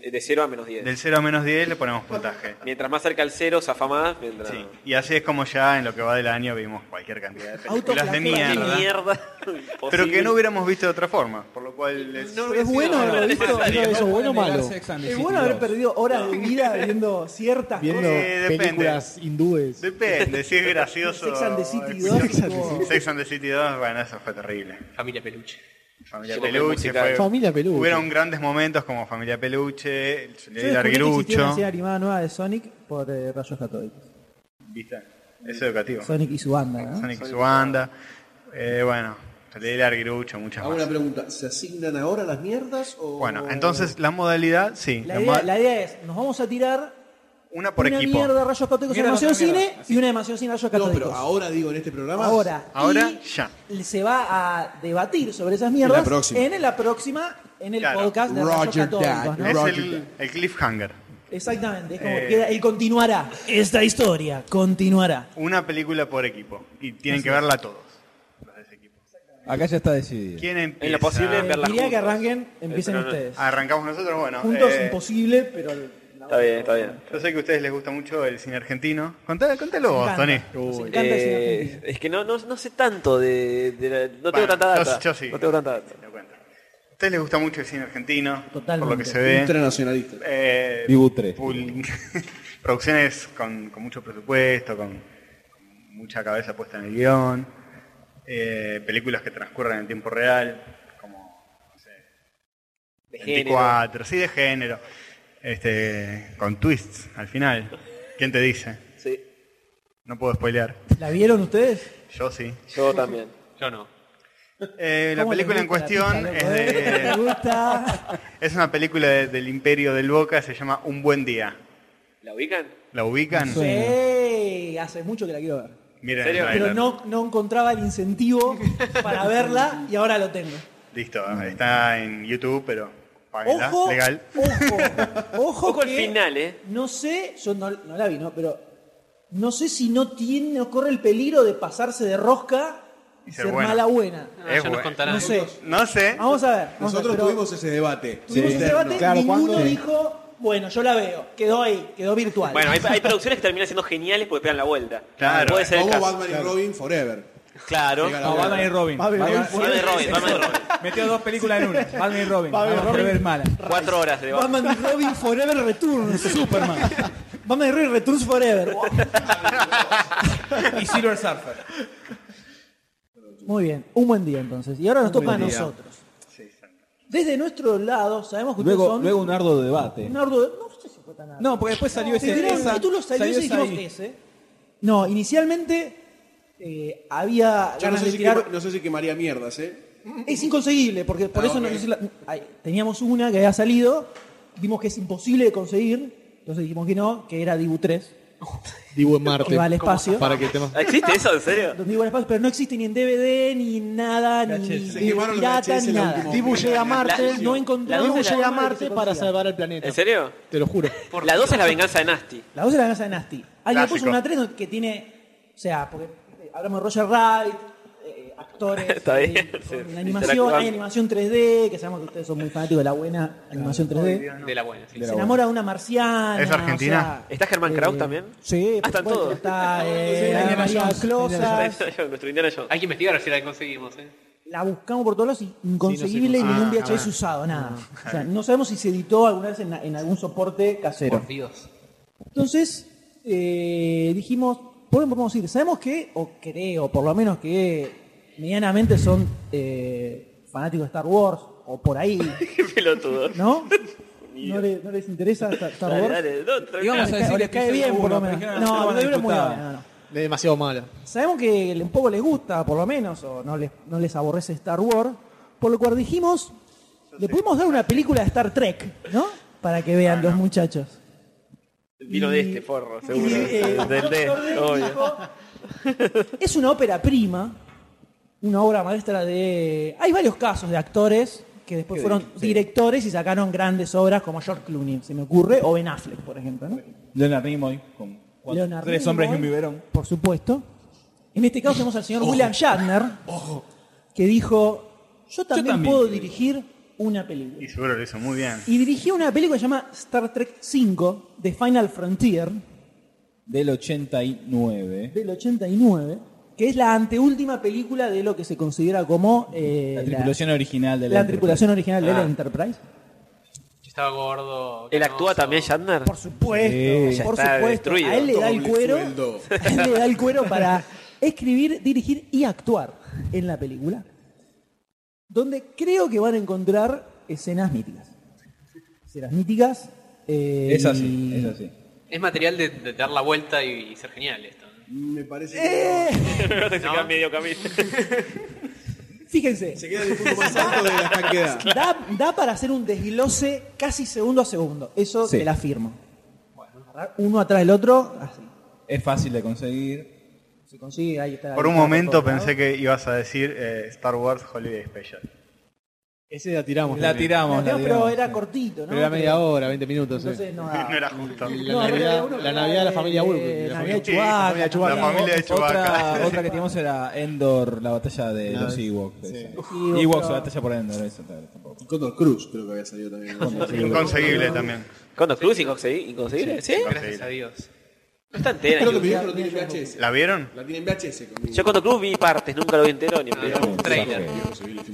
Speaker 4: de 0 a menos 10.
Speaker 7: Del 0 a menos 10 le ponemos puntaje.
Speaker 4: Mientras más cerca al 0, zafa más. Mientras...
Speaker 7: Sí. Y así es como ya en lo que va del año vimos cualquier cantidad de películas de
Speaker 4: ¿Qué
Speaker 7: mierda.
Speaker 4: mierda?
Speaker 7: Pero que
Speaker 4: Imposible.
Speaker 7: no hubiéramos visto de otra forma. Por lo cual es...
Speaker 2: ¿Es bueno haberlo visto?
Speaker 7: necesario.
Speaker 2: ¿Eso es bueno o malo?
Speaker 6: Negarse Ex and the
Speaker 2: Es
Speaker 6: City
Speaker 2: bueno haber
Speaker 6: 2.
Speaker 2: perdido horas de vida viendo ciertas
Speaker 17: Viendo
Speaker 2: cosas.
Speaker 7: Eh, depende.
Speaker 17: películas hindúes.
Speaker 7: Depende, si es gracioso. eh,
Speaker 2: Sex and the City 2. tipo,
Speaker 7: Sex and the City 2, bueno, eso fue terrible.
Speaker 3: Familia Peluche.
Speaker 7: Familia
Speaker 4: Yo creo que
Speaker 7: Peluche
Speaker 4: musical.
Speaker 7: fue...
Speaker 17: Familia Peluche.
Speaker 7: Hubieron grandes momentos como Familia Peluche, el
Speaker 2: ¿yo descubrí
Speaker 7: Soledad
Speaker 2: que existía una
Speaker 7: Larguirucho.
Speaker 2: serie animada nueva de Sonic por eh, Rayos Catódicos?
Speaker 7: ¿Viste? Es educativo. Sonic,
Speaker 2: Sonic y su banda, ¿no?
Speaker 7: y su banda. Eh, bueno, Soledad Larguirucho, muchas
Speaker 9: Hago
Speaker 7: más.
Speaker 9: una pregunta. ¿Se asignan ahora las mierdas o...?
Speaker 7: Bueno, entonces la modalidad, sí.
Speaker 2: La
Speaker 7: la
Speaker 2: idea,
Speaker 7: mo-
Speaker 2: la idea es, nos vamos a tirar
Speaker 7: Una por
Speaker 2: una
Speaker 7: equipo.
Speaker 2: mierda de rayos católicos en
Speaker 7: Mierda,
Speaker 2: animación
Speaker 7: mierda,
Speaker 2: cine y una animación sin rayos
Speaker 9: No,
Speaker 2: católicos.
Speaker 9: pero ahora digo en este programa.
Speaker 2: Ahora.
Speaker 7: Ahora,
Speaker 2: Y
Speaker 7: ya.
Speaker 2: Se va a debatir sobre esas mierdas
Speaker 9: En la próxima.
Speaker 2: en la próxima, en el
Speaker 7: Claro.
Speaker 2: podcast de
Speaker 9: Roger
Speaker 2: rayos católicos.
Speaker 9: that,
Speaker 2: ¿no?
Speaker 7: Es el, el cliffhanger.
Speaker 2: Exactamente, es como
Speaker 7: Eh.
Speaker 2: que queda- y continuará. Eh, Esta historia continuará.
Speaker 7: Una película por equipo. Y tienen que verla todos.
Speaker 6: Acá ya está decidido.
Speaker 7: ¿Quién empieza?
Speaker 4: En lo posible, verla
Speaker 2: Diría que
Speaker 4: juntos.
Speaker 2: arranquen, empiecen
Speaker 4: Pero no-
Speaker 2: ustedes.
Speaker 7: Arrancamos nosotros, bueno.
Speaker 2: Juntos
Speaker 7: Ah, eh,
Speaker 2: imposible, pero
Speaker 4: Está bien, está bien.
Speaker 7: yo sé que a ustedes les gusta mucho el cine argentino. Contá- Contalo
Speaker 2: Nos
Speaker 7: vos, Oh, Tony.
Speaker 2: encanta. Nos encanta el cine
Speaker 4: Eh,
Speaker 2: argentino.
Speaker 4: es que no, no, no sé tanto de, de la- no
Speaker 7: Bueno,
Speaker 4: tengo tanta
Speaker 7: yo-
Speaker 4: data.
Speaker 7: yo sí.
Speaker 4: No tengo tanta data.
Speaker 7: Te lo cuento. A ustedes les gusta mucho el cine argentino, por lo que
Speaker 2: Totalmente.
Speaker 7: se ve.
Speaker 9: Ultranacionalista.
Speaker 7: Eh,
Speaker 6: Vivo tres.
Speaker 7: pul- <laughs> producciones con, con mucho presupuesto, con mucha cabeza puesta en el guión, eh, películas que transcurren en tiempo real, como no sé,
Speaker 4: De género.
Speaker 7: 24, sí, de género, este, con twists al final. ¿Quién te dice?
Speaker 4: Sí,
Speaker 7: No puedo spoilear.
Speaker 2: ¿La vieron ustedes?
Speaker 7: Yo sí.
Speaker 4: yo también.
Speaker 3: Yo no.
Speaker 7: Eh, la
Speaker 2: ¿Cómo les
Speaker 7: película en
Speaker 2: gusta la
Speaker 7: cuestión
Speaker 2: pija,
Speaker 7: es
Speaker 2: loco, eh? Me <laughs>
Speaker 7: de...
Speaker 2: gusta.
Speaker 7: Es una película de- del Imperio del Boca, se llama Un Buen Día.
Speaker 4: ¿La ubican?
Speaker 7: ¿La ubican?
Speaker 6: Sí.
Speaker 2: Ey, hace mucho que la quiero ver.
Speaker 7: Miren,
Speaker 4: ¿En serio?
Speaker 7: el
Speaker 2: Pero
Speaker 7: trailer.
Speaker 2: no, no encontraba el incentivo para verla y ahora lo tengo.
Speaker 7: Listo, está en YouTube, pero páguenla,
Speaker 2: Ojo,
Speaker 7: legal. <laughs>
Speaker 2: ojo, ojo,
Speaker 4: Ojo al
Speaker 2: que
Speaker 4: final, ¿eh?
Speaker 2: No sé, yo no, no la vi, ¿no? Pero no sé si no tiene, no corre el peligro de pasarse de rosca y
Speaker 7: ser
Speaker 2: ser
Speaker 7: buena.
Speaker 2: mala buena.
Speaker 3: No,
Speaker 7: Es
Speaker 3: ya nos
Speaker 7: bueno.
Speaker 3: contarán.
Speaker 2: No sé.
Speaker 7: No sé.
Speaker 2: Vamos a ver. vamos a ver,
Speaker 9: Nosotros
Speaker 2: pero
Speaker 9: tuvimos ese debate.
Speaker 2: tuvimos ese
Speaker 9: Interno.
Speaker 2: debate,
Speaker 17: Claro,
Speaker 2: ninguno
Speaker 17: ¿cuándo?
Speaker 2: dijo, bueno, yo la veo. Quedó ahí, quedó virtual.
Speaker 4: Bueno, hay, hay producciones que terminan siendo geniales porque pegan la vuelta.
Speaker 7: Claro.
Speaker 4: Puede ser el
Speaker 9: Como
Speaker 4: caso.
Speaker 9: Batman y Robin Forever.
Speaker 4: Claro.
Speaker 9: Pega la
Speaker 6: No,
Speaker 9: bola.
Speaker 6: Batman y Robin.
Speaker 17: Batman y
Speaker 6: Batman-
Speaker 17: Robin.
Speaker 4: Batman y Robin, Batman y Robin.
Speaker 6: <laughs> Metió dos películas en una. Batman y Robin.
Speaker 17: Batman y
Speaker 6: Vamos a
Speaker 17: Robin.
Speaker 6: ver mala.
Speaker 4: Cuatro horas de Batman.
Speaker 2: Batman y Robin Forever Returns, Superman. Batman y Robin Returns Forever. Wow.
Speaker 6: Y Silver Surfer.
Speaker 2: Muy bien, un buen día entonces. Y ahora nos toca a
Speaker 17: buen día.
Speaker 2: nosotros. Desde nuestro lado, sabemos que ustedes
Speaker 6: Luego,
Speaker 2: son
Speaker 6: luego un ardo debate.
Speaker 2: un arduo. No sé si fue tan arduo.
Speaker 6: No, porque después salió
Speaker 2: Se
Speaker 6: ese.
Speaker 2: tiraron
Speaker 6: esa-
Speaker 2: un título, salió ese y
Speaker 6: esa
Speaker 2: dijimos
Speaker 6: ahí.
Speaker 2: ese. No, inicialmente eh, había
Speaker 9: Yo no
Speaker 2: ganas
Speaker 9: sé,
Speaker 2: de
Speaker 9: si
Speaker 2: tirar.
Speaker 9: quema- no sé si quemaría mierdas, ¿eh?
Speaker 2: Es inconseguible, porque por
Speaker 9: Ah,
Speaker 2: eso no-
Speaker 9: ok.
Speaker 2: la- ay, teníamos una que había salido, vimos que es imposible de conseguir, entonces dijimos que no, que era Dibu 3,
Speaker 17: Digo en Marte.
Speaker 2: Que va al espacio.
Speaker 17: Para que temas.
Speaker 4: ¿Existe eso? ¿En serio?
Speaker 2: donde Dibu al espacio, pero no existe ni en DVD, ni nada, ni,
Speaker 6: VHS.
Speaker 2: ni
Speaker 9: Se quemaron los
Speaker 2: pirata,
Speaker 9: VHS
Speaker 2: ni
Speaker 9: en la
Speaker 2: nada.
Speaker 9: última
Speaker 2: Dibu
Speaker 9: momento.
Speaker 2: llega a Marte,
Speaker 4: La-
Speaker 2: no
Speaker 4: la
Speaker 2: encontramos
Speaker 4: dos de la-
Speaker 2: forma de que se consiga.
Speaker 17: el planeta.
Speaker 4: ¿En serio?
Speaker 17: Te lo juro.
Speaker 4: La dos es la venganza de Nasty.
Speaker 2: La voz de la casa de Nasty. Alguien
Speaker 7: Clásico.
Speaker 2: puso una 3 que tiene. O sea, porque eh, hablamos de Roger Rabbit, eh, actores,
Speaker 9: <laughs>
Speaker 4: Está
Speaker 2: eh,
Speaker 4: bien,
Speaker 2: con
Speaker 4: sí,
Speaker 2: animación,
Speaker 4: interactuando.
Speaker 2: hay animación 3D, que sabemos que ustedes son muy fanáticos de la buena animación 3D.
Speaker 3: De la buena, sí.
Speaker 2: Se enamora de una marciana.
Speaker 7: ¿Es argentina?
Speaker 2: o sea,
Speaker 4: ¿Está Germán Kraus también?
Speaker 2: Eh, Sí,
Speaker 4: Ah,
Speaker 2: por
Speaker 4: están
Speaker 2: supuesto,
Speaker 4: todos.
Speaker 2: Está eh, Ana María Closas.
Speaker 4: <laughs> Nuestro Indiana Jones.
Speaker 3: Hay que investigar a ver si la conseguimos, ¿eh?
Speaker 2: La buscamos por todos lados y inconseguible
Speaker 7: Sí, no se
Speaker 2: ningún
Speaker 7: consigue.
Speaker 2: VHS
Speaker 7: Ah,
Speaker 2: usado, nada. O sea, no sabemos si se editó alguna vez en, en algún soporte casero.
Speaker 3: Por Dios.
Speaker 2: Entonces eh, dijimos, ¿por dónde podemos ir? Sabemos que, o creo por lo menos que medianamente son eh, fanáticos de Star Wars o por ahí,
Speaker 4: Qué pelotudo.
Speaker 2: ¿no? ¿No, le- no les interesa Star, Star
Speaker 4: Dale,
Speaker 2: Wars?
Speaker 4: dale. No, tranquilo.
Speaker 2: O les
Speaker 6: Íbamos a
Speaker 2: cae-
Speaker 6: decir
Speaker 2: o les cae
Speaker 6: episodio
Speaker 2: bien, por lo
Speaker 6: uno,
Speaker 2: menos.
Speaker 6: pero dijeron, no
Speaker 2: No, no,
Speaker 6: van a
Speaker 2: no, muy
Speaker 6: disfrutar.
Speaker 2: bien, no, no.
Speaker 17: Es demasiado mala.
Speaker 2: Sabemos que un poco les gusta, por lo menos, o no les, no les aborrece Star Wars, por lo cual dijimos, le podemos dar una película de Star Trek, ¿no? Para que vean los muchachos.
Speaker 4: Vino de este forro, seguro.
Speaker 2: Y, eh,
Speaker 4: Del D, obvio.
Speaker 2: Es una ópera prima, una obra maestra de... Hay varios casos de actores que después fueron directores y sacaron grandes obras como George Clooney, se me ocurre, o Ben Affleck, por ejemplo. ¿no?
Speaker 6: Leonard Nimoy con cuatro-
Speaker 2: Leonard
Speaker 6: tres hombres y un
Speaker 2: Nimoy.
Speaker 6: biberón.
Speaker 2: Por supuesto. En este caso tenemos al señor William Shatner, que dijo, yo también,
Speaker 6: también
Speaker 2: puedo
Speaker 6: quiero".
Speaker 2: dirigir una película.
Speaker 7: Y seguro lo hizo muy bien.
Speaker 2: Y dirigió una película que se llama Star Trek V, The Final Frontier,
Speaker 6: Del 89.
Speaker 2: del 89, que es la anteúltima película de lo que se considera como eh,
Speaker 6: La tripulación original de
Speaker 2: la
Speaker 6: la, Enterprise.
Speaker 2: tripulación original de la
Speaker 4: Ah.
Speaker 2: Enterprise.
Speaker 3: Yo estaba gordo.
Speaker 4: ¿Él
Speaker 3: canoso.
Speaker 4: actúa también, Shatner?
Speaker 2: Por supuesto,
Speaker 6: Sí.
Speaker 4: Ya
Speaker 2: por
Speaker 4: está
Speaker 2: supuesto.
Speaker 4: destruido.
Speaker 2: A él le da el
Speaker 9: Doble
Speaker 2: cuero.
Speaker 9: sueldo.
Speaker 2: <laughs> a él le da el cuero
Speaker 4: <laughs>
Speaker 2: para escribir, dirigir y actuar en la película. Donde creo que van a encontrar escenas míticas. Escenas míticas. eh,
Speaker 6: Es
Speaker 2: y-
Speaker 6: así, es así.
Speaker 3: Es material de, de dar la vuelta y, y ser genial esto. ¿no?
Speaker 9: Me parece
Speaker 2: Eh, <laughs>
Speaker 4: <laughs> Se queda medio camino.
Speaker 2: fíjense,
Speaker 9: que se queda en el punto más alto de la
Speaker 7: <laughs>
Speaker 9: estanquedad.
Speaker 2: da, da para hacer un desglose casi segundo a segundo. Eso
Speaker 6: Sí.
Speaker 2: te la firmo. agarrar uno atrás del otro, así.
Speaker 6: Es fácil de conseguir.
Speaker 2: Se consigue, ahí está.
Speaker 7: Por un momento pensé que ibas a decir eh, Star Wars Holiday Special.
Speaker 17: Ese la tiramos.
Speaker 6: La
Speaker 17: también.
Speaker 6: tiramos, la
Speaker 2: No, pero
Speaker 6: tiramos.
Speaker 2: era cortito, ¿no?
Speaker 17: Pero era media hora, 20 minutos. sí.
Speaker 2: Entonces no daba.
Speaker 7: <laughs> No era justo.
Speaker 17: La Navidad- la Navidad de la familia Burke,
Speaker 2: La Navidad de
Speaker 17: la familia-
Speaker 2: Chewbacca,
Speaker 17: Sí, la familia de Chewbacca.
Speaker 7: La familia de
Speaker 6: <laughs>
Speaker 7: Chewbacca. <laughs>
Speaker 6: Otra, otra que teníamos era Endor, la batalla de los Ewoks. esa. Ewoks, la batalla por Endor, eso tal, tampoco.
Speaker 9: Condor Cruz creo que había salido también.
Speaker 7: Inconseguible también.
Speaker 4: ¿Cuándo Cruz inconseguible? inconseguible? ¿Sí?
Speaker 3: Gracias a Dios.
Speaker 4: No está entera.
Speaker 9: Creo que
Speaker 4: yo-
Speaker 9: mi viejo lo tiene en VHS.
Speaker 7: ¿La vieron?
Speaker 9: La tiene en VHS conmigo.
Speaker 4: Yo Condor Cruz vi partes, nunca lo vi entero ni en pedo.
Speaker 3: Un trailer.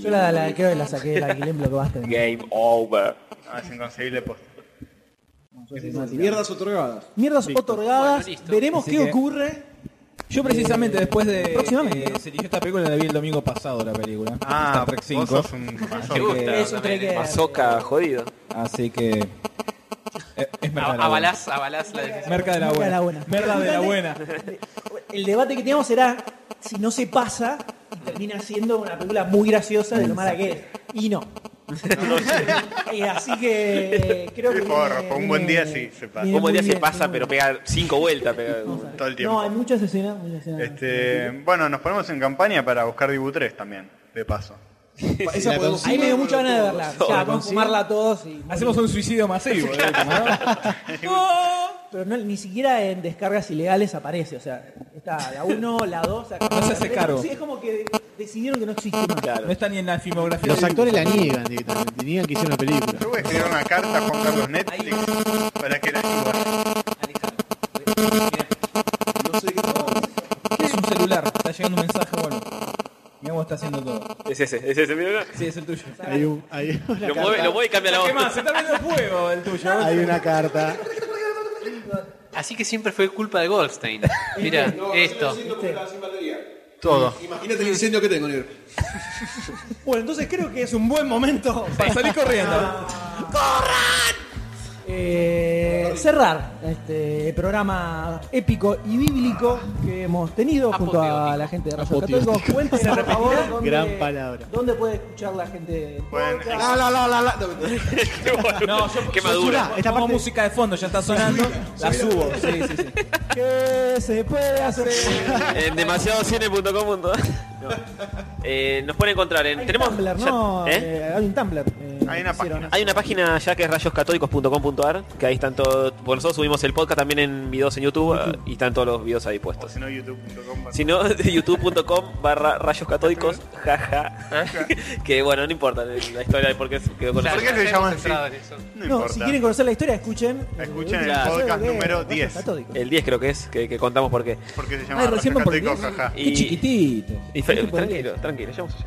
Speaker 2: Yo la, la- creo que la saqué del alquiler blockbuster.
Speaker 4: Game over.
Speaker 7: Ah, es inconseguible post.
Speaker 9: Mierdas otorgadas.
Speaker 2: Mierdas otorgadas.
Speaker 3: Bueno, listo.
Speaker 2: Veremos
Speaker 6: Así
Speaker 2: qué
Speaker 6: que-
Speaker 2: ocurre.
Speaker 6: Yo precisamente después de...
Speaker 2: Próximamente.
Speaker 6: eh, se eligió esta película, la vi el domingo pasado la película.
Speaker 7: Ah,
Speaker 6: Star Trek
Speaker 7: vos
Speaker 6: 5.
Speaker 7: sos un
Speaker 3: Te
Speaker 7: mazo.
Speaker 3: gusta.
Speaker 2: Eso
Speaker 3: también,
Speaker 2: trae
Speaker 3: eh.
Speaker 4: Mazoca jodido.
Speaker 6: Así que... eh, Es
Speaker 3: A-
Speaker 6: merca de la buena.
Speaker 3: Avalás, avalás la decisión.
Speaker 6: Merca de la
Speaker 2: Merca de
Speaker 6: buena.
Speaker 2: la buena.
Speaker 6: Merca de la buena.
Speaker 2: El debate que teníamos era si no se pasa y termina siendo una película muy graciosa de lo mala que es. Y no. <laughs> Eh, así que creo
Speaker 7: Qué
Speaker 2: que.
Speaker 7: forro,
Speaker 2: viene-
Speaker 7: fue un buen día
Speaker 2: viene-
Speaker 7: sí, se pasa.
Speaker 2: viene
Speaker 4: Como el día
Speaker 2: muy
Speaker 4: se
Speaker 2: bien,
Speaker 4: pasa,
Speaker 2: muy
Speaker 4: pero
Speaker 2: bien.
Speaker 4: pega cinco
Speaker 2: <laughs>
Speaker 4: vueltas. pega-
Speaker 2: Vamos a ver.
Speaker 7: todo el tiempo.
Speaker 2: No, hay muchas escenas. Muchas escenas
Speaker 7: Este, bueno, nos ponemos en campaña para buscar Dibu 3 también, de paso.
Speaker 9: Esa
Speaker 17: la
Speaker 9: podemos-
Speaker 2: Ahí me dio mucha ganas de verla. O sea,
Speaker 6: Todo,
Speaker 2: vamos a
Speaker 6: sí.
Speaker 2: fumarla a todos. Y,
Speaker 6: Hacemos un suicidio masivo. ¿eh? Como, ¿no?
Speaker 2: Pero <laughs> no- ni siquiera en descargas ilegales aparece. O sea, está la 1, la 2.
Speaker 6: No se hace cargo.
Speaker 2: Sí, es como que decidieron que no existe más.
Speaker 6: No está ni en la filmografía.
Speaker 17: Los
Speaker 6: de-
Speaker 17: actores la niegan directamente, niegan que hicieron la película.
Speaker 7: Yo voy a escribir una carta a Juan Carlos Netflix para que la suba.
Speaker 9: No sé qué
Speaker 2: Este.
Speaker 6: Es un celular. Está llegando un mensaje, bueno. Mira cómo está haciendo todo.
Speaker 4: Es ese, es ese. mira, mira.
Speaker 6: Sí, es el tuyo.
Speaker 17: Hay, un- hay una
Speaker 4: Lo
Speaker 17: carta,
Speaker 4: mueve, lo mueve y
Speaker 2: <laughs>
Speaker 4: cambia la voz.
Speaker 6: ¿Qué más? Se está viendo fuego el tuyo. ¿eh?
Speaker 17: hay una carta.
Speaker 3: Así que siempre fue culpa de Goldstein. Mira, esto.
Speaker 7: Todo.
Speaker 9: Imagínate el incendio que tengo, negro.
Speaker 2: Bueno, entonces creo que es un buen momento
Speaker 6: Para salir
Speaker 4: <laughs>
Speaker 6: corriendo.
Speaker 2: eh, cerrar este programa épico y bíblico que hemos tenido junto a la gente de Rayo
Speaker 17: Apoteótico.
Speaker 2: Católico. Cuéntenos, por
Speaker 4: <laughs>
Speaker 2: favor, dónde-
Speaker 17: Gran palabra.
Speaker 2: ¿Dónde puede escuchar la gente?
Speaker 7: Pueden-
Speaker 9: La, la, la, la, la. No, mentira.
Speaker 6: No, yo
Speaker 4: Qué madura.
Speaker 2: Ah,
Speaker 6: Esta música de fondo ya está sonando. La subo. Sí, sí, sí.
Speaker 2: ¿Qué se puede hacer?
Speaker 4: En demasiadocine.com. No. Eh, nos pueden encontrar en.
Speaker 2: Hay
Speaker 4: tenemos.
Speaker 2: Tumblr,
Speaker 4: ya-
Speaker 2: ¿no?
Speaker 4: ¿eh?
Speaker 2: Eh, hay un Tumblr. eh,
Speaker 7: Hay una
Speaker 2: hicieron.
Speaker 7: página.
Speaker 4: Hay una página ya que es rayoscatólicos.com.ar, que ahí están todos. Bueno, nosotros subimos el podcast también en videos en YouTube eh, y están todos los videos ahí
Speaker 7: O
Speaker 4: puestos.
Speaker 7: si no, youtube.com.
Speaker 4: Si no, <laughs> youtube.com barra rayos catódicos, jaja. <laughs> que bueno, no importa la historia de por qué se quedó con
Speaker 3: Ya,
Speaker 4: nosotros.
Speaker 7: ¿Por qué
Speaker 3: ya
Speaker 7: se
Speaker 3: hemos
Speaker 7: llaman
Speaker 3: entrado
Speaker 7: así?
Speaker 3: en eso.
Speaker 7: No
Speaker 2: No,
Speaker 7: importa.
Speaker 2: si quieren conocer la historia, escuchen. eh,
Speaker 7: Escuchen el
Speaker 2: episodio
Speaker 7: podcast
Speaker 2: de
Speaker 7: número
Speaker 2: Rayos
Speaker 7: 10.
Speaker 2: Catódicos.
Speaker 4: El 10 creo que es, que, que contamos por qué.
Speaker 7: ¿Por qué se
Speaker 2: Ay,
Speaker 7: llaman
Speaker 2: recién me
Speaker 7: Rayo Católico?
Speaker 2: acordé.
Speaker 7: Jaja.
Speaker 4: Y,
Speaker 6: Chiquitito.
Speaker 4: y fe- tranquilo, tranquilo, ya vamos allá.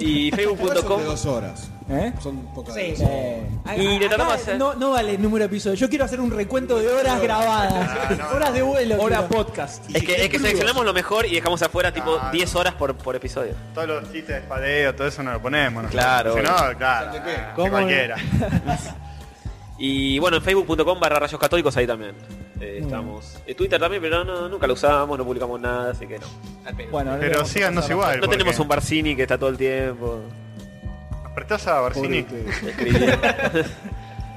Speaker 4: Y <laughs>
Speaker 9: Son
Speaker 4: facebook.com
Speaker 9: de dos horas.
Speaker 6: ¿Eh?
Speaker 9: Son pocas.
Speaker 2: Sí.
Speaker 9: horas.
Speaker 2: Acá-
Speaker 4: Y le tratamos
Speaker 2: acá
Speaker 4: de hacer-
Speaker 2: no, no vale el número de episodios. Yo quiero hacer un recuento de horas grabadas. horas de vuelo.
Speaker 6: Hora
Speaker 2: quiero.
Speaker 6: podcast.
Speaker 4: Es que, es que seleccionamos lo mejor y dejamos afuera tipo
Speaker 7: Ah,
Speaker 4: 10 horas por, por episodio.
Speaker 7: Todos los chistes de espadeo, todo eso no lo ponemos. ¿no?
Speaker 4: Claro,
Speaker 7: Si
Speaker 4: obvio.
Speaker 7: no, claro. ah, <laughs>
Speaker 17: ¿Cómo?
Speaker 7: Cualquiera.
Speaker 4: Y bueno, en facebook.com barra rayos católicos ahí también. Eh, estamos. En Twitter también, pero no, nunca lo usábamos, no publicamos nada, así que no.
Speaker 3: Al pedo.
Speaker 6: Bueno, ahora le
Speaker 7: Pero
Speaker 6: vamos a
Speaker 7: síganos
Speaker 6: pasar
Speaker 7: igual.
Speaker 4: No tenemos un
Speaker 7: porque-
Speaker 4: Barcini que está todo el tiempo.
Speaker 7: ¿Apretás a Barcini?
Speaker 4: escribiendo. <laughs>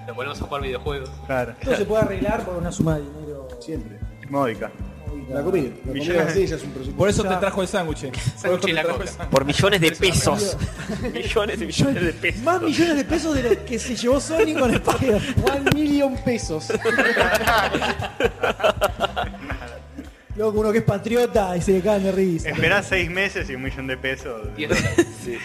Speaker 3: Lo ponemos a jugar videojuegos.
Speaker 7: Claro.
Speaker 2: Esto se puede arreglar por una suma de dinero.
Speaker 9: Siempre.
Speaker 7: Módica.
Speaker 9: La comida. La comida
Speaker 7: Millones.
Speaker 9: así ya es un
Speaker 6: Por
Speaker 9: presupuesto.
Speaker 6: eso te trajo el sándwich. Por eso
Speaker 3: y
Speaker 6: te
Speaker 3: la
Speaker 6: trajo
Speaker 3: coca.
Speaker 6: el sándwich.
Speaker 4: Por millones de pesos. <laughs> millones y millones de pesos.
Speaker 2: Más millones de pesos de los que se llevó Sony con Spider.
Speaker 17: One million
Speaker 2: <laughs>
Speaker 17: pesos.
Speaker 2: Luego uno que es patriota y se le cagan de risa.
Speaker 7: Esperás seis meses y un millón de pesos.
Speaker 3: 10 dólares.
Speaker 4: Sí.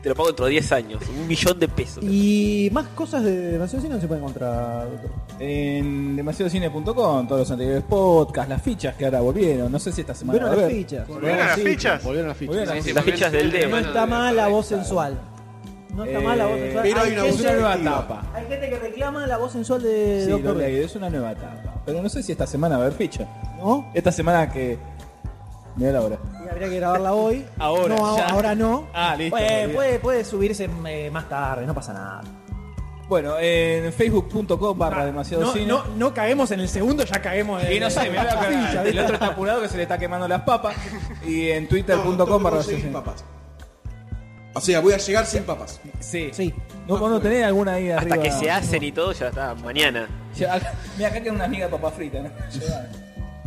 Speaker 4: Te lo pago dentro de 10 años. Un millón de pesos.
Speaker 2: Y más cosas de Demasiado Cine no se puede encontrar. doctor.
Speaker 6: En demasiadocine.com, todos los anteriores podcasts, las fichas que ahora volvieron. No sé si esta semana.
Speaker 2: Bueno,
Speaker 6: va a
Speaker 2: las
Speaker 6: haber.
Speaker 2: fichas.
Speaker 7: ¿Volvieron las fichas?
Speaker 17: Volvieron las fichas.
Speaker 6: Volvieron las
Speaker 3: Sí, sí,
Speaker 4: Las
Speaker 3: muy
Speaker 4: fichas
Speaker 3: bien.
Speaker 4: del dedo.
Speaker 2: No
Speaker 3: Bueno,
Speaker 2: está
Speaker 3: de-
Speaker 2: mal la voz sensual. No está mal la voz
Speaker 6: Eh,
Speaker 2: sensual.
Speaker 9: pero hay una
Speaker 2: gente-
Speaker 9: voz
Speaker 6: una nueva
Speaker 9: efectiva.
Speaker 6: etapa.
Speaker 2: hay gente que reclama la voz sensual de
Speaker 6: Sí,
Speaker 2: Doctor
Speaker 6: lo
Speaker 2: Who,
Speaker 6: leí, es una nueva etapa. Pero no sé si esta semana va a haber ficha.
Speaker 2: ¿No?
Speaker 6: Esta semana que. Mira la hora.
Speaker 2: Y habría que grabarla hoy.
Speaker 6: Ahora,
Speaker 2: No,
Speaker 6: ya.
Speaker 2: ahora no.
Speaker 6: Ah, listo,
Speaker 2: Puede,
Speaker 6: olvidé.
Speaker 2: puede- puede subirse eh, más tarde, no pasa nada.
Speaker 6: Bueno, en facebook.com barra demasiado cine.
Speaker 2: no caemos en el segundo, ya caemos
Speaker 6: Y no sé, me voy a cagar. El otro está apurado que se le está quemando las papas. Y en
Speaker 9: No, no,
Speaker 6: twitter.com
Speaker 9: no
Speaker 6: barra
Speaker 9: conseguís
Speaker 6: demasiado cine.
Speaker 9: papas. O sea, voy a llegar sin papas.
Speaker 6: Sí.
Speaker 2: Sí.
Speaker 6: No, vos no tenés alguna ahí
Speaker 4: Hasta
Speaker 6: arriba.
Speaker 4: que se hacen y todo, ya está. Mañana.
Speaker 6: Mira, acá, mirá, acá queda una amiga papa frita, ¿no?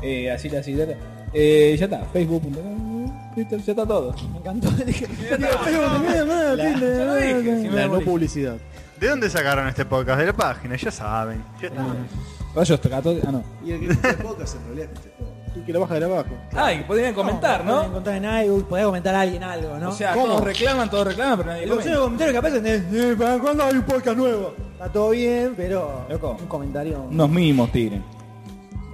Speaker 6: eh, así la sidera. Eh, ya está, facebook.com. Listo, Ya está todo. Me encantó.
Speaker 2: <laughs>
Speaker 6: Dije, digo, Facebook, mira, mira,
Speaker 17: La-
Speaker 6: Tinder,
Speaker 17: ya lo dije,
Speaker 6: mira,
Speaker 17: si me
Speaker 6: mira,
Speaker 17: La no
Speaker 6: no
Speaker 17: publicidad.
Speaker 7: ¿De dónde sacaron este podcast? De la página, ya saben. Ya está.
Speaker 6: Rayos Católi- Ah, no.
Speaker 9: Y el que escucha podcast en realidad escucha todo.
Speaker 17: Y que lo baja de abajo.
Speaker 6: Ah, y podrían comentar, ¿no?
Speaker 2: Podés contar en algo, podés comentar a alguien algo, ¿no?
Speaker 6: O sea,
Speaker 2: ¿Cómo?
Speaker 6: todos reclaman, todos reclaman, pero nadie
Speaker 2: El
Speaker 6: comenta.
Speaker 2: consejo de comentario capaz es, eh, ¿para cuándo hay un podcast nuevo? Está todo bien, pero
Speaker 6: Loco.
Speaker 2: un comentario
Speaker 6: Unos mínimos tiren.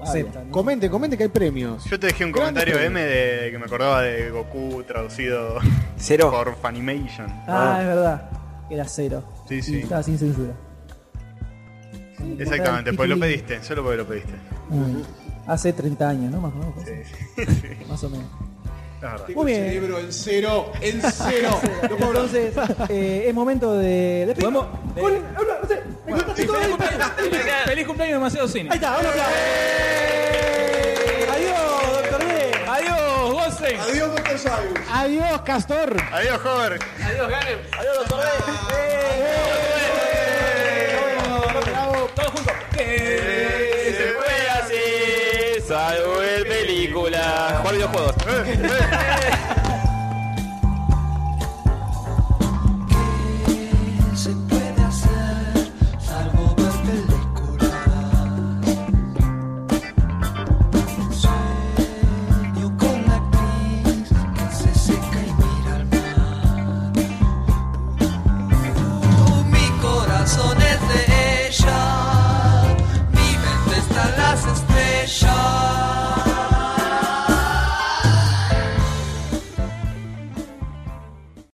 Speaker 2: aceptan.
Speaker 17: Comente, comente que hay premios.
Speaker 7: Yo te dejé un
Speaker 17: Grandes
Speaker 7: comentario M
Speaker 17: premios.
Speaker 7: de que me acordaba de Goku traducido
Speaker 4: Cero.
Speaker 7: por Funimation.
Speaker 2: Ah, es verdad. Era cero.
Speaker 7: Sí,
Speaker 2: Y
Speaker 7: sí.
Speaker 2: Estaba sin censura.
Speaker 7: Exactamente, pues lo pediste, solo porque lo pediste.
Speaker 2: Mm. Hace 30 años, ¿no? Más o menos. <laughs> Más o
Speaker 7: <laughs>
Speaker 2: menos.
Speaker 7: La verdad.
Speaker 9: Tengo
Speaker 2: Muy bien.
Speaker 9: el cerebro en cero, en cero. No puedo hablar.
Speaker 2: Entonces, <laughs> eh, es momento de. de
Speaker 6: Podemos- de-
Speaker 2: Hola, hola, hola, me contaste todo el-
Speaker 6: Feliz cumpleaños demasiado cine.
Speaker 2: Ahí está, un aplauso. Adiós, doctor B.
Speaker 6: Adiós, Gosen.
Speaker 9: Adiós, doctor Sayus.
Speaker 17: Adiós, Castor.
Speaker 7: Adiós, joven.
Speaker 3: Adiós, Ganem.
Speaker 6: Todos juntos.
Speaker 4: Se fue así, salvo el película. Jugar videojuegos.